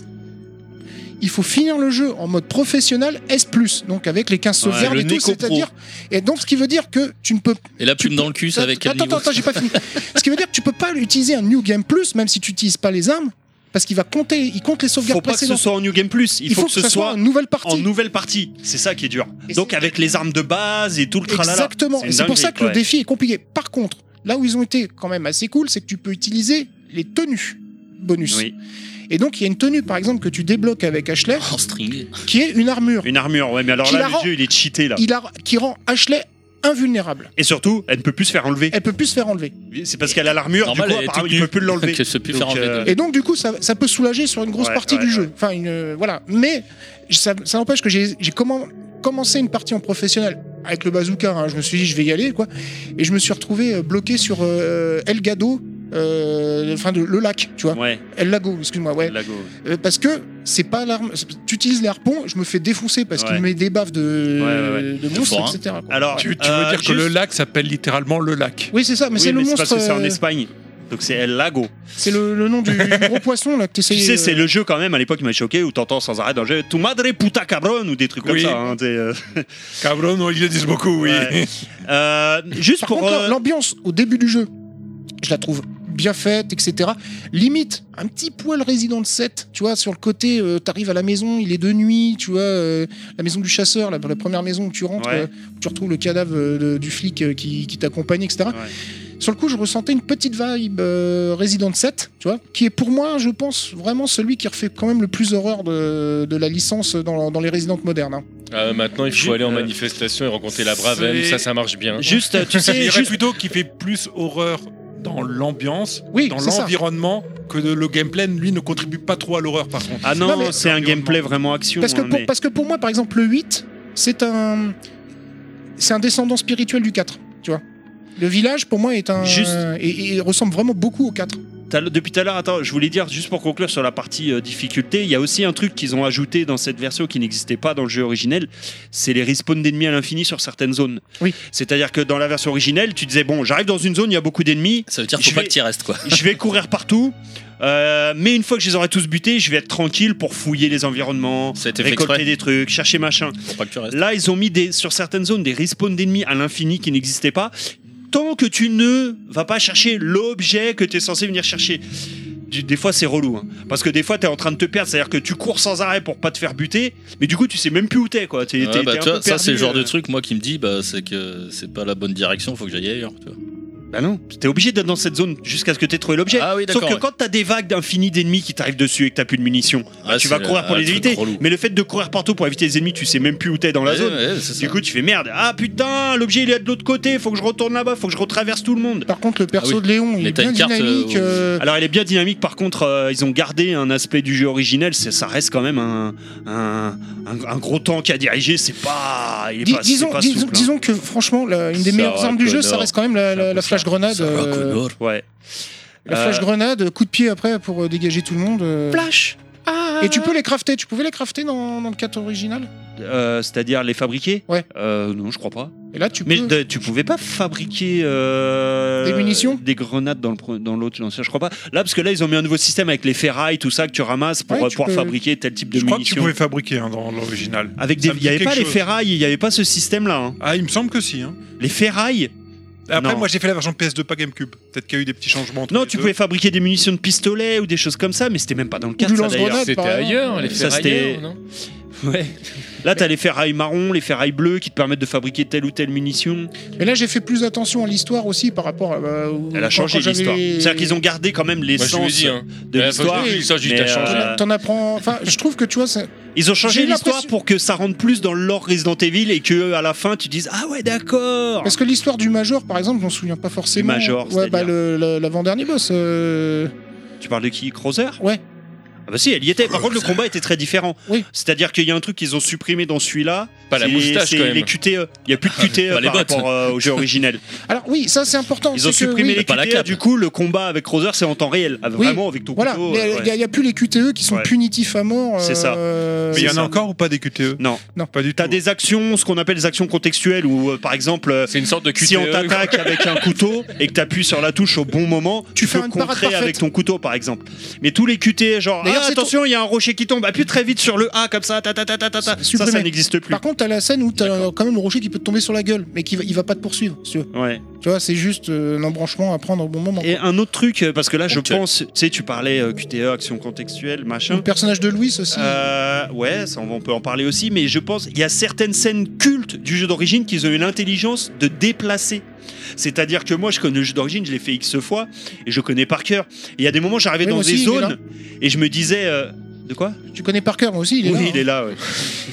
S3: il faut finir le jeu en mode professionnel S+, donc avec les 15
S2: Ouais,
S3: sauvegardes
S2: le
S3: et tout,
S2: Neko Pro.
S3: c'est-à-dire... Et donc, ce qui veut dire que tu ne peux...
S2: Et la plume dans le cul, c'est avec quel
S3: Attends,
S2: niveau
S3: attends, attends, j'ai pas fini. ce qui veut dire que tu peux pas utiliser un New Game Plus, même si tu n'utilises pas les armes, parce qu'il va compter, il compte les
S5: Il
S3: sauvegardes
S5: faut pas que ce
S3: précédentes.
S5: soit en New Game Plus, il, faut, que ce
S3: ça
S5: soit
S3: en nouvelle partie.
S5: en nouvelle partie. C'est ça qui est dur. Donc avec les armes de base et tout le tralala.
S3: Exactement.
S5: une
S3: Et c'est pour
S5: dinguerie,
S3: ça que
S5: ouais.
S3: le défi est compliqué. Par contre, là où ils ont été quand même assez cool, c'est que tu peux utiliser les tenues bonus.
S5: Oui.
S3: Et donc, il y a une tenue, par exemple, que tu débloques avec Ashley,
S2: En Oh, string.
S3: qui est une armure.
S5: Une armure, ouais, mais alors
S3: Qui la
S5: là, le
S3: rend-
S5: dieu, il est cheaté là.
S3: Il a- qui rend Ashley invulnérable.
S5: Et surtout, elle ne peut plus se faire enlever.
S3: Elle peut plus se faire enlever.
S5: C'est parce qu'elle a l'armure, du coup,
S2: Normal, elle est
S5: apparemment,
S2: toute
S5: il ne peut
S2: nue. [laughs]
S5: plus l'enlever.
S2: Qu'elle se peut faire
S5: Donc,
S2: enlever,
S5: euh,
S3: Et donc, du coup, ça, ça peut soulager sur une grosse
S5: Ouais,
S3: partie
S5: ouais,
S3: du jeu. Enfin, une, euh, voilà. Mais ça, ça n'empêche que j'ai j'ai commen- commencé une partie en professionnel avec le bazooka. hein. Je me suis dit, je vais y aller, quoi. Et je me suis retrouvé euh, bloqué sur euh, El Gado, euh, enfin, de- le lac, tu vois.
S5: Ouais.
S3: El Lago, excuse-moi, ouais.
S5: Lago.
S3: Euh, parce que c'est pas l'arme. c'est- Tu utilises les harpons, je me fais défoncer parce
S5: Ouais.
S3: qu'il met des baffes de,
S5: Ouais, ouais, ouais.
S3: de
S5: De
S3: monstres,
S5: forain.
S3: etc. quoi.
S5: Alors, euh,
S14: Tu, tu veux dire que le lac s'appelle littéralement le lac.
S3: Oui, c'est ça, mais c'est le monstre.
S5: parce que c'est en
S3: euh,
S5: Espagne. Donc c'est El Lago.
S3: C'est le, le nom du
S5: [laughs]
S3: du gros poisson là que
S5: Tu
S3: t'essayes.
S5: sais,
S3: euh,
S5: c'est le jeu quand même à l'époque qui m'a choqué où t'entends sans arrêt dans le jeu Tu madre puta cabron ou des trucs comme
S14: Oui.
S5: ça. hein, t'es, euh,
S14: Cabron, on- ils le disent beaucoup, oui. [laughs]
S5: Ouais. Euh, juste
S3: Par
S5: pour.
S3: contre,
S5: euh,
S3: l'ambiance au début du jeu, je la trouve bien faite, etc. Limite, un petit poil Resident 7, tu vois, sur le côté, euh, t'arrives à la maison, il est de nuit, tu vois, euh, la maison du chasseur, la, la première maison où tu rentres,
S5: Ouais.
S3: euh, où tu retrouves le cadavre euh, de- du flic euh, qui, qui t'accompagne, etc. Sur le coup, je ressentais une petite vibe euh, Resident 7, tu vois, qui est pour moi, je pense, vraiment celui qui refait quand même le plus horreur de, de la licence dans, dans les Resident modernes. hein.
S17: Ah, maintenant, il faut
S5: Ju-
S17: aller en
S5: euh,
S17: manifestation et rencontrer la brave
S14: c'est-
S17: M, ça, ça marche bien.
S3: [laughs]
S5: Juste, euh, tu
S14: Je
S5: sais,
S14: dirais
S5: juste,
S14: plutôt qu'il fait plus horreur dans l'ambiance,
S3: Oui,
S14: dans
S3: c'est ça.
S14: l'environnement, que le le gameplay, lui, ne contribue pas trop à l'horreur, par contre.
S5: Ah non,
S3: Non, mais-
S5: c'est un gameplay vraiment action.
S3: Parce que,
S5: hein,
S3: pour,
S5: mais-
S3: parce que pour moi, par exemple, le 8, c'est un. C'est un descendant spirituel du 4, tu vois. Le village, pour moi, est un.
S5: Juste.
S3: Et, et il ressemble vraiment beaucoup au 4.
S5: T'as- Depuis tout à l'heure, attends, je voulais dire, juste pour conclure sur la partie euh, difficulté, il y a aussi un truc qu'ils ont ajouté dans cette version qui n'existait pas dans le jeu originel, c'est les respawns d'ennemis à l'infini sur certaines zones.
S3: Oui.
S5: C'est-à-dire que dans la version originelle, tu disais, bon, j'arrive dans une zone, il y a beaucoup d'ennemis,
S2: Ça veut dire
S5: Je
S2: faut pas
S5: vais-
S2: que t'y restes quoi.
S5: je vais [laughs] courir partout, euh, mais une fois que je les aurai tous butés, je vais être tranquille pour fouiller les environnements,
S2: Ça a été fait
S5: récolter
S2: exprès. Ah,
S5: des trucs, chercher machin.
S2: Faut pas que tu restes.
S5: Là, ils ont mis des, sur certaines zones des respawns d'ennemis à l'infini qui n'existaient pas. Tant que tu ne vas pas chercher l'objet que tu es censé venir chercher. Du- Des fois, c'est relou. hein. Parce que des fois, tu es en train de te perdre. C'est-à-dire que tu cours sans arrêt pour pas te faire buter. Mais du coup, tu sais même plus où t'es. Quoi. T'es-
S2: Ouais,
S5: t'es-
S2: bah,
S5: t'es un
S2: tu vois,
S5: peu
S2: ça
S5: perdu,
S2: c'est le genre
S5: euh.
S2: de truc moi qui me dit bah c'est que c'est pas la bonne direction, faut que j'aille ailleurs. tu vois.
S5: Bah non, t'es obligé d'être dans cette zone jusqu'à ce que t'aies trouvé l'objet.
S2: Ah oui,
S5: Sauf
S2: d'accord,
S5: que
S2: ouais.
S5: quand t'as des vagues d'infini d'ennemis qui t'arrivent dessus et que t'as plus de munitions,
S2: Ah, c'est
S5: tu vas courir
S2: un-
S5: pour
S2: un
S5: les
S2: truc
S5: éviter.
S2: relou.
S5: Mais le fait de courir partout pour éviter les ennemis, tu sais même plus où t'es dans la
S2: Ouais,
S5: zone.
S2: ouais, c'est ça.
S5: du coup, tu fais merde. Ah putain, l'objet il est de l'autre côté, faut que je retourne là-bas, faut que je retraverse tout le monde.
S3: Par contre, le
S5: Ah
S3: perso de Léon, il est bien dynamique. euh,
S5: Alors, il est bien dynamique. Par contre, euh, ils ont gardé un aspect du jeu originel. c'est- Ça reste quand même un, un, un- un gros tank à diriger. C'est pas. Il est
S3: Dis-
S5: pas, c'est
S3: disons,
S5: pas
S3: dis-
S5: souple, hein.
S3: disons que franchement, la- une des
S5: Sarah
S3: meilleures armes du jeu, ça
S5: Connor.
S3: reste quand même la, la- la flash
S2: Ah, bah,
S3: grenade.
S5: Sarah
S3: euh,
S5: Connor. Ouais.
S3: la flash
S5: Euh,
S3: grenade, coup de pied après pour euh, dégager tout le monde. euh.
S5: Flash
S3: Et tu peux les crafter, tu pouvais les crafter dans, dans le 4 original
S5: Euh, c'est-à-dire les fabriquer
S3: Ouais.
S5: Euh, non, je crois pas.
S3: Et là, tu
S5: Mais
S3: peux-
S5: de- tu pouvais pas fabriquer euh,
S3: Des munitions
S5: des grenades dans le pre- dans l'autre l'ancien, je crois pas. Là, parce que là, ils ont mis un nouveau système avec les ferrailles, tout ça que tu ramasses pour
S14: Ouais,
S5: euh,
S14: tu
S5: pouvoir
S14: peux-
S5: fabriquer tel type de
S14: Je crois que tu
S5: munitions.
S14: pouvais fabriquer hein, dans l'original.
S5: Avec
S14: Ça
S5: des,
S14: me
S5: il
S14: dit
S5: y avait
S14: quelque
S5: pas les
S14: chose.
S5: ferrailles, il y avait pas ce système-là.
S14: Ah, il me semble que si. hein.
S5: Les ferrailles.
S14: Après,
S5: Non.
S14: moi, j'ai fait la version PS2, pas GameCube. Peut-être qu'il y a eu des petits changements. entre
S5: Non,
S14: les
S5: tu
S14: deux.
S5: pouvais fabriquer des munitions de pistolet ou des choses comme ça, mais c'était même pas dans le cadre.
S14: du
S5: ça,
S14: lance-grenade,
S5: d'ailleurs.
S14: C'était par exemple. ailleurs, les
S5: Ah, bah, Ça, c'était-
S14: ferrailleurs,
S5: Ouais. Là, t'as les ferrailles marron, les ferrailles bleues qui te permettent de fabriquer telle ou telle munition.
S3: Mais là, j'ai fait plus attention à l'histoire aussi par rapport à. euh, où-
S5: Elle a
S3: quand-
S5: changé
S3: quand j'avais-
S5: l'histoire. C'est-à-dire qu'ils ont gardé quand même
S3: Moi, je vous
S5: l'essence
S3: dis, hein.
S5: de
S3: Ouais,
S5: l'histoire.
S3: faut que l'histoire, juste,
S5: mais,
S3: elle change.
S5: euh,
S3: T'en apprends. Enfin, je trouve que tu vois. ça-
S5: Ils ont
S3: J'ai
S5: changé
S3: eu
S5: l'histoire
S3: l'impression-
S5: pour que ça rentre plus dans l'or Resident Evil et que à la fin tu dises ah ouais d'accord.
S3: Parce que l'histoire du Major, par exemple, je m'en souviens pas forcément.
S5: Major,
S3: ouais, bah,
S5: c'est-à-dire
S3: le- le- l'avant-dernier boss. euh,
S5: Tu parles de qui Crowther
S3: Ouais.
S5: Ah bah si, elle y était. Par contre, le combat était très différent.
S3: Oui.
S5: C'est-à-dire qu'il y a un truc qu'ils ont supprimé dans celui-là.
S4: Pas la
S5: c'est-
S4: moustache,
S5: c'est
S4: quand même. Ah,
S5: Les QTE. Il y a plus de QTE
S4: Pas les
S5: par
S4: bottes.
S5: rapport euh, au jeu
S3: [laughs]
S5: originel.
S3: Alors, oui, ça, c'est important.
S5: Ils ont
S3: c'est que,
S5: supprimé
S3: oui,
S5: les QTE. Du coup, le combat avec Crowther c'est en temps réel, avec-
S3: Oui.
S5: vraiment avec ton
S3: Voilà,
S5: couteau. euh,
S3: il
S5: ouais.
S3: n'y a, plus les QTE qui sont
S5: Ouais.
S3: punitifs à mort.
S5: C'est ça.
S3: euh,
S5: Mais il y en a
S3: c'est ça.
S5: encore
S14: ou pas des E? QTE
S5: Non.
S3: non,
S14: pas du
S5: tout. T'as des actions, ce qu'on appelle des actions contextuelles, où euh, par exemple, euh, si on
S4: QTE,
S5: t'attaque
S4: quoi.
S5: avec un couteau et que t'appuies sur la touche au bon moment, tu,
S3: fais
S5: peux
S3: une parade
S5: contrer
S3: parfaite.
S5: avec ton couteau par exemple. Mais tous les QTE, genre,
S3: D'ailleurs,
S5: ah,
S3: c'est
S5: attention, il y a un rocher qui tombe, appuie très vite sur le A comme ça, ta, ta, ta, ta, ta, ta. ça,
S3: Supprimé.
S5: ça n'existe plus.
S3: Par contre, t'as la scène où t'as euh, quand même le rocher qui peut te tomber sur la gueule, mais qui va, il va pas te poursuivre. si tu veux.
S5: Ouais.
S3: Tu vois, c'est juste euh, un embranchement à prendre au bon moment.
S5: Et un autre truc, euh, parce que là, je
S3: Ponctuel.
S5: pense, tu sais, tu parlais euh, QTE, action contextuelle, machin.
S3: Le personnage de Louis aussi.
S5: Euh, ouais, ça, on va- on peut en parler aussi, mais je pense il y a certaines scènes cultes du jeu d'origine qu'ils ont eu l'intelligence de déplacer. C'est-à-dire que moi, je connais le jeu d'origine, je l'ai fait X fois, et je connais par cœur. Et Il y a des moments, j'arrivais
S3: Oui,
S5: dans
S3: moi
S5: des
S3: aussi, il est là.
S5: zones, et je me disais. euh, de quoi
S3: Tu connais par cœur, moi aussi, il est
S5: oui,
S3: là. hein.
S5: il est là. ouais.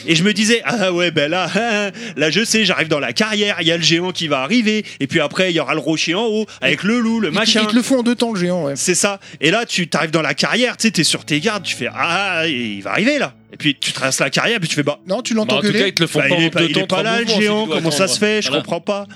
S5: Et je me disais, ah ouais, ben là, ah, là je sais, j'arrive dans la carrière, il y a le géant qui va arriver, et puis après, il y aura le rocher en haut, avec le loup, le
S3: Ils-
S5: machin.
S3: Ils te le font en deux temps, le géant, ouais.
S5: C'est ça. Et là, tu t'arrives dans la carrière, tu sais, t'es sur tes gardes, tu fais ah, il va arriver là. Et puis tu traverses la carrière, puis tu fais bah.
S3: Non, tu l'entends Bah, en tout gueuler. cas, ils te le font pas
S5: il
S3: en
S5: est pas,
S3: deux
S5: il
S3: temps,
S5: est pas
S3: trois
S5: là, le
S3: mouvements, si tu
S5: géant.
S3: dois
S5: Comment ça
S3: attendre.
S5: se fait Je
S3: Voilà.
S5: comprends pas.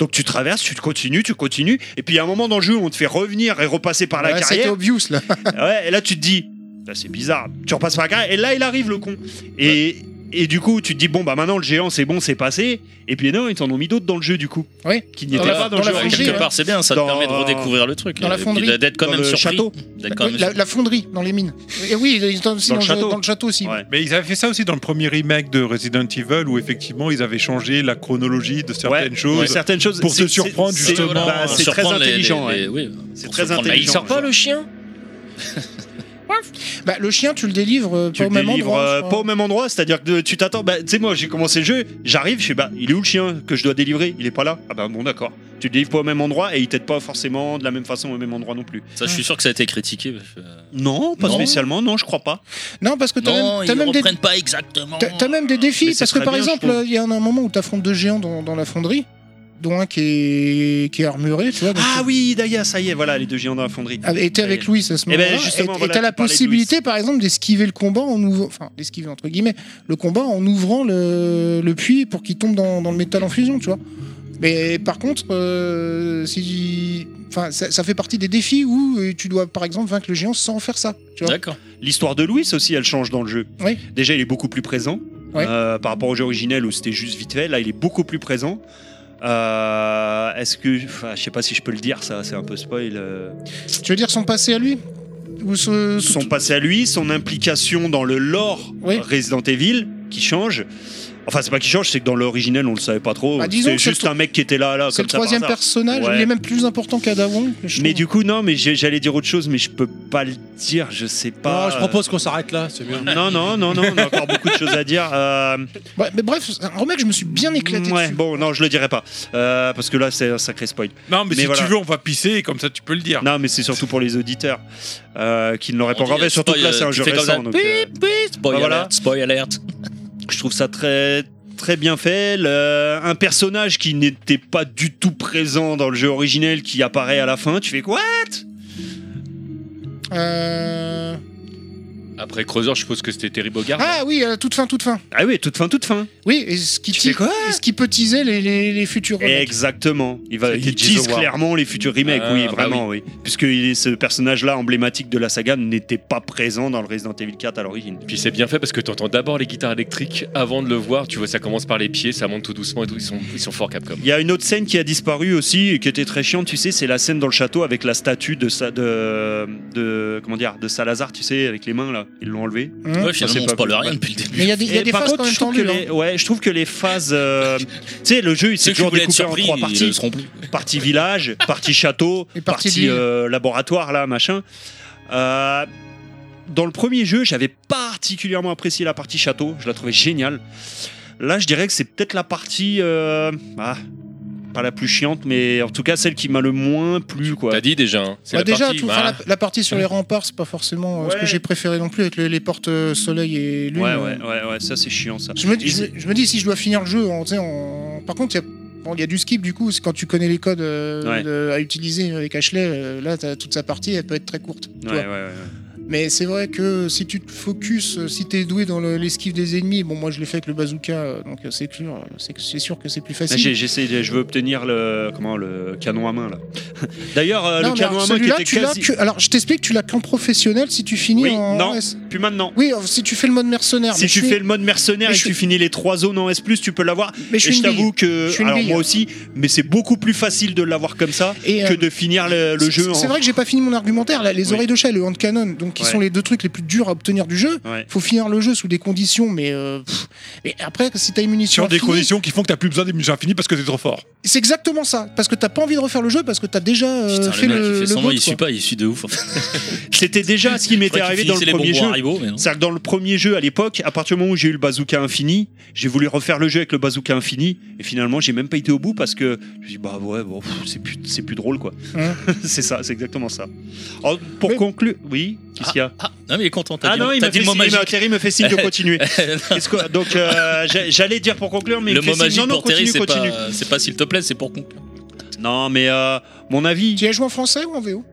S5: Donc tu traverses, tu continues, tu continues. Et puis il y a un moment dans le jeu où on te fait revenir et repasser par la
S3: Ouais, c'était
S5: carrière.
S3: obvious, là.
S5: ouais, et là tu te dis, Bah, c'est bizarre. Tu repasses par la carrière. Et là, il arrive le con. Et et du coup, tu te dis bon bah maintenant le géant c'est bon, c'est passé. Et puis non, ils t'en ont mis d'autres dans le jeu du coup.
S3: Oui. Ah bah,
S5: Qui n'étaient
S3: Dans la-
S5: pas
S3: dans
S5: dans, le
S3: la
S5: jeu.
S3: fonderie,
S5: original.
S3: Quelque part, c'est bien, ça te
S5: Dans-
S2: permet de redécouvrir le truc,
S3: Dans la
S2: et puis bah,
S3: fonderie.
S2: d'être quand
S5: Dans
S2: même
S5: le
S2: surpris.
S5: château.
S2: D'être quand
S3: Oui,
S2: même
S3: Bah, la, la fonderie, dans les mines. Et oui, ils étaient aussi dans, le jeu- dans le château aussi.
S14: Mais ils avaient fait ça aussi dans le premier remake de Resident Evil où effectivement ils avaient changé la chronologie de certaines
S5: Ouais,
S14: choses,
S5: ouais. Certaines choses,
S14: pour
S5: c'est-
S14: te surprendre
S5: c'est-
S14: justement.
S5: c'est- bah, c'est très
S14: Surprendre les-
S5: intelligent.
S14: les-
S5: ouais.
S14: les- oui,
S5: C'est
S14: pour
S5: très
S14: surprendre les-
S5: intelligent.
S14: Il sort pas,
S5: le
S16: chien
S3: [laughs] Bah, le chien, tu le délivres euh,
S5: Tu
S3: pas au
S5: le
S3: même
S5: délivres,
S3: endroit.
S5: euh,
S3: je crois.
S5: pas au même endroit, c'est-à-dire que tu t'attends. Bah, tu sais, moi j'ai commencé le jeu, j'arrive, je suis bah, il est où le chien que je dois délivrer Il est pas là Ah bah bon, d'accord. Tu le délivres pas au même endroit et il t'aide pas forcément de la même façon au même endroit non plus.
S2: Ça, je suis sûr que ça a été critiqué.
S5: Non, pas
S2: Non.
S5: spécialement, non, je crois pas.
S3: Non, parce que t'as
S2: Non,
S3: même, t'as
S2: ils
S3: même des,
S2: reprennent pas exactement.
S3: t'as- t'as même des défis.
S2: Mais c'est
S3: Parce que
S2: très
S3: par
S2: bien, je
S3: exemple,
S2: trouve.
S3: il y en a un moment où t'affrontes deux géants dans, dans la fonderie, dont un qui est, qui est armuré, tu vois. donc
S5: Ah oui, d'ailleurs, ça y est, voilà, les deux géants dans la fonderie.
S3: bah, Ah, Et t'es avec Louis à ce
S5: Eh ben,
S3: moment-là. et et
S5: justement,
S3: t'as la
S5: voilà, tu parlais de
S3: possibilité, par exemple, d'esquiver le combat en ouvrant, enfin, d'esquiver entre guillemets, le combat en ouvrant le, le puits pour qu'il tombe dans, dans le métal en fusion, tu vois. Mais par contre, euh, si, enfin, ça, ça fait partie des défis où euh, tu dois, par exemple, vaincre le géant sans faire ça. Tu vois.
S5: L'histoire de Louis aussi, elle change dans le jeu.
S3: Oui.
S5: Déjà, il est beaucoup plus présent
S3: Ouais.
S5: euh, par rapport au jeu originel où c'était juste vite fait. Là, il est beaucoup plus présent. Euh, Est-ce que. enfin, je sais pas si je peux le dire, ça, c'est un peu spoil. euh.
S3: Tu veux dire son passé à lui ou ce,
S5: son passé à lui, son implication dans le lore Resident Evil qui change. Enfin, c'est pas qu'il change, c'est que dans l'originel, on le savait pas trop.
S3: Bah, disons
S5: c'est
S3: que c'est
S5: juste
S3: le tro-
S5: un mec qui était là, là.
S3: C'est
S5: comme
S3: le
S5: ça, par
S3: troisième
S5: hasard.
S3: personnage,
S5: Ouais.
S3: il est même plus important qu'Adavon.
S5: Mais du coup, non, mais j'ai- j'allais dire autre chose, mais je peux pas le dire, je sais pas. euh.
S1: Non, je propose qu'on s'arrête là, c'est bien.
S5: Non, non, non, non, on a encore beaucoup de choses à dire. euh,
S3: Bah, mais bref, c'est un remake, je me suis bien éclaté.
S5: ouais,
S3: dessus.
S5: bon, non, je le dirai pas. euh, parce que là, c'est un sacré spoil.
S14: Non, mais, si
S5: voilà.
S14: tu veux, on va pisser, et comme ça tu peux le dire.
S5: Non, mais c'est surtout pour les auditeurs euh, qui ne l'auraient pas
S14: On
S5: encore
S14: dirait
S5: fait, surtout que là,
S14: spoil,
S5: c'est un
S14: tu
S5: jeu
S14: fais comme ça.
S5: récent. donc, euh,
S2: Bip, bip, spoil
S5: bah voilà.
S2: alert, spoil alert.
S5: Je trouve ça très très bien fait. Le- un personnage qui n'était pas du tout présent dans le jeu originel qui apparaît à la fin. Tu fais quoi
S3: Euh,
S4: Après Creuser, je suppose que c'était Terry Bogard.
S3: Ah oui, euh, toute fin, toute fin.
S5: Ah oui, toute fin, toute fin.
S3: Oui, et ce qui, ti- et ce qui peut teaser les, les, les futurs remakes.
S5: Exactement. Il va
S3: C'est
S5: il
S3: Gears
S5: tease
S3: of War.
S5: clairement les futurs remakes.
S3: Ah,
S5: oui,
S3: bah
S5: vraiment, oui. Puisque il est- ce personnage-là emblématique de la saga n'était pas présent dans le Resident Evil 4 à l'origine.
S4: Puis c'est bien fait parce que t'entends d'abord les guitares électriques avant de le voir. Tu vois, ça commence par les pieds, ça monte tout doucement et tout. Ils sont, ils sont forts Capcom.
S5: Il y a une autre scène qui a disparu aussi et qui était très chiante, tu sais, c'est la scène dans le château avec la statue de sa, de, de comment dire, de Salazar, tu sais, avec les mains là, ils l'ont enlevée.
S3: Ouais, finalement,
S5: Ça,
S2: on
S5: c'est
S2: se parle
S5: cool.
S2: rien depuis le début.
S3: Mmh. Mais il y a des- il y a
S5: Et
S3: des
S5: par
S3: phases
S5: contre,
S3: quand
S5: je
S3: même
S5: trouve que
S3: tendues, hein.
S5: les, ouais, je trouve que les phases,
S3: [laughs]
S5: euh, tu sais, le jeu il s'est
S2: Ceux qui
S5: toujours
S2: voulaient être
S5: découpé en
S2: surpris,
S5: trois
S2: ils
S5: parties
S2: le seront plus.
S5: partie village, partie château,
S2: partie
S5: partie
S2: ville.
S5: euh, laboratoire là, machin. Euh, dans le premier jeu, j'avais particulièrement apprécié la partie château, je la trouvais géniale. Là, je dirais que c'est peut-être la partie euh, ah, pas la plus chiante, mais en tout cas celle qui m'a le moins plu quoi. T'as
S4: dit déjà. Hein.
S3: Bah, déjà, tout- enfin, la, la partie sur les remparts, c'est pas forcément euh, ce
S5: Ouais.
S3: que j'ai préféré non plus avec les, les portes euh, soleil et lune.
S5: Ouais,
S3: euh,
S5: ouais, ouais, ouais, ça c'est chiant ça.
S3: Je me, dis,
S5: Et
S3: je, me- je me dis si je dois finir le jeu en, tu sais, en- par contre il y a bon, il y a du skip du coup c'est quand tu connais les codes euh,
S5: Ouais.
S3: de- à utiliser avec Ashley euh, là t'as toute sa partie elle peut être très courte tu
S5: Ouais,
S3: vois.
S5: ouais, ouais, ouais.
S3: mais c'est vrai que si tu te focus euh, si t'es doué dans le- l'esquive des ennemis bon moi je l'ai fait avec le bazooka euh, donc euh, c'est sûr euh, c'est c'est sûr que c'est plus
S5: Là,
S3: facile
S5: Ah, j'ai- j'essaie de- je veux obtenir le comment le canon à
S3: [laughs]
S5: main là. D'ailleurs, euh,
S3: Non,
S5: le
S3: mais
S5: canon
S3: alors,
S5: à main qui
S3: celui-là,
S5: était
S3: tu l'as
S5: quasi-
S3: que- alors je t'explique tu l'as qu'en professionnel si tu finis
S5: Oui,
S3: en
S5: non,
S3: S.
S5: puis maintenant.
S3: oui euh, si tu fais le mode mercenaire
S5: Si
S3: mais
S5: tu
S3: je suis-
S5: fais le mode mercenaire
S3: mais
S5: et
S3: je
S5: que tu
S3: suis-
S5: finis les trois zones en S+, tu peux l'avoir.
S3: Mais
S5: Et
S3: je suis
S5: je
S3: une
S5: t'avoue
S3: bille.
S5: que,
S3: Je suis une
S5: alors
S3: bille.
S5: moi aussi, mais c'est beaucoup plus facile de l'avoir comme ça
S3: Et, euh,
S5: que de finir le, le jeu.
S3: C'est
S5: en-
S3: vrai que j'ai pas fini mon argumentaire. Là, les
S5: Oui.
S3: oreilles de chat et le hand cannon, donc qui
S5: Ouais.
S3: sont les deux trucs les plus durs à obtenir du jeu.
S5: Ouais.
S3: Faut finir le jeu sous des conditions, mais euh, pff. mais après si t'as une munition
S14: Sur des
S3: infinie,
S14: conditions qui font que t'as plus besoin des munitions infinies parce que t'es trop fort.
S3: c'est exactement ça. Parce que t'as pas envie de refaire le jeu parce que t'as déjà euh,
S2: Putain,
S3: fait
S2: le mec,
S3: le.
S2: il fait
S3: le
S2: semblant,
S3: mode,
S2: il suit
S3: quoi.
S2: pas, il suit de ouf. en fait.
S5: C'était déjà ce qui m'était
S2: Faudrait
S5: arrivé
S2: qu'il
S5: dans le
S2: finisse les
S5: premier
S2: bonbons
S5: jeu.
S2: Haribo, mais non.
S5: C'est-à-dire que dans le premier jeu à l'époque, à partir du moment où j'ai eu le bazooka infini, j'ai voulu refaire le jeu avec le bazooka infini et finalement j'ai même pas été au bout parce que je me suis dit, bah ouais bon pff, c'est plus c'est plus drôle quoi.
S3: Hein.
S5: [laughs] c'est ça, c'est exactement ça. Alors, pour conclure, oui, qu'est-ce qu'il y a
S2: Non, mais il est content. t'as
S5: Ah
S2: dit-
S5: non, il
S2: t'as
S5: m'a
S2: dit
S5: fait
S2: le mot
S5: signe, il m'a-
S2: magique.
S5: Terry me fait signe de [laughs] continuer. Qu'est-ce que- donc euh, j'a- j'allais dire pour conclure, mais il
S2: Le
S5: me fait
S2: mot
S5: signe,
S2: magique
S5: non, non,
S2: pour Terry,
S5: continue,
S2: c'est
S5: continue.
S2: pas, c'est pas s'il te plaît, c'est pour conclure.
S5: Non, mais euh, mon avis.
S3: Tu y as joué en français ou en VO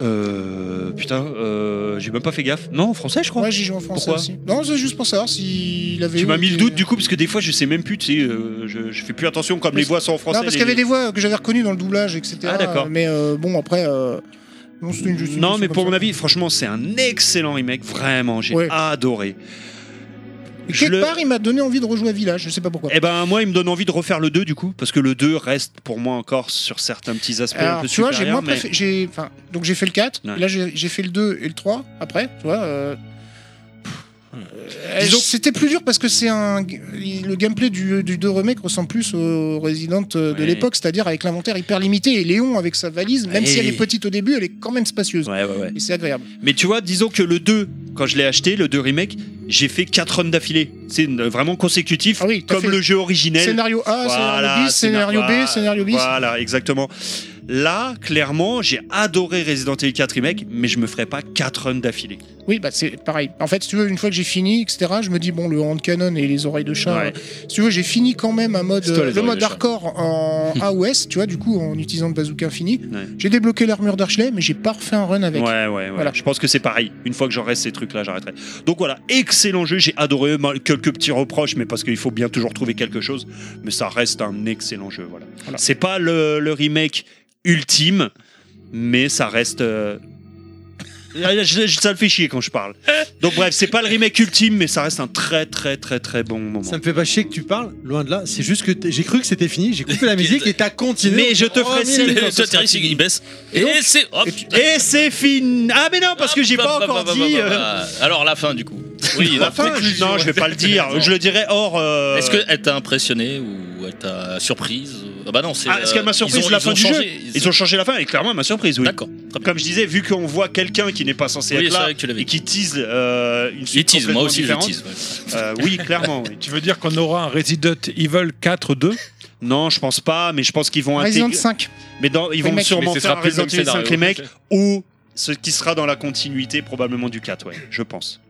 S5: Euh, putain, euh, j'ai même pas fait gaffe. Non, en français, je crois.
S3: Ouais, j'ai joué en français
S5: Pourquoi
S3: aussi. Non, c'est juste pour savoir si la VO.
S5: Tu m'as mis le
S3: était-
S5: doute du coup parce que des fois je sais même plus, tu sais, euh, je, je fais plus attention comme les voix sont en français.
S3: Non, parce
S5: les-
S3: qu'il y avait des voix que j'avais reconnues dans le doublage, etc.
S5: Ah, d'accord.
S3: Mais euh, bon, après, euh, non, c'était une juste. une
S5: Non, mais
S3: question
S5: pour
S3: comme
S5: mon
S3: ça.
S5: avis, franchement, c'est un excellent remake. Vraiment, j'ai
S3: Ouais.
S5: adoré.
S3: Et
S5: je
S3: Quelque
S5: le-
S3: part, il m'a donné envie de rejouer à Village. Je sais pas pourquoi.
S5: Eh ben moi, il me donne envie de refaire le 2 du coup, parce que le 2 reste pour moi encore sur certains petits aspects un
S3: Alors,
S5: peu
S3: tu vois, j'ai
S5: supérieurs,
S3: moins
S5: mais-
S3: préfé- j'ai- enfin, donc j'ai fait le 4,
S5: Ouais.
S3: et là j'ai j'ai fait le 2 et le 3 après, tu vois. euh, euh, C'était plus dur parce que c'est un le gameplay du, du 2 remake ressemble plus au Resident euh, de
S5: Ouais.
S3: l'époque, c'est-à-dire avec l'inventaire hyper limité et Léon avec sa valise, même
S5: Ouais.
S3: si elle est petite au début, elle est quand même spacieuse.
S5: Ouais, ouais, ouais.
S3: Et c'est agréable.
S5: Mais tu vois, disons que le 2, quand je l'ai acheté, le 2 remake, j'ai fait 4 runs d'affilée. C'est une- vraiment consécutif,
S3: Ah t'as
S5: comme
S3: fait
S5: le jeu originel.
S3: Scénario A, Ah, scénario B,
S5: scénar-
S3: scénario B,
S5: voilà,
S3: scénario B.
S5: Voilà, exactement. Là, clairement, j'ai adoré Resident Evil 4 remake, mais je me ferai pas 4 runs d'affilée.
S3: Oui, bah c'est pareil. En fait, si tu veux, une fois que j'ai fini, etc., je me dis, bon, le hand cannon et les oreilles de chat,
S5: Ouais.
S3: euh, si tu veux, j'ai fini quand même un mode,
S5: C'est toi, les
S3: euh, le
S5: oreilles
S3: mode
S5: de chat.
S3: hardcore
S5: [laughs]
S3: en AOS, tu vois, du coup, en utilisant le bazooka infini.
S5: Ouais.
S3: J'ai débloqué l'armure d'Archley, mais j'ai pas refait un run avec.
S5: Ouais, ouais, ouais.
S3: Voilà.
S5: Je pense que c'est pareil. Une fois que j'en reste ces trucs-là, j'arrêterai. Donc voilà, excellent jeu. J'ai adoré mal- quelques petits reproches, mais parce qu'il faut bien toujours trouver quelque chose. Mais ça reste un excellent jeu. Voilà.
S3: Voilà.
S5: C'est pas le, le remake ultime, mais ça reste. euh, [laughs] Ah, je- je- ça le fait chier quand je parle. Donc bref, c'est pas le remake ultime, mais ça reste un très très très très bon moment.
S1: Ça me fait pas chier que tu parles, loin de là. C'est juste que t'es- j'ai cru que c'était fini, j'ai coupé la musique et t'as continué.
S5: Mais je te ferai signe.
S1: minutes,
S5: Toi,
S1: ce sera
S5: Terry,
S1: fini.
S5: il baisse.
S2: Et, c'est. hop.
S5: Et c'est fini. Ah mais non, parce que j'ai
S2: Hop,
S5: pas
S2: hop,
S5: encore
S2: hop, hop,
S5: dit.
S2: hop, hop,
S5: euh,
S2: hop. Alors, la fin, du coup. Oui,
S5: La fin, je- non, je vais pas le dire. Je le dirai hors. euh,
S2: Est-ce qu'elle t'a impressionné ou elle t'a surprise Ah bah non, c'est.
S5: Ah, est-ce qu'elle m'a
S2: euh,
S5: surprise
S2: ils ont-
S5: la
S2: ils
S5: fin
S2: ont
S5: du
S2: changé.
S5: jeu ils... ont changé la fin et clairement elle m'a surprise, oui. D'accord. Comme je disais, vu qu'on voit quelqu'un qui n'est pas censé
S2: Oui,
S5: être
S2: c'est
S5: là
S2: vrai que tu l'avais
S5: et qui tease euh, une suite
S2: tease, moi
S5: complètement
S2: aussi, je
S5: différente,
S2: tease,
S5: euh, oui, clairement. oui.
S14: [laughs] Tu veux dire qu'on aura un Resident Evil 4-2
S5: Non, je pense pas, mais je pense qu'ils vont
S3: Resident
S5: intégrer-
S3: 5.
S5: Mais dans- ils
S3: Les
S5: vont
S3: mecs.
S5: sûrement
S3: Mais ce
S5: faire
S3: sera
S5: un
S3: plus le
S5: Resident
S3: même
S5: Evil 5
S3: scénario,
S5: remake
S3: ok.
S5: ou ce qui sera dans la continuité probablement du 4, ouais, je pense.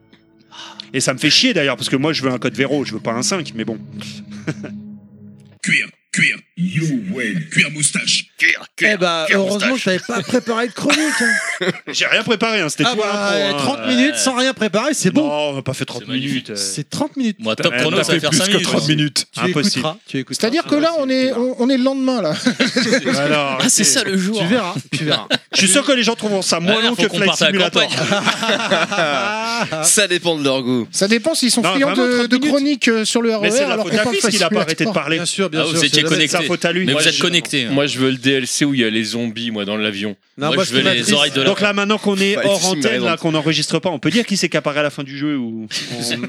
S5: Et ça me fait chier d'ailleurs, parce que moi je veux un code Véro, je veux pas un 5, mais bon.
S13: Cuir, cuir, you win. Cuir moustache. Cuir, cuir.
S1: Eh bah,
S13: cuir
S1: heureusement que
S13: moustache.
S1: je t'avais pas préparé de chronique. hein.
S5: J'ai rien préparé, hein, c'était
S1: Ah
S5: tout à
S1: bah,
S5: l'impro, hein.
S1: 30 minutes sans rien préparer, c'est bon.
S5: Non, on n'a pas fait 30 minutes. euh.
S1: C'est 30 minutes.
S2: Moi,
S5: top chrono, ça va faire 5 minutes.
S1: Tu
S5: Impossible.
S1: écouteras, tu écouteras.
S3: C'est-à-dire
S5: Ah,
S3: que là, on est, on, on est le lendemain, là. [laughs]
S5: Alors,
S1: Ah, c'est ça, le jour. Tu verras,
S5: tu verras. Je suis sûr que les gens trouveront ça moins
S7: Ah, là,
S5: long
S7: faut
S5: que
S7: qu'on
S5: Flight
S7: parte à la
S5: Simulator.
S2: Ah
S1: Ah,
S7: Ça dépend de leur goût.
S3: Ça dépend s'ils sont
S5: Non,
S3: friands
S5: vraiment,
S3: de,
S5: 30
S3: de chroniques euh, sur le RER.
S5: Mais c'est la
S3: alors
S5: faute
S3: qu'on
S5: à
S3: parle
S5: fils qu'il a pas arrêté de parler.
S8: Bien sûr,
S2: bien Ah, vous sûr, étiez c'est la- connectés.
S5: C'est sa faute à lui.
S2: Mais vous
S5: Moi,
S2: êtes
S5: je-
S2: connectés, hein.
S4: Moi, je veux le DLC où il y a les zombies, moi, dans l'avion.
S5: Non,
S4: moi,
S5: moi,
S4: je
S5: ce
S4: veux
S5: qui
S4: les
S5: m'attriste-
S4: oreilles de la.
S5: Donc là, maintenant qu'on est
S4: Bah,
S5: hors
S4: Simulator.
S5: antenne, là, qu'on enregistre pas, on peut dire qui s'est caparé à la fin du jeu ou.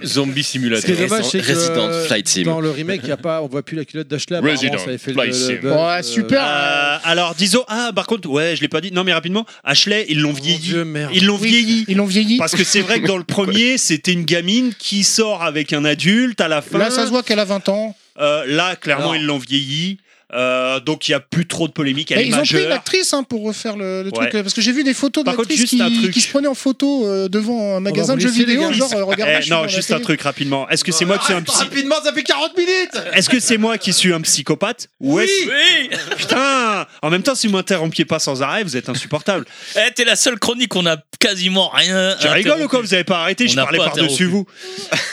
S4: Zombie
S1: Ce qui
S4: Simulator.
S1: est dommage, c'est que
S7: Resident
S1: euh,
S7: Flight Sim.
S1: dans le remake, y a pas, on voit plus la culotte d'Ashley. apparemment,
S5: Resident
S1: ça avait fait le-
S5: Flight
S1: le-
S5: Sim.
S1: le- le-
S5: Euh, alors, disons. Ah, par contre, ouais, je l'ai pas dit. Non, mais rapidement, Ashley, ils l'ont vieilli. Ils
S3: [laughs]
S5: l'ont vieilli.
S3: Ils l'ont vieilli.
S5: Parce que c'est vrai que dans le premier, c'était une gamine qui sort avec un adulte à la fin.
S3: Là, ça se voit qu'elle a 20 ans.
S5: Euh, là, clairement,
S3: Alors.
S5: ils l'ont vieilli. Euh, donc, il n'y a plus trop de polémique. Elle
S3: Et
S5: est
S3: ils ont pris une
S5: majeure.
S3: actrice hein, pour refaire le, le
S5: Ouais.
S3: truc. euh, Parce que j'ai vu des photos de
S5: Par contre,
S3: l'actrice
S5: juste un
S3: qui,
S5: truc.
S3: qui se prenait en photo euh, devant un magasin de
S5: vous
S3: jeux
S5: laisser, les
S3: vidéo.
S5: gars.
S3: Genre, euh, regarde,
S5: Eh, non, juste un truc rapidement. Est-ce que c'est moi qui suis un psy-
S1: Rapidement, ça fait 40 minutes
S5: Est-ce que c'est moi qui suis un psychopathe Ou est-ce- Putain En même temps, si vous m'interrompiez pas sans arrêt, vous êtes insupportable.
S2: Eh, t'es la seule chronique où on a quasiment rien.
S5: Je rigole ou quoi Vous avez pas arrêté Je
S2: On n'a
S5: parlais
S2: pas
S5: par-dessus vous.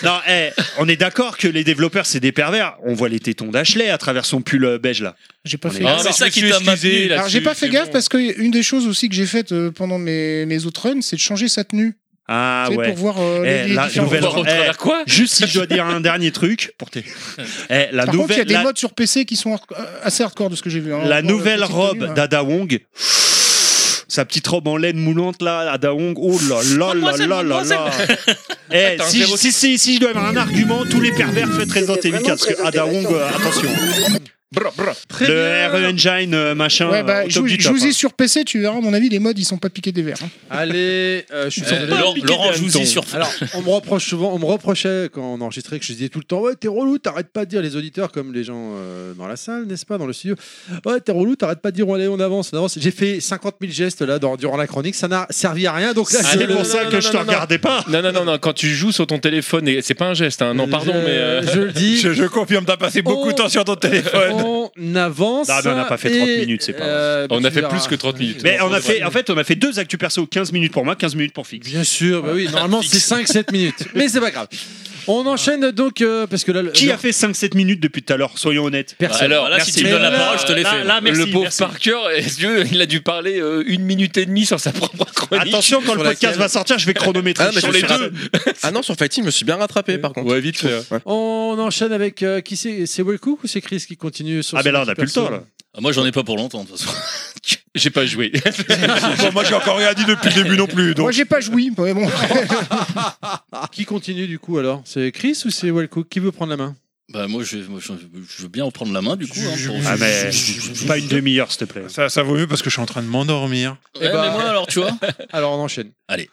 S5: Non, eh, on est d'accord que les développeurs, c'est des pervers. On voit les tétons d'Ashley à travers son pull euh, beige là.
S3: J'ai pas
S2: fait gaffe. Ah, c'est ça qui t'a maintenu.
S3: Alors, j'ai pas fait gaffe parce que une des choses aussi que j'ai faites euh, pendant mes, mes autres runs, c'est de changer sa tenue.
S5: Ah
S3: Tu sais,
S5: ouais. Eh,
S3: pour voir, euh, les- les
S5: la
S3: différents-
S5: nouvelle-
S3: Voir au travers
S5: eh,
S3: quoi
S5: Juste si je dois dire un dernier truc pour tes. Eh,
S3: Par contre, il
S5: la
S3: y a
S5: nouvelle
S3: des
S5: la-
S3: modes sur PC qui sont hard- euh, assez hardcore de ce que j'ai vu. hein.
S5: La
S3: Pour, euh,
S5: nouvelle
S3: petite
S5: robe
S3: tenue, hein.
S5: d'Ada Wong. Sa petite robe en laine moulante là, Ada Wong. Oh là là là
S3: Mademoiselle,
S5: là là là.
S3: mademoiselle.
S5: Eh,
S3: Attends,
S5: si,
S3: zéro-
S5: si, si, si je dois avoir un argument, tous les pervers faites Resident Evil 4. Parce que Ada Wong, euh, attention. le RE Engine euh, machin.
S3: Ouais, bah,
S5: euh, au
S3: je
S5: top
S3: vous-
S5: du
S3: je
S5: top,
S3: vous
S5: hein.
S3: dis sur PC, tu verras, à mon avis, les modes, ils sont pas piqués des verres. hein.
S1: Allez, euh, je suis
S4: Eh,
S3: Euh,
S1: désolé.
S3: Laurent- Laurent Jouzy
S1: Piqué
S3: sur-
S1: de- Alors, on me reproche souvent, on me reprochait quand on enregistrait que je disais tout le temps Ouais, t'es relou, t'arrêtes pas de dire, les auditeurs comme les gens euh, dans la salle, n'est-ce pas, dans le studio Ouais, t'es relou, t'arrêtes pas de dire Allez, on avance, on avance. J'ai fait 50 000 gestes là dans- durant la chronique, ça n'a servi à rien, donc là,
S4: Ah,
S1: je- Ah, le- non, non, non, non.
S5: pas.
S4: Non, non, non, non. Quand tu joues sur ton téléphone, et c'est pas un geste. hein, Non, pardon,
S1: je-
S4: mais euh,
S1: je le dis.
S14: Je, je confirme, t'as passé
S5: Oh.
S14: beaucoup de temps sur ton téléphone.
S1: On avance.
S5: Ah, mais on n'a pas fait 30
S1: et,
S5: minutes, c'est pas.
S1: euh,
S4: on a
S1: tu
S4: fait
S1: verras.
S4: plus que 30 minutes.
S5: Mais on a fait, en fait, on a fait deux actus perso, 15 minutes pour moi, 15 minutes pour Fix.
S1: Bien sûr, bah oui, normalement c'est 5-7 minutes. Mais c'est pas grave. On enchaîne donc, euh, parce que là. le-
S5: Qui a fait 5-7 minutes depuis tout à l'heure Soyons honnêtes.
S1: Personne. Alors, là, si tu me donnes la parole, je te l'ai
S5: là,
S1: fait.
S5: Là, Ah, merci,
S4: le pauvre
S5: merci.
S4: Parker, [laughs] est-ce que il a dû parler euh, une minute et demie sur sa propre chronique.
S5: Attention, quand le podcast va sortir, je vais chronométrer.
S7: Ah, mais
S5: sur
S7: je
S5: les
S7: me suis
S5: deux.
S7: Ah non, sur Fight Team, je me suis bien rattrapé par contre.
S4: Ouais, vite fait.
S1: On enchaîne avec. euh, qui c'est C'est Wellcook ou c'est Chris qui continue sur
S5: Ah,
S1: son
S5: ben là, on a
S1: petit
S5: plus le temps,
S1: perso
S5: là.
S2: Ah, Moi, j'en ai pas pour longtemps, de toute façon.
S4: J'ai pas joué.
S14: [laughs] Bon, moi, j'ai encore rien dit depuis le début non plus.
S3: Moi,
S14: Donc,
S3: j'ai pas joui, mais bon. [laughs]
S1: Qui continue du coup alors C'est Chris ou c'est Wellcook Qui veut prendre la main
S2: Bah, moi, je, moi, je- je veux bien en prendre la main, du coup. hein, pour-
S5: Ah, mais pas une demi-heure, s'il te plaît.
S14: ça, ça vaut mieux parce que je suis en train de m'endormir.
S2: Ouais, mais moi, alors, tu vois.
S1: Alors on enchaîne.
S2: Allez.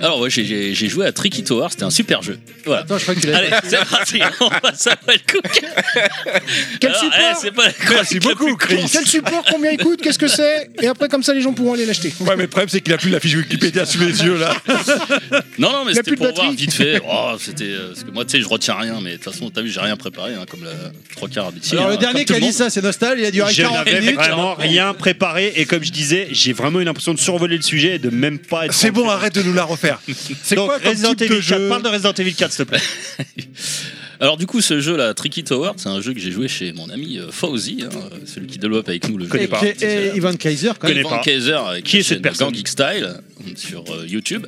S2: Alors ouais, j'ai- j'ai j'ai joué à Tricky Tower, c'était un super jeu. Voilà.
S1: Attends, je crois que tu l'as-
S2: Allez, c'est parti, on passe à Wellcook.
S3: Quel
S2: Alors,
S3: support
S2: eh, c'est pas la
S14: Merci beaucoup, Chris.
S3: Quel support Combien il coûte Qu'est-ce que c'est Et après, comme ça, les gens pourront aller l'acheter.
S14: Ouais, mais le problème, c'est qu'il a plus la fiche Wikipédia sous les yeux, là.
S2: Non, non, mais
S3: Il y a
S2: c'était
S3: plus de
S2: pour voir
S3: batterie.
S2: vite
S3: [laughs]
S2: fait. Oh, c'était euh, parce que moi, tu sais, je retiens rien, mais de toute façon, t'as vu, j'ai rien préparé, hein, comme la trois quarts d'habitude.
S1: Alors
S2: hein,
S1: le dernier
S2: comme tout
S1: qui a dit
S2: monde.
S1: ça, c'est Nostal, il a duré
S5: Je
S1: 40
S5: n'avais
S1: minutes.
S5: vraiment rien préparé et comme je disais, j'ai vraiment eu l'impression de survoler le sujet et de même pas être.
S14: C'est bon, arrête de nous la refaire. C'est
S5: Donc,
S14: quoi comme
S5: Resident
S14: type de
S5: Evil 4,
S14: jeu
S5: parle de Resident Evil 4, s'il te plaît.
S2: Alors du coup, ce jeu-là, Tricky Tower, c'est un jeu que j'ai joué chez mon ami euh, Fauzi, hein, celui qui développe avec nous le jeu.
S5: Connais pas.
S1: Et Ivan Kaiser quand même.
S5: Connais
S2: Van
S5: pas.
S2: Kaiser, euh,
S5: Qui est
S2: la
S5: cette
S2: chaîne
S5: personne
S2: Gang Geek Style euh, sur euh, YouTube.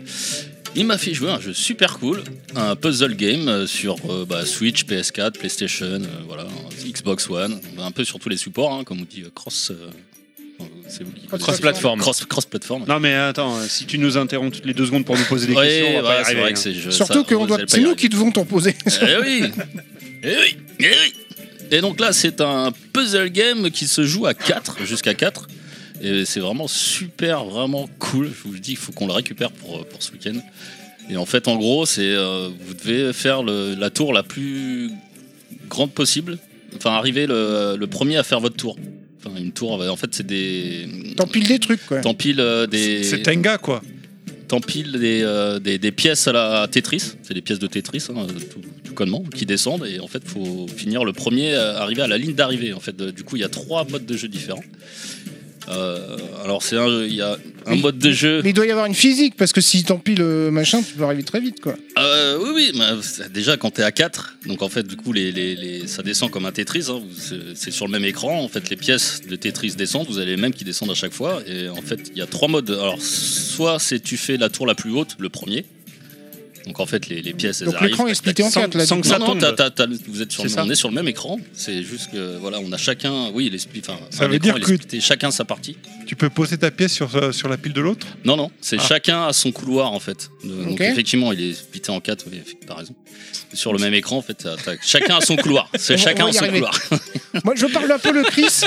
S2: Il m'a fait jouer à un jeu super cool, un puzzle game euh, sur euh, bah, Switch, PS4, bah, PlayStation, euh, voilà, Xbox One, un peu sur tous les supports, hein, comme on dit, euh, cross, euh, C'est vous qui
S3: Cross-
S2: connaissez.
S5: plateforme.
S2: Cross, cross plateforme.
S5: Non, mais attends, euh, si tu nous interromps toutes les deux secondes pour nous poser des
S2: Ouais,
S5: questions,
S2: ouais,
S5: on va pas y
S2: bah, c'est
S5: arriver,
S2: vrai
S5: hein.
S2: que c'est- je-
S3: Surtout
S2: ça,
S3: que
S2: vous
S3: on doit-
S2: allez pas
S3: c'est
S2: y
S3: nous qui devons t'en poser. [laughs]
S2: Eh oui Eh oui Eh oui Et donc là, c'est un puzzle game qui se joue à 4, jusqu'à 4. Et c'est vraiment super, vraiment cool. Je vous le dis, il faut qu'on le récupère pour, euh, pour ce week-end. Et en fait, en gros, c'est euh, vous devez faire le- la tour la plus grande possible. Enfin, arriver le, le premier à faire votre tour. Enfin, une tour, en fait, c'est des.
S3: T'empiles des trucs, quoi.
S2: T'empiles euh, des.
S14: C'est Tenga, quoi.
S2: T'empiles des, euh, des, des pièces à la Tetris, c'est des pièces de Tetris, hein, tout, tout connement, qui descendent et en fait faut finir le premier, euh, arriver à la ligne d'arrivée. En fait, De- du coup il y a trois modes de jeu différents. Euh, alors c'est un, il y a un mode de jeu.
S3: Mais il doit y avoir une physique, parce que si t'empiles le machin, tu peux arriver très vite, quoi.
S2: Euh, oui, oui, mais c'est- déjà quand t'es à 4, donc en fait, du coup, les, les- les- ça descend comme un Tetris, hein, vous- c'est- c'est sur le même écran, en fait, les pièces de Tetris descendent, vous avez les mêmes qui descendent à chaque fois, et en fait, il y a trois modes. Alors, soit c'est tu fais la tour la plus haute, le premier, donc en fait, les, les pièces, elles
S3: Donc
S2: arrivent.
S3: l'écran est
S2: tac,
S3: splitté
S2: tac,
S3: en quatre, là, du coup.
S2: Non, non,
S3: Ça
S2: t'as-
S3: tombe.
S2: t'as- t'as- vous êtes sur le,
S3: C'est ça.
S2: on est sur le même écran, c'est juste que, voilà, on a chacun, oui, les split, enfin,
S14: Ça
S2: un
S14: veut
S2: écran,
S14: dire
S2: il est
S14: que-
S2: splitté, chacun sa partie.
S14: Tu peux poser ta pièce sur, euh, sur la pile de l'autre
S2: Non, non, c'est
S14: Ah.
S2: chacun à son couloir en fait. De- Donc
S14: Ok.
S2: effectivement, il est splitté en quatre, oui, effe- t'as raison. Sur le même écran, en fait, t'as- t'as- chacun à son couloir.
S3: [laughs] On
S2: C'est
S3: va-
S2: chacun à
S3: on va y
S2: son
S3: arriver.
S2: couloir.
S3: Moi, je parle un peu le Chris.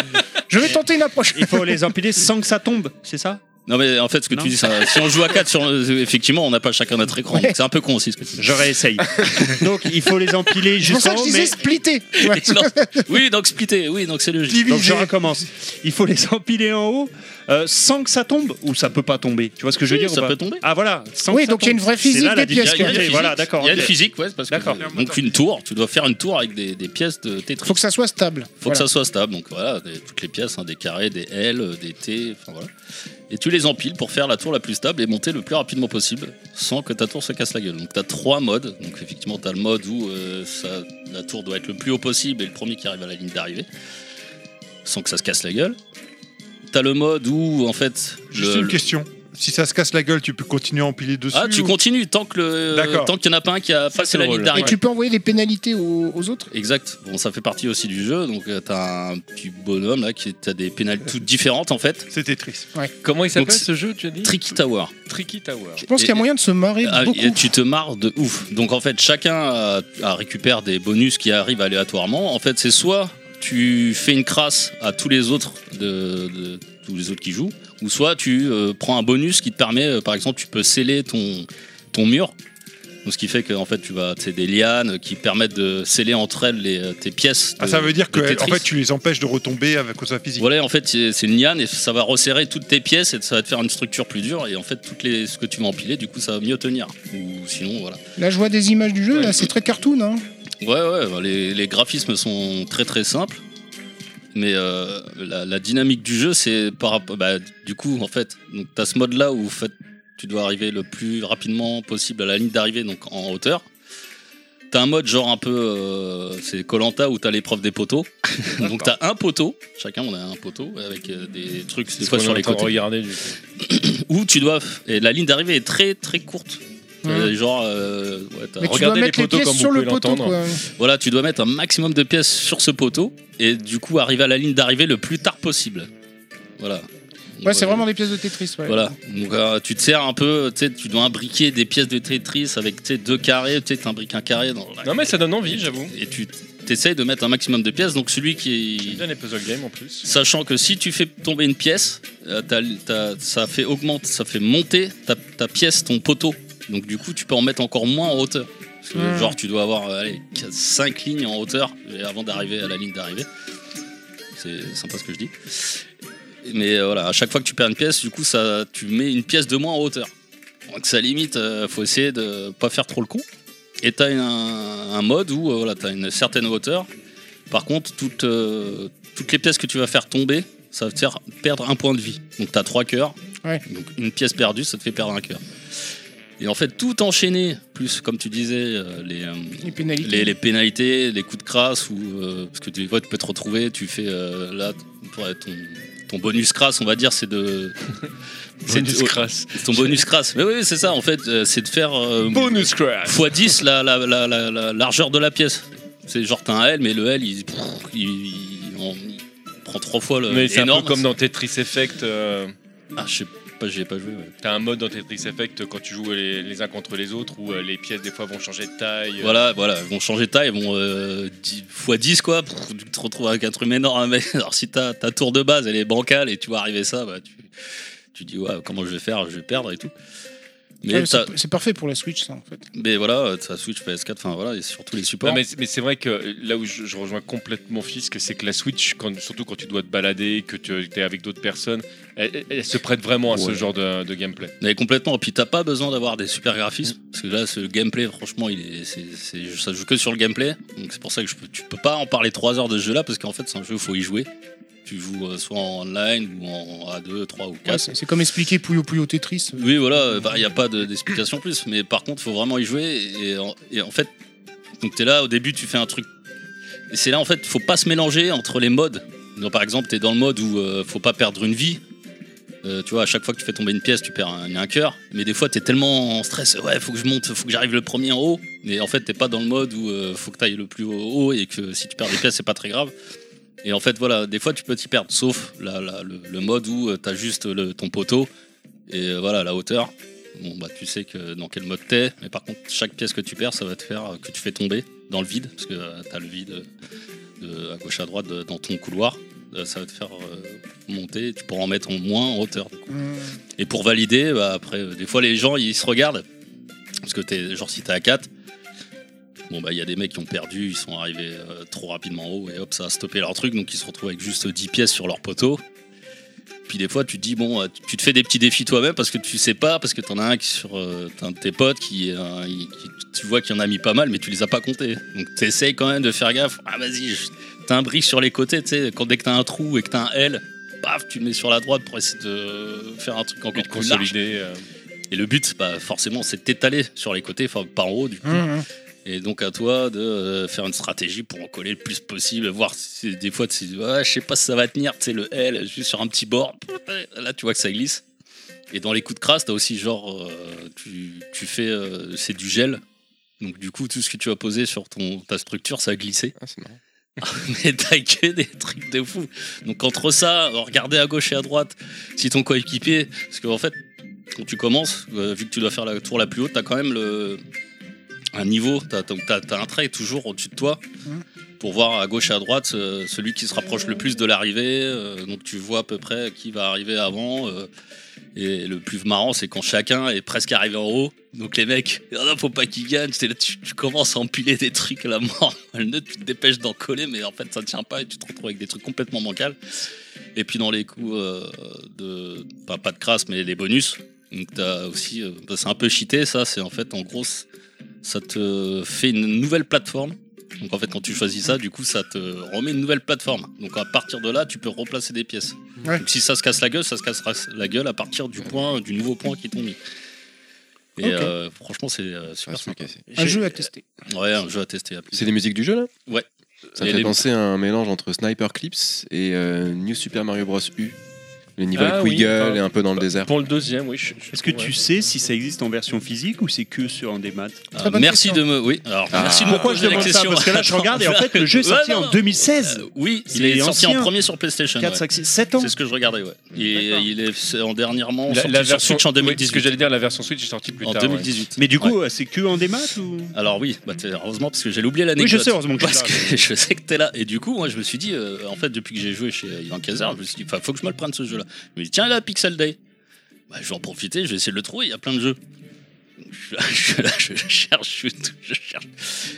S3: Je vais tenter une approche.
S5: Il faut les empiler sans que ça tombe, c'est ça
S2: Non mais en fait, ce que tu dis, ça- si on joue à quatre, sur, le- effectivement, on n'a pas chacun notre écran. donc C'est un peu con aussi. Ce que tu dis.
S5: Je réessaye. Donc il faut les empiler
S3: C'est pour ça que
S5: jusqu'en
S3: je
S5: haut,
S3: disais
S5: mais...
S3: splitté.
S2: [laughs] Non. Oui, donc splitté, oui, donc c'est logique.
S5: Donc je recommence. Il faut les empiler en haut euh, sans que ça tombe ou ça peut pas tomber. Tu vois ce que je veux
S2: Oui,
S5: dire
S2: ça
S5: ou pas
S2: peut tomber.
S5: Ah voilà. sans
S3: Oui,
S5: que ça
S3: donc il y a
S5: tombe.
S3: une vraie
S5: C'est
S3: physique
S5: là la
S3: des pièces,
S5: difficulté.
S3: quoi.
S2: Il y a une
S5: Voilà,
S2: physique,
S5: d'accord.
S2: Il y a une
S5: ok.
S2: physique, ouais, c'est parce que donc une tour, tu dois faire une tour avec des, des pièces de Tetris.
S3: Faut que ça soit stable.
S2: faut que ça soit stable. Donc voilà, des- toutes les pièces, hein, des carrés, des L, euh, des T, enfin voilà. Et tu les empiles pour faire la tour la plus stable et monter le plus rapidement possible sans que ta tour se casse la gueule. Donc tu as trois modes. Donc effectivement, tu as le mode où euh, ça- la tour doit être le plus haut possible et le premier qui arrive à la ligne d'arrivée sans que ça se casse la gueule. Tu as le mode où en fait.
S14: Juste
S2: le-
S14: une
S2: le-
S14: question. Si ça se casse la gueule, tu peux continuer à empiler dessus
S2: Ah, tu
S14: ou-
S2: continues tant que le
S14: D'accord.
S2: tant qu'il n'y en a pas un qui a passé la
S14: drôle.
S2: ligne
S3: Et
S2: d'arrivée.
S3: tu peux envoyer des pénalités aux, aux autres.
S2: Exact. Bon, ça fait partie aussi du jeu. Donc, euh, t'as un petit bonhomme là qui t'as des pénales toutes différentes en fait.
S14: C'est Tetris.
S2: Comment
S4: il s'appelle, ce jeu, tu as dit
S2: Tricky Tower.
S4: Tricky Tower.
S3: Je pense qu'il y a moyen de se marrer
S2: Ah,
S3: beaucoup.
S2: et tu te marres de ouf. Donc en fait, chacun a- a récupère des bonus qui arrivent aléatoirement. En fait, c'est soit tu fais une crasse à tous les autres de, de- tous les autres qui jouent, ou soit tu euh, prends un bonus qui te permet, euh, par exemple, tu peux sceller ton ton mur. Donc, ce qui fait que en fait, tu vas, c'est des lianes qui permettent de sceller entre elles les, euh, tes pièces.
S14: Ah,
S2: de-
S14: ça veut dire
S2: de
S14: que en
S2: Tetris.
S14: fait, tu les empêches de retomber avec cause de la physique.
S2: Voilà, en fait, c'est c'est une liane et ça va resserrer toutes tes pièces et ça va te faire une structure plus dure. Et en fait, toutes les, ce que tu vas empiler, du coup, ça va mieux tenir. Ou sinon, voilà.
S3: Là, je vois des images du jeu. Là, c'est très cartoon. Hein.
S2: Ouais, ouais, bah, les, les graphismes sont très très simples. Mais euh, la, la dynamique du jeu, c'est par rapport. Bah, du coup, en fait, donc, t'as ce mode-là où en fait, tu dois arriver le plus rapidement possible à la ligne d'arrivée, donc en hauteur. T'as un mode genre un peu. euh, c'est Colanta où t'as l'épreuve des poteaux. [laughs] donc t'as un poteau, chacun on a un poteau, avec euh, des trucs des
S4: C'est
S2: fois sur les côtés.
S4: Regardez,
S2: Où tu dois. Et la ligne d'arrivée est très très courte.
S4: Mhm.
S2: Euh, Genre, euh, ouais, t'as-
S4: Mais tu dois
S2: regardez les
S4: mettre les
S2: poteaux
S4: pièces
S2: comme vous
S4: sur le
S2: pouvez
S4: poteau,
S2: l'entendre.
S4: quoi.
S2: Voilà, tu dois mettre un maximum de pièces sur ce poteau et du coup arriver à la ligne d'arrivée le plus tard possible. Voilà.
S3: Ouais, c'est vraiment des pièces de Tetris. Ouais.
S2: Voilà, donc euh, tu te sers un peu, tu sais, tu dois imbriquer des pièces de Tetris avec tu sais, deux carrés, tu sais, t'imbriques un carré dans la-
S3: Ah.
S4: Non, mais ça donne envie, j'avoue.
S2: et tu t'essayes de mettre un maximum de pièces. Donc celui qui,
S4: J'aime bien les puzzle games en plus.
S2: Sachant que si tu fais tomber une pièce, euh, t'as- t'as- ça fait augmente, ça fait monter ta, ta pièce, ton poteau. Donc du coup, tu peux en mettre encore moins en hauteur. Parce que,
S4: Mhm.
S2: Genre, tu dois avoir euh, 5 lignes en hauteur euh, avant d'arriver à la ligne d'arrivée. C'est sympa ce que je dis. Mais euh, voilà, à chaque fois que tu perds une pièce, du coup, ça, tu mets une pièce de moins en hauteur. Donc ça limite, euh, faut essayer de pas faire trop le con. Et t'as un, un mode où euh, voilà, t'as une certaine hauteur. Par contre, toutes, euh, toutes les pièces que tu vas faire tomber, ça va te faire perdre un point de vie. Donc t'as trois cœurs.
S3: Ouais.
S2: Donc une pièce perdue, ça te fait perdre un cœur. Et en fait, tout enchaîné, plus comme tu disais, euh, les, euh,
S3: Les pénalités.
S2: les, les pénalités, les coups de crasse, ou euh, parce que tu, vois, tu peux te retrouver, tu fais euh, là ouais, ton, ton bonus crasse, on va dire, c'est de. c'est de-
S4: Bonus crasse.
S2: Ton bonus crasse. Mais oui, oui, c'est ça, en fait, euh, c'est de faire. euh,
S4: Bonus crash.
S2: x10 la, la- la- la- la largeur de la pièce. C'est genre t'as un L, mais le L, il, il- il- en- il prend trois fois le.
S4: Mais c'est un peu
S2: énorme.
S4: comme dans Tetris Effect. euh,
S2: Ah, je sais pas, j'y ai pas joué. ouais.
S4: T'as un mode dans Tetris Effect euh, quand tu joues les, les uns contre les autres où euh, les pièces des fois vont changer de taille. euh.
S2: Voilà, voilà, ils vont changer de taille, ils vont euh, 10 fois 10 quoi, pour tu te retrouves avec un truc énorme. mais [laughs] Alors si ta, ta tour de base elle est bancale et tu vois arriver ça, bah, tu, tu dis ouais, comment je vais faire, je vais perdre et tout. Mais,
S3: Ouais, mais
S2: t'as-
S3: Ah, c'est c'est parfait pour la Switch, ça, en fait.
S2: mais voilà, ça Switch, PS4, enfin voilà, et sur tous les supports.
S4: Non, mais c'est- mais c'est vrai que euh, là où je, je rejoins complètement Fisk, c'est que la Switch, quand- surtout quand tu dois te balader, que tu es avec d'autres personnes, elle, elle- elle se prête vraiment à ce
S2: Ouais.
S4: genre de, de gameplay.
S2: Mais complètement. Puis t'as pas besoin d'avoir des super graphismes parce que là, ce gameplay, franchement, il est, c'est- c'est- ça joue que sur le gameplay. Donc c'est pour ça que je peux- tu peux pas en parler 3 heures de ce jeu-là parce qu'en fait, c'est un jeu où faut y jouer. Tu joues euh, soit en online ou en A2, 3 ou 4.
S3: Ouais, c'est c'est comme expliquer Puyo Puyo Tetris.
S2: Oui, voilà, il n'y a pas de- d'explication plus, mais par contre, faut vraiment y jouer. Et en, et en fait, donc tu es là, au début, tu fais un truc. Et c'est là, en fait, faut pas se mélanger entre les modes. Donc, par exemple, tu es dans le mode où euh, faut pas perdre une vie. Euh, tu vois, à chaque fois que tu fais tomber une pièce, tu perds un, un cœur. Mais des fois, tu es tellement en stress, ouais, faut que je monte, faut que j'arrive le premier en haut. Mais en fait, t'es pas dans le mode où euh, faut que tu ailles le plus haut, haut et que si tu perds des pièces, c'est pas très grave. Et en fait, voilà, des fois, tu peux t'y perdre, sauf la- la- le, le mode où tu as juste le- ton poteau et euh, voilà, la hauteur. Bon, bah, tu sais que dans quel mode t'es, mais par contre, chaque pièce que tu perds, ça va te faire euh, que tu fais tomber dans le vide, parce que tu t'as le vide euh, de, à gauche à droite de- dans ton couloir. Euh, ça va te faire euh, monter, et tu pourras en mettre en moins en hauteur. du coup.
S3: Mmh,
S2: Et pour valider, bah, après, euh, des fois, les gens ils se regardent, parce que t'es, genre, si t'es à 4, bon, bah, il y a des mecs qui ont perdu, ils sont arrivés euh, trop rapidement en haut, et hop, ça a stoppé leur truc, donc ils se retrouvent avec juste 10 pièces sur leur poteau. Puis des fois, tu te dis, bon, euh, tu te fais des petits défis toi-même parce que tu sais pas, parce que t'en as un qui sur euh, t'as un de tes potes qui, est un- il- qui- tu vois qu'il y en a mis pas mal, mais tu les as pas comptés. Donc t'essayes quand même de faire gaffe. Ah, vas-y, je- t'as un brique sur les côtés, tu sais, quand dès que t'as un trou et que t'as un L, paf, tu le mets sur la droite pour essayer de faire un truc encore
S4: de
S2: plus large.
S4: consolider, euh.
S2: Et le but, bah, forcément, c'est de t'étaler sur les côtés, enfin, par en haut,
S3: mmh,
S2: du coup.
S4: Mhm.
S2: Et donc à toi de euh, faire une stratégie pour en coller le plus possible, voir si c'est- des fois tu sais, Ouais, je sais pas si ça va tenir, tu sais, le L, juste sur un petit bord, là tu vois que ça glisse. Et dans les coups de crasse, t'as aussi genre, euh, tu, tu fais, euh, c'est du gel, donc du coup tout ce que tu as posé sur ton, ta structure, ça a glissé. [laughs] Mais t'as que des trucs de fou. Donc entre ça, regarder à gauche et à droite, si ton coéquipier, parce qu'en fait, quand tu commences, euh, vu que tu dois faire la tour la plus haute, t'as quand même le, un niveau, t'as donc t'as- t'as un trait toujours au-dessus de toi pour voir à gauche et à droite euh, celui qui se rapproche le plus de l'arrivée. euh, donc tu vois à peu près qui va arriver avant. euh, et le plus marrant, c'est quand chacun est presque arrivé en haut. Donc les mecs, Ah non, faut pas qu'ils gagnent. T'es là, tu, tu commences à empiler des trucs à la mort. [laughs] Le nœud, tu te dépêches d'en coller, mais en fait, ça ne tient pas et tu te retrouves avec des trucs complètement bancals. Et puis dans les coups euh, de. Pas, pas de crasse, mais les bonus. Donc t'as aussi. euh, bah, c'est un peu cheaté, ça. C'est en fait, en gros, c- ça te fait une nouvelle plateforme. Donc en fait, quand tu choisis ça, du coup, ça te remet une nouvelle plateforme. Donc à partir de là, tu peux replacer des pièces.
S3: Ouais.
S2: Donc si ça se casse la gueule, ça se cassera la gueule à partir du point, du nouveau point qui t'ont mis. Et
S3: Ok.
S2: euh, franchement, c'est euh, super sympa.
S3: Un jeu à tester.
S2: Ouais, un jeu à tester. à plus.
S7: C'est les musiques du jeu là
S2: Ouais.
S7: Ça
S2: Et
S7: me fait
S2: les-
S7: penser à un mélange entre Sniper Clips et euh, New Super Mario Bros. U. Le niveau
S4: Ah
S7: avec
S4: oui,
S7: Wiggle
S4: enfin,
S7: et un peu dans le désert.
S4: Pour le deuxième, oui. je- je
S5: Est-ce que
S4: trouve,
S5: tu
S4: ouais.
S5: sais si ça existe en version physique ou c'est que sur un des maths
S2: Ah, merci de me. Oui, alors
S7: Ah.
S2: merci de me
S5: Pourquoi
S2: poser
S5: je demande
S2: la question.
S5: ça Parce que là, je
S2: Attends,
S5: regarde et en fait, le jeu est
S2: Ouais,
S5: sorti
S2: non,
S5: en
S2: non.
S5: 2016.
S2: oui, il
S5: C'est
S2: est sorti en
S5: ancien.
S2: premier sur PlayStation.
S5: Quatre,
S2: ouais.
S5: cinq, six, sept ans.
S2: C'est ce que je regardais, ouais. Et il est c'est en dernièrement
S4: La-
S2: sorti
S4: la
S2: sur
S4: version-
S2: Switch en
S4: oui,
S2: 2018.
S4: ce que j'allais dire, la version Switch est sortie plus
S2: en
S4: tard. ouais.
S2: 2018.
S5: Mais du coup, euh,
S2: Ouais.
S5: c'est que en démat
S2: [laughs]
S5: ou
S2: Alors oui, bah, t'es- heureusement parce que j'ai oublié l'anecdote.
S5: Oui, je sais, heureusement que je suis
S2: parce
S5: là.
S2: que [laughs] je sais que t'es là. Et du coup, moi, je me suis dit, euh, en fait, depuis que j'ai joué chez Ivan Kazar, je me suis dit, enfin, faut que je me le prenne ce jeu-là. Je me dis, tiens, là, Pixel Day. Bah, je vais en profiter, je vais essayer de le trouver. Il y a plein de jeux. Je, je- là, [laughs] je cherche, je, je cherche.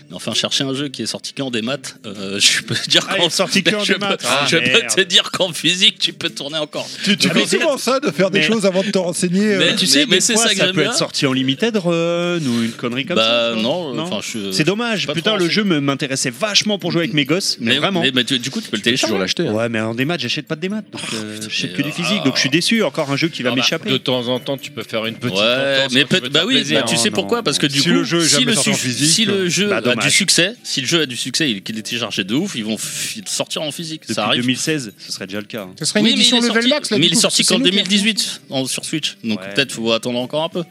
S2: Mais enfin, chercher un jeu qui est sorti qu'en démat, euh, je peux te dire
S5: Ah, il
S2: qu'en
S5: est sorti qu'en
S2: je
S5: démat.
S2: peux-
S5: Ah,
S2: je peux
S5: merde.
S2: te dire qu'en physique, tu peux tourner encore.
S6: Tu, tu
S2: Ah, mais
S6: fais souvent ça de faire des
S2: mais-
S6: choses avant de te renseigner.
S2: Mais
S6: euh,
S2: tu sais, mais c'est ça que
S5: ça
S2: j'aime
S5: peut
S2: bien.
S5: être sorti en limited run ou une connerie comme
S2: Bah,
S5: ça.
S2: non, enfin, je-
S5: C'est dommage.
S2: pas
S5: Putain,
S2: trop
S5: le jeu me m'intéressait vachement pour jouer avec mes gosses, mais, vraiment.
S2: mais, tu- du coup, tu peux le télécharger.
S7: Toujours l'acheter. hein.
S5: Ouais, mais en démat, j'achète pas de démat. Donc,
S2: Oh,
S5: euh, j'achète que du physique,
S2: ah.
S5: donc je suis déçu. Encore un jeu qui va
S2: Ah bah,
S4: De
S5: m'échapper.
S4: temps en temps, tu peux faire une petite.
S2: Ouais,
S4: tentance
S2: mais
S4: quand tu
S2: peut
S4: veux te
S2: bah
S4: faire
S2: oui,
S4: plaisir.
S2: bah tu sais
S5: Non,
S2: pourquoi
S5: non,
S2: Parce que du
S6: Si
S2: coup,
S6: le jeu est
S2: si,
S6: jamais
S2: le
S6: sorti en
S2: suff-
S6: physique,
S2: si le jeu
S5: bah,
S2: a du
S5: dommage.
S2: succès, si le jeu a du succès et qu'il est téléchargé de ouf, ils vont f- le sortir en physique.
S5: Depuis
S2: ça arrive.
S5: 2016, ce serait déjà le cas. hein.
S3: Ce serait une
S2: Oui, mais
S3: édition
S2: il est
S3: level
S2: sorti,
S3: max. là,
S2: mais
S3: du
S2: il est
S3: coup,
S2: sorti
S3: c'est hein.
S2: qu'en
S3: nous qui avons-
S2: 2018 en- sur Switch, donc
S5: Ouais.
S2: peut-être faut attendre encore un peu.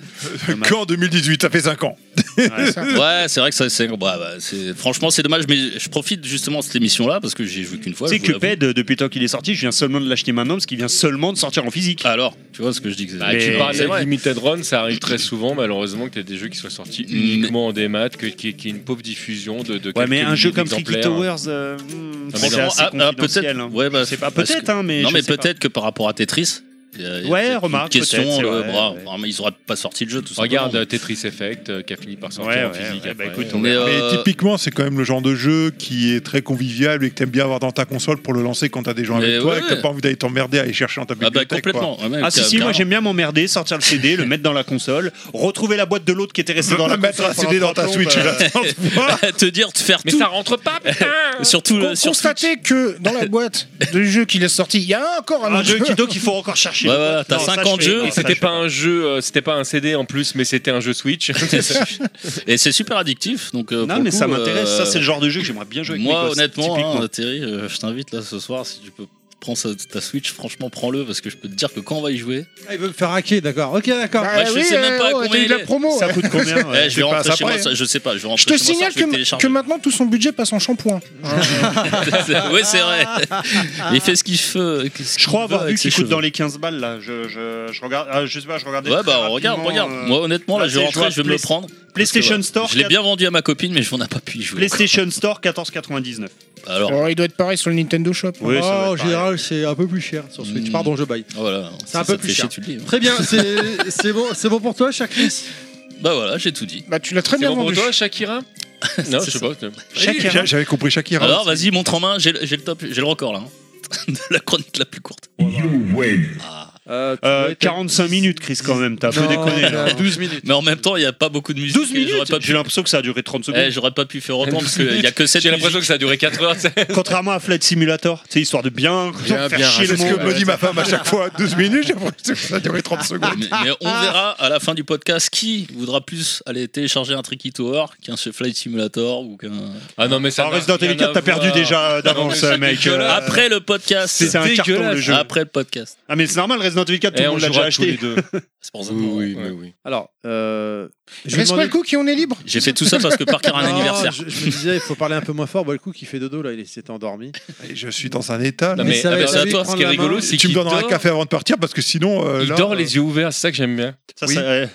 S5: Dommage.
S6: Qu'en 2018, ça fait 5 ans.
S2: [laughs]
S3: euh,
S2: Ouais, c'est vrai que ça, c'est. bah, bah, c'est- franchement, c'est dommage, mais je profite justement de cette émission-là parce que j'ai joué qu'une fois.
S5: Tu sais,
S2: je vous l'avoue.
S5: Cuphead, euh, depuis le temps qu'il est sorti, je viens seulement de l'acheter maintenant parce qu'il vient seulement de sortir en physique.
S2: Alors, tu vois ce que je dis que
S5: Mais-
S4: tu parles
S5: c'est
S4: de
S5: vrai.
S4: Limited Run, ça arrive très souvent, malheureusement, que tu as des jeux qui soient sortis uniquement en démat, que- qu'il y ait- qu'il y ait une pauvre diffusion de. de
S5: Ouais,
S4: quelques
S5: mais un
S4: milliers
S5: jeu comme Freaky
S4: d'exemplaires.
S5: Towers, euh, hmm,
S4: Ah, mais
S5: c'est
S4: non,
S5: assez
S4: ah, ah,
S5: confidentiel.
S4: peut-être.
S5: hein.
S2: Ouais, bah,
S5: Je sais pas,
S2: parce que-
S5: peut-être, hein, mais
S2: Non,
S5: je
S2: mais
S5: sais pas.
S2: peut-être que par rapport à Tetris. il y a- il y a
S5: Ouais,
S2: peut-être une
S5: remarque,
S2: question,
S5: peut-être, c'est
S2: le-
S5: vrai,
S2: bra-
S5: ouais.
S2: euh, enfin, mais ils auraient pas sorti le jeu, tout ça.
S4: Regarde euh, Tetris Effect euh, qui a fini par sortir
S5: Ouais,
S4: en
S5: ouais,
S4: physique.
S5: ouais, bah,
S4: après.
S5: écoute,
S2: Mais,
S14: Mais
S2: euh,
S14: typiquement, c'est quand même le genre de jeu qui est très convivial et que t'aimes bien avoir dans ta console pour le lancer quand t'as des gens
S2: Mais
S14: avec toi
S2: ouais,
S14: et que t'as
S2: ouais.
S14: pas envie d'aller t'emmerder à aller chercher dans ta
S2: bah,
S14: bibliothèque. quoi.
S2: complètement. Ouais,
S5: Ah si si,
S2: carrément.
S5: moi
S2: [laughs]
S5: j'aime bien m'emmerder, sortir le CD, le mettre dans la console, retrouver la boîte de l'autre qui
S2: [laughs]
S5: était restée dans la
S14: Mettre
S5: console.
S14: un CD dans ta Switch.
S5: bah. [laughs]
S2: te dire de faire
S4: Mais
S2: tout. euh,
S4: ça rentre [laughs] pas
S2: Surtout le. sur-
S3: Constatez que dans la boîte du jeu qu'il est sorti, il y a encore un,
S5: Un
S3: autre
S5: jeu Kido qu'il faut encore chercher.
S2: Ouais, voilà, t'as
S5: Non, ça,
S2: 50
S5: je fais-
S2: jeux.
S5: non,
S4: Et
S5: ça,
S4: c'était
S5: je fais
S4: pas un jeu, euh, c'était pas un CD en plus, mais c'était un jeu [laughs] Switch.
S2: Et c'est super addictif. Donc, euh, pour
S5: Non
S2: le
S5: mais ça
S2: coup,
S5: m'intéresse,
S2: euh,
S5: ça c'est le genre de jeu que j'aimerais bien jouer avec mes
S2: Moi,
S5: gosses,
S2: honnêtement,
S5: typiquement.
S2: hein, Thierry, euh, je t'invite là ce soir si tu peux. Prends sa- ta Switch, franchement, prends-le parce que je peux te dire que quand on va y jouer,
S1: Ah, il veut me faire hacker, d'accord. Ok, d'accord.
S3: Bah
S2: Moi, je
S3: oui,
S2: sais même
S3: euh,
S2: pas à
S3: oh,
S2: combien
S3: t'as eu
S2: il
S3: la
S2: est.
S3: promo.
S5: Ça coûte
S2: [laughs]
S5: combien ouais
S2: eh, je vais
S14: pas,
S2: rentrer
S14: ça
S2: chez moi,
S14: après,
S2: ça- je sais pas, je vais
S3: Je
S2: rentrer
S3: te
S2: chez moi, ça,
S3: signale
S2: je vais
S3: que, que
S2: télécharger.
S3: maintenant tout son budget passe en shampoing.
S2: [laughs] oui, c'est
S5: [laughs]
S2: vrai. Il fait ce qu'il fait.
S5: Je crois avoir vu qu'il coûte dans les 15 balles là. Je, je, je regarde, ah, je sais pas, je regardais.
S2: Ouais,
S5: très
S2: bah regarde,
S5: rapidement,
S2: regarde.
S5: euh,
S2: Moi, honnêtement, là,
S5: là,
S2: je vais
S5: c'est
S2: rentrer, je vais me le
S5: jouable.
S2: prendre.
S5: PlayStation
S2: Parce que, voilà,
S5: Store.
S2: Je l'ai
S5: quatre-
S2: bien vendu à ma copine, mais je n'en ai pas pu y jouer. Bah,
S5: PlayStation Store 14,99.
S2: Alors,
S3: Alors, il doit être pareil sur le Nintendo Shop.
S5: Oui, ça doit être
S1: Ah, en
S5: pareil.
S1: général, c'est un peu plus cher sur Switch.
S2: Mm.
S1: Pardon, je baille.
S2: voilà.
S1: C'est un
S2: ça
S1: peu
S2: te
S1: plus
S2: fait chier,
S1: cher.
S2: tu le dis, hein.
S8: Très bien, c'est c'est bon, c'est bon pour toi, cher Chris
S2: Bah voilà, j'ai tout dit.
S3: Bah, tu l'as très
S4: C'est
S3: bien
S4: bon pour
S3: vendu.
S4: toi, [laughs] Shakira Non, je sais pas.
S5: hein.
S14: J'a- J'avais compris Shakira.
S2: Alors, vas-y, montre en main, j'ai le j'ai le top, j'ai le record là. hein. [laughs] De la chronique la plus courte.
S1: Euh, tu dois
S5: Euh,
S1: être-
S5: 45 minutes, Chris, quand même. T'as un peu
S1: Non,
S5: déconné là.
S1: euh, 12 minutes.
S2: Mais en même temps, il n'y a pas beaucoup de musique.
S5: 12
S2: et J'aurais
S5: minutes
S2: pas
S5: J'ai
S2: pu.
S5: l'impression que ça a duré 30 secondes.
S2: Eh, j'aurais pas pu faire
S5: [laughs]
S2: autant parce qu'il n'y a que 7
S4: J'ai l'impression que ça a duré 4 heures.
S5: Contrairement à Flight Simulator, tu sais, histoire de bien,
S17: Bien,
S5: faire
S17: bien
S5: chier le
S14: C'est ce
S5: monde.
S14: que me dit ma femme à chaque fois. 12 minutes, j'ai l'impression que ça durait 30 secondes.
S2: Mais, mais on
S5: [laughs]
S2: verra à la fin du podcast qui voudra plus aller télécharger un Tricky Tower qu'un Flight Simulator ou qu'un.
S4: Ah non, mais ça.
S5: Alors, Resident Evil 4, t'as perdu déjà euh, d'avance,
S4: mais c'est
S5: mec. euh,
S2: Après le podcast.
S5: c'est un carton le jeu.
S2: Après le podcast.
S5: Ah, mais c'est normal, Resident Evil 4, tout
S4: Et
S5: le
S4: on
S5: monde l'a
S4: jouera
S5: déjà
S4: tous les
S5: acheté. Euh,
S4: deux.
S2: C'est pour ça que-
S17: Oui, oui, mais oui.
S1: Alors, euh, je vais
S3: Reste pas
S1: demander-
S3: le coup qui on est libre.
S2: [laughs] J'ai fait tout ça parce que Parker a un
S1: Non,
S2: anniversaire.
S1: Je, je me disais, il faut parler un peu moins fort. Voilà, le coup qui fait dodo là, il s'est endormi.
S14: Et Je suis dans un état. là.
S4: Non, mais
S1: ça
S4: ah,
S1: va
S2: bah,
S4: mais
S1: être
S4: c'est à
S1: lui
S4: toi,
S1: prendre
S4: ce qui est
S1: la main.
S4: rigolo, c'est
S14: Tu
S4: qu'il
S14: me donneras un
S4: dort-
S14: café avant de partir parce que sinon. euh,
S4: il
S14: là,
S4: dort
S14: euh,
S4: les yeux ouverts, c'est ça que j'aime bien.
S5: Ça,
S14: Oui.
S5: ça, euh,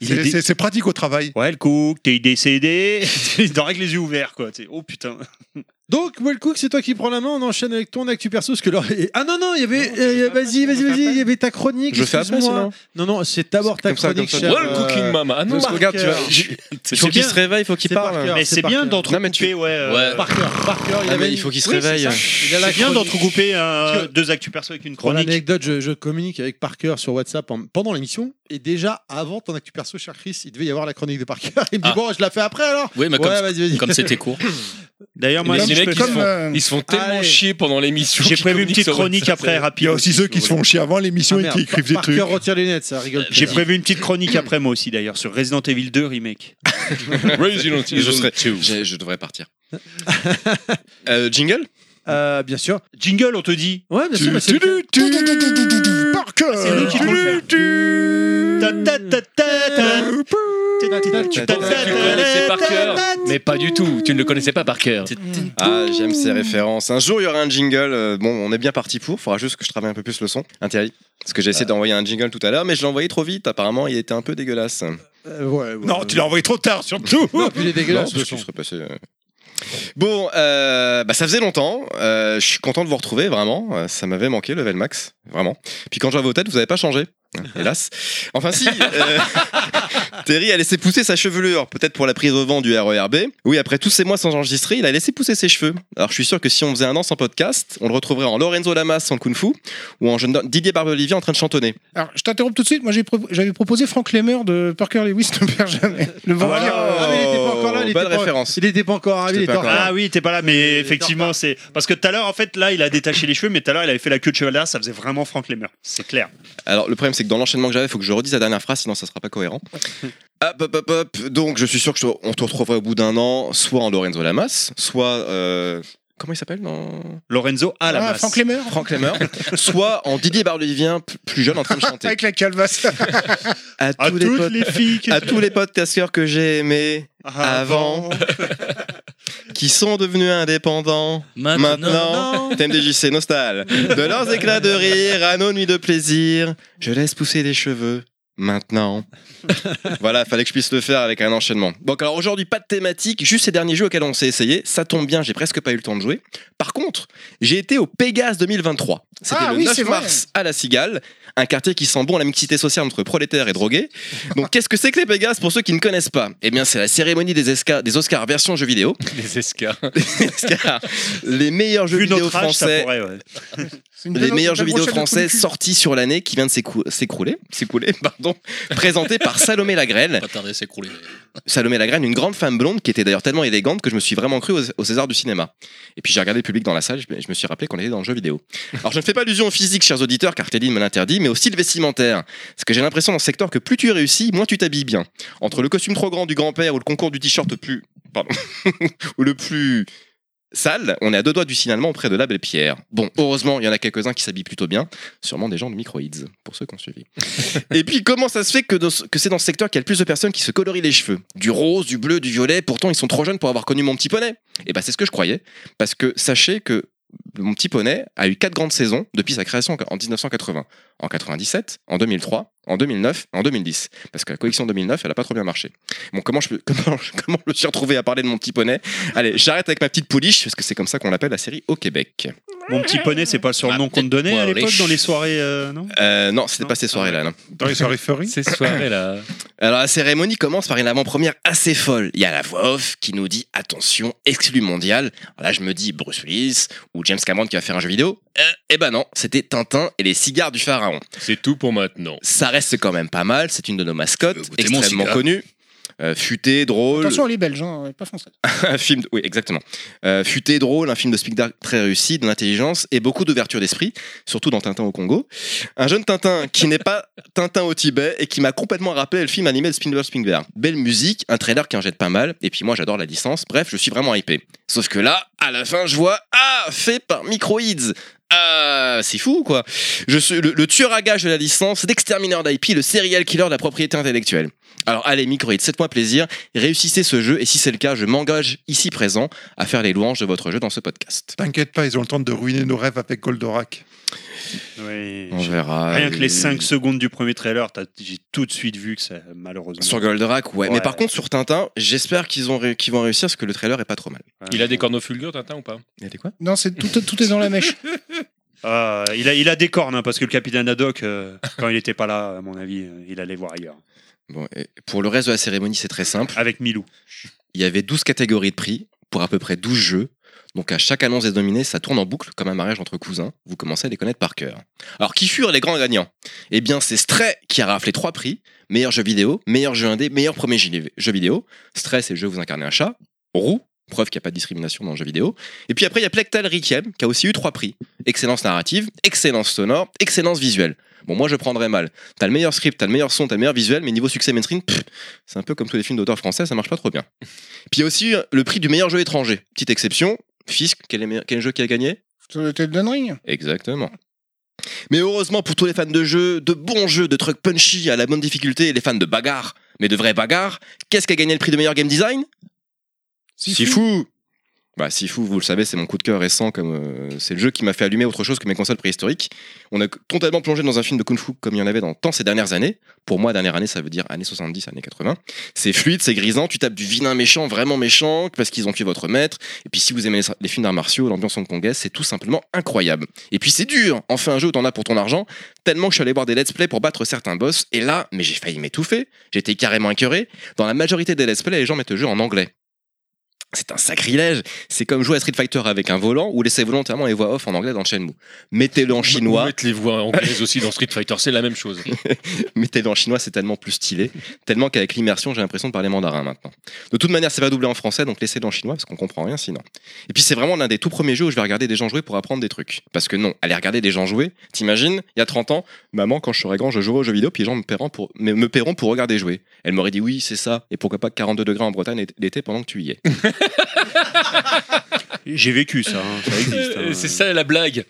S5: il est
S14: c'est-
S5: dé-
S14: C'est c'est pratique au travail.
S5: Ouais, le cook, t'es décédé. [laughs] il dort avec les yeux ouverts, quoi. tu sais. Oh putain.
S1: Donc, Wellcook, c'est toi qui prends la main. On enchaîne avec ton actu perso. Parce que là... Ah non, non, il y avait. euh, vas-y, vas-y, vas-y. Il y avait ta chronique.
S7: Je le fais après,
S1: excuse-moi.
S7: sinon.
S1: Non, non, c'est d'abord ta
S7: comme ça,
S1: chronique, euh,
S7: comme ça.
S1: cher.
S4: Well Cooking Mama. Ah non,
S7: Parce que regarde, tu vas-
S1: Parker.
S7: j'ai-
S2: C'est-
S7: il faut qu'il
S1: bien.
S7: se réveille, il faut qu'il
S1: C'est
S7: parle.
S1: Parker.
S5: Mais
S1: c'est
S5: c'est bien
S1: Parker.
S7: Non, mais tu-
S5: d'entrecouper, ouais. euh,
S2: Ouais.
S1: Parker, Parker, il
S7: Ah,
S1: avait
S7: mais
S1: une-
S7: il faut qu'il se
S1: Oui, c'est
S7: réveille.
S1: ça. Il a la
S5: C'est bien
S1: chronique.
S5: d'entrecouper euh,
S1: Parce que-
S5: deux actus perso avec une
S1: Pour
S5: chronique.
S1: l'anecdote, je, je communique avec Parker sur WhatsApp en- pendant l'émission. Et déjà, avant ton actu perso, cher Chris, il devait y avoir la chronique de Parker. Il me dit
S2: Ah.
S1: Bon, je la fais après alors
S2: Oui, mais
S1: Ouais,
S2: comme-
S1: vas-y, vas-y.
S2: comme c'était court.
S5: D'ailleurs, moi,
S4: Mais
S5: si
S4: les
S5: je
S4: mecs,
S5: peux-
S4: ils se
S3: Comme,
S4: font,
S3: euh,
S4: ils se font tellement
S1: allez.
S4: chier pendant l'émission.
S5: j'ai
S4: qu'ils
S5: prévu une
S4: communiquent
S5: petite
S4: sur
S5: chronique
S4: WhatsApp.
S5: après,
S14: Il y
S5: rapide.
S14: a aussi ceux qui se font chier avant l'émission
S1: Ah,
S14: et
S1: merde.
S14: qui écrivent des
S1: Parker
S14: trucs.
S1: retire les lunettes, ça rigole.
S5: J'ai
S1: plus.
S5: prévu une petite chronique après, moi aussi, d'ailleurs, sur Resident Evil 2 Remake.
S4: [laughs] Resident
S7: Je,
S4: Evil
S7: serai-
S4: 2.
S7: j'ai- je devrais partir. hein. Euh, jingle
S1: Euh, bien sûr.
S5: Jingle, on te dit.
S1: Ouais, bien sûr, mais c'est-
S14: Tu- tu- tu- Parker
S5: C'est lui qui te le fait. Ta- ta- ta- ta- ta-
S1: Tu
S5: ta-
S4: Tu le connaissais par cœur, mais pas du tout. Tu ne le connaissais pas par cœur.
S7: Ah, j'aime ces références. Un jour, il y aura un jingle. Euh, Bon, on est bien parti pour. Faudra juste que je travaille un peu plus le son. Un Thierry. Parce que j'ai essayé d'envoyer un jingle tout à l'heure, mais je l'ai envoyé trop vite. Apparemment, il était un peu dégueulasse.
S1: Euh, ouais, ouais,
S14: Non,
S1: ouais.
S14: tu l'as envoyé trop tard, surtout.
S1: Non, puis il est dégueulasse.
S7: Non, parce que je serais passé, euh. Bon, euh, bah, ça faisait longtemps. Euh, je suis content de vous retrouver, vraiment. Euh, Ça m'avait manqué, level max, vraiment. Puis quand j'avais vos têtes, vous n'avez pas changé. Hein, Hélas. Enfin, si. euh, [laughs] Terry a laissé pousser sa chevelure, peut-être pour la prise au vent du RERB. Oui, après tous ces mois sans enregistrer, il a laissé pousser ses cheveux. Alors, je suis sûr que si on faisait un an sans podcast, on le retrouverait en Lorenzo Lamas sans kung fu ou en jeune Didier Barbelivier en train de chantonner.
S3: Alors, je t'interromps tout de suite. Moi, j'ai pro- j'avais proposé Frank Lemmer de Parker Lewis ne perd
S7: [laughs]
S3: jamais. Le voilà.
S1: Ah, mais il était pas encore là. Il
S7: Bonne
S1: était pas-
S7: référence.
S1: Il était pas encore arrivé. Il était
S7: J'étais pas
S1: en
S7: encore là.
S1: retard.
S5: Ah oui, t'es pas là, mais
S1: Et
S5: effectivement, c'est. Parce que tout à l'heure, en fait, là, il a détaché les cheveux, mais tout à l'heure, il avait fait la queue de cheval derrière, ça faisait vraiment Franck Lemmer. C'est clair.
S7: Alors, le problème, c'est que dans l'enchaînement que j'avais, il faut que je redise la dernière phrase, sinon ça sera pas cohérent. Hop, hop, hop, hop. Donc, je suis sûr que je te- on te retrouverait au bout d'un an, soit en Lorenzo Lamas, soit euh, Comment il s'appelle dans...
S5: Lorenzo à la
S7: Ah,
S5: masse.
S7: Frank Lemmer Frank Lemmer. [laughs] soit en Didier Barbelivien, p- plus jeune, en train de chanter. [laughs]
S3: Avec la calvasse.
S7: À, tous les
S3: toutes
S7: potes-
S3: les filles que
S7: à
S3: tu-
S7: tous les podcasteurs que j'ai aimés
S5: Ah,
S7: avant, qui sont devenus indépendants
S2: Maintenant.
S7: maintenant TMDJC Nostal, de leurs éclats de rire à nos nuits de plaisir, je laisse pousser les cheveux maintenant. voilà, fallait que je puisse le faire avec un enchaînement. Donc alors aujourd'hui, pas de thématique, juste ces derniers jeux auxquels on s'est essayé. Ça tombe bien, j'ai presque pas eu le temps de jouer. Par contre, j'ai été au Pégase 2023. C'était
S3: Ah
S7: le
S3: oui,
S7: 9
S3: c'est vrai.
S7: mars à La Cigale, un quartier qui sent bon la mixité sociale entre prolétaires et drogués. Donc qu'est-ce que c'est que les Pégases pour ceux qui ne connaissent pas Eh bien c'est la cérémonie des, esca- des Oscars version jeux vidéo.
S4: Les escars.
S7: les meilleurs jeux
S5: Vu
S7: vidéo
S5: notre âge, ça
S7: français
S5: pourrait, ouais.
S3: une
S7: les
S3: belle-
S7: meilleurs
S3: une
S7: jeux
S3: belle
S7: vidéo
S3: brochette de
S7: français
S3: trous du cul.
S7: sortis sur l'année qui vient de s'écou- s'écrouler, [laughs] s'écouler, pardon, présenté par Salomé Lagrelle.
S2: Pas tarder à s'écrouler.
S7: Salomé Lagrelle, une grande femme blonde qui était d'ailleurs tellement élégante que je me suis vraiment cru au, au César du cinéma. Et puis j'ai regardé le public dans la salle, je, me- je me suis rappelé qu'on était dans le jeu vidéo. Alors je ne fais pas allusion au physique, chers auditeurs, car Téline me l'interdit, mais au style vestimentaire. Parce que j'ai l'impression dans ce secteur que plus tu réussis, moins tu t'habilles bien. Entre le costume trop grand du grand-père ou le concours du t-shirt plus. Pardon. [laughs] ou le plus sale, on est à deux doigts du signalement auprès de la belle Pierre. Bon, heureusement, il y en a quelques-uns qui s'habillent plutôt bien, sûrement des gens de microïdes, pour ceux qui ont suivi. Et puis, comment ça se fait que, dans ce- que c'est dans ce secteur qu'il y a le plus de personnes qui se colorient les cheveux Du rose, du bleu, du violet, pourtant ils sont trop jeunes pour avoir connu mon petit poney. Et bah, c'est ce que je croyais, parce que sachez que mon petit poney a eu quatre grandes saisons depuis sa création en 1980, en 97, en 2003, en 2009, en 2010. Parce que la collection 2009, elle a pas trop bien marché. Bon, comment je, peux- [laughs] comment, je- comment je me suis retrouvé à parler de mon petit poney Allez, j'arrête avec ma petite pouliche, parce que c'est comme ça qu'on l'appelle la série au Québec.
S5: Mon petit poney, c'est pas le surnom qu'on te donnait à
S2: Voilà,
S5: l'époque
S2: les
S5: dans les soirées, euh, non
S7: Euh, non, c'était pas ces soirées-là. non.
S14: Dans les soirées furry
S4: [laughs] Ces soirées-là.
S7: Alors la cérémonie commence par une avant-première assez folle. Il y a la voix off qui nous dit attention, exclu mondial. Alors là je me dis Bruce Willis ou James Cameron qui va faire un jeu vidéo. Euh, Eh ben non, c'était Tintin et les cigares du pharaon.
S4: C'est tout pour maintenant.
S7: Ça reste quand même pas mal, c'est une de nos mascottes,
S2: goûter Euh, mon
S7: extrêmement
S2: cigare.
S7: connue. Euh, futée, drôle,
S3: Attention, elle est belge, hein, elle est pas française.
S7: un film, de- oui exactement, Euh, futée, drôle, un film de Spielberg très réussi, de l'intelligence et beaucoup d'ouverture d'esprit, surtout dans Tintin au Congo. Un jeune Tintin qui n'est pas [laughs] Tintin au Tibet et qui m'a complètement rappelé le film animé de Spielberg Spielberg. Belle musique, un trailer qui en jette pas mal, et puis moi j'adore la licence, bref, je suis vraiment hypé. Sauf que là, à la fin, je vois Ah, fait par Microids ah, c'est fou quoi! Je suis le, le tueur à gage de la licence, l'exterminateur d'IP, le serial killer de la propriété intellectuelle. Alors allez, Microids, faites-moi plaisir, réussissez ce jeu, et si c'est le cas, je m'engage ici présent à faire les louanges de votre jeu dans ce podcast.
S14: T'inquiète pas, ils ont le temps de ruiner nos rêves avec Goldorak.
S5: Oui.
S7: On verra. euh,
S5: Rien que les
S7: Et-
S5: 5 secondes du premier trailer, t'as- j'ai tout de suite vu que ça, malheureusement.
S7: Sur Goldorak, ouais.
S5: Ouais.
S7: Mais par contre, sur Tintin, j'espère qu'ils ont ré- qu'ils vont réussir parce que le trailer est pas trop mal.
S5: Ouais.
S4: Il a des cornofulgures, Tintin, ou pas
S7: Il y a des quoi
S3: Non, c'est tout, tout est dans la
S7: [laughs]
S3: mèche.
S5: Ah, il, a, il a des cornes, hein, parce que le capitaine Haddock, euh, quand il n'était pas là, à mon avis, euh, il allait voir ailleurs.
S7: Bon, et pour le reste de la cérémonie, c'est très simple.
S5: Avec Milou.
S7: Il y avait 12 catégories de prix pour à peu près 12 jeux. Donc à chaque annonce des dominés, ça tourne en boucle comme un mariage entre cousins. Vous commencez à les connaître par cœur. Alors qui furent les grands gagnants Eh bien c'est Stray qui a raflé trois prix. Meilleur jeu vidéo, meilleur jeu indé, meilleur premier gilet- jeu vidéo. Stray c'est le jeu où vous incarnez un chat. Roux, preuve qu'il n'y a pas de discrimination dans le jeu vidéo. Et puis après il y a Plectel Rickiem qui a aussi eu trois prix. Excellence narrative, excellence sonore, excellence visuelle. Bon moi je prendrais mal. T'as le meilleur script, t'as le meilleur son, t'as le meilleur visuel, mais niveau succès mainstream, pff, c'est un peu comme tous les films d'auteurs français, ça marche pas trop bien. Puis il y a aussi euh, le prix du meilleur jeu étranger. Petite exception, Fisk, quel est le meilleur- quel est le jeu qui a gagné
S3: T'es le Ring
S7: Exactement. Mais heureusement pour tous les fans de jeux, de bons jeux, de trucs punchy à la bonne difficulté, et les fans de bagarres, mais de vraies bagarres, qu'est-ce qui a gagné le prix de meilleur game design Sifu Bah Sifu, vous le savez, c'est mon coup de cœur récent, comme euh, c'est le jeu qui m'a fait allumer autre chose que mes consoles préhistoriques. On a totalement plongé dans un film de Kung Fu comme il y en avait dans tant ces dernières années. Pour moi, dernière année, ça veut dire années 70, années 80. C'est fluide, c'est grisant, tu tapes du vilain méchant, vraiment méchant, parce qu'ils ont tué votre maître. Et puis si vous aimez les- les films d'arts martiaux, l'ambiance hongkongaise, c'est tout simplement incroyable. Et puis c'est dur, enfin un jeu où t'en as pour ton argent, tellement que je suis allé voir des let's play pour battre certains boss, et là, mais j'ai failli m'étouffer, j'étais carrément écœuré. Dans la majorité des let's play, les gens mettent le jeu en anglais. C'est un sacrilège, c'est comme jouer à Street Fighter avec un volant ou laisser volontairement les voix off en anglais dans Shenmue. Mettez-le en
S4: Vous
S7: chinois,
S4: mettez les voix anglaises aussi dans Street Fighter, c'est la même [laughs] chose.
S7: mettez-le en chinois, c'est tellement plus stylé, tellement qu'avec l'immersion, j'ai l'impression de parler mandarin maintenant. De toute manière, c'est pas doublé en français, donc laissez-le en chinois parce qu'on comprend rien sinon. Et puis c'est vraiment l'un des tout premiers jeux où je vais regarder des gens jouer pour apprendre des trucs. Parce que non, aller regarder des gens jouer, t'imagines, il y a 30 ans, maman, quand je serai grand, je jouerai aux jeux vidéo, puis les gens me paieront pour, me, me paieront pour regarder jouer. Elle m'aurait dit oui, c'est ça, et pourquoi pas 42 degrés en Bretagne l'été pendant que tu y es.
S5: J'ai vécu ça, hein, [laughs] ça existe. hein.
S4: C'est ça la blague.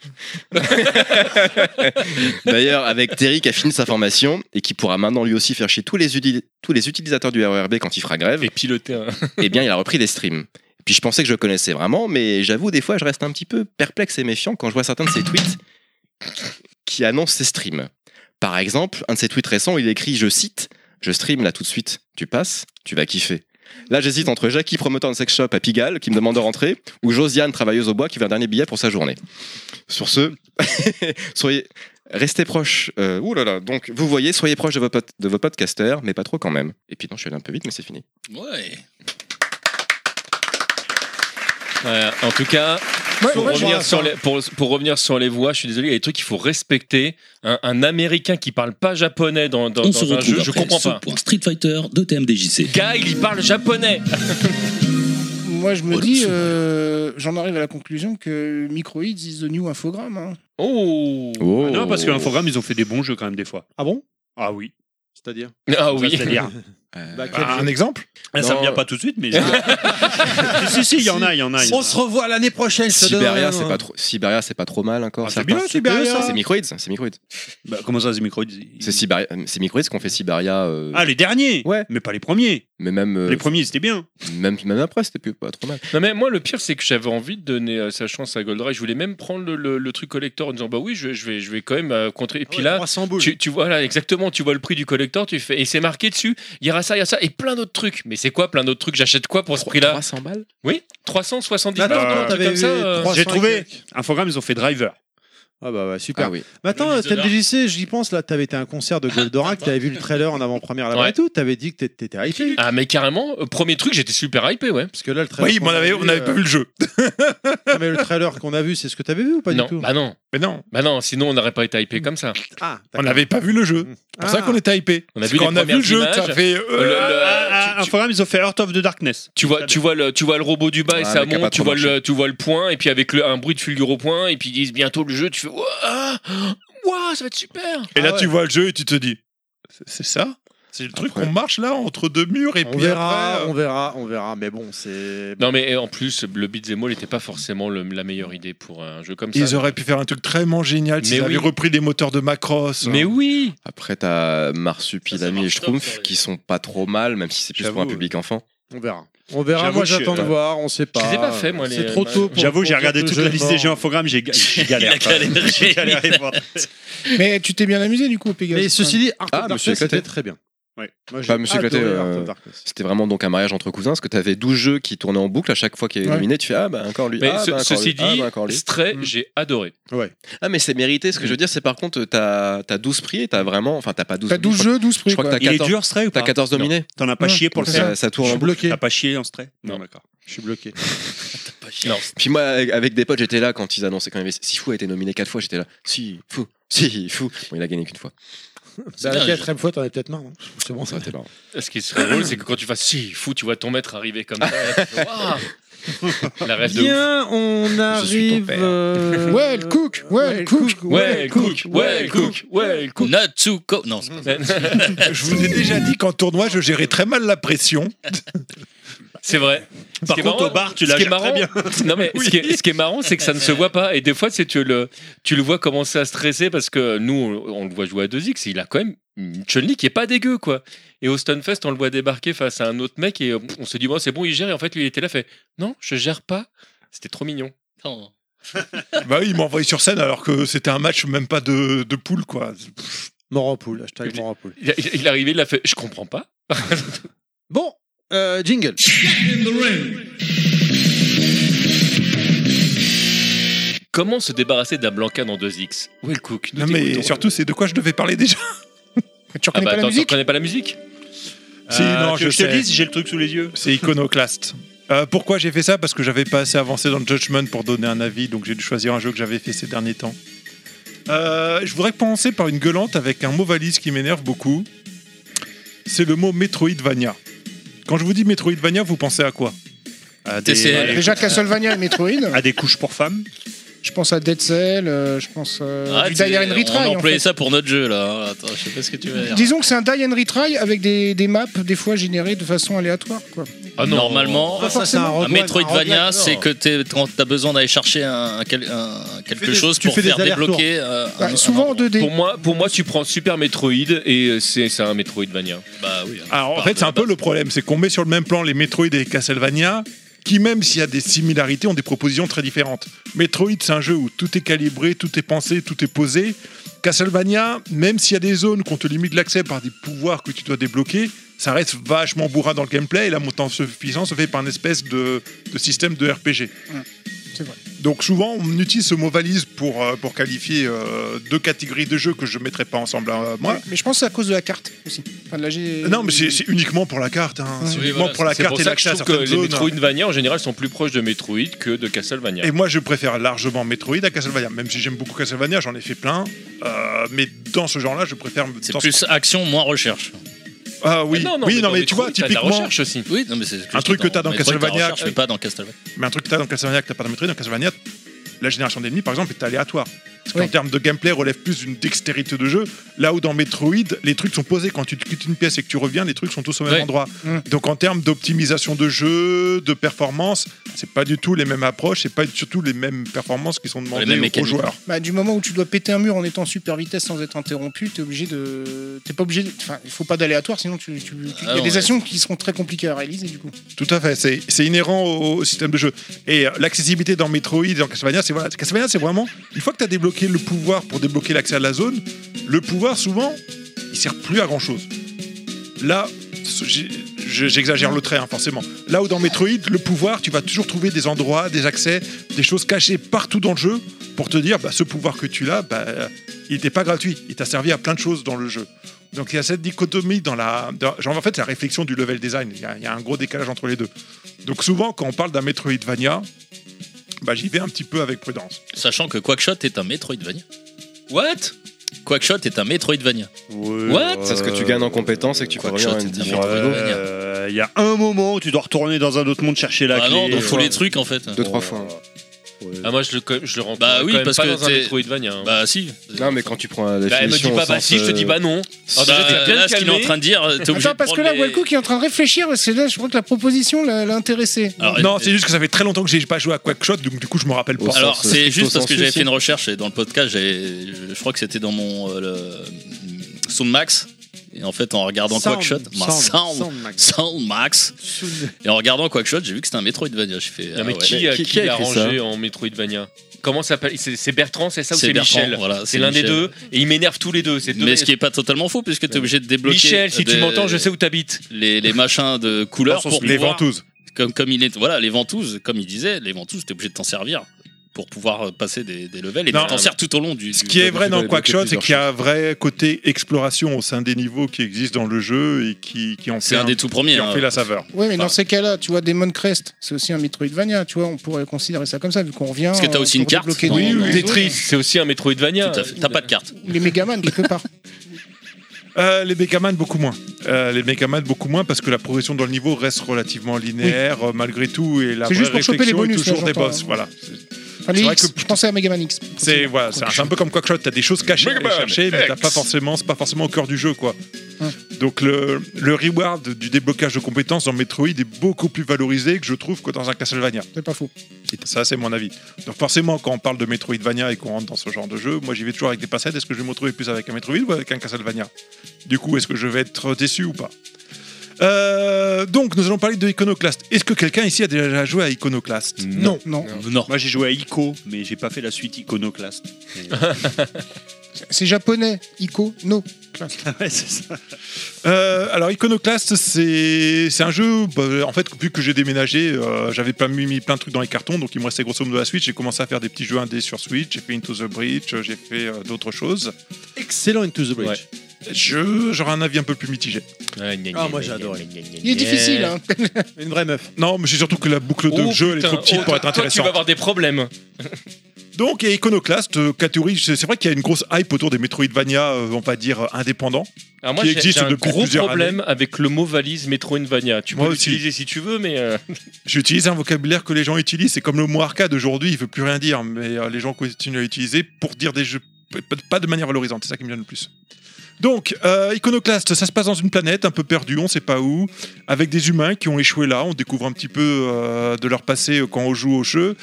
S7: D'ailleurs, avec Terry qui a fini sa formation et qui pourra maintenant lui aussi faire chier tous les, uti- tous les utilisateurs du RERB quand il fera grève,
S4: Et piloter un.
S7: eh bien, il a repris des streams. Puis je pensais que je le connaissais vraiment, mais j'avoue, des fois, je reste un petit peu perplexe et méfiant quand je vois certains de ses tweets qui annoncent ses streams. Par exemple, un de ses tweets récents, où il écrit, je cite, je stream là tout de suite, tu passes, tu vas kiffer. Là, j'hésite entre Jackie, promoteur de sex shop à Pigalle, qui me demande de rentrer, ou Josiane, travailleuse au bois, qui veut un dernier billet pour sa journée. Sur ce, [laughs] soyez, restez proches. euh, ouh là là, donc vous voyez, soyez proches de vos, pod- de vos podcasters, mais pas trop quand même. Et puis non, je suis allé un peu vite, mais c'est fini.
S2: Ouais.
S4: Ouais, en tout cas,
S6: Ouais,
S4: pour,
S6: ouais, je
S4: revenir
S6: vois
S4: sur
S6: ça.
S4: les, pour, pour revenir sur les voix, je suis désolé, il y a des trucs qu'il faut respecter. Un, un Américain qui parle pas japonais dans, dans,
S13: On
S4: dans
S13: se
S4: un
S13: retrouve
S4: jeu,
S13: après
S4: je comprends
S13: ce
S4: pas.
S13: point Street Fighter de TMDJC.
S4: Guy, il parle japonais.
S3: Moi, je me dis, euh, j'en arrive à la conclusion que Microids is the new infogramme. hein.
S4: Oh,
S5: Ah Non, parce qu'un programme, ils ont fait des bons jeux quand même des fois.
S1: Ah bon
S5: Ah oui.
S1: C'est-à-dire
S4: Ah
S5: Ça,
S4: oui.
S5: C'est-à-dire.
S4: Bah,
S1: un exemple
S5: Ah, ça
S7: Non.
S5: me vient pas tout de suite, mais. [laughs] Si, si, si, il y en a, il y en a. Ah, il y en
S1: On
S5: a.
S1: se revoit l'année prochaine. je te donne
S7: Sibéria,
S1: un-
S6: hein.
S7: c'est pas trop, Sibéria, c'est pas trop mal encore.
S5: Ah, c'est
S7: certains-
S5: bien, Sibéria.
S7: ça, C'est Microids, c'est Microids.
S5: Bah, comment ça, c'est micro ils-
S7: C'est Sibéria, c'est Microids qu'on fait Siberia. euh,
S5: Ah, les derniers
S7: Ouais.
S5: Mais pas les premiers.
S7: mais même, euh,
S5: Les premiers, c'était bien.
S7: même, même après, c'était plus pas trop mal.
S4: Non mais moi le pire c'est que j'avais envie de donner euh, sa chance à Goldrake. Je voulais même prendre le, le- le truc collector en disant bah oui je, je vais je vais quand même euh, contrer. Et
S1: Ah
S4: puis
S1: Ouais,
S4: là
S1: 300 boules.
S4: tu, tu vois là exactement tu vois le prix du collector tu fais et c'est marqué dessus il y aura ça il y a ça et plein d'autres trucs. Mais c'est quoi plein d'autres trucs j'achète quoi pour ce prix là
S7: 300 balles
S4: Oui 370
S1: Attends,
S4: balles
S5: non,
S4: un truc
S1: t'avais
S4: comme ça.
S1: eu
S4: euh,
S1: 300
S5: J'ai trouvé.
S1: et quelques.
S5: Un programme, ils ont fait Driver.
S1: Ah bah ouais, super.
S7: Ah oui.
S1: Maintenant,
S4: Le Miss
S1: TMDJC, j'y pense, là, t'avais été à un concert de Goldorak, t'avais vu le trailer en avant-première là-bas
S4: Ouais.
S1: et tout, t'avais dit que t'étais t'étais hypé.
S4: Ah mais carrément euh, premier truc j'étais super hypé ouais.
S1: Parce que là, le trailer.
S14: Oui,
S1: qu'on
S14: mais on avait,
S1: a
S14: on avait
S1: euh,
S14: pas vu le jeu.
S1: [laughs] non, mais le trailer qu'on a vu, c'est ce que t'avais vu ou pas
S4: non
S1: du tout
S4: bah non
S14: Mais
S5: Ah,
S14: non,
S4: bah non sinon on n'aurait pas été hypé comme ça.
S1: Ah,
S14: on n'avait pas vu le jeu. C'est pour ça qu'on était hypé.
S4: On a
S14: Parce
S4: vu les
S14: qu'on a vu
S4: premières
S14: le jeu,
S4: images.
S14: ça fait.
S4: Le-
S14: euh,
S4: le-
S5: Ah,
S4: tu-
S5: un
S4: tu-
S5: programme, ils ont fait Heart of the Darkness.
S4: Tu vois, tu vois le, tu vois le robot du bas et
S7: Ah,
S4: ça
S7: mais qui a pas
S4: monte. Tu
S7: trop
S4: vois le,
S7: marché.
S4: tu vois le point et puis avec le, un bruit de fulgure au point et puis ils disent bientôt le jeu. Tu fais waouh, waouh, ça va être super.
S14: Et là,
S1: Ah ouais.
S14: tu vois le jeu et tu te dis, c'est- c'est ça C'est le truc
S7: Après-
S14: qu'on marche là entre deux murs et
S1: On
S14: puis
S1: verra,
S14: après. euh,
S1: on verra, on verra, mais bon, c'est.
S4: Non mais et en plus le beat'em all n'était pas forcément le- la meilleure idée pour un jeu comme ça.
S14: euh, Ils auraient pu faire un truc tellement génial
S4: Mais
S14: s'ils avaient
S4: oui.
S14: repris les moteurs de Macross.
S4: Mais oui.
S7: Après, t'as
S2: Ça, ça marche
S7: Marsupilami et
S2: top, ça,
S7: Schtroumpf
S2: oui.
S7: qui sont pas trop mal, même si c'est plus pour un
S5: J'avoue,
S7: public enfant.
S1: On verra. On verra,
S5: J'avoue,
S1: moi
S5: je suis-
S1: j'attends de
S5: ouais.
S1: voir, on sait pas. euh,
S4: les ai pas fait, moi, les-
S1: C'est trop tôt. pour-
S5: J'avoue,
S1: pour
S5: j'ai
S1: dire
S5: regardé
S1: que le
S5: toute
S1: jeu
S5: la
S1: est
S5: liste des
S1: mort.
S5: jeux infogrammes, j'ai ga- j'ai galéré.
S2: Il a galéré.
S5: [laughs] J'ai galéré pour-
S3: Mais tu t'es bien amusé du coup au hein. Pégase.
S1: Mais ceci dit, Art
S7: Ah,
S1: of
S7: me
S1: Darkness,
S7: suis éclaté.
S1: c'était très bien.
S5: Ouais.
S1: Moi,
S7: Bah, me suis éclaté,
S1: adoré
S7: euh,
S1: Art of Darkness.
S7: C'était vraiment donc un mariage entre cousins, parce que t'avais 12 jeux qui tournaient en boucle à chaque fois qu'il y avait
S3: Ouais.
S7: nominé. Tu fais Ah bah encore lui,
S4: Mais
S7: ah,
S4: ce-
S7: bah, encore
S4: ceci
S7: lui, ah,
S4: dit,
S7: bah, encore lui.
S4: Stray,
S1: Mm.
S4: j'ai adoré.
S7: Ah, mais c'est mérité. Ce que je veux dire, c'est par contre, t'as as 12 prix et t'as vraiment. Enfin, t'as pas 12
S3: T'as 12
S7: je crois-
S3: jeux, 12 prix.
S7: Je crois que
S3: quoi.
S7: t'as
S5: Il est
S7: 14,
S5: dur, Stray ou
S7: t'as
S5: pas
S7: 14 dominés.
S5: T'en as pas
S3: Ouais.
S5: chié pour le
S7: Donc,
S5: faire
S7: ça, ça
S1: Je
S7: tourne en
S1: suis
S7: boucle.
S1: bloqué.
S5: [laughs] T'as pas chié en Stray Non, d'accord.
S1: Je suis bloqué.
S4: Non.
S7: Puis moi, avec- avec des potes, j'étais là quand ils annonçaient quand même. Si Fou a été nominé 4 fois, j'étais là. Si, Fou, si, Fou. Bon, il a gagné qu'une fois.
S1: Bah, la
S2: dingue.
S1: quatrième fois, t'en as peut-être marre. hein. C'est bon,
S7: Ça
S1: ça
S7: aurait été marrant.
S4: Ce qui serait drôle, c'est que quand tu vas si fou, tu vois ton maître arriver comme ça. et tu fais, Waouh. La rêve de ouf.
S1: Bien, on arrive. euh,
S3: Ouais, le cook, ouais, le cook,
S4: Ouais, le cook, ouais, le cook, ouais, le cook.
S2: Natsuko. Non, c'est pas ça.
S14: Je vous ai déjà dit qu'en tournoi, je gérais très mal la pression.
S4: c'est vrai. Ce
S5: Par
S4: qui est
S5: contre,
S4: marrant-
S5: au bar, tu
S4: ce
S5: l'as
S4: qui est
S5: géré
S4: marrant,
S5: très
S4: [laughs]
S5: bien.
S4: Non mais ce, qui est, ce qui est marrant, c'est que ça ne
S5: [laughs]
S4: se voit pas. Et des fois, c'est tu le, tu le vois commencer à stresser parce que nous, on, on le voit jouer à 2x. et Il a quand même une Chun-Li qui est pas dégueu, quoi. Et au Stunfest, on le voit débarquer face à un autre mec et euh, on se dit, bon, c'est bon, il gère. Et en fait, lui, il était là, fait, non, je gère pas. C'était trop mignon.
S2: Non.
S14: bah oui, ils m'ont envoyé sur scène alors que c'était un match même pas de, de poule, quoi.
S1: Mort en poule, hashtag mort en poule.
S4: Il, il- il est arrivé, il a fait, je comprends pas.
S1: Bon, euh, jingle.
S4: Comment se débarrasser d'un Blanca dans 2x Où est le cook Nous
S14: Non, mais
S4: t'écoutons.
S14: surtout, c'est de quoi je devais parler déjà.
S3: Tu
S4: ah
S3: reconnais
S4: bah
S3: pas la
S4: attends, tu
S3: musique
S4: reconnais pas la musique
S14: Si, non,
S5: tu veux que Euh, je te
S14: sais.
S5: le dis, j'ai le truc sous les yeux.
S14: C'est iconoclaste. Euh, pourquoi j'ai fait ça Parce que j'avais pas assez avancé dans le Judgment pour donner un avis, donc j'ai dû choisir un jeu que j'avais fait ces derniers temps. Euh, je voudrais commencer par une gueulante avec un mot valise qui m'énerve beaucoup. C'est le mot Metroidvania. Quand je vous dis Metroidvania, vous pensez à quoi
S5: À des,
S2: TCL.
S5: à des-
S3: Déjà Castlevania et Metroid.
S5: à des couches pour femmes.
S3: Je pense à Dead Cell, euh, je pense
S2: Ah,
S3: à du Die
S2: tu-
S3: and Retry.
S2: On a
S3: en
S2: employé
S3: fait.
S2: ça pour notre jeu là. hein. Attends, je sais pas ce que tu vas dire.
S3: Disons que c'est un die and retry avec des, des maps des fois générées de façon aléatoire. Quoi.
S4: Ah
S2: Normalement,
S3: Pas forcément.
S2: un, Metroidvania,
S3: roguelike,
S2: c'est
S3: non.
S2: que t'es- quand t'as besoin d'aller chercher un, un quel- un- quelque chose pour faire débloquer. euh, un- un
S3: Bah, souvent en 2D.
S4: Pour moi, pour moi, tu prends Super Metroid et euh, c'est c'est un Metroidvania.
S2: Bah oui.
S6: Alors en fait, c'est un peu le problème, c'est qu'on met sur le même plan les Metroid et les Castlevania, qui même s'il y a des similarités, ont des propositions très différentes. Metroid, c'est un jeu où tout est calibré, tout est pensé, tout est posé. Castlevania, même s'il y a des zones qu'on te limite l'accès par des pouvoirs que tu dois débloquer, ça reste vachement bourrin dans le gameplay et la montée en puissance se fait par une espèce de, de système de RPG.
S3: C'est vrai.
S6: Donc souvent, on utilise ce mot valise pour, euh, pour qualifier euh, deux catégories de jeux que je ne mettrais pas ensemble à moi.
S3: Mais je pense que c'est à cause de la carte aussi. Enfin, de la G-
S6: Non, mais c'est c'est uniquement pour la carte. hein. C'est
S4: Oui,
S6: uniquement
S4: voilà,
S6: pour la
S4: c'est
S6: carte et
S4: ça
S6: l'accès à
S4: que je trouve
S6: certaines
S4: que les
S6: zones. Eh
S4: Metroidvania en général sont plus proches de Metroid que de Castlevania.
S6: Et moi, je préfère largement Metroid à Castlevania. Même si j'aime beaucoup Castlevania, j'en ai fait plein. Euh, mais dans ce genre-là, je préfère.
S2: C'est
S6: dans ce-
S2: plus action, moins recherche.
S6: Ah oui,
S2: Ah non, non,
S6: oui, non,
S2: dans
S6: mais tu
S2: Metroid,
S6: vois,
S2: t'as de la
S6: typiquement.
S2: recherche aussi. Oui, non, mais c'est ce que
S6: Un
S2: je
S6: truc
S2: dis,
S6: que t'as dans
S2: Metroid, t'as
S6: Castlevania.
S2: recherche, mais pas dans Castlevania.
S6: Mais un truc que t'as dans Castlevania que t'as pas dans Metroid, dans Castlevania, la génération d'ennemis, par exemple, est aléatoire. Parce qu'en termes de gameplay, relève plus d'une dextérité de jeu. Là où dans Metroid, les trucs sont posés. Quand tu quittes une pièce et que tu reviens, les trucs sont tous au même endroit. Donc en termes d'optimisation de jeu, de performance, c'est pas du tout les mêmes approches, c'est pas surtout les mêmes performances qui sont demandées
S2: mêmes
S6: aux- aux,
S2: mécaniques.
S6: joueurs.
S3: Bah, du moment où tu dois péter un mur en étant super vitesse sans être interrompu, t'es obligé de. T'es pas obligé. de- Enfin, il faut pas d'aléatoire, sinon tu. tu- tu- Il y
S6: Ah
S3: a
S6: non,
S3: des
S6: ouais.
S3: actions qui seront très compliquées à réaliser du coup.
S6: Tout à fait, c'est c'est inhérent au, au système de jeu. Et euh, l'accessibilité dans Metroid, dans Castlevania, c'est voilà, Castlevania, c'est vraiment une fois que tu as débloqué le pouvoir pour débloquer l'accès à la zone, le pouvoir souvent, il sert plus à grand chose. Là, j'ai- je- j'exagère le trait, hein, forcément. Là où dans Metroid, le pouvoir, tu vas toujours trouver des endroits, des accès, des choses cachées partout dans le jeu pour te dire, bah, ce pouvoir que tu as, bah, il n'était pas gratuit. Il t'a servi à plein de choses dans le jeu. Donc il y a cette dichotomie dans la. dans- genre, en fait, c'est la réflexion du level design. Il y, a- il y a un gros décalage entre les deux. Donc souvent, quand on parle d'un Metroidvania, bah, j'y vais un petit peu avec prudence.
S2: Sachant que Quackshot est un Metroidvania. What Quackshot est un Metroidvania.
S7: What C'est ce que tu gagnes en compétences et que tu peux revenir à une différence.
S5: Il y a un moment où tu dois retourner dans un autre monde chercher la
S2: Ah
S5: clé.
S2: non, dans tous
S5: Ouais.
S2: les trucs en fait.
S5: Deux, trois
S7: hein.
S5: fois.
S4: Ah, moi, je le, co- je le rentre
S2: Bah oui,
S4: quand même
S2: parce
S4: pas
S2: que
S4: dans un
S2: t'es-
S4: Metroidvania. hein.
S2: Bah si.
S7: Non, mais quand tu prends la
S4: Bah, elle me dit
S7: définition.
S4: pas
S7: au
S4: bah
S7: sens,
S4: si, je te dis
S7: euh,
S4: bah non.
S2: Ah, déjà, t'es bien
S4: là, ce qu'il est en
S2: calmé.
S4: train de dire, euh, t'es obligé
S3: Attends,
S2: de
S3: parce que
S2: prendre
S3: là,
S2: les-
S3: Walcook est en train de réfléchir, c'est là, je crois que la proposition l'a l'a intéressé.
S6: non, c'est juste que ça fait très longtemps que j'ai pas joué à Quackshot, donc du coup, je me rappelle pas.
S2: Alors, c'est juste parce que j'avais fait une recherche et dans le podcast, j'avais- je je crois que c'était dans mon euh, le- Soundmax. Et en fait, en regardant
S1: Sound,
S2: Quackshot, bah,
S1: Sound,
S2: Sound,
S1: Soundmax.
S2: Soundmax. Et en regardant Quackshot, j'ai vu que c'était un Metroidvania. J'ai fait.
S4: Non, mais
S2: ah ouais.
S4: qui, a- qui l'a rangé en Metroidvania Comment s'appelle C'est c'est Bertrand, c'est ça ou
S2: C'est
S4: c'est
S2: Bertrand,
S4: Michel
S2: voilà,
S4: C'est
S2: c'est
S4: l'un des
S2: Michel.
S4: deux et ils m'énervent tous les deux. c'est deux-
S2: Mais ce qui est pas totalement faux, puisque tu es obligé de débloquer. euh,
S4: Michel, si tu
S2: des-
S4: m'entends, je sais où t'habites.
S2: Les, les machins de couleur
S4: Dans son
S2: pour
S4: slip. Les
S2: pouvoir-
S4: ventouses.
S2: Comme, comme il est, voilà, les ventouses, comme il disait, les ventouses, t'es obligé de t'en servir pour pouvoir euh, passer des, des levels et
S6: Non.
S2: tu t'en sers tout au long du.
S6: Ce qui est vrai dans Quackshot, c'est qu'il y a un vrai côté exploration au sein des niveaux qui existent dans le jeu et qui, qui en fait
S2: C'est un des tout premiers,
S6: qui en
S2: hein.
S6: fait la saveur.
S3: Oui, mais dans ces cas-là, tu vois, Demon Crest, c'est aussi un Metroidvania, tu vois, on pourrait considérer ça comme ça, vu qu'on revient.
S4: Parce que t'as
S3: euh,
S4: aussi une
S3: pour
S4: carte
S3: débloquer
S4: dans-
S3: des-
S4: dans-
S3: des
S4: Tetris,
S3: zones.
S4: c'est aussi un Metroidvania.
S2: T'as pas de carte.
S3: Ou Les Megaman, quelque part.
S6: Euh, les Megaman beaucoup moins. Euh, les Megaman beaucoup moins parce que la progression dans le niveau reste relativement linéaire euh, malgré tout et la
S3: C'est
S6: vraie
S3: juste pour choper les
S6: réflexion
S3: bonus,
S6: est toujours
S3: là,
S6: des
S3: j'entends,
S6: boss.
S3: hein.
S6: Voilà.
S3: Enfin, les
S6: C'est vrai
S3: X, je pensais à Megaman X.
S6: C'est voilà, c'est un- c'est un peu comme Quackshot, t'as des choses cachées à aller
S3: Megaman
S6: chercher, mais
S3: X.
S6: t'as pas forcément, c'est pas forcément au cœur du jeu quoi. Donc le, le reward du déblocage de compétences dans Metroid est beaucoup plus valorisé que je trouve que dans un Castlevania.
S3: C'est pas faux.
S6: Ça c'est mon avis. Donc forcément quand on parle de Metroidvania et qu'on rentre dans ce genre de jeu, moi j'y vais toujours avec des passettes. Est-ce que je vais me retrouver plus avec un Metroid ou avec un Castlevania Du coup est-ce que je vais être déçu ou pas Euh, donc, nous allons parler de Iconoclast. Est-ce que quelqu'un ici a déjà joué à Iconoclast
S3: Non. Non.
S5: Moi j'ai joué à Ico, mais j'ai pas fait la suite Iconoclast.
S3: C'est japonais, Ico, no.
S5: [laughs] ouais, c'est ça.
S6: Euh, alors Iconoclast, c'est c'est un jeu. bah, en fait, vu que j'ai déménagé, euh, j'avais pas mis, mis plein de trucs dans les cartons, donc il me restait grosso modo la Switch. J'ai commencé à faire des petits jeux indés sur Switch. J'ai fait Into the Breach, euh, j'ai fait euh, d'autres choses.
S1: Excellent Into the Breach.
S6: Je j'aurais un avis un peu plus mitigé.
S1: Ah, moi j'ai adoré.
S3: Il est difficile, hein.
S6: Une vraie meuf. Non, mais c'est surtout que la boucle de
S4: Oh,
S6: jeu elle est
S4: putain,
S6: trop petite
S4: oh,
S6: pour
S4: toi-
S6: être
S4: toi, tu vas
S6: intéressante.
S4: avoir des problèmes.
S6: Donc, et Iconoclast, euh, catégorie, c'est c'est vrai qu'il y a une grosse hype autour des Metroidvania, euh, on va dire, euh, indépendants,
S4: Alors moi,
S6: qui
S4: j'ai j'ai
S6: existent
S4: un
S6: depuis
S4: gros
S6: plusieurs
S4: problème
S6: années.
S4: avec le mot valise Metroidvania. Tu
S6: Moi
S4: peux
S6: aussi.
S4: l'utiliser si tu veux, mais euh,
S6: J'utilise un vocabulaire que les gens utilisent, c'est comme le mot arcade aujourd'hui, il veut plus rien dire, mais euh, les gens continuent à l'utiliser pour dire des jeux p- p- pas de manière valorisante, c'est ça qui me gêne le plus. Donc, euh, Iconoclast, ça se passe dans une planète un peu perdue, on sait pas où, avec des humains qui ont échoué là, on découvre un petit peu euh, de leur passé euh, quand on joue au jeu,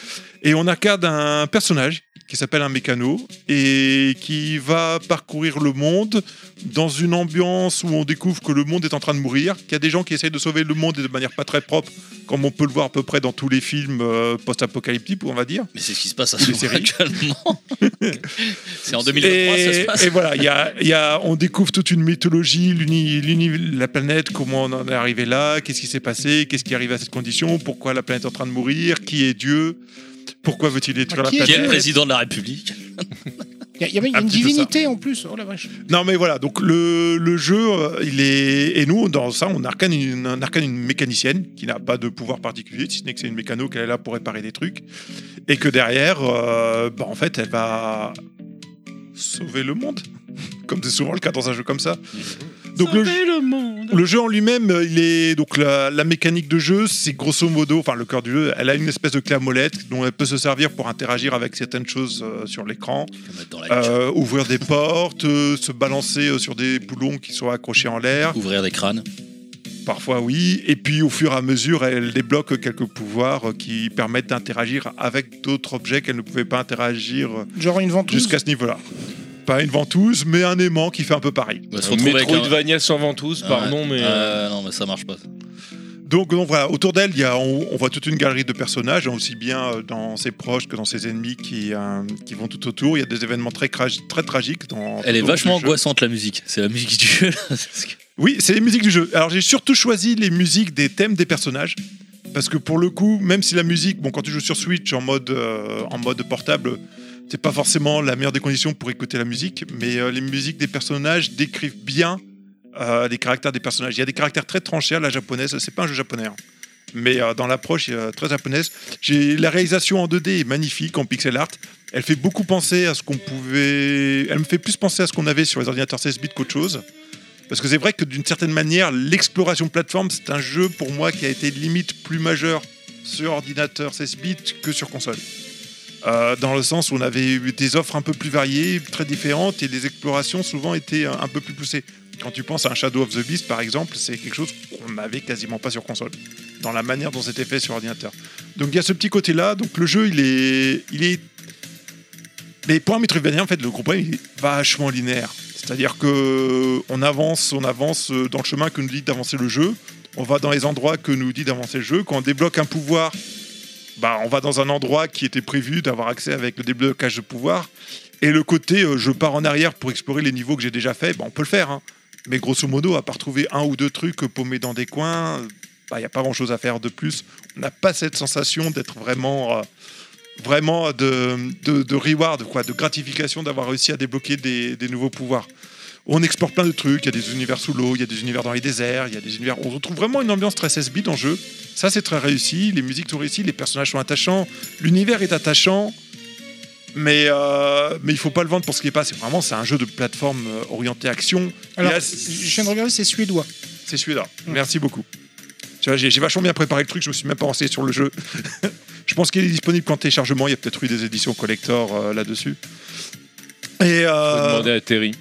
S6: et on incarne un personnage qui s'appelle un mécano, et qui va parcourir le monde dans une ambiance où on découvre que le monde est en train de mourir, qu'il y a des gens qui essayent de sauver le monde et de manière pas très propre, comme on peut le voir à peu près dans tous les films euh, post-apocalyptiques, on va dire.
S2: Mais c'est ce qui se passe à
S6: Des
S2: ce moment
S6: séries.
S2: actuellement. [laughs] c'est en 2023
S6: et,
S2: ça se passe.
S6: et voilà, il y a- il y a- on découvre toute une mythologie, l'uni- l'uni- la planète, comment on en est arrivé là, qu'est-ce qui s'est passé, qu'est-ce qui est arrivé à cette condition, pourquoi la planète est en train de mourir, qui est Dieu, pourquoi veut-il détruire la
S3: qui est
S6: planète
S2: Qui est le président de la République
S3: Il y a- il y avait
S6: Un petit
S3: une
S6: peu ça.
S3: divinité en plus. Oh la vache.
S6: Non mais voilà, donc le, le jeu, euh, il est... Et nous, dans ça, on arcane une, on arcane une mécanicienne qui n'a pas de pouvoir particulier, si ce n'est que c'est une mécano qu'elle est là pour réparer des trucs. Et que derrière, euh, bah, en fait, elle va sauver le monde. [laughs] Comme c'est souvent le cas dans un jeu comme ça. Donc le,
S4: le monde.
S6: le jeu en lui-même, euh, il est donc la, la mécanique de jeu, c'est grosso modo, enfin le cœur du jeu, elle a une espèce de clé à molette dont elle peut se servir pour interagir avec certaines choses euh, sur l'écran, Euh, ouvrir des portes, euh, se balancer euh, sur des boulons qui sont accrochés en l'air.
S2: Ouvrir des crânes.
S6: Parfois oui, et puis au fur et à mesure, elle débloque quelques pouvoirs euh, qui permettent d'interagir avec d'autres objets qu'elle ne pouvait pas interagir euh,
S3: Genre une ventouse.
S6: jusqu'à ce niveau-là. Pas une ventouse, mais un aimant qui fait un peu pareil.
S2: On va se retrouver avec un-
S4: Euh, Metroidvania sans ventouse,
S2: Ah,
S4: pardon, mais.
S2: euh, non, mais ça marche pas.
S6: Donc, donc voilà, autour d'elle, il y a- on, on voit toute une galerie de personnages, aussi bien euh, dans ses proches que dans ses ennemis qui, euh, qui vont tout autour. Il y a des événements très, cra- très tragiques. Dans,
S2: Elle est
S6: autour du
S2: vachement
S6: jeu.
S2: angoissante la musique. C'est la musique du jeu. là. Parce que-
S6: Oui, c'est les musiques du jeu. Alors j'ai surtout choisi les musiques des thèmes des personnages. Parce que pour le coup, même si la musique, bon, quand tu joues sur Switch en mode, euh, en mode portable, c'est pas forcément la meilleure des conditions pour écouter la musique, mais euh, les musiques des personnages décrivent bien euh, les caractères des personnages. Il y a des caractères très tranchés à la japonaise, c'est pas un jeu japonais, hein. mais euh, dans l'approche euh, très japonaise. J'ai La réalisation en 2D est magnifique en pixel art. Elle fait beaucoup penser à ce qu'on pouvait. Elle me fait plus penser à ce qu'on avait sur les ordinateurs 16 bits qu'autre chose. Parce que c'est vrai que d'une certaine manière, l'exploration plateforme, c'est un jeu pour moi qui a été limite plus majeur sur ordinateur 16 bits que sur console. Euh, dans le sens où on avait eu des offres un peu plus variées, très différentes, et les explorations souvent étaient euh, un un peu plus poussées. Quand tu penses à un Shadow of the Beast, par exemple, c'est quelque chose qu'on n'avait quasiment pas sur console, dans la manière dont c'était fait sur ordinateur. Donc il y a ce petit côté-là, donc le jeu, il est, il est mais pour un Metroidvania, en fait, le groupe il est vachement linéaire. C'est-à-dire que euh, on avance, on avance euh, dans le chemin que nous dit d'avancer le jeu. On va dans les endroits que nous dit d'avancer le jeu. Quand on débloque un pouvoir, bah, on va dans un endroit qui était prévu d'avoir accès avec le déblocage de pouvoir. Et le côté euh, je pars en arrière pour explorer les niveaux que j'ai déjà fait, bah, on peut le faire. hein. Mais grosso modo, à part trouver un ou deux trucs euh, paumés dans des coins, Bah, il n'y a pas grand-chose à faire de plus. On n'a pas cette sensation d'être vraiment... euh, vraiment de, de, de reward, quoi, de gratification d'avoir réussi à débloquer des, des nouveaux pouvoirs. On explore plein de trucs, il y a des univers sous l'eau, il y a des univers dans les déserts, il y a des univers... On retrouve vraiment une ambiance très 16 bits en jeu. Ça, c'est très réussi, les musiques sont réussies, les personnages sont attachants, l'univers est attachant, mais, euh, mais il faut pas le vendre pour ce qu'il est pas. C'est vraiment, c'est un jeu de plateforme euh, orienté action.
S3: Alors,
S6: Il a-
S3: je viens de regarder, c'est suédois.
S6: c'est celui-là. Merci beaucoup. Tu vois, j'ai j'ai vachement bien préparé le truc, je me suis même pas renseigné sur le jeu. [laughs] je pense qu'il est disponible qu'en téléchargement, il y a peut-être eu des éditions collector euh, là-dessus. Et
S4: Faut
S6: euh,
S4: demander à Terry.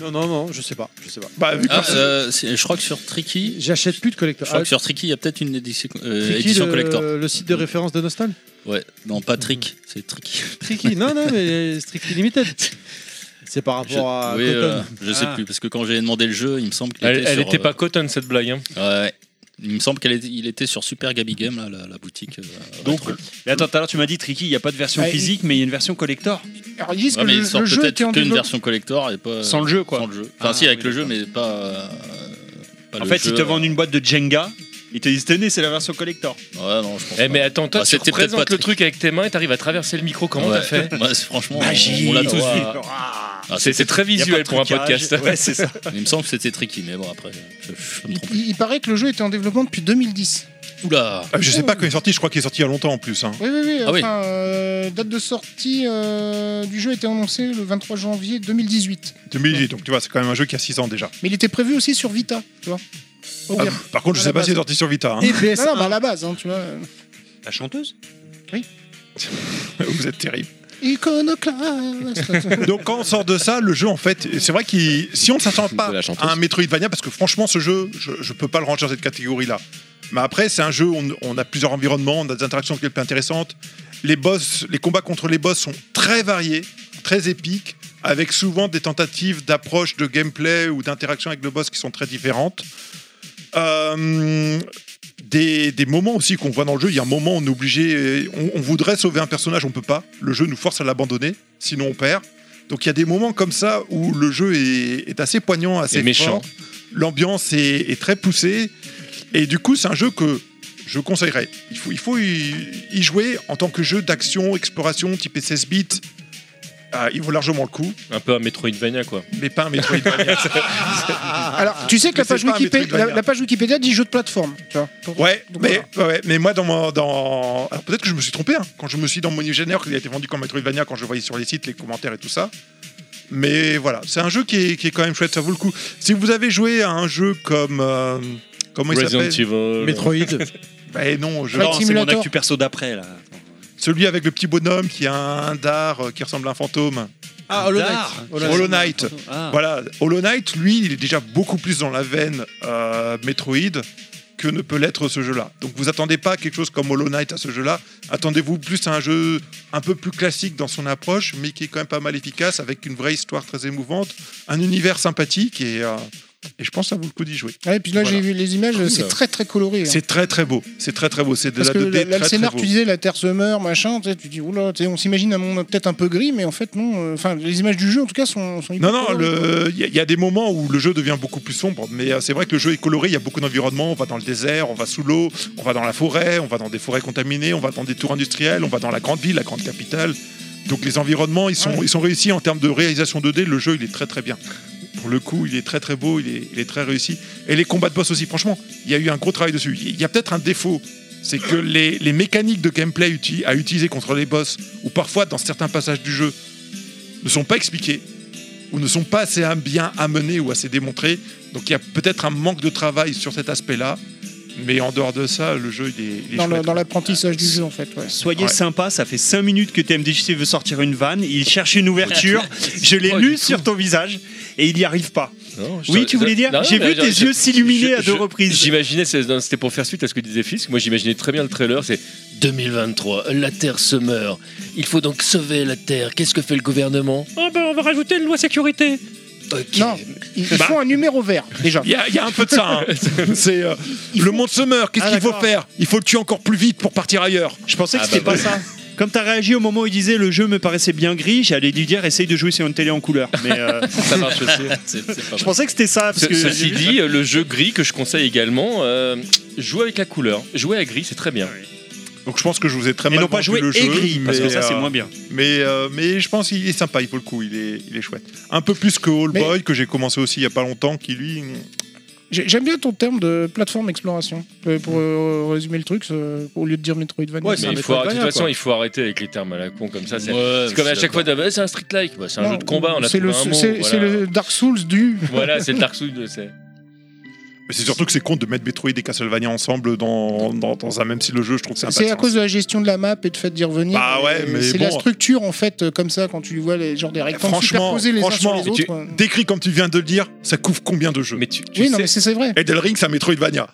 S1: Non, non, non, je sais pas. Je sais pas.
S6: bah, vu que
S2: Ah,
S6: personne-
S2: euh, c'est- je crois que sur Tricky,
S1: J'achète plus de
S2: je
S1: collector.
S2: crois que
S1: Ah,
S2: sur Tricky, il y a peut-être une édition, euh,
S1: Tricky,
S2: édition
S1: le-
S2: collector.
S1: Le site de référence de Nostal
S2: Ouais, non pas Trick, c'est Tricky.
S1: Tricky, non, non, mais Strictly
S2: [laughs]
S1: Limited. C'est par rapport à.
S2: Je, oui,
S1: Cotton.
S2: euh, je sais
S1: Ah.
S2: plus parce que quand j'ai demandé le jeu, il me semble qu'il
S4: Elle
S2: était
S4: elle
S2: sur,
S4: était
S2: euh,
S4: pas coton cette blague. hein.
S2: Ouais. Il me semble qu'il était, il était sur Super Gabi Game, là, la, la boutique. euh,
S5: Donc,
S2: rétro.
S5: Mais attends, tout à l'heure, tu m'as dit, Tricky, il n'y a pas de version
S3: Ah, il-
S5: physique, mais il y a une version collector.
S3: Alors ils disent
S2: Ouais,
S3: que
S2: mais il
S3: le,
S2: sort
S3: le jeu était en
S2: peut-être qu'une
S3: développement.
S2: version collector et pas.
S5: Sans le jeu, quoi.
S2: Euh, Sans le jeu. Enfin,
S5: Ah,
S2: si, avec
S5: oui,
S2: le jeu, mais pas. euh, pas
S5: en
S2: le
S5: fait,
S2: jeu,
S5: ils te
S2: euh,
S5: vendent une boîte de Jenga, ils te disent, tenez, c'est la version collector.
S2: Ouais, non, je pense. pas.
S4: Eh, mais attends, toi,
S2: Bah,
S4: tu
S2: c'était peut-être
S4: représentes
S2: pas [laughs]
S4: le truc avec tes mains et t'arrives à traverser le micro. Comment
S2: Ouais.
S4: t'as fait
S2: Ouais, c'est- Franchement, on-
S5: [laughs] Magie.
S2: on l'a tous
S4: Ouah.
S2: vu. Ah, c'est- c'est très
S4: Y a pas de
S2: visuel pour un
S4: trucage.
S2: podcast.
S4: Ouais, c'est ça.
S2: Il me semble que c'était tricky, mais bon, après, je, je- je me trompe.
S3: Il, il paraît que le jeu était en développement depuis 2010.
S2: Oula
S6: Je sais pas quand il est sorti, je crois qu'il est sorti il y a longtemps en plus. hein.
S3: Oui, oui, oui.
S6: Ah oui.
S3: enfin, euh, date de sortie euh, du jeu était annoncée le 23 janvier 2018.
S6: 2018, donc tu vois, c'est quand même un jeu qui a 6 ans déjà.
S3: Mais il était prévu aussi sur Vita, tu vois. Au
S6: Ah,
S3: Vert.
S6: par contre, je
S3: À
S6: sais
S3: la
S6: pas
S3: base.
S6: s'il est sorti sur Vita. hein.
S3: Non, non, bah, à la base, hein, tu vois.
S5: La chanteuse
S3: Oui.
S6: [laughs] Vous êtes terrible. [laughs]
S3: Iconoclaste.
S6: Donc quand on sort de ça, le jeu en fait, c'est vrai qu'il si on ne s'attend pas à un Metroidvania, parce que franchement ce jeu, je, je peux pas le ranger dans cette catégorie là. Mais après c'est un jeu, où on, on a plusieurs environnements, on a des interactions qui sont intéressantes. Les boss, les combats contre les boss sont très variés, très épiques, avec souvent des tentatives d'approche de gameplay ou d'interaction avec le boss qui sont très différentes. Euh, des, des moments aussi qu'on voit dans le jeu. Il y a un moment, on est obligé, on, on voudrait sauver un personnage, on peut pas. Le jeu nous force à l'abandonner, sinon on perd. Donc il y a des moments comme ça où le jeu est, est assez poignant, assez
S4: Et méchant.
S6: fort. L'ambiance est, est très poussée. Et du coup, c'est un jeu que je conseillerais. Il faut, il faut y, y jouer en tant que jeu d'action, exploration, type 16 bits. Ah, il vaut largement le coup,
S4: Un peu un Metroidvania, quoi.
S6: mais pas un Metroidvania.
S3: Alors, tu sais que la
S6: Mais c'est
S3: page,
S6: pas un
S3: Wikipé- la,
S6: Metroidvania.
S3: la page Wikipédia dit jeu de plateforme, tu vois.
S6: [laughs] Ouais, mais, ouais, mais moi, dans mon. Dans... Alors peut-être que je me suis trompé, hein, quand je me suis dans mon imaginaire qu'il a été vendu comme Metroidvania, quand je voyais sur les sites les commentaires et tout ça. Mais voilà, c'est un jeu qui est, qui est quand même chouette, ça vaut le coup. Si vous avez joué à un jeu comme. euh, comment il
S4: Resident
S6: s'appelle
S4: Evil. Metroid.
S6: Bah non, je.
S5: Non, c'est mon actu perso d'après là.
S6: Celui avec le petit bonhomme qui a un dard euh, qui ressemble à un fantôme.
S5: Ah, Hollow Knight. Dard Hollow Knight.
S6: Hollow Knight.
S5: Ah.
S6: Voilà, Hollow Knight, lui, il est déjà beaucoup plus dans la veine euh, Metroid que ne peut l'être ce jeu-là. Donc vous attendez pas à quelque chose comme Hollow Knight à ce jeu-là. Attendez-vous plus à un jeu un peu plus classique dans son approche, mais qui est quand même pas mal efficace, avec une vraie histoire très émouvante, un univers sympathique et, euh, et je pense que ça vaut le coup d'y jouer.
S3: Ah Ouais, et puis là,
S6: Voilà.
S3: j'ai vu les images,
S6: Cool.
S3: c'est très très coloré. hein.
S6: C'est très très beau, c'est très très beau, c'est de
S3: Parce
S6: la
S3: que
S6: 2D
S3: la- la- le
S6: très, très
S3: scénar,
S6: beau.
S3: tu disais, la Terre se meurt, machin, tu sais, tu dis, oula, tu sais, on s'imagine un monde peut-être un peu gris, mais en fait, non. euh, Enfin, les images du jeu, en tout cas, sont, sont hyper
S6: Non, non,
S3: colorées, quoi.
S6: le- il y, a- il y a des moments où le jeu devient beaucoup plus sombre, mais euh, c'est vrai que le jeu est coloré, il y a beaucoup d'environnements, on va dans le désert, on va sous l'eau, on va dans la forêt, on va dans des forêts contaminées, on va dans des tours industrielles, on va dans la grande ville, la grande capitale. Donc les environnements, ils sont, ils sont réussis en termes de réalisation 2D, le jeu, il est très très bien. Pour le coup, il est très très beau, il est, il est très réussi. Et les combats de boss aussi, franchement, il y a eu un gros travail dessus. Il y a peut-être un défaut, c'est que les, les mécaniques de gameplay uti- à utiliser contre les boss, ou parfois dans certains passages du jeu, ne sont pas expliquées ou ne sont pas assez am- bien amenés ou assez démontrés. Donc il y a peut-être un manque de travail sur cet aspect-là. Mais en dehors de ça, le jeu, il est, il est
S3: Dans le-
S6: chouette.
S3: dans l'apprentissage du jeu, en fait. ouais.
S5: Soyez sympa, ça fait 5 minutes que TMDJC veut sortir une vanne, il cherche une ouverture, je l'ai lu sur ton visage et il n'y arrive pas. oui, tu voulais dire
S4: Non,
S5: J'ai
S4: mais je-
S5: vu tes
S4: je-
S5: yeux s'illuminer
S4: je-
S5: à
S4: je-
S5: deux reprises.
S4: J'imaginais, c'est- non, c'était pour faire suite à ce que disait Fisk. Moi, j'imaginais très bien le trailer. C'est 2023, la Terre se meurt. Il faut donc sauver la Terre. Qu'est-ce que fait le gouvernement
S22: Oh bah on va rajouter une loi sécurité.
S3: Non,
S6: Eh
S3: ils
S6: ben,
S3: ils font un numéro vert, déjà.
S6: Il y, a- il y a un peu de ça. hein. [laughs] C'est euh, le monde se meurt. Qu'est-ce
S5: Ah,
S6: qu'il faut
S5: d'accord.
S6: faire Il faut le tuer encore plus vite pour partir ailleurs.
S5: Je pensais que c'était pas ça. Comme t'as réagi au moment où il disait le jeu me paraissait bien gris, j'allais lui dire essaye de jouer sur une télé en couleur. Mais euh,
S4: Ça marche aussi. C'est- c'est pas mal.
S5: Je pensais que c'était ça. Parce
S4: Ce-
S5: que
S4: Ceci dit, euh, le jeu gris que je conseille également, euh, jouer avec la couleur. Jouer à gris, c'est très bien.
S6: Donc je pense que je vous ai très
S4: Et
S6: mal
S4: non pas
S6: vendu
S4: jouer
S6: le jeu,
S4: aigri, parce que ça,
S6: euh,
S4: c'est moins
S5: bien.
S6: Mais, euh, mais je pense qu'il est sympa, il vaut le coup, il est, il est chouette. Un peu plus que All Boy, que j'ai commencé aussi il y a pas longtemps, qui lui...
S3: J'ai- J'aime bien ton terme de plateforme exploration. Euh, Pour euh, résumer le truc, euh, au lieu de dire Metroidvania.
S4: mais il faut, de toute façon, il faut arrêter avec les termes à la con comme ça. C'est c'est comme à chaque fois, d'abord, c'est un street like. Bah, c'est un
S3: Non,
S4: jeu de combat. On a
S3: C'est le,
S4: trouvé un mot,
S3: c'est- c'est
S4: voilà. Ah,
S3: le Dark Souls du.
S4: Voilà, c'est le Dark Souls. c'est-
S6: Mais c'est surtout que c'est con de mettre Metroid et Castlevania ensemble dans, dans, dans un même style de jeu, je trouve que c'est un
S3: C'est à cause de la gestion de la map et de fait d'y revenir.
S6: Bah ouais,
S3: Euh,
S6: mais
S3: c'est
S6: bon.
S3: la structure en fait euh, comme ça quand tu vois les genre des rectangles superposés les uns sur les
S6: tu-
S3: autres. euh.
S6: décrit comme tu viens de le dire, ça couvre combien de jeux
S4: Mais tu,
S3: Oui, non, mais c'est c'est vrai.
S6: Elden Ring, ça Metroidvania.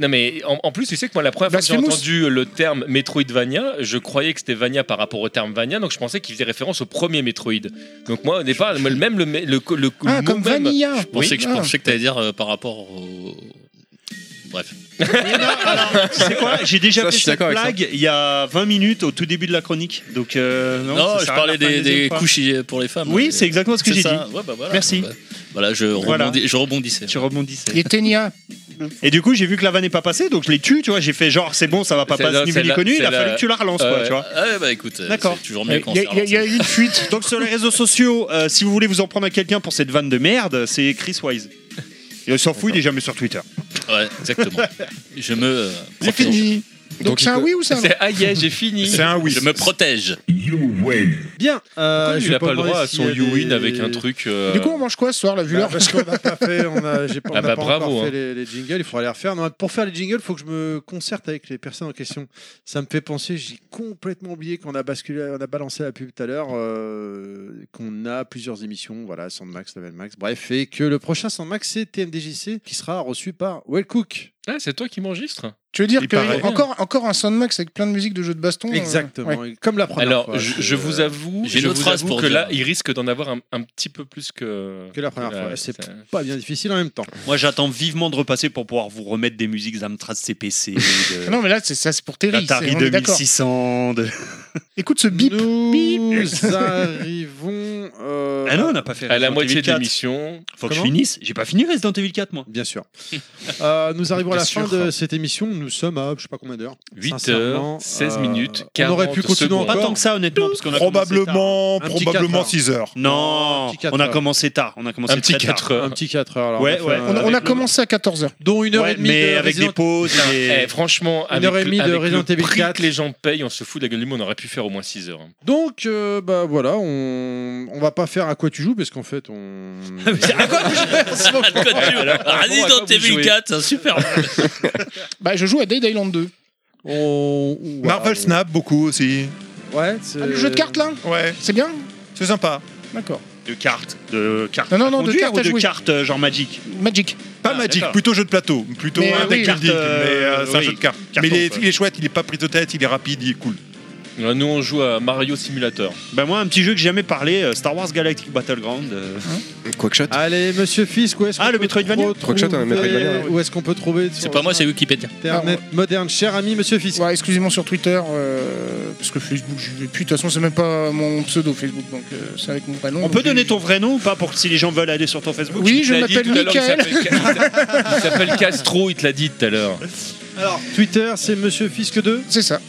S4: Non mais en, en plus tu sais que moi la première fois que j'ai
S6: Blasphemous.
S4: entendu le terme Metroidvania, je croyais que c'était Vania par rapport au terme Vania, donc je pensais qu'il faisait référence au premier Metroid. Donc moi au départ même le le, le, le
S3: Ah,
S4: mot
S3: comme
S4: même-
S3: Vanilla.
S2: Je pensais
S4: Oui.
S2: que je
S4: Ah.
S2: pensais que t'allais dire euh, par rapport au. Bref.
S5: Tu sais quoi J'ai déjà
S2: Ça, je
S5: fait
S2: suis
S5: cette
S2: d'accord avec
S5: blague il y a 20 minutes au tout début de la chronique. Donc euh, non,
S2: Non,
S5: ça
S2: je
S5: sert à rien
S2: parlais
S5: de faire
S2: des,
S5: une deuxième
S2: des
S5: fois.
S2: couches euh, pour les femmes.
S5: Oui,
S2: là,
S5: c'est exactement ce que
S2: c'est
S5: j'ai
S2: ça.
S5: dit.
S2: Ouais, bah voilà.
S5: Merci.
S2: Voilà, je,
S5: Voilà.
S2: rebondis- je rebondissais.
S5: Tu rebondissais.
S3: Les Ténia.
S5: Et du coup, j'ai vu que la vanne n'est pas passée, donc je l'ai tue, tu vois. J'ai fait genre, c'est bon, ça va pas
S2: C'est
S5: passer
S2: la-
S5: ni
S2: c'est
S5: vu ni
S2: la-
S5: connu. Il
S2: c'est
S5: a fallu
S2: la-
S5: que tu la relances,
S2: Ah
S5: quoi,
S2: ouais.
S5: tu vois.
S2: Ah bah écoute, euh,
S5: D'accord.
S2: c'est toujours mieux quand on se relance.
S5: eu une fuite. Donc sur les réseaux sociaux, euh, si vous voulez vous en prendre à quelqu'un pour cette vanne de merde, c'est Chris Wise. Il s'en fout, il est jamais sur Twitter.
S2: Ouais,
S5: [laughs]
S2: exactement. Je me. euh,
S5: J'ai
S2: protège.
S5: fini.
S3: Donc, c'est un oui ou c'est un non
S2: C'est ah yeah, j'ai fini.
S6: C'est un oui.
S2: Je me protège.
S1: Bien. euh,
S4: Ah,
S2: Pourquoi
S1: je
S2: il
S1: vais
S2: a pas le
S1: demander
S2: droit à
S1: s'il
S2: son
S1: y a
S2: you win
S1: des-
S2: avec un truc, euh,
S3: Du coup, on mange quoi ce soir, la
S1: Bah,
S3: vue-là
S1: parce qu'on n'a pas fait, on a, j'ai pas, on
S2: Ah
S1: n'a
S2: bah
S1: pas
S2: bravo,
S1: encore
S2: hein.
S1: fait les, les jingles, il faudra les refaire. Non, pour faire les jingles, il faut que je me concerte avec les personnes en question. Ça me fait penser, j'ai complètement oublié qu'on a basculé, on a balancé la pub tout à l'heure, euh, qu'on a plusieurs émissions, voilà, Sandmax, Level Max, bref, et que le prochain Sandmax, c'est TMDJC, qui sera reçu par Well Cook.
S4: Ah, c'est toi qui m'enregistres
S3: Tu veux dire
S1: Il
S3: que
S1: paraît.
S3: encore, encore un Soundmax avec plein de musique de jeux de baston euh,
S1: Exactement,
S3: ouais.
S1: et comme la première
S4: Alors,
S1: fois.
S4: je,
S1: c'est,
S4: je
S1: euh,
S4: vous avoue,
S2: j'ai une
S4: je
S2: autre
S4: vous
S2: phrase
S4: avoue
S2: pour
S4: que
S2: dire.
S4: là, il risque d'en avoir un, un petit peu plus que. euh,
S1: Que la première fois,
S4: Ouais,
S1: c'est
S4: ça-
S1: pas bien difficile en même temps.
S5: Moi, j'attends vivement de repasser pour pouvoir vous remettre des musiques d'Amstrad CPC. [laughs] de-
S3: Non, mais là, c'est ça, c'est pour Terry. c'est-
S5: Atari
S3: on est d'accord.
S5: 2600. de-
S3: Écoute ce bip.
S1: Nous [laughs] arrivons. euh,
S5: Ah non, on n'a pas fait
S4: À la
S5: Resident
S4: moitié
S5: Evil
S4: de
S5: 4.
S4: l'émission.
S5: Faut que je
S1: Comment
S5: finisse. J'ai pas fini Resident Evil 4, moi.
S1: Bien sûr. Euh, nous arrivons à la
S5: Bien
S1: fin
S5: sûr.
S1: de cette émission. Nous sommes à je sais pas combien d'heures.
S4: 8
S1: Sincèrement,
S4: heures, 16
S1: euh,
S4: minutes,
S1: On
S4: 40
S1: aurait pu continuer
S4: secondes.
S5: Pas
S1: encore.
S5: tant que ça, honnêtement, parce qu'on a
S6: Probablement,
S1: Un petit
S6: probablement
S1: quatre heures.
S6: 6 heures.
S5: Non,
S1: Un petit quatre
S5: on a
S1: heures.
S5: commencé tard. On a commencé
S4: Un petit
S5: très tard.
S4: 4 heures.
S1: Un petit 4 heures. alors,
S5: Euh. Ouais,
S1: on va faire,
S5: ouais.
S1: euh,
S3: On, on a
S5: avec le-
S3: commencé à 14h.
S1: dont une heure
S5: Ouais,
S1: et demie
S5: mais
S1: de
S5: avec des
S1: Resident-
S5: pauses.
S4: Putain,
S5: et-
S4: eh, franchement,
S1: Une
S4: avec,
S1: heure et demie
S4: le,
S1: de
S4: avec
S1: Resident
S4: le
S1: Evil
S4: prix
S1: 4.
S4: que les gens payent, on se fout de la gueule du monde. On aurait pu faire au moins 6 heures.
S1: Donc, euh, bah voilà, on... on va pas faire à quoi tu joues parce qu'en fait, on.
S5: [laughs]
S2: [laughs] Resident Evil 4, c'est un super.
S3: Bah, je joue à Dead Island 2.
S1: on... on-
S6: Marvel
S1: voilà,
S6: Snap, beaucoup aussi.
S1: on- Ouais, c'est-
S3: Ah, le jeu de cartes là
S6: Ouais,
S3: C'est bien
S6: c'est sympa.
S3: D'accord.
S5: De cartes. De cartes.
S3: Non, non, non,
S5: à
S3: de
S5: conduire
S3: cartes à
S5: ou de
S3: jouer.
S5: cartes euh, genre Magic.
S3: Magic.
S6: Pas
S5: Ah,
S6: Magic,
S5: d'accord.
S6: plutôt jeu de plateau. Plutôt
S3: Mais,
S6: un
S3: oui,
S6: deck
S3: carte,
S6: building,
S5: euh,
S6: mais euh, c'est un
S5: oui,
S6: jeu de cartes.
S5: carton,
S6: mais il est,
S5: quoi.
S6: il est chouette, il est pas pris de tête, il est rapide, il est cool.
S4: Là, nous, on joue à Mario Simulator.
S5: Bah moi, un petit jeu que j'ai jamais parlé, euh, Star Wars Galactic Battleground. euh,
S4: bah,
S7: Quackshot
S4: ah,
S1: Allez, monsieur Fisk, où est-ce qu'on
S5: Ah, le
S1: peut
S5: Metroidvania
S1: retrouver-
S7: Je crois que c'est un Metroidvania, ouais.
S1: Où est-ce qu'on peut trouver sur
S2: C'est pas moi, c'est Wikipédia.
S1: Internet moderne, cher ami, monsieur Fisk.
S3: Ouais, exclusivement sur Twitter, euh, parce que Facebook, je vais plus. De toute façon, c'est même pas mon pseudo Facebook, donc euh, c'est avec mon vrai nom.
S5: On
S3: Donc,
S5: peut
S3: je-
S5: donner ton vrai nom ou pas pour que si les gens veulent aller sur ton Facebook
S3: Oui, je
S4: Il te l'a dit
S3: m'appelle
S4: tout à l'heure, il
S3: Michael.
S4: s'appelle
S1: [laughs]
S4: Ca- Il s'appelle Castro, il te l'a dit tout à l'heure.
S1: Alors, Twitter, c'est monsieur Fisk 2.
S3: C'est ça.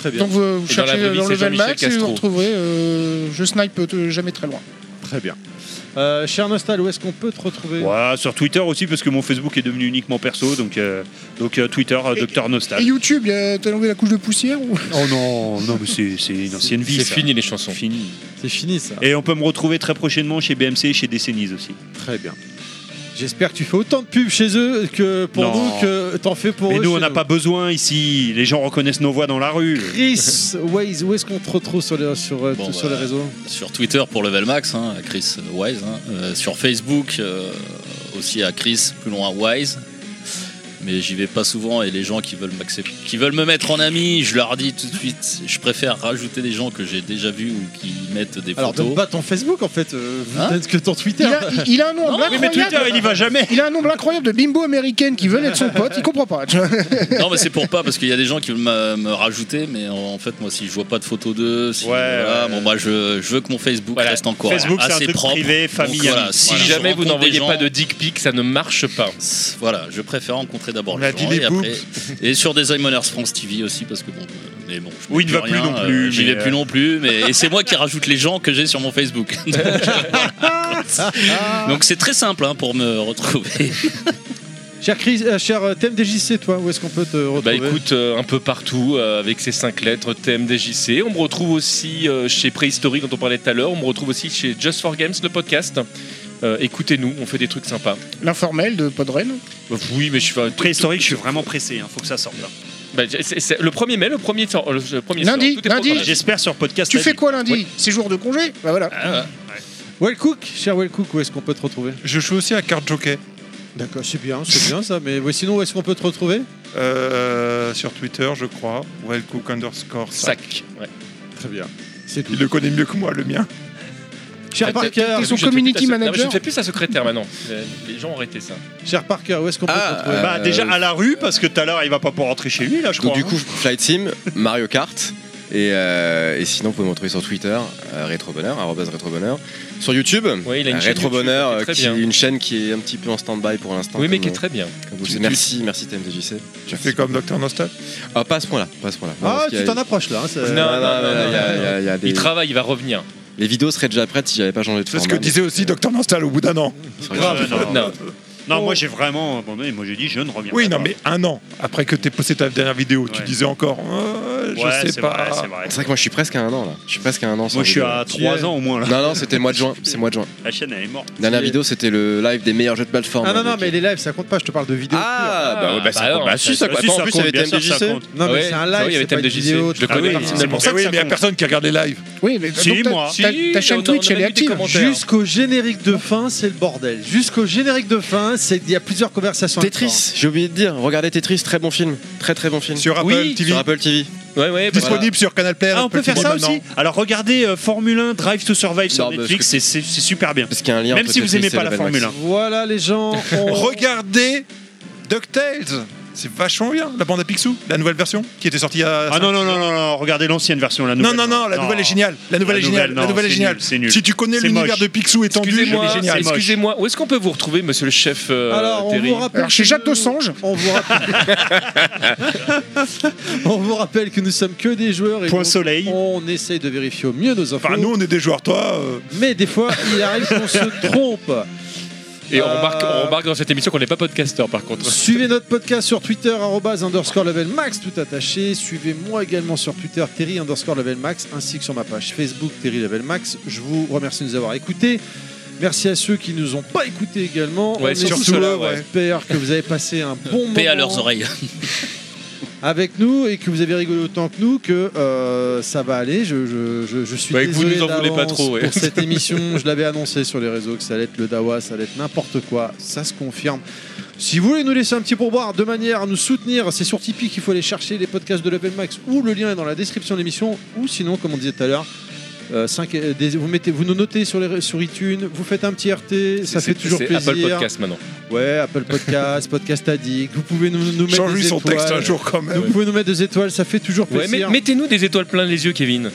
S1: Très bien.
S3: Donc vous, vous
S4: Et dans la
S3: cherchez euh,
S4: vraie vie,
S3: dans
S4: c'est
S3: le level
S4: Jean-Michel
S3: max et vous
S4: Castro.
S3: retrouverez. euh, je snipe euh, jamais très loin.
S1: Très bien. Euh, cher Nostal, où est-ce qu'on peut te retrouver
S5: Ouais, sur Twitter aussi parce que mon Facebook est devenu uniquement perso, donc euh, donc euh, Twitter euh,
S3: Et-
S5: Docteur
S3: Et
S5: Nostal.
S3: YouTube, euh, t'as enlevé la couche de poussière ou
S5: Oh non, non mais c'est c'est une ancienne vie.
S4: C'est
S5: ça.
S4: fini les chansons.
S5: Fini.
S1: C'est fini ça.
S5: Et on peut me retrouver très prochainement chez BMC et chez Décennies aussi.
S1: Très bien. J'espère que tu fais autant de pubs chez eux que pour
S5: Non.
S1: nous que t'en fais pour
S5: Mais
S1: eux.
S5: nous,
S1: chez
S5: on n'a pas besoin ici. Les gens reconnaissent nos voix dans la rue.
S1: Chris Waze, où est-ce qu'on te retrouve sur les, sur, euh,
S2: Bon,
S1: tout- sur les
S2: bah,
S1: réseaux
S2: Sur Twitter pour Level Max, hein, à Chris Wise. hein. Euh, sur Facebook euh, aussi à Chris, plus loin Wise. Mais j'y vais pas souvent et les gens qui veulent m'accepter, qui veulent me mettre en ami, je leur dis tout de suite, je préfère rajouter des gens que j'ai déjà vus ou qui mettent des
S1: Alors,
S2: photos.
S1: donc pas ton Facebook en fait, euh,
S2: Hein
S1: peut-être que ton
S3: il
S1: Twitter.
S3: a, il, il a un nombre
S5: Oui, mais Twitter,
S3: incroyable.
S5: il y va jamais.
S3: Il a un nombre incroyable de bimbo américaines qui veulent être son pote. Il comprend pas. tu vois.
S2: Non, mais c'est pour pas, parce qu'il y a des gens qui veulent me, me rajouter, mais en, en fait, moi, si je vois pas de photos d'eux, si,
S5: Ouais,
S2: voilà,
S5: ouais.
S2: bon, moi, je, je veux que mon Facebook
S4: Voilà,
S2: reste encore
S5: Facebook, c'est un
S2: assez
S5: truc
S2: propre.
S5: privé,
S2: Donc,
S5: familial.
S2: voilà, si
S4: Si
S5: Voilà.
S2: je
S4: jamais vous
S2: rencontre
S4: n'envoyez
S2: des gens-
S4: pas de dick pic, ça ne marche pas.
S2: Voilà, je préfère rencontrer d'abord
S6: On
S2: les
S6: a
S2: gens.
S6: dit les
S2: et, après- [laughs] et sur Design Manners France TV aussi, parce que bon. euh, Mais bon, je
S5: Oui,
S2: mets
S5: il ne va
S2: rien,
S5: plus non plus,
S2: euh, J'y
S5: mais,
S2: vais plus non plus. Mais, et c'est moi qui rajoute les gens que j'ai sur mon Facebook. [laughs] Donc c'est très simple hein, pour me retrouver.
S1: Cher Chris, euh, cher euh, TMDJC, toi, où est-ce qu'on peut te
S4: Bah
S1: retrouver
S4: écoute, euh, un peu partout, euh, avec ces cinq lettres, TMDJC. On me retrouve aussi euh, chez Préhistorique, dont on parlait tout à l'heure. On me retrouve aussi chez Just for Games, le podcast. Euh, Écoutez-nous, on fait des trucs sympas.
S3: L'informel de Podren.
S4: Euh, Oui, mais je fais un
S5: Préhistorique, je suis vraiment pressé. hein, faut que ça sorte. là.
S4: Bah, j'ai- c'est- c'est- le premier mai, le premier, sort- le- le premier
S3: Lundi,
S4: sort, tout est
S3: lundi.
S4: programmé.
S5: J'espère sur podcast.
S3: Tu fais
S5: Addict.
S3: quoi lundi C'est jour de congé Bah voilà.
S1: Wellcook, cher Wellcook, où est-ce qu'on peut te retrouver
S6: Je joue aussi à Card Jockey
S1: D'accord, c'est bien, c'est bien ça. Mais ouais, sinon, où est-ce qu'on peut te retrouver
S6: euh, sur Twitter, je crois. Wellcook underscore sac.
S4: Sac. Ouais.
S1: Très bien. C'est tout.
S6: Il le connaît mieux que moi, le mien.
S1: Cher Parker,
S3: Ils sont
S4: Je ne fais plus
S3: community
S4: ta- non, mais Je
S3: manager.
S4: ne fais plus sa secrétaire maintenant. Euh, Les gens ont arrêté ça.
S1: cher Parker, où est-ce qu'on peut
S7: Ah,
S1: te retrouver
S5: Bah
S7: Euh,
S4: hein.
S5: déjà à la rue parce que tout à l'heure il va pas pouvoir rentrer chez lui là je
S7: Donc
S5: crois.
S7: du coup, Flight Sim, Mario Kart, Et, euh, et sinon, vous pouvez me retrouver sur Twitter, euh, rétrobonheur, arrobase rétrobonheur. Sur YouTube,
S4: Oui, il a une
S7: euh,
S4: chaîne
S7: rétrobonheur,
S4: YouTube qui est très
S7: euh, qui
S4: bien.
S7: une chaîne qui est un petit peu en stand-by pour l'instant.
S4: Oui, mais
S7: comme,
S4: qui est
S7: euh,
S4: très bien.
S7: comme vous le
S4: Tu-
S7: savez.
S4: tu-
S7: merci, merci TMDJC.
S6: Tu fais comme Dr Nostal
S7: Ah, pas à ce point-là, pas à ce point-là.
S1: Ah,
S7: parce
S1: tu
S7: qu'il y a-
S1: t'en approches là. hein,
S7: Non,
S1: c'est-
S7: non, non, il y a- il y a- il y a des-
S4: Il travaille, il va revenir.
S7: Les vidéos seraient déjà prêtes si j'avais pas changé de
S6: C'est
S7: format.
S6: ce que disait aussi Dr Nostal au bout d'un an.
S7: mais-
S6: Grave.
S7: Non,
S6: Non.
S5: Euh, Non, moi j'ai vraiment abandonné. Moi j'ai dit, je ne reviens
S6: Oui,
S5: pas.
S6: non, mais un an après que tu aies posté ta dernière vidéo, tu disais encore, euh, je
S5: Ouais,
S6: sais
S5: c'est
S6: pas.
S5: vrai, c'est vrai.
S7: C'est vrai que moi je suis presque à un an là. Je suis presque à un an. sans
S5: Moi, je suis
S7: vidéo.
S5: à trois ans au moins, là.
S7: Non, non, c'était mois de juin. C'est mois de juin.
S5: La chaîne elle est morte.
S7: Dernière vidéo, c'était le live des meilleurs jeux de plateforme.
S1: Ah non, non,
S7: avec-
S1: mais les lives ça compte pas, je te parle de vidéos.
S7: Ah, bah, ouais, bah, ça
S1: alors,
S7: compte. Bah, si,
S5: Ah,
S7: ça compte. Attends, en plus, il y avait TMDJC.
S1: Non, mais c'est un live, c'est pas une vidéo. tu connais.
S6: C'est pour ça
S1: Ah oui,
S6: Eh oui, mais il n'y a personne qui regarde les lives.
S3: Oui, mais
S6: Si,
S3: donc, ta-
S6: moi.
S3: Ta,
S6: Si,
S3: ta chaîne
S6: on a-
S3: Twitch,
S6: on a
S3: elle est
S6: mis des
S3: active.
S1: Jusqu'au générique de fin, c'est le bordel. Jusqu'au générique de fin, c'est il y a plusieurs conversations.
S7: Tetris, j'ai oublié de dire. Regardez Tetris, très bon film. Très très bon film.
S6: Sur Apple TV.
S7: Sur Apple TV.
S4: Ouais, ouais, bah
S6: Disponible sur Canal Player.
S5: Ah, on peut
S6: Apple
S5: faire
S6: TV
S5: ça
S6: maintenant.
S5: aussi Alors regardez euh, Formule 1 Drive to Survive sur
S7: parce
S5: Netflix,
S7: que-
S5: c'est- c'est c'est super bien.
S7: Parce qu'il y a un lien
S5: Même
S7: entre
S5: si vous
S7: Tetris
S5: aimez
S7: et
S5: pas la
S7: Level Max.
S5: Formule 1.
S1: Voilà les gens. on-
S6: Regardez DuckTales. C'est vachement bien, la bande à Picsou, la nouvelle version qui était sortie il y a.
S5: Ah non, non, non, non, non, regardez l'ancienne version, la
S6: Non,
S5: nouvelle.
S6: non, non, la nouvelle est géniale. La nouvelle est géniale.
S5: non,
S6: La nouvelle est
S5: c'est
S6: géniale.
S5: nul, C'est nul.
S6: Si tu connais
S5: C'est
S6: l'univers
S5: moche.
S6: de Picsou étendu, elle est
S4: Excusez-moi,
S6: géniale.
S4: excusez-moi, où est-ce qu'on peut vous retrouver, monsieur le chef euh,
S1: Alors, on
S4: Terry
S1: vous rappelle.
S3: Alors, chez
S1: que
S3: Jacques
S1: nous-
S3: Dossange.
S1: On vous rappelle. on vous rappelle que nous sommes que des joueurs et
S5: Point
S1: donc
S5: soleil.
S1: on essaye de vérifier au mieux nos infos.
S6: Enfin, nous, on est des joueurs, toi. euh,
S1: Mais des fois, il arrive qu'on se trompe.
S4: Et on
S1: Euh,
S4: remarque, on remarque dans cette émission qu'on n'est pas podcasteur par contre.
S1: Suivez notre podcast sur Twitter, arrobase underscore level max, tout attaché. Suivez-moi également sur Twitter, Terry underscore level max, ainsi que sur ma page Facebook, Terry level max. Je vous remercie de nous avoir écoutés. Merci à ceux qui nous ont pas écoutés également.
S4: Ouais,
S1: On est
S4: surtout
S1: sous-
S4: ceux-là, ouais.
S1: J'espère que vous avez passé un bon moment.
S2: Paix à leurs oreilles.
S1: Avec nous et que vous avez rigolé autant que nous, que euh, ça va aller. Je, je, je, je suis
S4: Ouais, que Bah, vous
S1: désolé
S4: nous en voulez pas
S1: d'avance
S4: trop, ouais.
S1: pour
S4: [laughs]
S1: cette émission. Je l'avais annoncé sur les réseaux que ça allait être le Dawa, ça allait être n'importe quoi. Ça se confirme. Si vous voulez nous laisser un petit pourboire de manière à nous soutenir, c'est sur Tipeee qu'il faut aller chercher les podcasts de Level Max ou le lien est dans la description de l'émission ou sinon, comme on disait tout à l'heure, euh, cinq- euh, des- vous, mettez, vous nous notez sur, les, sur iTunes, vous faites un petit RT, ça
S4: C'est-
S1: fait toujours
S4: c'est
S1: plaisir.
S4: Apple Podcast maintenant.
S1: Ouais, Apple Podcast, Podcast Addict. Vous pouvez nous, nous mettre
S6: Change-lui
S1: des
S6: son
S1: étoiles.
S6: texte
S5: euh,
S6: un jour quand même.
S1: Bah Vous pouvez nous mettre des étoiles, ça fait toujours
S4: Ouais, mais
S1: plaisir.
S4: mettez-nous des étoiles plein les yeux, Kevin.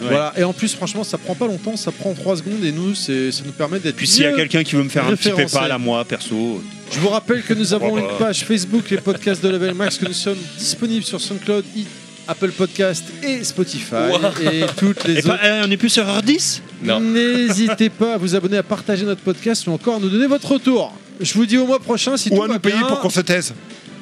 S1: Voilà. Et en plus, franchement, ça prend pas longtemps, ça prend 3 secondes et nous, c'est- ça nous permet d'être.
S5: Puis s'il y a
S1: mieux.
S5: quelqu'un qui veut me faire un petit
S1: référencé.
S5: PayPal à moi, perso.
S1: Je vous rappelle que nous avons
S5: Pourquoi
S1: une
S5: pas.
S1: page Facebook, les podcasts de Level Max, que nous sommes disponibles sur SoundCloud, i- Apple Podcast et Spotify et toutes les
S5: Et
S1: autres.
S5: pas- eh, on est plus sur R10
S4: Non.
S1: N'hésitez pas à vous abonner, à partager notre podcast ou encore à nous donner votre retour. Je vous dis au mois prochain si
S6: Ou
S1: tout
S6: à
S1: va
S6: nous payer
S1: bien.
S6: pour qu'on se taise.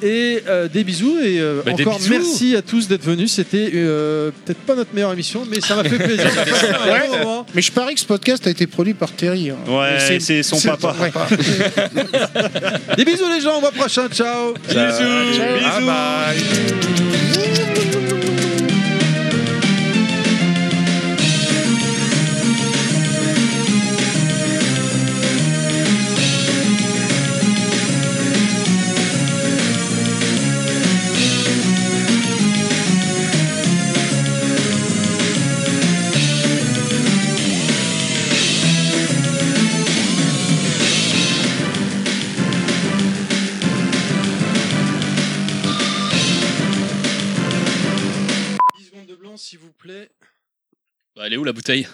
S1: Et euh, des bisous et euh,
S4: Bah, des
S1: encore
S4: bisous.
S1: merci à tous d'être venus. C'était euh, peut-être pas notre meilleure émission, mais ça m'a fait plaisir. Ça passe un bon moment.
S3: Mais je parie que ce podcast a été produit par Terry. hein.
S5: Ouais, c'est son papa.
S3: Ouais.
S1: Des bisous les gens, au mois prochain, ciao.
S5: Ah,
S6: Bye
S5: bah.
S6: bye.
S1: de blanc s'il vous plaît.
S2: Bah, elle est où la bouteille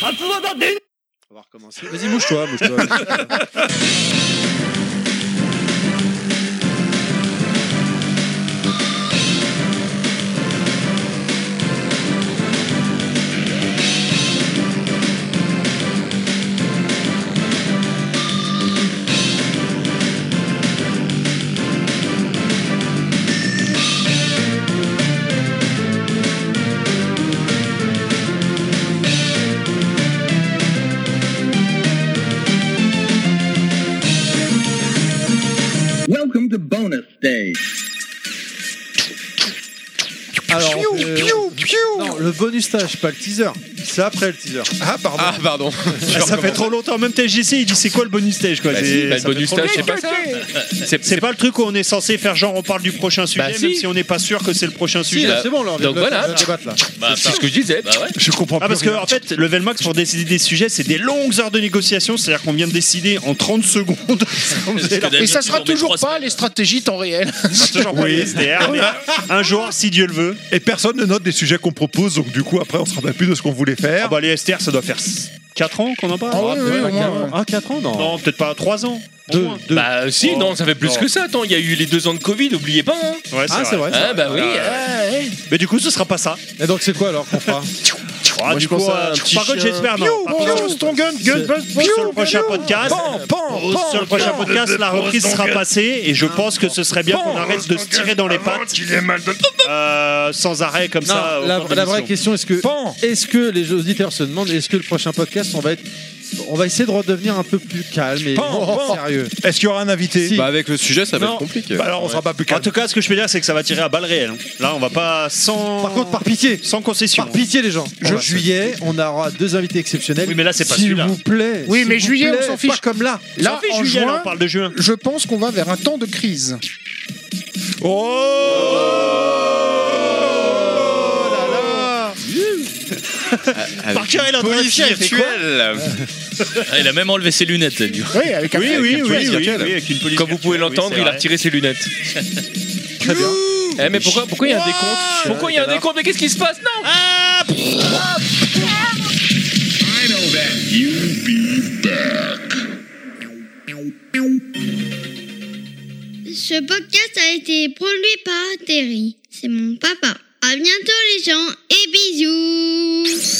S5: Ah, bah.
S1: On va recommencer. Vas-y, mouche-toi, mouche-toi.
S23: Welcome to bonus stage.
S1: Alors, euh, non, le bonus stage, pas le teaser. C'est après le teaser. Ah, pardon.
S7: Ah, pardon.
S5: ça fait trop longtemps, même TGC il dit c'est quoi le bonus stage quoi
S1: Bah
S5: C'est-
S1: si, bah, le
S5: ça fait
S1: bonus
S5: trop
S1: stage,
S5: longtemps.
S1: c'est pas ça.
S5: C'est c'est pas le truc où on est censé faire genre on parle du prochain sujet,
S1: Bah,
S5: même
S1: si.
S5: si on n'est pas sûr que c'est le prochain
S1: Si,
S5: sujet.
S1: là, c'est bon, là, on vient de le- de le débattre, là. Bah,
S5: C'est
S1: ça. Bah ouais. Je comprends
S5: Ah,
S1: plus
S5: parce que
S1: rien.
S5: en fait, level max pour décider des sujets, c'est des longues heures de négociation, c'est-à-dire qu'on vient de décider en 30 secondes. [laughs]
S3: Et ça sera toujours pas les stratégies temps réel.
S5: toujours pas les SDR, mais un jour, si Dieu le veut.
S6: Et personne ne note les sujets qu'on propose, donc du coup, après, on se rappelle plus de ce qu'on voulait faire. Ah
S5: bah, les STR, ça doit faire 4 ans qu'on en parle
S6: Ah ouais, ouais, au moins, ouais.
S5: 4 ans, non Non, peut-être pas 3 ans. Deux,
S4: Bah si, non, ça fait plus que ça. Attends, il y a eu les deux ans de Covid, oubliez pas. hein.
S5: Ouais, c'est Ah, c'est vrai. vrai,
S4: Ah
S5: c'est
S4: bah
S5: vrai.
S4: oui.
S5: Ah, Mais du coup, ce sera pas ça.
S1: Et donc, c'est quoi alors qu'on fera
S5: Ah, du coup, euh, par contre, j'espère non. Par contre,
S1: ton gun,
S5: Gun Bust Bust sur le prochain podcast. sur le prochain podcast, la reprise sera passée et je pense que ce serait bien qu'on arrête de se tirer dans les pattes. Euh, sans arrêt comme
S1: Non,
S5: ça. au
S1: la,
S5: cours de
S1: la vraie
S5: l'émission.
S1: question est-ce que est-ce que les auditeurs se demandent est-ce que le prochain podcast on va être on va essayer de redevenir un peu plus calme et sérieux.
S6: Est-ce qu'il y aura un invité
S7: Bah, avec le sujet, ça va
S5: Non.
S7: être compliqué.
S5: Bah, alors, on sera pas plus En tout cas, ce que je peux dire, c'est que ça va tirer à balles réelles. hein. Là, on va pas sans. Par contre, par
S1: pitié.
S5: Sans concession.
S1: Par pitié les gens. Je juillet, on aura deux invités exceptionnels.
S5: Oui, mais là, c'est pas
S1: S'il
S5: celui-là.
S1: vous plaît.
S3: Oui,
S1: s'il
S3: mais
S1: vous
S3: juillet,
S1: plaît,
S3: on s'en fiche.
S1: Pas comme là.
S3: Là, en juin,
S5: parle de juin.
S3: Je pense qu'on va vers un temps de crise.
S5: Oh Parker est en train de
S2: Police
S5: chier, il fait quoi
S2: virtuelle. Ah, il a même enlevé ses lunettes, lui.
S3: Oui, avec
S5: un- Oui, avec oui, une oui, police oui, virtuelle. oui, avec une police
S2: Comme vous pouvez
S5: virtuelle, oui,
S2: l'entendre,
S5: c'est
S2: il a
S5: vrai.
S2: retiré ses lunettes. Très bien.
S4: Eh, mais pourquoi pourquoi il y a un décompte Pourquoi il y a un décompte Mais qu'est-ce qui se passe Non
S15: Ce podcast a été produit par Terry. C'est mon papa. À bientôt les gens et bisous